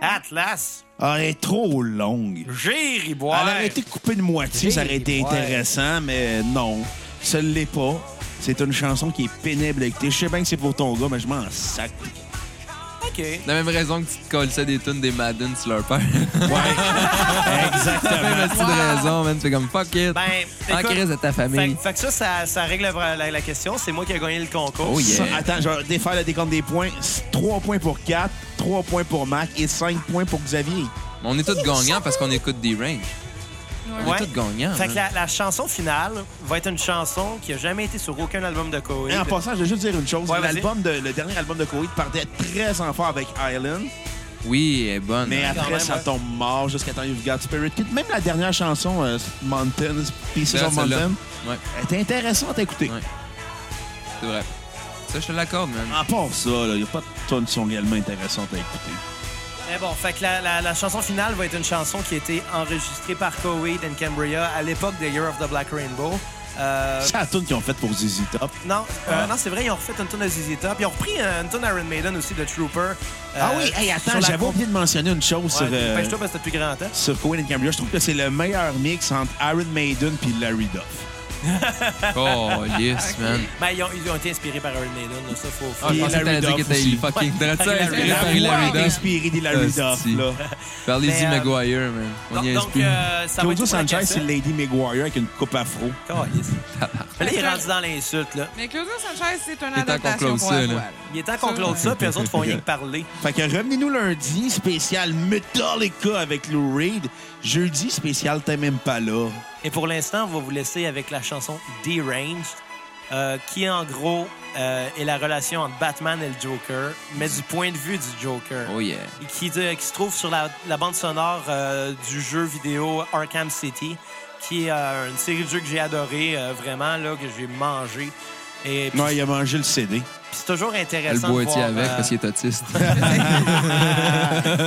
[SPEAKER 1] Atlas,
[SPEAKER 2] Ah, elle est trop longue.
[SPEAKER 1] Jerry
[SPEAKER 2] Elle
[SPEAKER 1] Boire.
[SPEAKER 2] aurait été coupée de moitié, ça aurait été
[SPEAKER 5] Ouais.
[SPEAKER 2] intéressant, mais non. Ça l'est pas. C'est une chanson qui est pénible à écouter. Je sais bien que c'est pour ton gars, mais je m'en sac.
[SPEAKER 1] OK.
[SPEAKER 4] La même raison que tu te colles ça des tunes des Madden sur leur père.
[SPEAKER 2] Exactement.
[SPEAKER 4] même petite raison, man. Tu fais comme fuck it.
[SPEAKER 1] Ben,
[SPEAKER 4] en
[SPEAKER 1] écoute,
[SPEAKER 4] crise Ah, de ta
[SPEAKER 1] Fait,
[SPEAKER 4] famille.
[SPEAKER 1] fait que ça, ça, ça règle la, la- la question. C'est moi qui ai gagné le concours.
[SPEAKER 4] Oh yeah.
[SPEAKER 2] Ça- Attends, je vais défaire le décompte des points. 3 points pour 4, 3 points pour Mac et 5 points pour Xavier.
[SPEAKER 4] Mais on est tous gagnants parce qu'on écoute des range. On
[SPEAKER 1] Ouais.
[SPEAKER 4] est tous gagnants.
[SPEAKER 1] Fait que
[SPEAKER 4] man.
[SPEAKER 1] la, la chanson finale va être une chanson qui a jamais été sur aucun album de Coheed.
[SPEAKER 2] Et en passant, je veux juste dire une chose.
[SPEAKER 1] Ouais, vas-y.
[SPEAKER 2] L'album de- le dernier album de Coheed partait très en fort avec Island,
[SPEAKER 4] Oui, elle est bonne.
[SPEAKER 2] mais
[SPEAKER 4] hein.
[SPEAKER 2] après,
[SPEAKER 1] même,
[SPEAKER 2] ça
[SPEAKER 1] ouais.
[SPEAKER 2] tombe mort jusqu'à temps You've Got Spirit Kid. Même la dernière chanson, euh, Mountains, Pieces
[SPEAKER 4] Ouais,
[SPEAKER 2] of
[SPEAKER 4] celle-là.
[SPEAKER 2] Mountain,
[SPEAKER 4] Ouais,
[SPEAKER 2] elle était intéressante à écouter.
[SPEAKER 4] Ouais. c'est vrai. Ça, je te l'accorde, man.
[SPEAKER 2] À part ça, il n'y a pas de tonnes qui sont réellement intéressantes à écouter.
[SPEAKER 1] Euh, Mais bon, fait que la, la- la chanson finale va être une chanson qui a été enregistrée par Coheed and Cambria à l'époque de Year of the Black Rainbow. Euh,
[SPEAKER 2] C'est la tune qu'ils ont faite pour ZZ Top.
[SPEAKER 1] non, euh, non c'est vrai, ils ont refait une tonne de ZZ Top. Ils ont repris euh, une tonne Iron Maiden aussi de Trooper.
[SPEAKER 2] ah
[SPEAKER 1] Euh,
[SPEAKER 2] oui, hey,
[SPEAKER 1] sur
[SPEAKER 2] attends,
[SPEAKER 1] la
[SPEAKER 2] j'avais
[SPEAKER 1] comp-
[SPEAKER 2] oublié de mentionner une chose sur,
[SPEAKER 1] Ouais,
[SPEAKER 2] euh,
[SPEAKER 1] dépêche-toi parce que c'est depuis grand temps.
[SPEAKER 2] sur Cohen and Cambria. Je trouve que c'est le meilleur mix entre Iron Maiden puis Larry Duff.
[SPEAKER 4] Oh, yes, man.
[SPEAKER 1] Ben, ils, ont, ils ont été inspirés par Iron Maiden, là, ça, faut. faut-
[SPEAKER 4] Ah, je
[SPEAKER 2] Et
[SPEAKER 4] pensais
[SPEAKER 2] Larry
[SPEAKER 4] que t'allais dire que
[SPEAKER 2] Duff
[SPEAKER 4] t'es
[SPEAKER 2] aussi.
[SPEAKER 4] fucking.
[SPEAKER 1] Ouais.
[SPEAKER 4] T'aurais dû être inspiré par
[SPEAKER 2] La
[SPEAKER 4] Larry
[SPEAKER 2] voix est
[SPEAKER 4] Duff.
[SPEAKER 2] inspirée des Larry
[SPEAKER 4] Ah,
[SPEAKER 2] Duff,
[SPEAKER 4] si.
[SPEAKER 2] là.
[SPEAKER 4] Par
[SPEAKER 1] Mais,
[SPEAKER 4] Lizzie
[SPEAKER 1] euh,
[SPEAKER 4] McGuire, man. On
[SPEAKER 1] Donc,
[SPEAKER 4] y est
[SPEAKER 1] donc,
[SPEAKER 4] plus.
[SPEAKER 1] euh, ça va être pour
[SPEAKER 2] Claudio
[SPEAKER 1] la
[SPEAKER 2] Sanchez,
[SPEAKER 1] cassette.
[SPEAKER 2] c'est Lady McGuire avec une coupe afro.
[SPEAKER 1] Calisse. Mais Là, il est rendu dans l'insulte, là.
[SPEAKER 3] Mais Claudio Sanchez, c'est une
[SPEAKER 4] temps qu'on
[SPEAKER 3] adaptation
[SPEAKER 4] close
[SPEAKER 3] pour
[SPEAKER 4] ça,
[SPEAKER 3] la
[SPEAKER 4] là.
[SPEAKER 3] voile.
[SPEAKER 1] Il est temps qu'on close ça, puis les autres font rien que parler.
[SPEAKER 2] Fait que revenez-nous lundi, spécial Metallica avec Lou Reed. Jeudi, spécial T'aimes même pas là.
[SPEAKER 1] Et pour l'instant, on va vous laisser avec la chanson Deranged, euh, qui en gros euh, est la relation entre Batman et le Joker, mais du point de vue du Joker,
[SPEAKER 4] Oh, yeah.
[SPEAKER 1] Et qui, de- qui se trouve sur la, la bande sonore euh, du jeu vidéo Arkham City, qui est euh, une série de jeux que j'ai adoré, euh, vraiment, là, que j'ai mangé. Et puis,
[SPEAKER 2] Ouais, il a mangé le CD.
[SPEAKER 1] puis c'est toujours
[SPEAKER 4] Elle
[SPEAKER 1] intéressant. de
[SPEAKER 4] boitait
[SPEAKER 1] voir,
[SPEAKER 4] avec
[SPEAKER 1] euh,
[SPEAKER 4] parce qu'il est autiste.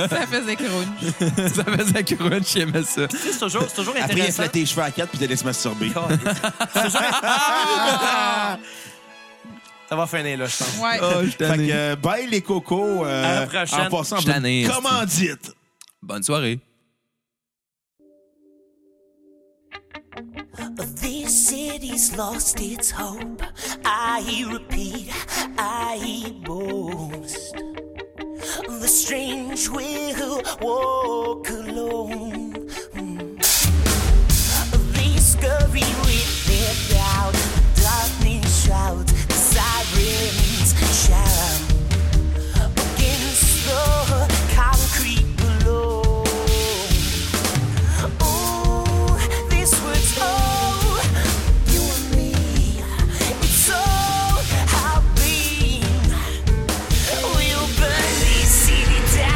[SPEAKER 3] Ça faisait crunch.
[SPEAKER 4] ça faisait crunch, j'aimais ça.
[SPEAKER 1] c'est toujours, c'est toujours
[SPEAKER 2] Après, il a
[SPEAKER 1] intéressant.
[SPEAKER 2] flatté les cheveux à quatre puis il a laissé masturber.
[SPEAKER 1] Ça va finir là, je pense.
[SPEAKER 3] Ouais.
[SPEAKER 4] Oh,
[SPEAKER 2] Fait que, euh, bye les cocos. euh,
[SPEAKER 1] À la prochaine.
[SPEAKER 2] En passant,
[SPEAKER 4] Je suis tanné, c'est-
[SPEAKER 2] comment dites?
[SPEAKER 4] Bonne soirée.
[SPEAKER 8] This city's lost its hope. I repeat, I boast. The strange will walk alone. Hmm. They scurry with their doubt. Darkening shrouds, sirens shout against the concrete below. Oh, this words, oh, you and me. It's all I've been. We'll burn this city down.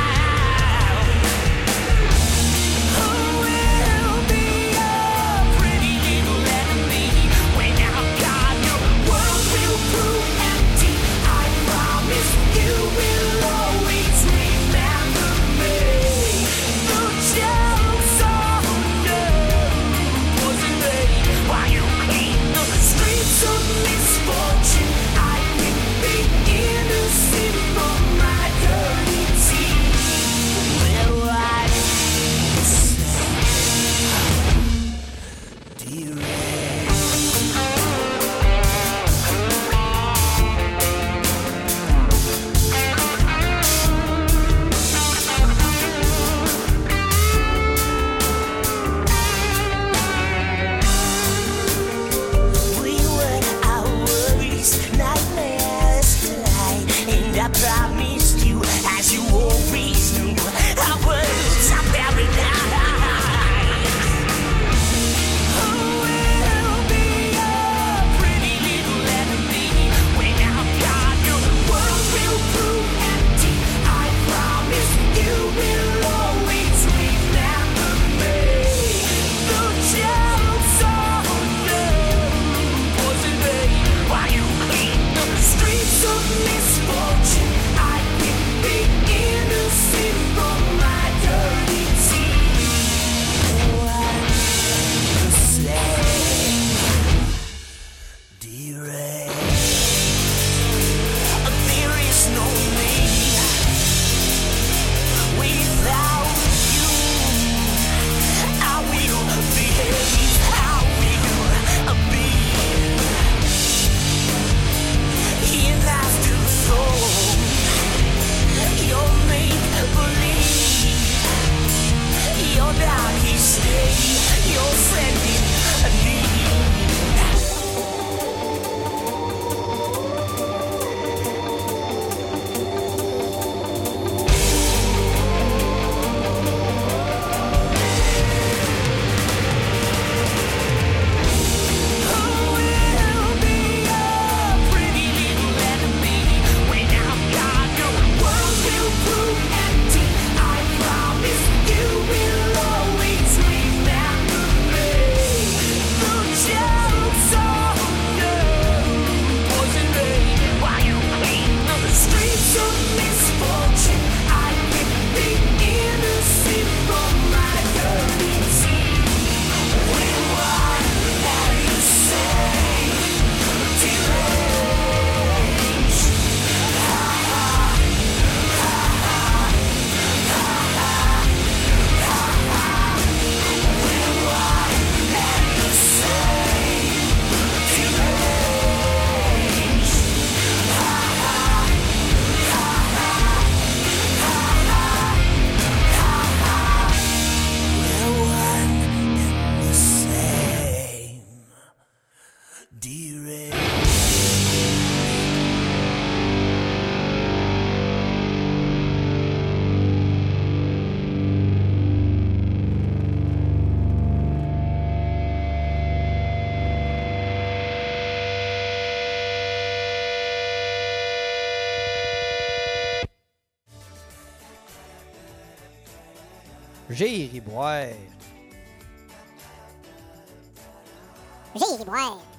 [SPEAKER 8] you're sending a need. Streets of misfortune, I can be innocent from my eternity. When what have you say? Deranged.
[SPEAKER 5] J'ai ri boire.
[SPEAKER 9] J'ai ri boire.